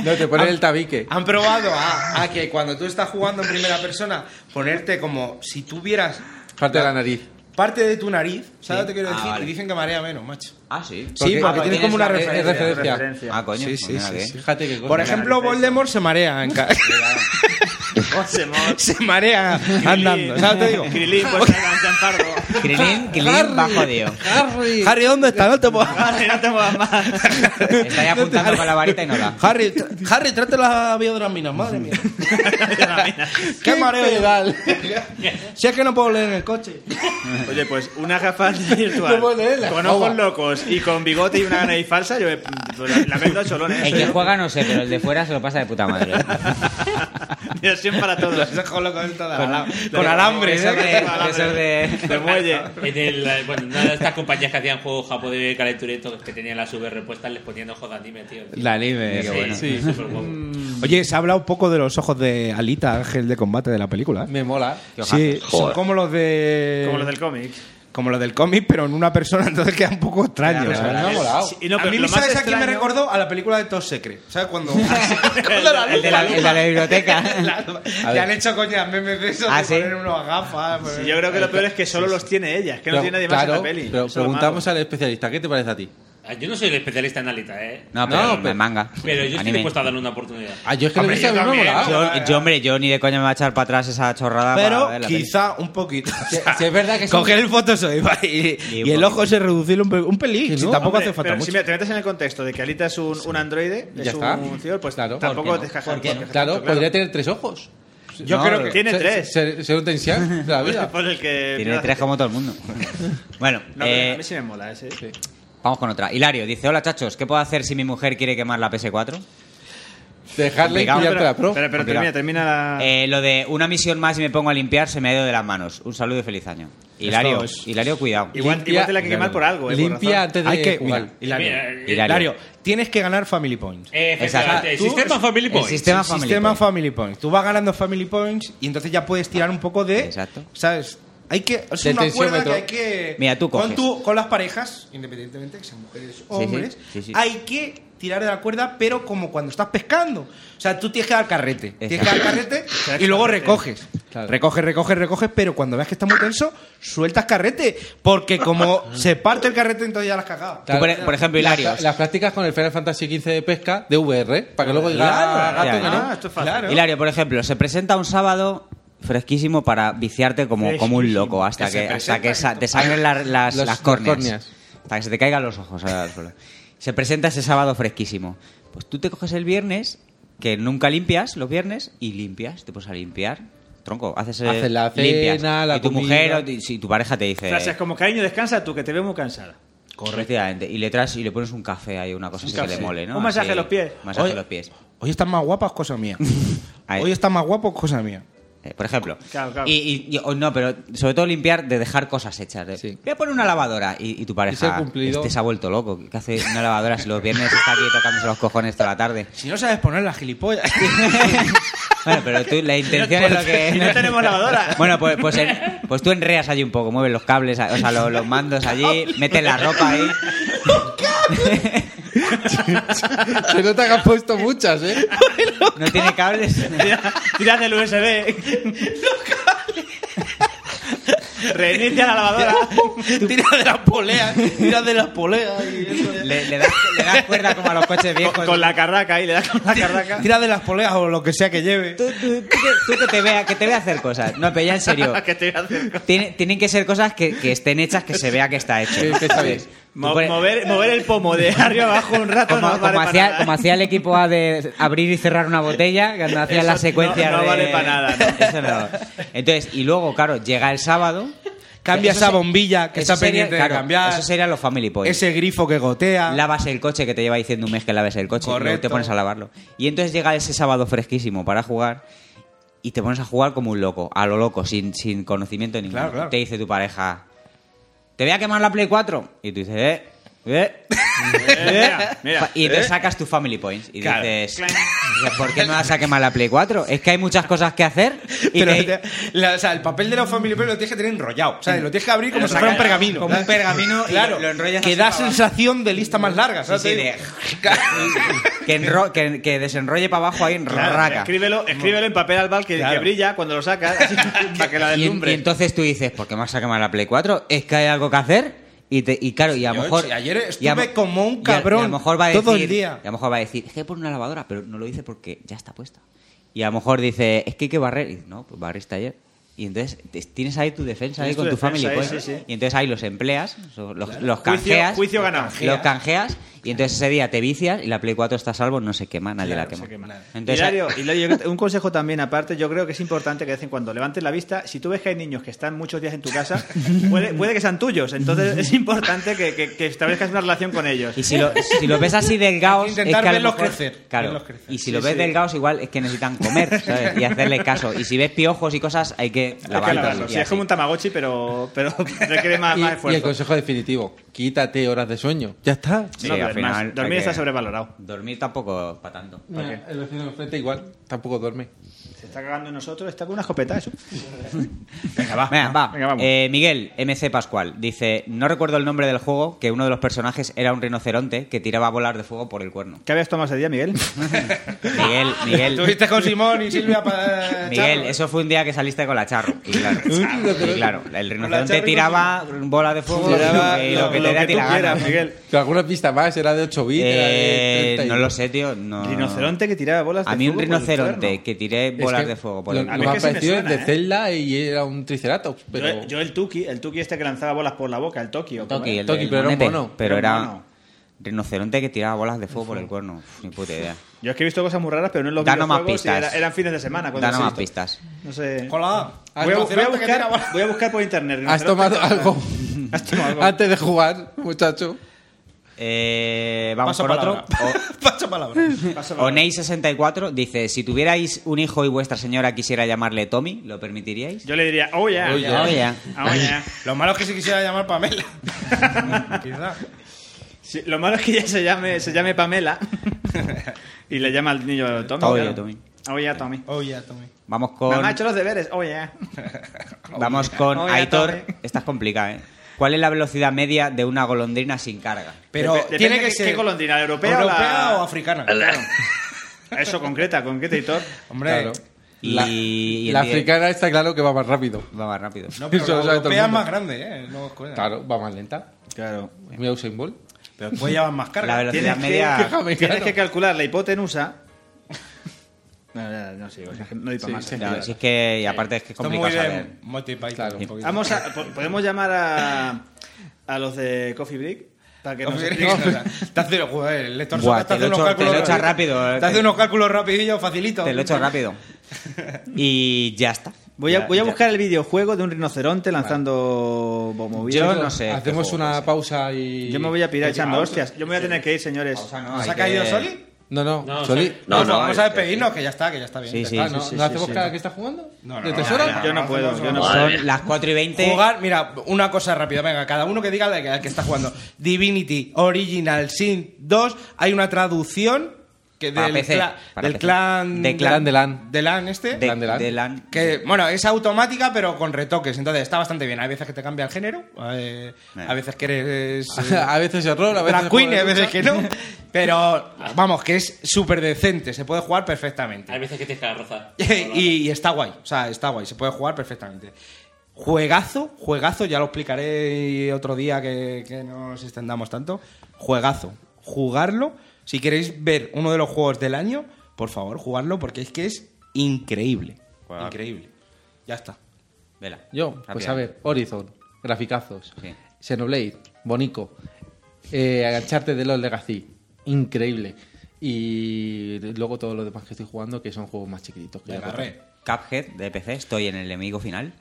Speaker 6: No, te ponen el tabique.
Speaker 4: han probado a, a que cuando tú estás jugando en primera persona, ponerte como si tuvieras
Speaker 6: Parte de la nariz.
Speaker 4: parte de tu nariz. ¿Sabes lo que te quiero
Speaker 7: Ah,
Speaker 4: decir?
Speaker 7: vale.
Speaker 4: Y dicen que marea menos, macho.
Speaker 7: Ah, sí.
Speaker 4: Sí, porque tienes como una
Speaker 7: la-
Speaker 6: Es- es referencia.
Speaker 7: eh, Ah, coño.
Speaker 4: Sí, sí,
Speaker 7: coño,
Speaker 4: sí,
Speaker 7: ¿qué?
Speaker 4: sí.
Speaker 6: Fíjate qué cosa.
Speaker 4: Por ejemplo, Voldemort se marea en ca- se marea andando, ¿sabes? Te digo.
Speaker 8: Krilin, pues salgan, champardo.
Speaker 7: Krilin, Krilin va jodido.
Speaker 6: Harry.
Speaker 4: Harry, ¿dónde está? No te puedo-
Speaker 8: Vale, no te muevas más.
Speaker 7: Está ahí apuntando con la varita y no da.
Speaker 4: Harry, tra- Harry, trate la biodramina, madre mía. Qué mareo llegar. si es que no puedo leer en el coche.
Speaker 8: Oye, pues una gafa virtual.
Speaker 4: No puedo leerla.
Speaker 8: Con ojos
Speaker 4: Agua.
Speaker 8: locos y con bigote y una nariz falsa, yo me- la meto a cholón. ¿eh?
Speaker 7: El que juega no sé, pero el de fuera se lo pasa de puta madre.
Speaker 8: Diversión para todos.
Speaker 4: Con,
Speaker 7: Con
Speaker 4: alambre, ¿eh?
Speaker 7: Eso de, eso
Speaker 8: De
Speaker 7: de...
Speaker 8: muelle.
Speaker 9: En el- bueno, una de estas compañías que hacían juegos japo de calenturito que tenían las VR puestas les ponían ojos de anime, tío.
Speaker 4: La anime,
Speaker 9: Sí,
Speaker 4: qué bueno.
Speaker 9: sí, súper guapo.
Speaker 8: Mm.
Speaker 4: Oye, se ha hablado un poco de los ojos de Alita, ángel de combate de la película. ¿eh?
Speaker 6: Me mola.
Speaker 4: Sí, son
Speaker 11: Joder.
Speaker 4: como los de.
Speaker 8: Como los del cómic.
Speaker 4: como los del cómic, pero en una persona, entonces queda un poco extraño.
Speaker 6: Pero
Speaker 4: ¿sabes?
Speaker 6: me ha molado.
Speaker 8: Sí, y no,
Speaker 4: a
Speaker 8: pero
Speaker 4: mí,
Speaker 8: lo más
Speaker 4: ¿sabes a quién
Speaker 8: extraño- Ah,
Speaker 4: me recordó? A la película de Todos Secret. ¿Sabes cuando.?
Speaker 7: El de la, el de la biblioteca.
Speaker 4: Le han hecho coñas memes de eso,
Speaker 7: ¿Ah,
Speaker 4: de
Speaker 7: sí?
Speaker 4: poner unos gafas. pues. poner-
Speaker 8: Sí, yo creo que lo peor es que solo los tiene ella, es que no
Speaker 6: Pero,
Speaker 8: tiene nadie más en la
Speaker 6: claro,
Speaker 8: peli. Eso
Speaker 6: Pero
Speaker 8: es lo
Speaker 6: preguntamos
Speaker 8: malo.
Speaker 6: al especialista, ¿qué te parece a ti?
Speaker 9: Ah, Yo no soy el especialista en Alita, ¿eh?
Speaker 7: No, pero,
Speaker 6: No,
Speaker 7: el
Speaker 6: pero-
Speaker 7: manga.
Speaker 9: Pero yo estoy
Speaker 7: Anime.
Speaker 9: dispuesto a darle una oportunidad.
Speaker 6: Ah, yo es que lo he
Speaker 4: Hombre,
Speaker 6: visto, a
Speaker 4: yo
Speaker 6: mí me ha
Speaker 4: también,
Speaker 6: molado.
Speaker 7: Yo, yo, hombre, yo ni de coña me voy a echar para atrás esa chorrada para ver
Speaker 4: Pero
Speaker 7: la peli.
Speaker 4: quizá un poquito.
Speaker 6: Sí, sí, es verdad que es
Speaker 4: Coger el Photoshop y,
Speaker 7: Y
Speaker 4: y
Speaker 7: un
Speaker 4: el
Speaker 7: poquito.
Speaker 4: ojo se reducir un, pe- un pelín.
Speaker 6: Que
Speaker 4: si
Speaker 6: no,
Speaker 4: tampoco
Speaker 8: Hombre,
Speaker 4: hace falta
Speaker 8: pero
Speaker 4: mucho.
Speaker 8: Si me- te metes en el contexto de que Alita es un, un androide,
Speaker 6: Ya
Speaker 8: es
Speaker 6: está.
Speaker 8: un tío, pues
Speaker 6: Claro.
Speaker 8: tampoco
Speaker 7: ¿Por
Speaker 8: te
Speaker 7: qué no?
Speaker 8: jajas.
Speaker 7: ¿Por qué
Speaker 8: porque
Speaker 7: no?
Speaker 8: es
Speaker 6: Claro,
Speaker 8: tanto,
Speaker 6: podría tener tres ojos.
Speaker 8: Yo creo que- Tiene
Speaker 6: ser-
Speaker 8: tres.
Speaker 6: Ser, ser un tensión de la vida.
Speaker 8: Por el que
Speaker 7: Tiene tres como todo el mundo. Bueno,
Speaker 8: No,
Speaker 7: eh,
Speaker 8: pero a mí sí me mola ese.
Speaker 7: vamos con otra. Hilario dice, hola chachos, ¿qué puedo hacer si mi mujer quiere quemar la PS4?
Speaker 6: Dejarle y
Speaker 7: Complicado,
Speaker 6: pillarte la pro.
Speaker 8: Pero,
Speaker 7: Ah,
Speaker 8: pero termina, termina
Speaker 5: Ah.
Speaker 8: la.
Speaker 7: Eh, lo de una misión más y me pongo a limpiar se me ha ido de las manos. Un saludo y feliz año. Hilario,
Speaker 4: es-
Speaker 7: Hilario, cuidado.
Speaker 8: igual,
Speaker 6: Limpia-
Speaker 8: igual te la hay que quemar por algo, eh, por
Speaker 6: Limpia
Speaker 8: razón.
Speaker 6: antes de
Speaker 4: Hay que.
Speaker 6: jugar.
Speaker 4: mira, Hilario,
Speaker 9: Mira, eh,
Speaker 7: Hilario.
Speaker 4: Hilario, tienes que ganar Family Points.
Speaker 9: Eh, Efectivamente.
Speaker 4: Exacto.
Speaker 9: Sistema
Speaker 4: Tú-
Speaker 9: Family
Speaker 7: El
Speaker 9: Points.
Speaker 7: sistema
Speaker 4: Sistema
Speaker 7: familiar.
Speaker 4: Family Points. Tú vas ganando Family Points y entonces ya puedes tirar un poco de.
Speaker 7: Exacto.
Speaker 4: ¿Sabes? Hay que. Es
Speaker 6: Del
Speaker 4: una cuerda
Speaker 6: tensiómetro.
Speaker 4: que hay que.
Speaker 7: Mira, tú
Speaker 4: con,
Speaker 7: coges.
Speaker 4: con las parejas, independientemente que sean mujeres o
Speaker 7: Sí, sí,
Speaker 4: hombres,
Speaker 7: sí, sí.
Speaker 4: hay que tirar de la cuerda, pero como cuando estás pescando. O sea, tú tienes que dar carrete. Tienes que dar carrete y luego recoges.
Speaker 6: Claro.
Speaker 4: Recoges, recoges, recoges, pero cuando veas que está muy tenso, sueltas carrete. Porque como se parte el carrete, entonces ya las has cagado.
Speaker 7: Tú, por- por ejemplo,
Speaker 6: las-
Speaker 7: Hilario.
Speaker 6: Las, prácticas con el Final Fantasy XV de pesca de VR, para que luego diga "Ah,
Speaker 7: Claro,
Speaker 6: gato,
Speaker 7: ya,
Speaker 6: que no".
Speaker 7: ya.
Speaker 8: Ah, esto es fácil.
Speaker 4: Claro.
Speaker 7: Hilario, por ejemplo, se presenta un sábado fresquísimo para viciarte como, como un loco hasta que, hasta que sa- te sangren la- las,
Speaker 6: Los-
Speaker 7: las córneas,
Speaker 6: las córneas.
Speaker 7: Hasta que se te caigan los ojos al suelo. Se presenta ese sábado fresquísimo. Pues tú te coges el viernes, que nunca limpias los viernes, y limpias, te pones a limpiar. Tronco, haces eh,
Speaker 6: Haces la
Speaker 7: limpias.
Speaker 6: cena, la
Speaker 7: Y tu
Speaker 6: comida.
Speaker 7: mujer o ti- si tu pareja te dice.
Speaker 8: Frases como cariño, descansa tú, que te veo muy cansada.
Speaker 7: Efectivamente, Y le traes y le pones un café ahí, una cosa así que le mole, ¿no?
Speaker 8: Un masaje
Speaker 7: Así,
Speaker 8: a los pies.
Speaker 7: Masaje
Speaker 4: Oye.
Speaker 7: a los pies.
Speaker 4: Hoy estás más guapa, es cosa mía.
Speaker 7: Ahí.
Speaker 4: Hoy estás más guapo, es cosa mía.
Speaker 7: Eh, por ejemplo.
Speaker 8: Claro, claro.
Speaker 7: Y, y- y- o no, pero sobre todo limpiar de dejar cosas hechas. de,
Speaker 6: Sí.
Speaker 7: Voy a poner una lavadora y, y tu
Speaker 6: ser
Speaker 7: pareja
Speaker 6: cumplido.
Speaker 7: este se ha vuelto loco. ¿Qué hace una lavadora si los viernes está aquí tocándose los cojones toda la tarde?
Speaker 4: Si no sabes poner la gilipollas.
Speaker 7: Bueno, pero tú la intención es lo que...
Speaker 8: Si no tenemos lavadora.
Speaker 7: Bueno, pues, pues, en- pues tú enreas allí un poco, mueves los cables, o sea, los, los mandos allí, metes la ropa ahí.
Speaker 6: Se nota que has puesto muchas, ¿eh?
Speaker 7: No tiene cables.
Speaker 8: Tira- Tirad del USB. Reinicia la lavadora.
Speaker 4: Tira de las poleas, tira de las poleas. y eso ya.
Speaker 7: Le, le das, le das cuerda como a los coches viejos.
Speaker 8: con, con la carraca ahí, le das con la carraca.
Speaker 4: Tira de las poleas o lo que sea que lleve.
Speaker 7: Tú, tú- tú que, tú que te vea, que te vea hacer cosas. No, pero ya en serio.
Speaker 8: ¿Qué te voy a hacer?
Speaker 7: Tiene- tienen que ser cosas que, que estén hechas, que se vea que está hecho.
Speaker 6: Sí, que está bien.
Speaker 8: Mo-
Speaker 7: pones-
Speaker 8: mover, mover el pomo de arriba abajo un rato
Speaker 7: Como,
Speaker 8: no vale
Speaker 7: como
Speaker 8: para
Speaker 7: hacía,
Speaker 8: nada.
Speaker 7: como hacía el equipo A de abrir y cerrar una botella, que hacían
Speaker 8: Eso
Speaker 7: las secuencias
Speaker 8: no- no
Speaker 7: de-
Speaker 8: vale para nada, ¿no?
Speaker 7: Eso no. Entonces, y luego, claro, llega el sábado.
Speaker 4: Cambia
Speaker 7: Eso
Speaker 4: esa
Speaker 7: se-
Speaker 4: bombilla que
Speaker 7: eso
Speaker 4: está
Speaker 7: sería-
Speaker 4: pendiente
Speaker 7: claro,
Speaker 4: de cambiar.
Speaker 7: Eso sería los Family Boy.
Speaker 4: ese grifo que gotea.
Speaker 7: Lavas el coche que te lleva diciendo un mes que laves el coche y luego te
Speaker 4: Correcto.
Speaker 7: pones a lavarlo. Y entonces llega ese sábado fresquísimo para jugar y te pones a jugar como un loco, a lo loco, sin, sin conocimiento ninguno.
Speaker 4: Claro, claro.
Speaker 7: Te dice tu pareja, te voy a quemar la Play 4. Y tú dices, eh, eh,
Speaker 8: Mira, mira.
Speaker 7: y
Speaker 4: eh.
Speaker 7: te sacas tus family points y
Speaker 8: Claro.
Speaker 7: dices, dices, ¿por qué no vas a quemar la Play 4? Es que hay muchas cosas que hacer y
Speaker 4: Pero,
Speaker 7: te-
Speaker 4: te- la- o sea, el papel de la familia lo tienes que tener enrollado. O sea, lo tienes que abrir como
Speaker 7: Lo
Speaker 4: si fuera un
Speaker 7: saca-
Speaker 4: pergamino.
Speaker 7: como un pergamino y
Speaker 4: claro,
Speaker 7: lo enrollas
Speaker 4: Que
Speaker 7: así
Speaker 4: da
Speaker 7: para abajo.
Speaker 4: sensación de lista más larga.
Speaker 7: Sí,
Speaker 4: ¿sabes?
Speaker 7: sí, de- que, enro- que- que desenrolle para abajo ahí en
Speaker 8: Claro,
Speaker 7: raca.
Speaker 8: escríbelo, escríbelo en papel albal que, que brilla cuando lo sacas así, para que la
Speaker 7: Y, en-
Speaker 8: deslumbre.
Speaker 7: y entonces tú dices, ¿por qué me vas a quemar la Play 4? Es que hay algo que hacer. Y, te- y claro, y a lo
Speaker 4: Yo,
Speaker 7: mejor.
Speaker 4: si ayer
Speaker 7: y a-
Speaker 4: estuve como un
Speaker 7: y a- y
Speaker 4: cabrón
Speaker 7: a lo mejor va a decir,
Speaker 4: todo el día.
Speaker 7: Y a lo mejor va a decir, es que por una lavadora, pero no lo dice porque ya está puesta. Y a lo mejor dice, es que hay que barrer. Y dice, no, pues barriste ayer. Y entonces te- tienes ahí tu defensa ahí
Speaker 8: Tienes tu
Speaker 7: con tu
Speaker 8: defensa
Speaker 7: family.
Speaker 8: ahí,
Speaker 7: point.
Speaker 8: sí, sí.
Speaker 7: Y entonces ahí los empleas, so- los, los
Speaker 8: Juicio-
Speaker 7: canjeas.
Speaker 8: juicio ganado.
Speaker 7: Los canjeas. Y entonces ese día te vicias y la Play 4 está a salvo, no se quema, nadie la quema. Entonces, ah,
Speaker 5: Hilario, Hilario, yo creo- un consejo también aparte, yo creo que es importante que de vez en cuando levantes la vista. Si tú ves que hay niños que están muchos días en tu casa, puede, puede que sean tuyos. Entonces es importante que, que- que establezcas una relación con ellos.
Speaker 7: Y si lo, si lo ves así delgados,
Speaker 4: Hay que intentar
Speaker 7: es que a lo
Speaker 4: verlos
Speaker 7: mejor-
Speaker 4: crecer,
Speaker 7: Claro.
Speaker 4: verlos crecer.
Speaker 7: Y si lo ves delgados, igual es que necesitan comer, ¿sabes? Y hacerle caso. Y si ves piojos y cosas, hay que
Speaker 5: Hay que
Speaker 7: lavarlos.
Speaker 5: lavarlo.
Speaker 7: y
Speaker 5: Sí, es
Speaker 7: así.
Speaker 5: como un tamagotchi, pero, pero requiere más,
Speaker 6: Y,
Speaker 5: más
Speaker 6: y el
Speaker 5: esfuerzo.
Speaker 6: consejo definitivo: quítate horas de sueño. Ya está.
Speaker 7: Sí,
Speaker 5: No,
Speaker 7: al
Speaker 5: dormir
Speaker 7: final
Speaker 5: más.
Speaker 7: hay
Speaker 5: dormir
Speaker 7: que-
Speaker 5: está sobrevalorado.
Speaker 7: Dormir tampoco para tanto.
Speaker 6: Mira, El vecino de enfrente igual tampoco duerme.
Speaker 5: Se está cagando en nosotros, está con una escopeta, eso.
Speaker 7: Venga, va. va.
Speaker 5: Venga, vamos.
Speaker 7: Eh, Miguel, MC Pascual, dice: No recuerdo el nombre del juego, que uno de los personajes era un rinoceronte que tiraba bolas de fuego por el cuerno.
Speaker 5: ¿Qué habías tomado ese día, Miguel?
Speaker 7: Miguel, Miguel.
Speaker 4: Estuviste con Simón y Silvia para.
Speaker 7: Miguel, eso fue un día que saliste con la charro. Y claro, y claro, el rinoceronte
Speaker 4: charro y
Speaker 7: tiraba bolas de fuego
Speaker 6: Tiraba
Speaker 7: y lo, que
Speaker 6: lo- lo
Speaker 7: te diera
Speaker 6: que tú
Speaker 7: tiraba.
Speaker 5: Mira, Miguel.
Speaker 6: Pero alguna pista más era de 8 bits. era de
Speaker 7: Eh,
Speaker 6: 30 y-
Speaker 7: no lo sé, tío. No.
Speaker 5: Rinoceronte que tiraba bolas de
Speaker 7: A mí un
Speaker 5: fuego por el
Speaker 7: rinoceronte
Speaker 5: cuerno.
Speaker 7: que tiré
Speaker 6: Es
Speaker 7: bolas
Speaker 6: que
Speaker 7: de fuego. Por
Speaker 6: lo,
Speaker 7: el-
Speaker 5: a
Speaker 6: lo
Speaker 5: mí
Speaker 6: más
Speaker 5: es que sí me
Speaker 6: parecido es de
Speaker 5: suena, ¿eh?
Speaker 6: Zelda y era un Triceratops. Pero...
Speaker 5: Yo, yo el Tuki, el Tuki este que lanzaba bolas por la boca, el Toki. ¿o cómo
Speaker 7: Toki,
Speaker 5: era?
Speaker 7: el
Speaker 6: Toki,
Speaker 7: del
Speaker 6: pero era un
Speaker 7: monete,
Speaker 6: mono.
Speaker 7: Pero
Speaker 5: Era un
Speaker 7: era
Speaker 5: mono.
Speaker 7: rinoceronte que tiraba bolas de fuego por el cuerno. Uf, ni puta idea.
Speaker 5: Yo es que he visto cosas muy raras, pero no en los
Speaker 7: Danos más
Speaker 5: videojuegos y
Speaker 7: pistas.
Speaker 5: era- eran fines de semana. cuando
Speaker 7: Danos
Speaker 5: se
Speaker 7: más
Speaker 5: hizo.
Speaker 7: pistas.
Speaker 5: No sé.
Speaker 4: Hola.
Speaker 6: Has
Speaker 5: Voy a, voy a
Speaker 6: tomado-
Speaker 5: buscar, voy a buscar por internet.
Speaker 6: Has
Speaker 5: rinoceronte.
Speaker 6: tomado algo
Speaker 5: Has tomado algo.
Speaker 6: antes de jugar, muchacho.
Speaker 7: Eh, vamos
Speaker 4: Paso
Speaker 7: por otro.
Speaker 4: palabra. Paso palabra.
Speaker 5: Paso la-
Speaker 7: Oney64 dice: Si tuvierais un hijo y vuestra señora quisiera llamarle Tommy, ¿lo permitiríais?
Speaker 5: Yo le diría, oh yeah.
Speaker 6: Oh, yeah.
Speaker 7: Oh, yeah.
Speaker 5: Oh, yeah.
Speaker 4: Lo malo es que se quisiera llamar Pamela. Quizá.
Speaker 5: Sí, lo malo es que ella se llame, se llame Pamela y le llama al niño Tommy.
Speaker 7: Oh, yeah,
Speaker 5: claro.
Speaker 7: Tommy.
Speaker 5: Oh yeah, Tommy.
Speaker 4: Oh, ya, Tommy.
Speaker 7: Vamos con,
Speaker 5: Mamá ha hecho los deberes. Oh yeah.
Speaker 7: vamos con
Speaker 5: Oye,
Speaker 7: Aitor.
Speaker 5: Tommy.
Speaker 7: Esta es complicada, ¿eh? ¿Cuál es la velocidad media de una golondrina sin carga?
Speaker 4: Pero
Speaker 5: Dep-
Speaker 4: tiene
Speaker 5: depende
Speaker 4: que
Speaker 5: qué-
Speaker 4: ser.
Speaker 5: qué golondrina, ¿la europea o la-
Speaker 4: ¿Europea o africana?
Speaker 5: Eso concreta, concreta, Hitor.
Speaker 4: Hombre.
Speaker 6: Claro.
Speaker 7: Y,
Speaker 6: La,
Speaker 7: y el
Speaker 6: la
Speaker 7: die-
Speaker 6: africana está claro que va más rápido.
Speaker 7: Va más rápido.
Speaker 4: No, pero
Speaker 6: Eso lo
Speaker 4: la
Speaker 6: sabe todo el
Speaker 4: europea es
Speaker 6: mundo.
Speaker 4: más grande, ¿eh? No os cuela.
Speaker 6: Claro, va más lenta.
Speaker 5: Claro.
Speaker 6: Es muy Usain Bolt.
Speaker 4: Pero puede llevar más
Speaker 7: La
Speaker 4: carga.
Speaker 7: velocidad
Speaker 5: Tienes que-
Speaker 7: media.
Speaker 6: Déjame,
Speaker 5: Tienes
Speaker 6: claro.
Speaker 5: que calcular la hipotenusa. No, no, no, sigo, es que no doy para
Speaker 6: Sí,
Speaker 5: más.
Speaker 6: sí.
Speaker 7: Claro, si es que, y aparte es que es
Speaker 4: Esto es muy
Speaker 7: complicado saber.
Speaker 4: de Monty Python.
Speaker 6: Claro.
Speaker 4: un poquito.
Speaker 5: Vamos a, po- podemos llamar a, a los de Coffee Break para que nos expliquen.
Speaker 4: Te hace, joder, el lector
Speaker 7: Buah,
Speaker 4: Socas te
Speaker 7: te
Speaker 4: hace
Speaker 7: lo
Speaker 4: unos
Speaker 7: echo- te
Speaker 4: cálculos
Speaker 7: lo echa
Speaker 4: rápidos.
Speaker 7: rápido, eh,
Speaker 4: Te hace
Speaker 7: que-
Speaker 4: unos cálculos rapidillos, facilito.
Speaker 7: Te lo he hecho rápido. Y ya está.
Speaker 5: Voy a,
Speaker 7: Ya-
Speaker 5: voy a
Speaker 7: ya.
Speaker 5: buscar el videojuego de un rinoceronte lanzando bomovillas.
Speaker 7: Yo no sé.
Speaker 6: Hacemos una pausa y.
Speaker 5: Yo me voy a pirar echando hostias. Yo me voy a tener que ir, señores.
Speaker 4: ¿Nos ha caído Soli?
Speaker 6: No, no,
Speaker 9: No,
Speaker 6: Soli.
Speaker 9: soy-
Speaker 11: No,
Speaker 4: Pues
Speaker 11: no,
Speaker 4: Vamos
Speaker 11: es-
Speaker 4: a despedirnos, que ya está, que ya está bien.
Speaker 7: Sí,
Speaker 4: Ya
Speaker 7: sí,
Speaker 6: Ah,
Speaker 7: sí,
Speaker 6: no,
Speaker 7: sí,
Speaker 6: ¿No hacemos
Speaker 5: sí,
Speaker 6: cada
Speaker 5: sí.
Speaker 6: que está jugando?
Speaker 4: No, no,
Speaker 6: ¿De
Speaker 4: no,
Speaker 6: tesoro?
Speaker 4: no,
Speaker 5: Yo no puedo, yo no
Speaker 11: Madre
Speaker 5: puedo.
Speaker 11: mía.
Speaker 7: Son las 4 y 20.
Speaker 4: Jugar, mira, una cosa rápida, venga, cada uno que diga la que, la que está jugando. Divinity Original Sin 2, hay una traducción que
Speaker 7: Para
Speaker 4: del,
Speaker 7: PC,
Speaker 4: cla-
Speaker 7: para
Speaker 4: del
Speaker 7: PC.
Speaker 4: clan
Speaker 7: De clan
Speaker 6: de LAN.
Speaker 4: de LAN este.
Speaker 7: De,
Speaker 6: Lan de Lan.
Speaker 7: de Lan.
Speaker 4: Que, bueno, es automática, pero con retoques. Entonces está bastante bien. Hay veces que te cambia el género, eh, a veces que eres. eh,
Speaker 6: a veces es rol, a veces.
Speaker 4: drag queen,
Speaker 6: es
Speaker 4: a veces que no. Pero vamos, que es súper decente. Se puede jugar perfectamente.
Speaker 9: Hay veces que tienes que rozar.
Speaker 4: y, y está guay, o sea, está guay, se puede jugar perfectamente. Juegazo, juegazo, ya lo explicaré otro día que, que no nos extendamos tanto. Juegazo, jugarlo. Si queréis ver uno de los juegos del año, por favor, jugarlo porque es que es increíble.
Speaker 7: Jugar.
Speaker 4: Increíble. Ya está.
Speaker 7: Vela.
Speaker 6: Yo, pues
Speaker 7: Rápida.
Speaker 6: a ver, Horizon, graficazos,
Speaker 7: Sí.
Speaker 6: Xenoblade, Bonico, eh, Agacharte de los Legacy, increíble. Y luego todo lo demás que estoy jugando, que son juegos más chiquititos. Que
Speaker 4: Le
Speaker 6: ya
Speaker 4: agarré.
Speaker 7: Cuphead de PC, estoy en el enemigo final.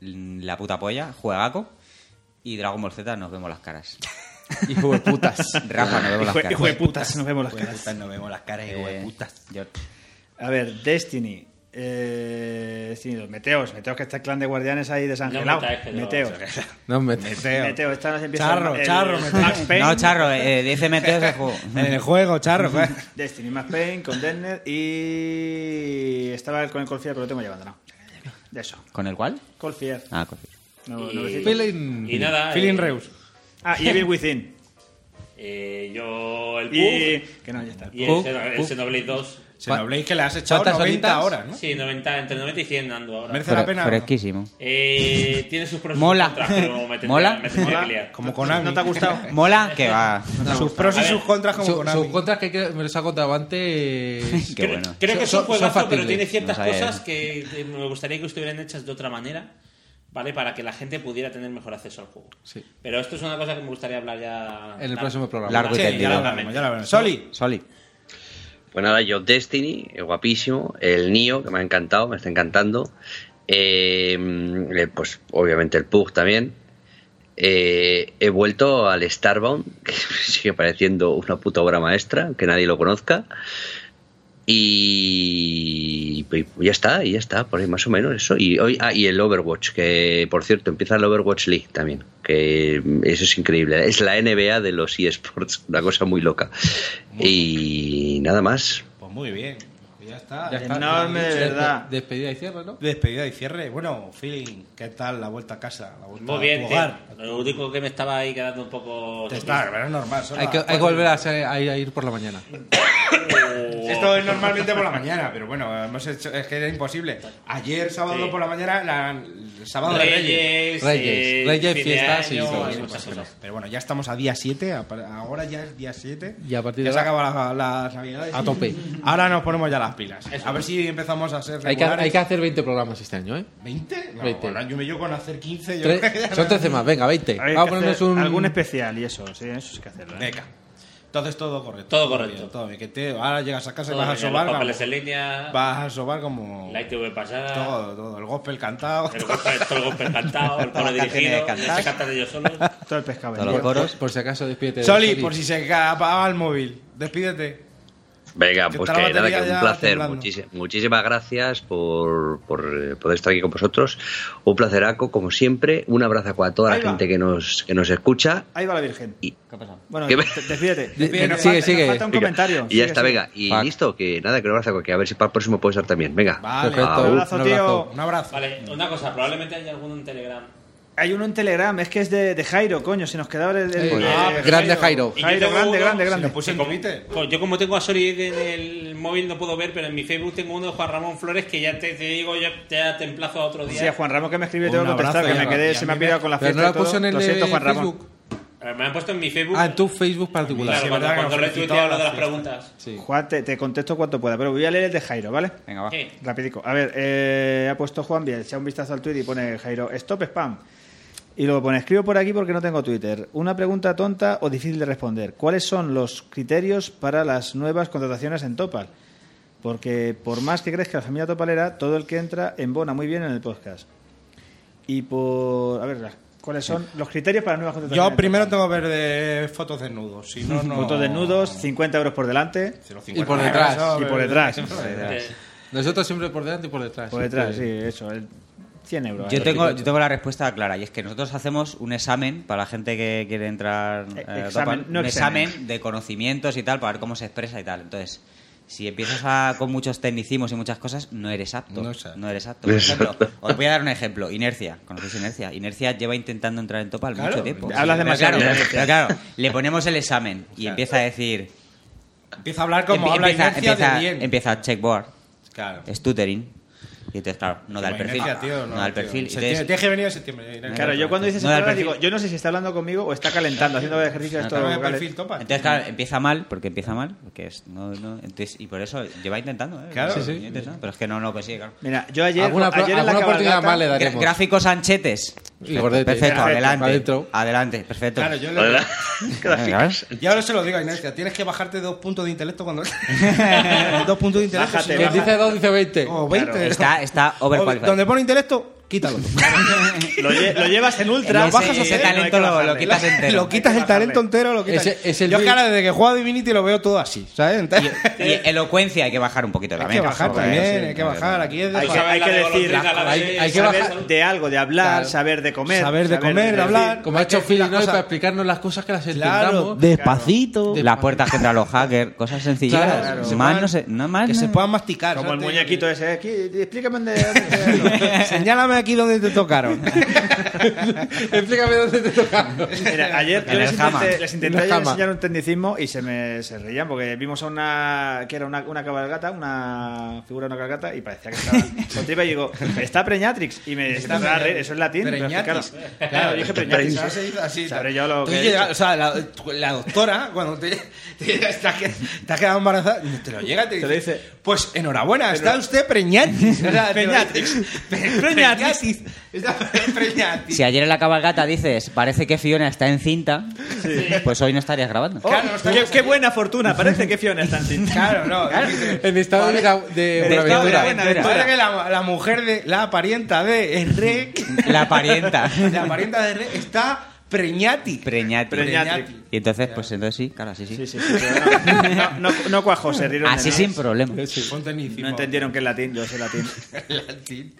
Speaker 7: La puta polla, juegaco. Y Dragon Ball Z, nos vemos las caras.
Speaker 6: Hijo de pues, putas.
Speaker 7: Rafa, nos vemos las
Speaker 5: Hijo de
Speaker 7: caras.
Speaker 5: putas, nos vemos las caras.
Speaker 4: Putas, pues no vemos las caras,
Speaker 7: Eh,
Speaker 4: hueputas.
Speaker 7: yo-
Speaker 5: A ver, Destiny. Eh, Destiny 2. Meteos. Meteos que está el clan de guardianes ahí desangelado.
Speaker 9: No me caes, que no.
Speaker 5: Meteos.
Speaker 6: No me
Speaker 5: Meteos. Esta noche empieza
Speaker 4: Charro,
Speaker 5: el-
Speaker 4: charro,
Speaker 5: el
Speaker 4: Meteos.
Speaker 5: Max Payne.
Speaker 7: No, Charro, eh, dice meteos de juego.
Speaker 4: En el juego, charro. joder.
Speaker 5: Destiny, Max Payne, Condemned y... Estaba con el Colfier, pero lo tengo ya abandonado. De eso.
Speaker 7: ¿Con el cual?
Speaker 5: Colfier.
Speaker 7: Ah, con-
Speaker 5: No,
Speaker 9: Y,
Speaker 5: no lo sé.
Speaker 6: Feeling-
Speaker 9: y nada.
Speaker 4: Feeling
Speaker 9: eh,
Speaker 4: Reus.
Speaker 5: Ah, y Evil Within.
Speaker 9: eh, yo, el
Speaker 5: Y...
Speaker 9: Pug
Speaker 5: Que no, ya está.
Speaker 9: y,
Speaker 6: Pug,
Speaker 9: el, Xeno- el
Speaker 6: Pug.
Speaker 9: Xenoblade 2.
Speaker 4: Se lo habléis que le has echado
Speaker 6: ¿Cuántas
Speaker 4: 90
Speaker 6: horitas?
Speaker 4: horas, ¿no?
Speaker 9: Sí, 90, entre 90 y 100 ando ahora.
Speaker 4: Merece la
Speaker 7: Fre-
Speaker 4: pena.
Speaker 7: Fresquísimo.
Speaker 9: Eh, tiene sus pros y sus
Speaker 7: Mola.
Speaker 9: contras, pero me tendría-
Speaker 7: Mola.
Speaker 9: me tendría
Speaker 4: Mola,
Speaker 9: que liar.
Speaker 4: Como Konami.
Speaker 5: ¿No te ha gustado?
Speaker 7: Mola, que va.
Speaker 4: sus pros y
Speaker 9: A ver,
Speaker 4: sus contras como
Speaker 6: Su-
Speaker 4: Konami.
Speaker 6: sus contras que creo- me los ha contado antes.
Speaker 7: Qué bueno.
Speaker 9: Creo que es
Speaker 6: Son-
Speaker 9: un
Speaker 6: son
Speaker 9: juegazo, pero
Speaker 6: factibles.
Speaker 9: tiene ciertas
Speaker 7: No sabía.
Speaker 9: cosas que eh, me gustaría que estuvieran hechas de otra manera, ¿vale? Para que la gente pudiera tener mejor acceso al juego.
Speaker 6: Sí.
Speaker 9: Pero esto es una cosa que me gustaría hablar ya...
Speaker 6: En el próximo programa.
Speaker 7: Largo y
Speaker 4: Sí, ya
Speaker 7: tendido.
Speaker 4: lo hablaremos, ya lo hablaremos. Soli,
Speaker 7: Soli.
Speaker 11: Pues nada, yo Destiny, eh, guapísimo. El Nio, que me ha encantado, me está encantando. Eh, mm, eh, pues obviamente el Pug también. Eh, he vuelto al Starbound, que sigue pareciendo una puta obra maestra, que nadie lo conozca. Y, y ya está, y ya está, por ahí más o menos eso. Y hoy, ah, y el Overwatch, que por cierto empieza el Overwatch League también, que mm, eso es increíble. Es la NBA de los eSports, una cosa muy loca. Y nada más.
Speaker 4: pues muy bien. Ya está.
Speaker 6: Ya está.
Speaker 5: Enorme, de verdad.
Speaker 6: Despedida y cierre, ¿no?
Speaker 4: Despedida y cierre. Bueno, feeling, ¿qué tal la vuelta a casa? La vuelta
Speaker 9: Muy bien,
Speaker 4: a tu
Speaker 9: tío.
Speaker 4: hogar.
Speaker 9: Lo único que me estaba ahí quedando un poco...
Speaker 4: Te está, pero es normal. son
Speaker 6: Hay
Speaker 4: las
Speaker 6: que, hay que
Speaker 4: cuatro.
Speaker 6: volver a, ser- a ir- a ir por la mañana.
Speaker 9: uh,
Speaker 4: Esto es normalmente por la mañana, pero bueno, hemos hecho, es que era imposible. Ayer, sábado
Speaker 9: Sí.
Speaker 4: por la mañana, la- el sábado de Reyes. Pues
Speaker 9: Reyes,
Speaker 6: Reyes,
Speaker 9: eh,
Speaker 6: Reyes,
Speaker 9: fin de
Speaker 6: fiestas y
Speaker 9: año,
Speaker 6: todo
Speaker 9: hay
Speaker 6: eso.
Speaker 9: muchas cosas.
Speaker 4: Pero bueno, ya estamos a día 7, a- ahora ya es día 7.
Speaker 6: Y a partir de
Speaker 4: ya se
Speaker 6: ahora-
Speaker 4: acaban las, las navidades.
Speaker 6: A tope.
Speaker 4: Ahora nos ponemos ya las pilas. A ver si empezamos a ser
Speaker 6: Hay que,
Speaker 4: regulares.
Speaker 6: hay que hacer 20 programas este año, ¿eh?
Speaker 4: ¿20? No,
Speaker 6: 20.
Speaker 4: bueno, yo me yo con hacer 15. Yo creo que
Speaker 6: Tres-
Speaker 4: ya
Speaker 6: son
Speaker 4: no-
Speaker 6: 13 más, venga, 20.
Speaker 5: Hay que
Speaker 6: Vamos a ponernos
Speaker 5: hacer
Speaker 6: un.
Speaker 5: Algún especial y eso, sí, eso sí que hacerlo. ¿eh?
Speaker 4: Venga. Entonces todo correcto.
Speaker 9: Todo
Speaker 4: bien,
Speaker 9: correcto.
Speaker 4: todo bien, que te- ahora llegas a casa y
Speaker 9: Todo
Speaker 4: vas a
Speaker 9: bien,
Speaker 4: sobar. vamos.
Speaker 9: los papeles en línea,
Speaker 4: Vas a sobar como.
Speaker 9: la ITV pasada,
Speaker 4: Todo, todo. El gospel cantado.
Speaker 9: el golpe, todo el golpe cantado, el coro
Speaker 7: Todas las canciones
Speaker 9: dirigido,
Speaker 7: cantadas.
Speaker 9: se cantan ellos solos.
Speaker 5: Todo el pescado.
Speaker 7: Todos
Speaker 5: ¿eh?
Speaker 7: los coros.
Speaker 6: Por si acaso despídete. de
Speaker 4: Soli, por si se ca- apagaba el móvil. Despídete.
Speaker 11: Venga,
Speaker 4: Que
Speaker 11: pues
Speaker 4: está la
Speaker 11: que nada,
Speaker 4: batería
Speaker 11: que
Speaker 4: ya
Speaker 11: un placer.
Speaker 4: temblando.
Speaker 11: Muchisi- muchísimas gracias por, por eh, poder estar aquí con vosotros. Un placeraco, como siempre. Un abrazo a toda la
Speaker 5: Ahí va.
Speaker 11: gente que nos, que nos escucha.
Speaker 5: Ahí va la Virgen. Bueno,
Speaker 11: ¿Qué?
Speaker 5: te- despídete.
Speaker 6: De-
Speaker 4: Bien,
Speaker 6: de-
Speaker 4: nos
Speaker 6: sigue,
Speaker 4: falta-
Speaker 6: sigue.
Speaker 5: Nos falta un
Speaker 11: Venga,
Speaker 5: comentario.
Speaker 11: Y ya
Speaker 5: Sigue,
Speaker 11: está,
Speaker 5: sigue.
Speaker 11: venga. Y
Speaker 7: Fuck.
Speaker 11: listo, que nada, que un abrazo, que a ver si para el próximo puedo estar también. Venga.
Speaker 4: Vale.
Speaker 6: Perfecto.
Speaker 11: Un
Speaker 5: abrazo, tío.
Speaker 4: Un abrazo.
Speaker 9: Vale, una cosa, probablemente haya alguno en Telegram.
Speaker 5: Hay uno en Telegram, es que es de, de Jairo, coño. Se nos quedaba el. el-
Speaker 6: Eh,
Speaker 5: el-
Speaker 6: ah, grande Jairo.
Speaker 9: Y yo
Speaker 5: Jairo,
Speaker 9: tengo
Speaker 5: grande,
Speaker 9: uno-
Speaker 5: grande,
Speaker 4: Lo
Speaker 5: grande.
Speaker 4: puse en Twitter.
Speaker 9: Pues yo como tengo a Sori en el móvil no puedo ver, pero en mi Facebook tengo uno de Juan Ramón Flores que ya te, te digo, ya te, ya te emplazo a otro día.
Speaker 5: Pues Sí, a Juan Ramos que me escribe,
Speaker 4: Un
Speaker 5: tengo que contestar,
Speaker 4: abrazo,
Speaker 5: que me
Speaker 4: ya.
Speaker 5: quedé,
Speaker 4: Y a
Speaker 5: se me
Speaker 4: mí
Speaker 5: ha
Speaker 4: me-
Speaker 5: pillado con la
Speaker 6: Pero
Speaker 5: fiesta.
Speaker 6: no la
Speaker 5: y todo.
Speaker 6: puso en el
Speaker 5: Lo
Speaker 6: de
Speaker 5: siento, Juan Ramón.
Speaker 6: Facebook.
Speaker 9: Eh, Me han puesto en mi Facebook.
Speaker 6: Ah, en tu Facebook particular.
Speaker 9: Claro,
Speaker 4: Sí,
Speaker 9: cuando,
Speaker 4: verdad que
Speaker 9: cuando
Speaker 4: nos
Speaker 9: le
Speaker 4: felicitó
Speaker 9: tuiteaba lo
Speaker 4: la
Speaker 9: de las
Speaker 4: fiesta.
Speaker 9: preguntas.
Speaker 6: Sí.
Speaker 5: Juan, te, te contesto cuanto pueda, pero voy a leer el de Jairo, ¿vale?
Speaker 7: Venga, va.
Speaker 9: ¿Qué?
Speaker 5: Rapidico. A ver, eh, ha puesto Juan Biel, echa un vistazo al Twitter y pone Jairo, stop spam. Y luego pone, escribo por aquí porque no tengo Twitter. Una pregunta tonta o difícil de responder. ¿Cuáles son los criterios para las nuevas contrataciones en Topal? Porque por más que crezca la familia topalera, todo el que entra embona muy bien en el podcast. Y por... A ver, ¿cuáles son los criterios para las nuevas contrataciones?
Speaker 4: Yo
Speaker 5: en
Speaker 4: primero
Speaker 5: Topal?
Speaker 4: tengo que ver de fotos desnudos. Si no, no.
Speaker 5: Fotos desnudos, 50 euros por delante.
Speaker 4: Si los
Speaker 6: Y por
Speaker 4: 50
Speaker 6: detrás,
Speaker 4: euros,
Speaker 5: y por
Speaker 4: eh,
Speaker 5: detrás.
Speaker 4: eh,
Speaker 9: Eh,
Speaker 6: Nosotros siempre por delante y por detrás.
Speaker 5: Por detrás, sí,
Speaker 6: Siempre.
Speaker 5: eso. el 100 euros.
Speaker 7: Yo
Speaker 5: ahí.
Speaker 7: tengo, yo tengo la respuesta clara y es que nosotros hacemos un examen para la gente que quiere entrar
Speaker 4: E-,
Speaker 5: Eh,
Speaker 7: eh,
Speaker 5: examen,
Speaker 7: Topal,
Speaker 5: no
Speaker 7: un
Speaker 5: examen.
Speaker 7: examen. de conocimientos y tal para ver cómo se expresa y tal. Entonces, si empiezas a- con muchos tecnicismos y muchas cosas, no eres apto.
Speaker 4: No
Speaker 7: No,
Speaker 4: es apto.
Speaker 7: eres apto. Por ejemplo, os voy a dar un ejemplo. Inercia. ¿Conocéis Inercia? Inercia lleva intentando entrar en Topal mucho tiempo.
Speaker 5: hablas
Speaker 7: Pero
Speaker 5: demasiado
Speaker 7: Claro,
Speaker 5: de Inercia.
Speaker 7: pero claro, le ponemos el examen y empieza a decir...
Speaker 4: Empieza a hablar como
Speaker 7: empie-
Speaker 4: habla
Speaker 7: empieza,
Speaker 4: Inercia de
Speaker 7: empieza-
Speaker 4: bien.
Speaker 7: empieza checkboard,
Speaker 4: Claro.
Speaker 7: stuttering. Y entonces, claro, no da el perfil.
Speaker 4: Imagínate, tío,
Speaker 7: no da el
Speaker 4: tío.
Speaker 7: perfil. Y
Speaker 4: Septiembre-
Speaker 7: entonces-
Speaker 4: Tienes que venir en septiembre.
Speaker 5: Claro, yo cuando dices
Speaker 7: No da el
Speaker 5: palabra
Speaker 7: perfil.
Speaker 5: digo, yo no sé si está hablando conmigo o está calentando, haciendo ejercicios
Speaker 7: No,
Speaker 5: todos
Speaker 7: claro,
Speaker 5: los
Speaker 4: el
Speaker 5: vocales.
Speaker 4: perfil topa.
Speaker 7: Entonces, claro, empieza mal, porque empieza mal, porque es, no, no, entonces, y por eso lleva intentando, ¿eh?
Speaker 4: Claro.
Speaker 7: Sí, sí. Lleva intentando, pero es que no lo consigue, claro.
Speaker 5: Mira, yo ayer,
Speaker 6: Alguna pro-
Speaker 5: ayer en la
Speaker 6: alguna oportunidad
Speaker 5: cabalgata-
Speaker 6: más le
Speaker 7: Gra-
Speaker 6: daremos.
Speaker 7: gráficos anchetes.
Speaker 6: Y gordete.
Speaker 7: Perfecto,
Speaker 6: Perfecto,
Speaker 7: adelante.
Speaker 6: adentro.
Speaker 7: Adelante, perfecto.
Speaker 4: Claro, yo le-
Speaker 11: ¿Verdad?
Speaker 7: Venga, ¿ves?
Speaker 4: Y ahora se lo digo a Ignacia, tienes que bajarte dos puntos de intelecto cuando... dos puntos de intelecto.
Speaker 5: Bájate,
Speaker 4: si
Speaker 5: Quien
Speaker 6: Quien
Speaker 4: bajas-
Speaker 6: dice 2 dice 20.
Speaker 4: O 20.
Speaker 7: Está, está
Speaker 4: O-
Speaker 7: overqualified.
Speaker 4: Donde pone intelecto, quítalo.
Speaker 5: Lo, lle- lo llevas en ultra,
Speaker 7: Ese- ese
Speaker 5: cero,
Speaker 7: talento
Speaker 5: hay que
Speaker 7: lo- lo
Speaker 5: bajarle.
Speaker 7: quitas entero.
Speaker 4: lo quitas el talento entero, lo quitas.
Speaker 6: Ese- es el
Speaker 4: Yo es que
Speaker 6: Bill.
Speaker 4: ahora desde que juego a Divinity lo veo todo así, ¿sabes? Entonces-
Speaker 7: Y elocuencia hay que bajar un poquito
Speaker 4: hay
Speaker 7: también. eh.
Speaker 4: que bajar
Speaker 7: joder,
Speaker 4: también,
Speaker 7: sí,
Speaker 4: hay que bajar. Aquí es de
Speaker 5: Hay que, hay que decir,
Speaker 6: hay- hay que
Speaker 5: saber
Speaker 6: bajar.
Speaker 5: de algo, de hablar,
Speaker 6: Claro.
Speaker 5: saber de comer.
Speaker 4: Saber de comer, de hablar.
Speaker 6: Como ha hecho Phil, ¿no? Y Para explicarnos las cosas que las
Speaker 4: Claro,
Speaker 6: entendamos.
Speaker 4: despacito.
Speaker 7: Las puertas contra los hackers, cosas sencillas.
Speaker 6: Claro,
Speaker 7: Más no sé, nada más.
Speaker 4: Que se
Speaker 7: no-
Speaker 4: puedan masticar.
Speaker 5: Como el
Speaker 4: ¿sabes?
Speaker 5: muñequito ese. Aquí, explícame de. de-
Speaker 4: Señálame aquí donde te tocaron.
Speaker 6: Explícame dónde te toca.
Speaker 5: Mira, ayer yo
Speaker 7: En
Speaker 5: les
Speaker 7: el jama.
Speaker 5: intenté, les intenté
Speaker 6: En el
Speaker 5: ayer
Speaker 6: jama.
Speaker 5: enseñar un tecnicismo y se me se reían porque vimos a una que era una, una cabalgata, una figura de una cabalgata y parecía que estaba con tripa y digo, está preñatrix y me está a reír, eso es latín, pero es que, claro,
Speaker 4: Preñatis.
Speaker 5: claro, dije preñatrix.
Speaker 4: Claro, se dice así.
Speaker 5: Sabré yo lo
Speaker 4: Tú
Speaker 5: que he
Speaker 4: llegas-
Speaker 5: dicho.
Speaker 4: o sea, la, la doctora, cuando te, te, te has qued- te has quedado embarazada, te lo llega y te,
Speaker 5: Te lo dice.
Speaker 4: Pues enhorabuena, está usted preñatis. O sea, te lo-
Speaker 5: Preñatis.
Speaker 4: Pre- Preñatis. Está pre- preñatis.
Speaker 7: Si ayer en la cabalgata dices, parece que Fiona está encinta, pues hoy no estarías grabando.
Speaker 5: Oh,
Speaker 4: Claro, no
Speaker 5: qué,
Speaker 4: estamos
Speaker 5: qué buena fortuna, parece que Fiona está en
Speaker 4: Claro, no.
Speaker 6: En estado de, de
Speaker 5: En estado de
Speaker 6: Buenaventura.
Speaker 5: Buenaventura.
Speaker 4: Parece que la, la mujer de la parienta de Enric,
Speaker 7: La parienta.
Speaker 4: la parienta de Enric está preñati.
Speaker 7: Preñati.
Speaker 5: Preñatrix.
Speaker 7: Y entonces, pues entonces sí, claro, así sí.
Speaker 5: Sí, sí, sí, pero no, no, no- no cuajó, se rieron de
Speaker 7: Así
Speaker 5: mí.
Speaker 7: sin problema.
Speaker 4: Ponte en encima.
Speaker 5: No entendieron que es latín, yo sé latín.
Speaker 4: Latín.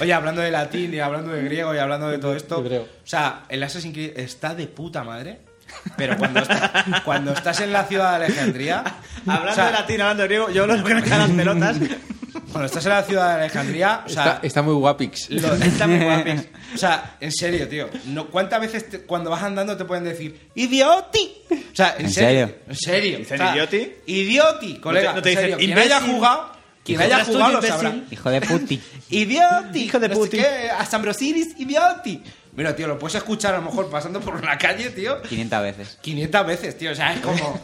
Speaker 4: Oye, hablando de latín y hablando de griego y hablando de todo esto,
Speaker 6: Hebreo.
Speaker 4: o sea, el Assassin's Creed está de puta madre, pero cuando, está- cuando estás en la ciudad de Alejandría,
Speaker 5: Hablando
Speaker 4: o sea,
Speaker 5: de latín, hablando de griego, yo lo que me caen las pelotas.
Speaker 4: cuando estás en la ciudad de Alejandría, o sea,
Speaker 6: Está, está muy guapix.
Speaker 4: lo- está muy guapis. O sea, en serio, tío, no, ¿cuántas veces te- cuando vas andando te pueden decir idioti? O sea, en,
Speaker 7: ¿En
Speaker 4: serio,
Speaker 7: serio?
Speaker 4: en serio,
Speaker 5: ¿Dicen
Speaker 4: o sea,
Speaker 5: idioti?
Speaker 4: idioti, colega,
Speaker 5: no te
Speaker 4: en
Speaker 5: dicen
Speaker 4: serio, quien
Speaker 5: imbécil.
Speaker 4: haya jugado, quien haya jugado lo sabrá.
Speaker 7: Hijo de puti.
Speaker 4: Idioti,
Speaker 5: Hijo de
Speaker 4: no sé
Speaker 5: Putin.
Speaker 4: qué, a San Brosiris, idioti. Mira, tío, lo puedes escuchar a lo mejor pasando por una calle, tío,
Speaker 7: 500 veces.
Speaker 4: 500 veces, tío. O sea, es como.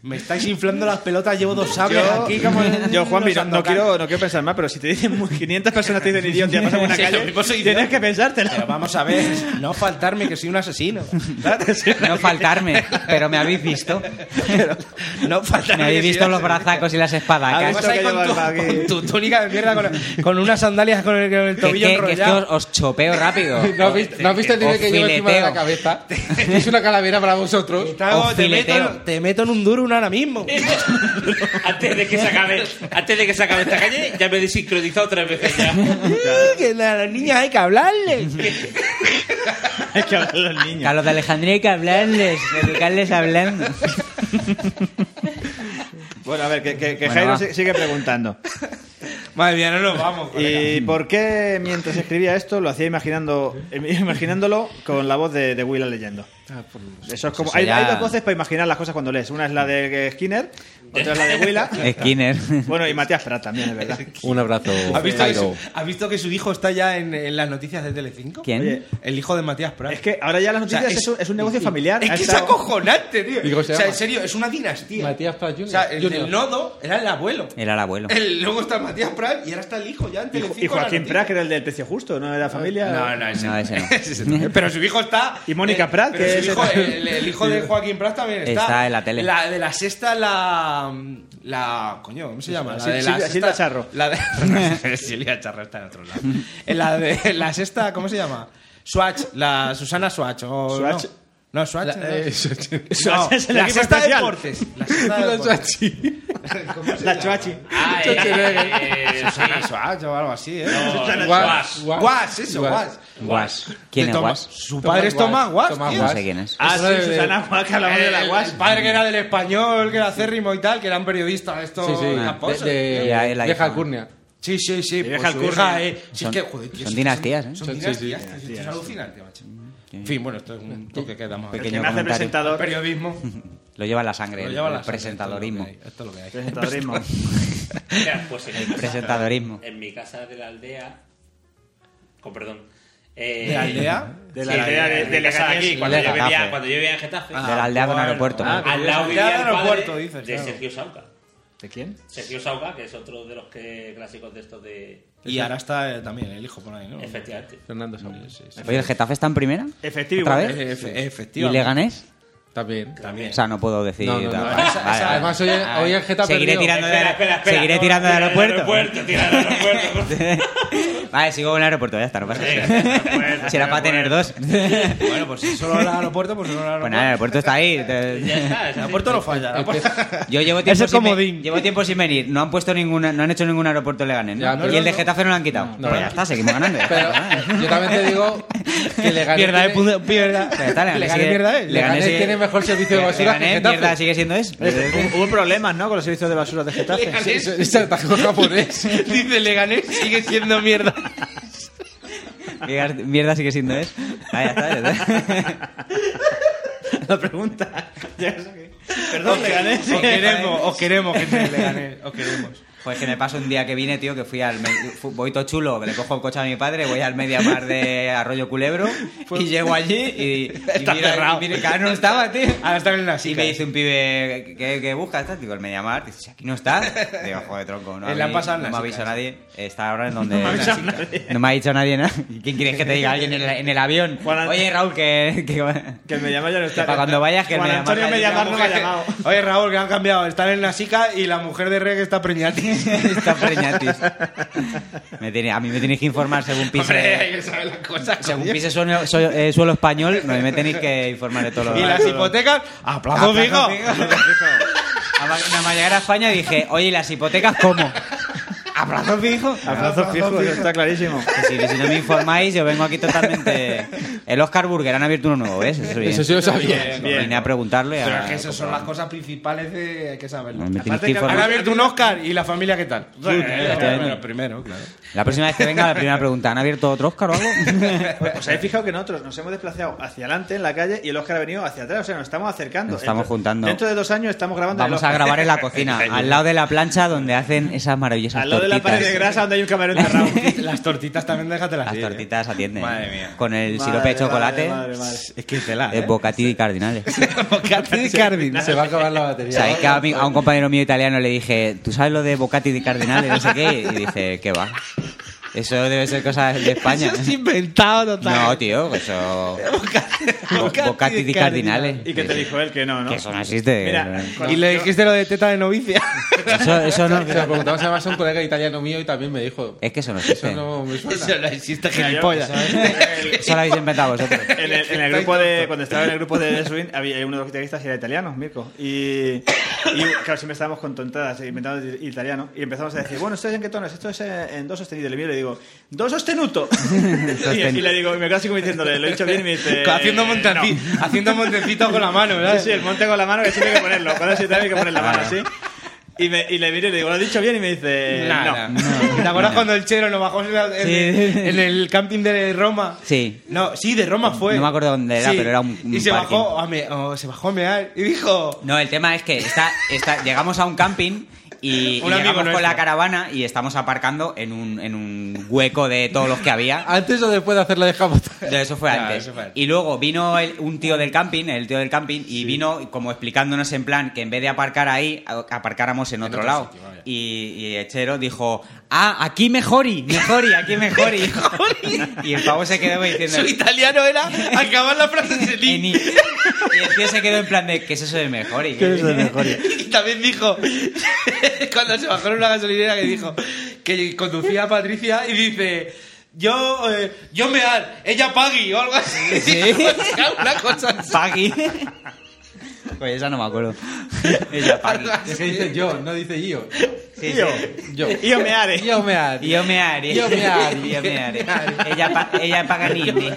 Speaker 4: Me estáis inflando las pelotas, llevo dos sables
Speaker 5: Yo,
Speaker 4: aquí, como. en-
Speaker 5: yo Juanvi,
Speaker 4: los
Speaker 5: no, no
Speaker 4: Sandokan.
Speaker 5: quiero, no quiero pensar más, pero si te dicen muy- 500 personas te dicen idiota y ya pasas una
Speaker 4: Sí, lo
Speaker 5: calle,
Speaker 4: mismo soy
Speaker 5: tienes
Speaker 4: yo.
Speaker 5: que pensártelo.
Speaker 4: Pero vamos a ver, no faltarme que soy un asesino.
Speaker 7: No faltarme, pero me habéis visto.
Speaker 4: No faltarme.
Speaker 7: Me habéis
Speaker 4: que soy
Speaker 7: visto
Speaker 4: un
Speaker 7: los
Speaker 4: asesino.
Speaker 7: brazacos y las espadas.
Speaker 4: Además,
Speaker 7: que has-
Speaker 5: Esto que
Speaker 4: ahí
Speaker 5: lleva
Speaker 4: con,
Speaker 5: el bagui.
Speaker 4: tu, con tu túnica de mierda, con, con unas sandalias con el, con el
Speaker 7: Que,
Speaker 4: tobillo
Speaker 7: que- que es que
Speaker 4: enrollado.
Speaker 7: os, os chopeo rápido.
Speaker 6: ¿No has visto, no has visto el nivel
Speaker 7: Os
Speaker 6: que llevo encima de la
Speaker 7: fileteo.
Speaker 6: cabeza? Es una calavera para vosotros.
Speaker 4: Te hago-
Speaker 7: os
Speaker 4: te, meto,
Speaker 7: fileteo.
Speaker 4: en- te meto en un duro un ahora mismo.
Speaker 9: Antes de que se acabe, antes de que se acabe esta calle, ya me he desincronizado tres veces ya.
Speaker 4: que a las niñas hay que hablarle.
Speaker 5: Hay que hablar a los
Speaker 7: Que a
Speaker 5: niños.
Speaker 7: los de Alejandría hay que hablarles, educarles hablando.
Speaker 5: Bueno, a ver, que, que- que
Speaker 7: Bueno,
Speaker 5: Jairo
Speaker 7: va.
Speaker 5: si- sigue preguntando.
Speaker 4: Madre mía, no nos vamos. colega.
Speaker 5: ¿Y por qué mientras escribía esto lo hacía imaginando, eh, imaginándolo con la voz de, de Willa leyendo? Eso es como,
Speaker 7: Eso
Speaker 5: hay,
Speaker 7: ya-
Speaker 5: hay dos voces para imaginar las cosas cuando lees. Una es la de Skinner, otra es la de Willa.
Speaker 7: Skinner.
Speaker 5: Bueno, y Matías Prat también, es verdad.
Speaker 6: Un abrazo.
Speaker 4: ¿Has visto, que su, has visto que su hijo está ya en, en las noticias de Telecinco?
Speaker 7: ¿Quién?
Speaker 5: Oye,
Speaker 4: El hijo de Matías Prat.
Speaker 5: Es que ahora ya las
Speaker 4: O sea,
Speaker 5: noticias es, un- es un negocio familiar.
Speaker 4: Es
Speaker 5: Ha
Speaker 4: que es
Speaker 5: estado-
Speaker 4: acojonante, tío.
Speaker 6: Digo,
Speaker 4: o
Speaker 6: se
Speaker 4: sea, en
Speaker 6: llama-
Speaker 4: serio, es una dinastía.
Speaker 6: Matías Prat Jr.
Speaker 4: O sea, el,
Speaker 6: Jr.
Speaker 4: del nodo era el abuelo.
Speaker 7: Era el abuelo.
Speaker 4: El- luego está Matías Prat y ahora está el hijo ya en
Speaker 5: Y,
Speaker 4: Telecinco.
Speaker 5: Jo- y Joaquín
Speaker 4: en la
Speaker 5: Prat, que era el del precio justo, ¿no? Era familia.
Speaker 4: noticia. No, no, ese
Speaker 7: No, ese no.
Speaker 4: ese no. Pero su hijo está.
Speaker 5: Y Mónica
Speaker 4: eh,
Speaker 5: Prat,
Speaker 4: pero
Speaker 5: que
Speaker 4: su
Speaker 5: es-
Speaker 4: hijo- el, el hijo de Joaquín Prat también está.
Speaker 7: Está en la tele.
Speaker 4: La de la sexta, la. La. Coño, ¿cómo se llama? La
Speaker 5: Sil-
Speaker 4: de la
Speaker 5: Silvia-
Speaker 4: sexta-
Speaker 5: Silvia Charro.
Speaker 4: La de. Silvia Charro está en otro lado. En la de la sexta, ¿cómo se llama? Swatch, la Susana Swatch. O
Speaker 5: Swatch. eh,
Speaker 4: No, no Swatch. no.
Speaker 5: Swatch es el
Speaker 4: la
Speaker 5: equipo
Speaker 4: sexta
Speaker 5: especial.
Speaker 4: deportes. La sexta de deportes. ¿Cómo se
Speaker 5: La
Speaker 4: llama?
Speaker 5: Chuachi.
Speaker 9: Ah, eh, eh,
Speaker 4: Susana
Speaker 9: sí.
Speaker 4: Swatch o algo así, ¿eh?
Speaker 6: Guas.
Speaker 9: No, Guas.
Speaker 6: Guas.
Speaker 4: Guas, eso,
Speaker 6: Guas.
Speaker 4: Guas.
Speaker 7: Guas. ¿Quién
Speaker 4: De
Speaker 7: es
Speaker 4: Tomás-
Speaker 7: Guas?
Speaker 4: Su padre es Tomás Guas. tío.
Speaker 7: Guas. No sé quién es.
Speaker 5: Ah,
Speaker 6: Eso
Speaker 5: sí,
Speaker 6: es de-
Speaker 5: Susana Juan, que hablamos de la
Speaker 4: El-
Speaker 5: Guas.
Speaker 4: El padre que era del español, que era acérrimo y tal, que era un periodista de estos
Speaker 6: Sí, eh, sí.
Speaker 7: Ah,
Speaker 4: camposos.
Speaker 6: De, de-
Speaker 7: Ya, él ahí
Speaker 6: vieja
Speaker 7: está.
Speaker 6: alcurnia.
Speaker 4: Sí, sí, sí.
Speaker 5: vieja
Speaker 4: pues su
Speaker 5: alcurnia.
Speaker 4: hija, eh. Sí, es
Speaker 7: Son-
Speaker 4: que, joder, tío,
Speaker 7: son
Speaker 4: es que
Speaker 7: dinastías, ¿eh?
Speaker 4: Son
Speaker 6: Son- sí,
Speaker 4: dinastías,
Speaker 6: sí,
Speaker 4: tío, esto es alucinante, macho. En fin, bueno, esto es un toque que damos.
Speaker 7: Pequeño
Speaker 5: Que me hace
Speaker 7: comentario.
Speaker 5: presentador.
Speaker 4: Periodismo.
Speaker 7: Lo lleva en la sangre, el,
Speaker 6: lleva la
Speaker 7: el
Speaker 6: sangre,
Speaker 7: presentadorismo. Eh,
Speaker 6: Esto es lo que hay. esto es lo que hay.
Speaker 5: Presentadorismo.
Speaker 9: Mira, pues en mi casa-
Speaker 7: presentadorismo.
Speaker 9: En mi casa de la aldea. Con perdón. eh,
Speaker 4: ¿De la aldea?
Speaker 9: De
Speaker 5: la
Speaker 9: la aldea de, de la casa de aquí, cuando,
Speaker 7: de
Speaker 9: yo
Speaker 7: Getafe.
Speaker 9: vivía, cuando yo vivía en Getafe.
Speaker 4: Ah,
Speaker 7: de la aldea de un aeropuerto.
Speaker 5: Ah,
Speaker 4: pues
Speaker 9: al
Speaker 5: de la
Speaker 9: lado
Speaker 5: aldea
Speaker 9: vivía
Speaker 5: del
Speaker 9: el padre
Speaker 5: aeropuerto, dices,
Speaker 9: de
Speaker 5: claro.
Speaker 9: Sergio Sauca.
Speaker 5: ¿De quién?
Speaker 9: Sergio Sauca, que es otro de los que clásicos de estos de.
Speaker 4: Y ahora está eh, también el hijo por ahí, ¿no?
Speaker 9: Efectivamente.
Speaker 6: Fernando Saúl.
Speaker 7: Oye, ¿el Getafe está en primera?
Speaker 5: Efectivo.
Speaker 7: ¿Otra vez?
Speaker 4: Eh, efe-
Speaker 7: ¿Y
Speaker 4: Efectivamente.
Speaker 7: Leganés?
Speaker 6: También.
Speaker 7: O sea, no puedo decir...
Speaker 6: No, no, no.
Speaker 7: Vale,
Speaker 6: Esa-
Speaker 7: vale. Ah,
Speaker 6: esa- Además, hoy, hoy el Getafe
Speaker 7: Seguiré
Speaker 6: perdió.
Speaker 7: tirando de,
Speaker 9: Espera, espera, espera.
Speaker 7: seguiré
Speaker 9: No,
Speaker 7: tirando de
Speaker 9: tira del
Speaker 7: aeropuerto.
Speaker 9: aeropuerto, tira del aeropuerto.
Speaker 7: vale, sigo con el aeropuerto, ya está, no pasa nada. Si era para tener dos. bueno,
Speaker 4: Bueno, pues si solo el aeropuerto, pues solo el aeropuerto.
Speaker 7: nada, el aeropuerto está ahí.
Speaker 9: Ya está, es
Speaker 4: el
Speaker 9: así.
Speaker 4: aeropuerto no falla. el aeropuerto-
Speaker 7: Yo llevo tiempo,
Speaker 4: Ese
Speaker 7: sin,
Speaker 4: comodín.
Speaker 7: ve- llevo tiempo sin venir. No han puesto ninguna, no han hecho ningún aeropuerto Leganés, ¿no?
Speaker 6: Ya, pero
Speaker 7: y el de
Speaker 6: no-
Speaker 7: Getafe no lo han quitado.
Speaker 6: no,
Speaker 7: pues
Speaker 6: no.
Speaker 7: ya está, seguimos ganando. ya
Speaker 6: Pero
Speaker 7: está, ¿no?
Speaker 6: yo también te digo que Leganés.
Speaker 7: Pierda de
Speaker 6: tiene-
Speaker 7: punto- pierda. Ya está, Leganés
Speaker 6: Leganés
Speaker 7: sigue-
Speaker 6: mierda es. Leganés
Speaker 7: sigue-
Speaker 6: tiene mejor servicio de basura que
Speaker 7: Leganés,
Speaker 6: Getafe.
Speaker 7: mierda, sigue siendo eso.
Speaker 5: Hubo problemas, ¿no? Con los servicios de basura de Getafe.
Speaker 6: Sí, eso- eso es atajo japonés.
Speaker 4: Dice Leganés, sigue siendo mierda.
Speaker 7: Mierda- Mierda sigue siendo eso. Ah, ya está, ya está.
Speaker 5: La pregunta. Perdón, Leganés.
Speaker 4: Os queremos, os queremos, gente de Leganés. Os queremos.
Speaker 7: Pues que me pasó un día que vine, tío, que fui al... me- fu- Voy todo chulo, que le cojo el coche a mi padre, voy al Mediamar de Arroyo Culebro y llego allí y... y mira-
Speaker 4: Pues cerrado.
Speaker 7: y mira, claro, no estaba, tío.
Speaker 4: Ahora están en la
Speaker 7: Sí,
Speaker 4: chica.
Speaker 7: me dice un pibe que, que busca, ¿estás? Digo, el Mediamar. Dice, si aquí no está. Digo, joder, tronco, no,
Speaker 4: Le
Speaker 7: habéis-
Speaker 4: han pasado
Speaker 7: no
Speaker 4: las
Speaker 7: me ha avisado
Speaker 4: chicas.
Speaker 7: nadie. Está ahora en donde... No me, ha dicho nadie nada. ¿Y ¿Quién quieres que te diga? Alguien en el, en el avión.
Speaker 5: Juan-
Speaker 7: Oye, Raúl, que... que-
Speaker 5: Que me llama ya no está.
Speaker 7: Para cuando vayas, que el
Speaker 5: Juan
Speaker 7: Mediamar
Speaker 5: Antonio
Speaker 7: está
Speaker 5: me
Speaker 7: allí,
Speaker 5: llama,
Speaker 7: la
Speaker 5: no me ha
Speaker 7: mujer que-
Speaker 5: llamado.
Speaker 4: Oye, Raúl, que han cambiado. Están en la SICA y la mujer de Rey que está preñada.
Speaker 7: Está preñatis. Me tiene- a mí me tenéis que informar según pise. según pise suelo, soy- eh, suelo español, no, me tenéis que informar de todo lo
Speaker 4: Y las hipotecas, a plazo fijo.
Speaker 7: Nada más llegar a España dije, oye, ¿y las hipotecas cómo? ¿A plazo fijo?
Speaker 5: Abrazo fijo, eso está clarísimo.
Speaker 7: Que Si, que si no me informáis, yo vengo aquí totalmente. El Oscar Burger han abierto uno nuevo, ¿ves? Eso, bien.
Speaker 6: Eso sí lo sabía.
Speaker 5: bien.
Speaker 7: Vine a preguntarlo y a.
Speaker 4: Pero es que esas son las cosas principales de hay que saberlo.
Speaker 7: No, me tenéis
Speaker 4: Aparte
Speaker 7: que
Speaker 4: que han
Speaker 7: informar.
Speaker 4: abierto un Oscar y la familia, ¿qué tal?
Speaker 7: efectivamente.
Speaker 4: primero, claro.
Speaker 7: La próxima vez que venga, la primera pregunta, ¿han abierto otro Oscar o algo?
Speaker 5: ¿Os habéis pues fijado que nosotros nos hemos desplazado hacia adelante en la calle y el Oscar ha venido hacia atrás? O sea, nos estamos acercando.
Speaker 7: Nos estamos
Speaker 5: Entonces,
Speaker 7: juntando.
Speaker 5: Dentro de dos años estamos grabando. en el
Speaker 7: Vamos a
Speaker 5: Oscar.
Speaker 7: grabar en la cocina, al lado de la plancha donde hacen esas maravillosas
Speaker 5: Al lado de la
Speaker 7: tortitas.
Speaker 5: pared de grasa donde hay un camarón enterrado.
Speaker 4: Las tortitas también déjatelas.
Speaker 7: Las
Speaker 4: ir, ¿eh?
Speaker 7: tortitas atienden.
Speaker 4: Madre mía.
Speaker 7: Con el
Speaker 5: Madre,
Speaker 7: sirope de chocolate,
Speaker 5: madre, madre, madre.
Speaker 4: Es que te la.
Speaker 7: eh, bocati y cardinales.
Speaker 4: Bocati Cardin.
Speaker 6: Se va a acabar la batería.
Speaker 7: ¿Sabéis que a, mí- a un compañero mío italiano le dije, ¿tú sabes lo de bocati y cardinales? No sé qué. Y dice, ¿qué va? Eso debe ser cosa de España.
Speaker 4: inventado
Speaker 7: No, tío, eso. Bo- Bocati y cardinales.
Speaker 5: ¿Y qué te dijo él? Que no, ¿no?
Speaker 7: Que eso no existe.
Speaker 5: Mira,
Speaker 4: Y le dijiste lo de teta de novicia.
Speaker 7: Eso, eso no.
Speaker 6: Se lo preguntamos además a un colega italiano mío y también me dijo.
Speaker 7: Es que eso no
Speaker 6: Eso
Speaker 7: existe.
Speaker 6: no me suena.
Speaker 4: Eso no existe,
Speaker 5: gilipollas.
Speaker 4: gilipollas.
Speaker 7: Eso lo habéis inventado vosotros.
Speaker 5: En el, en el grupo de, cuando estaba en el grupo de Swing, había uno de los guitarristas que era italiano, Mirko. Y, y, claro, siempre estábamos con tontadas, inventando it- italiano. Y empezamos a decir, bueno, ¿esto es en qué tono es? Esto es eh, en do sostenido. Y le miro y le digo, ¿do sostenuto? y, y le digo, y me quedo así como diciéndole, lo he dicho bien y me
Speaker 6: Eh,
Speaker 5: dice.
Speaker 4: Haciendo montecito, haciendo montecito con la mano,
Speaker 5: Sí,
Speaker 4: ¿verdad?
Speaker 5: sí, el monte con la mano que sí tiene que ponerlo. Cuando se tiene que poner la mano así. Y, me, y le miro y le digo, ¿lo he dicho bien? Y me dice,
Speaker 4: Nada.
Speaker 5: no.
Speaker 4: ¿Te acuerdas cuando el Chero nos bajó en, la- en
Speaker 7: Sí.
Speaker 4: el, en el camping de Roma?
Speaker 7: Sí.
Speaker 4: No, sí, de Roma fue.
Speaker 7: No me acuerdo dónde era, pero era un- un
Speaker 4: Y se
Speaker 7: parking.
Speaker 4: bajó, a me- oh, se bajó a mear y dijo...
Speaker 7: No, el tema es que está, está- llegamos a un camping y, y
Speaker 4: Un amigo
Speaker 7: llegamos con
Speaker 4: nuestro.
Speaker 7: la caravana y estamos aparcando en un, en un hueco de todos los que había.
Speaker 6: Antes o después de hacer la de Hamilton.
Speaker 7: No, eso fue
Speaker 4: Claro,
Speaker 7: antes.
Speaker 4: eso fue antes.
Speaker 7: Y luego vino el- un tío del camping, el tío del camping, y vino como explicándonos en plan que en vez de aparcar ahí, a- aparcáramos en otro, lado. y, y Echero dijo, ah, aquí mejori, mejori, aquí mejori. y el pavo se quedó diciendo...
Speaker 4: Su italiano era acabar la frase en el
Speaker 7: "Eni". Y el tío se quedó en plan de, ¿qué es eso de mejori?
Speaker 4: Y también dijo, cuando se bajó en una gasolinera, que dijo que conducía a Patricia y dice, yo, eh, yo me ar, ella pagui o algo así. una cosa así.
Speaker 7: Pagui. Pues esa no me acuerdo. Ella, Pagui.
Speaker 6: Es que dice yo, no dice yo.
Speaker 5: Sí,
Speaker 14: Yo.
Speaker 5: sí.
Speaker 15: Yo.
Speaker 5: Yo me haré.
Speaker 15: Yo me haré.
Speaker 7: Yo me haré.
Speaker 15: Yo me haré.
Speaker 7: Yo me haré. Ella, pa- ella Paganini.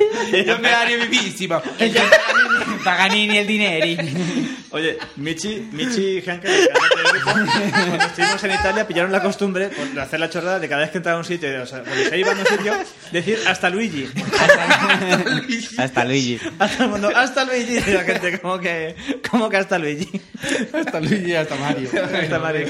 Speaker 15: Yo me haré vivísima.
Speaker 7: Paganini el dineri.
Speaker 5: Oye, Michi, Michi y Hanka, el cantante del grupo, cuando estuvimos en Italia, pillaron la costumbre pues, de hacer la chorrada de cada vez que entraba a un sitio, o sea, cuando se iba a un sitio, decir hasta Luigi.
Speaker 7: Hasta Luigi.
Speaker 5: Hasta el mundo, hasta Luigi. Y la gente, como que, como que hasta Luigi.
Speaker 15: Hasta Luigi, hasta Mario.
Speaker 5: Hasta Mario.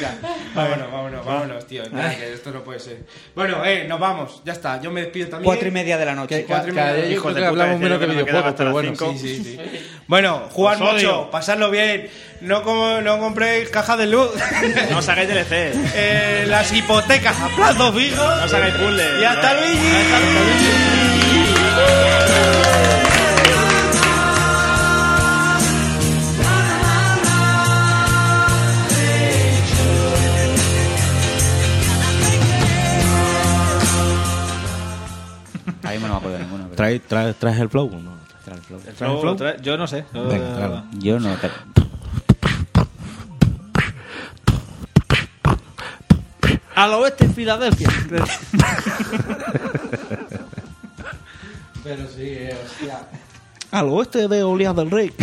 Speaker 4: Vámonos, vámonos, vámonos, tío. Nada, que esto no puede ser. Bueno, eh, nos vamos. Ya está. Yo me despido también.
Speaker 7: Cuatro y media de la noche.
Speaker 15: Que,
Speaker 4: Cuatro y
Speaker 15: que-
Speaker 4: media.
Speaker 15: yo creo
Speaker 5: Hijos de
Speaker 15: que
Speaker 5: puta,
Speaker 15: hablamos
Speaker 5: decía yo
Speaker 15: menos
Speaker 5: que
Speaker 15: de
Speaker 5: me
Speaker 15: videojuegos,
Speaker 5: quedaba hasta
Speaker 15: pero
Speaker 5: las
Speaker 15: bueno,
Speaker 5: cinco.
Speaker 15: sí, sí, sí.
Speaker 4: Bueno, jugar
Speaker 5: Os odio.
Speaker 4: mucho, pasarlo bien. No, como, no compréis caja de luz.
Speaker 5: No os hagáis DLC.
Speaker 4: Eh, las hipotecas a plazos fijos.
Speaker 5: No os hagáis puzzles.
Speaker 4: Y hasta Luigi.
Speaker 7: Ahí no me acuerdo de ninguno. pero-
Speaker 6: ¿Traes el flow? No.
Speaker 7: Trae el flow.
Speaker 5: Luego, otra- yo no sé. Yo-
Speaker 6: Venga, tráelo.
Speaker 7: Yo no. te-
Speaker 5: Al oeste de Filadelfia.
Speaker 15: Pero sí, eh, hostia.
Speaker 6: Al oeste de Olías del Rey.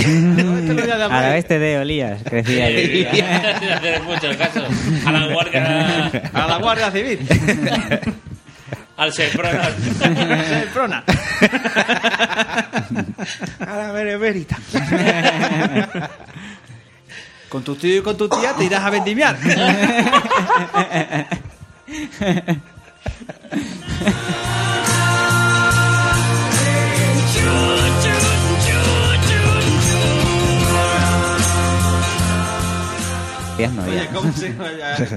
Speaker 7: A la vez te de Olías. Crecía
Speaker 9: Sí,
Speaker 7: yo.
Speaker 9: sí, no hacer mucho caso. A la guardia.
Speaker 5: A la Guardia Civil.
Speaker 9: Al ser
Speaker 5: El Prona.
Speaker 4: A la bereberita.
Speaker 5: Con tu tío y con tu tía te irás a vendimiar.
Speaker 7: Olías no había.
Speaker 5: ¿cómo se,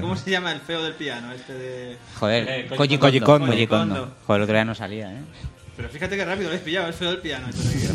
Speaker 5: ¿cómo se llama el feo del piano? Este de...
Speaker 7: Joder,
Speaker 9: Eh,
Speaker 7: Koji
Speaker 6: Koji Kondo.
Speaker 7: Kondo. Koji Kondo.
Speaker 5: Kondo.
Speaker 7: Joder, el otro día no salía, ¿eh?
Speaker 5: Pero fíjate que rápido lo habéis pillado, el feo del piano.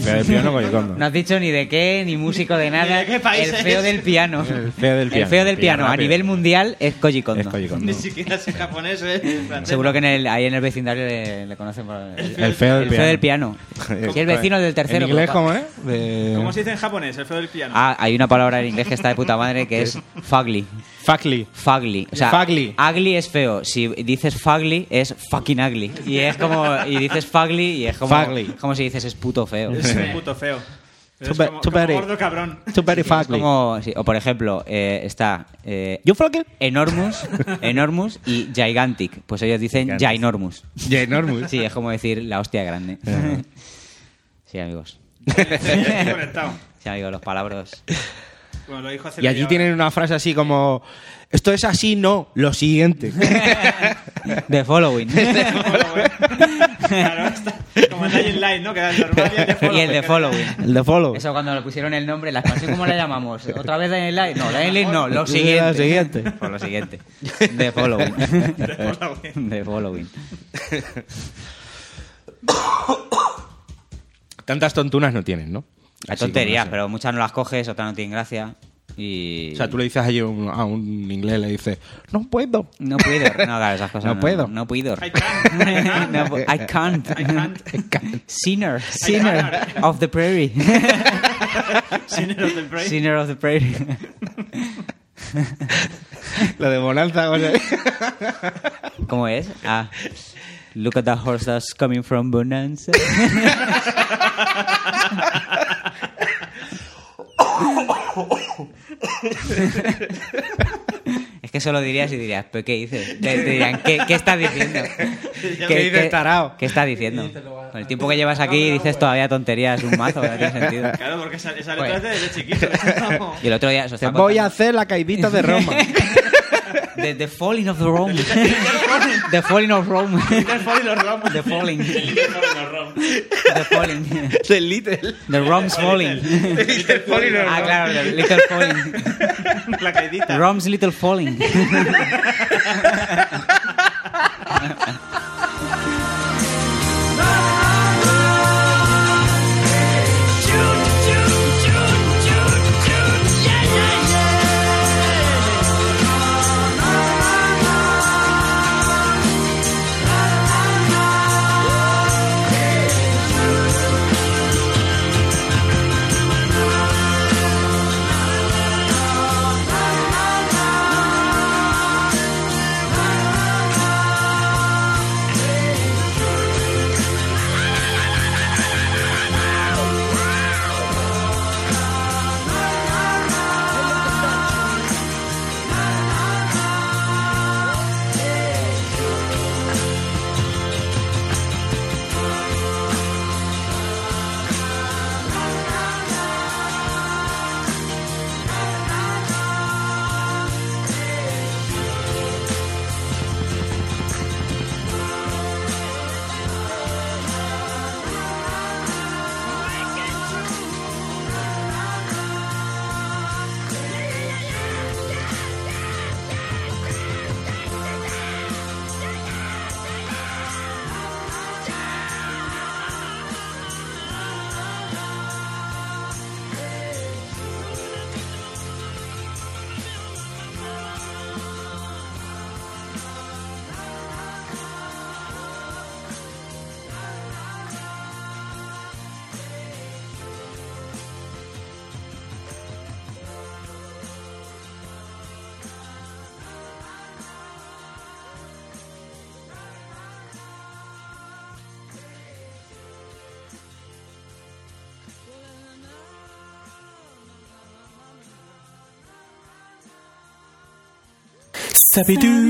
Speaker 6: Pero el piano con el condo.
Speaker 7: No has dicho ni de qué, ni músico de nada.
Speaker 5: de qué país
Speaker 7: el feo
Speaker 5: es.
Speaker 7: del piano.
Speaker 6: El feo del piano.
Speaker 7: El feo del
Speaker 6: Piano
Speaker 7: piano. A
Speaker 6: rápido.
Speaker 7: nivel mundial es Koji Kondo.
Speaker 6: Es Koji Kondo.
Speaker 5: Ni siquiera sé japonés, ¿eh?
Speaker 7: Seguro que en el, ahí en el vecindario le, le conocen por
Speaker 6: El feo del
Speaker 7: el feo del piano.
Speaker 6: Joder.
Speaker 7: Si el vecino del tercero.
Speaker 6: ¿En inglés
Speaker 7: pues,
Speaker 6: cómo es? De...
Speaker 5: ¿Cómo se dice en japonés, el feo del piano?
Speaker 7: Ah, hay una palabra en inglés que está de puta madre que es fugly.
Speaker 6: Factly.
Speaker 7: Fugly. O sea,
Speaker 6: Fugly.
Speaker 7: ugly es feo. Si dices fugly es fucking ugly. Y es como. Y dices fugly y es como.
Speaker 6: Fugly.
Speaker 7: Como si dices es puto feo.
Speaker 5: Es un puto feo. Es
Speaker 6: Chupa-
Speaker 5: como, como
Speaker 6: chupare.
Speaker 5: gordo cabrón.
Speaker 6: Too very
Speaker 7: Es
Speaker 6: factly.
Speaker 7: como. sí, o por ejemplo, eh, está. eh,
Speaker 6: You fucking...
Speaker 7: Enormous, enormous y gigantic. Pues ellos dicen
Speaker 6: Gigantes.
Speaker 7: ginormous.
Speaker 6: Yeah, enormous.
Speaker 7: Sí, es como decir la hostia grande. Sí, amigos.
Speaker 5: Estoy conectado.
Speaker 7: Sí, amigos, los palabros.
Speaker 5: Bueno, lo dijo hace
Speaker 6: Y allí tienen una frase así como... Esto es así, no. Lo siguiente.
Speaker 7: The following.
Speaker 5: Claro, está. Como el Dying Light, ¿no? Que era el normal
Speaker 7: Y el de following.
Speaker 6: El de follow.
Speaker 7: Eso cuando le pusieron el nombre, la expansión, ¿cómo la llamamos? ¿Otra vez Dying Light? No, Dying Light no, lo siguiente.
Speaker 6: Lo siguiente.
Speaker 7: Por lo siguiente. The following.
Speaker 5: following.
Speaker 7: The following.
Speaker 6: Tantas tontunas no tienen, ¿no?
Speaker 7: Hay
Speaker 6: Así como
Speaker 7: tonterías,
Speaker 6: no sé.
Speaker 7: pero muchas no las coges, otras no tienen gracia. Y...
Speaker 6: O sea, tú le dices allí a un, a un inglés, le dices... No puedo.
Speaker 7: No puedo. No, claro, esas cosas.
Speaker 6: No puedo.
Speaker 7: No puedo.
Speaker 5: I can't.
Speaker 7: No pu- I can't.
Speaker 6: I can't.
Speaker 7: Sinner. Sinner of the prairie.
Speaker 5: Sinner of the Prey.
Speaker 7: Sinner of the prairie.
Speaker 6: Lo de bonanza. o sea.
Speaker 7: ¿Cómo es? Ah. Look at that horse that's coming from Bonanza. es que solo dirías y dirías, ¿pero qué dices? Te- te dirían, ¿qué, qué estás diciendo? ¿Qué,
Speaker 6: dices, tarao?
Speaker 7: ¿Qué estás diciendo? Con el tiempo que llevas aquí dices todavía tonterías, un mazo, no tiene sentido.
Speaker 5: pues. Claro, porque esa, esa
Speaker 7: Bueno.
Speaker 5: letra es de- desde chiquito. ¿no?
Speaker 7: Y el otro día... os estaba
Speaker 6: Voy a
Speaker 7: contando-
Speaker 6: hacer la caidita de Roma.
Speaker 7: The, the falling of the Rome. the falling of Rome. The falling.
Speaker 9: El líder no rom.
Speaker 7: The falling.
Speaker 6: Del Little.
Speaker 7: The Rome's falling. ah, claro, the little falling.
Speaker 5: La caidita.
Speaker 7: Rome's little falling. Scooby-Doo,